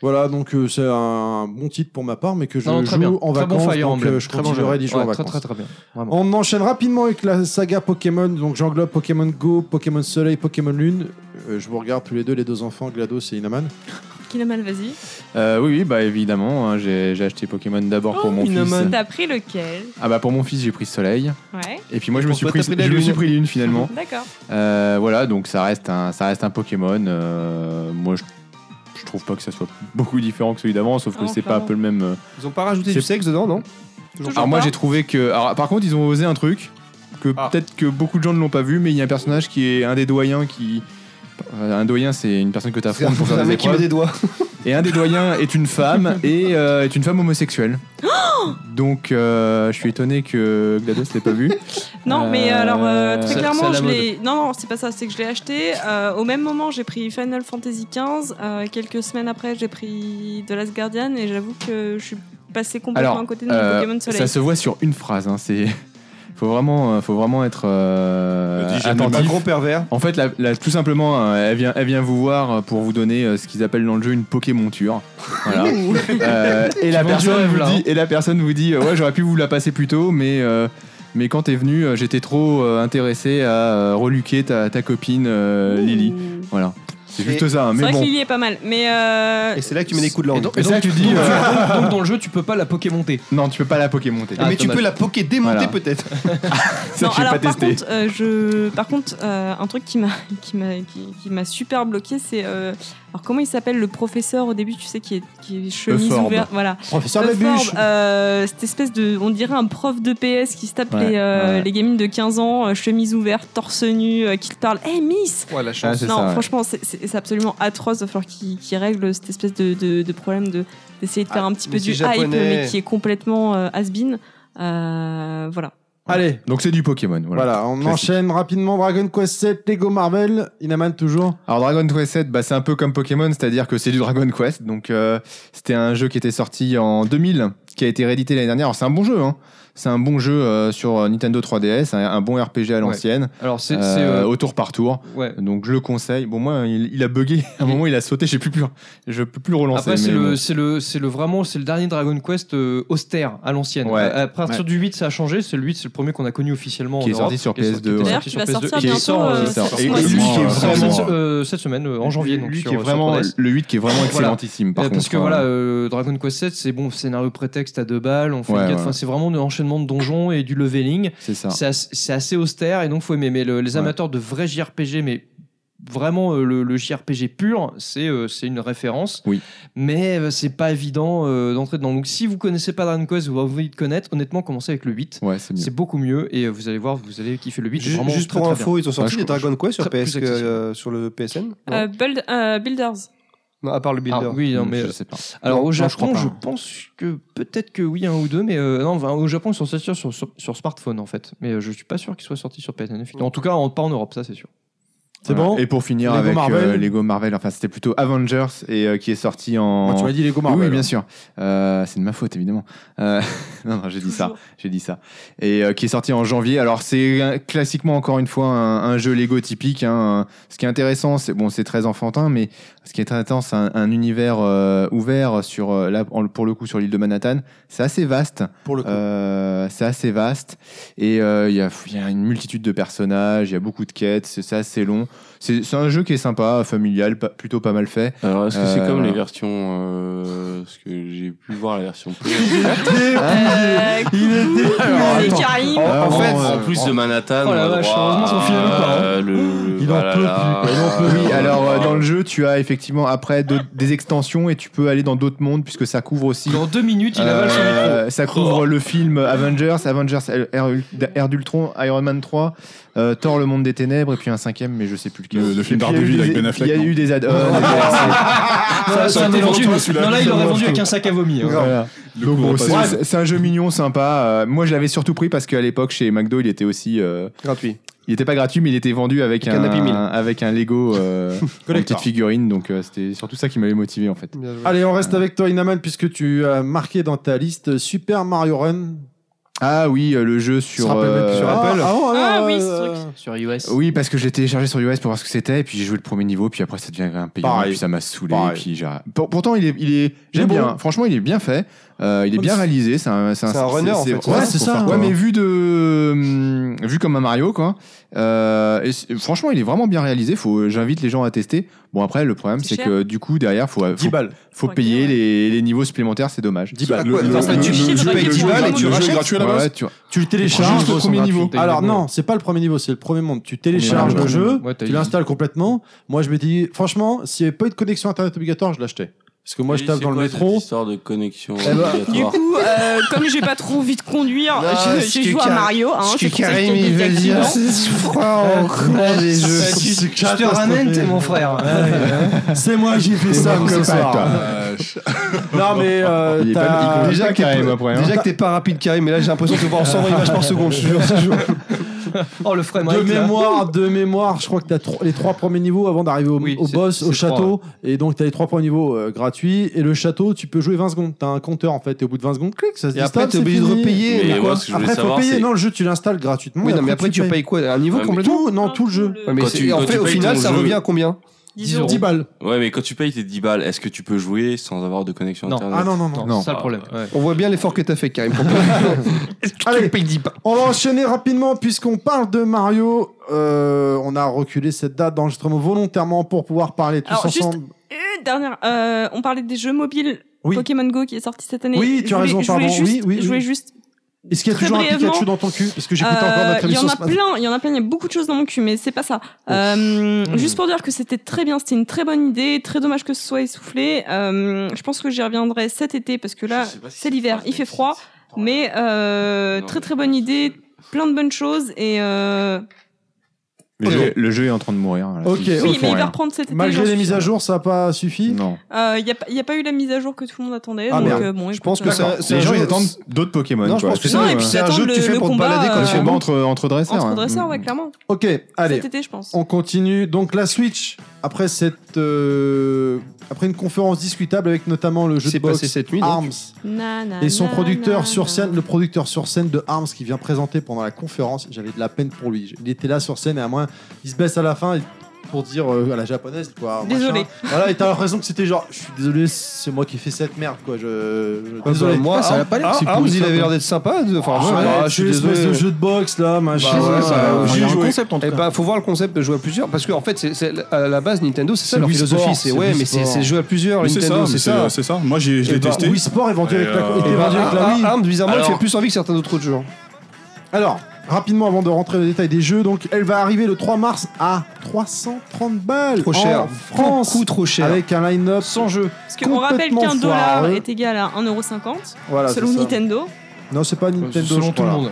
Speaker 2: Voilà, donc euh, c'est un bon titre pour ma part, mais que je
Speaker 1: Non,
Speaker 2: joue
Speaker 1: très bien.
Speaker 2: en
Speaker 1: Très bon
Speaker 2: vacances.
Speaker 1: Fire
Speaker 2: donc
Speaker 1: Emblem.
Speaker 2: euh, je
Speaker 1: Très bon jeu.
Speaker 2: continuerai d'y jouer
Speaker 1: Ouais,
Speaker 2: en
Speaker 1: Très,
Speaker 2: vacances.
Speaker 1: très, très bien. Vraiment.
Speaker 2: On enchaîne rapidement avec la saga Pokémon. Donc j'englobe Pokémon Go, Pokémon Soleil, Pokémon Lune. Euh, je vous regarde tous les deux, les deux enfants, GLaDOS et Inaman.
Speaker 4: Kinamal, vas-y.
Speaker 11: Euh, oui, oui, bah évidemment, hein, j'ai j'ai acheté Pokémon d'abord
Speaker 4: Oh,
Speaker 11: pour mon fils.
Speaker 4: T'as pris lequel
Speaker 11: Ah bah pour mon fils, j'ai pris Soleil.
Speaker 4: Ouais,
Speaker 11: Et puis moi, je me suis
Speaker 3: Pourquoi
Speaker 11: pris,
Speaker 3: t'as pris la
Speaker 11: je me
Speaker 3: lune
Speaker 11: suis pris Lune finalement.
Speaker 4: d'accord.
Speaker 11: Euh, voilà, donc ça reste un, ça reste un Pokémon. euh, moi, je, je trouve pas que ça soit beaucoup différent que celui d'avant, sauf que
Speaker 4: Ah,
Speaker 11: c'est pas
Speaker 4: clairement.
Speaker 11: un peu le même. euh,
Speaker 3: Ils ont pas rajouté du
Speaker 11: C'est-
Speaker 3: sexe dedans, non
Speaker 4: Toujours
Speaker 11: Alors moi
Speaker 4: pas.
Speaker 11: j'ai trouvé que. Alors, par contre ils ont osé un truc que
Speaker 3: Ah.
Speaker 11: peut-être que beaucoup de gens ne l'ont pas vu, mais il y a un personnage qui est un des doyens qui. euh, Un doyen c'est une personne que tu
Speaker 3: *laughs* C'est
Speaker 11: affrontes pour faire
Speaker 3: un
Speaker 11: des
Speaker 3: mec qui met
Speaker 11: épreuves.
Speaker 3: des doigts.
Speaker 11: Et un des doyens est
Speaker 4: *laughs*
Speaker 11: une femme et euh, est une
Speaker 4: *gasps*
Speaker 11: femme homosexuelle. Donc euh, je suis étonné que Glados l'ait pas vu.
Speaker 4: Non, mais
Speaker 11: Euh,
Speaker 4: alors euh,
Speaker 11: c'est-
Speaker 4: très
Speaker 11: c'est
Speaker 4: clairement,
Speaker 11: à la
Speaker 4: je
Speaker 11: mode.
Speaker 4: l'ai. Non, non, c'est pas ça. C'est que je l'ai acheté. euh, au même moment, j'ai pris Final Fantasy XV. euh, quelques semaines après, j'ai pris The Last Guardian. Et j'avoue que je suis passé complètement
Speaker 11: Alors,
Speaker 4: à côté de mon
Speaker 11: euh,
Speaker 4: Pokémon Soleil.
Speaker 11: ça se voit sur une phrase. hein, c'est faut vraiment, euh, faut vraiment être euh,
Speaker 10: Dis, j'aime
Speaker 11: attentif.
Speaker 3: Un gros pervers.
Speaker 11: En fait, la- la- tout simplement, euh, elle vient, elle vient vous voir euh, pour vous donner euh, ce qu'ils appellent dans le jeu une Pokémonture. Voilà. Euh, et, la
Speaker 1: vends du
Speaker 11: personne
Speaker 1: rêve,
Speaker 11: vous
Speaker 1: là,
Speaker 11: dit,
Speaker 1: hein.
Speaker 11: et la personne vous dit euh, Ouais, j'aurais pu vous la passer plus tôt, mais, euh, mais quand t'es venu, euh, j'étais trop euh, intéressé à euh, reluquer ta, ta copine euh, Lily. Voilà. C'est juste ça, hein,
Speaker 4: C'est
Speaker 11: mais
Speaker 4: vrai
Speaker 11: bon.
Speaker 4: que Lily est pas mal, mais
Speaker 11: *laughs*
Speaker 4: euh,
Speaker 3: Et c'est là que tu mets des coups de
Speaker 1: Et
Speaker 3: langue.
Speaker 1: donc-
Speaker 11: Et
Speaker 1: et
Speaker 11: ça,
Speaker 1: donc-
Speaker 11: tu dis,
Speaker 1: donc-
Speaker 11: euh,
Speaker 1: donc, dans le jeu, tu peux pas la Pokémonter.
Speaker 11: Non, tu peux pas la Pokémonter.
Speaker 1: Ah,
Speaker 3: mais tu
Speaker 1: dommage.
Speaker 3: peux la poker démonter
Speaker 11: Voilà.
Speaker 3: peut-être.
Speaker 11: ça,
Speaker 4: non,
Speaker 11: j'ai
Speaker 4: alors
Speaker 11: pas
Speaker 4: par
Speaker 11: testé.
Speaker 4: contre, euh, je, par contre, euh, un truc qui m'a, *laughs* qui m'a, qui, qui m'a super bloqué, c'est, euh, alors comment il s'appelle le professeur au début, tu sais, qui est, qui est chemise
Speaker 11: Euphorbe.
Speaker 4: ouverte, voilà.
Speaker 2: Professeur
Speaker 4: Puff
Speaker 2: Babuche
Speaker 4: Orb, euh, cette espèce de, on dirait un prof de PS qui se tape
Speaker 11: Ouais,
Speaker 4: les, euh,
Speaker 11: ouais.
Speaker 4: les gamines de 15 ans, euh, chemise ouverte, torse nu, euh, qui te parle, hey Miss.
Speaker 3: Ouais, la
Speaker 11: Ah, c'est
Speaker 4: Non,
Speaker 11: ça, ouais.
Speaker 4: franchement, c'est- c'est c'est absolument atroce de falloir qu'ils qu'ils règlent cette espèce de, de- de problème de d'essayer de faire
Speaker 3: Ah,
Speaker 4: un petit peu
Speaker 3: mais
Speaker 4: du
Speaker 3: c'est
Speaker 4: hype,
Speaker 3: japonais.
Speaker 4: mais qui est complètement euh, has-been. Euh, voilà.
Speaker 2: Allez,
Speaker 11: Donc c'est du Pokémon. Voilà.
Speaker 2: voilà, on
Speaker 11: Classique.
Speaker 2: enchaîne rapidement. Dragon Quest 7, Lego Marvel, Inaman toujours.
Speaker 11: Alors Dragon Quest 7, bah, c'est un peu comme Pokémon, c'est-à-dire que c'est du Dragon Quest. Donc euh, c'était un jeu qui était sorti en 2000, qui a été réédité l'année dernière. Alors c'est un bon jeu, hein. C'est un bon jeu euh, sur euh, Nintendo 3DS, un, un bon RPG à l'ancienne,
Speaker 1: Alors, c'est.
Speaker 11: euh,
Speaker 1: c'est, euh,
Speaker 11: au tour par tour.
Speaker 1: ouais.
Speaker 11: Donc je le conseille. Bon moi il, il a bugué, à un moment il a sauté, j'ai plus plus, je peux plus relancer.
Speaker 1: Après, c'est
Speaker 11: mais
Speaker 1: le,
Speaker 11: bon.
Speaker 1: c'est le, c'est le vraiment, c'est le dernier Dragon Quest euh, austère à l'ancienne.
Speaker 11: Ouais.
Speaker 1: À, à partir du 8, ça a changé. C'est le 8, c'est le premier qu'on a connu officiellement.
Speaker 11: Qui
Speaker 1: en Europe,
Speaker 11: est sorti sur
Speaker 1: qui est
Speaker 11: PS2,
Speaker 1: qui est
Speaker 11: ouais.
Speaker 4: D'ailleurs,
Speaker 1: sorti
Speaker 4: qui
Speaker 1: sur
Speaker 4: va
Speaker 1: PS2, et qui
Speaker 4: sortir bientôt,
Speaker 1: sort,
Speaker 4: euh,
Speaker 1: euh,
Speaker 11: Il sort.
Speaker 4: sur
Speaker 11: Et-
Speaker 4: ce
Speaker 11: et
Speaker 4: mois-ci.
Speaker 11: lui qui
Speaker 1: sort
Speaker 11: est
Speaker 1: cette,
Speaker 11: vraiment-
Speaker 1: euh, cette semaine, euh, en janvier. donc,
Speaker 11: lui
Speaker 1: sur-
Speaker 11: qui est
Speaker 1: sur
Speaker 11: vraiment
Speaker 1: 3DS.
Speaker 11: le 8 qui est vraiment excellentissime par
Speaker 1: Euh, parce
Speaker 11: contre.
Speaker 1: que voilà,
Speaker 11: hein.
Speaker 1: euh, Dragon Quest 7, c'est bon, scénario prétexte à deux balles, on fait
Speaker 11: Ouais,
Speaker 1: une quête,
Speaker 11: ouais.
Speaker 1: enfin, c'est vraiment un enchaînement de donjons et du leveling.
Speaker 11: c'est ça.
Speaker 1: C'est assez, c'est assez austère et donc faut aimer. Mais le- les
Speaker 11: Ouais.
Speaker 1: amateurs de vrais JRPG, mais vraiment euh, le, le JRPG pur, c'est euh, c'est une référence.
Speaker 11: Oui.
Speaker 1: Mais euh, c'est pas évident euh, d'entrer dedans. Donc si vous connaissez pas Dragon Quest, vous avez envie de connaître, honnêtement, commencez avec le 8.
Speaker 11: Ouais, c'est mieux.
Speaker 1: C'est beaucoup mieux et euh, vous allez voir, vous allez kiffer le 8. c'est
Speaker 3: Ju-
Speaker 1: vraiment
Speaker 3: Juste
Speaker 1: très,
Speaker 3: pour
Speaker 1: très bien.
Speaker 3: info, ils ont sorti
Speaker 11: je-
Speaker 3: des Dragon Quest sur,
Speaker 1: très-
Speaker 3: PS,
Speaker 1: plus accessible.
Speaker 3: euh, sur le PSN non,
Speaker 4: Euh, Build- euh, Builders.
Speaker 3: Non, à part le builder.
Speaker 1: Ah, oui, non,
Speaker 11: Hum,
Speaker 1: mais
Speaker 11: je
Speaker 1: euh,
Speaker 11: sais pas.
Speaker 1: Alors
Speaker 11: Non,
Speaker 1: au
Speaker 11: non, je
Speaker 1: Japon,
Speaker 11: crois pas,
Speaker 1: je,
Speaker 11: hein.
Speaker 1: pense que peut-être que oui, un ou deux, mais euh, non, enfin, au Japon, ils sont sortis sur, sur, sur smartphone en fait. Mais euh, je suis pas sûr qu'ils soient sortis sur PSN. En tout cas, en- pas en Europe, ça c'est sûr.
Speaker 2: C'est
Speaker 11: Voilà.
Speaker 2: bon
Speaker 11: Et pour finir
Speaker 2: Lego
Speaker 11: avec euh,
Speaker 2: Marvel.
Speaker 11: Lego Marvel, enfin c'était plutôt Avengers et euh, qui est sorti en.
Speaker 2: Moi, Tu m'as dit Lego
Speaker 11: Oui,
Speaker 2: Marvel.
Speaker 11: Oui, bien sûr. Euh, c'est de ma faute, évidemment. Euh, *laughs* non, non, j'ai dit ça.
Speaker 4: Toujours.
Speaker 11: J'ai dit ça. Et euh, qui est sorti en janvier. Alors, c'est euh, classiquement, encore une fois, un, un jeu Lego typique. hein. Ce qui est intéressant, c'est bon, c'est très enfantin, mais ce qui est très intéressant, c'est un, un univers euh, ouvert sur, euh, là, en- pour le coup, sur l'île de Manhattan. C'est assez vaste.
Speaker 2: Pour le coup.
Speaker 11: Euh, c'est assez vaste. Et euh, il y, a, il y a une multitude de personnages, il y a beaucoup de quêtes, c'est c'est assez long. C'est c'est un jeu qui est sympa, familial, pas- plutôt pas mal fait.
Speaker 5: Alors, est-ce que c'est
Speaker 11: Euh,
Speaker 5: comme
Speaker 11: voilà.
Speaker 5: les versions. euh, ce que j'ai pu voir, la version PS
Speaker 4: Euh, coucou,
Speaker 11: Alors,
Speaker 4: c'est
Speaker 11: attends.
Speaker 4: Karim.
Speaker 3: Oh,
Speaker 11: Ah,
Speaker 5: en,
Speaker 11: en fait-
Speaker 5: en plus de Manhattan,
Speaker 1: Oh
Speaker 5: on
Speaker 1: la
Speaker 5: a
Speaker 1: vache,
Speaker 5: droit
Speaker 1: heureusement qu'on
Speaker 5: à,
Speaker 1: filme pas, hein.
Speaker 5: euh, le-
Speaker 2: Il en
Speaker 5: voilà.
Speaker 2: peut plus, quoi, il en peut
Speaker 11: Oui, alors euh, dans le jeu, tu as effectivement après d'autres- des extensions et tu peux aller dans d'autres mondes puisque ça couvre aussi.
Speaker 1: Dans deux minutes, il avale son micro. Oh.
Speaker 11: euh, ça couvre le film Avengers, Avengers Air, Air d'Ultron, Iron Man 3, euh, Thor le monde des ténèbres et puis un cinquième mais je sais plus lequel.
Speaker 10: Le- le film
Speaker 11: Et puis, il y a
Speaker 10: d'Ardeville
Speaker 11: eu
Speaker 10: avec
Speaker 11: des-
Speaker 10: Ben Affleck,
Speaker 11: Il y a
Speaker 10: non
Speaker 11: eu des ad- euh, des DLC.
Speaker 1: Ah, Ça,
Speaker 10: ça
Speaker 1: ça
Speaker 10: a
Speaker 1: en
Speaker 10: été
Speaker 1: est vendu.
Speaker 10: vendu, celui-là.
Speaker 1: Non, là, il
Speaker 10: Ça
Speaker 1: aurait
Speaker 10: marche
Speaker 1: vendu
Speaker 10: tout.
Speaker 1: avec un sac à vomi. hein.
Speaker 11: Voilà.
Speaker 10: Le
Speaker 11: Donc
Speaker 10: coup, on
Speaker 11: bon,
Speaker 10: va
Speaker 11: c'est
Speaker 10: passer.
Speaker 11: c'est- c'est un jeu mignon, sympa. Euh, moi, je l'avais surtout pris parce qu'à l'époque chez McDo, il était aussi euh,
Speaker 3: Gratuit.
Speaker 11: Il était pas gratuit, mais il était vendu avec
Speaker 3: Avec
Speaker 11: un,
Speaker 3: un Happy Meal.
Speaker 11: avec un Lego, *laughs* euh, en
Speaker 2: Collector.
Speaker 11: petite figurine. Donc euh, c'était surtout ça qui m'avait motivé en fait.
Speaker 3: Bien joué.
Speaker 2: Allez, on
Speaker 1: Euh,
Speaker 2: reste avec toi, Inaman, puisque tu as marqué dans ta liste Super Mario Run.
Speaker 11: Ah oui, euh, le jeu
Speaker 2: Tu te
Speaker 11: sur.
Speaker 2: rappelles même
Speaker 11: euh,
Speaker 2: plus sur
Speaker 11: ah,
Speaker 2: Apple.
Speaker 4: Ah oui, ce truc.
Speaker 8: oh.
Speaker 1: Sur iOS.
Speaker 11: Oui, parce que j'ai téléchargé sur iOS pour voir ce que c'était, et puis j'ai joué le premier niveau, puis après ça devient un payant,
Speaker 2: Pareil.
Speaker 11: et puis ça m'a saoulé,
Speaker 2: Pareil.
Speaker 11: et puis j'ai. Pour- pourtant, il est, il est, j'aime
Speaker 2: beau.
Speaker 11: bien. Franchement, il est bien fait. Euh, il est bien réalisé. C'est un,
Speaker 3: C'est un runner, en
Speaker 11: c'est-
Speaker 3: fait.
Speaker 11: Ouais,
Speaker 2: Ouais,
Speaker 11: c'est
Speaker 2: c'est ça.
Speaker 11: Ouais, mais vu de hum, vu comme un Mario quoi. Euh, et c'est- franchement, il est vraiment bien réalisé. Faut, j'invite les gens à tester. Bon, après, le problème,
Speaker 4: C'est
Speaker 11: c'est
Speaker 4: cher.
Speaker 11: que du coup, derrière, faut, faut,
Speaker 3: 10 balles.
Speaker 11: faut
Speaker 4: Ouais,
Speaker 11: payer
Speaker 4: ouais.
Speaker 11: les, les niveaux supplémentaires, c'est dommage.
Speaker 3: 10
Speaker 2: ah, bah,
Speaker 3: balles.
Speaker 10: Le- le-
Speaker 3: Attends,
Speaker 10: le-
Speaker 3: tu
Speaker 10: le-
Speaker 3: chiffres,
Speaker 10: le-
Speaker 3: tu payes
Speaker 10: le-
Speaker 3: 10 balles et tu
Speaker 10: le jeu est
Speaker 3: rachètes.
Speaker 10: gratuit à la
Speaker 11: Bah Ouais,
Speaker 10: base
Speaker 11: tu vois.
Speaker 2: Tu le télécharges.
Speaker 10: Juste le premier niveau.
Speaker 2: Alors non, c'est pas le premier niveau, c'est le premier monde. Tu télécharges
Speaker 1: Ouais,
Speaker 2: le
Speaker 1: ouais.
Speaker 2: jeu,
Speaker 1: Ouais, t'as
Speaker 2: tu
Speaker 1: eu-
Speaker 2: l'installes complètement. Moi, je m'étais dit, franchement, s'il n'y avait pas eu de connexion internet obligatoire, je l'achetais. Parce que moi, je tape dans le métro.
Speaker 5: Histoire de connexion.
Speaker 4: Du coup, euh, comme je vais pas trop vite conduire,
Speaker 3: Non,
Speaker 4: euh,
Speaker 3: je-
Speaker 4: je,
Speaker 3: je-
Speaker 4: joue à
Speaker 3: Karim-
Speaker 4: Mario. Hein,
Speaker 3: Parce que
Speaker 4: c'est pour ça qu'il y a
Speaker 3: Karim, il
Speaker 4: quelques
Speaker 3: va dire,
Speaker 4: accidents.
Speaker 3: c'est ce froid encore des jeux.
Speaker 1: tu, je te ramène, t'es mon frère.
Speaker 2: C'est moi qui fais ça
Speaker 11: moi,
Speaker 2: comme
Speaker 11: c'est pas toi.
Speaker 2: ça. Non, mais euh,
Speaker 11: Il est
Speaker 2: Ah, t'as-
Speaker 11: pas, il
Speaker 3: Déjà
Speaker 11: déjà
Speaker 3: que t'es
Speaker 11: carrément
Speaker 3: peu-
Speaker 11: après. hein.
Speaker 3: Déjà que t'es pas rapide, Karim, mais là j'ai l'impression de te voir en 120 images par seconde. Je te jure, je te jure.
Speaker 1: Oh, le frame
Speaker 2: De
Speaker 1: rate, là.
Speaker 2: mémoire, de mémoire, je crois que t'as as les trois premiers niveaux avant d'arriver au,
Speaker 1: Oui,
Speaker 2: au
Speaker 1: c'est-
Speaker 2: boss,
Speaker 1: c'est
Speaker 2: au
Speaker 1: trois,
Speaker 2: château. Et donc, t'as les trois premiers niveaux euh, gratuits. Et le château, tu peux jouer 20 secondes. T'as un compteur en fait. Et au bout de 20 secondes, clic, ça se
Speaker 3: Et
Speaker 2: déstable,
Speaker 3: après, t'es
Speaker 2: c'est
Speaker 3: obligé de
Speaker 2: fini.
Speaker 3: repayer.
Speaker 5: Mais
Speaker 2: Quoi
Speaker 5: moi, ce que je voulais
Speaker 2: Après, faut
Speaker 5: savoir,
Speaker 2: payer.
Speaker 5: c'est-
Speaker 2: Non, le jeu, tu l'installes gratuitement.
Speaker 3: Oui,
Speaker 2: et
Speaker 3: non, mais après tu payes quoi Un niveau
Speaker 5: Ouais, mais
Speaker 3: complètement
Speaker 2: Tout, non, tout le jeu.
Speaker 3: Ouais, mais
Speaker 5: Quand
Speaker 3: c'est-
Speaker 5: tu-
Speaker 3: en
Speaker 5: quand
Speaker 3: fait,
Speaker 5: tu
Speaker 3: au
Speaker 5: payes
Speaker 3: final,
Speaker 5: ton
Speaker 3: ça
Speaker 5: jeu-
Speaker 3: revient à combien
Speaker 4: 10
Speaker 1: euros.
Speaker 2: 10 balles.
Speaker 5: *laughs* Ouais, mais quand tu payes tes 10 balles, est-ce que tu peux jouer sans avoir de connexion
Speaker 1: Non.
Speaker 5: internet
Speaker 2: Ah non, non, non.
Speaker 1: Non, c'est ça le problème. ouais.
Speaker 3: On voit bien l'effort que t'as fait, Karim.
Speaker 2: Allez, on va enchaîner rapidement puisqu'on parle de Mario. Euh, on a reculé cette date d'enregistrement volontairement pour pouvoir parler tous
Speaker 4: Alors, juste-
Speaker 2: ensemble.
Speaker 4: Euh, dernière, euh, on parlait des jeux mobiles
Speaker 2: Oui.
Speaker 4: Pokémon Go qui est sorti cette année.
Speaker 2: Oui, tu as raison,
Speaker 4: je voulais
Speaker 2: pardon.
Speaker 4: Juste,
Speaker 2: Oui, oui,
Speaker 4: Je voulais
Speaker 2: oui.
Speaker 4: juste.
Speaker 2: Est-ce qu'il y a
Speaker 4: très
Speaker 2: toujours un Pikachu
Speaker 4: brièvement,
Speaker 2: dans ton cul Parce que j'écoute encore
Speaker 4: euh,
Speaker 2: notre
Speaker 4: Il y
Speaker 2: émission
Speaker 4: en a
Speaker 2: ce matin.
Speaker 4: plein, il y en a plein, il y a beaucoup de choses dans mon cul, mais c'est pas ça.
Speaker 2: Oh.
Speaker 4: Euh, Juste pour dire que c'était très bien, c'était une très bonne idée, très dommage que ce soit essoufflé. Euh, je pense que j'y reviendrai cet été parce que là,
Speaker 5: Je sais pas si
Speaker 4: c'est l'hiver,
Speaker 5: pas
Speaker 4: il fait
Speaker 5: Netflix.
Speaker 4: froid, mais euh,
Speaker 5: Non,
Speaker 4: très
Speaker 5: mais-
Speaker 4: très bonne idée, plein de bonnes choses et. Euh...
Speaker 11: Le jeu, le jeu est en train de mourir. là.
Speaker 2: Ok,
Speaker 11: Ils- ils
Speaker 2: ok.
Speaker 4: Oui,
Speaker 11: font
Speaker 4: mais il va
Speaker 11: rien.
Speaker 4: reprendre cet été.
Speaker 2: Malgré
Speaker 4: j'en
Speaker 2: les
Speaker 4: suis
Speaker 2: mises à
Speaker 4: sûre.
Speaker 2: jour, ça n'a pas suffi.
Speaker 11: Non.
Speaker 4: Euh, Il n'y a, pas- il y a pas eu la mise à jour que tout le monde attendait.
Speaker 2: Ah,
Speaker 4: donc,
Speaker 2: merde.
Speaker 4: euh, bon,
Speaker 3: Je pense
Speaker 4: écoute,
Speaker 3: que
Speaker 4: euh,
Speaker 3: ça- c'est un
Speaker 11: Les gens, ils
Speaker 3: jeu.
Speaker 11: attendent d'autres Pokémon.
Speaker 3: Non, je
Speaker 11: quoi.
Speaker 3: pense que
Speaker 11: C'est ça,
Speaker 4: Non, et
Speaker 11: ouais.
Speaker 4: puis
Speaker 3: c'est un
Speaker 4: attends,
Speaker 3: jeu que tu
Speaker 4: le-
Speaker 3: fais
Speaker 4: le
Speaker 3: pour te
Speaker 4: combat,
Speaker 3: balader quand
Speaker 4: euh,
Speaker 3: tu fais
Speaker 11: Un combat entre, entre dresseurs.
Speaker 4: Entre
Speaker 11: hein.
Speaker 4: dresseurs, ouais, clairement.
Speaker 2: Ok, allez.
Speaker 4: Cet été, je pense.
Speaker 2: On continue. Donc la Switch, après cette, euh, après une conférence discutable avec notamment le jeu de
Speaker 3: C'est passé
Speaker 2: boxe
Speaker 3: cette nuit. donc.
Speaker 2: Arms
Speaker 4: Na, na,
Speaker 2: et son
Speaker 4: na,
Speaker 2: producteur
Speaker 4: na,
Speaker 2: sur
Speaker 4: na.
Speaker 2: scène, le producteur sur scène de Arms qui vient présenter pendant la conférence. J'avais de la peine pour lui. Il était là sur scène et à moins, il se baisse à la fin et- pour dire euh, à la japonaise quoi. machin.
Speaker 4: Désolé.
Speaker 2: Voilà, et t'as l'impression que c'était genre, je suis désolé, c'est moi qui ai fait cette merde quoi. Je, je-
Speaker 3: Ah,
Speaker 2: désolé.
Speaker 3: bah, moi,
Speaker 8: Ça a pas l'air
Speaker 3: Ar-
Speaker 8: si
Speaker 3: Arms,
Speaker 8: pourri,
Speaker 3: il
Speaker 8: ça,
Speaker 3: avait
Speaker 8: quoi.
Speaker 3: l'air d'être sympa. de- Enfin, je sais
Speaker 2: Ouais,
Speaker 3: pas, je suis
Speaker 2: c'est l'espèce
Speaker 3: désolé.
Speaker 2: de jeu de boxe là, machin.
Speaker 3: Bah ouais, ça-
Speaker 8: Enfin, il y a
Speaker 3: j'y
Speaker 8: euh, un
Speaker 3: jouais.
Speaker 8: concept en tout
Speaker 3: Eh
Speaker 8: cas.
Speaker 3: ben, faut voir le concept de jouer à plusieurs. Parce que, en fait, c'est- c'est- à la base, Nintendo, c'est ça
Speaker 2: C'est
Speaker 3: leur
Speaker 2: Wii
Speaker 3: philosophie.
Speaker 2: Sport,
Speaker 3: C'est
Speaker 2: c'est
Speaker 3: ouais,
Speaker 2: Wii
Speaker 3: mais c'est
Speaker 2: Sport.
Speaker 3: c'est jouer à plusieurs,
Speaker 10: Mais c'est
Speaker 3: Nintendo,
Speaker 10: ça,
Speaker 3: c'est
Speaker 10: mais
Speaker 3: ça.
Speaker 10: c'est c'est ça. Moi, j'ai- je
Speaker 2: Et
Speaker 10: l'ai
Speaker 2: bah,
Speaker 10: testé.
Speaker 2: Wii Sport est vendu
Speaker 10: ben, Et
Speaker 2: avec la,
Speaker 10: euh,
Speaker 2: était
Speaker 3: Et
Speaker 2: vendu
Speaker 3: ben,
Speaker 2: avec la Wii.
Speaker 3: Arms, bizarrement, il fait
Speaker 5: Alors-
Speaker 3: plus envie que certains autres jeux. hein.
Speaker 2: ah, Alors, rapidement avant de rentrer dans les détails des jeux, donc elle va arriver le 3 mars à 330 balles
Speaker 3: Trop
Speaker 2: en
Speaker 3: cher.
Speaker 2: France
Speaker 3: Beaucoup trop cher.
Speaker 2: avec un line-up sans jeu.
Speaker 4: Parce qu'on rappelle
Speaker 2: Complètement
Speaker 4: qu'un dollar
Speaker 2: foireux.
Speaker 4: est égal à 1,50€
Speaker 2: Voilà,
Speaker 4: selon
Speaker 2: c'est ça.
Speaker 4: Nintendo.
Speaker 2: Non, c'est pas Nintendo.
Speaker 1: Selon
Speaker 2: je
Speaker 1: tout
Speaker 2: crois,
Speaker 1: le
Speaker 2: là.
Speaker 1: monde.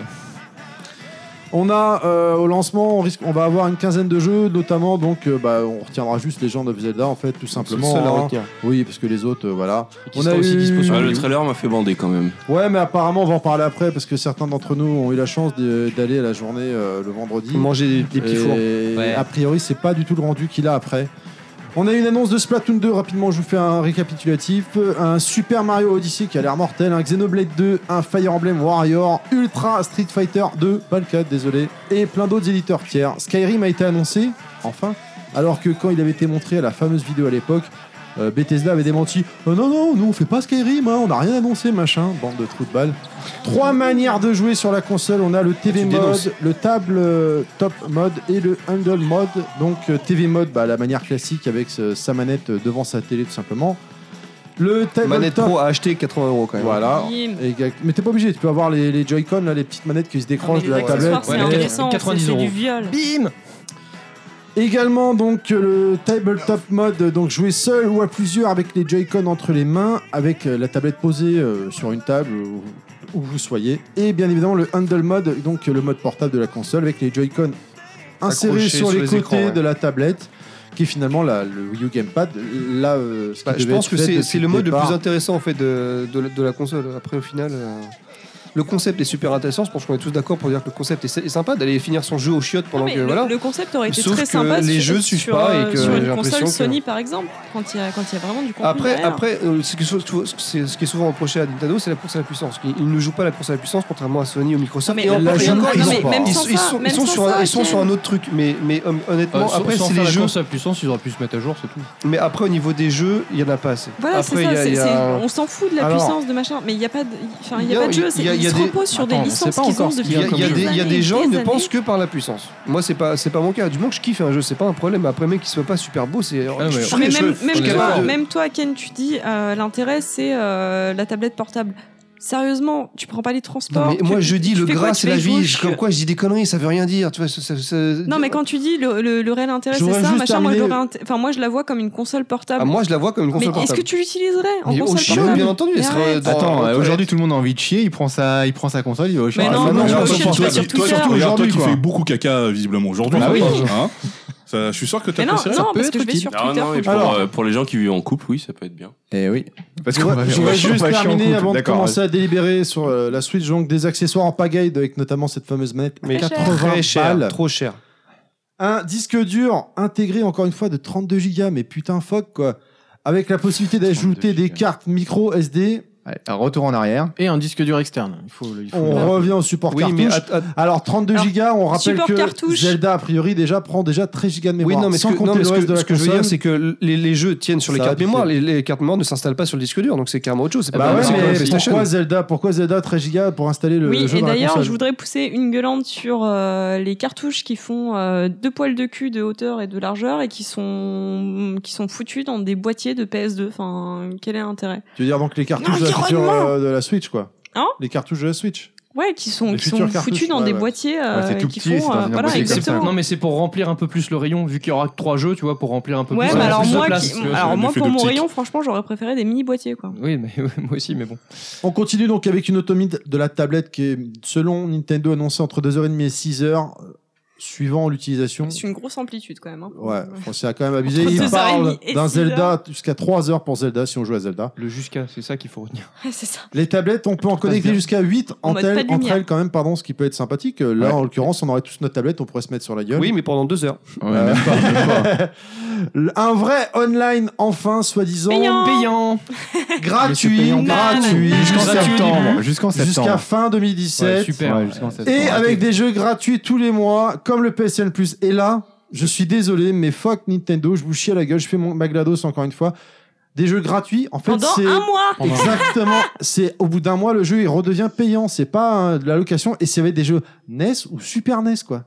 Speaker 2: On a euh, au lancement, on risque, on va avoir une quinzaine de jeux, notamment donc euh, bah, on retiendra juste les gens de Zelda en fait, tout simplement.
Speaker 3: seul à
Speaker 2: hein.
Speaker 3: retenir.
Speaker 2: Oui, parce que les autres, euh, voilà.
Speaker 1: qui sera aussi dispo sur
Speaker 5: Ah,
Speaker 2: eu-
Speaker 5: le trailer m'a fait bander quand même.
Speaker 2: Ouais, mais apparemment on va en parler après parce que certains d'entre nous ont eu la chance de- d'aller à la journée euh, le vendredi.
Speaker 3: Manger des, des petits fours.
Speaker 2: Et
Speaker 1: Ouais.
Speaker 2: A priori, c'est pas du tout le rendu qu'il a après. On a une annonce de Splatoon 2, rapidement je vous fais un récapitulatif. Un Super Mario Odyssey qui a l'air mortel, un Xenoblade 2, un Fire Emblem Warrior, Ultra Street Fighter 2, pas le 4, désolé, et plein d'autres éditeurs tiers. Skyrim a été annoncé, enfin, alors que quand il avait été montré à la fameuse vidéo à l'époque, euh, Bethesda avait démenti Oh Non, non, nous on fait pas Skyrim, hein, on n'a rien annoncé, machin, bande de trous de balles. Trois manières de jouer sur la console. On a le TV
Speaker 3: Tu
Speaker 2: mode,
Speaker 3: dénonces.
Speaker 2: le table euh, top mode et le handle mode. Donc euh, TV mode, bah, la manière classique avec ce- sa manette euh, devant sa télé tout simplement. Le table
Speaker 3: Manette
Speaker 2: top,
Speaker 3: Pro à acheter 80 euros quand même.
Speaker 2: voilà.
Speaker 4: Oui.
Speaker 2: Et gag- mais t'es pas obligé, tu peux avoir les, les Joy-Con, là, les petites manettes qui se décrochent
Speaker 4: Non,
Speaker 2: de
Speaker 4: Ah,
Speaker 2: la
Speaker 4: mais les accessoires,
Speaker 2: tablette.
Speaker 4: c'est
Speaker 1: Ouais,
Speaker 2: Mais-
Speaker 4: intéressant, c'est-
Speaker 1: 90
Speaker 4: c'est
Speaker 1: euros.
Speaker 4: du viol.
Speaker 1: Bim
Speaker 2: Également donc euh, le tabletop mode, euh, donc jouer seul ou à plusieurs avec les Joy-Con entre les mains, avec euh, la tablette posée euh, sur une table où, où vous soyez, et bien évidemment le handle mode, donc euh, le mode portable de la console avec les Joy-Con insérés
Speaker 3: Accrochés
Speaker 2: sur
Speaker 3: sur
Speaker 2: les,
Speaker 3: les
Speaker 2: côtés
Speaker 3: écrans, ouais.
Speaker 2: de la tablette, qui est finalement la- le Wii U Gamepad. Là, euh, ce qui
Speaker 3: Bah, je
Speaker 2: devait
Speaker 3: pense
Speaker 2: être
Speaker 3: que
Speaker 2: fait
Speaker 3: c'est
Speaker 2: depuis
Speaker 3: c'est le mode le
Speaker 2: départ.
Speaker 3: plus intéressant en fait de, de la- de la console. Après au final, euh, le concept est super intéressant. Je pense qu'on est tous d'accord pour dire que le concept est, est sympa d'aller finir son jeu au chiotte
Speaker 4: Non,
Speaker 3: pendant
Speaker 4: mais
Speaker 3: que
Speaker 4: le,
Speaker 3: voilà.
Speaker 4: le concept aurait été
Speaker 3: Sauf
Speaker 4: très
Speaker 3: que
Speaker 4: sympa
Speaker 3: les
Speaker 4: sur,
Speaker 3: jeux suivent
Speaker 4: sur,
Speaker 3: pas et
Speaker 4: euh,
Speaker 3: que
Speaker 4: sur
Speaker 3: j'ai
Speaker 4: une
Speaker 3: l'impression
Speaker 4: console
Speaker 3: que-
Speaker 4: Sony par exemple, quand il y a, quand il y a vraiment du contenu.
Speaker 3: Après,
Speaker 4: derrière.
Speaker 3: après euh, c'est quelque chose que- ce que- c'est- ce qui est souvent reproché à Nintendo, c'est la course à la puissance. Ils, ils ne jouent pas la course à la puissance contrairement à Sony ou Microsoft.
Speaker 4: Non, mais
Speaker 3: Et en-
Speaker 2: là,
Speaker 3: et
Speaker 2: je-
Speaker 3: encore,
Speaker 2: non,
Speaker 3: ils
Speaker 2: mais
Speaker 3: sont-
Speaker 2: même
Speaker 3: ils
Speaker 4: sans
Speaker 3: sont- ils
Speaker 4: ça,
Speaker 3: sont-
Speaker 4: même
Speaker 3: ils sont
Speaker 4: sans
Speaker 3: sur un-
Speaker 4: ça,
Speaker 3: ils sont sur un
Speaker 4: Ken.
Speaker 3: autre truc. Mais mais hon-
Speaker 1: Euh,
Speaker 3: honnêtement, après c'est les jeux.
Speaker 1: à puissance, ils auraient pu se mettre à jour, c'est tout.
Speaker 3: Mais après au niveau des jeux, il y en a pas assez.
Speaker 4: Voilà, c'est
Speaker 3: Après, il
Speaker 4: ça.
Speaker 3: y a-
Speaker 4: c'est-
Speaker 3: il y a-
Speaker 4: c'est- On s'en fout de la
Speaker 2: Alors-
Speaker 4: puissance de machin, mais il n'y a pas de, enfin, il y a pas de jeu.
Speaker 3: Il y a- il y y a
Speaker 4: se
Speaker 3: des-
Speaker 4: reposent sur des
Speaker 8: Attends, on sait
Speaker 4: licences
Speaker 8: pas
Speaker 4: qu'ils
Speaker 8: encore
Speaker 4: ont
Speaker 8: ce qu'il
Speaker 4: depuis
Speaker 3: Il y a, il y a des, il y a des
Speaker 4: années,
Speaker 3: gens qui ne
Speaker 4: années.
Speaker 3: pensent que par la puissance. Moi, c'est pas, c'est pas mon cas. Du moment que je kiffe un jeu, c'est pas un problème. Après, mec, qui soit pas super beau, c'est.
Speaker 1: mais
Speaker 3: je
Speaker 1: on-
Speaker 3: suis
Speaker 4: Ah, mais
Speaker 3: très
Speaker 4: même,
Speaker 3: chaud.
Speaker 4: même
Speaker 3: Je suis
Speaker 4: toi,
Speaker 3: capable de-
Speaker 4: même toi, Ken, tu dis euh, l'intérêt c'est euh, la tablette portable. Sérieusement, tu prends pas les transports.
Speaker 3: Non, mais moi,
Speaker 4: tu-
Speaker 3: je dis
Speaker 4: tu
Speaker 3: le
Speaker 4: fais quoi,
Speaker 3: gras,
Speaker 4: tu
Speaker 3: c'est
Speaker 4: fais
Speaker 3: la
Speaker 4: jouer
Speaker 3: vie.
Speaker 4: au
Speaker 3: Je-
Speaker 4: ch-
Speaker 3: Comme quoi, je dis des conneries, ça veut rien dire. Tu vois, ça- ça- ça-
Speaker 4: Non, mais quand tu dis le, le- le réel intérêt c'est
Speaker 9: J'aurais
Speaker 4: ça,
Speaker 9: juste
Speaker 4: machin, moi, je
Speaker 9: terminé-
Speaker 4: l'aurais inté- enfin, moi je la vois comme une console portable.
Speaker 3: Ah, moi, je la vois comme une
Speaker 4: mais
Speaker 3: console
Speaker 4: est-ce que
Speaker 3: portable.
Speaker 4: tu l'utiliserais en
Speaker 3: Mais au
Speaker 4: console
Speaker 3: chiotte,
Speaker 4: portable
Speaker 3: bien entendu, elle
Speaker 4: Mais
Speaker 3: sera
Speaker 4: arrête.
Speaker 3: dans-
Speaker 11: Attends,
Speaker 3: dans-
Speaker 11: euh, aujourd'hui tout le monde a envie de chier, il prend sa, il prend sa console, il va au
Speaker 4: Mais
Speaker 11: chien.
Speaker 4: non,
Speaker 10: Ah,
Speaker 4: non,
Speaker 10: mais
Speaker 4: je
Speaker 10: attends,
Speaker 4: cherche
Speaker 10: toi
Speaker 4: pas
Speaker 10: qui-
Speaker 4: sur
Speaker 10: toi,
Speaker 4: Twitter.
Speaker 10: surtout, regarde, toi qui
Speaker 11: Aujourd'hui,
Speaker 10: fais
Speaker 11: quoi.
Speaker 10: beaucoup caca, visiblement, aujourd'hui.
Speaker 11: Bah oui.
Speaker 10: Hein Ça, je suis sûr que
Speaker 4: Mais
Speaker 10: t'as
Speaker 4: non,
Speaker 10: fait ça.
Speaker 4: non, parce
Speaker 11: être
Speaker 4: que je vais
Speaker 11: utile.
Speaker 4: sur
Speaker 5: Ah
Speaker 4: Twitter.
Speaker 5: non, mais
Speaker 4: faut
Speaker 5: pour,
Speaker 4: que je-
Speaker 5: euh, pour les gens qui vivent en couple, oui, ça peut être bien.
Speaker 11: Eh oui. Parce
Speaker 2: Je
Speaker 11: qu'on
Speaker 2: voudrais- *laughs*
Speaker 11: va,
Speaker 2: je
Speaker 11: on va
Speaker 2: voudrais
Speaker 11: chier- on
Speaker 2: juste
Speaker 11: va chier en
Speaker 2: terminer
Speaker 11: couple,
Speaker 2: avant de
Speaker 11: d'accord.
Speaker 2: commencer à délibérer sur euh, la Switch. Donc, des accessoires en pagaille avec notamment cette fameuse manette.
Speaker 3: Mais
Speaker 4: Très cher.
Speaker 2: 80
Speaker 3: très cher,
Speaker 2: balles.
Speaker 3: trop cher.
Speaker 2: Un disque dur intégré encore une fois de 32 Go, mais putain, fuck quoi. Avec la possibilité
Speaker 11: 32
Speaker 2: d'ajouter des
Speaker 11: gigas.
Speaker 2: cartes micro SD.
Speaker 11: Allez, un retour en arrière.
Speaker 8: Et un disque dur externe. Il faut, il faut
Speaker 2: On revient au support
Speaker 3: Oui,
Speaker 2: cartouche.
Speaker 3: mais att- att-
Speaker 2: Alors 32
Speaker 4: Alors,
Speaker 2: gigas, on rappelle
Speaker 4: support
Speaker 2: que
Speaker 4: cartouche.
Speaker 2: Zelda a priori déjà prend déjà 13 gigas de
Speaker 3: Oui,
Speaker 2: mémoire.
Speaker 3: non, mais ce
Speaker 2: sans
Speaker 3: que, non,
Speaker 2: compter
Speaker 3: mais
Speaker 2: le
Speaker 3: ce que-
Speaker 2: reste de la
Speaker 3: ce que je veux
Speaker 2: console. Bah
Speaker 3: dire, c'est que les, les jeux tiennent sur les
Speaker 2: Ça
Speaker 3: cartes
Speaker 2: va
Speaker 3: mémoire.
Speaker 2: piquer.
Speaker 3: Les, les cartes mémoire ne s'installent pas sur le disque dur, donc c'est carrément autre chose. C'est
Speaker 2: Bah
Speaker 3: pas
Speaker 2: ouais,
Speaker 3: c'est comme la
Speaker 2: mais
Speaker 3: PlayStation.
Speaker 2: pourquoi Zelda Pourquoi Zelda 13 gigas pour installer le
Speaker 4: Oui,
Speaker 2: jeu
Speaker 4: et
Speaker 2: dans la
Speaker 4: d'ailleurs,
Speaker 2: console
Speaker 4: je voudrais pousser une gueulante sur euh, les cartouches qui font euh, deux poils de cul de hauteur et de largeur et qui sont qui sont foutues dans des boîtiers de PS2. Enfin, quel est l'intérêt
Speaker 2: Tu veux dire donc les cartouches
Speaker 12: Non,
Speaker 2: de, la future,
Speaker 12: environnement
Speaker 2: euh, de la Switch quoi
Speaker 4: Hein
Speaker 2: Les cartouches de la Switch.
Speaker 4: Ouais, qui sont
Speaker 2: Les
Speaker 4: qui sont
Speaker 2: futures cartouches,
Speaker 4: foutues dans
Speaker 2: ouais,
Speaker 4: des
Speaker 2: ouais.
Speaker 4: boîtiers euh,
Speaker 11: Ouais, c'est tout
Speaker 4: qui
Speaker 11: petit, c'est
Speaker 4: font
Speaker 11: dans
Speaker 4: euh,
Speaker 11: une
Speaker 4: voilà
Speaker 11: boîtier
Speaker 1: C'est- c'est-
Speaker 4: exactement.
Speaker 1: Non mais c'est pour remplir un peu plus le rayon vu qu'il y aura que trois jeux tu vois pour remplir un peu
Speaker 4: Ouais,
Speaker 1: plus,
Speaker 4: mais
Speaker 1: euh,
Speaker 4: alors
Speaker 1: plus de
Speaker 4: moi,
Speaker 1: place.
Speaker 4: qui-
Speaker 1: tu vois,
Speaker 4: alors
Speaker 1: c'est
Speaker 4: moi
Speaker 10: l'effet
Speaker 4: pour mon
Speaker 10: d'optique.
Speaker 4: rayon, franchement, j'aurais préféré des mini boîtiers quoi.
Speaker 1: Oui mais *laughs* moi aussi mais bon.
Speaker 2: On continue donc avec une autonomie de de la tablette qui est, selon Nintendo, annoncée entre 2h30 et 6h, suivant l'utilisation.
Speaker 4: C'est une grosse amplitude quand même. hein.
Speaker 2: Ouais, enfin, c'est quand même abusé.
Speaker 4: Entre
Speaker 2: Il
Speaker 4: 2h30
Speaker 2: parle
Speaker 4: et
Speaker 2: d'un
Speaker 4: 6 heures.
Speaker 2: Zelda jusqu'à 3h pour Zelda si on joue à Zelda.
Speaker 1: Le jusqu'à c'est ça qu'il faut retenir.
Speaker 4: Ouais, c'est ça.
Speaker 2: Les tablettes, on peut en connecter
Speaker 1: bien.
Speaker 2: jusqu'à 8
Speaker 4: En
Speaker 2: entre
Speaker 4: mode pas
Speaker 2: elles,
Speaker 4: de
Speaker 2: entre
Speaker 4: lumière.
Speaker 2: elles quand même, pardon, ce qui peut être sympathique. Euh, Là,
Speaker 11: Ouais.
Speaker 2: en l'occurrence, on aurait tous notre tablette, on pourrait se mettre sur la gueule. Euh,
Speaker 3: Oui, mais pendant deux heures.
Speaker 11: Ouais, même pas, même pas.
Speaker 2: *laughs* Un vrai online, enfin, soi-disant,
Speaker 4: Payant.
Speaker 1: Payant.
Speaker 11: Mais c'est
Speaker 2: gratuit,
Speaker 11: payant.
Speaker 2: gratuit,
Speaker 4: Nanana.
Speaker 11: Jusqu'en
Speaker 2: jusqu'à
Speaker 1: Gratuit au
Speaker 11: septembre.
Speaker 1: début.
Speaker 11: Jusqu'en
Speaker 2: jusqu'à
Speaker 11: septembre.
Speaker 2: fin 2017.
Speaker 1: Ouais, super.
Speaker 11: Ouais, jusqu'en septembre.
Speaker 2: Et avec des jeux gratuits tous les mois, comme le PSN Plus. Et là, je suis désolé, mais fuck Nintendo, je vous chie à la gueule, je fais mon Maglados encore une fois. Des jeux gratuits, en fait,
Speaker 4: Pendant
Speaker 2: c'est.
Speaker 4: un mois.
Speaker 2: Exactement. c'est au bout d'un mois, le jeu il redevient payant. C'est pas hein, de la location et c'est avec des jeux NES ou Super NES quoi.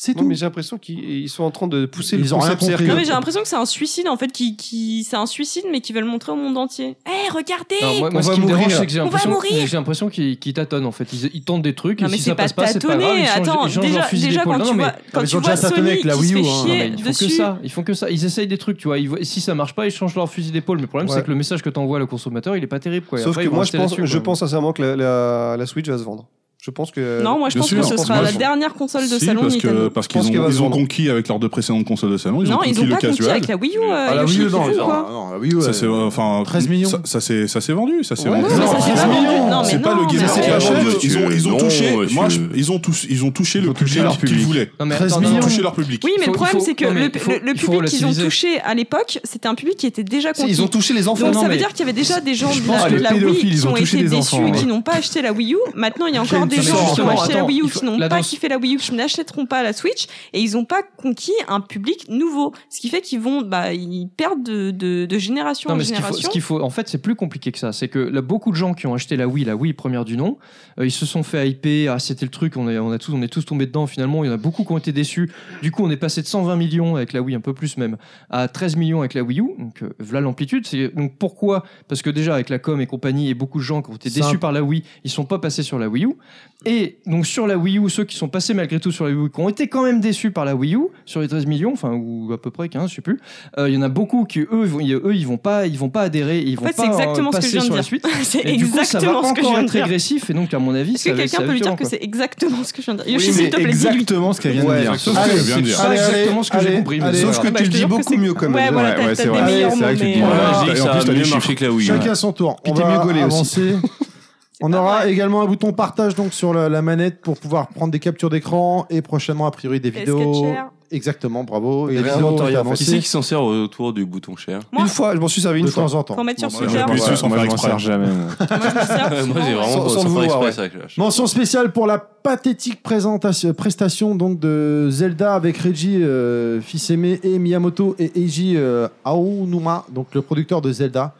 Speaker 2: C'est
Speaker 3: Non,
Speaker 2: tout.
Speaker 3: mais j'ai l'impression qu'ils ils sont en train de pousser
Speaker 2: Ils
Speaker 3: le
Speaker 2: ont rien
Speaker 3: concept.
Speaker 2: compris.
Speaker 3: C'est-à-dire
Speaker 4: Non
Speaker 3: que-
Speaker 4: mais j'ai l'impression que c'est un suicide en fait qui qui c'est un suicide mais qui veulent montrer au monde entier. Eh regardez.
Speaker 1: Alors, moi, moi,
Speaker 3: on
Speaker 1: ce
Speaker 3: va
Speaker 1: qui me
Speaker 3: mourir.
Speaker 1: dérange c'est que j'ai
Speaker 4: On va
Speaker 1: l'impression
Speaker 4: mourir.
Speaker 1: j'ai l'impression qu'ils qu'ils tâtonnent en fait ils, ils tentent des trucs
Speaker 4: Non
Speaker 1: et
Speaker 4: mais
Speaker 1: si
Speaker 4: c'est
Speaker 1: ça
Speaker 4: pas
Speaker 1: passe pas c'est pas grave
Speaker 4: tâtonner.
Speaker 1: ils changent,
Speaker 4: Attends,
Speaker 1: ils changent
Speaker 4: déjà
Speaker 1: leur fusil
Speaker 4: déjà
Speaker 1: d'épaule.
Speaker 4: quand
Speaker 1: Non,
Speaker 4: tu
Speaker 1: mais-
Speaker 4: vois
Speaker 2: ils
Speaker 4: quand
Speaker 2: ont
Speaker 4: tu
Speaker 2: déjà
Speaker 4: vois
Speaker 2: tâtonné
Speaker 4: Sony
Speaker 2: avec la
Speaker 4: qui se
Speaker 2: Wii U,
Speaker 4: fait
Speaker 2: hein.
Speaker 1: Non, mais
Speaker 4: chier
Speaker 1: ils font que
Speaker 4: dessus.
Speaker 10: Euh,
Speaker 1: ça, ils font que ça, ils essayent des trucs, tu vois. Ils voient- si ça marche pas, ils changent leur fusil d'épaule. Mais le problème,
Speaker 2: Ouais.
Speaker 1: c'est que le message que t'envoies à le consommateur, il est pas terrible, quoi. Et
Speaker 3: Sauf
Speaker 1: après,
Speaker 3: que
Speaker 1: ils vont
Speaker 3: moi, je
Speaker 1: rester
Speaker 3: pense,
Speaker 1: là-dessus,
Speaker 3: je
Speaker 1: quoi.
Speaker 3: pense sincèrement que la, la- la Switch va se vendre. Je pense que.
Speaker 4: Non, moi je
Speaker 10: Bien
Speaker 4: pense que
Speaker 10: sûr,
Speaker 4: ce
Speaker 10: je pense
Speaker 4: sera
Speaker 10: que
Speaker 4: la
Speaker 10: je-
Speaker 4: dernière console de
Speaker 10: Si,
Speaker 4: salon
Speaker 10: parce que,
Speaker 4: Nintendo.
Speaker 10: parce
Speaker 3: Je pense
Speaker 10: qu'ils
Speaker 3: qu'elle
Speaker 10: ont,
Speaker 3: va se
Speaker 10: ils ont
Speaker 3: vendre.
Speaker 10: conquis avec leurs deux précédentes consoles de salon, ils ont
Speaker 4: Non,
Speaker 10: conquis
Speaker 4: ils ont
Speaker 10: le
Speaker 4: pas compris
Speaker 10: casual.
Speaker 4: avec la Wii U. euh,
Speaker 2: Ah, la
Speaker 4: Yoshi
Speaker 2: Wii U,
Speaker 4: qui
Speaker 2: non,
Speaker 4: fout,
Speaker 2: ils ont-
Speaker 4: quoi.
Speaker 2: non, la Wii U,
Speaker 10: Ça
Speaker 2: euh,
Speaker 10: s'est, euh, enfin,
Speaker 2: 13 millions.
Speaker 10: Ça, ça s'est, ça s'est vendu, ça s'est
Speaker 2: Ouais,
Speaker 10: vendu.
Speaker 2: mais ça s'est
Speaker 10: 13
Speaker 2: vendu.
Speaker 10: millions.
Speaker 4: Non, mais
Speaker 10: c'est pas
Speaker 4: non,
Speaker 10: le gamer
Speaker 4: mais
Speaker 10: qui
Speaker 4: non,
Speaker 10: achète.
Speaker 5: monsieur.
Speaker 10: Ils ont, ils ont
Speaker 5: Non,
Speaker 10: touché.
Speaker 5: monsieur.
Speaker 10: Moi, je- ils ont tous, ils ont touché le
Speaker 11: ont touché
Speaker 10: public
Speaker 11: leur
Speaker 10: qu'ils
Speaker 11: public.
Speaker 10: voulaient.
Speaker 1: Non, mais
Speaker 2: 13
Speaker 1: attends,
Speaker 10: Ils
Speaker 1: non,
Speaker 10: ont
Speaker 2: millions.
Speaker 1: non,
Speaker 10: touché leur public.
Speaker 4: Oui, mais
Speaker 1: Faut-
Speaker 4: le problème,
Speaker 1: faut-
Speaker 4: c'est que
Speaker 1: non, mais
Speaker 4: le,
Speaker 1: il faut-
Speaker 4: le- le
Speaker 1: il faut
Speaker 4: public qu'ils ont
Speaker 1: relativiser.
Speaker 4: touché à l'époque, c'était un public qui était déjà conquis.
Speaker 3: Ils ont touché les enfants.
Speaker 4: Donc
Speaker 1: Non,
Speaker 4: ça veut
Speaker 1: mais-
Speaker 4: dire qu'il y avait déjà des gens
Speaker 11: Je
Speaker 4: de
Speaker 11: pense
Speaker 4: la,
Speaker 11: que
Speaker 4: de la
Speaker 11: les
Speaker 4: Wii
Speaker 11: pédophiles, ils
Speaker 4: qui
Speaker 11: ont
Speaker 4: ont
Speaker 11: touché
Speaker 4: été
Speaker 11: des
Speaker 4: déçus
Speaker 11: enfants,
Speaker 4: et qui
Speaker 11: ouais.
Speaker 4: n'ont pas acheté la Wii U. Maintenant, il y a
Speaker 2: J'ai
Speaker 4: encore
Speaker 2: une
Speaker 4: des
Speaker 2: solution.
Speaker 4: gens qui ont
Speaker 1: Attends,
Speaker 4: acheté la
Speaker 1: attends,
Speaker 4: Wii U,
Speaker 1: il faut-
Speaker 4: qui n'ont
Speaker 1: la
Speaker 4: pas
Speaker 1: danse-
Speaker 4: kiffé la Wii U, qui n'achèteront pas la Switch, et ils n'ont pas conquis un public nouveau. Ce qui fait qu'ils vont, bah, ils perdent de, de, de génération
Speaker 1: Non,
Speaker 4: en
Speaker 1: mais ce qu'il faut,
Speaker 4: génération.
Speaker 1: ce qu'il faut- en fait, c'est plus compliqué que ça. C'est que là, beaucoup de gens qui ont acheté la Wii, la Wii première du nom, euh, ils se sont fait hyper. Ah, c'était le truc. On, a, on, a tous, on est tous tombés dedans finalement. Il y en a beaucoup qui ont été déçus. Du coup, on est passé de 120 millions avec la Wii, un peu plus même, à 13 millions avec la Wii U. Donc, euh, voilà l'amplitude. C'est- Donc, pourquoi Parce que déjà, avec la com et compagnie, et beaucoup de gens qui ont été
Speaker 2: Ça-
Speaker 1: déçus par la Wii, ils sont pas passés sur la Wii U. Et donc, sur la Wii U, ceux qui sont passés malgré tout sur la Wii U, qui ont été quand même déçus par la Wii U, sur les 13 millions, enfin, ou à peu près 15, je sais plus. Euh, il y en a beaucoup qui eux ils vont, ils- eux, ils vont pas ils vont pas adhérer ils vont
Speaker 4: fait,
Speaker 1: pas
Speaker 4: c'est exactement
Speaker 1: euh,
Speaker 4: ce que
Speaker 1: passer
Speaker 4: je viens de
Speaker 1: sur la
Speaker 4: dire.
Speaker 1: suite
Speaker 4: *laughs* C'est
Speaker 1: et du coup ça va
Speaker 4: exactement ce que je
Speaker 1: encore
Speaker 4: viens de
Speaker 1: être
Speaker 4: dire.
Speaker 1: régressif et donc à mon avis
Speaker 4: Est-ce que
Speaker 1: ça va- ça
Speaker 4: quelqu'un
Speaker 1: va
Speaker 4: peut lui
Speaker 1: être
Speaker 4: dire
Speaker 1: violent,
Speaker 4: que
Speaker 1: quoi.
Speaker 4: c'est exactement ce que je viens de dire
Speaker 11: Oui,
Speaker 4: Yoshi,
Speaker 11: c'est
Speaker 4: s'il te plaît, dis-lui.
Speaker 11: exactement ce qu'elle vient de
Speaker 3: Ouais,
Speaker 11: dire.
Speaker 3: sauf
Speaker 10: que-
Speaker 2: Allez,
Speaker 10: bien
Speaker 2: c'est
Speaker 10: dire.
Speaker 2: pas
Speaker 1: Allez,
Speaker 2: exactement ce que j'ai
Speaker 1: allez,
Speaker 2: compris.
Speaker 1: allez.
Speaker 3: Sauf que
Speaker 4: Bah, je
Speaker 3: tu le
Speaker 4: te
Speaker 3: dis
Speaker 4: jure que
Speaker 3: beaucoup
Speaker 4: c'est-
Speaker 3: mieux quand même.
Speaker 4: Ouais, voilà,
Speaker 11: Ouais,
Speaker 4: t'as
Speaker 11: ouais,
Speaker 4: t'as
Speaker 11: c'est
Speaker 4: des
Speaker 11: vrai.
Speaker 4: meilleurs
Speaker 11: C'est
Speaker 4: mots,
Speaker 11: vrai que tu
Speaker 4: mais,
Speaker 11: dis-
Speaker 4: euh,
Speaker 10: Voilà.
Speaker 5: Ouais, je dis que
Speaker 10: Et en
Speaker 5: ça
Speaker 10: plus,
Speaker 5: a
Speaker 10: t'as
Speaker 5: mieux
Speaker 10: les chiffres.
Speaker 5: marché que la Wii.
Speaker 2: Chacun son tour.
Speaker 3: Puis
Speaker 2: On
Speaker 3: t'es
Speaker 2: va
Speaker 3: mieux gaulé aussi.
Speaker 2: avancer.
Speaker 4: *laughs*
Speaker 2: On
Speaker 4: pas
Speaker 2: aura
Speaker 4: vrai.
Speaker 2: également un bouton partage donc sur la, la manette pour pouvoir prendre des captures d'écran et prochainement a priori des
Speaker 4: Et
Speaker 2: vidéos.
Speaker 4: Sketcher.
Speaker 2: Exactement, bravo.
Speaker 3: Il y
Speaker 2: Des
Speaker 3: avait un
Speaker 2: vidéos
Speaker 3: inventaire,
Speaker 2: qui
Speaker 3: en fait.
Speaker 5: Qui c'est
Speaker 2: avancées
Speaker 5: qui s'en sert euh, autour du bouton cher
Speaker 4: Moi,
Speaker 3: Une fois, je m'en suis servi
Speaker 2: de
Speaker 3: une fois.
Speaker 2: temps en temps.
Speaker 4: faut mettre sur
Speaker 10: Bon,
Speaker 4: ce
Speaker 1: bah,
Speaker 10: moi, j'ai
Speaker 4: terme.
Speaker 10: appris
Speaker 11: Ouais,
Speaker 10: sans
Speaker 11: moi,
Speaker 10: faire
Speaker 11: je m'en
Speaker 10: exprès.
Speaker 11: sers jamais. moi.
Speaker 4: *laughs* Moi, je me sers
Speaker 5: Moi, j'ai
Speaker 4: souvent, ouais.
Speaker 5: vraiment
Speaker 3: Sans- sans
Speaker 5: sans
Speaker 3: le
Speaker 5: faire
Speaker 3: vouloir,
Speaker 5: exprès ça. je- je-
Speaker 2: Mention spéciale pour la pathétique présentation, prestation donc de Zelda avec Reggie euh, Fils-Aimé et Miyamoto et Eiji euh, Aonuma, donc le producteur de Zelda.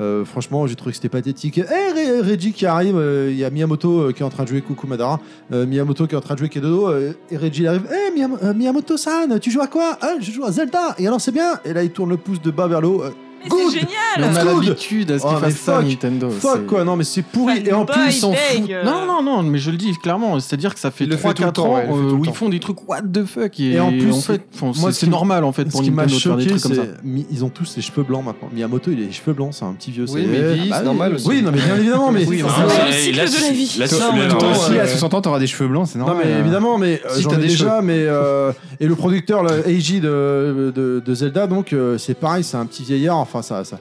Speaker 2: Euh, franchement, j'ai trouvé que c'était pathétique. Eh, Re- Reggie qui arrive, euh, il y a Miyamoto euh, qui est en train de jouer Coucou Madara, euh, Miyamoto qui est en train de jouer Kedodo, euh, et Reggie il arrive. Eh, Miyam- euh, Miyamoto-san, tu joues à quoi Ah, Je joue à Zelda Et alors, c'est bien Et là, il tourne le pouce de bas vers le haut. euh,
Speaker 4: Mais
Speaker 2: Good.
Speaker 4: c'est
Speaker 8: Mais
Speaker 4: génial
Speaker 8: on a
Speaker 2: Good.
Speaker 8: l'habitude à ce qu'ils
Speaker 2: Oh, mais
Speaker 8: fassent ça,
Speaker 2: fuck.
Speaker 8: Nintendo. c'est-
Speaker 2: Fuck quoi, non, mais c'est pourri. Et en
Speaker 4: Fanboy,
Speaker 2: plus,
Speaker 8: Ils s'en
Speaker 4: Deg,
Speaker 8: foutent.
Speaker 4: euh.
Speaker 8: Non, non, non, mais je le dis clairement. C'est-à-dire que ça fait
Speaker 3: Il le fait tout le
Speaker 8: 3-4
Speaker 3: temps,
Speaker 8: ans
Speaker 3: ouais, il le fait
Speaker 8: euh,
Speaker 3: tout le
Speaker 8: où
Speaker 3: temps.
Speaker 8: ils font des trucs what the fuck. Et,
Speaker 2: Et en plus,
Speaker 8: en fait, bon,
Speaker 2: moi,
Speaker 8: c'est
Speaker 2: ce
Speaker 8: c'est
Speaker 2: qui-
Speaker 8: normal en fait
Speaker 2: Ce
Speaker 8: pour
Speaker 2: qui m'a
Speaker 8: Nintendo de faire des
Speaker 2: choqué,
Speaker 8: trucs comme ça.
Speaker 2: c'est mi- ils ont tous les cheveux blancs maintenant. Miyamoto, il a les cheveux blancs, c'est un petit vieux. Bah,
Speaker 3: Oui, mais il vieillit, c'est normal aussi.
Speaker 2: Oui, non, *laughs* mais bien évidemment, mais.
Speaker 3: Oui,
Speaker 2: Non,
Speaker 3: bah,
Speaker 4: C'est
Speaker 5: Ouais,
Speaker 4: le cycle
Speaker 5: là,
Speaker 4: de la
Speaker 5: tu-
Speaker 4: vie.
Speaker 5: là, tu
Speaker 3: Ça, en
Speaker 5: soulèves
Speaker 3: même
Speaker 5: un-
Speaker 3: temps,
Speaker 11: Toi
Speaker 3: Ouais,
Speaker 11: aussi,
Speaker 8: euh,
Speaker 3: ouais.
Speaker 11: à 60 ans, t'auras des cheveux blancs, c'est
Speaker 2: Non,
Speaker 11: normal.
Speaker 2: mais
Speaker 11: Euh,
Speaker 2: évidemment, mais euh,
Speaker 11: si
Speaker 2: j'en
Speaker 11: t'as
Speaker 2: ai
Speaker 11: des
Speaker 2: déjà, mais euh, et le producteur, le Eiji de, de, de Zelda, donc euh, c'est pareil, c'est un petit vieillard. Enfin, ça, ça,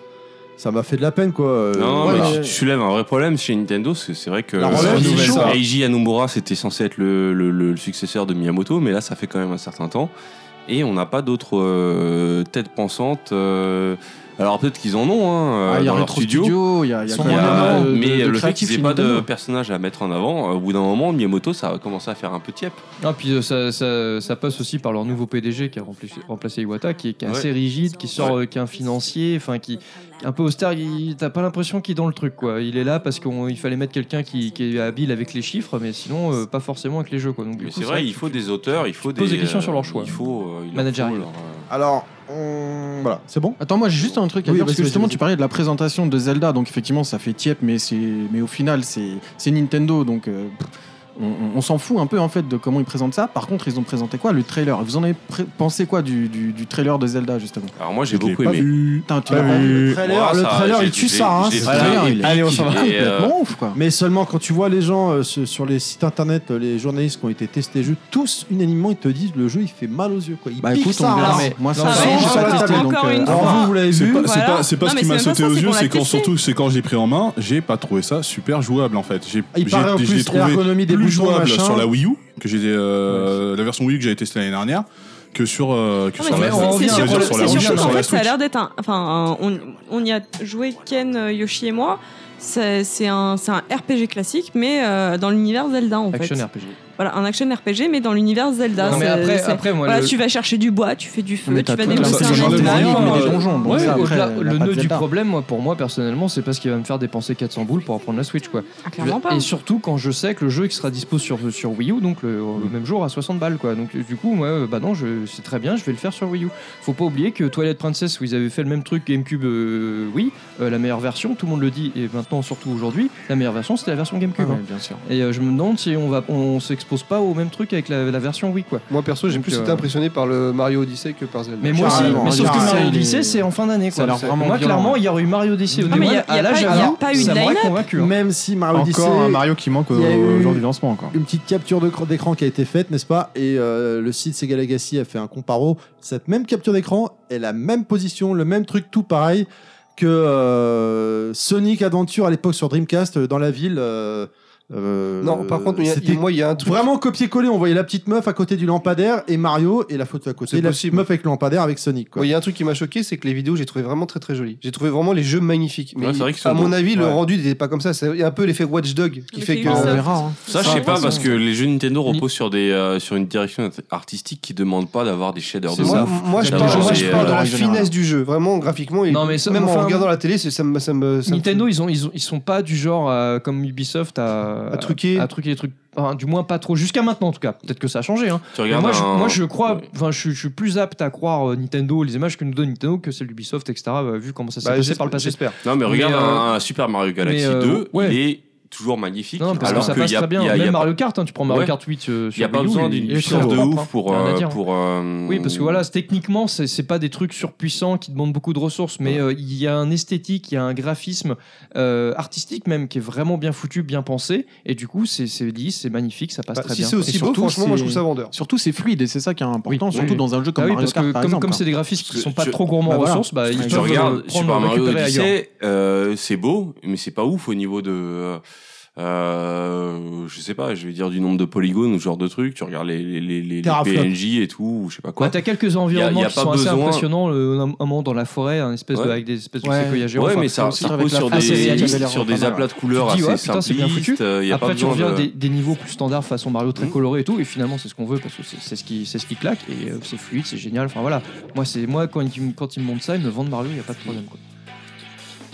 Speaker 2: ça m'a fait de la peine, quoi. Euh,
Speaker 5: Non,
Speaker 2: voilà.
Speaker 5: mais tu, tu soulèves un vrai problème chez Nintendo, parce que c'est vrai que
Speaker 2: La relève,
Speaker 3: c'est chaud.
Speaker 5: euh, Eiji Anomura, c'était censé être le, le- le- le successeur de Miyamoto, mais là, ça fait quand même un certain temps. Et on n'a pas d'autres euh, têtes pensantes. euh, alors peut-être qu'ils en ont, hein,
Speaker 8: Ah, Il y a
Speaker 5: dans leur
Speaker 8: Retro
Speaker 5: studio.
Speaker 8: Studio, il y a, il y a
Speaker 5: Il
Speaker 8: quand
Speaker 5: y
Speaker 8: même
Speaker 5: a-
Speaker 8: pas mal de-
Speaker 5: mais
Speaker 8: de
Speaker 5: le fait
Speaker 8: créatifs
Speaker 5: qu'ils aient
Speaker 8: chez
Speaker 5: pas de
Speaker 8: Nintendo.
Speaker 5: personnage à mettre en avant, euh, au bout d'un moment, Miyamoto, ça a commencé à faire un peu tiep.
Speaker 1: Ah, puis euh, ça, ça- ça passe aussi par leur nouveau PDG qui a rempli- remplacé Iwata, qui est, qui est
Speaker 5: Ouais.
Speaker 1: assez rigide, qui sort, euh, qui est un financier, enfin qui qui est un peu austère. il- T'as pas l'impression qu'il est dans le truc, quoi. Il est là parce qu'il fallait mettre quelqu'un qui, qui est habile avec les chiffres, mais sinon euh, pas forcément avec les jeux, quoi. Donc du
Speaker 5: Mais
Speaker 1: coup,
Speaker 5: c'est vrai, il faut des auteurs, il faut des.
Speaker 1: poses des questions
Speaker 5: euh,
Speaker 1: sur leur choix. Ah,
Speaker 5: Il faut. euh, il leur
Speaker 1: Managerial.
Speaker 5: faut leur, euh,
Speaker 2: Alors, on- voilà, c'est bon.
Speaker 8: Attends, moi j'ai juste un truc à
Speaker 2: Oui,
Speaker 8: dire
Speaker 2: vas-y,
Speaker 8: parce que
Speaker 2: vas-y,
Speaker 8: justement
Speaker 2: vas-y.
Speaker 8: tu parlais de la présentation de Zelda, donc effectivement ça fait tiep, mais c'est mais au final c'est c'est Nintendo, donc euh, pff, on, on- on s'en fout un peu en fait de comment ils présentent ça. Par contre, ils ont présenté quoi le trailer Vous en avez pré- pensé quoi du, du, du trailer de Zelda justement
Speaker 5: Alors moi, j'ai
Speaker 10: Je l'ai
Speaker 5: beaucoup
Speaker 10: pas
Speaker 5: aimé.
Speaker 8: Putain, tu
Speaker 2: Pas
Speaker 8: l'as-
Speaker 2: vu.
Speaker 5: Moi,
Speaker 2: Le trailer, le
Speaker 5: ça,
Speaker 2: trailer,
Speaker 5: j'ai-
Speaker 2: il tue
Speaker 5: j'ai-
Speaker 2: ça. hein,
Speaker 5: j'ai-
Speaker 2: c'est-
Speaker 8: Le trailer,
Speaker 5: Voilà,
Speaker 8: il est-
Speaker 5: allez, on s'en
Speaker 8: il est
Speaker 5: va.
Speaker 8: complètement ouf quoi.
Speaker 2: Mais seulement quand tu vois les gens euh, ce- sur les sites internet, euh, les journalistes qui ont été testés jeux, tous unanimement, ils te disent le jeu, il fait mal aux yeux, quoi. Il
Speaker 8: Bah
Speaker 2: pique
Speaker 8: écoute,
Speaker 2: ça. à la
Speaker 8: on verra.
Speaker 2: race.
Speaker 1: mais-
Speaker 8: Moi
Speaker 4: non,
Speaker 8: ça,
Speaker 4: mais
Speaker 8: j'ai
Speaker 2: Ah, encore
Speaker 8: pas testé,
Speaker 4: une
Speaker 8: donc,
Speaker 4: fois,
Speaker 8: euh,
Speaker 2: Alors vous, vous l'avez
Speaker 10: C'est
Speaker 2: vu
Speaker 10: pas, c'est
Speaker 4: Voilà.
Speaker 10: pas, c'est pas
Speaker 4: Non,
Speaker 10: ce
Speaker 4: mais
Speaker 10: qui
Speaker 4: c'est
Speaker 10: m'a
Speaker 4: même pas
Speaker 10: sauté
Speaker 4: ça,
Speaker 10: aux
Speaker 4: c'est
Speaker 10: yeux,
Speaker 4: qu'on l'a
Speaker 10: c'est qu'en
Speaker 4: testé.
Speaker 10: surtout, c'est quand j'ai pris en main, j'ai pas trouvé ça super jouable en fait. J'ai,
Speaker 2: Il
Speaker 10: j'ai-
Speaker 2: paraît en
Speaker 10: je l'ai
Speaker 2: plus
Speaker 10: trouvé
Speaker 2: l'ergonomie des
Speaker 10: plus
Speaker 2: boutons,
Speaker 10: jouable
Speaker 2: machin.
Speaker 10: sur la Wii U, que j'ai, euh, la version Wii U que j'avais testée l'année dernière, que sur, euh, que
Speaker 4: Non,
Speaker 10: sur
Speaker 4: mais c'est- C'est
Speaker 10: la je veux dire,
Speaker 4: surtout-
Speaker 10: sur la
Speaker 4: c'est
Speaker 10: Wii U,
Speaker 4: surtout qu'en
Speaker 10: sur la
Speaker 4: fait, ça a
Speaker 10: Switch.
Speaker 4: l'air d'être un. Enfin, un- on, on y a joué Ken, euh, Yoshi et moi. C'est c'est un, c'est un RPG classique, mais euh, dans l'univers Zelda en
Speaker 1: Action
Speaker 4: fait.
Speaker 1: RPG.
Speaker 4: Voilà, un action RPG, mais dans l'univers Zelda.
Speaker 1: Non, mais
Speaker 4: C'est-
Speaker 1: après,
Speaker 4: c'est-
Speaker 1: après, moi,
Speaker 4: voilà,
Speaker 1: le-
Speaker 4: tu vas chercher du bois, tu fais du feu,
Speaker 8: Mais
Speaker 4: tu
Speaker 8: t'as
Speaker 4: vas
Speaker 8: tout,
Speaker 4: dénoncer
Speaker 10: ça,
Speaker 4: un
Speaker 10: ça
Speaker 4: Ah,
Speaker 10: change
Speaker 4: mec.
Speaker 10: le monde.
Speaker 8: mais
Speaker 1: Ouais,
Speaker 8: des donjons, donc
Speaker 1: ouais,
Speaker 8: ça, après,
Speaker 1: au-delà-
Speaker 8: y a
Speaker 1: le
Speaker 8: pas de
Speaker 1: nœud du
Speaker 8: Zelda.
Speaker 1: problème, moi, pour moi personnellement, c'est pas ce qui va me faire dépenser 400 boules pour prendre la Switch, quoi.
Speaker 4: Ah, clairement pas.
Speaker 1: Et surtout quand je sais que le jeu il sera dispo sur, sur Wii U, donc le,
Speaker 8: Mm.
Speaker 1: le même jour à 60 balles quoi. Donc du coup, moi, euh, bah non, je, c'est très bien, je vais le faire sur Wii U. Faut pas oublier que Twilight Princess, où ils avaient fait le même truc GameCube, euh, oui, euh, la meilleure version, tout le monde le dit, et maintenant surtout aujourd'hui, la meilleure version c'était la version
Speaker 8: Ah
Speaker 1: GameCube.
Speaker 8: ouais,
Speaker 1: hein.
Speaker 8: bien sûr.
Speaker 1: Et euh, je me demande si on va, on s'expose pas au même truc avec la, la version Wii quoi.
Speaker 3: Moi perso, j'ai
Speaker 1: Donc,
Speaker 3: plus
Speaker 1: euh,
Speaker 3: été impressionné par le Mario Odyssey que par Zelda.
Speaker 1: Mais moi aussi,
Speaker 2: Carrément,
Speaker 1: mais sauf que
Speaker 2: carrément.
Speaker 1: Mario
Speaker 8: Ça, il est-
Speaker 1: Odyssey c'est en fin d'année
Speaker 8: Ça a
Speaker 1: quoi.
Speaker 8: l'air vraiment
Speaker 1: moi
Speaker 8: violent.
Speaker 1: clairement, il y aurait eu Mario Odyssey au
Speaker 4: Ah, mais
Speaker 1: début.
Speaker 4: y a- y a
Speaker 1: à l'âge
Speaker 4: pas- y a
Speaker 1: avant,
Speaker 4: pas eu
Speaker 1: ça
Speaker 4: de
Speaker 1: m'aurait
Speaker 4: line-up.
Speaker 1: convaincu. hein.
Speaker 2: Même si Mario Odyssey,
Speaker 11: Encore un Mario qui manque au,
Speaker 2: il y a eu-
Speaker 11: au jour du lancement, quoi.
Speaker 2: une petite capture de cr- d'écran qui a été faite, n'est-ce pas Et euh, le site Sega Legacy a fait un comparo. Cette même capture d'écran est la même position, le même truc, tout pareil que euh, Sonic Adventure à l'époque sur Dreamcast euh, dans la ville. euh, euh,
Speaker 3: Non, par contre, il y a-
Speaker 2: c'était
Speaker 3: moi, il y a un truc.
Speaker 2: vraiment copier-coller. On voyait la petite meuf à côté du lampadaire et Mario et la photo à côté.
Speaker 3: C'est
Speaker 2: La petite
Speaker 3: possible.
Speaker 2: meuf avec le lampadaire avec Sonic.
Speaker 3: Il
Speaker 2: Quoi.
Speaker 3: y a un truc qui m'a choqué, c'est que les vidéos, j'ai trouvé vraiment très très jolies. J'ai trouvé vraiment les jeux magnifiques. Mais
Speaker 5: Ouais, c'est vrai
Speaker 3: il-
Speaker 5: qu'ils sont
Speaker 3: à mon
Speaker 5: beaux.
Speaker 3: avis, le
Speaker 5: Ouais.
Speaker 3: rendu n'était pas comme ça. C'est il y a un peu l'effet Watchdog qui
Speaker 4: Mais
Speaker 3: fait
Speaker 4: c'est
Speaker 3: que.
Speaker 8: On
Speaker 4: Ubisoft.
Speaker 8: verra. hein.
Speaker 5: Ça, je sais pas, parce que les jeux Nintendo
Speaker 1: Ni-
Speaker 5: reposent sur, des, euh, sur une direction artistique qui demande pas d'avoir des shaders de
Speaker 3: Moi,
Speaker 5: ouf.
Speaker 3: moi, je
Speaker 5: Ça
Speaker 3: parle,
Speaker 5: va,
Speaker 3: moi, je
Speaker 5: c'est,
Speaker 3: parle
Speaker 5: euh,
Speaker 3: de la
Speaker 8: en
Speaker 3: finesse
Speaker 8: général.
Speaker 3: du jeu, vraiment graphiquement. Et
Speaker 1: Non, mais ça-
Speaker 3: même
Speaker 1: enfin,
Speaker 3: en regardant la télé, c'est- ça me. Ça me ça me-
Speaker 1: Nintendo, ils, ont, ils, ont, ils sont pas du genre euh, comme Ubisoft à,
Speaker 3: À truquer.
Speaker 1: à truquer les trucs. Enfin, du moins pas trop, jusqu'à maintenant en tout cas. Peut-être que ça a changé. Hein.
Speaker 5: Tu
Speaker 1: Mais
Speaker 5: regardes
Speaker 1: moi, je,
Speaker 5: un-
Speaker 1: moi je crois,
Speaker 5: Ouais.
Speaker 1: enfin je, je suis plus apte à croire euh, Nintendo, les images que nous donne Nintendo que celles d'Ubisoft, etc. euh, vu comment ça s'est
Speaker 3: Bah,
Speaker 1: passé par le
Speaker 3: j'espère-
Speaker 1: passé.
Speaker 3: J'espère.
Speaker 5: Non, mais regarde
Speaker 1: Mais, euh,
Speaker 5: un, un Super Mario Galaxy
Speaker 1: mais, euh,
Speaker 5: 2,
Speaker 1: ouais.
Speaker 5: il est toujours magnifique.
Speaker 1: Non, parce
Speaker 5: alors
Speaker 1: que ça
Speaker 5: qu'il
Speaker 1: passe
Speaker 5: y a-
Speaker 1: très bien.
Speaker 5: il y a- il y a
Speaker 1: Même
Speaker 5: pas-
Speaker 1: Mario Kart, hein, tu prends Mario
Speaker 5: Ouais.
Speaker 1: Kart 8 euh, sur
Speaker 5: Il n'y a pas
Speaker 1: Wii U,
Speaker 5: besoin
Speaker 1: il- il
Speaker 5: d'une
Speaker 1: est
Speaker 5: puissance
Speaker 1: très
Speaker 5: de
Speaker 1: propre,
Speaker 5: ouf
Speaker 1: hein.
Speaker 5: pour.
Speaker 1: Rien à
Speaker 5: euh,
Speaker 1: dire.
Speaker 5: pour euh,
Speaker 1: Oui, parce que voilà, c'est- techniquement, c'est c'est pas des trucs surpuissants qui demandent beaucoup de ressources, mais euh, il y a un esthétique, il y a un graphisme euh, artistique même qui est vraiment bien foutu, bien pensé, et du coup, c'est c'est lisse, c'est magnifique, ça passe
Speaker 3: Bah,
Speaker 1: très
Speaker 3: si
Speaker 1: bien.
Speaker 3: c'est aussi
Speaker 8: Et
Speaker 3: beau,
Speaker 8: surtout,
Speaker 3: franchement, moi, je
Speaker 8: c'est-
Speaker 3: trouve ça vendeur.
Speaker 8: Surtout c'est fluide et c'est ça qui est important,
Speaker 1: Oui,
Speaker 8: surtout
Speaker 1: oui.
Speaker 8: dans un jeu comme
Speaker 1: ah oui,
Speaker 8: Mario
Speaker 1: parce
Speaker 8: Kart
Speaker 1: que
Speaker 8: par
Speaker 1: comme-
Speaker 8: exemple. hein.
Speaker 1: comme
Speaker 8: quoi.
Speaker 1: c'est des graphismes qui
Speaker 5: hein. Parce que
Speaker 1: sont pas
Speaker 5: je-
Speaker 1: trop gourmands en
Speaker 8: Bah voilà.
Speaker 1: ressources, bah, ils
Speaker 8: Tu
Speaker 5: Tu
Speaker 1: peuvent
Speaker 5: regardes
Speaker 1: euh, prendre,
Speaker 5: Super Mario
Speaker 1: récupérer ailleurs.
Speaker 5: Odyssey, euh, c'est beau, mais c'est pas ouf au niveau de. euh, euh, je sais pas, je vais dire du nombre de polygones ou ce genre de trucs. Tu regardes les, les, les, les
Speaker 2: Terraflop.
Speaker 5: PNJ et tout, ou je sais pas quoi.
Speaker 1: Bah, t'as quelques environnements
Speaker 5: Y a- y a
Speaker 1: qui
Speaker 5: pas
Speaker 1: sont assez
Speaker 5: besoin-
Speaker 1: impressionnants, le- un, un moment dans la forêt, un espèce de,
Speaker 5: Ouais.
Speaker 1: avec des espèces de
Speaker 8: Ouais.
Speaker 1: séquoias géants.
Speaker 5: ouais,
Speaker 1: Enfin,
Speaker 5: mais ça,
Speaker 8: aussi
Speaker 5: ça
Speaker 8: avec
Speaker 5: repose
Speaker 8: la
Speaker 5: sur
Speaker 8: face
Speaker 5: des,
Speaker 8: réaliste,
Speaker 5: sur,
Speaker 8: ça a l'air
Speaker 5: des
Speaker 8: pas mal.
Speaker 5: aplats de couleurs
Speaker 1: Tu dis,
Speaker 5: assez
Speaker 1: ouais, putain, c'est bien
Speaker 5: simplistes. euh, y a pas
Speaker 1: Après, tu
Speaker 5: besoin
Speaker 1: reviens
Speaker 5: de-
Speaker 1: des, des niveaux plus standards façon Mario très
Speaker 5: Mhm.
Speaker 1: coloré et tout, et finalement, c'est ce qu'on veut parce que c'est c'est ce, qui- c'est ce qui claque et euh, c'est fluide, c'est génial. Enfin voilà, moi, c'est moi quand ils, me- quand ils me montrent ça, ils me vendent Mario, il n'y a pas de problème. Quoi.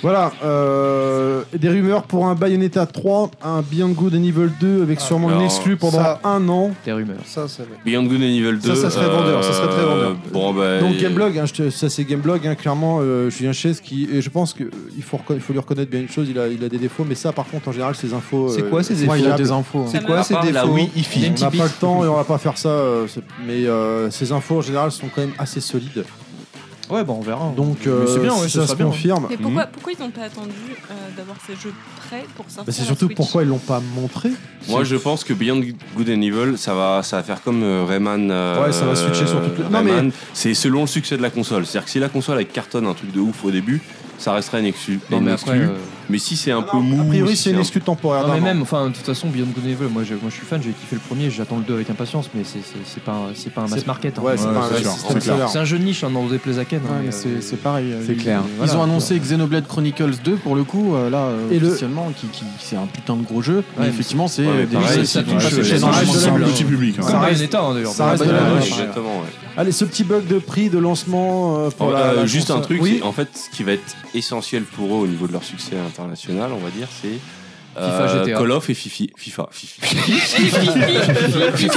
Speaker 2: Voilà, euh, des rumeurs pour un Bayonetta 3, un Beyond Good and Evil 2 avec sûrement
Speaker 5: alors,
Speaker 2: une exclue pendant
Speaker 3: ça-
Speaker 2: un an.
Speaker 1: Des rumeurs.
Speaker 3: Ça, ça-
Speaker 5: Beyond Good and Evil 2.
Speaker 3: Ça, ça serait vendeur, ça serait très vendeur.
Speaker 5: Bon, bah,
Speaker 2: Donc
Speaker 5: et-
Speaker 2: Gameblog, hein, je te- ça c'est Gameblog, hein, clairement, euh, Julien Chesse qui, et je pense qu'il faut, reconna- il faut lui reconnaître bien une chose, il a, il a des défauts, mais ça par contre en général ses infos...
Speaker 3: C'est
Speaker 2: euh,
Speaker 3: quoi ces
Speaker 8: Ouais, il a
Speaker 3: effets
Speaker 8: des infos.
Speaker 3: C'est
Speaker 4: Ça
Speaker 3: quoi
Speaker 4: m'a-
Speaker 3: ces
Speaker 5: à part la
Speaker 3: défauts
Speaker 5: Wii,
Speaker 2: on n'a pas le temps et on va pas faire ça, euh, c'est- mais euh, ces infos en général sont quand même assez solides.
Speaker 1: Ouais, bon, on verra. hein.
Speaker 2: Donc euh,
Speaker 1: c'est bien, ouais,
Speaker 2: si
Speaker 1: ce
Speaker 2: ça
Speaker 1: sera
Speaker 2: se
Speaker 1: bien.
Speaker 2: confirme. Bah,
Speaker 4: Mais pourquoi, pourquoi ils n'ont pas attendu euh, d'avoir ces jeux prêts pour sortir
Speaker 2: Bah, c'est
Speaker 4: la
Speaker 2: surtout
Speaker 4: Switch
Speaker 2: pourquoi ils l'ont pas montré.
Speaker 5: Moi, je pense que Beyond Good and Evil, ça va, ça va faire comme euh, Rayman. euh,
Speaker 2: Ouais, ça va switcher sur toute la- Non,
Speaker 5: Rayman. C'est selon le succès de la console. C'est-à-dire que si la console elle cartonne un truc de ouf au début, ça restera une exclu.
Speaker 1: Non,
Speaker 5: une
Speaker 1: mais
Speaker 5: exclu.
Speaker 1: après, euh,
Speaker 5: Mais si c'est un
Speaker 2: Ah
Speaker 5: peu
Speaker 2: non,
Speaker 5: mou,
Speaker 2: a priori,
Speaker 5: si
Speaker 2: c'est une
Speaker 5: un-
Speaker 2: excuse temporaire.
Speaker 1: non, mais
Speaker 2: d'un an.
Speaker 1: même, enfin, de toute façon, Beyond Good and Evil, moi je, moi, je suis fan, j'ai kiffé le premier, j'attends le 2 avec impatience, mais c'est- c'est c'est pas, un- c'est pas un mass
Speaker 2: C'est-
Speaker 1: market. hein.
Speaker 2: Ouais, c'est
Speaker 10: Ouais,
Speaker 2: pas
Speaker 10: c'est
Speaker 2: un
Speaker 10: sûr,
Speaker 2: système
Speaker 10: c'est clair.
Speaker 2: solaire.
Speaker 1: C'est un jeu de niche, hein, dans vous déplaise à Ken. hein,
Speaker 8: Ouais, mais
Speaker 1: mais, euh,
Speaker 8: c'est c'est pareil.
Speaker 11: C'est
Speaker 8: ils-
Speaker 11: clair.
Speaker 8: Ils
Speaker 1: Voilà.
Speaker 8: ont annoncé Xenoblade Chronicles 2 pour le coup, euh, là, euh,
Speaker 2: Et le-
Speaker 8: officiellement, qui, qui- c'est un putain de gros jeu. Mais
Speaker 1: mais
Speaker 8: effectivement, c'est
Speaker 5: Ouais, mais
Speaker 8: euh,
Speaker 5: pareil,
Speaker 8: jeux
Speaker 1: ça
Speaker 8: qui
Speaker 1: touche-
Speaker 8: touchent
Speaker 1: ça
Speaker 8: les
Speaker 1: touche
Speaker 8: gens
Speaker 2: largement
Speaker 8: sensibles.
Speaker 10: C'est un
Speaker 2: là.
Speaker 10: petit public. hein.
Speaker 2: Ça
Speaker 1: Comme
Speaker 2: reste-
Speaker 1: Bayonetta, hein, d'ailleurs.
Speaker 2: ça reste de la
Speaker 5: Ouais,
Speaker 2: Ouais,
Speaker 1: Bayonetta,
Speaker 2: niche.
Speaker 1: pareil.
Speaker 5: Exactement. ouais.
Speaker 2: Allez, ce petit bug de prix de lancement euh, pour
Speaker 5: Oh,
Speaker 2: la-
Speaker 5: euh,
Speaker 2: la
Speaker 5: juste un
Speaker 2: console.
Speaker 5: truc,
Speaker 2: Oui.
Speaker 5: c'est- en fait, ce qui va être essentiel pour eux au niveau de leur succès international, on va dire, c'est euh,
Speaker 1: FIFA, GTA.
Speaker 5: Call of et Fifi, FIFA.
Speaker 1: *laughs*
Speaker 5: Fifi.
Speaker 2: *laughs*
Speaker 4: Fifi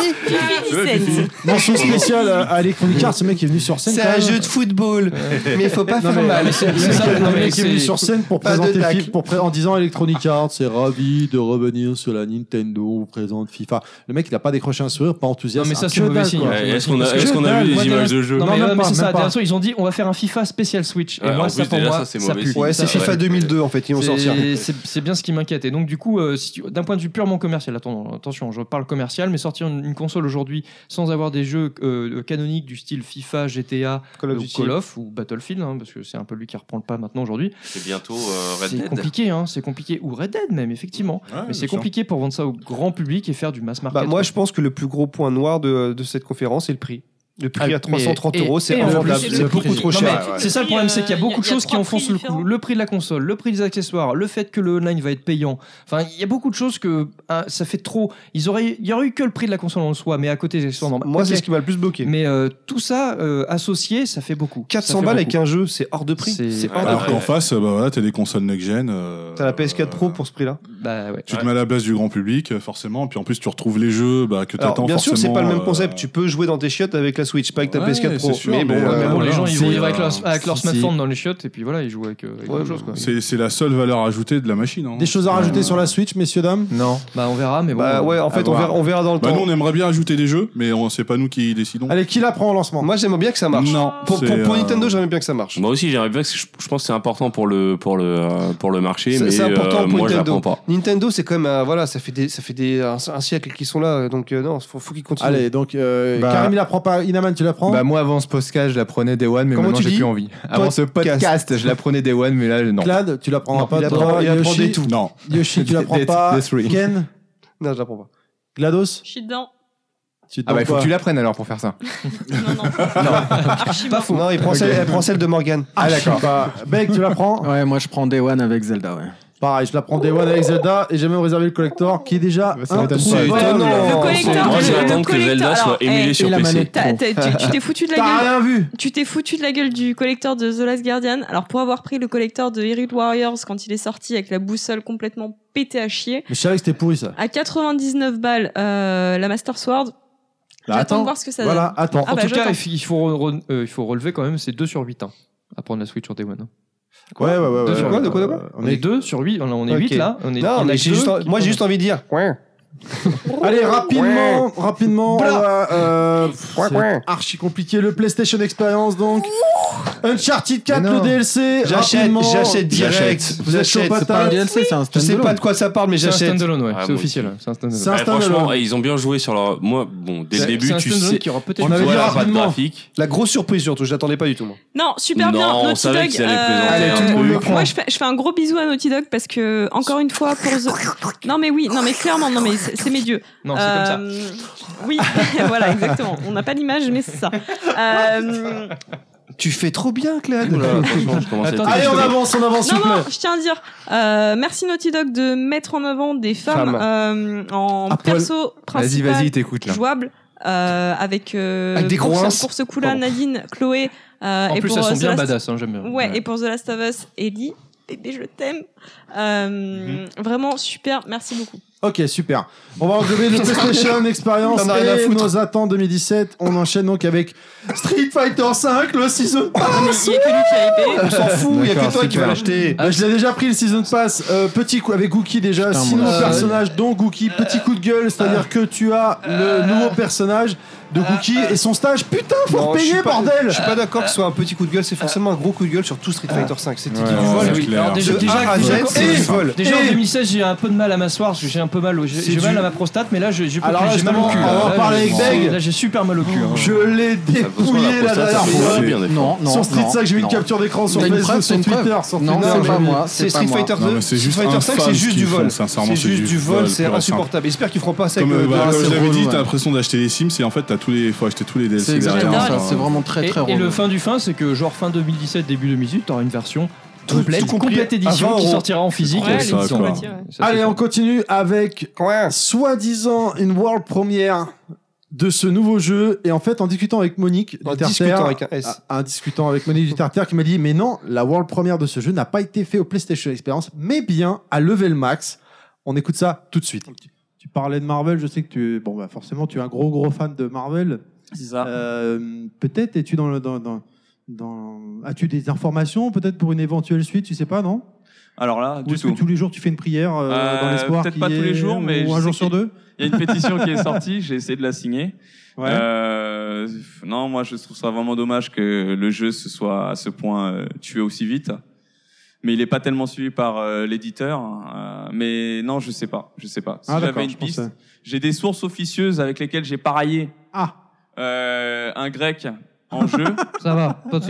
Speaker 4: Nissen.
Speaker 2: Mention spéciale à à Electronic Arts, ce mec est venu sur scène.
Speaker 3: C'est
Speaker 2: quand
Speaker 3: un
Speaker 2: même.
Speaker 3: jeu de football, mais faut pas
Speaker 2: Non,
Speaker 3: faire
Speaker 2: mais-
Speaker 3: mal.
Speaker 1: C'est
Speaker 2: Le
Speaker 1: c'est
Speaker 2: mec,
Speaker 1: ça, non,
Speaker 2: le
Speaker 1: mais
Speaker 2: mec est venu
Speaker 1: c'est-
Speaker 2: sur scêne pour
Speaker 3: Pas de
Speaker 2: présenter
Speaker 3: tac.
Speaker 2: FIFA, pour pré- en disant Electronic Arts c'est ravi de revenir sur la Nintendo, on vous présente FIFA. Le mec il a pas décroché un sourire, pas enthousiaste.
Speaker 1: Non, mais ça,
Speaker 2: un
Speaker 1: c'est
Speaker 2: que
Speaker 1: mauvais
Speaker 2: dalle,
Speaker 1: signe.
Speaker 2: quoi.
Speaker 1: Ouais,
Speaker 5: Ouais, Euh, Est-ce qu'on a,
Speaker 2: Parce que
Speaker 5: est-ce qu'on a
Speaker 2: dalle,
Speaker 5: vu
Speaker 2: moi,
Speaker 5: les images de jeu
Speaker 1: Non, mais,
Speaker 2: Non,
Speaker 1: ouais,
Speaker 2: même
Speaker 1: mais
Speaker 2: pas,
Speaker 1: c'est ça.
Speaker 2: même pas.
Speaker 1: Dernière fois, ils ont dit on va faire un FIFA spécial Switch. Et
Speaker 5: Ouais, en
Speaker 1: moi,
Speaker 5: plus,
Speaker 1: ça pour
Speaker 5: déjà,
Speaker 1: moi,
Speaker 5: ça, c'est
Speaker 1: ça
Speaker 5: mauvais
Speaker 1: pue.
Speaker 5: signe.
Speaker 3: Ouais, c'est
Speaker 5: Ça,
Speaker 3: FIFA
Speaker 5: ouais.
Speaker 3: 2002 en fait, ils vont sortir.
Speaker 1: *laughs* C'est- C'est c'est bien ce qui m'inquiète. Et donc, du coup, euh, si tu- d'un point de vue purement commercial, attends, attention, je parle commercial, mais sortir une, une console aujourd'hui sans avoir des jeux euh, canoniques du style FIFA, GTA,
Speaker 3: Call of
Speaker 1: ou
Speaker 3: Duty.
Speaker 1: Call of ou Battlefield, hein, parce que c'est un peu lui qui reprend le pas maintenant aujourd'hui.
Speaker 5: C'est bientôt euh, Red
Speaker 1: c'est
Speaker 5: Dead.
Speaker 1: compliqué, hein, c'est compliqué. Ou Red Dead même, effectivement.
Speaker 10: Ouais, bien
Speaker 1: mais c'est
Speaker 10: sûr.
Speaker 1: compliqué pour vendre ça au grand public et faire du mass market.
Speaker 3: Bah, moi, je pense que le plus gros point noir de, de cette conférence est le prix. Le prix
Speaker 1: Ah,
Speaker 3: à 330
Speaker 1: mais- et-
Speaker 3: euros, c'est
Speaker 1: et en
Speaker 3: invendable.
Speaker 4: plus,
Speaker 3: C'est
Speaker 4: le
Speaker 3: beaucoup
Speaker 4: prix.
Speaker 3: trop
Speaker 4: Non,
Speaker 3: cher.
Speaker 4: mais-
Speaker 3: ouais.
Speaker 1: C'est ça le
Speaker 4: Puis,
Speaker 1: problème,
Speaker 4: euh,
Speaker 1: c'est qu'il y a beaucoup
Speaker 4: il
Speaker 1: de
Speaker 4: y a
Speaker 1: choses qui
Speaker 4: trois
Speaker 1: enfoncent
Speaker 4: prix
Speaker 1: le coup.
Speaker 4: différents.
Speaker 1: Le prix de la console, le prix des accessoires, le fait que le online va être payant. Enfin, il y a beaucoup de choses que hein, ça fait trop. Ils auraient, il y aurait eu que le prix de la console en soi, mais à côté des accessoires, non, bah,
Speaker 3: Moi,
Speaker 1: ok.
Speaker 3: c'est ce qui m'a le plus bloqué.
Speaker 1: Mais euh, tout ça euh, associé, ça fait beaucoup. Ça
Speaker 3: 400
Speaker 1: fait
Speaker 3: balles
Speaker 1: beaucoup.
Speaker 3: avec un jeu, c'est hors de prix.
Speaker 1: C'est-
Speaker 3: C'est hors de
Speaker 10: Alors
Speaker 3: prix.
Speaker 10: qu'en face, bah voilà, t'as des consoles next-gen. euh,
Speaker 3: T'as la PS4 Pro
Speaker 10: euh,
Speaker 3: pour ce prix-là.
Speaker 1: Bah ouais.
Speaker 10: Tu te mets à la place du grand public, euh, forcément. Puis en plus, tu retrouves les jeux bah, que t'attends
Speaker 3: Alors, bien sûr, c'est pas le même
Speaker 10: forcément,
Speaker 3: concept.
Speaker 10: euh,
Speaker 3: Tu peux jouer dans tes chiottes avec la Switch, pas avec ta
Speaker 10: Ouais,
Speaker 3: PS4 Pro.
Speaker 10: c'est sûr,
Speaker 3: mais bon,
Speaker 10: mais,
Speaker 1: Ouais,
Speaker 3: euh,
Speaker 1: mais bon,
Speaker 10: voilà,
Speaker 1: les gens, ils vont
Speaker 10: c'est,
Speaker 1: y aller avec leur,
Speaker 10: euh,
Speaker 1: avec leur
Speaker 8: si,
Speaker 1: smartphone
Speaker 8: si.
Speaker 1: dans les chiottes, et puis voilà, ils jouent avec, euh, avec
Speaker 3: Ouais, bah,
Speaker 1: autre chose, quoi.
Speaker 10: C'est c'est la seule valeur ajoutée de la machine. hein.
Speaker 2: Des choses à rajouter sur la Switch, messieurs dames.
Speaker 8: Non.
Speaker 1: Bah on verra, mais bon.
Speaker 3: bah ouais, en
Speaker 10: à
Speaker 3: fait, on
Speaker 10: voir.
Speaker 3: verra, on verra dans le
Speaker 10: Bah, nous, on
Speaker 3: temps.
Speaker 10: aimerait bien ajouter des jeux, mais on- c'est pas nous qui décidons.
Speaker 2: Allez, qui la prend au lancement
Speaker 3: Moi, j'aimerais bien que ça marche.
Speaker 10: Non,
Speaker 3: Pour, pour,
Speaker 10: c'est,
Speaker 3: pour
Speaker 10: euh,
Speaker 3: Nintendo, j'aimerais bien que ça marche.
Speaker 5: Moi aussi, j'aimerais bien parce que je, je pense que c'est important pour le, pour le, euh, pour le marché,
Speaker 3: C'est-
Speaker 5: mais
Speaker 3: c'est important
Speaker 5: euh,
Speaker 3: pour
Speaker 5: moi, je
Speaker 3: Nintendo.
Speaker 5: l'apprends pas.
Speaker 3: Nintendo, c'est quand même un- voilà, ça fait des, ça fait des, un, un siècle qu'ils sont là, donc euh, non, faut, faut qu'ils continuent.
Speaker 2: Allez, donc euh,
Speaker 11: Bah-
Speaker 2: Karim il la prend pas, Inaman tu la prends
Speaker 11: Bah moi avant ce podcast je la prenais Day One mais
Speaker 3: Comment
Speaker 11: maintenant
Speaker 3: tu
Speaker 11: j'ai
Speaker 3: dis
Speaker 11: plus envie. Avant ce podcast je la prenais Day One mais là non.
Speaker 2: Clad, tu la prends
Speaker 11: Non,
Speaker 2: pas.
Speaker 3: il la
Speaker 2: Toi,
Speaker 3: prend- il la prend
Speaker 2: Yoshi,
Speaker 3: des tout.
Speaker 10: Non.
Speaker 2: Yoshi, tu la prends
Speaker 11: Des-
Speaker 2: pas.
Speaker 11: des three.
Speaker 2: Ken,
Speaker 3: Non, je la prends pas.
Speaker 2: Glados,
Speaker 4: Je suis dedans.
Speaker 2: tu te
Speaker 11: Ah bah
Speaker 2: donnes
Speaker 11: il faut
Speaker 2: quoi
Speaker 11: que tu la prennes alors pour faire ça.
Speaker 4: Non, non. Archi pas
Speaker 3: Non, il prend celle, elle prend celle de Morgan.
Speaker 11: Ah d'accord.
Speaker 2: Bah, Beck, tu la prends
Speaker 8: Ouais, moi je prends Day One avec Zelda, ouais.
Speaker 2: Pareil, je la prends Day One avec Zelda et j'ai même réservé le collector qui est déjà.
Speaker 11: Bah, Ça m'étonne
Speaker 2: introuvable.
Speaker 11: pas.
Speaker 3: étonnant.
Speaker 4: Le collecteur,
Speaker 5: Moi, je vais
Speaker 4: le- le
Speaker 5: attendre que
Speaker 4: collecteur.
Speaker 5: Zelda soit
Speaker 4: Alors,
Speaker 5: émulé
Speaker 2: eh,
Speaker 4: hey,
Speaker 5: sur
Speaker 8: et la
Speaker 5: PC.
Speaker 4: *laughs*
Speaker 8: manette.
Speaker 4: t'as- t'as- Tu tu t'es foutu de la
Speaker 2: T'as
Speaker 4: gueule
Speaker 2: rien vu
Speaker 4: Tu t'es foutu de la gueule du collecteur de The Last Guardian. Alors, pour avoir pris le collecteur de Hyrule Warriors quand il est sorti avec la boussole complètement pétée à chier,
Speaker 2: Mais je savais que c'était pourri ça.
Speaker 4: à 99 balles, euh, la Master Sword,
Speaker 2: Là,
Speaker 4: j'attends de
Speaker 2: Bah, attends.
Speaker 4: voir ce que ça
Speaker 2: Voilà, attends.
Speaker 4: Ah
Speaker 1: en
Speaker 4: bah,
Speaker 1: tout cas,
Speaker 4: j'attends.
Speaker 1: il faut- il faut, re- euh, il faut relever quand même, c'est 2 sur 8 hein, à prendre la Switch sur Day One. hein.
Speaker 2: ouais, ouais, ouais.
Speaker 1: Deux
Speaker 2: ouais,
Speaker 1: sur
Speaker 2: ouais.
Speaker 3: quoi, de quoi, de quoi
Speaker 2: Euh,
Speaker 1: On est 2 sur 8, on, on est
Speaker 3: Ok.
Speaker 1: 8 là. On est,
Speaker 3: Non, mais j'ai juste, en- moi, j'ai juste envie de dire. Ouin,
Speaker 2: Allez, rapidement, rapidement, on
Speaker 3: Blah.
Speaker 2: va, euh, pff,
Speaker 3: ouin,
Speaker 2: c'est
Speaker 3: ouin.
Speaker 2: archi compliqué. Le PlayStation Experience, donc. Uncharted 4,
Speaker 11: Mais non.
Speaker 2: le DLC.
Speaker 3: J'achète,
Speaker 2: rapidement.
Speaker 3: j'achète direct.
Speaker 5: J'achète.
Speaker 3: Vous
Speaker 2: Vous êtes chaud
Speaker 3: achetez
Speaker 2: patate.
Speaker 8: C'est pas un DLC, c'est un
Speaker 3: Je sais pas
Speaker 8: standalone.
Speaker 3: de quoi ça parle, mais
Speaker 1: C'est un
Speaker 3: j'achète.
Speaker 1: standalone, ouais,
Speaker 5: Ah,
Speaker 1: c'est
Speaker 5: moi
Speaker 1: officiel.
Speaker 5: aussi.
Speaker 1: C'est un standalone.
Speaker 2: C'est un
Speaker 5: Ouais, franchement,
Speaker 2: standalone.
Speaker 5: et ils ont bien joué sur leur. Moi, bon, dès le
Speaker 1: C'est- c'est
Speaker 5: début,
Speaker 1: un
Speaker 5: tu
Speaker 1: standalone
Speaker 5: sais.
Speaker 1: qui aura peut-être
Speaker 2: On
Speaker 1: une
Speaker 2: avait
Speaker 1: fois-
Speaker 2: dit
Speaker 5: Voilà, pas de
Speaker 2: rapidement.
Speaker 5: graphique.
Speaker 3: La grosse surprise surtout, je l'attendais pas du tout. moi.
Speaker 4: Non,
Speaker 5: Non,
Speaker 4: super bien.
Speaker 5: on
Speaker 4: Naughty
Speaker 5: savait
Speaker 4: Dog.
Speaker 5: qu'ils allaient
Speaker 4: euh,
Speaker 5: présenter
Speaker 11: un truc.
Speaker 4: moi, je fais, je fais un gros bisou à Naughty Dog parce que, encore une fois, pour The- Non, mais oui, non, mais clairement, non, mais c'est c'est mes dieux.
Speaker 1: Non, c'est comme ça.
Speaker 4: Euh, Oui, *laughs* voilà, exactement. On n'a pas l'image, mais c'est ça. Euh,
Speaker 3: Tu fais trop bien, Clad.
Speaker 5: Oula, attention, je commence à
Speaker 1: Attends,
Speaker 5: être-
Speaker 2: Allez, on avance, on avance, s'il
Speaker 4: non,
Speaker 2: vous
Speaker 4: non,
Speaker 2: plaît.
Speaker 4: je tiens à dire, euh, merci Naughty Dog de mettre en avant des femmes, euh, en
Speaker 2: À poil.
Speaker 4: perso
Speaker 11: Vas-y
Speaker 4: principal
Speaker 11: vas-y t'écoutes là.
Speaker 4: jouable euh, avec, euh,
Speaker 3: Avec des
Speaker 4: pour,
Speaker 3: groinces.
Speaker 4: ce, pour ce coup-là
Speaker 3: Pardon.
Speaker 4: Nadine, Chloé euh,
Speaker 1: En
Speaker 4: et
Speaker 1: plus,
Speaker 4: pour
Speaker 1: elles
Speaker 4: euh,
Speaker 1: sont
Speaker 4: The
Speaker 1: bien
Speaker 4: Last-
Speaker 1: badass, hein, j'aime bien.
Speaker 4: Ouais, et pour The Last of Us Ellie Dédé, je t'aime. Euh, Vraiment super, merci beaucoup.
Speaker 2: Ok, super. On va englober
Speaker 8: *laughs*
Speaker 2: le PlayStation Experience
Speaker 3: T'en as rien à
Speaker 2: et
Speaker 3: foutre.
Speaker 2: nos attentes 2017. On enchaîne donc avec Street Fighter 5, le Season Pass.
Speaker 4: Ah, mais Ah, bah, il y a que lui qui a aidé.
Speaker 3: On
Speaker 8: *laughs*
Speaker 3: s'en fout, il y a
Speaker 11: D'accord,
Speaker 3: que toi qui vas
Speaker 11: super.
Speaker 3: l'acheter.
Speaker 2: Euh, je l'ai déjà pris le Season Pass. Euh, petit coup avec Gookie déjà.
Speaker 8: Ah. Putain,
Speaker 2: Sinon,
Speaker 8: mon Dieu.
Speaker 2: personnage dont Gookie. Petit coup de gueule, c'est-à-dire que tu as le nouveau personnage de Gookie et son stage. Putain, faut
Speaker 3: Non, je suis
Speaker 2: payer,
Speaker 3: pas-
Speaker 2: bordel
Speaker 3: Je suis pas d'accord que ce soit un petit coup de gueule, c'est forcément un gros coup de gueule sur tout Street Fighter 5. C'était
Speaker 11: Ouais,
Speaker 3: du
Speaker 11: ouais,
Speaker 3: vol.
Speaker 10: c'est
Speaker 3: oui.
Speaker 10: clair.
Speaker 1: Alors déjà,
Speaker 3: De
Speaker 1: déjà,
Speaker 3: A à Z,
Speaker 1: déjà-
Speaker 3: c'est du vol.
Speaker 1: déjà
Speaker 2: Et-
Speaker 1: en 2016, j'ai un peu de mal à m'asseoir, parce que j'ai un peu mal, au- j'ai j'ai mal à ma prostate, mais là, j'ai j'ai pas
Speaker 2: Alors là,
Speaker 1: j'ai mal au
Speaker 2: justement,
Speaker 1: cul.
Speaker 2: on
Speaker 1: là.
Speaker 2: va
Speaker 1: Là,
Speaker 2: parler
Speaker 1: j'ai-
Speaker 2: avec Beg.
Speaker 1: Là, j'ai super mal au cul. hein.
Speaker 2: Je l'ai
Speaker 5: Attention, la
Speaker 2: dépouillé la
Speaker 5: prostate, ça
Speaker 2: dernière
Speaker 5: fait
Speaker 2: fois.
Speaker 5: mal bien des fois.
Speaker 8: Non, non.
Speaker 2: sur Street
Speaker 8: non,
Speaker 2: 5, j'ai eu une
Speaker 8: non.
Speaker 2: capture d'écran sur
Speaker 8: T'as une
Speaker 2: Facebook,
Speaker 8: preuve,
Speaker 2: sur
Speaker 8: une
Speaker 2: Twitter,
Speaker 8: preuve
Speaker 2: sur
Speaker 8: Non,
Speaker 2: Twitter,
Speaker 8: c'est
Speaker 2: j'ai
Speaker 8: pas
Speaker 2: vu.
Speaker 8: moi.
Speaker 3: C'est Street
Speaker 8: pas moi.
Speaker 3: Fighter
Speaker 10: Non,
Speaker 3: 2,
Speaker 10: mais c'est
Speaker 3: Street
Speaker 10: juste
Speaker 3: Fighter 5,
Speaker 10: infâme
Speaker 3: c'est
Speaker 10: ce
Speaker 3: juste
Speaker 10: qu'ils
Speaker 3: du
Speaker 10: font,
Speaker 3: vol.
Speaker 10: sincèrement,
Speaker 3: C'est
Speaker 10: c'est
Speaker 3: juste du vol, c'est
Speaker 10: pur et simple.
Speaker 3: insupportable. J'espère qu'ils feront pas ça
Speaker 10: Comme,
Speaker 3: avec
Speaker 10: euh,
Speaker 3: le-
Speaker 10: bah,
Speaker 8: ouais,
Speaker 10: comme
Speaker 8: c'est
Speaker 10: j'avais
Speaker 8: relou,
Speaker 10: dit,
Speaker 8: ouais.
Speaker 10: t'as l'impression d'acheter les Sims et en fait, t'as tous les, faut acheter tous les
Speaker 8: C'est
Speaker 10: DLC derrière.
Speaker 8: exactement ça,
Speaker 10: enfin,
Speaker 8: c'est vraiment très
Speaker 1: Et,
Speaker 8: très
Speaker 1: et
Speaker 8: relou.
Speaker 1: le fin du fin, c'est que genre fin 2017, début 2018, t'auras une version complète,
Speaker 3: tout compris,
Speaker 1: complète
Speaker 3: à
Speaker 1: édition
Speaker 3: 20
Speaker 1: qui
Speaker 3: euros.
Speaker 1: sortira en physique.
Speaker 4: Ouais,
Speaker 1: avec
Speaker 4: les
Speaker 10: ça,
Speaker 4: petits
Speaker 10: quoi.
Speaker 4: combattis, ouais.
Speaker 1: Ça, c'est
Speaker 2: Allez,
Speaker 1: cool.
Speaker 2: on continue avec
Speaker 3: Ouais.
Speaker 2: soi-disant une world première de ce nouveau jeu. Et en fait, en discutant avec Monique
Speaker 3: En
Speaker 2: Duterter-
Speaker 3: discutant avec un S.
Speaker 2: à- en Ah, discutant avec Monique Duterter qui m'a dit mais non, la world première de ce jeu n'a pas été faite au PlayStation Experience, mais bien à Level Max. On écoute ça tout de suite. Tu parlais de Marvel, je sais que tu bon bah forcément tu es un gros gros fan de Marvel.
Speaker 13: C'est ça.
Speaker 2: Euh, peut-être es-tu dans le dans, dans, dans- as-tu des informations peut-être pour une éventuelle suite, tu sais pas non
Speaker 13: Alors là,
Speaker 2: Ou
Speaker 13: du
Speaker 2: est-ce que
Speaker 13: tout.
Speaker 2: tous les jours tu fais une prière euh,
Speaker 13: Euh,
Speaker 2: dans l'espoir
Speaker 13: peut-être
Speaker 2: qu'il
Speaker 13: pas
Speaker 2: y
Speaker 13: tous les
Speaker 2: ait-
Speaker 13: jours, mais
Speaker 2: ou
Speaker 13: je
Speaker 2: un
Speaker 13: sais
Speaker 2: jour
Speaker 13: que-
Speaker 2: sur deux
Speaker 13: Il y a une pétition qui est sortie, j'ai essayé de la signer.
Speaker 2: Ouais. Ah,
Speaker 13: Euh, non, moi je trouve ça vraiment dommage que le jeu se soit à ce point euh, tué aussi vite. Mais il n'est pas tellement suivi par euh, l'éditeur. Euh, mais non, je sais pas, je sais pas. Si
Speaker 2: Ah, d'accord,
Speaker 13: j'avais une
Speaker 2: je pensais.
Speaker 13: piste, j'ai des sources officieuses avec lesquelles j'ai paraillé
Speaker 2: Ah,
Speaker 13: euh, un grec en jeu.
Speaker 1: Ça va. pas de-
Speaker 13: Et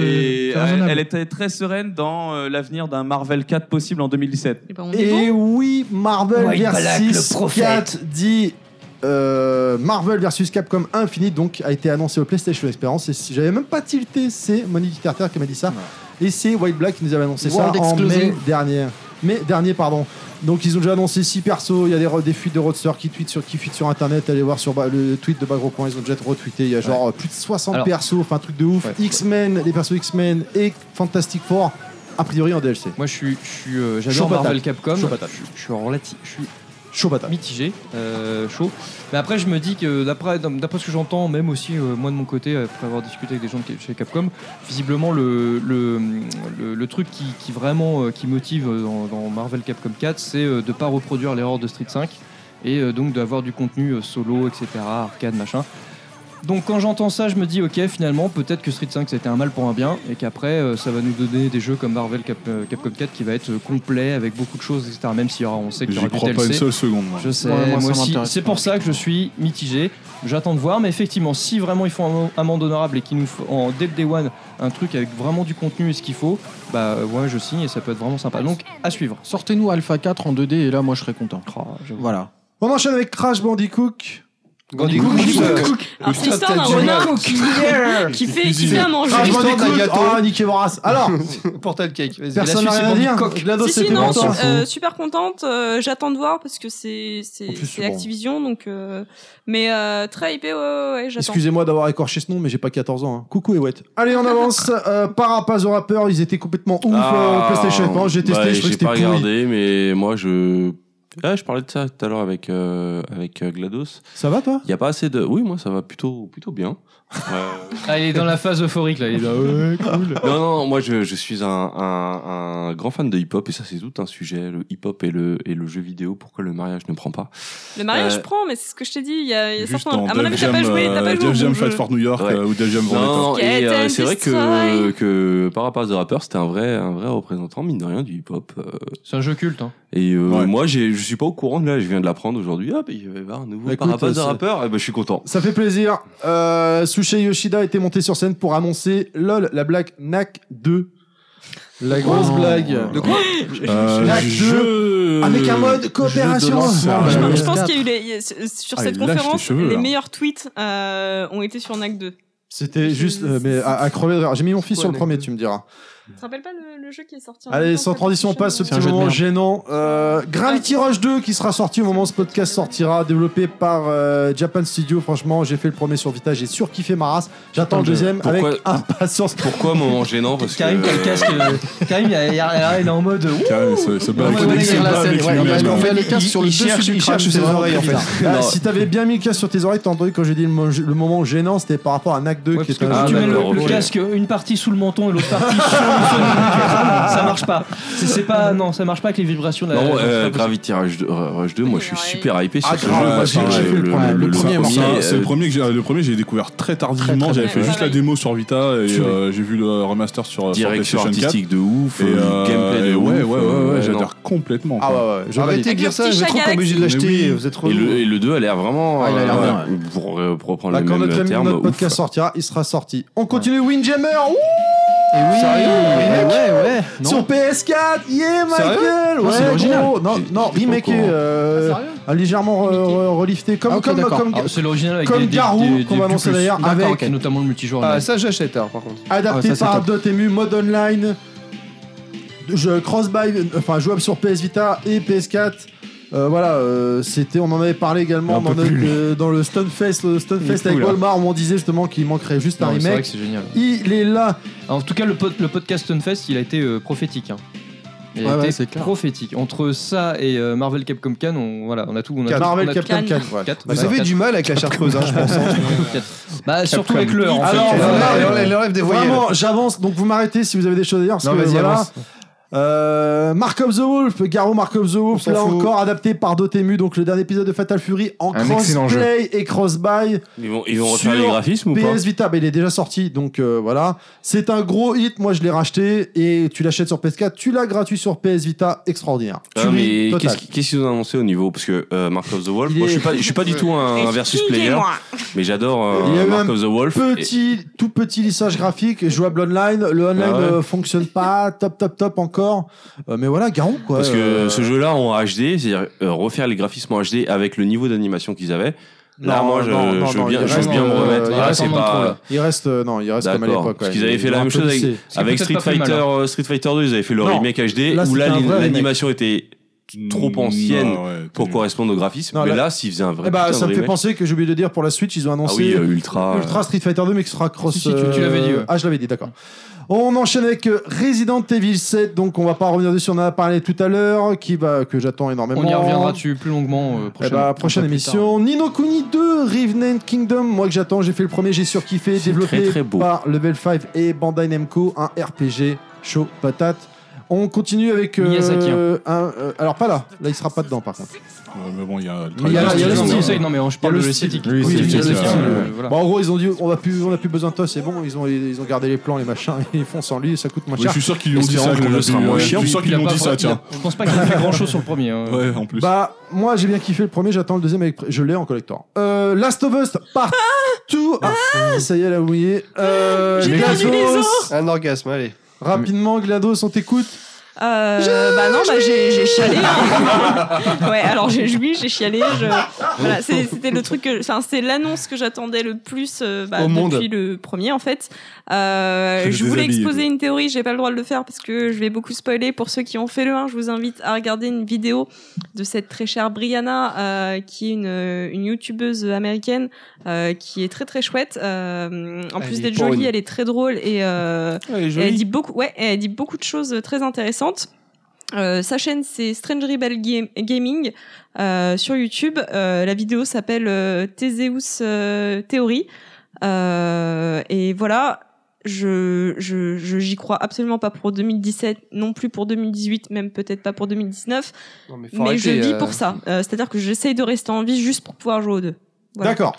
Speaker 1: c'est
Speaker 13: elle,
Speaker 1: raisonnable.
Speaker 13: elle était très sereine dans euh, l'avenir d'un Marvel 4 possible en 2017.
Speaker 4: Et ben, on est
Speaker 2: et oui, Marvel
Speaker 1: White Black, le
Speaker 2: versus
Speaker 1: prophète.
Speaker 2: 4 dit euh, Marvel versus Capcom Infinite donc a été annoncé au PlayStation Experience et si j'avais même pas tilté, c'est Monique Carter qui m'a dit ça. Et c'est White Black qui nous avait annoncé
Speaker 8: World
Speaker 2: ça en mai
Speaker 8: exclusive.
Speaker 2: dernier. Mai dernier pardon. Donc ils ont déjà annoncé 6 persos, il y a des, re- des fuites de roadster qui tweetent sur qui fuitent sur internet, allez voir sur ba- le tweet de Bagro. Ils ont déjà retweeté, il y a genre euh, plus de 60
Speaker 1: Alors-
Speaker 2: persos, enfin un truc de ouf.
Speaker 3: Ouais.
Speaker 2: X-Men, les persos X-Men et Fantastic Four a priori en DLC.
Speaker 1: Moi, je suis, je suis, euh,
Speaker 2: Chaud
Speaker 1: j'adore
Speaker 2: patate.
Speaker 1: Marvel Capcom.
Speaker 2: Chaud patate.
Speaker 1: Je, je suis relatif, je suis
Speaker 2: Chaud patate.
Speaker 1: mitigé, euh, chaud. Mais après, je me dis que d'après, d'après ce que j'entends, même aussi euh, moi de mon côté, après avoir discuté avec des gens de chez Capcom, visiblement le, le, le, le truc qui, qui vraiment euh, qui motive euh, dans, dans Marvel Capcom 4, c'est euh, de pas reproduire l'erreur de Street 5 et euh, donc d'avoir du contenu euh, solo, etc., arcade, machin. Donc quand j'entends ça, je me dis ok finalement peut-être que Street 5 c'était un mal pour un bien et qu'après euh, ça va nous donner des jeux comme Marvel Cap- euh, Capcom 4 qui va être euh, complet avec beaucoup de choses etc. Même si on sait qu'il y aura
Speaker 10: J'y
Speaker 1: du
Speaker 10: crois pas une
Speaker 1: DLC.
Speaker 10: seule seconde. moi.
Speaker 1: Je sais,
Speaker 8: Ouais, moi,
Speaker 1: moi,
Speaker 8: ça
Speaker 1: aussi.
Speaker 8: m'intéresse
Speaker 1: C'est
Speaker 8: pas.
Speaker 1: pour ça que je suis mitigé. J'attends de voir, mais effectivement, si vraiment ils font un amende honorable et qu'ils nous font en dès le day one un truc avec vraiment du contenu et ce qu'il faut, bah euh, ouais, je signe et ça peut être vraiment sympa. Donc à
Speaker 8: *laughs*
Speaker 1: suivre.
Speaker 8: Sortez-nous Alpha 4 en 2D et là moi Oh, je serais content. Voilà.
Speaker 2: On enchaîne avec Crash Bandicoot.
Speaker 3: Gandhi
Speaker 2: Cook,
Speaker 3: Cook,
Speaker 2: Cook,
Speaker 3: euh,
Speaker 4: Alors, c'est l'histoire d'un renard qui, qui fait, Ah, qui fait à manger.
Speaker 2: Crash
Speaker 3: Histoire d'un
Speaker 2: Bandicoot.
Speaker 3: gâteau.
Speaker 2: Oh, niquez vos races. *laughs* Alors,
Speaker 3: Portal Cake, vas-y.
Speaker 2: personne n'a rien à dire. Glados,
Speaker 4: Si, si,
Speaker 2: c'était
Speaker 4: non,
Speaker 2: pour toi.
Speaker 4: euh, super contente. euh, J'attends de voir parce que c'est c'est
Speaker 2: En plus,
Speaker 4: c'est
Speaker 2: bon.
Speaker 4: Activision, donc. euh, mais euh, très hypé, ouais, ouais, ouais, j'attends.
Speaker 2: Excusez-moi d'avoir écorché ce nom, mais j'ai pas 14 ans. hein. Coucou et ouais. Allez, on avance. Euh, Parapaz au rappeur, ils étaient complètement ouf euh, au PlayStation. Experience. J'ai testé,
Speaker 5: bah,
Speaker 2: je
Speaker 5: Ah,
Speaker 2: trouvais
Speaker 5: j'ai
Speaker 2: que
Speaker 5: pas
Speaker 2: c'était pourri.
Speaker 5: regardé, mais moi je. Ah, je parlais de ça tout à l'heure avec, euh, avec euh, GLaDOS.
Speaker 2: Ça va, toi
Speaker 5: Il n'y a pas assez de. Oui, moi ça va plutôt, plutôt
Speaker 2: *laughs*
Speaker 5: bien. Euh,
Speaker 1: Ah, il est dans la phase euphorique là. Il est là, ouais, cool.
Speaker 5: non, non, moi je, je suis un, un, un grand fan de hip-hop et ça c'est tout un sujet, le hip-hop et le, et le jeu vidéo, pourquoi le mariage ne prend pas.
Speaker 4: Le mariage
Speaker 5: Euh,
Speaker 4: prend, mais c'est ce que je t'ai dit. Il y a, il y a
Speaker 10: Juste
Speaker 4: certains.
Speaker 10: dans
Speaker 4: À mon avis,
Speaker 10: Def
Speaker 4: t'as
Speaker 10: Jam,
Speaker 4: pas joué. T'as pas
Speaker 10: euh,
Speaker 4: joué. au
Speaker 10: Def
Speaker 4: bon jeu.
Speaker 10: Jam Fight for New York
Speaker 5: Ouais.
Speaker 10: euh, ou Def Jam
Speaker 5: Non,
Speaker 10: Vendetta.
Speaker 5: non,
Speaker 4: Get
Speaker 5: et euh,
Speaker 4: and
Speaker 5: c'est vrai
Speaker 4: destroy.
Speaker 5: que, que Parapaz de Rapper, c'était un vrai, un vrai représentant, mine de rien, du hip-hop. euh,
Speaker 1: C'est un jeu culte. Hein.
Speaker 5: Et euh,
Speaker 10: Ouais.
Speaker 5: moi, j'ai- je suis pas au courant de là, je viens de l'apprendre aujourd'hui. Ah, bah, il va y avoir un nouveau
Speaker 2: Écoute,
Speaker 5: Parapaz de
Speaker 2: ça-
Speaker 5: Rapper, eh ben, je suis content.
Speaker 2: Ça fait plaisir. Euh, Sushi Yoshida était monté sur scène pour annoncer LOL, la blague NAC 2. La grosse
Speaker 8: Oh.
Speaker 2: blague.
Speaker 8: De
Speaker 2: quoi
Speaker 10: Euh,
Speaker 2: Black
Speaker 10: jeu...
Speaker 2: Avec un mode coopération.
Speaker 10: jeu de lanceur.
Speaker 2: Ouais.
Speaker 4: Je,
Speaker 10: Ouais.
Speaker 4: je pense qu'il y a eu les, il y a- sur
Speaker 10: Ah,
Speaker 4: cette
Speaker 10: il lâche les
Speaker 4: conférence,
Speaker 10: cheveux,
Speaker 4: les
Speaker 10: là.
Speaker 4: meilleurs tweets euh, ont été sur NAC 2.
Speaker 2: C'était juste, euh, mais à, à crever de rire. J'ai mis mon fils sur le premier, tu me diras.
Speaker 8: Oh,
Speaker 4: Tu te rappelles pas le, le jeu qui est sorti en
Speaker 2: Allez,
Speaker 4: même temps
Speaker 2: sans
Speaker 4: que
Speaker 2: transition, on passe ce
Speaker 4: PlayStation,
Speaker 2: petit
Speaker 8: jeu de Ah.
Speaker 2: moment
Speaker 8: merde.
Speaker 2: gênant. Euh, Gravity Rush 2 qui sera sorti au moment où ce podcast sortira, développé par euh, Japan Studio. Franchement, j'ai fait le premier sur Vita, j'ai surkiffé ma race. J'attends le deuxième
Speaker 5: Pourquoi-
Speaker 2: avec impatience.
Speaker 5: Pourquoi moment gênant Parce que.
Speaker 1: Karim, qui a le casque. euh, Karim, il a- il a- il est en mode. euh, ouh,
Speaker 10: Carré, se- se bat
Speaker 8: Ouais,
Speaker 10: avec
Speaker 8: ouais,
Speaker 10: lui,
Speaker 8: il
Speaker 10: se
Speaker 8: y a la
Speaker 10: bat
Speaker 8: scène,
Speaker 10: avec
Speaker 8: ouais,
Speaker 10: lui-même.
Speaker 8: ouais, ouais, ouais. fait le casque
Speaker 3: Il-
Speaker 8: sur le
Speaker 3: il
Speaker 8: dessus
Speaker 3: cherche-
Speaker 8: du
Speaker 3: il
Speaker 8: crâne,
Speaker 3: cherche
Speaker 8: c'est
Speaker 3: ses
Speaker 8: vraiment
Speaker 3: oreilles en fait.
Speaker 8: bizarre.
Speaker 2: *laughs* Ah, si t'avais bien mis le casque sur tes oreilles, t'as entendu quand j'ai dit le, mo- le moment gênant, c'était par rapport à NAC 2
Speaker 1: Ouais,
Speaker 2: qui
Speaker 1: parce
Speaker 2: est
Speaker 1: que
Speaker 2: un
Speaker 8: euh,
Speaker 1: quand
Speaker 5: Ah,
Speaker 1: tu mets le,
Speaker 5: d'accord,
Speaker 1: le
Speaker 5: ok.
Speaker 1: casque, euh, une partie sous le menton et l'autre partie sur le phonique, ça marche pas. C'est- C'est pas, non, ça marche pas avec les vibrations de la.
Speaker 5: Non, euh,
Speaker 1: c'est pas possible.
Speaker 5: Gravity Rush 2, Rush 2, moi je suis
Speaker 4: Ouais.
Speaker 5: super hypé sur
Speaker 2: Ah,
Speaker 5: ce jeu.
Speaker 2: grave,
Speaker 5: moi,
Speaker 2: j'ai-
Speaker 5: c'est
Speaker 2: j'ai
Speaker 5: le-
Speaker 2: fait le
Speaker 5: le-
Speaker 2: premier,
Speaker 5: le-
Speaker 8: le
Speaker 5: le
Speaker 8: premier,
Speaker 10: Ça,
Speaker 5: premier,
Speaker 10: C'est
Speaker 5: euh,
Speaker 10: le premier que j'ai le premier, j'ai découvert très tardivement. J'avais fait
Speaker 4: Ouais,
Speaker 10: juste la
Speaker 4: pareil.
Speaker 10: démo sur Vita et
Speaker 4: Tu l'as-
Speaker 10: euh, j'ai vu le remaster sur, sur
Speaker 5: Direction
Speaker 10: PlayStation 4.
Speaker 5: artistique de ouf,
Speaker 10: Et
Speaker 5: euh,
Speaker 10: euh,
Speaker 5: gameplay
Speaker 10: et
Speaker 5: de ouf.
Speaker 10: ouais, ouais, ouais, ouais,
Speaker 5: euh, non.
Speaker 10: j'adhère complètement. quoi.
Speaker 11: ouais, ouais.
Speaker 3: Arrêtez de dire ça,
Speaker 4: Avec
Speaker 3: je
Speaker 4: le
Speaker 3: vais
Speaker 4: petit
Speaker 3: trop
Speaker 4: chat
Speaker 3: obligé de
Speaker 10: galaxy. Mais
Speaker 3: l'acheter,
Speaker 10: oui.
Speaker 3: vous êtes trop
Speaker 5: Et le, et le 2 a l'air vraiment.
Speaker 8: Ah, il a l'air bien,
Speaker 5: euh, Pour, euh, pour reprendre
Speaker 2: Bah,
Speaker 5: le
Speaker 2: quand notre,
Speaker 5: même
Speaker 2: ami-
Speaker 5: terme.
Speaker 2: notre
Speaker 5: ouf.
Speaker 2: podcast sortira, il sera sorti. On continue Windjammer ouh,
Speaker 8: Et Eh oui, ouais, ouais, ouais.
Speaker 2: sur PS4. Yeah, Michael
Speaker 8: Non, c'est
Speaker 2: Ouais,
Speaker 8: l'original.
Speaker 2: gros. Non,
Speaker 5: J'ai-
Speaker 2: non,
Speaker 5: j'ai pas hein.
Speaker 2: remaké,
Speaker 5: au courant.
Speaker 2: euh, légèrement euh, re- relifté, comme
Speaker 8: Ah, ok,
Speaker 2: comme
Speaker 8: d'accord.
Speaker 2: comme
Speaker 1: Ah, C'est l'original avec
Speaker 2: Comme
Speaker 1: des- des-
Speaker 2: Garou,
Speaker 1: des- des
Speaker 2: qu'on va
Speaker 1: plus
Speaker 2: annoncer
Speaker 1: plus.
Speaker 2: d'ailleurs,
Speaker 1: D'accord,
Speaker 2: avec-
Speaker 1: ok. notamment le multijoueur.
Speaker 3: Ah,
Speaker 1: mais-
Speaker 3: ça j'achète alors par contre.
Speaker 2: adapté
Speaker 8: Ah, ça, c'est
Speaker 2: par
Speaker 8: top.
Speaker 2: Dotemu, mode online, jeu cross-buy, enfin jouable sur PS Vita et PS4. Euh, voilà, euh, c'était, on en avait parlé également dans, notre- euh, dans le Stunfest, le Stunfest
Speaker 8: est
Speaker 2: avec
Speaker 8: fou, là.
Speaker 2: Walmart où on disait justement qu'il manquerait juste un
Speaker 1: Non, mais C'est vrai que
Speaker 2: remake.
Speaker 1: c'est génial.
Speaker 2: Il est là.
Speaker 1: En tout cas, le, pod- le podcast Stunfest, il a été euh, prophétique. hein. Il
Speaker 8: Ouais,
Speaker 1: a
Speaker 8: ouais,
Speaker 1: été
Speaker 8: c'est clair.
Speaker 1: prophétique. Entre ça et euh, Marvel Capcom Can, on, voilà, on a tout. On a tout-
Speaker 2: Marvel
Speaker 1: on a
Speaker 2: Capcom
Speaker 4: Cannes.
Speaker 2: 4. ouais.
Speaker 1: tout- quatre,
Speaker 3: Vous
Speaker 1: voilà,
Speaker 3: avez du mal avec la chartreuse, hein, je pense. hein.
Speaker 1: *laughs* quatre, quatre. Bah, surtout avec l'heure. en fait.
Speaker 2: Alors,
Speaker 3: Elle
Speaker 2: Ouais,
Speaker 3: enlève-
Speaker 2: ouais,
Speaker 1: euh,
Speaker 3: elle
Speaker 2: ouais.
Speaker 3: enlève- elle enlève des voyelles.
Speaker 2: Vraiment, j'avance, donc vous m'arrêtez si vous avez des choses à dire. Parce
Speaker 3: Non,
Speaker 2: que,
Speaker 3: vas-y,
Speaker 2: voilà.
Speaker 3: avance.
Speaker 2: Euh, Mark of the Wolf, Garo Mark of the Wolf,
Speaker 3: s'en
Speaker 2: là
Speaker 3: fout.
Speaker 2: encore adapté par Dotemu, donc le dernier épisode de Fatal Fury en
Speaker 11: Un excellent jeu.
Speaker 2: crossplay et crossbuy
Speaker 5: Ils vont, ils vont refaire
Speaker 2: Sur
Speaker 5: les graphismes ou pas
Speaker 2: PS Vita, mais il est déjà sorti, donc euh, voilà. C'est un gros hit, moi je l'ai racheté et tu l'achètes sur PS4, tu l'as gratuit sur PS Vita, extraordinaire.
Speaker 5: Ah,
Speaker 2: Tuerie
Speaker 5: mais
Speaker 2: totale.
Speaker 5: qu'est-ce qui- qu'est-ce qu'ils ont annoncé au niveau Parce que euh, Mark of the Wolf,
Speaker 2: Il
Speaker 5: moi je
Speaker 2: est-
Speaker 5: suis pas, je suis
Speaker 2: *laughs*
Speaker 5: pas du tout un, un versus player,
Speaker 12: Expliquez-moi.
Speaker 5: mais j'adore
Speaker 2: Il y a
Speaker 5: euh,
Speaker 2: eu
Speaker 5: Mark
Speaker 2: un
Speaker 5: of the Wolf. Et-
Speaker 2: Petit, tout petit lissage graphique, jouable online. Le online
Speaker 5: Ah ouais.
Speaker 2: euh, fonctionne pas, top, top, top encore. Euh, mais voilà, Garon, quoi.
Speaker 5: Parce que
Speaker 2: Euh,
Speaker 5: ce jeu-là en HD, c'est-à-dire euh, refaire les graphismes en HD avec le niveau d'animation qu'ils avaient, là
Speaker 2: Non,
Speaker 5: moi je,
Speaker 2: non, non,
Speaker 5: je veux
Speaker 2: non,
Speaker 5: bien,
Speaker 2: il
Speaker 5: je veux bien
Speaker 2: reste,
Speaker 5: me
Speaker 2: euh,
Speaker 5: remettre.
Speaker 2: il
Speaker 5: Ah,
Speaker 2: reste
Speaker 5: c'est
Speaker 2: en
Speaker 5: pas-
Speaker 2: intro, là. il reste, euh, non, il reste comme à
Speaker 5: D'accord.
Speaker 2: l'époque.
Speaker 5: Parce
Speaker 2: ouais.
Speaker 5: qu'ils avaient
Speaker 2: Ils
Speaker 5: fait
Speaker 2: ont
Speaker 5: la
Speaker 2: un
Speaker 5: même
Speaker 2: peu
Speaker 5: chose avec-
Speaker 2: lissé.
Speaker 1: Ce qui est
Speaker 5: Avec
Speaker 1: peut-être
Speaker 5: Street
Speaker 1: pas plus
Speaker 5: Fighter,
Speaker 1: mal, alors.
Speaker 5: euh, Street Fighter 2, ils avaient fait leur
Speaker 2: Non.
Speaker 5: remake HD
Speaker 2: Là,
Speaker 5: où
Speaker 2: c'était
Speaker 5: là
Speaker 2: un vrai
Speaker 5: l'animation était trop ancienne
Speaker 10: Non, Mm, ouais,
Speaker 5: pour
Speaker 10: t'es-
Speaker 5: correspondre au graphisme,
Speaker 2: Non,
Speaker 5: mais
Speaker 2: là-
Speaker 5: là s'ils faisaient un vrai
Speaker 2: Eh bah,
Speaker 5: putain
Speaker 2: ça
Speaker 5: de
Speaker 2: me fait
Speaker 5: remake-
Speaker 2: penser que j'ai oublié de dire pour la suite, ils ont
Speaker 5: Ah
Speaker 2: annoncé
Speaker 5: oui, euh, Ultra. euh,
Speaker 2: Ultra Street Fighter 2, mais qui sera cross.
Speaker 1: Si, si, tu- tu l'avais dit, ouais.
Speaker 2: Ah, je l'avais dit, d'accord. On enchaîne avec euh, Resident Evil 7, donc on va pas revenir dessus, on en a parlé tout à l'heure, qui va, que j'attends énormément.
Speaker 1: On y reviendra dessus plus longuement. euh,
Speaker 2: Eh
Speaker 1: prochaine,
Speaker 2: bah, prochaine
Speaker 1: un peu plus tard.
Speaker 2: émission. Nino Kuni 2, Revenant Kingdom. Moi que j'attends, j'ai fait le premier, j'ai surkiffé. Développé
Speaker 5: très, très beau.
Speaker 2: par Level 5 et Bandai Namco, un RPG chaud patate. On continue avec. euh,
Speaker 1: Miyazaki, hein.
Speaker 2: un, euh, alors pas là, là il sera pas dedans par contre.
Speaker 10: Ouais, mais bon, il y a le
Speaker 2: Mais il y a la- il y a
Speaker 10: travail
Speaker 2: la
Speaker 10: de
Speaker 2: style,
Speaker 1: Non,
Speaker 10: studio,
Speaker 1: mais
Speaker 2: ouais.
Speaker 1: c'est- Non, mais je
Speaker 2: Il y a
Speaker 1: parle de
Speaker 2: le
Speaker 1: l'esthétique.
Speaker 2: style. Oui,
Speaker 1: Oui,
Speaker 2: c'est
Speaker 1: le
Speaker 2: le
Speaker 1: style,
Speaker 10: style,
Speaker 1: euh,
Speaker 2: ouais.
Speaker 1: voilà.
Speaker 2: Bon, en gros ils ont dit on a plus on a plus besoin de toi, c'est bon. Ils ont ils ont gardé les plans les machins, *laughs* ils font sans lui, ça coûte moins
Speaker 10: Ouais, je
Speaker 2: cher.
Speaker 10: suis sûr qu'ils lui ont dit
Speaker 5: Espérons
Speaker 10: ça.
Speaker 5: que
Speaker 10: qu'on
Speaker 5: le
Speaker 10: a
Speaker 5: jeu sera
Speaker 10: vu,
Speaker 5: moins
Speaker 10: euh,
Speaker 5: chiant.
Speaker 10: Je suis sûr
Speaker 1: Il
Speaker 10: qu'ils
Speaker 1: a
Speaker 10: l'ont
Speaker 1: pas
Speaker 10: dit
Speaker 1: fra-
Speaker 10: ça, tiens.
Speaker 1: il a- Je pense pas qu'il a fait grand chose sur le premier. hein.
Speaker 10: Ouais, en plus.
Speaker 2: Bah, moi j'ai bien kiffé le premier, j'attends le deuxième avec. Je l'ai en collector. Euh, Last of Us, partout. Ah, ça y est, elle a oublié. Euh,
Speaker 4: J'ai perdu
Speaker 2: Glados.
Speaker 4: les os.
Speaker 3: Un orgasme, allez.
Speaker 2: Rapidement, GLaDOS, on t'écoute.
Speaker 4: Euh, bah non, bah j'ai j'ai chialé. hein. *laughs* ouais, alors j'ai joui, j'ai chialé. Je... *laughs* Voilà, c'est- c'était le truc que, enfin, c'est l'annonce que j'attendais le plus euh, bah,
Speaker 3: Au
Speaker 4: depuis
Speaker 3: monde.
Speaker 4: le premier en fait. Euh,
Speaker 10: Je
Speaker 4: je voulais
Speaker 10: déshabille.
Speaker 4: exposer une théorie, j'ai pas le droit de le faire parce que je vais beaucoup spoiler. Pour ceux qui ont fait le 1, je vous invite à regarder une vidéo de cette très chère Brianna, euh, qui est une, une youtubeuse américaine euh, qui est très très chouette. Euh, en plus d'être jolie, elle est très drôle et euh, et elle dit beaucoup, ouais, et elle dit beaucoup de choses très intéressantes. Euh, sa chaîne c'est Strange Rebel Game- Gaming euh, sur YouTube. Euh, la vidéo s'appelle euh, Theseus euh, Theory. Euh, et voilà, je je je- j'y crois absolument pas pour 2017, non plus pour 2018, même peut-être pas pour 2019.
Speaker 3: Non, mais faut
Speaker 4: Mais je
Speaker 3: arrêter,
Speaker 4: vis
Speaker 3: euh,
Speaker 4: pour ça. Euh, C'est-à-dire que j'essaye de rester en vie juste pour pouvoir jouer aux deux. Voilà.
Speaker 2: D'accord.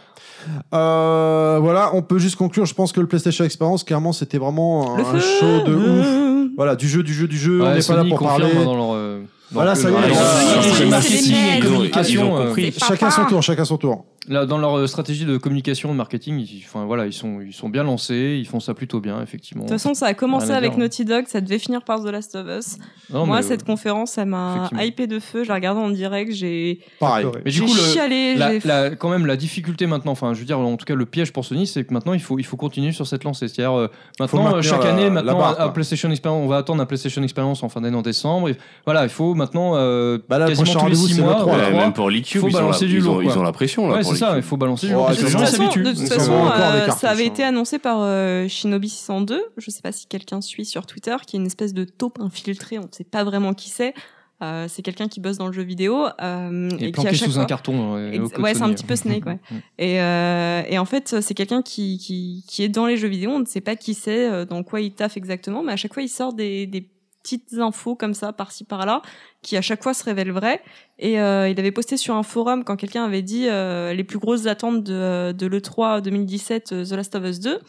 Speaker 2: Euh, voilà, on peut juste conclure. Je pense que le PlayStation Experience, clairement, c'était vraiment un, un
Speaker 4: Le feu
Speaker 2: show de ouf.
Speaker 4: Euh,
Speaker 2: Voilà, du jeu, du jeu, du jeu.
Speaker 1: Ouais,
Speaker 2: on n'est pas là
Speaker 1: Sony
Speaker 2: pour
Speaker 1: confirme
Speaker 2: parler.
Speaker 1: dans leur, euh, dans
Speaker 2: Voilà, ça y est,
Speaker 5: Ah,
Speaker 1: leur-
Speaker 5: ils
Speaker 2: euh,
Speaker 5: ont-
Speaker 4: Sony,
Speaker 5: ils ont-
Speaker 4: c'est les
Speaker 5: ils ont- ils ont-
Speaker 4: mêmes.
Speaker 5: ils ont
Speaker 1: Communication, euh,
Speaker 5: compris.
Speaker 4: c'est
Speaker 2: Chacun
Speaker 4: papa.
Speaker 2: son tour, chacun son tour.
Speaker 1: Là, dans leur euh, stratégie de communication, de marketing, ils, enfin, voilà, ils, sont, ils sont bien lancés, ils font ça plutôt bien, effectivement.
Speaker 4: De toute façon, ça a commencé
Speaker 1: Rien à
Speaker 4: avec
Speaker 1: dire.
Speaker 4: Naughty Dog, ça devait finir par The Last of Us.
Speaker 1: Non,
Speaker 4: Moi,
Speaker 1: mais, euh,
Speaker 4: cette conférence, elle m'a
Speaker 1: Effectivement.
Speaker 4: hypé de feu. Je la regardais en direct, j'ai
Speaker 2: Pareil.
Speaker 1: Mais du
Speaker 4: j'ai
Speaker 1: coup, le-
Speaker 4: chialé.
Speaker 1: la,
Speaker 4: j'ai-
Speaker 1: la- quand même, la difficulté maintenant, enfin, je veux dire, en tout cas, le piège pour Sony, c'est que maintenant, il faut, il faut continuer sur cette lancée. C'est-à-dire, euh, maintenant,
Speaker 2: maintenir
Speaker 1: euh, chaque
Speaker 2: la-
Speaker 1: année,
Speaker 2: la
Speaker 1: maintenant,
Speaker 2: barre,
Speaker 1: à- à
Speaker 2: quoi.
Speaker 1: PlayStation Experience, on va attendre un PlayStation Experience en fin d'année en décembre. Et voilà, il faut maintenant, euh,
Speaker 2: Bah là, le
Speaker 1: quasiment
Speaker 2: prochain
Speaker 1: tous les
Speaker 2: rendez-vous,
Speaker 1: six
Speaker 2: c'est le
Speaker 1: mois,
Speaker 2: 3,
Speaker 1: ou
Speaker 2: là.
Speaker 1: le
Speaker 5: Ouais,
Speaker 1: 3.
Speaker 5: même pour l'IQ,
Speaker 1: faut
Speaker 5: ils, ont la,
Speaker 1: balancer du
Speaker 5: ils
Speaker 1: lourd,
Speaker 5: ont- ils
Speaker 1: quoi.
Speaker 5: ont la pression là.
Speaker 1: ouais,
Speaker 5: pour
Speaker 1: c'est
Speaker 5: l'IQ.
Speaker 1: ça, il faut balancer du
Speaker 2: Oh,
Speaker 1: lourd, parce que
Speaker 4: de
Speaker 1: les
Speaker 2: c'est
Speaker 4: toute
Speaker 1: gens
Speaker 2: bon.
Speaker 4: façon,
Speaker 1: s'habituent.
Speaker 4: de toute
Speaker 2: Ils sont
Speaker 4: façon,
Speaker 2: encore à
Speaker 4: euh,
Speaker 2: l'écart,
Speaker 4: ça avait
Speaker 2: ils sont-
Speaker 4: été annoncé par euh, Shinobi 602. Je sais pas si quelqu'un suit sur Twitter, qui est une espèce de taupe infiltrée. On ne sait pas vraiment qui c'est. Euh, c'est quelqu'un qui bosse dans le jeu vidéo euh,
Speaker 1: Et
Speaker 4: qui à
Speaker 1: planqué
Speaker 4: chaque
Speaker 1: sous un
Speaker 4: fois-
Speaker 1: carton. euh,
Speaker 4: Ex-
Speaker 1: au code
Speaker 4: ouais, c'est un
Speaker 1: Sony.
Speaker 4: petit peu Snake, ouais. Et, euh, et en fait, c'est quelqu'un qui, qui, qui est dans les jeux vidéo. On ne sait pas qui c'est, euh, dans quoi il taffe exactement, mais à chaque fois, il sort des, des petites infos comme ça, par-ci, par-là, qui à chaque fois se révèlent vraies. Et euh, il avait posté sur un forum quand quelqu'un avait dit euh, les plus grosses attentes de, de l'E3 2017, euh, The Last of Us 2.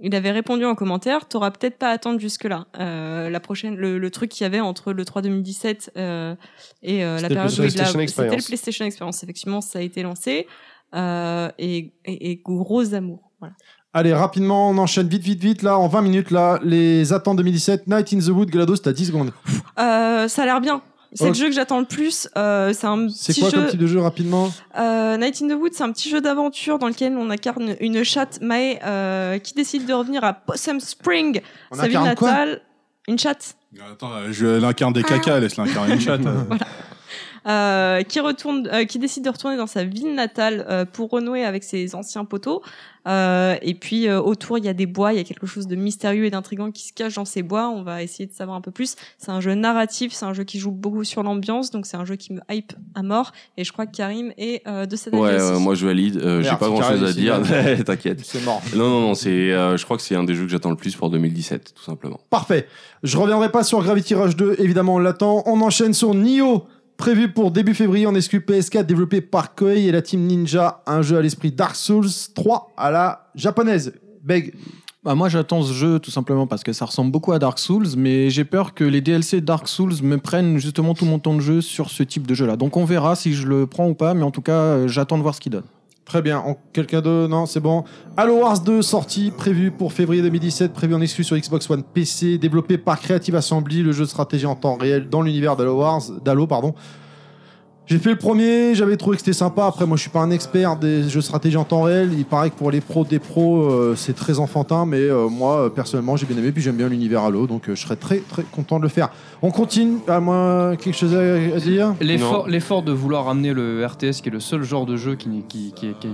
Speaker 4: Il avait répondu en commentaire, t'auras peut-être pas à attendre jusque-là. Euh, la prochaine, le, le truc qu'il y avait entre le 3 2017 euh, et euh, la
Speaker 3: C'était le
Speaker 4: période où il l'a-
Speaker 3: PlayStation
Speaker 4: c'était le
Speaker 3: Experience.
Speaker 4: PlayStation Experience. Effectivement, ça a été lancé euh, et, et, et gros amour. Voilà.
Speaker 2: Allez, rapidement, on enchaîne vite, vite, vite, là, en 20 minutes, là, les attentes 2017, Night in the Wood, GLaDOS, t'as 10 secondes.
Speaker 4: Euh, ça a l'air bien. C'est
Speaker 2: Ok.
Speaker 4: le jeu que j'attends le plus. Euh, c'est un
Speaker 2: C'est
Speaker 4: petit
Speaker 2: quoi
Speaker 4: jeu.
Speaker 2: comme type de jeu, rapidement
Speaker 4: Euh, Night in the Woods, c'est un petit jeu d'aventure dans lequel on incarne une chatte Mae euh, qui décide de revenir à Possum Spring,
Speaker 2: On
Speaker 4: sa ville
Speaker 2: incarne quoi
Speaker 4: natale. Une chatte
Speaker 10: Attends, euh, je l'incarne des cacas, laisse l'incarner une chatte.
Speaker 4: euh, qui retourne, euh, qui décide de retourner dans sa ville natale euh, pour renouer avec ses anciens poteaux. Euh, et puis euh, autour, il y a des bois, il y a quelque chose de mystérieux et d'intrigant qui se cache dans ces bois. On va essayer de savoir un peu plus. C'est un jeu narratif, c'est un jeu qui joue beaucoup sur l'ambiance, donc c'est un jeu qui me hype à mort. Et je crois que Karim est euh, de cette avis
Speaker 5: Ouais,
Speaker 4: aussi.
Speaker 5: ouais, moi je valide. Euh, J'ai
Speaker 2: Merde,
Speaker 5: pas
Speaker 2: c'est
Speaker 5: grand chose
Speaker 2: carré,
Speaker 5: à
Speaker 2: c'est
Speaker 5: dire. *laughs*
Speaker 2: bien.
Speaker 5: T'inquiète.
Speaker 2: C'est mort.
Speaker 5: Non, non, non, c'est, euh, je crois que c'est un des jeux que j'attends le plus pour 2017, tout simplement.
Speaker 2: Parfait. Je reviendrai pas sur Gravity Rush 2, évidemment, on l'attend. On enchaîne sur Nioh, prévu pour début février en SQ PS4, développé par Koei et la team Ninja. Un jeu à l'esprit Dark Souls 3 à la japonaise. Beg.
Speaker 8: Bah, moi, j'attends ce jeu tout simplement parce que ça ressemble beaucoup à Dark Souls, mais j'ai peur que les DLC Dark Souls me prennent justement tout mon temps de jeu sur ce type de jeu-là. Donc, on verra si je le prends ou pas, mais en tout cas, euh, j'attends de voir ce qu'il donne.
Speaker 2: Très bien. On- Quelqu'un de. Non, c'est bon. Halo Wars 2, sorti, prévu pour février 2017, prévu en exclu sur Xbox One PC, développé par Creative Assembly, le jeu de stratégie en temps réel dans l'univers d'Halo Wars. d'Halo, pardon. J'ai fait le premier, j'avais trouvé que c'était sympa. Après, moi, je suis pas un expert des jeux de stratégie en temps réel. Il paraît que pour les pros des pros, euh, c'est très enfantin. Mais euh, moi, euh, personnellement, j'ai bien aimé. Puis j'aime bien l'univers Halo, donc euh, je serais très très content de le faire. On continue. À moi, quelque chose à, à dire
Speaker 1: L'effort, l'effort de vouloir ramener le RTS, qui est le seul genre de jeu qui n'est, qui, qui- qui-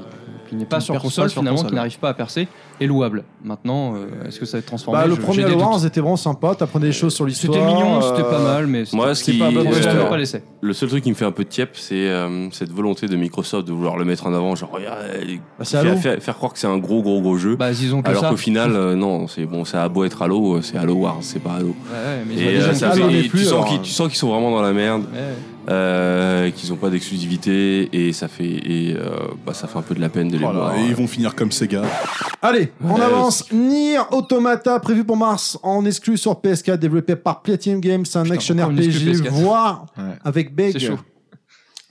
Speaker 1: qui n'est pas
Speaker 8: Qui
Speaker 1: sur
Speaker 8: ne perce
Speaker 1: console,
Speaker 8: pas sur
Speaker 1: finalement,
Speaker 8: console,
Speaker 1: qui n'arrive pas à percer, est louable. Maintenant, euh, est-ce que ça va être transformé
Speaker 2: Bah, le
Speaker 1: Je-
Speaker 2: premier
Speaker 1: j'ai des
Speaker 2: Halo
Speaker 1: doutes. Euh,
Speaker 2: Wars était vraiment sympa. T'apprenais des choses sur l'histoire.
Speaker 1: C'était mignon, c'était
Speaker 2: euh,
Speaker 1: pas mal, mais c'était-
Speaker 5: Moi, ce
Speaker 1: c'est
Speaker 5: qui-
Speaker 1: pas un bon
Speaker 5: euh,
Speaker 1: restaurant, pas l'essai.
Speaker 5: Le seul truc qui me fait un peu tiep, c'est euh, cette volonté de Microsoft de vouloir le mettre en avant, genre regarde, euh,
Speaker 2: Bah, c'est Halo.
Speaker 5: faire, faire- faire croire que c'est un gros gros gros jeu.
Speaker 1: Bah, disons que
Speaker 5: alors
Speaker 1: ça.
Speaker 5: qu'au final, euh, non, c'est bon, ça a beau être Halo, euh, c'est Halo Wars, c'est pas Halo.
Speaker 1: Ouais, ouais, mais hein. ils ont-
Speaker 5: Et
Speaker 1: ils
Speaker 5: euh,
Speaker 1: ont-
Speaker 5: ça
Speaker 2: pas
Speaker 5: fait-
Speaker 2: parlé
Speaker 5: et tu,
Speaker 2: plus,
Speaker 5: sens
Speaker 2: alors.
Speaker 5: qu'ils, tu sens qu'ils sont vraiment dans la merde,
Speaker 1: ouais.
Speaker 5: euh, qu'ils ont pas d'exclusivité, et ça fait, et, euh, bah, ça fait un peu de la peine de les voir.
Speaker 10: Voilà, Oh et ils vont finir comme Sega.
Speaker 2: Allez, on
Speaker 5: Ouais,
Speaker 2: avance. Nier Automata, prévu pour mars, en exclu sur PS4, développé par Platinum Games, c'est un
Speaker 1: Putain,
Speaker 2: action
Speaker 1: encore une exclu
Speaker 2: RPG,
Speaker 1: PS4.
Speaker 2: voire
Speaker 11: Ouais.
Speaker 2: avec Beg.
Speaker 1: C'est chaud.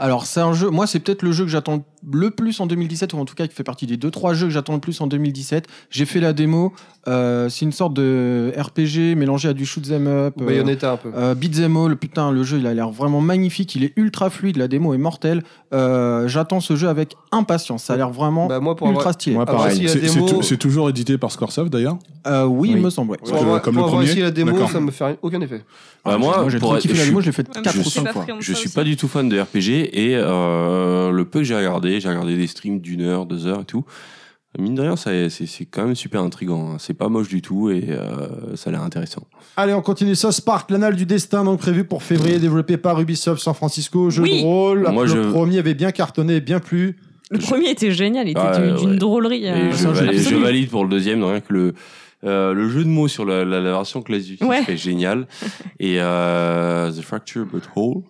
Speaker 8: Alors, c'est un jeu, moi, c'est peut-être le jeu que j'attends le plus en 2017, ou en tout cas qui fait partie des 2-3 jeux que j'attends le plus en 2017. J'ai fait la démo, euh, c'est une sorte de RPG mélangé à du shoot 'em up. euh,
Speaker 3: Bayonetta un peu.
Speaker 8: Euh, Beat'em All, putain, le jeu il a l'air vraiment magnifique, il est ultra fluide, la démo est mortelle. Euh, J'attends ce jeu avec impatience, ça a l'air vraiment
Speaker 3: Bah, moi, pour
Speaker 8: ultra
Speaker 3: avoir,
Speaker 8: stylé.
Speaker 11: Moi,
Speaker 3: avoir
Speaker 11: pareil.
Speaker 3: essayé la
Speaker 10: C'est, c'est
Speaker 3: démo-
Speaker 10: tou- c'est toujours édité par Scorsoft d'ailleurs.
Speaker 8: Euh, oui,
Speaker 11: Oui.
Speaker 8: il me semble. ouais.
Speaker 3: pour
Speaker 10: Ouais,
Speaker 3: avoir-
Speaker 10: comme
Speaker 3: pour
Speaker 10: le
Speaker 3: avoir
Speaker 10: premier.
Speaker 3: essayé la démo,
Speaker 10: D'accord.
Speaker 3: ça me fait rien- aucun effet.
Speaker 5: Bah,
Speaker 8: Ah, moi,
Speaker 5: moi,
Speaker 8: j'ai
Speaker 5: pour
Speaker 8: trop
Speaker 5: être-
Speaker 8: kiffé
Speaker 5: je
Speaker 8: la
Speaker 5: suis
Speaker 8: démo, je l'ai fait
Speaker 4: Ouais, mais
Speaker 8: 4
Speaker 4: Euh, je
Speaker 8: ou
Speaker 4: suis
Speaker 8: 5
Speaker 4: pas
Speaker 8: fois.
Speaker 4: friand de
Speaker 5: Je
Speaker 4: ça
Speaker 5: suis
Speaker 4: aussi.
Speaker 5: pas du tout fan de RPG et euh, le peu que j'ai regardé, j'ai regardé des streams d'une heure, deux heures et tout. Mine de rien, ça- c'est c'est quand même super intriguant. hein. C'est pas moche du tout et euh, ça a l'air intéressant.
Speaker 2: Allez, on continue. Ça, Spark, l'anal du destin, donc prévu pour février, développé par Ubisoft San Francisco, jeu
Speaker 4: Oui.
Speaker 2: de rôle.
Speaker 5: Moi,
Speaker 2: le
Speaker 5: je-
Speaker 2: premier avait bien cartonné, bien plu.
Speaker 4: Le
Speaker 5: Je-
Speaker 4: premier était génial, il était
Speaker 5: Ah,
Speaker 4: d'une d'une
Speaker 5: ouais.
Speaker 4: drôlerie.
Speaker 5: Et
Speaker 4: euh,
Speaker 5: je, valide, je
Speaker 4: absolue.
Speaker 5: valide pour le deuxième, rien que le, Euh, le jeu de mots sur la, la- la version Call of Duty
Speaker 4: Ouais.
Speaker 5: est
Speaker 4: *laughs*
Speaker 5: génial et euh, The Fracture but Whole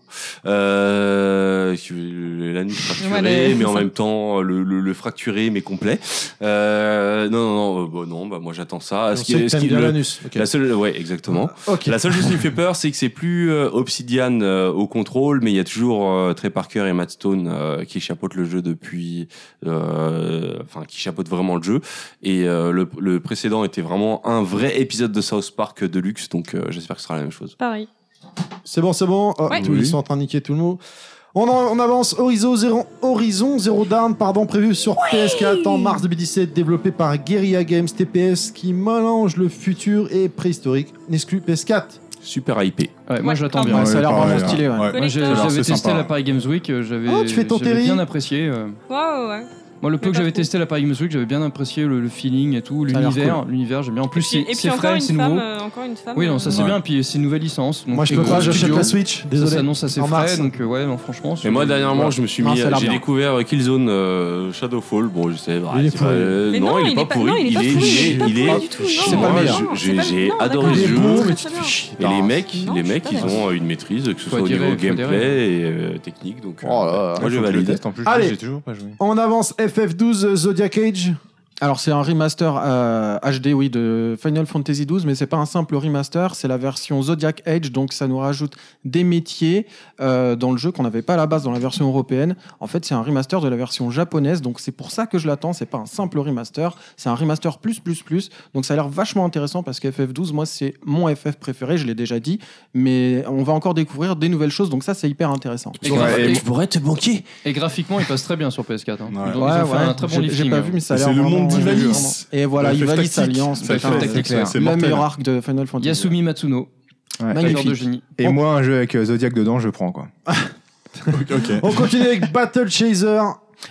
Speaker 5: euh, qui veut- l'anus fracturé
Speaker 4: Ouais, les-
Speaker 5: mais en
Speaker 4: ça.
Speaker 5: même temps le, le, le fracturé mais complet euh, non non non euh, bon non bah moi j'attends ça
Speaker 2: On
Speaker 5: Ce qui
Speaker 2: sait
Speaker 5: est-
Speaker 2: que
Speaker 5: ce
Speaker 2: t'aimes
Speaker 5: qui est
Speaker 2: bien
Speaker 5: le-
Speaker 2: l'anus. Ok. Ah, bah,
Speaker 5: la seule ouais exactement la seule chose qui me fait peur, c'est que c'est plus euh, Obsidian euh, au contrôle, mais il y a toujours euh, Trey Parker et Matt Stone euh, qui chapeautent le jeu depuis, euh, enfin qui chapeautent vraiment le jeu. Et euh, le, le précédent était vraiment un vrai épisode de South Park de luxe, donc euh, j'espère que ce sera la même chose.
Speaker 4: Pareil.
Speaker 2: C'est bon, c'est bon. Ah,
Speaker 4: Ouais.
Speaker 2: tous- Ils sont en train de niquer tout le monde. On, en- on avance. Horizon Zero, Horizon Zero Dawn, pardon, prévu sur PS4 en mars 2017, développé par Guerrilla Games TPS, qui mélange le futur et préhistorique. Exclu PS4.
Speaker 5: Super hypé.
Speaker 1: Ouais, moi,
Speaker 5: Ah,
Speaker 1: je l'attends bien.
Speaker 5: bah,
Speaker 8: Ouais, ça a l'air
Speaker 10: pareil,
Speaker 8: vraiment stylé, ouais.
Speaker 10: ouais.
Speaker 1: Moi, j'ai-
Speaker 10: Alors,
Speaker 1: j'avais
Speaker 10: c'est
Speaker 1: testé
Speaker 10: sympa.
Speaker 1: la Paris Games Week, euh, j'avais
Speaker 2: Oh, tu fais ton
Speaker 1: j'avais
Speaker 2: terry.
Speaker 1: bien apprécié. euh.
Speaker 4: Ouais, ouais, ouais.
Speaker 1: Moi, le peu
Speaker 4: Mais
Speaker 1: que
Speaker 4: pas
Speaker 1: j'avais
Speaker 4: trop.
Speaker 1: testé la Paris Games Week, j'avais bien apprécié le, le feeling et tout,
Speaker 8: Ça a l'air
Speaker 1: l'univers, l'univers, j'aime bien. En plus,
Speaker 4: Et
Speaker 1: c'est
Speaker 4: puis- et
Speaker 1: c'est
Speaker 4: puis encore
Speaker 1: frais,
Speaker 4: une
Speaker 1: c'est
Speaker 4: femme,
Speaker 1: nouveau.
Speaker 4: euh, encore une femme.
Speaker 1: Oui, non,
Speaker 4: euh,
Speaker 1: ça c'est
Speaker 10: Ouais.
Speaker 1: bien. Puis c'est une nouvelle licence. donc
Speaker 2: Moi, je
Speaker 1: c'est
Speaker 2: peux
Speaker 1: gros
Speaker 2: pas, j'achète
Speaker 1: studio.
Speaker 2: la Switch.
Speaker 1: Ça
Speaker 2: Désolé.
Speaker 1: s'annonce assez
Speaker 2: En
Speaker 1: frais,
Speaker 2: mars.
Speaker 1: donc euh, ouais, non, franchement. c'est-
Speaker 5: Et moi dernièrement,
Speaker 1: voilà.
Speaker 5: je me suis
Speaker 2: Non,
Speaker 5: mis,
Speaker 2: Ah, ça a l'air
Speaker 5: j'ai
Speaker 2: bien.
Speaker 5: découvert Killzone euh, Shadowfall. Bon, je sais, bah,
Speaker 2: Il est
Speaker 5: c'est
Speaker 2: pourri.
Speaker 5: euh,
Speaker 4: Mais
Speaker 5: non, il est pas pourri.
Speaker 4: non, il est pas pourri, il est pas
Speaker 5: il est,
Speaker 4: pourri du tout, non.
Speaker 5: Moi,
Speaker 8: C'est pas le meilleur.
Speaker 5: je-
Speaker 4: C'est
Speaker 5: J'ai
Speaker 4: pas-
Speaker 5: j'ai
Speaker 4: non,
Speaker 5: adoré
Speaker 4: d'accord.
Speaker 5: ce
Speaker 2: Il est
Speaker 5: jeu.
Speaker 2: beau, mais
Speaker 4: Très
Speaker 2: tu te
Speaker 4: bien.
Speaker 2: fais chier.
Speaker 5: Et les mecs,
Speaker 4: Bah, Non,
Speaker 5: les
Speaker 4: je suis
Speaker 5: mecs,
Speaker 4: pas
Speaker 5: ils
Speaker 4: d'accord.
Speaker 5: ont euh, une maîtrise, que ce
Speaker 1: Faut
Speaker 5: soit au
Speaker 1: adhérer,
Speaker 5: niveau
Speaker 1: faut adhérer.
Speaker 5: gameplay et euh, technique.
Speaker 11: Oh
Speaker 5: Donc, euh,
Speaker 4: Oh
Speaker 5: moi je valide.
Speaker 11: En plus,
Speaker 2: Allez.
Speaker 11: j'ai toujours pas joué.
Speaker 2: On avance FF12 euh, Zodiac Age.
Speaker 8: Alors c'est un remaster euh, HD oui de Final Fantasy XII mais c'est pas un simple remaster, c'est la version Zodiac Age donc ça nous rajoute des métiers euh, dans le jeu qu'on n'avait pas à la base dans la version européenne. En fait, c'est un remaster de la version japonaise donc c'est pour ça que je l'attends, c'est pas un simple remaster, c'est un remaster plus plus plus. Donc ça a l'air vachement intéressant parce que FF12 moi c'est mon FF préféré, je l'ai déjà dit, mais on va encore découvrir des nouvelles choses donc ça c'est hyper intéressant.
Speaker 1: Et gra-
Speaker 11: Ouais,
Speaker 1: et-
Speaker 11: tu pourrais te banquer.
Speaker 1: Et graphiquement, il passe très bien sur PS4. hein.
Speaker 10: Ouais.
Speaker 1: Donc, ils ont fait un très bon
Speaker 8: j'ai- J'ai
Speaker 1: lifting. hein.
Speaker 8: pas vu, mais ça a
Speaker 10: Et
Speaker 8: l'air
Speaker 10: c'est le
Speaker 8: vraiment-
Speaker 10: monde
Speaker 8: ouais,
Speaker 10: d'Ivalice.
Speaker 8: vraiment- Et voilà,
Speaker 10: FF
Speaker 8: Ivalis
Speaker 10: tactique.
Speaker 8: Alliance,
Speaker 10: Ça,
Speaker 8: putain,
Speaker 10: c'est-
Speaker 8: c'est clair.
Speaker 10: c'est
Speaker 8: La
Speaker 10: mortel.
Speaker 8: meilleure arc de Final Fantasy.
Speaker 1: Yasumi Matsuno,
Speaker 11: Ouais.
Speaker 1: acteur de
Speaker 8: Magnifique.
Speaker 1: génie.
Speaker 11: Et moi, un jeu avec euh, Zodiac dedans, je prends quoi.
Speaker 10: Ok.
Speaker 2: On continue avec Battle Chaser.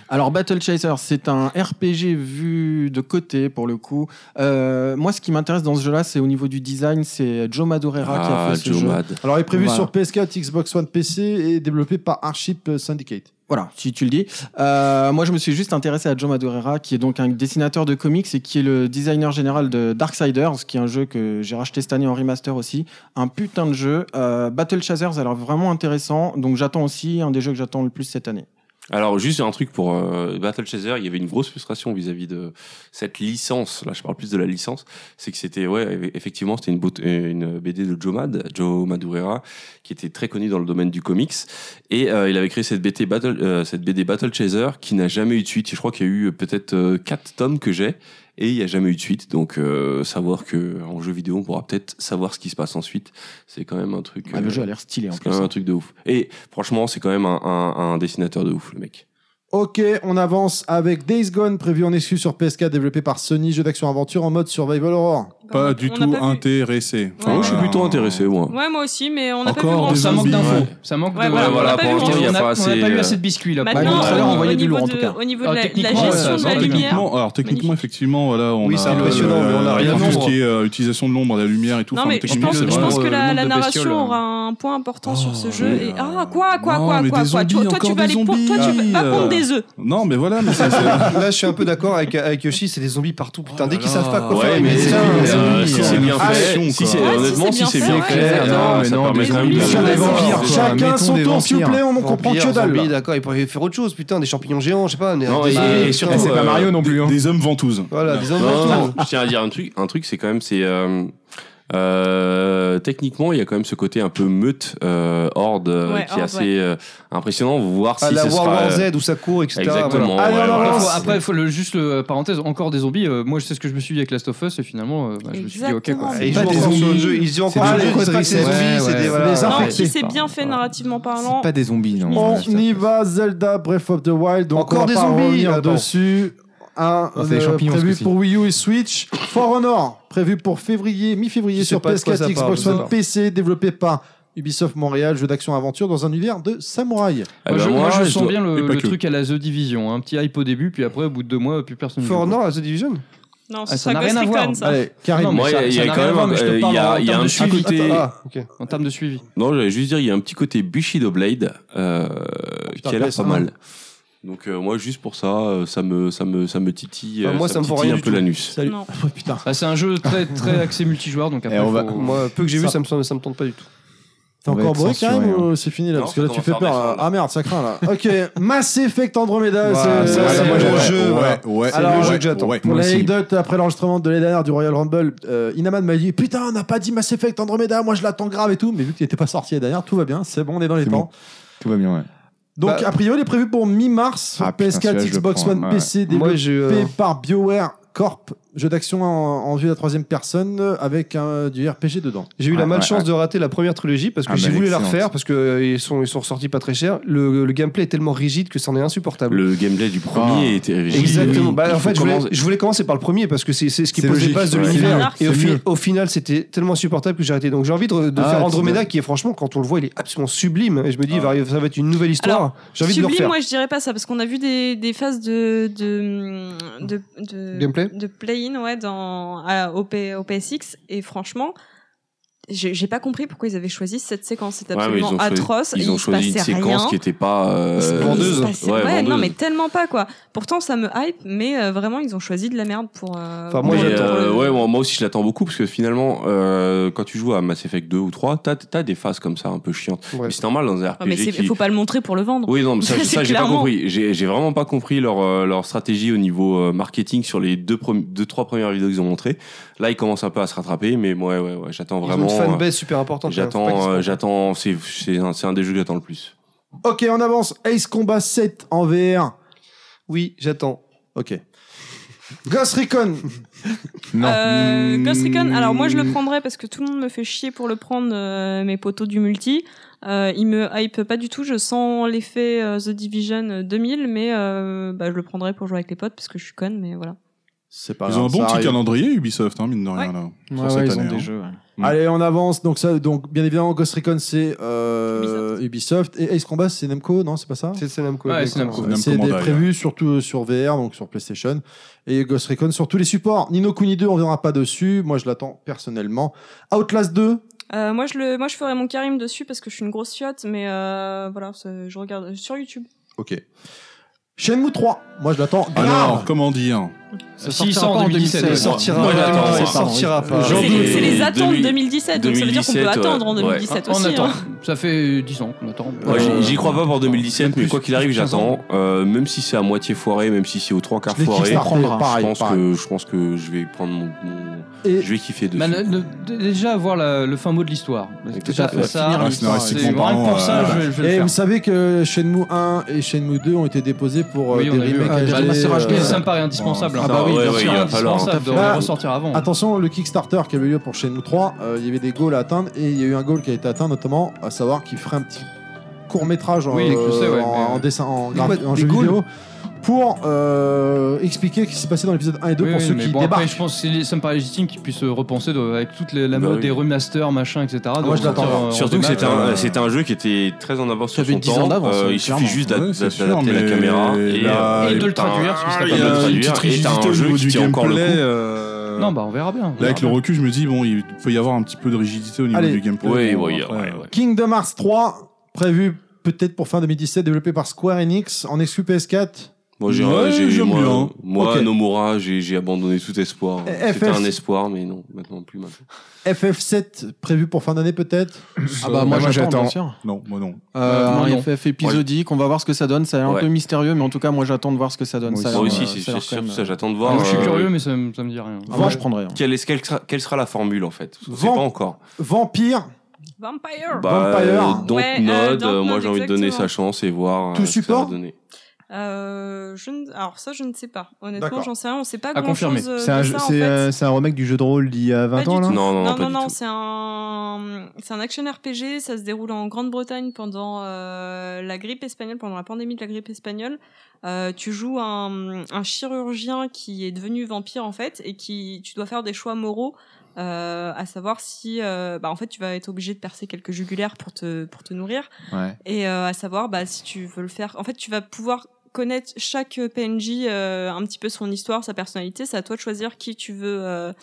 Speaker 8: Alors Battle Chaser, c'est un RPG vu de côté pour le coup. Euh, moi, ce qui m'intéresse dans ce jeu-là, c'est au niveau du design, c'est Joe Madureira qui a
Speaker 5: Ah,
Speaker 8: fait ce
Speaker 5: Joe
Speaker 8: jeu.
Speaker 5: Mad.
Speaker 2: Alors, il est prévu
Speaker 8: Voilà.
Speaker 2: sur PS4, Xbox One, PC et développé par Archip Syndicate.
Speaker 8: Voilà, si tu le dis. Euh, moi, je me suis juste intéressé à Joe Madureira, qui est donc un dessinateur de comics et qui est le designer général de Darksiders, qui est un jeu que j'ai racheté cette année en remaster aussi. Un putain de jeu. Euh, Battle Chasers, alors vraiment intéressant. Donc, j'attends aussi un des jeux que j'attends le plus cette année.
Speaker 5: Alors juste un truc pour euh, Battle Chaser, il y avait une grosse frustration vis-à-vis de cette licence. Là, je parle plus de la licence, c'est que c'était ouais, effectivement, c'était une, bout- une BD de Joe Mad, Joe Madureira, qui était très connu dans le domaine du comics, et euh, il avait créé cette BD Battle, euh, cette BD Battle Chaser, qui n'a jamais eu de suite. Je crois qu'il y a eu euh, peut-être euh, quatre tomes que j'ai. Et il n'y a jamais eu de suite, donc euh, savoir que en jeu vidéo on pourra peut-être savoir ce qui se passe ensuite, c'est quand même un truc.
Speaker 8: Ah, le
Speaker 5: euh,
Speaker 8: jeu a l'air stylé en
Speaker 5: c'est
Speaker 8: plus.
Speaker 5: quand même un truc de ouf. Et franchement, c'est quand même un, un- un dessinateur de ouf, le mec.
Speaker 2: Ok, on avance avec Days Gone, prévu en exclu sur PS4, développé par Sony, jeu d'action-aventure en mode Survival Horror.
Speaker 10: Pas
Speaker 4: on
Speaker 10: du
Speaker 4: a
Speaker 10: tout
Speaker 4: pas vu.
Speaker 10: intéressé.
Speaker 4: Ouais,
Speaker 5: Moi, je suis
Speaker 10: euh,
Speaker 5: plutôt intéressé, moi.
Speaker 4: Ouais, moi aussi, mais on n'a pas vu
Speaker 10: Encore
Speaker 1: Bon,
Speaker 10: des
Speaker 4: grand-chose.
Speaker 1: ça manque
Speaker 10: zombies,
Speaker 1: d'infos.
Speaker 10: ouais.
Speaker 1: Ça manque
Speaker 4: Ouais,
Speaker 1: de.
Speaker 4: voilà,
Speaker 5: voilà,
Speaker 4: pas
Speaker 5: pour
Speaker 4: vu
Speaker 5: l'instant, il n'y a
Speaker 1: on a-
Speaker 5: pas
Speaker 1: On n'a
Speaker 5: assez.
Speaker 1: pas eu
Speaker 5: euh,
Speaker 1: assez de biscuits là.
Speaker 8: Bah,
Speaker 4: Maintenant,
Speaker 8: le trailer
Speaker 4: euh,
Speaker 8: envoyait
Speaker 4: au,
Speaker 8: du
Speaker 4: niveau
Speaker 8: lourd, en
Speaker 4: de-
Speaker 8: tout cas.
Speaker 4: au niveau de
Speaker 1: Alors,
Speaker 4: la, la
Speaker 1: techniquement,
Speaker 4: gestion
Speaker 1: ouais,
Speaker 4: de
Speaker 1: ça
Speaker 4: la
Speaker 1: va,
Speaker 4: lumière.
Speaker 10: euh, Techniquement, alors techniquement,
Speaker 4: Magnifique.
Speaker 10: effectivement, voilà, on
Speaker 3: Oui,
Speaker 10: a
Speaker 3: c'est impressionnant, mais on a
Speaker 10: euh,
Speaker 3: rien
Speaker 10: tout ce
Speaker 3: vu.
Speaker 10: qui est euh, utilisation de l'ombre, de la lumière et tout.
Speaker 4: Non,
Speaker 10: Enfin,
Speaker 4: mais je
Speaker 10: techniquement,
Speaker 4: pense,
Speaker 10: c'est
Speaker 4: je
Speaker 10: vrai.
Speaker 4: pense que la,
Speaker 1: Le
Speaker 4: la
Speaker 1: nombre de
Speaker 4: narration
Speaker 1: bestioles,
Speaker 4: aura un point important sur ce
Speaker 10: Oh,
Speaker 4: jeu.
Speaker 10: mais,
Speaker 4: Et,
Speaker 10: euh,
Speaker 4: ah, quoi, quoi,
Speaker 10: non,
Speaker 4: quoi,
Speaker 10: mais
Speaker 4: quoi,
Speaker 10: des
Speaker 4: quoi. Tu-
Speaker 10: zombies,
Speaker 4: Toi, tu
Speaker 10: encore
Speaker 4: vas
Speaker 10: des
Speaker 4: aller pour- toi, tu
Speaker 10: zombies,
Speaker 4: vas- va
Speaker 10: euh.
Speaker 4: pondre des œufs.
Speaker 10: Non, mais voilà, mais c'est- c'est-
Speaker 3: Là, je suis un peu d'accord avec, avec Yoshi, c'est des zombies partout. Putain, dès qu'ils savent pas quoi
Speaker 5: Ouais,
Speaker 3: faire,
Speaker 5: mais
Speaker 3: ils
Speaker 5: c'est- euh,
Speaker 3: disent, putain,
Speaker 10: euh,
Speaker 5: si
Speaker 10: c'est
Speaker 5: c'est
Speaker 10: une
Speaker 5: bien
Speaker 10: impression,
Speaker 5: fait, si
Speaker 10: quoi.
Speaker 5: c'est-
Speaker 4: Ouais, si
Speaker 5: honnêtement, si
Speaker 4: c'est
Speaker 5: c'est
Speaker 4: bien
Speaker 5: bien
Speaker 4: fait,
Speaker 5: fait,
Speaker 4: ouais.
Speaker 11: Non,
Speaker 5: euh,
Speaker 11: mais
Speaker 5: ça
Speaker 11: non,
Speaker 5: permet
Speaker 11: mais
Speaker 5: quand même
Speaker 11: oui,
Speaker 5: de-
Speaker 11: sur les vampires, quoi.
Speaker 2: Chacun
Speaker 11: Mettons
Speaker 2: son
Speaker 11: des
Speaker 2: tour, s'il vous
Speaker 11: vampires.
Speaker 2: plaît, on n'en comprend
Speaker 3: vampires,
Speaker 2: que dalle.
Speaker 3: zombies,
Speaker 2: là.
Speaker 3: d'accord, ils pourraient faire autre chose, putain, des champignons géants, je sais pas. des-
Speaker 5: Non,
Speaker 3: des-
Speaker 5: et-
Speaker 3: des-
Speaker 5: et
Speaker 3: des-
Speaker 5: surtout,
Speaker 11: Eh, c'est pas
Speaker 5: euh,
Speaker 11: Mario non plus. Hein.
Speaker 10: des hommes ventouses.
Speaker 3: Voilà, des hommes
Speaker 5: Non,
Speaker 3: partout.
Speaker 5: non, je tiens à dire un truc, un truc, c'est quand même, c'est euh, euh, techniquement, il y a quand même ce côté un peu meute, euh, horde, euh,
Speaker 4: Ouais,
Speaker 5: qui
Speaker 4: horde,
Speaker 5: est assez euh, impressionnant. Voir si
Speaker 3: À
Speaker 5: ce
Speaker 3: Ah, la World
Speaker 5: sera
Speaker 3: War
Speaker 5: euh,
Speaker 3: Z Ah, où ça court, etc.
Speaker 5: exactement.
Speaker 2: Allez,
Speaker 5: ouais,
Speaker 2: on
Speaker 5: voilà.
Speaker 2: avance.
Speaker 1: Faut- après, il faut le, juste le euh, parenthèse, encore des zombies. euh, moi, je sais ce que je me suis dit avec Last of Us et finalement, euh, bah, je me suis dit, ok,
Speaker 4: Exactement.
Speaker 1: quoi.
Speaker 3: Et Ils
Speaker 11: pas
Speaker 3: jouent
Speaker 11: des
Speaker 3: encore sur le
Speaker 11: zombies.
Speaker 3: jeu, ils jouent encore
Speaker 11: C'est
Speaker 3: sur le
Speaker 11: des
Speaker 3: jeu, c'est pas que c'est des
Speaker 11: quadriceps.
Speaker 3: zombies, c'est
Speaker 11: Ouais,
Speaker 3: des.
Speaker 11: ouais.
Speaker 3: voilà.
Speaker 11: Les
Speaker 4: Non,
Speaker 11: infectés.
Speaker 4: qui s'est bien fait narrativement parlant.
Speaker 11: C'est pas des zombies, non. Oh,
Speaker 2: On
Speaker 11: Ouais.
Speaker 2: y va, Zelda Breath of the Wild. Donc
Speaker 3: Encore
Speaker 2: on va
Speaker 3: des
Speaker 2: pas
Speaker 3: zombies, Ah,
Speaker 2: revenir
Speaker 3: attends.
Speaker 2: dessus. Un
Speaker 11: Non, c'est les
Speaker 2: euh,
Speaker 11: champignons,
Speaker 2: prévu
Speaker 11: ce coup-ci.
Speaker 2: pour Wii U et Switch. For Honor, prévu pour février, mi-février
Speaker 3: Je sais
Speaker 2: sur
Speaker 3: pas de quoi
Speaker 2: PS4,
Speaker 3: ça parle,
Speaker 2: Xbox
Speaker 3: je sais
Speaker 2: One,
Speaker 3: pas.
Speaker 2: PC, développé par Ubisoft Montréal, jeu d'action-aventure dans un univers de samouraï.
Speaker 5: Ah
Speaker 1: Moi,
Speaker 5: bah,
Speaker 1: je,
Speaker 5: moi,
Speaker 1: moi, je
Speaker 5: je
Speaker 1: sens
Speaker 5: dois-
Speaker 1: bien
Speaker 10: et
Speaker 1: le,
Speaker 10: pas
Speaker 1: le
Speaker 10: que.
Speaker 1: truc à la The Division. Un petit hype au début, puis après, au bout de deux mois, plus personne. ne joue.
Speaker 3: For Honor, à The Division
Speaker 4: Non,
Speaker 1: Ah,
Speaker 4: ce
Speaker 1: ça
Speaker 4: sera
Speaker 1: n'a
Speaker 4: Ghost
Speaker 1: rien à voir.
Speaker 4: Recon, ça.
Speaker 2: Allez, Karim.
Speaker 1: Non, Ah, mais
Speaker 5: Moi,
Speaker 1: ça-
Speaker 5: il y
Speaker 1: ça
Speaker 5: a
Speaker 1: n'a
Speaker 5: quand
Speaker 1: rien à voir,
Speaker 5: même,
Speaker 1: mais je te
Speaker 5: euh, il
Speaker 1: parle
Speaker 5: y a-
Speaker 1: en
Speaker 5: il y a
Speaker 1: termes
Speaker 5: un
Speaker 1: de
Speaker 5: petit
Speaker 1: suivi.
Speaker 5: côté.
Speaker 3: Ah, ok.
Speaker 1: En termes de suivi.
Speaker 5: Non, j'allais juste dire, il y a un petit côté Bushido Blade euh,
Speaker 3: Ah,
Speaker 2: Putain,
Speaker 5: qui a l'air
Speaker 2: PS1.
Speaker 5: pas mal. Donc euh, moi juste pour ça, euh, ça me ça me ça me titille,
Speaker 3: Enfin,
Speaker 5: euh,
Speaker 3: Ah, moi, ça me
Speaker 5: me
Speaker 3: vaut
Speaker 5: titille
Speaker 3: rien
Speaker 5: un
Speaker 3: du
Speaker 5: peu
Speaker 3: tout.
Speaker 5: l'anus.
Speaker 2: Salut.
Speaker 4: Non.
Speaker 2: Oh, putain.
Speaker 1: Ah, c'est un jeu très très axé multijoueur, donc après.
Speaker 11: on va-
Speaker 1: faut-
Speaker 3: Moi, peu que j'ai vu,
Speaker 2: Ça-
Speaker 3: ça me, semble- ça me tente pas du tout.
Speaker 2: T'es
Speaker 11: On va
Speaker 2: encore
Speaker 11: être
Speaker 2: bourré
Speaker 11: censuré,
Speaker 2: Karim
Speaker 11: hein.
Speaker 2: ou c'est fini
Speaker 5: Non,
Speaker 2: là Parce que là
Speaker 5: on
Speaker 2: tu
Speaker 5: va
Speaker 2: fais
Speaker 5: faire
Speaker 2: peur. là.
Speaker 5: descendre.
Speaker 2: Ah merde, ça craint là. Ok, *laughs* Mass Effect Andromeda.
Speaker 3: Voilà,
Speaker 2: c'est-
Speaker 3: ça,
Speaker 2: c'est-
Speaker 3: c'est
Speaker 2: ouais.
Speaker 3: le jeu,
Speaker 10: ouais,
Speaker 3: voilà.
Speaker 10: ouais.
Speaker 3: C'est le jeu que j'attends.
Speaker 10: ouais.
Speaker 2: Pour
Speaker 10: Moi aussi.
Speaker 2: l'anecdote, après l'enregistrement de l'année dernière du Royal Rumble, euh, Inaman m'a dit Putain, on n'a pas dit Mass Effect Andromeda, moi je l'attends grave et tout. Mais vu qu'il n'était pas sorti l'année dernière, tout va bien, c'est Bah bon, on est dans les
Speaker 11: C'est
Speaker 2: temps.
Speaker 5: euh,
Speaker 11: Tout va bien, ouais.
Speaker 2: Donc, a priori, il est prévu pour mi-mars sur
Speaker 11: Ah, putain,
Speaker 2: PS4,
Speaker 11: celui-là, je le
Speaker 2: Xbox
Speaker 11: prends,
Speaker 2: One,
Speaker 11: ouais.
Speaker 2: PC,
Speaker 3: Moi,
Speaker 2: développé
Speaker 3: j'ai. euh,
Speaker 2: par BioWare Corp. Jeu d'action en, en vue de la troisième personne euh, avec un- du RPG dedans.
Speaker 3: J'ai eu
Speaker 11: Ouais,
Speaker 3: la malchance
Speaker 11: ouais, ouais.
Speaker 3: de rater la première trilogie parce que
Speaker 11: Ah,
Speaker 3: j'ai
Speaker 11: mais
Speaker 3: voulu la
Speaker 11: excellente.
Speaker 3: refaire parce que euh, ils sont ils sont ressortis pas très cher. Le, le gameplay est tellement rigide que c'en est insupportable.
Speaker 5: Le gameplay du premier
Speaker 11: Ah.
Speaker 5: était
Speaker 3: Exactement. Bah, en fait, je voulais,
Speaker 5: commencer-
Speaker 3: je voulais commencer par le premier parce que c'est c'est ce qui
Speaker 11: C'est
Speaker 3: pose les
Speaker 11: logique,
Speaker 3: bases de
Speaker 11: ouais.
Speaker 4: C'est
Speaker 3: l'univers.
Speaker 4: mieux,
Speaker 3: Et au,
Speaker 11: c'est
Speaker 3: fi-
Speaker 11: mieux.
Speaker 3: au final, c'était tellement insupportable que j'ai arrêté. Donc j'ai envie de, de
Speaker 11: Ah,
Speaker 3: faire
Speaker 11: c'est
Speaker 3: Andromeda
Speaker 11: bien.
Speaker 3: qui est franchement, quand on le voit, il est absolument sublime. Et je me dis, il va arriver- ça va être une nouvelle histoire. J'ai envie de le
Speaker 4: Sublime,
Speaker 3: refaire.
Speaker 4: moi je dirais pas ça parce qu'on a vu des, des phases de de de, de-
Speaker 3: Gameplay
Speaker 4: de play-in ouais dans à- au, P- au PSX et franchement j'ai j'ai pas compris pourquoi ils avaient choisi cette séquence c'est
Speaker 5: Ouais, mais ils
Speaker 4: absolument
Speaker 5: ont choisi-
Speaker 4: atroce
Speaker 5: Ils ont
Speaker 4: il se
Speaker 5: choisi une
Speaker 4: passait
Speaker 5: séquence
Speaker 4: rien.
Speaker 5: qui était pas euh,
Speaker 3: Vendeuse.
Speaker 4: Il se passait-
Speaker 5: Ouais,
Speaker 4: ouais, non
Speaker 5: vendeuse.
Speaker 4: mais tellement pas quoi pourtant ça me hype mais euh, vraiment ils ont choisi de la merde pour euh,
Speaker 3: Enfin,
Speaker 4: pour
Speaker 3: moi,
Speaker 5: Mais,
Speaker 4: le-
Speaker 3: j'attends,
Speaker 5: euh,
Speaker 4: pour le-
Speaker 5: ouais, moi, moi aussi je l'attends beaucoup parce que finalement, euh, quand tu joues à Mass Effect 2 ou 3, t'as as des phases comme ça un peu chiantes.
Speaker 3: Ouais.
Speaker 5: Mais c'est normal dans un
Speaker 4: Ah,
Speaker 5: RPG.
Speaker 4: mais c'est-
Speaker 5: qui-
Speaker 4: faut pas le montrer pour le vendre
Speaker 5: Oui, non, mais ça,
Speaker 4: *laughs* C'est
Speaker 5: ça, j'ai pas
Speaker 4: clairement.
Speaker 5: compris. J'ai j'ai vraiment pas compris leur, euh, leur stratégie au niveau euh, marketing sur les deux, premi- deux, trois premières vidéos qu'ils ont montrées. Là, ils commencent un peu à se rattraper, mais ouais, ouais, ouais, j'attends
Speaker 3: Ils ont
Speaker 5: vraiment.
Speaker 3: une
Speaker 5: euh,
Speaker 3: fanbase super importante. Faut pas
Speaker 5: J'attends,
Speaker 3: qu'ils se-
Speaker 5: euh, j'attends, c'est c'est un, c'est un des jeux que j'attends le plus.
Speaker 2: Ok, on avance. Ace Combat 7 en VR.
Speaker 3: Oui, j'attends.
Speaker 2: Ok. Ghost Recon.
Speaker 11: Non.
Speaker 4: Euh, Ghost Recon, alors moi je le prendrais parce que tout le monde me fait chier pour le prendre, euh, mes poteaux du multi. Euh, il me hype pas du tout, je sens l'effet euh, The Division 2000, mais euh, bah, je le prendrais pour jouer avec les potes parce que je suis conne, mais voilà.
Speaker 2: C'est pas
Speaker 10: Ils ont un
Speaker 2: grave,
Speaker 10: bon
Speaker 2: ça
Speaker 10: petit
Speaker 2: arrive.
Speaker 10: calendrier Ubisoft, hein, mine de rien. Là,
Speaker 8: Ouais,
Speaker 10: sur
Speaker 8: ouais,
Speaker 10: cette
Speaker 8: ils ont
Speaker 10: année,
Speaker 8: des
Speaker 10: hein.
Speaker 8: jeux. ouais.
Speaker 2: Mm. Allez, on avance. Donc, ça, donc bien évidemment, Ghost Recon, c'est euh, Ubisoft. Et Ace Combat, c'est Namco, non C'est pas ça
Speaker 3: C'est c'est Namco.
Speaker 1: Ouais,
Speaker 3: d'accord.
Speaker 1: c'est Namco.
Speaker 10: Namco
Speaker 2: C'est des
Speaker 10: Bandai,
Speaker 2: prévus surtout euh, sur VR, donc sur PlayStation. Et Ghost Recon sur tous les supports. Nino Kuni 2, on verra pas dessus. Moi, je l'attends personnellement. Outlast 2,
Speaker 4: Euh, moi, je le, moi je ferais mon Karim dessus parce que je suis une grosse fiotte, mais euh, voilà, c'est- je regarde sur YouTube.
Speaker 2: ok. Shenmue 3, moi, je l'attends.
Speaker 10: Alors,
Speaker 2: grave.
Speaker 10: comment dire
Speaker 8: Ça
Speaker 1: S'il
Speaker 8: sortira
Speaker 1: sort
Speaker 8: pas
Speaker 1: en 2017,
Speaker 3: Il
Speaker 8: 2016.
Speaker 3: sortira.
Speaker 5: Moi,
Speaker 3: pas.
Speaker 5: j'attends,
Speaker 3: Il
Speaker 5: ouais.
Speaker 3: sortira pas.
Speaker 4: C'est
Speaker 5: Genre
Speaker 4: les,
Speaker 5: de-
Speaker 4: c'est les attentes
Speaker 5: 2000
Speaker 4: 2017, donc ça veut dire qu'on peut
Speaker 5: 2017,
Speaker 4: attendre en
Speaker 5: ouais. Ah,
Speaker 4: 2017
Speaker 1: on
Speaker 4: aussi.
Speaker 1: attend.
Speaker 4: hein.
Speaker 1: Ça fait 10 ans qu'on attend.
Speaker 5: Moi, j'y-
Speaker 1: Euh,
Speaker 5: J'y crois pas pour 2017, mais
Speaker 8: plus,
Speaker 5: quoi qu'il arrive,
Speaker 8: plus de 15 ans.
Speaker 5: j'attends. Euh, même si c'est à moitié foiré, même si c'est aux trois quarts
Speaker 2: Je l'ai
Speaker 5: foiré,
Speaker 2: kickstarté,
Speaker 8: prendra.
Speaker 5: je
Speaker 2: pareil,
Speaker 5: pense
Speaker 2: pareil.
Speaker 5: que je pense que je vais prendre mon, mon-
Speaker 2: Et-
Speaker 5: je vais kiffer dessus.
Speaker 1: Bah, ne- ne- déjà avoir la- le fin mot de l'histoire.
Speaker 5: Tout
Speaker 1: Déjà
Speaker 5: à fait.
Speaker 1: ça,
Speaker 10: Finir
Speaker 1: euh,
Speaker 10: l'histoire,
Speaker 1: c'est
Speaker 10: c'est
Speaker 1: rien
Speaker 10: comparant
Speaker 1: que pour ça,
Speaker 10: à-
Speaker 1: je, vais- je vais
Speaker 2: Et
Speaker 1: le
Speaker 2: vous
Speaker 1: faire.
Speaker 2: savez que Shenmue 1 et Shenmue 2 ont été déposés pour euh,
Speaker 1: Oui, on
Speaker 2: des
Speaker 1: a vu.
Speaker 2: remakes
Speaker 1: Ah,
Speaker 2: HD,
Speaker 1: bah, c'est
Speaker 2: euh,
Speaker 1: racheté, ça me paraît indispensable.
Speaker 5: Ah
Speaker 1: hein.
Speaker 5: bah oui,
Speaker 1: bien
Speaker 5: ouais,
Speaker 1: sûr,
Speaker 5: il va falloir.
Speaker 1: indispensable de
Speaker 5: hein.
Speaker 2: Bah,
Speaker 1: ressortir avant.
Speaker 2: Attention, le Kickstarter qui avait lieu pour Shenmue 3, euh, il y avait des goals à atteindre et il y a eu un goal qui a été atteint notamment, à savoir qu'il ferait un petit court métrage en,
Speaker 1: Oui, je sais,
Speaker 2: en-
Speaker 1: ouais, mais,
Speaker 2: en
Speaker 1: euh,
Speaker 2: dessin, en,
Speaker 3: Quoi,
Speaker 2: graphi- en
Speaker 3: des
Speaker 2: jeu
Speaker 3: goals
Speaker 2: vidéo pour euh, expliquer ce qui s'est passé dans l'épisode 1 et 2
Speaker 1: Oui,
Speaker 2: pour
Speaker 1: oui,
Speaker 2: ceux
Speaker 1: mais
Speaker 2: qui
Speaker 1: bon, après,
Speaker 2: débarquent.
Speaker 1: je pense que c'est- ça me paraît légitime qu'ils puissent euh, repenser de- avec toute les- la
Speaker 5: Bah
Speaker 1: mode
Speaker 5: oui.
Speaker 1: des remasters, machin, etc. de
Speaker 2: Ah, Moi, je
Speaker 1: ressortir
Speaker 2: l'attends.
Speaker 1: en- en
Speaker 5: Surtout que
Speaker 1: démat.
Speaker 5: c'était un, c'était un jeu qui était très en avance sur
Speaker 8: T'avais
Speaker 5: son
Speaker 8: 10 ans
Speaker 5: temps.
Speaker 8: d'avance,
Speaker 5: il
Speaker 8: clairement.
Speaker 5: suffit juste d'a-
Speaker 10: Ouais, c'est sûr,
Speaker 5: d'adapter la
Speaker 10: mais
Speaker 5: caméra et,
Speaker 10: là,
Speaker 5: euh,
Speaker 1: et de le
Speaker 5: t'as un-
Speaker 1: traduire, parce que ça
Speaker 5: et
Speaker 10: Il y
Speaker 1: permet
Speaker 10: a
Speaker 5: de le
Speaker 10: une
Speaker 5: traduire,
Speaker 10: petite
Speaker 5: et
Speaker 10: rigidité
Speaker 5: t'as un
Speaker 10: au
Speaker 5: jeu
Speaker 10: niveau
Speaker 5: qui
Speaker 10: du
Speaker 5: tient encore le
Speaker 10: gameplay.
Speaker 5: coup.
Speaker 10: euh,
Speaker 1: Non, bah on verra bien. on
Speaker 10: Là,
Speaker 1: verra
Speaker 10: avec le
Speaker 1: bien.
Speaker 10: recul, je me dis, bon, il peut y avoir un petit peu de rigidité au niveau
Speaker 2: Allez.
Speaker 10: du gameplay.
Speaker 5: Oui,
Speaker 10: Bon,
Speaker 5: oui,
Speaker 10: après, euh,
Speaker 5: ouais, ouais.
Speaker 2: Kingdom Hearts 3, prévu peut-être pour fin 2017, développé par Square Enix en exclu PS4.
Speaker 5: Moi, j'ai,
Speaker 10: Ouais,
Speaker 5: j'ai-
Speaker 10: j'aime
Speaker 5: moi,
Speaker 10: bien.
Speaker 5: moi,
Speaker 2: Ok.
Speaker 5: Nomura, j'ai, j'ai abandonné tout espoir.
Speaker 2: Eh,
Speaker 5: C'était
Speaker 2: FF.
Speaker 5: un espoir, mais non, maintenant plus maintenant.
Speaker 2: FF7, prévu pour fin d'année peut-être.
Speaker 8: Ah bah moi j'attends. bien sûr.
Speaker 10: Non, moi non.
Speaker 8: Euh,
Speaker 1: moi, non.
Speaker 8: un FF épisodique, on va voir ce que ça donne. Ça a l'air
Speaker 5: Ouais.
Speaker 8: un peu mystérieux, mais en tout cas moi j'attends de voir ce que ça donne.
Speaker 11: Moi
Speaker 8: ça a
Speaker 5: Moi
Speaker 8: l'air,
Speaker 5: aussi,
Speaker 8: euh,
Speaker 5: c'est,
Speaker 8: ça a
Speaker 5: c'est
Speaker 8: l'air quand
Speaker 5: sûr
Speaker 8: même,
Speaker 5: que ça,
Speaker 8: euh,
Speaker 5: j'attends de
Speaker 1: Ah,
Speaker 5: voir.
Speaker 1: moi, je suis
Speaker 5: euh,
Speaker 1: curieux, mais ça, me- ça me dit rien.
Speaker 8: ah, Moi je prendrais. hein.
Speaker 5: Quelle, est- quelle sera, quelle sera la formule en fait On sait
Speaker 2: Vent-
Speaker 5: pas encore.
Speaker 1: *laughs*
Speaker 2: Vampire,
Speaker 4: Vampire
Speaker 5: Bah,
Speaker 2: Vampire.
Speaker 5: euh, Dontnod,
Speaker 4: Ouais, euh, Dontnod,
Speaker 5: euh, moi j'ai envie de donner
Speaker 4: exactement.
Speaker 5: sa chance et voir
Speaker 2: Tout
Speaker 5: euh, ce que ça va
Speaker 2: support
Speaker 5: donner.
Speaker 4: Euh, je ne- Alors ça, je ne sais pas. Honnêtement,
Speaker 2: D'accord.
Speaker 4: j'en sais rien. On sait pas
Speaker 1: À confirmer.
Speaker 4: grand-chose euh,
Speaker 11: C'est un,
Speaker 4: de
Speaker 11: jeu-
Speaker 4: ça, en
Speaker 11: c'est,
Speaker 4: fait.
Speaker 11: euh, c'est un remake du jeu de rôle d'il y a 20
Speaker 4: Pas
Speaker 11: ans
Speaker 4: du
Speaker 11: là
Speaker 4: tout.
Speaker 5: Non, non, non,
Speaker 4: Non,
Speaker 5: pas
Speaker 4: non,
Speaker 5: du
Speaker 4: non,
Speaker 5: tout.
Speaker 4: c'est un... c'est un action RPG, ça se déroule en Grande-Bretagne pendant euh, la grippe espagnole, pendant la pandémie de la grippe espagnole. Euh, tu joues un, un chirurgien qui est devenu vampire en fait et qui tu dois faire des choix moraux, euh, à savoir si euh, bah, en fait tu vas être obligé de percer quelques jugulaires pour te, pour te nourrir
Speaker 11: Ouais.
Speaker 4: et euh, à savoir bah, si tu veux le faire. En fait, tu vas pouvoir connaître chaque PNJ euh, un petit peu son histoire, sa personnalité. C'est à toi de choisir qui tu veux euh,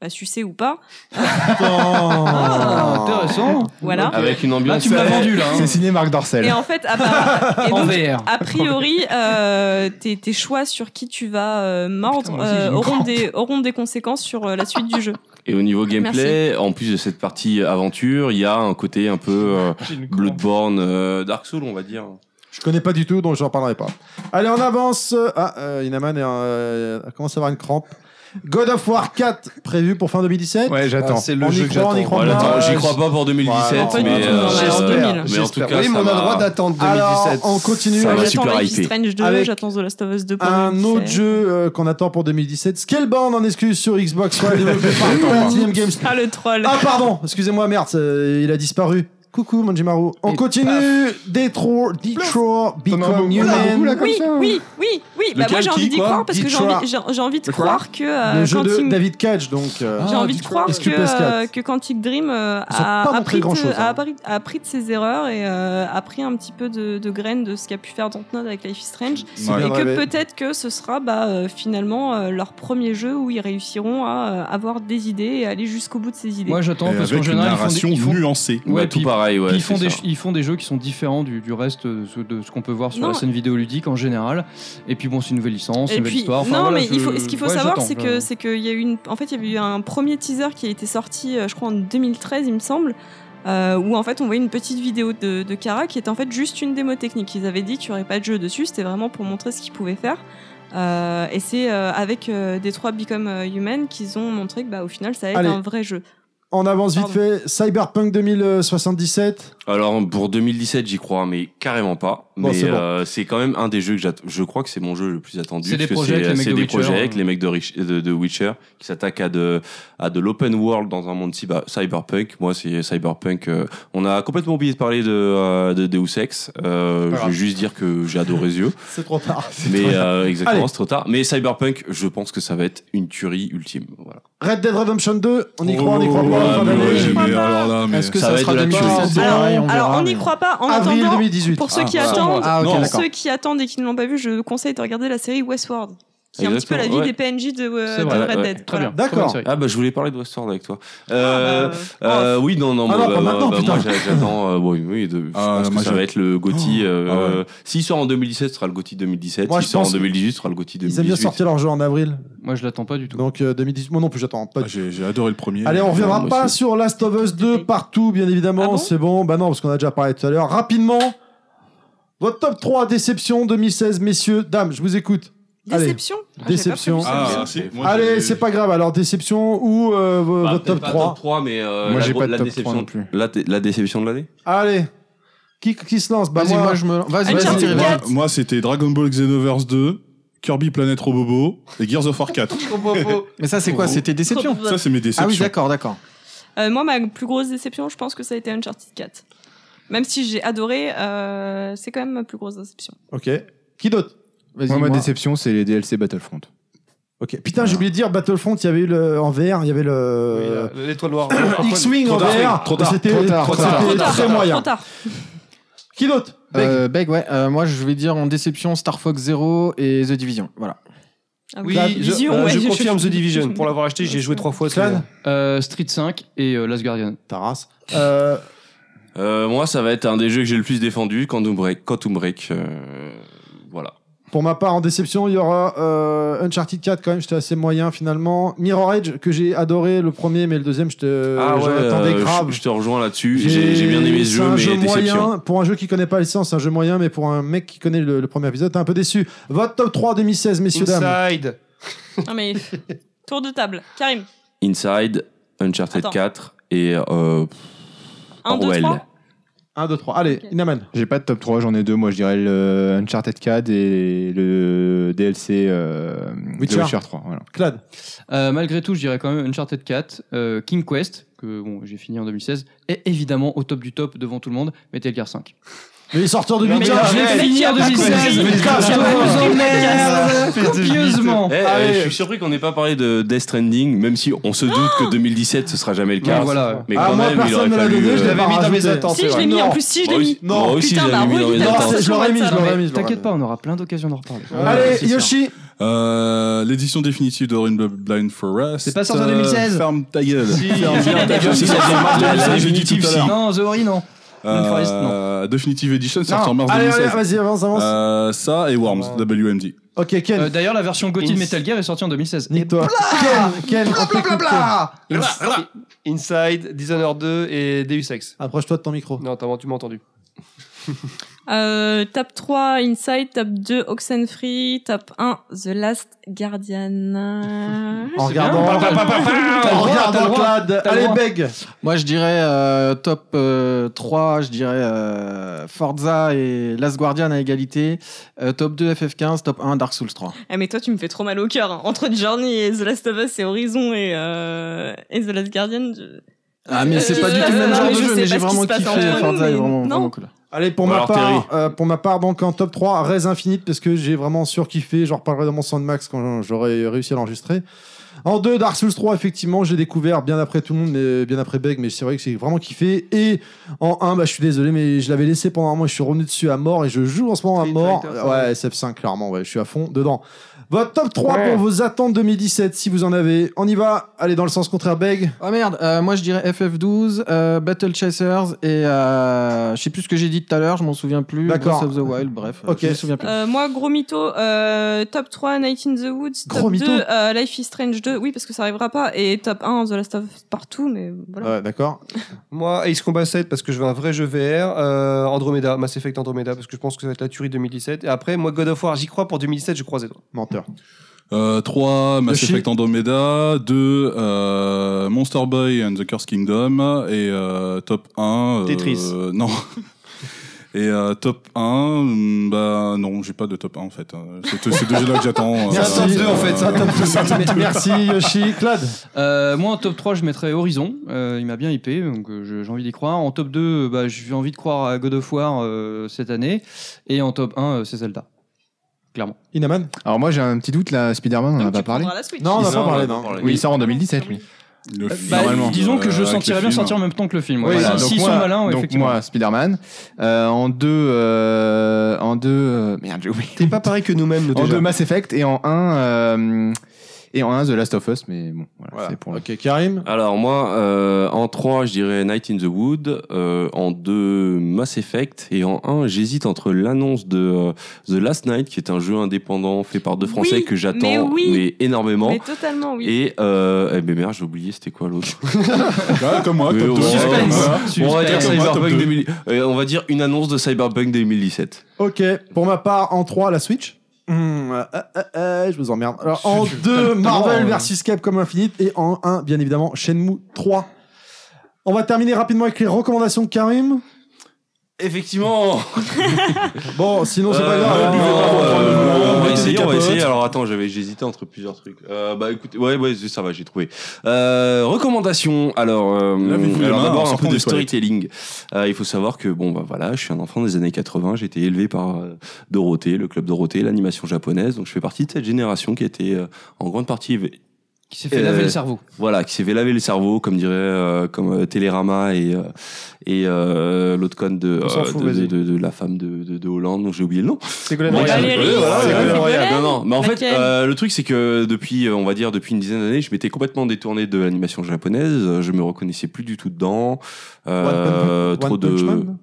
Speaker 4: bah, sucer ou pas.
Speaker 1: Ah, intéressant.
Speaker 4: Voilà.
Speaker 5: Avec une ambiance.
Speaker 1: Ah, tu me l'as vendu là. hein.
Speaker 11: C'est signé Marc Dorcel.
Speaker 4: Et en fait, à
Speaker 5: *laughs*
Speaker 4: part- et
Speaker 1: En
Speaker 4: donc,
Speaker 1: VR.
Speaker 4: a priori, euh, tes, tes choix sur qui tu vas euh, mordre
Speaker 1: Putain, vas-y,
Speaker 4: euh,
Speaker 1: j'ai une
Speaker 4: auront,
Speaker 1: crampe.
Speaker 4: des, auront des conséquences sur euh, la suite du jeu.
Speaker 5: Et au niveau gameplay, en plus de cette partie aventure, il y a un côté un peu euh, Bloodborne, euh, Dark Souls, on va dire.
Speaker 2: Je connais pas du tout, donc je n'en parlerai pas. Allez, on avance. Ah, euh, Inaman est, euh, commence à avoir une crampe. God of War 4, prévu pour fin 2017.
Speaker 11: Ouais, j'attends.
Speaker 3: Ah, c'est le
Speaker 2: on y
Speaker 3: jeu que
Speaker 2: croit, on y
Speaker 3: j'attends.
Speaker 2: croit
Speaker 5: Voilà,
Speaker 2: pas.
Speaker 5: attends, j'y crois pas pour 2017,
Speaker 2: Ouais,
Speaker 5: mais,
Speaker 2: attends,
Speaker 5: euh,
Speaker 4: j'espère,
Speaker 5: mais en tout
Speaker 3: J'espère.
Speaker 5: cas,
Speaker 3: oui,
Speaker 5: ça
Speaker 3: mais on a le
Speaker 5: m'a-
Speaker 3: droit d'attendre 2017.
Speaker 2: Alors, on continue.
Speaker 5: Ça va
Speaker 4: J'attends
Speaker 5: super
Speaker 4: Life is
Speaker 5: hyper.
Speaker 4: Strange 2,
Speaker 2: Avec
Speaker 4: j'attends The Last of Us 2 pour
Speaker 2: Un
Speaker 4: 2017.
Speaker 2: autre jeu euh, qu'on attend pour 2017, Scalebound en excuse sur Xbox One, développé
Speaker 11: *laughs*
Speaker 2: par Platinum Games.
Speaker 4: Ah, le troll.
Speaker 2: Ah pardon, excusez-moi, merde, euh, il a disparu. Coucou Manjimaru. On continue. Detroit, Detroit, Become Human.
Speaker 4: oui, oui, oui, oui. Bah, moi, j'ai envie d'y croire parce que j'ai
Speaker 2: hein. Detroit.
Speaker 4: envie, j'ai j'ai envie de croire que euh,
Speaker 2: Le jeu de
Speaker 4: Quantic-
Speaker 2: David Cage, donc. euh,
Speaker 4: J'ai envie de croire
Speaker 2: Est-ce que
Speaker 4: que,
Speaker 2: PS4?
Speaker 4: euh, que Quantic Dream euh,
Speaker 2: Ils ont pas
Speaker 4: a,
Speaker 2: montré
Speaker 4: appris de,
Speaker 2: grand-chose, hein.
Speaker 4: a, appris- a appris de ses erreurs et euh, a pris un petit peu de, de graines de ce qu'a pu faire Dontnod avec Life is Strange.
Speaker 2: c'est
Speaker 10: Ouais.
Speaker 4: Et
Speaker 2: bien
Speaker 4: que
Speaker 2: rêvé.
Speaker 4: peut-être que ce sera bah, euh, finalement euh, leur premier jeu où ils réussiront à euh, avoir des idées et aller jusqu'au bout de ces idées.
Speaker 1: Moi
Speaker 10: Et
Speaker 1: j'attends parce qu'en
Speaker 10: avec une
Speaker 1: général ils font des-
Speaker 10: narration
Speaker 1: ils font,
Speaker 10: nuancée.
Speaker 5: Bah,
Speaker 1: Ouais,
Speaker 5: tout
Speaker 1: puis-
Speaker 5: pareil, ouais.
Speaker 1: Puis ils, font
Speaker 5: c'est
Speaker 1: des,
Speaker 5: ça.
Speaker 1: ils font des jeux qui sont différents du, du reste de ce, de ce qu'on peut voir sur
Speaker 4: Non.
Speaker 1: la scène vidéoludique en général. Et puis bon, c'est une nouvelle licence,
Speaker 4: Et
Speaker 1: une nouvelle
Speaker 4: puis,
Speaker 1: histoire. Enfin,
Speaker 4: non,
Speaker 1: voilà,
Speaker 4: mais il
Speaker 1: je-
Speaker 4: faut, ce qu'il faut
Speaker 1: ouais,
Speaker 4: savoir,
Speaker 1: j'attends, euh,
Speaker 4: c'est
Speaker 1: je-
Speaker 4: que c'est qu'il y a eu une, en fait, il y a eu un premier teaser qui a été sorti, euh, je crois en 2013, il me semble, euh, où en fait on voyait une petite vidéo de, de Kara qui était en fait juste une démo technique. Ils avaient dit qu'il n'y aurait pas de jeu dessus, c'était vraiment pour montrer ce qu'ils pouvaient faire. Euh, et c'est euh, avec euh, des trois Become Human qu'ils ont montré que bah, au final ça allait
Speaker 2: Allez.
Speaker 4: être un vrai jeu.
Speaker 2: On avance vite fait. Cyberpunk 2077.
Speaker 5: Alors pour 2017, j'y crois, mais carrément pas.
Speaker 2: Bon,
Speaker 5: Mais
Speaker 2: c'est bon.
Speaker 5: euh, c'est quand même un des jeux que j'attends. Je crois que c'est mon jeu le plus attendu.
Speaker 1: C'est des
Speaker 5: parce que
Speaker 1: projets avec les mecs
Speaker 5: c'est
Speaker 1: de
Speaker 5: des
Speaker 1: Witcher,
Speaker 5: projets
Speaker 1: hein.
Speaker 5: avec les mecs de, Rich- de, de Witcher qui s'attaquent à de à de l'open world dans un monde cyber- cyberpunk. Moi, c'est cyberpunk. euh, on a complètement oublié de parler de euh, de Deus Ex. Euh, je vais juste dire que j'ai adoré ce jeu.
Speaker 2: *laughs* C'est trop tard.
Speaker 5: Mais euh,
Speaker 2: Allez.
Speaker 5: exactement, c'est trop tard. Mais cyberpunk, je pense que ça va être une tuerie ultime. Voilà.
Speaker 2: Red Dead Redemption 2, on y croit, on y croit
Speaker 10: Oh,
Speaker 2: pas. fin
Speaker 10: ouais, mais
Speaker 2: d'année.
Speaker 10: ouais,
Speaker 4: Fin
Speaker 10: mais
Speaker 4: d'année.
Speaker 10: alors là, mais-
Speaker 8: Est-ce que
Speaker 5: Ça
Speaker 8: ça
Speaker 5: va être
Speaker 8: sera
Speaker 5: de l'actualité.
Speaker 8: 2017 c'est
Speaker 4: Alors,
Speaker 8: pareil, on verra,
Speaker 4: alors, on n'y
Speaker 8: mais-
Speaker 4: croit pas. En
Speaker 2: Avril
Speaker 4: attendant,
Speaker 2: 2018.
Speaker 4: pour ceux qui
Speaker 5: bah,
Speaker 8: Ah,
Speaker 4: attendent,
Speaker 8: ah, ok,
Speaker 4: pour
Speaker 8: d'accord.
Speaker 4: ceux qui attendent et qui ne l'ont pas vu, je conseille de regarder la série Westworld, qui est un petit peu
Speaker 5: Exactement,
Speaker 4: la vie
Speaker 5: ouais.
Speaker 4: des PNJ de, euh,
Speaker 1: C'est
Speaker 4: de
Speaker 1: vrai,
Speaker 4: Red
Speaker 5: ouais.
Speaker 4: Dead.
Speaker 1: Très
Speaker 4: Voilà.
Speaker 1: bien. très
Speaker 2: D'accord.
Speaker 1: bonne série.
Speaker 5: Ah bah je voulais parler de Westworld avec toi.
Speaker 4: Ah,
Speaker 5: Euh,
Speaker 4: bah,
Speaker 5: Euh, oui, non, non,
Speaker 2: Ah
Speaker 5: bah, bah,
Speaker 2: non, pas
Speaker 5: bah,
Speaker 2: maintenant,
Speaker 5: bah,
Speaker 2: putain.
Speaker 5: moi j'a- j'attends. euh, bon, oui, de- je
Speaker 10: Ah,
Speaker 5: pense que
Speaker 10: moi,
Speaker 5: ça
Speaker 10: j'ai-
Speaker 5: va être le Gotti. euh,
Speaker 10: Ah ouais.
Speaker 5: euh, S'il sort en 2017, ce sera le Gotti 2017.
Speaker 2: Oh, Moi,
Speaker 5: S'il
Speaker 2: je
Speaker 5: sort en
Speaker 2: pense-
Speaker 5: 2018, ce sera le Gotti
Speaker 2: Ils aiment bien
Speaker 5: 2018.
Speaker 2: sortir leur jeu en avril.
Speaker 1: Moi je l'attends pas du tout.
Speaker 2: Donc euh, 2018, moi non plus, j'attends pas
Speaker 10: Ah, J'ai j'ai adoré le premier.
Speaker 2: Allez, on reviendra
Speaker 5: moi
Speaker 2: pas
Speaker 5: aussi.
Speaker 2: sur Last of Us 2 partout, bien évidemment.
Speaker 4: Ah bon
Speaker 2: c'est bon, bah non, parce qu'on a déjà parlé tout à l'heure. Rapidement, votre top 3 déception 2016, messieurs, dames, je vous écoute. Allez.
Speaker 4: Déception Ah, j'avais
Speaker 2: Déception.
Speaker 4: pas prévu ça.
Speaker 10: Ah, si, moi, j'ai-
Speaker 2: Allez, c'est pas grave. Alors, déception ou euh, vo-
Speaker 5: Bah,
Speaker 2: votre
Speaker 5: peut-être
Speaker 2: top
Speaker 5: pas
Speaker 2: 3
Speaker 5: Top 3, mais euh,
Speaker 11: Moi,
Speaker 5: la,
Speaker 11: j'ai
Speaker 5: gro-
Speaker 11: pas de
Speaker 5: la
Speaker 11: top 3
Speaker 5: déception
Speaker 11: non plus.
Speaker 5: La, dé- la déception de l'année
Speaker 2: Allez, qui, qui se lance bah,
Speaker 8: Vas-y,
Speaker 2: moi,
Speaker 8: moi, je me. Vas-y,
Speaker 4: Uncharted
Speaker 8: vas-y,
Speaker 4: quatre.
Speaker 8: vas-y.
Speaker 10: Moi, moi, c'était Dragon Ball Xenoverse 2, Kirby Planet Robobo et Gears of War 4.
Speaker 8: Mais ça, c'est quoi C'était déception
Speaker 10: Ça, c'est mes
Speaker 8: Ah oui,
Speaker 10: déceptions.
Speaker 8: d'accord, d'accord.
Speaker 4: Euh, moi, ma plus grosse déception, je pense que ça a été Uncharted 4. Même si j'ai adoré, euh, c'est quand même ma plus grosse déception.
Speaker 2: Ok. Qui d'autre
Speaker 8: Vas-y,
Speaker 11: Moi, ma
Speaker 8: moi.
Speaker 11: déception, c'est les DLC Battlefront.
Speaker 2: Ok. Putain, j'ai oublié de dire Battlefront, il y avait eu le, en VR, il y avait le.
Speaker 3: Oui, L'étoile noire.
Speaker 2: X-Wing en
Speaker 10: Trop tard,
Speaker 2: VR.
Speaker 10: trop tard,
Speaker 2: C'était
Speaker 11: trop tard, trop tard.
Speaker 2: c'était
Speaker 4: Trop tard,
Speaker 2: Ah, très
Speaker 4: trop tard,
Speaker 2: moyen.
Speaker 4: trop tard.
Speaker 2: Qui d'autre
Speaker 8: Euh, Beg, ouais. euh, moi, je vais dire en déception Star Fox Zero et The Division. Voilà.
Speaker 4: Ah
Speaker 3: Oui,
Speaker 4: La
Speaker 3: je,
Speaker 4: vision,
Speaker 3: euh,
Speaker 4: ouais,
Speaker 3: je confirme The Division.
Speaker 4: je-
Speaker 3: Pour l'avoir acheté, j'ai joué trois fois.
Speaker 2: Clan
Speaker 3: celui-là.
Speaker 1: Euh, Street 5 et euh, Last Guardian.
Speaker 2: Taras. Euh,
Speaker 5: euh, Moi, ça va être un des jeux que j'ai le plus défendu, Quantum Break. Quantum Break euh, voilà.
Speaker 2: Pour ma part, en déception, il y aura euh, Uncharted 4 quand même, j'étais assez moyen finalement. Mirror Edge, que j'ai adoré le premier, mais le deuxième, je te-
Speaker 5: ah
Speaker 2: j'en
Speaker 5: ouais,
Speaker 2: attendais
Speaker 5: euh,
Speaker 2: grave.
Speaker 5: je, je te rejoins là-dessus. J'ai j'ai bien aimé ce
Speaker 2: C'est
Speaker 5: jeu,
Speaker 2: un
Speaker 5: mais déception.
Speaker 2: moyen. Pour un jeu qui connaît pas les sens, c'est un jeu moyen, mais pour un mec qui connaît le, le premier épisode, t'es un peu déçu. Votre top 3 2016, messieurs, dames.
Speaker 3: Inside.
Speaker 4: Non, mais. Tour de table. Karim.
Speaker 5: Inside, Uncharted
Speaker 4: Attends.
Speaker 5: 4 et euh,
Speaker 4: 1, 2,
Speaker 5: Orwell.
Speaker 4: 3.
Speaker 2: 1, 2, 3. Allez,
Speaker 4: Ok.
Speaker 2: Inaman.
Speaker 11: J'ai pas de top 3, j'en ai deux. Moi, je dirais le Uncharted 4 et le DLC euh, The
Speaker 2: Witcher.
Speaker 11: Witcher 3. voilà.
Speaker 2: Clad.
Speaker 1: Euh, malgré tout, je dirais quand même Uncharted 4, euh, King Quest, que bon, j'ai fini en 2016, et évidemment au top du top devant tout le monde, Metal Gear 5.
Speaker 2: Mais il sort en Ah,
Speaker 1: Mais
Speaker 2: 2015.
Speaker 1: je l'ai fini en 2016 Je vous emmerde copieusement
Speaker 5: Eh, euh,
Speaker 2: Allez.
Speaker 5: je suis surpris qu'on n'ait pas parlé de Death Stranding, même si on se doute que 2017 ce sera jamais le cas.
Speaker 1: Ouais, voilà.
Speaker 5: Mais
Speaker 2: Ah,
Speaker 5: quand
Speaker 2: moi,
Speaker 5: même, il aurait
Speaker 2: personne me l'a
Speaker 5: fallu.
Speaker 2: donné, je
Speaker 5: euh,
Speaker 2: l'avais
Speaker 3: J'avais
Speaker 2: mis
Speaker 3: mis dans mes attentes.
Speaker 4: Si, je l'ai mis en plus, si, je
Speaker 5: Moi
Speaker 4: l'ai
Speaker 5: aussi-
Speaker 4: mis.
Speaker 2: Non.
Speaker 5: moi aussi,
Speaker 4: Putain,
Speaker 5: je l'avais
Speaker 4: bah,
Speaker 5: mis dans
Speaker 4: oui,
Speaker 5: mes
Speaker 4: d'accord.
Speaker 2: Non,
Speaker 5: attentes.
Speaker 2: c'est- je l'aurais mis, je
Speaker 4: Non,
Speaker 2: l'aurais
Speaker 4: mais
Speaker 2: mis. je l'aurais
Speaker 1: T'inquiète
Speaker 2: mis.
Speaker 1: pas, on aura plein d'occasions d'en reparler.
Speaker 2: Allez, Yoshi.
Speaker 10: Euh, L'édition définitive de Rainbow Blind Forest. euh,
Speaker 1: C'est pas sorti en 2016.
Speaker 10: Ferme ta gueule.
Speaker 1: Si.
Speaker 10: Ferme bien ta gueule. C'est ça,
Speaker 1: Ah,
Speaker 10: j'ai
Speaker 1: la-
Speaker 10: marqué,
Speaker 1: la
Speaker 10: ça, j'ai dit
Speaker 1: définitive,
Speaker 10: tout à
Speaker 1: si.
Speaker 10: l'heure.
Speaker 1: Non, The Ori, non. Blind Forest, non.
Speaker 10: Euh, Definitive Edition, c'est sorti en mars
Speaker 2: Allez,
Speaker 10: 2016.
Speaker 2: allez, vas-y, avance, avance.
Speaker 10: Euh, ça et Worms, WMD.
Speaker 2: Ok, Ken.
Speaker 1: Euh, D'ailleurs, la version GOTY de
Speaker 3: Ins-
Speaker 1: Metal Gear est sortie en 2016. Et
Speaker 2: Nique-toi. Ken, Ken, on t'écoute, Ken.
Speaker 3: Ins- Inside, Dishonored 2 et Deus Ex.
Speaker 2: Approche-toi de ton micro.
Speaker 3: Non, t'as- tu m'as entendu.
Speaker 4: Euh, tape 3, Inside. Tape 2, Oxenfree. Tape 1, The Last *laughs* Guardian.
Speaker 2: En
Speaker 1: c'est bien.
Speaker 2: regardant.
Speaker 1: Pa, pa, pa, pa,
Speaker 4: *laughs*
Speaker 1: pa.
Speaker 2: En
Speaker 1: T'as le
Speaker 2: regardant
Speaker 1: droit.
Speaker 2: Clad.
Speaker 1: le
Speaker 2: Allez,
Speaker 1: droit.
Speaker 2: beg.
Speaker 8: Moi, je dirais euh, top euh, 3, je dirais euh, Forza et Last Guardian à égalité, euh, top 2 FF15, top 1 Dark Souls 3.
Speaker 4: Ah, mais toi, tu me fais trop mal au cœur. hein. Entre Journey et The Last of Us et Horizon et, euh, et The Last Guardian. je-
Speaker 8: Ah, mais c'est
Speaker 4: Euh,
Speaker 8: pas du
Speaker 4: euh,
Speaker 8: tout le même
Speaker 4: non,
Speaker 8: genre
Speaker 4: mais
Speaker 8: de
Speaker 4: je
Speaker 8: jeu,
Speaker 4: sais
Speaker 8: mais
Speaker 4: pas
Speaker 8: j'ai
Speaker 4: ce qui
Speaker 8: vraiment
Speaker 4: se passe
Speaker 8: kiffé.
Speaker 4: en
Speaker 8: Forza est
Speaker 4: Allemagne,
Speaker 8: vraiment,
Speaker 4: mais
Speaker 8: vraiment
Speaker 4: non.
Speaker 8: cool.
Speaker 2: Allez, pour
Speaker 5: Ou
Speaker 2: ma
Speaker 5: alors
Speaker 2: part, euh, pour ma part, donc en top 3, Res Infinite, parce que j'ai vraiment surkiffé. J'en reparlerai dans mon Soundmax quand j'aurai réussi à l'enregistrer. En 2, Dark Souls 3, effectivement, j'ai découvert bien après tout le monde, mais bien après Beg, mais c'est vrai que j'ai vraiment kiffé. Et en 1, bah, je suis désolé, mais je l'avais laissé pendant un mois, je suis revenu dessus à mort et je joue en ce moment à
Speaker 3: Street
Speaker 2: mort.
Speaker 3: Fighter, ça,
Speaker 2: Ouais, SF5, clairement, ouais, je suis à fond dedans. Votre top 3 pour vos attentes 2017, si vous en avez. On y va, allez dans le sens contraire, Beg.
Speaker 8: Oh merde, euh, moi je dirais FF12, euh, Battle Chasers et euh, je sais plus ce que j'ai dit tout à l'heure, je m'en souviens plus.
Speaker 2: D'accord.
Speaker 8: Breath of the Wild, bref.
Speaker 2: Ok.
Speaker 8: Je me souviens plus.
Speaker 4: Euh, moi, gros mytho, euh, top 3, Night in the Woods,
Speaker 2: Gros
Speaker 4: top
Speaker 2: mytho.
Speaker 4: 2, euh, Life is Strange 2, oui, parce que ça arrivera pas, et top 1, The Last of Us partout, mais
Speaker 8: Euh,
Speaker 4: voilà.
Speaker 2: Ouais, d'accord.
Speaker 3: Moi, Ace Combat 7 parce que je veux un vrai jeu VR. euh, Andromeda, Mass Effect Andromeda parce que je pense que ça va être la tuerie 2017. Et après, moi, God of War, j'y crois pour 2017, je croise les doigts.
Speaker 2: Menteur.
Speaker 10: Euh, 3 Mass
Speaker 2: Yoshi.
Speaker 10: Effect Andromeda, 2 euh, Monster Boy and the Curse Kingdom et euh, top 1 euh,
Speaker 3: Tetris.
Speaker 10: *laughs* Non. Et euh, top 1, hum, bah non, j'ai pas de top 1 en fait. Euh, C'est c'est deux jeux-là que
Speaker 3: *laughs*
Speaker 10: j'attends. euh,
Speaker 3: C'est un top deux, en fait, c'est un top deux.
Speaker 10: c'est un top deux.
Speaker 2: Merci, Yoshi. Clad.
Speaker 1: Euh, moi en top 3 je mettrais Horizon, Euh, il m'a bien hypé donc euh, je- j'ai envie d'y croire. En top 2 euh, bah, j'ai envie de croire à God of War euh, cette année et en top 1 euh, c'est Zelda. Clairement.
Speaker 2: Inaman.
Speaker 11: Alors moi j'ai un petit doute là, Spider-Man on en a
Speaker 4: Donc,
Speaker 11: pas
Speaker 4: tu
Speaker 11: parlé.
Speaker 4: prendras la Switch.
Speaker 2: Non, on n'a
Speaker 5: Non,
Speaker 2: pas
Speaker 5: on
Speaker 2: parlé,
Speaker 5: va
Speaker 2: non.
Speaker 5: pas parler.
Speaker 11: Oui, il sort en 2017 lui.
Speaker 10: Le film,
Speaker 1: Bah,
Speaker 10: normalement.
Speaker 1: disons que je
Speaker 10: Euh,
Speaker 1: sentirais
Speaker 10: avec le
Speaker 1: bien
Speaker 10: film.
Speaker 1: sortir en même temps que le film. ouais.
Speaker 11: Voilà,
Speaker 1: Si-
Speaker 11: donc
Speaker 1: S'ils
Speaker 11: moi-
Speaker 1: sont malins, ouais,
Speaker 11: donc
Speaker 1: effectivement.
Speaker 11: moi Spider-Man euh, en deux euh, en deux euh, merde j'ai oublié.
Speaker 3: T'es pas pareil que nous-mêmes, nous,
Speaker 11: En
Speaker 3: déjà.
Speaker 11: deux Mass Effect et en un euh, et en un The Last of Us mais bon voilà, c'est pour le
Speaker 2: Ok,
Speaker 11: *laughs*
Speaker 2: Karim.
Speaker 5: Alors moi, euh, en 3, je dirais Night in the Wood, euh, en 2, Mass Effect, et en 1, j'hésite entre l'annonce de euh, The Last Night, qui est un jeu indépendant fait par deux Français
Speaker 4: Oui,
Speaker 5: que j'attends
Speaker 4: mais oui.
Speaker 5: mais énormément.
Speaker 4: Mais totalement, oui.
Speaker 5: Et euh, eh ben merde, j'ai oublié, c'était quoi l'autre
Speaker 10: hein. Ouais,
Speaker 3: *laughs*
Speaker 10: comme moi,
Speaker 5: Oui,
Speaker 10: top
Speaker 5: on-
Speaker 10: Ah, deux. hein,
Speaker 5: Suspense.
Speaker 10: Voilà.
Speaker 5: On va dire
Speaker 10: Comme moi, top
Speaker 5: Cyberpunk
Speaker 10: deux.
Speaker 5: 2000 euh, on va dire une annonce de Cyberpunk 2017.
Speaker 2: Ok, pour ma part, en 3, la Switch. Hmm, euh, euh, euh, je vous emmerde. Alors, en 2, Marvel versus Capcom Infinite. Et en 1, bien évidemment, Shenmue 3. On va terminer rapidement avec les recommandations de Karim.
Speaker 5: Effectivement
Speaker 2: Bon, sinon, c'est pas
Speaker 5: Euh,
Speaker 2: grave.
Speaker 5: non,
Speaker 2: hein.
Speaker 5: euh, on va
Speaker 2: Mettez des
Speaker 5: essayer, on va
Speaker 2: capotes.
Speaker 5: essayer. Alors attends, j'avais j'hésitais entre plusieurs trucs. Euh, bah écoutez, ouais, ouais, ça va, j'ai trouvé. Euh, recommandations. Alors, euh,
Speaker 10: Lavez-vous les
Speaker 5: alors
Speaker 10: mains en
Speaker 5: d'abord un
Speaker 10: sortant
Speaker 5: peu de
Speaker 10: des toilettes.
Speaker 5: storytelling. Euh, il faut savoir que bon bah voilà, je suis un enfant des années 80. J'ai été élevé par euh, Dorothée, le club Dorothée, l'animation japonaise. Donc je fais partie de cette génération qui était euh, en grande partie
Speaker 1: Qui s'est fait laver
Speaker 5: Euh,
Speaker 1: le cerveau.
Speaker 5: voilà, qui s'est fait laver le cerveau, comme dirait euh, comme euh, Télérama et euh, et euh, l'autre con de,
Speaker 3: On s'en
Speaker 5: euh,
Speaker 3: fout,
Speaker 5: de,
Speaker 3: vas-y.
Speaker 5: de, de- de la femme de, de, de Hollande, dont j'ai oublié le nom.
Speaker 3: C'est Golden
Speaker 5: Bon,
Speaker 3: Royal.
Speaker 5: ouais,
Speaker 4: Valérie,
Speaker 5: ouais, voilà,
Speaker 4: c'est
Speaker 5: ouais,
Speaker 4: Golden
Speaker 5: ouais.
Speaker 4: Royal.
Speaker 5: Non, non, mais en fait,
Speaker 4: Laquelle
Speaker 5: euh, le truc, c'est que depuis, euh, on va dire, depuis une dizaine d'années, je m'étais complètement détourné de l'animation japonaise. Euh, Je me reconnaissais plus du tout dedans. Euh,
Speaker 2: One
Speaker 5: trop
Speaker 2: Punch
Speaker 5: de.
Speaker 2: Man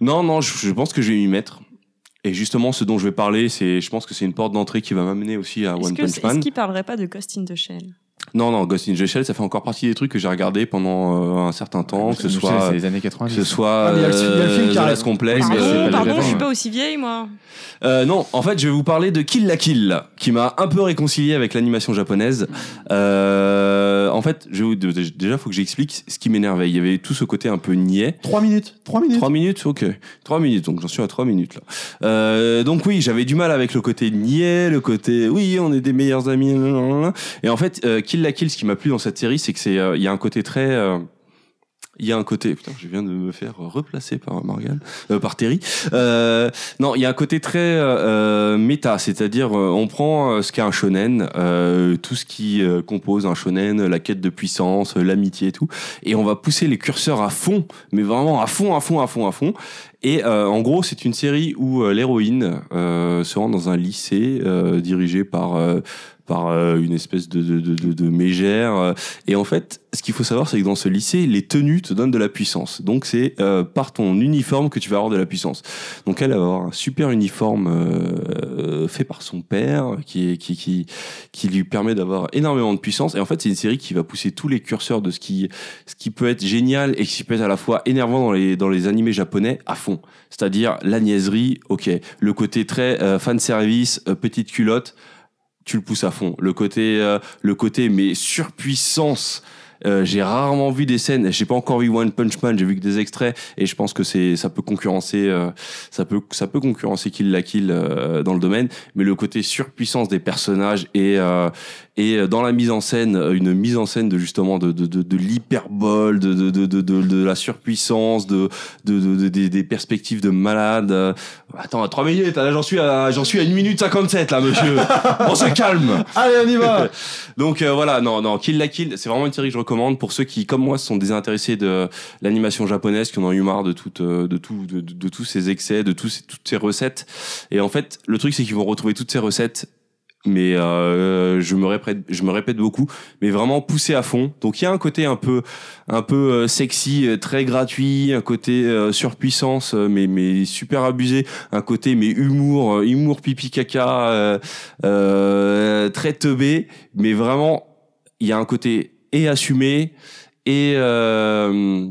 Speaker 5: Non, non, je, je pense que je vais m'y mettre. Et justement, ce dont je vais parler, c'est, je pense que c'est une porte d'entrée qui va m'amener aussi à
Speaker 4: Est-ce
Speaker 5: One
Speaker 4: que-
Speaker 5: Punch
Speaker 4: est-ce
Speaker 5: Man.
Speaker 4: qu'il parlerait pas de Ghost in the Shell
Speaker 5: Non, non, Ghost in the Shell, ça fait encore partie des trucs que j'ai regardé pendant euh, un certain temps, que ce soit,
Speaker 11: c'est les années
Speaker 5: que ce
Speaker 11: 90.
Speaker 5: soit
Speaker 2: Ah, mais il y a le film- il y a le film
Speaker 5: euh,
Speaker 2: qui
Speaker 5: The
Speaker 2: arrive.
Speaker 5: Last Complex.
Speaker 11: mais c'est
Speaker 4: Pardon,
Speaker 11: pas
Speaker 4: Ah pardon,
Speaker 11: Japon,
Speaker 4: je suis
Speaker 11: ouais.
Speaker 4: pas aussi vieille, moi.
Speaker 5: Euh, non, en fait, je vais vous parler de Kill la Kill, qui m'a un peu réconcilié avec l'animation japonaise. Euh, en fait, je vais vous, déjà, faut que j'explique ce qui m'énervait. Il y avait tout ce côté un peu niais.
Speaker 2: 3 minutes. 3 minutes.
Speaker 5: Trois minutes, ok. Trois minutes, donc j'en suis à trois minutes là. Euh, donc oui, j'avais du mal avec le côté niais, le côté oui, on est des meilleurs amis. blablabla. Et en fait, euh, Kill la Kill, ce qui m'a plu dans cette série, c'est que c'est, euh, il y a un côté très euh, il y a un côté, putain, je viens de me faire replacer par Morgan, euh, par Terry. Euh, non, il y a un côté très euh, méta, c'est-à-dire euh, on prend euh, ce qu'est un shonen, euh, tout ce qui euh, compose un shonen, la quête de puissance, euh, l'amitié et tout, et on va pousser les curseurs à fond, mais vraiment à fond, à fond, à fond, à fond. Et euh, en gros, c'est une série où euh, l'héroïne euh, se rend dans un lycée euh, dirigé par euh, par euh, une espèce de de, de, de- de mégère. euh, Et en fait, ce qu'il faut savoir, c'est que dans ce lycée, les tenues te donnent de la puissance. Donc c'est euh, par ton uniforme que tu vas avoir de la puissance. Donc elle elle va avoir un super uniforme euh, euh, fait par son père, qui est qui qui qui lui permet d'avoir énormément de puissance. Et en fait, c'est une série qui va pousser tous les curseurs de ce qui ce qui peut être génial et qui peut être à la fois énervant dans les dans les animés japonais à fond. C'est-à-dire la niaiserie, ok. Le côté très euh, fan service, euh, petite culotte, tu le pousses à fond. Le côté, euh, le côté mais surpuissance. euh, j'ai rarement vu des scènes, j'ai pas encore vu One Punch Man, j'ai vu que des extraits et je pense que c'est ça peut concurrencer euh, ça peut ça peut concurrencer Kill la Kill euh, dans le domaine, mais le côté surpuissance des personnages et euh, et euh, dans la mise en scène euh, une mise en scène de justement de de de, de l'hyperbole, de de, de de de de la surpuissance, de de, de, de- des, des perspectives de malade. euh, Attends, à 3 minutes, là, j'en suis à, j'en suis à 1 minute 57, là, monsieur. On se calme.
Speaker 9: Allez, on y va
Speaker 5: *laughs* Donc, euh, voilà, non, non, Kill la Kill, c'est vraiment une série que je recommande pour ceux qui, comme moi, sont désintéressés de l'animation japonaise, qui en ont eu marre de toute, euh, de tout, de, de- de tous ces excès, de tous ces- toutes ces recettes. Et en fait, le truc, c'est qu'ils vont retrouver toutes ces recettes. Mais euh, je me répète, je me répète beaucoup, mais vraiment poussé à fond. Donc il y a un côté un peu, un peu euh, sexy, euh, très gratuit, un côté euh, surpuissance, euh, mais mais super abusé, un côté mais humour, euh, humour pipi caca, euh, euh, très teubé, mais vraiment il y a un côté et assumé et euh,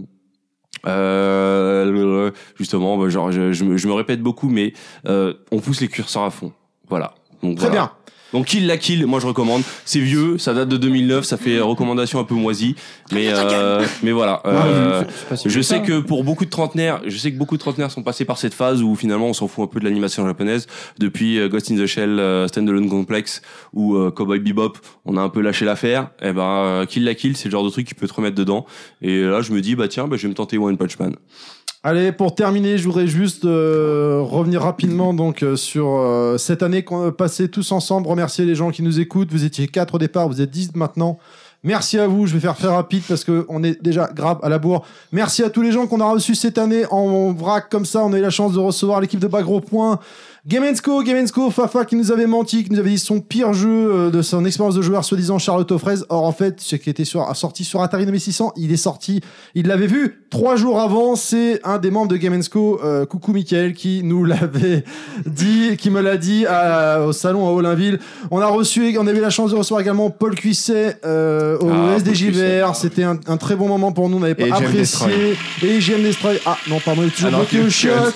Speaker 5: euh, le- le- justement, bah, genre je, je me, je me répète beaucoup, mais euh, on pousse les curseurs à fond. Voilà. Donc,
Speaker 2: Très
Speaker 5: voilà.
Speaker 2: bien.
Speaker 5: Donc Kill la Kill, moi je recommande. C'est vieux, ça date de 2009, ça fait euh, recommandation un peu moisie, mais euh, mais voilà. euh, je sais que pour beaucoup de trentenaires, je sais que beaucoup de trentenaires sont passés par cette phase où finalement on s'en fout un peu de l'animation japonaise. Depuis euh, Ghost in the Shell, euh, Standalone Complex ou euh, Cowboy Bebop, on a un peu lâché l'affaire. Et ben euh, Kill la Kill, c'est le genre de truc qui peut te remettre dedans. Et là je me dis bah tiens, bah, je vais me tenter One Punch Man.
Speaker 2: Allez, pour terminer, je voudrais juste euh, revenir rapidement donc euh, sur euh, cette année qu'on a passée tous ensemble. Remercier les gens qui nous écoutent. Vous étiez quatre au départ, vous êtes 10 maintenant. Merci à vous. Je vais faire très rapide parce que on est déjà grave à la bourre. Merci à tous les gens qu'on a reçus cette année en vrac comme ça. On a eu la chance de recevoir l'équipe de Bagro Point. Gamensco, Gamensco, Fafa qui nous avait menti, qui nous avait dit son pire jeu euh, de son expérience de joueur soi-disant Charlotte aux fraises. Or en fait, ce qui était sur- sorti sur Atari 2600, il est sorti il l'avait vu trois jours avant. C'est un des membres de Gamensco, euh, coucou Mickaël, qui nous l'avait *laughs* dit, qui me l'a dit à- au salon à Olinville. On a reçu, on avait la chance de recevoir également Paul Cuisset euh, au
Speaker 5: Ah,
Speaker 2: SDJ
Speaker 5: Paul Cuisset,
Speaker 2: SDJVR. C'était un, un très bon moment pour nous. On n'avait pas
Speaker 11: Et JM
Speaker 2: apprécié. Et GM Destroy. Ah non, pardon, il est toujours
Speaker 11: Alors,
Speaker 2: bloqué au
Speaker 11: Paul
Speaker 2: chiottes.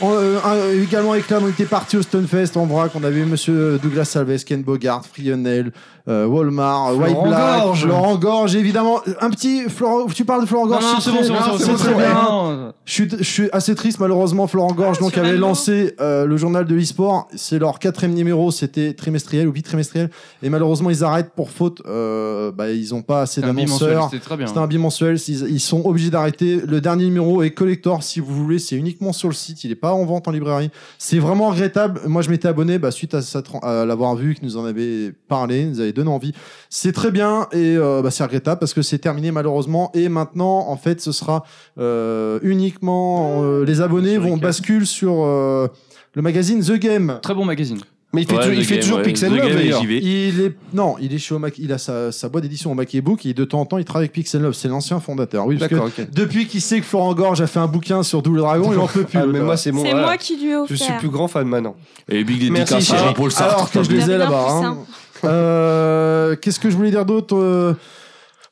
Speaker 2: On, euh, un- également avec Clam, on était parti au Stonefest en vrac. On avait Monsieur Douglas Salves, Ken Bogart, Frionel, euh, Walmart, White
Speaker 8: Florent
Speaker 2: Black,
Speaker 8: Gorge.
Speaker 2: Florent Gorge, évidemment. Un petit Florent, tu parles de Florent Gorge.
Speaker 1: Non, non,
Speaker 2: c'est
Speaker 1: c'est bon,
Speaker 2: très-
Speaker 1: c'est bon, c'est bon,
Speaker 2: c'est
Speaker 1: c'est bon,
Speaker 2: très
Speaker 1: c'est bon.
Speaker 2: bien.
Speaker 1: Non, non,
Speaker 2: Je suis, je suis assez triste, malheureusement. Florent Gorge,
Speaker 4: Ah,
Speaker 2: donc,
Speaker 4: sur
Speaker 2: avait
Speaker 4: Allo.
Speaker 2: lancé euh, le journal de l'e-sport. C'est leur quatrième numéro. C'était trimestriel ou bitrimestriel. Et malheureusement, ils arrêtent pour faute. euh, bah, ils ont pas assez
Speaker 1: C'est un bimensuel,
Speaker 2: d'annonceurs.
Speaker 1: c'était très bien.
Speaker 2: C'est un bimensuel, ils, ils sont obligés d'arrêter. Le dernier numéro est collector, si vous voulez, c'est uniquement sur le site, il n'est pas en vente en librairie. C'est vraiment regrettable. Moi, je m'étais abonné bah, suite à, sa tran- à l'avoir vu, qui nous en avait parlé, nous avait donné envie. C'est très bien et euh, bah, c'est regrettable parce que c'est terminé malheureusement. Et maintenant, en fait, ce sera euh, uniquement euh, les abonnés
Speaker 5: Sur
Speaker 2: vont
Speaker 5: lesquels
Speaker 2: basculer sur euh, le magazine The Game.
Speaker 1: Très bon magazine.
Speaker 3: Mais il fait,
Speaker 5: Ouais,
Speaker 3: toujours-
Speaker 5: The
Speaker 3: il fait
Speaker 5: Game,
Speaker 3: toujours
Speaker 5: ouais.
Speaker 3: Pixel
Speaker 5: The
Speaker 3: Love
Speaker 5: Game et
Speaker 3: d'ailleurs.
Speaker 5: JV.
Speaker 2: Il est non, il est chez Omak, il a sa, sa boîte d'édition au Mac et Book et de temps en temps il travaille avec Pixel Love, c'est l'ancien fondateur. Oui, parce que
Speaker 1: D'accord, ok.
Speaker 2: depuis qu'il sait que Florent Gorge a fait un bouquin sur Double Dragon, il en peut plus.
Speaker 3: Ah, mais moi, c'est bon.
Speaker 4: C'est
Speaker 3: voilà.
Speaker 4: moi qui lui ai
Speaker 3: Je
Speaker 4: offert.
Speaker 3: suis plus grand fan maintenant.
Speaker 5: Et Big Dédicace
Speaker 3: Merci,
Speaker 5: à
Speaker 3: chérie.
Speaker 5: Jean-Paul Sartre.
Speaker 2: alors que je les ai là-bas. hein. Euh, Qu'est-ce que je voulais dire d'autre Euh,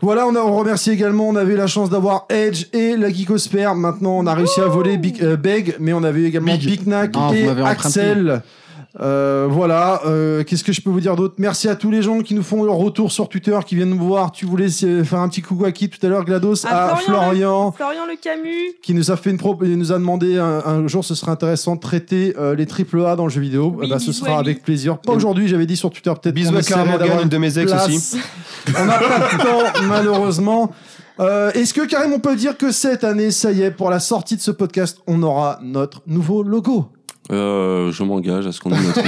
Speaker 2: Voilà, on, a, on remercie également. On avait eu la chance d'avoir Edge et la Geekosper. Maintenant, on a réussi à voler Big, euh, Beg, mais on avait eu également
Speaker 8: Big.
Speaker 2: Big Knack
Speaker 8: Ah, vous
Speaker 2: et
Speaker 8: m'avez emprunté.
Speaker 2: Axel. Euh, voilà, euh, qu'est-ce que je peux vous dire d'autre Merci à tous les gens qui nous font leur retour sur Twitter, qui viennent nous voir. Tu voulais euh, faire un petit coucou à qui tout à l'heure, GLaDOS
Speaker 4: À
Speaker 2: À,
Speaker 4: Florian,
Speaker 2: Florian, hein.
Speaker 4: Florian Le Camus,
Speaker 2: qui nous a fait une pro il nous a demandé un, un jour ce serait intéressant de traiter euh, les triple A dans le jeu vidéo.
Speaker 4: Oui,
Speaker 2: Eh ben, ce
Speaker 4: bisous
Speaker 2: sera
Speaker 4: à lui.
Speaker 2: avec plaisir. Pas aujourd'hui, j'avais dit sur Twitter peut-être.
Speaker 3: Bisous
Speaker 2: qu'on
Speaker 3: à
Speaker 2: essaierait
Speaker 3: Clara Morgan,
Speaker 2: d'avoir
Speaker 3: une de mes ex
Speaker 2: place.
Speaker 3: aussi.
Speaker 2: *laughs* On n'a pas le temps malheureusement. Euh, Est-ce que Karim, on peut dire que cette année, ça y est, pour la sortie de ce podcast, on aura notre nouveau logo
Speaker 5: Euh, je m'engage à ce qu'on ait notre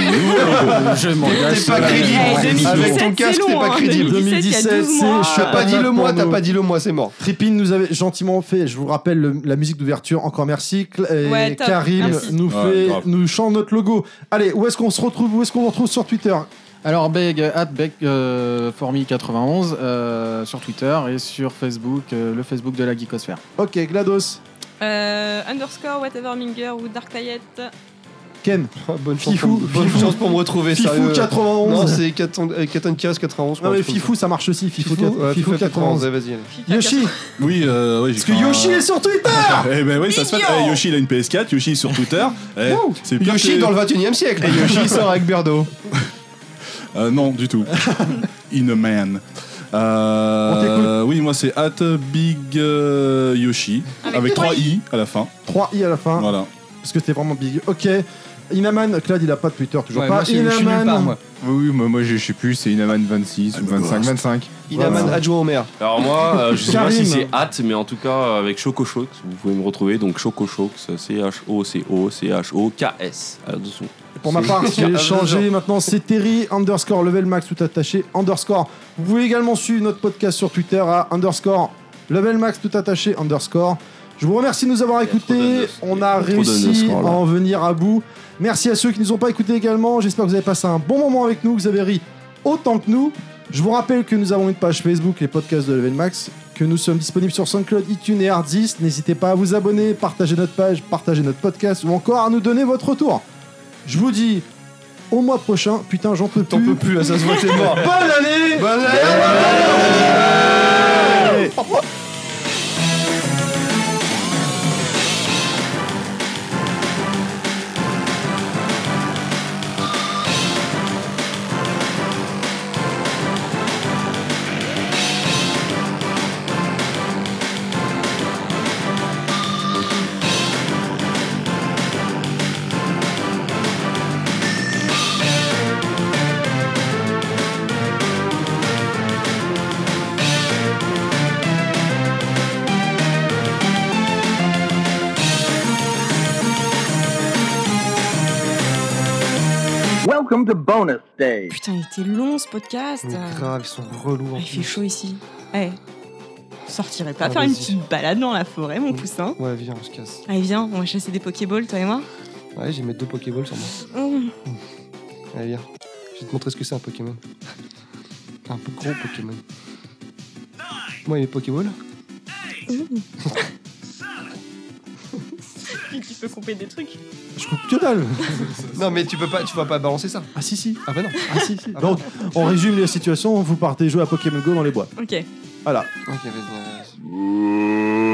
Speaker 8: Je m'engage.
Speaker 3: T'es pas crédible.
Speaker 4: Eh, 2017,
Speaker 3: Avec ton casque,
Speaker 4: c'est
Speaker 3: t'es
Speaker 4: long,
Speaker 3: pas
Speaker 4: hein,
Speaker 3: crédible.
Speaker 4: 2017, il y a 12 mois.
Speaker 2: c'est- je
Speaker 3: T'as pas dit le mois,
Speaker 2: pour
Speaker 3: t'as
Speaker 2: nous.
Speaker 3: pas dit le mois, c'est mort.
Speaker 2: Trippin nous avait gentiment fait, je vous rappelle, le- la musique d'ouverture, encore merci. Cl- et
Speaker 4: Ouais, top,
Speaker 2: Karim
Speaker 4: merci.
Speaker 2: nous
Speaker 10: Ouais,
Speaker 2: fait,
Speaker 10: grave.
Speaker 2: nous chante notre logo. Allez, où est-ce qu'on se retrouve Où est-ce qu'on vous retrouve sur Twitter
Speaker 8: Alors, Beg, at Beg, euh, Formi91 euh, sur Twitter et sur Facebook, euh, le Facebook de la Geekosphère.
Speaker 2: Ok, GLaDOS,
Speaker 4: euh, underscore whatever minger ou Dark Tayet.
Speaker 2: Ken,
Speaker 3: Bonne
Speaker 2: chance
Speaker 3: chance
Speaker 2: pour-
Speaker 3: pour,
Speaker 2: Ah, bonne chance pour
Speaker 3: me retrouver, sérieux. Non,
Speaker 2: Fifou91.
Speaker 3: c'est euh, 91.
Speaker 2: Non, mais Fifou, ça marche aussi, Fifou,
Speaker 3: Fifou, Fifou 91,
Speaker 2: 91.
Speaker 3: vas-y.
Speaker 2: Yoshi,
Speaker 10: Oui, euh, ouais, j'ai
Speaker 2: parce que
Speaker 10: fait un-
Speaker 2: Yoshi est sur Twitter
Speaker 10: Eh ben oui, ça se fait.
Speaker 12: Mignon.
Speaker 10: Eh, Yoshi, il a une PS4. Yoshi est sur Twitter. Eh, c'est pire
Speaker 3: Yoshi
Speaker 10: que-
Speaker 3: dans le 21 e siècle.
Speaker 11: Yoshi sort avec Birdo.
Speaker 10: Euh, non, du
Speaker 11: *laughs*
Speaker 10: tout. In a man. Euh, oui, moi c'est at big euh, Yoshi
Speaker 4: Avec
Speaker 10: avec
Speaker 4: trois
Speaker 10: 3 i à la fin.
Speaker 2: 3 i à la
Speaker 11: Ah.
Speaker 2: fin,
Speaker 10: Voilà.
Speaker 2: parce que t'es vraiment big. Ok, Inaman, Claude, il a pas de Twitter, toujours
Speaker 1: Ouais,
Speaker 2: pas.
Speaker 1: moi, je, je suis nulle part, moi.
Speaker 11: Oui, oui, moi, moi, je sais plus, c'est Inaman 26 ou
Speaker 10: I'm a
Speaker 11: 25,
Speaker 10: ghost.
Speaker 11: 25.
Speaker 3: Inaman adjoint au maire.
Speaker 5: *laughs* Alors moi, euh, je sais pas
Speaker 2: Karim.
Speaker 5: si c'est hâte, mais en tout cas euh, avec Chocochox, vous pouvez me retrouver. Donc Chocochox, C-H-O-C-O-C-H-O-K-S. à dessous.
Speaker 2: Pour ma part, j'ai changé. Maintenant, c'est Terry underscore level max tout attaché underscore. Vous pouvez également suivre notre podcast sur Twitter à underscore level max tout attaché underscore. Je vous remercie de nous avoir
Speaker 5: Il y a trop
Speaker 2: écoutés.
Speaker 5: d'underscore.
Speaker 2: On
Speaker 5: Il y a
Speaker 2: a
Speaker 5: trop
Speaker 2: réussi
Speaker 5: d'underscore,
Speaker 2: à
Speaker 5: là.
Speaker 2: en venir à bout. Merci à ceux qui nous ont pas écoutés également. J'espère que vous avez passé un bon moment avec nous, que vous avez ri autant que nous. Je vous rappelle que nous avons une page Facebook, les podcasts de Level Max, que nous sommes disponibles sur SoundCloud, iTunes et Hardist. N'hésitez pas à vous abonner, partager notre page, partager notre podcast ou encore à nous donner votre retour. Je vous dis au mois prochain. Putain, j'en peux
Speaker 3: T'en
Speaker 2: plus.
Speaker 3: peux plus, là, ça se voit, t'es mort.
Speaker 2: *laughs* Bonne année
Speaker 3: Bonne année.
Speaker 14: Welcome to Bonus Stage.
Speaker 4: Putain, il était long ce podcast.
Speaker 3: Grave, ils sont relous. en
Speaker 4: Ah, il fait
Speaker 3: plus.
Speaker 4: chaud ici. Eh, sortirais pas
Speaker 3: Ah, Mm.
Speaker 4: faire une
Speaker 3: vas-y.
Speaker 4: petite balade dans la forêt, mon poussin.
Speaker 3: Ouais, viens, on se casse.
Speaker 4: Allez, viens, on va chasser des Pokéballs, toi et *laughs* moi.
Speaker 3: Ouais, j'ai mes deux Pokéballs sur moi.
Speaker 4: Hum.
Speaker 3: Allez, viens. Je vais te montrer ce que c'est un Pokémon. *laughs* Un peu gros Pokémon. Moi et mes Pokéballs
Speaker 4: Tu peux couper des trucs.
Speaker 2: Bah, Je coupe que dalle.
Speaker 3: Non, mais tu peux pas, tu vas pas balancer ça.
Speaker 2: Ah si si.
Speaker 3: Ah bah non.
Speaker 2: Ah, si, si. Donc, on résume les situations. Vous partez jouer à Pokémon Go dans les bois.
Speaker 4: Ok.
Speaker 2: Voilà.
Speaker 3: Ok, vas-y. euh,
Speaker 5: Ouh.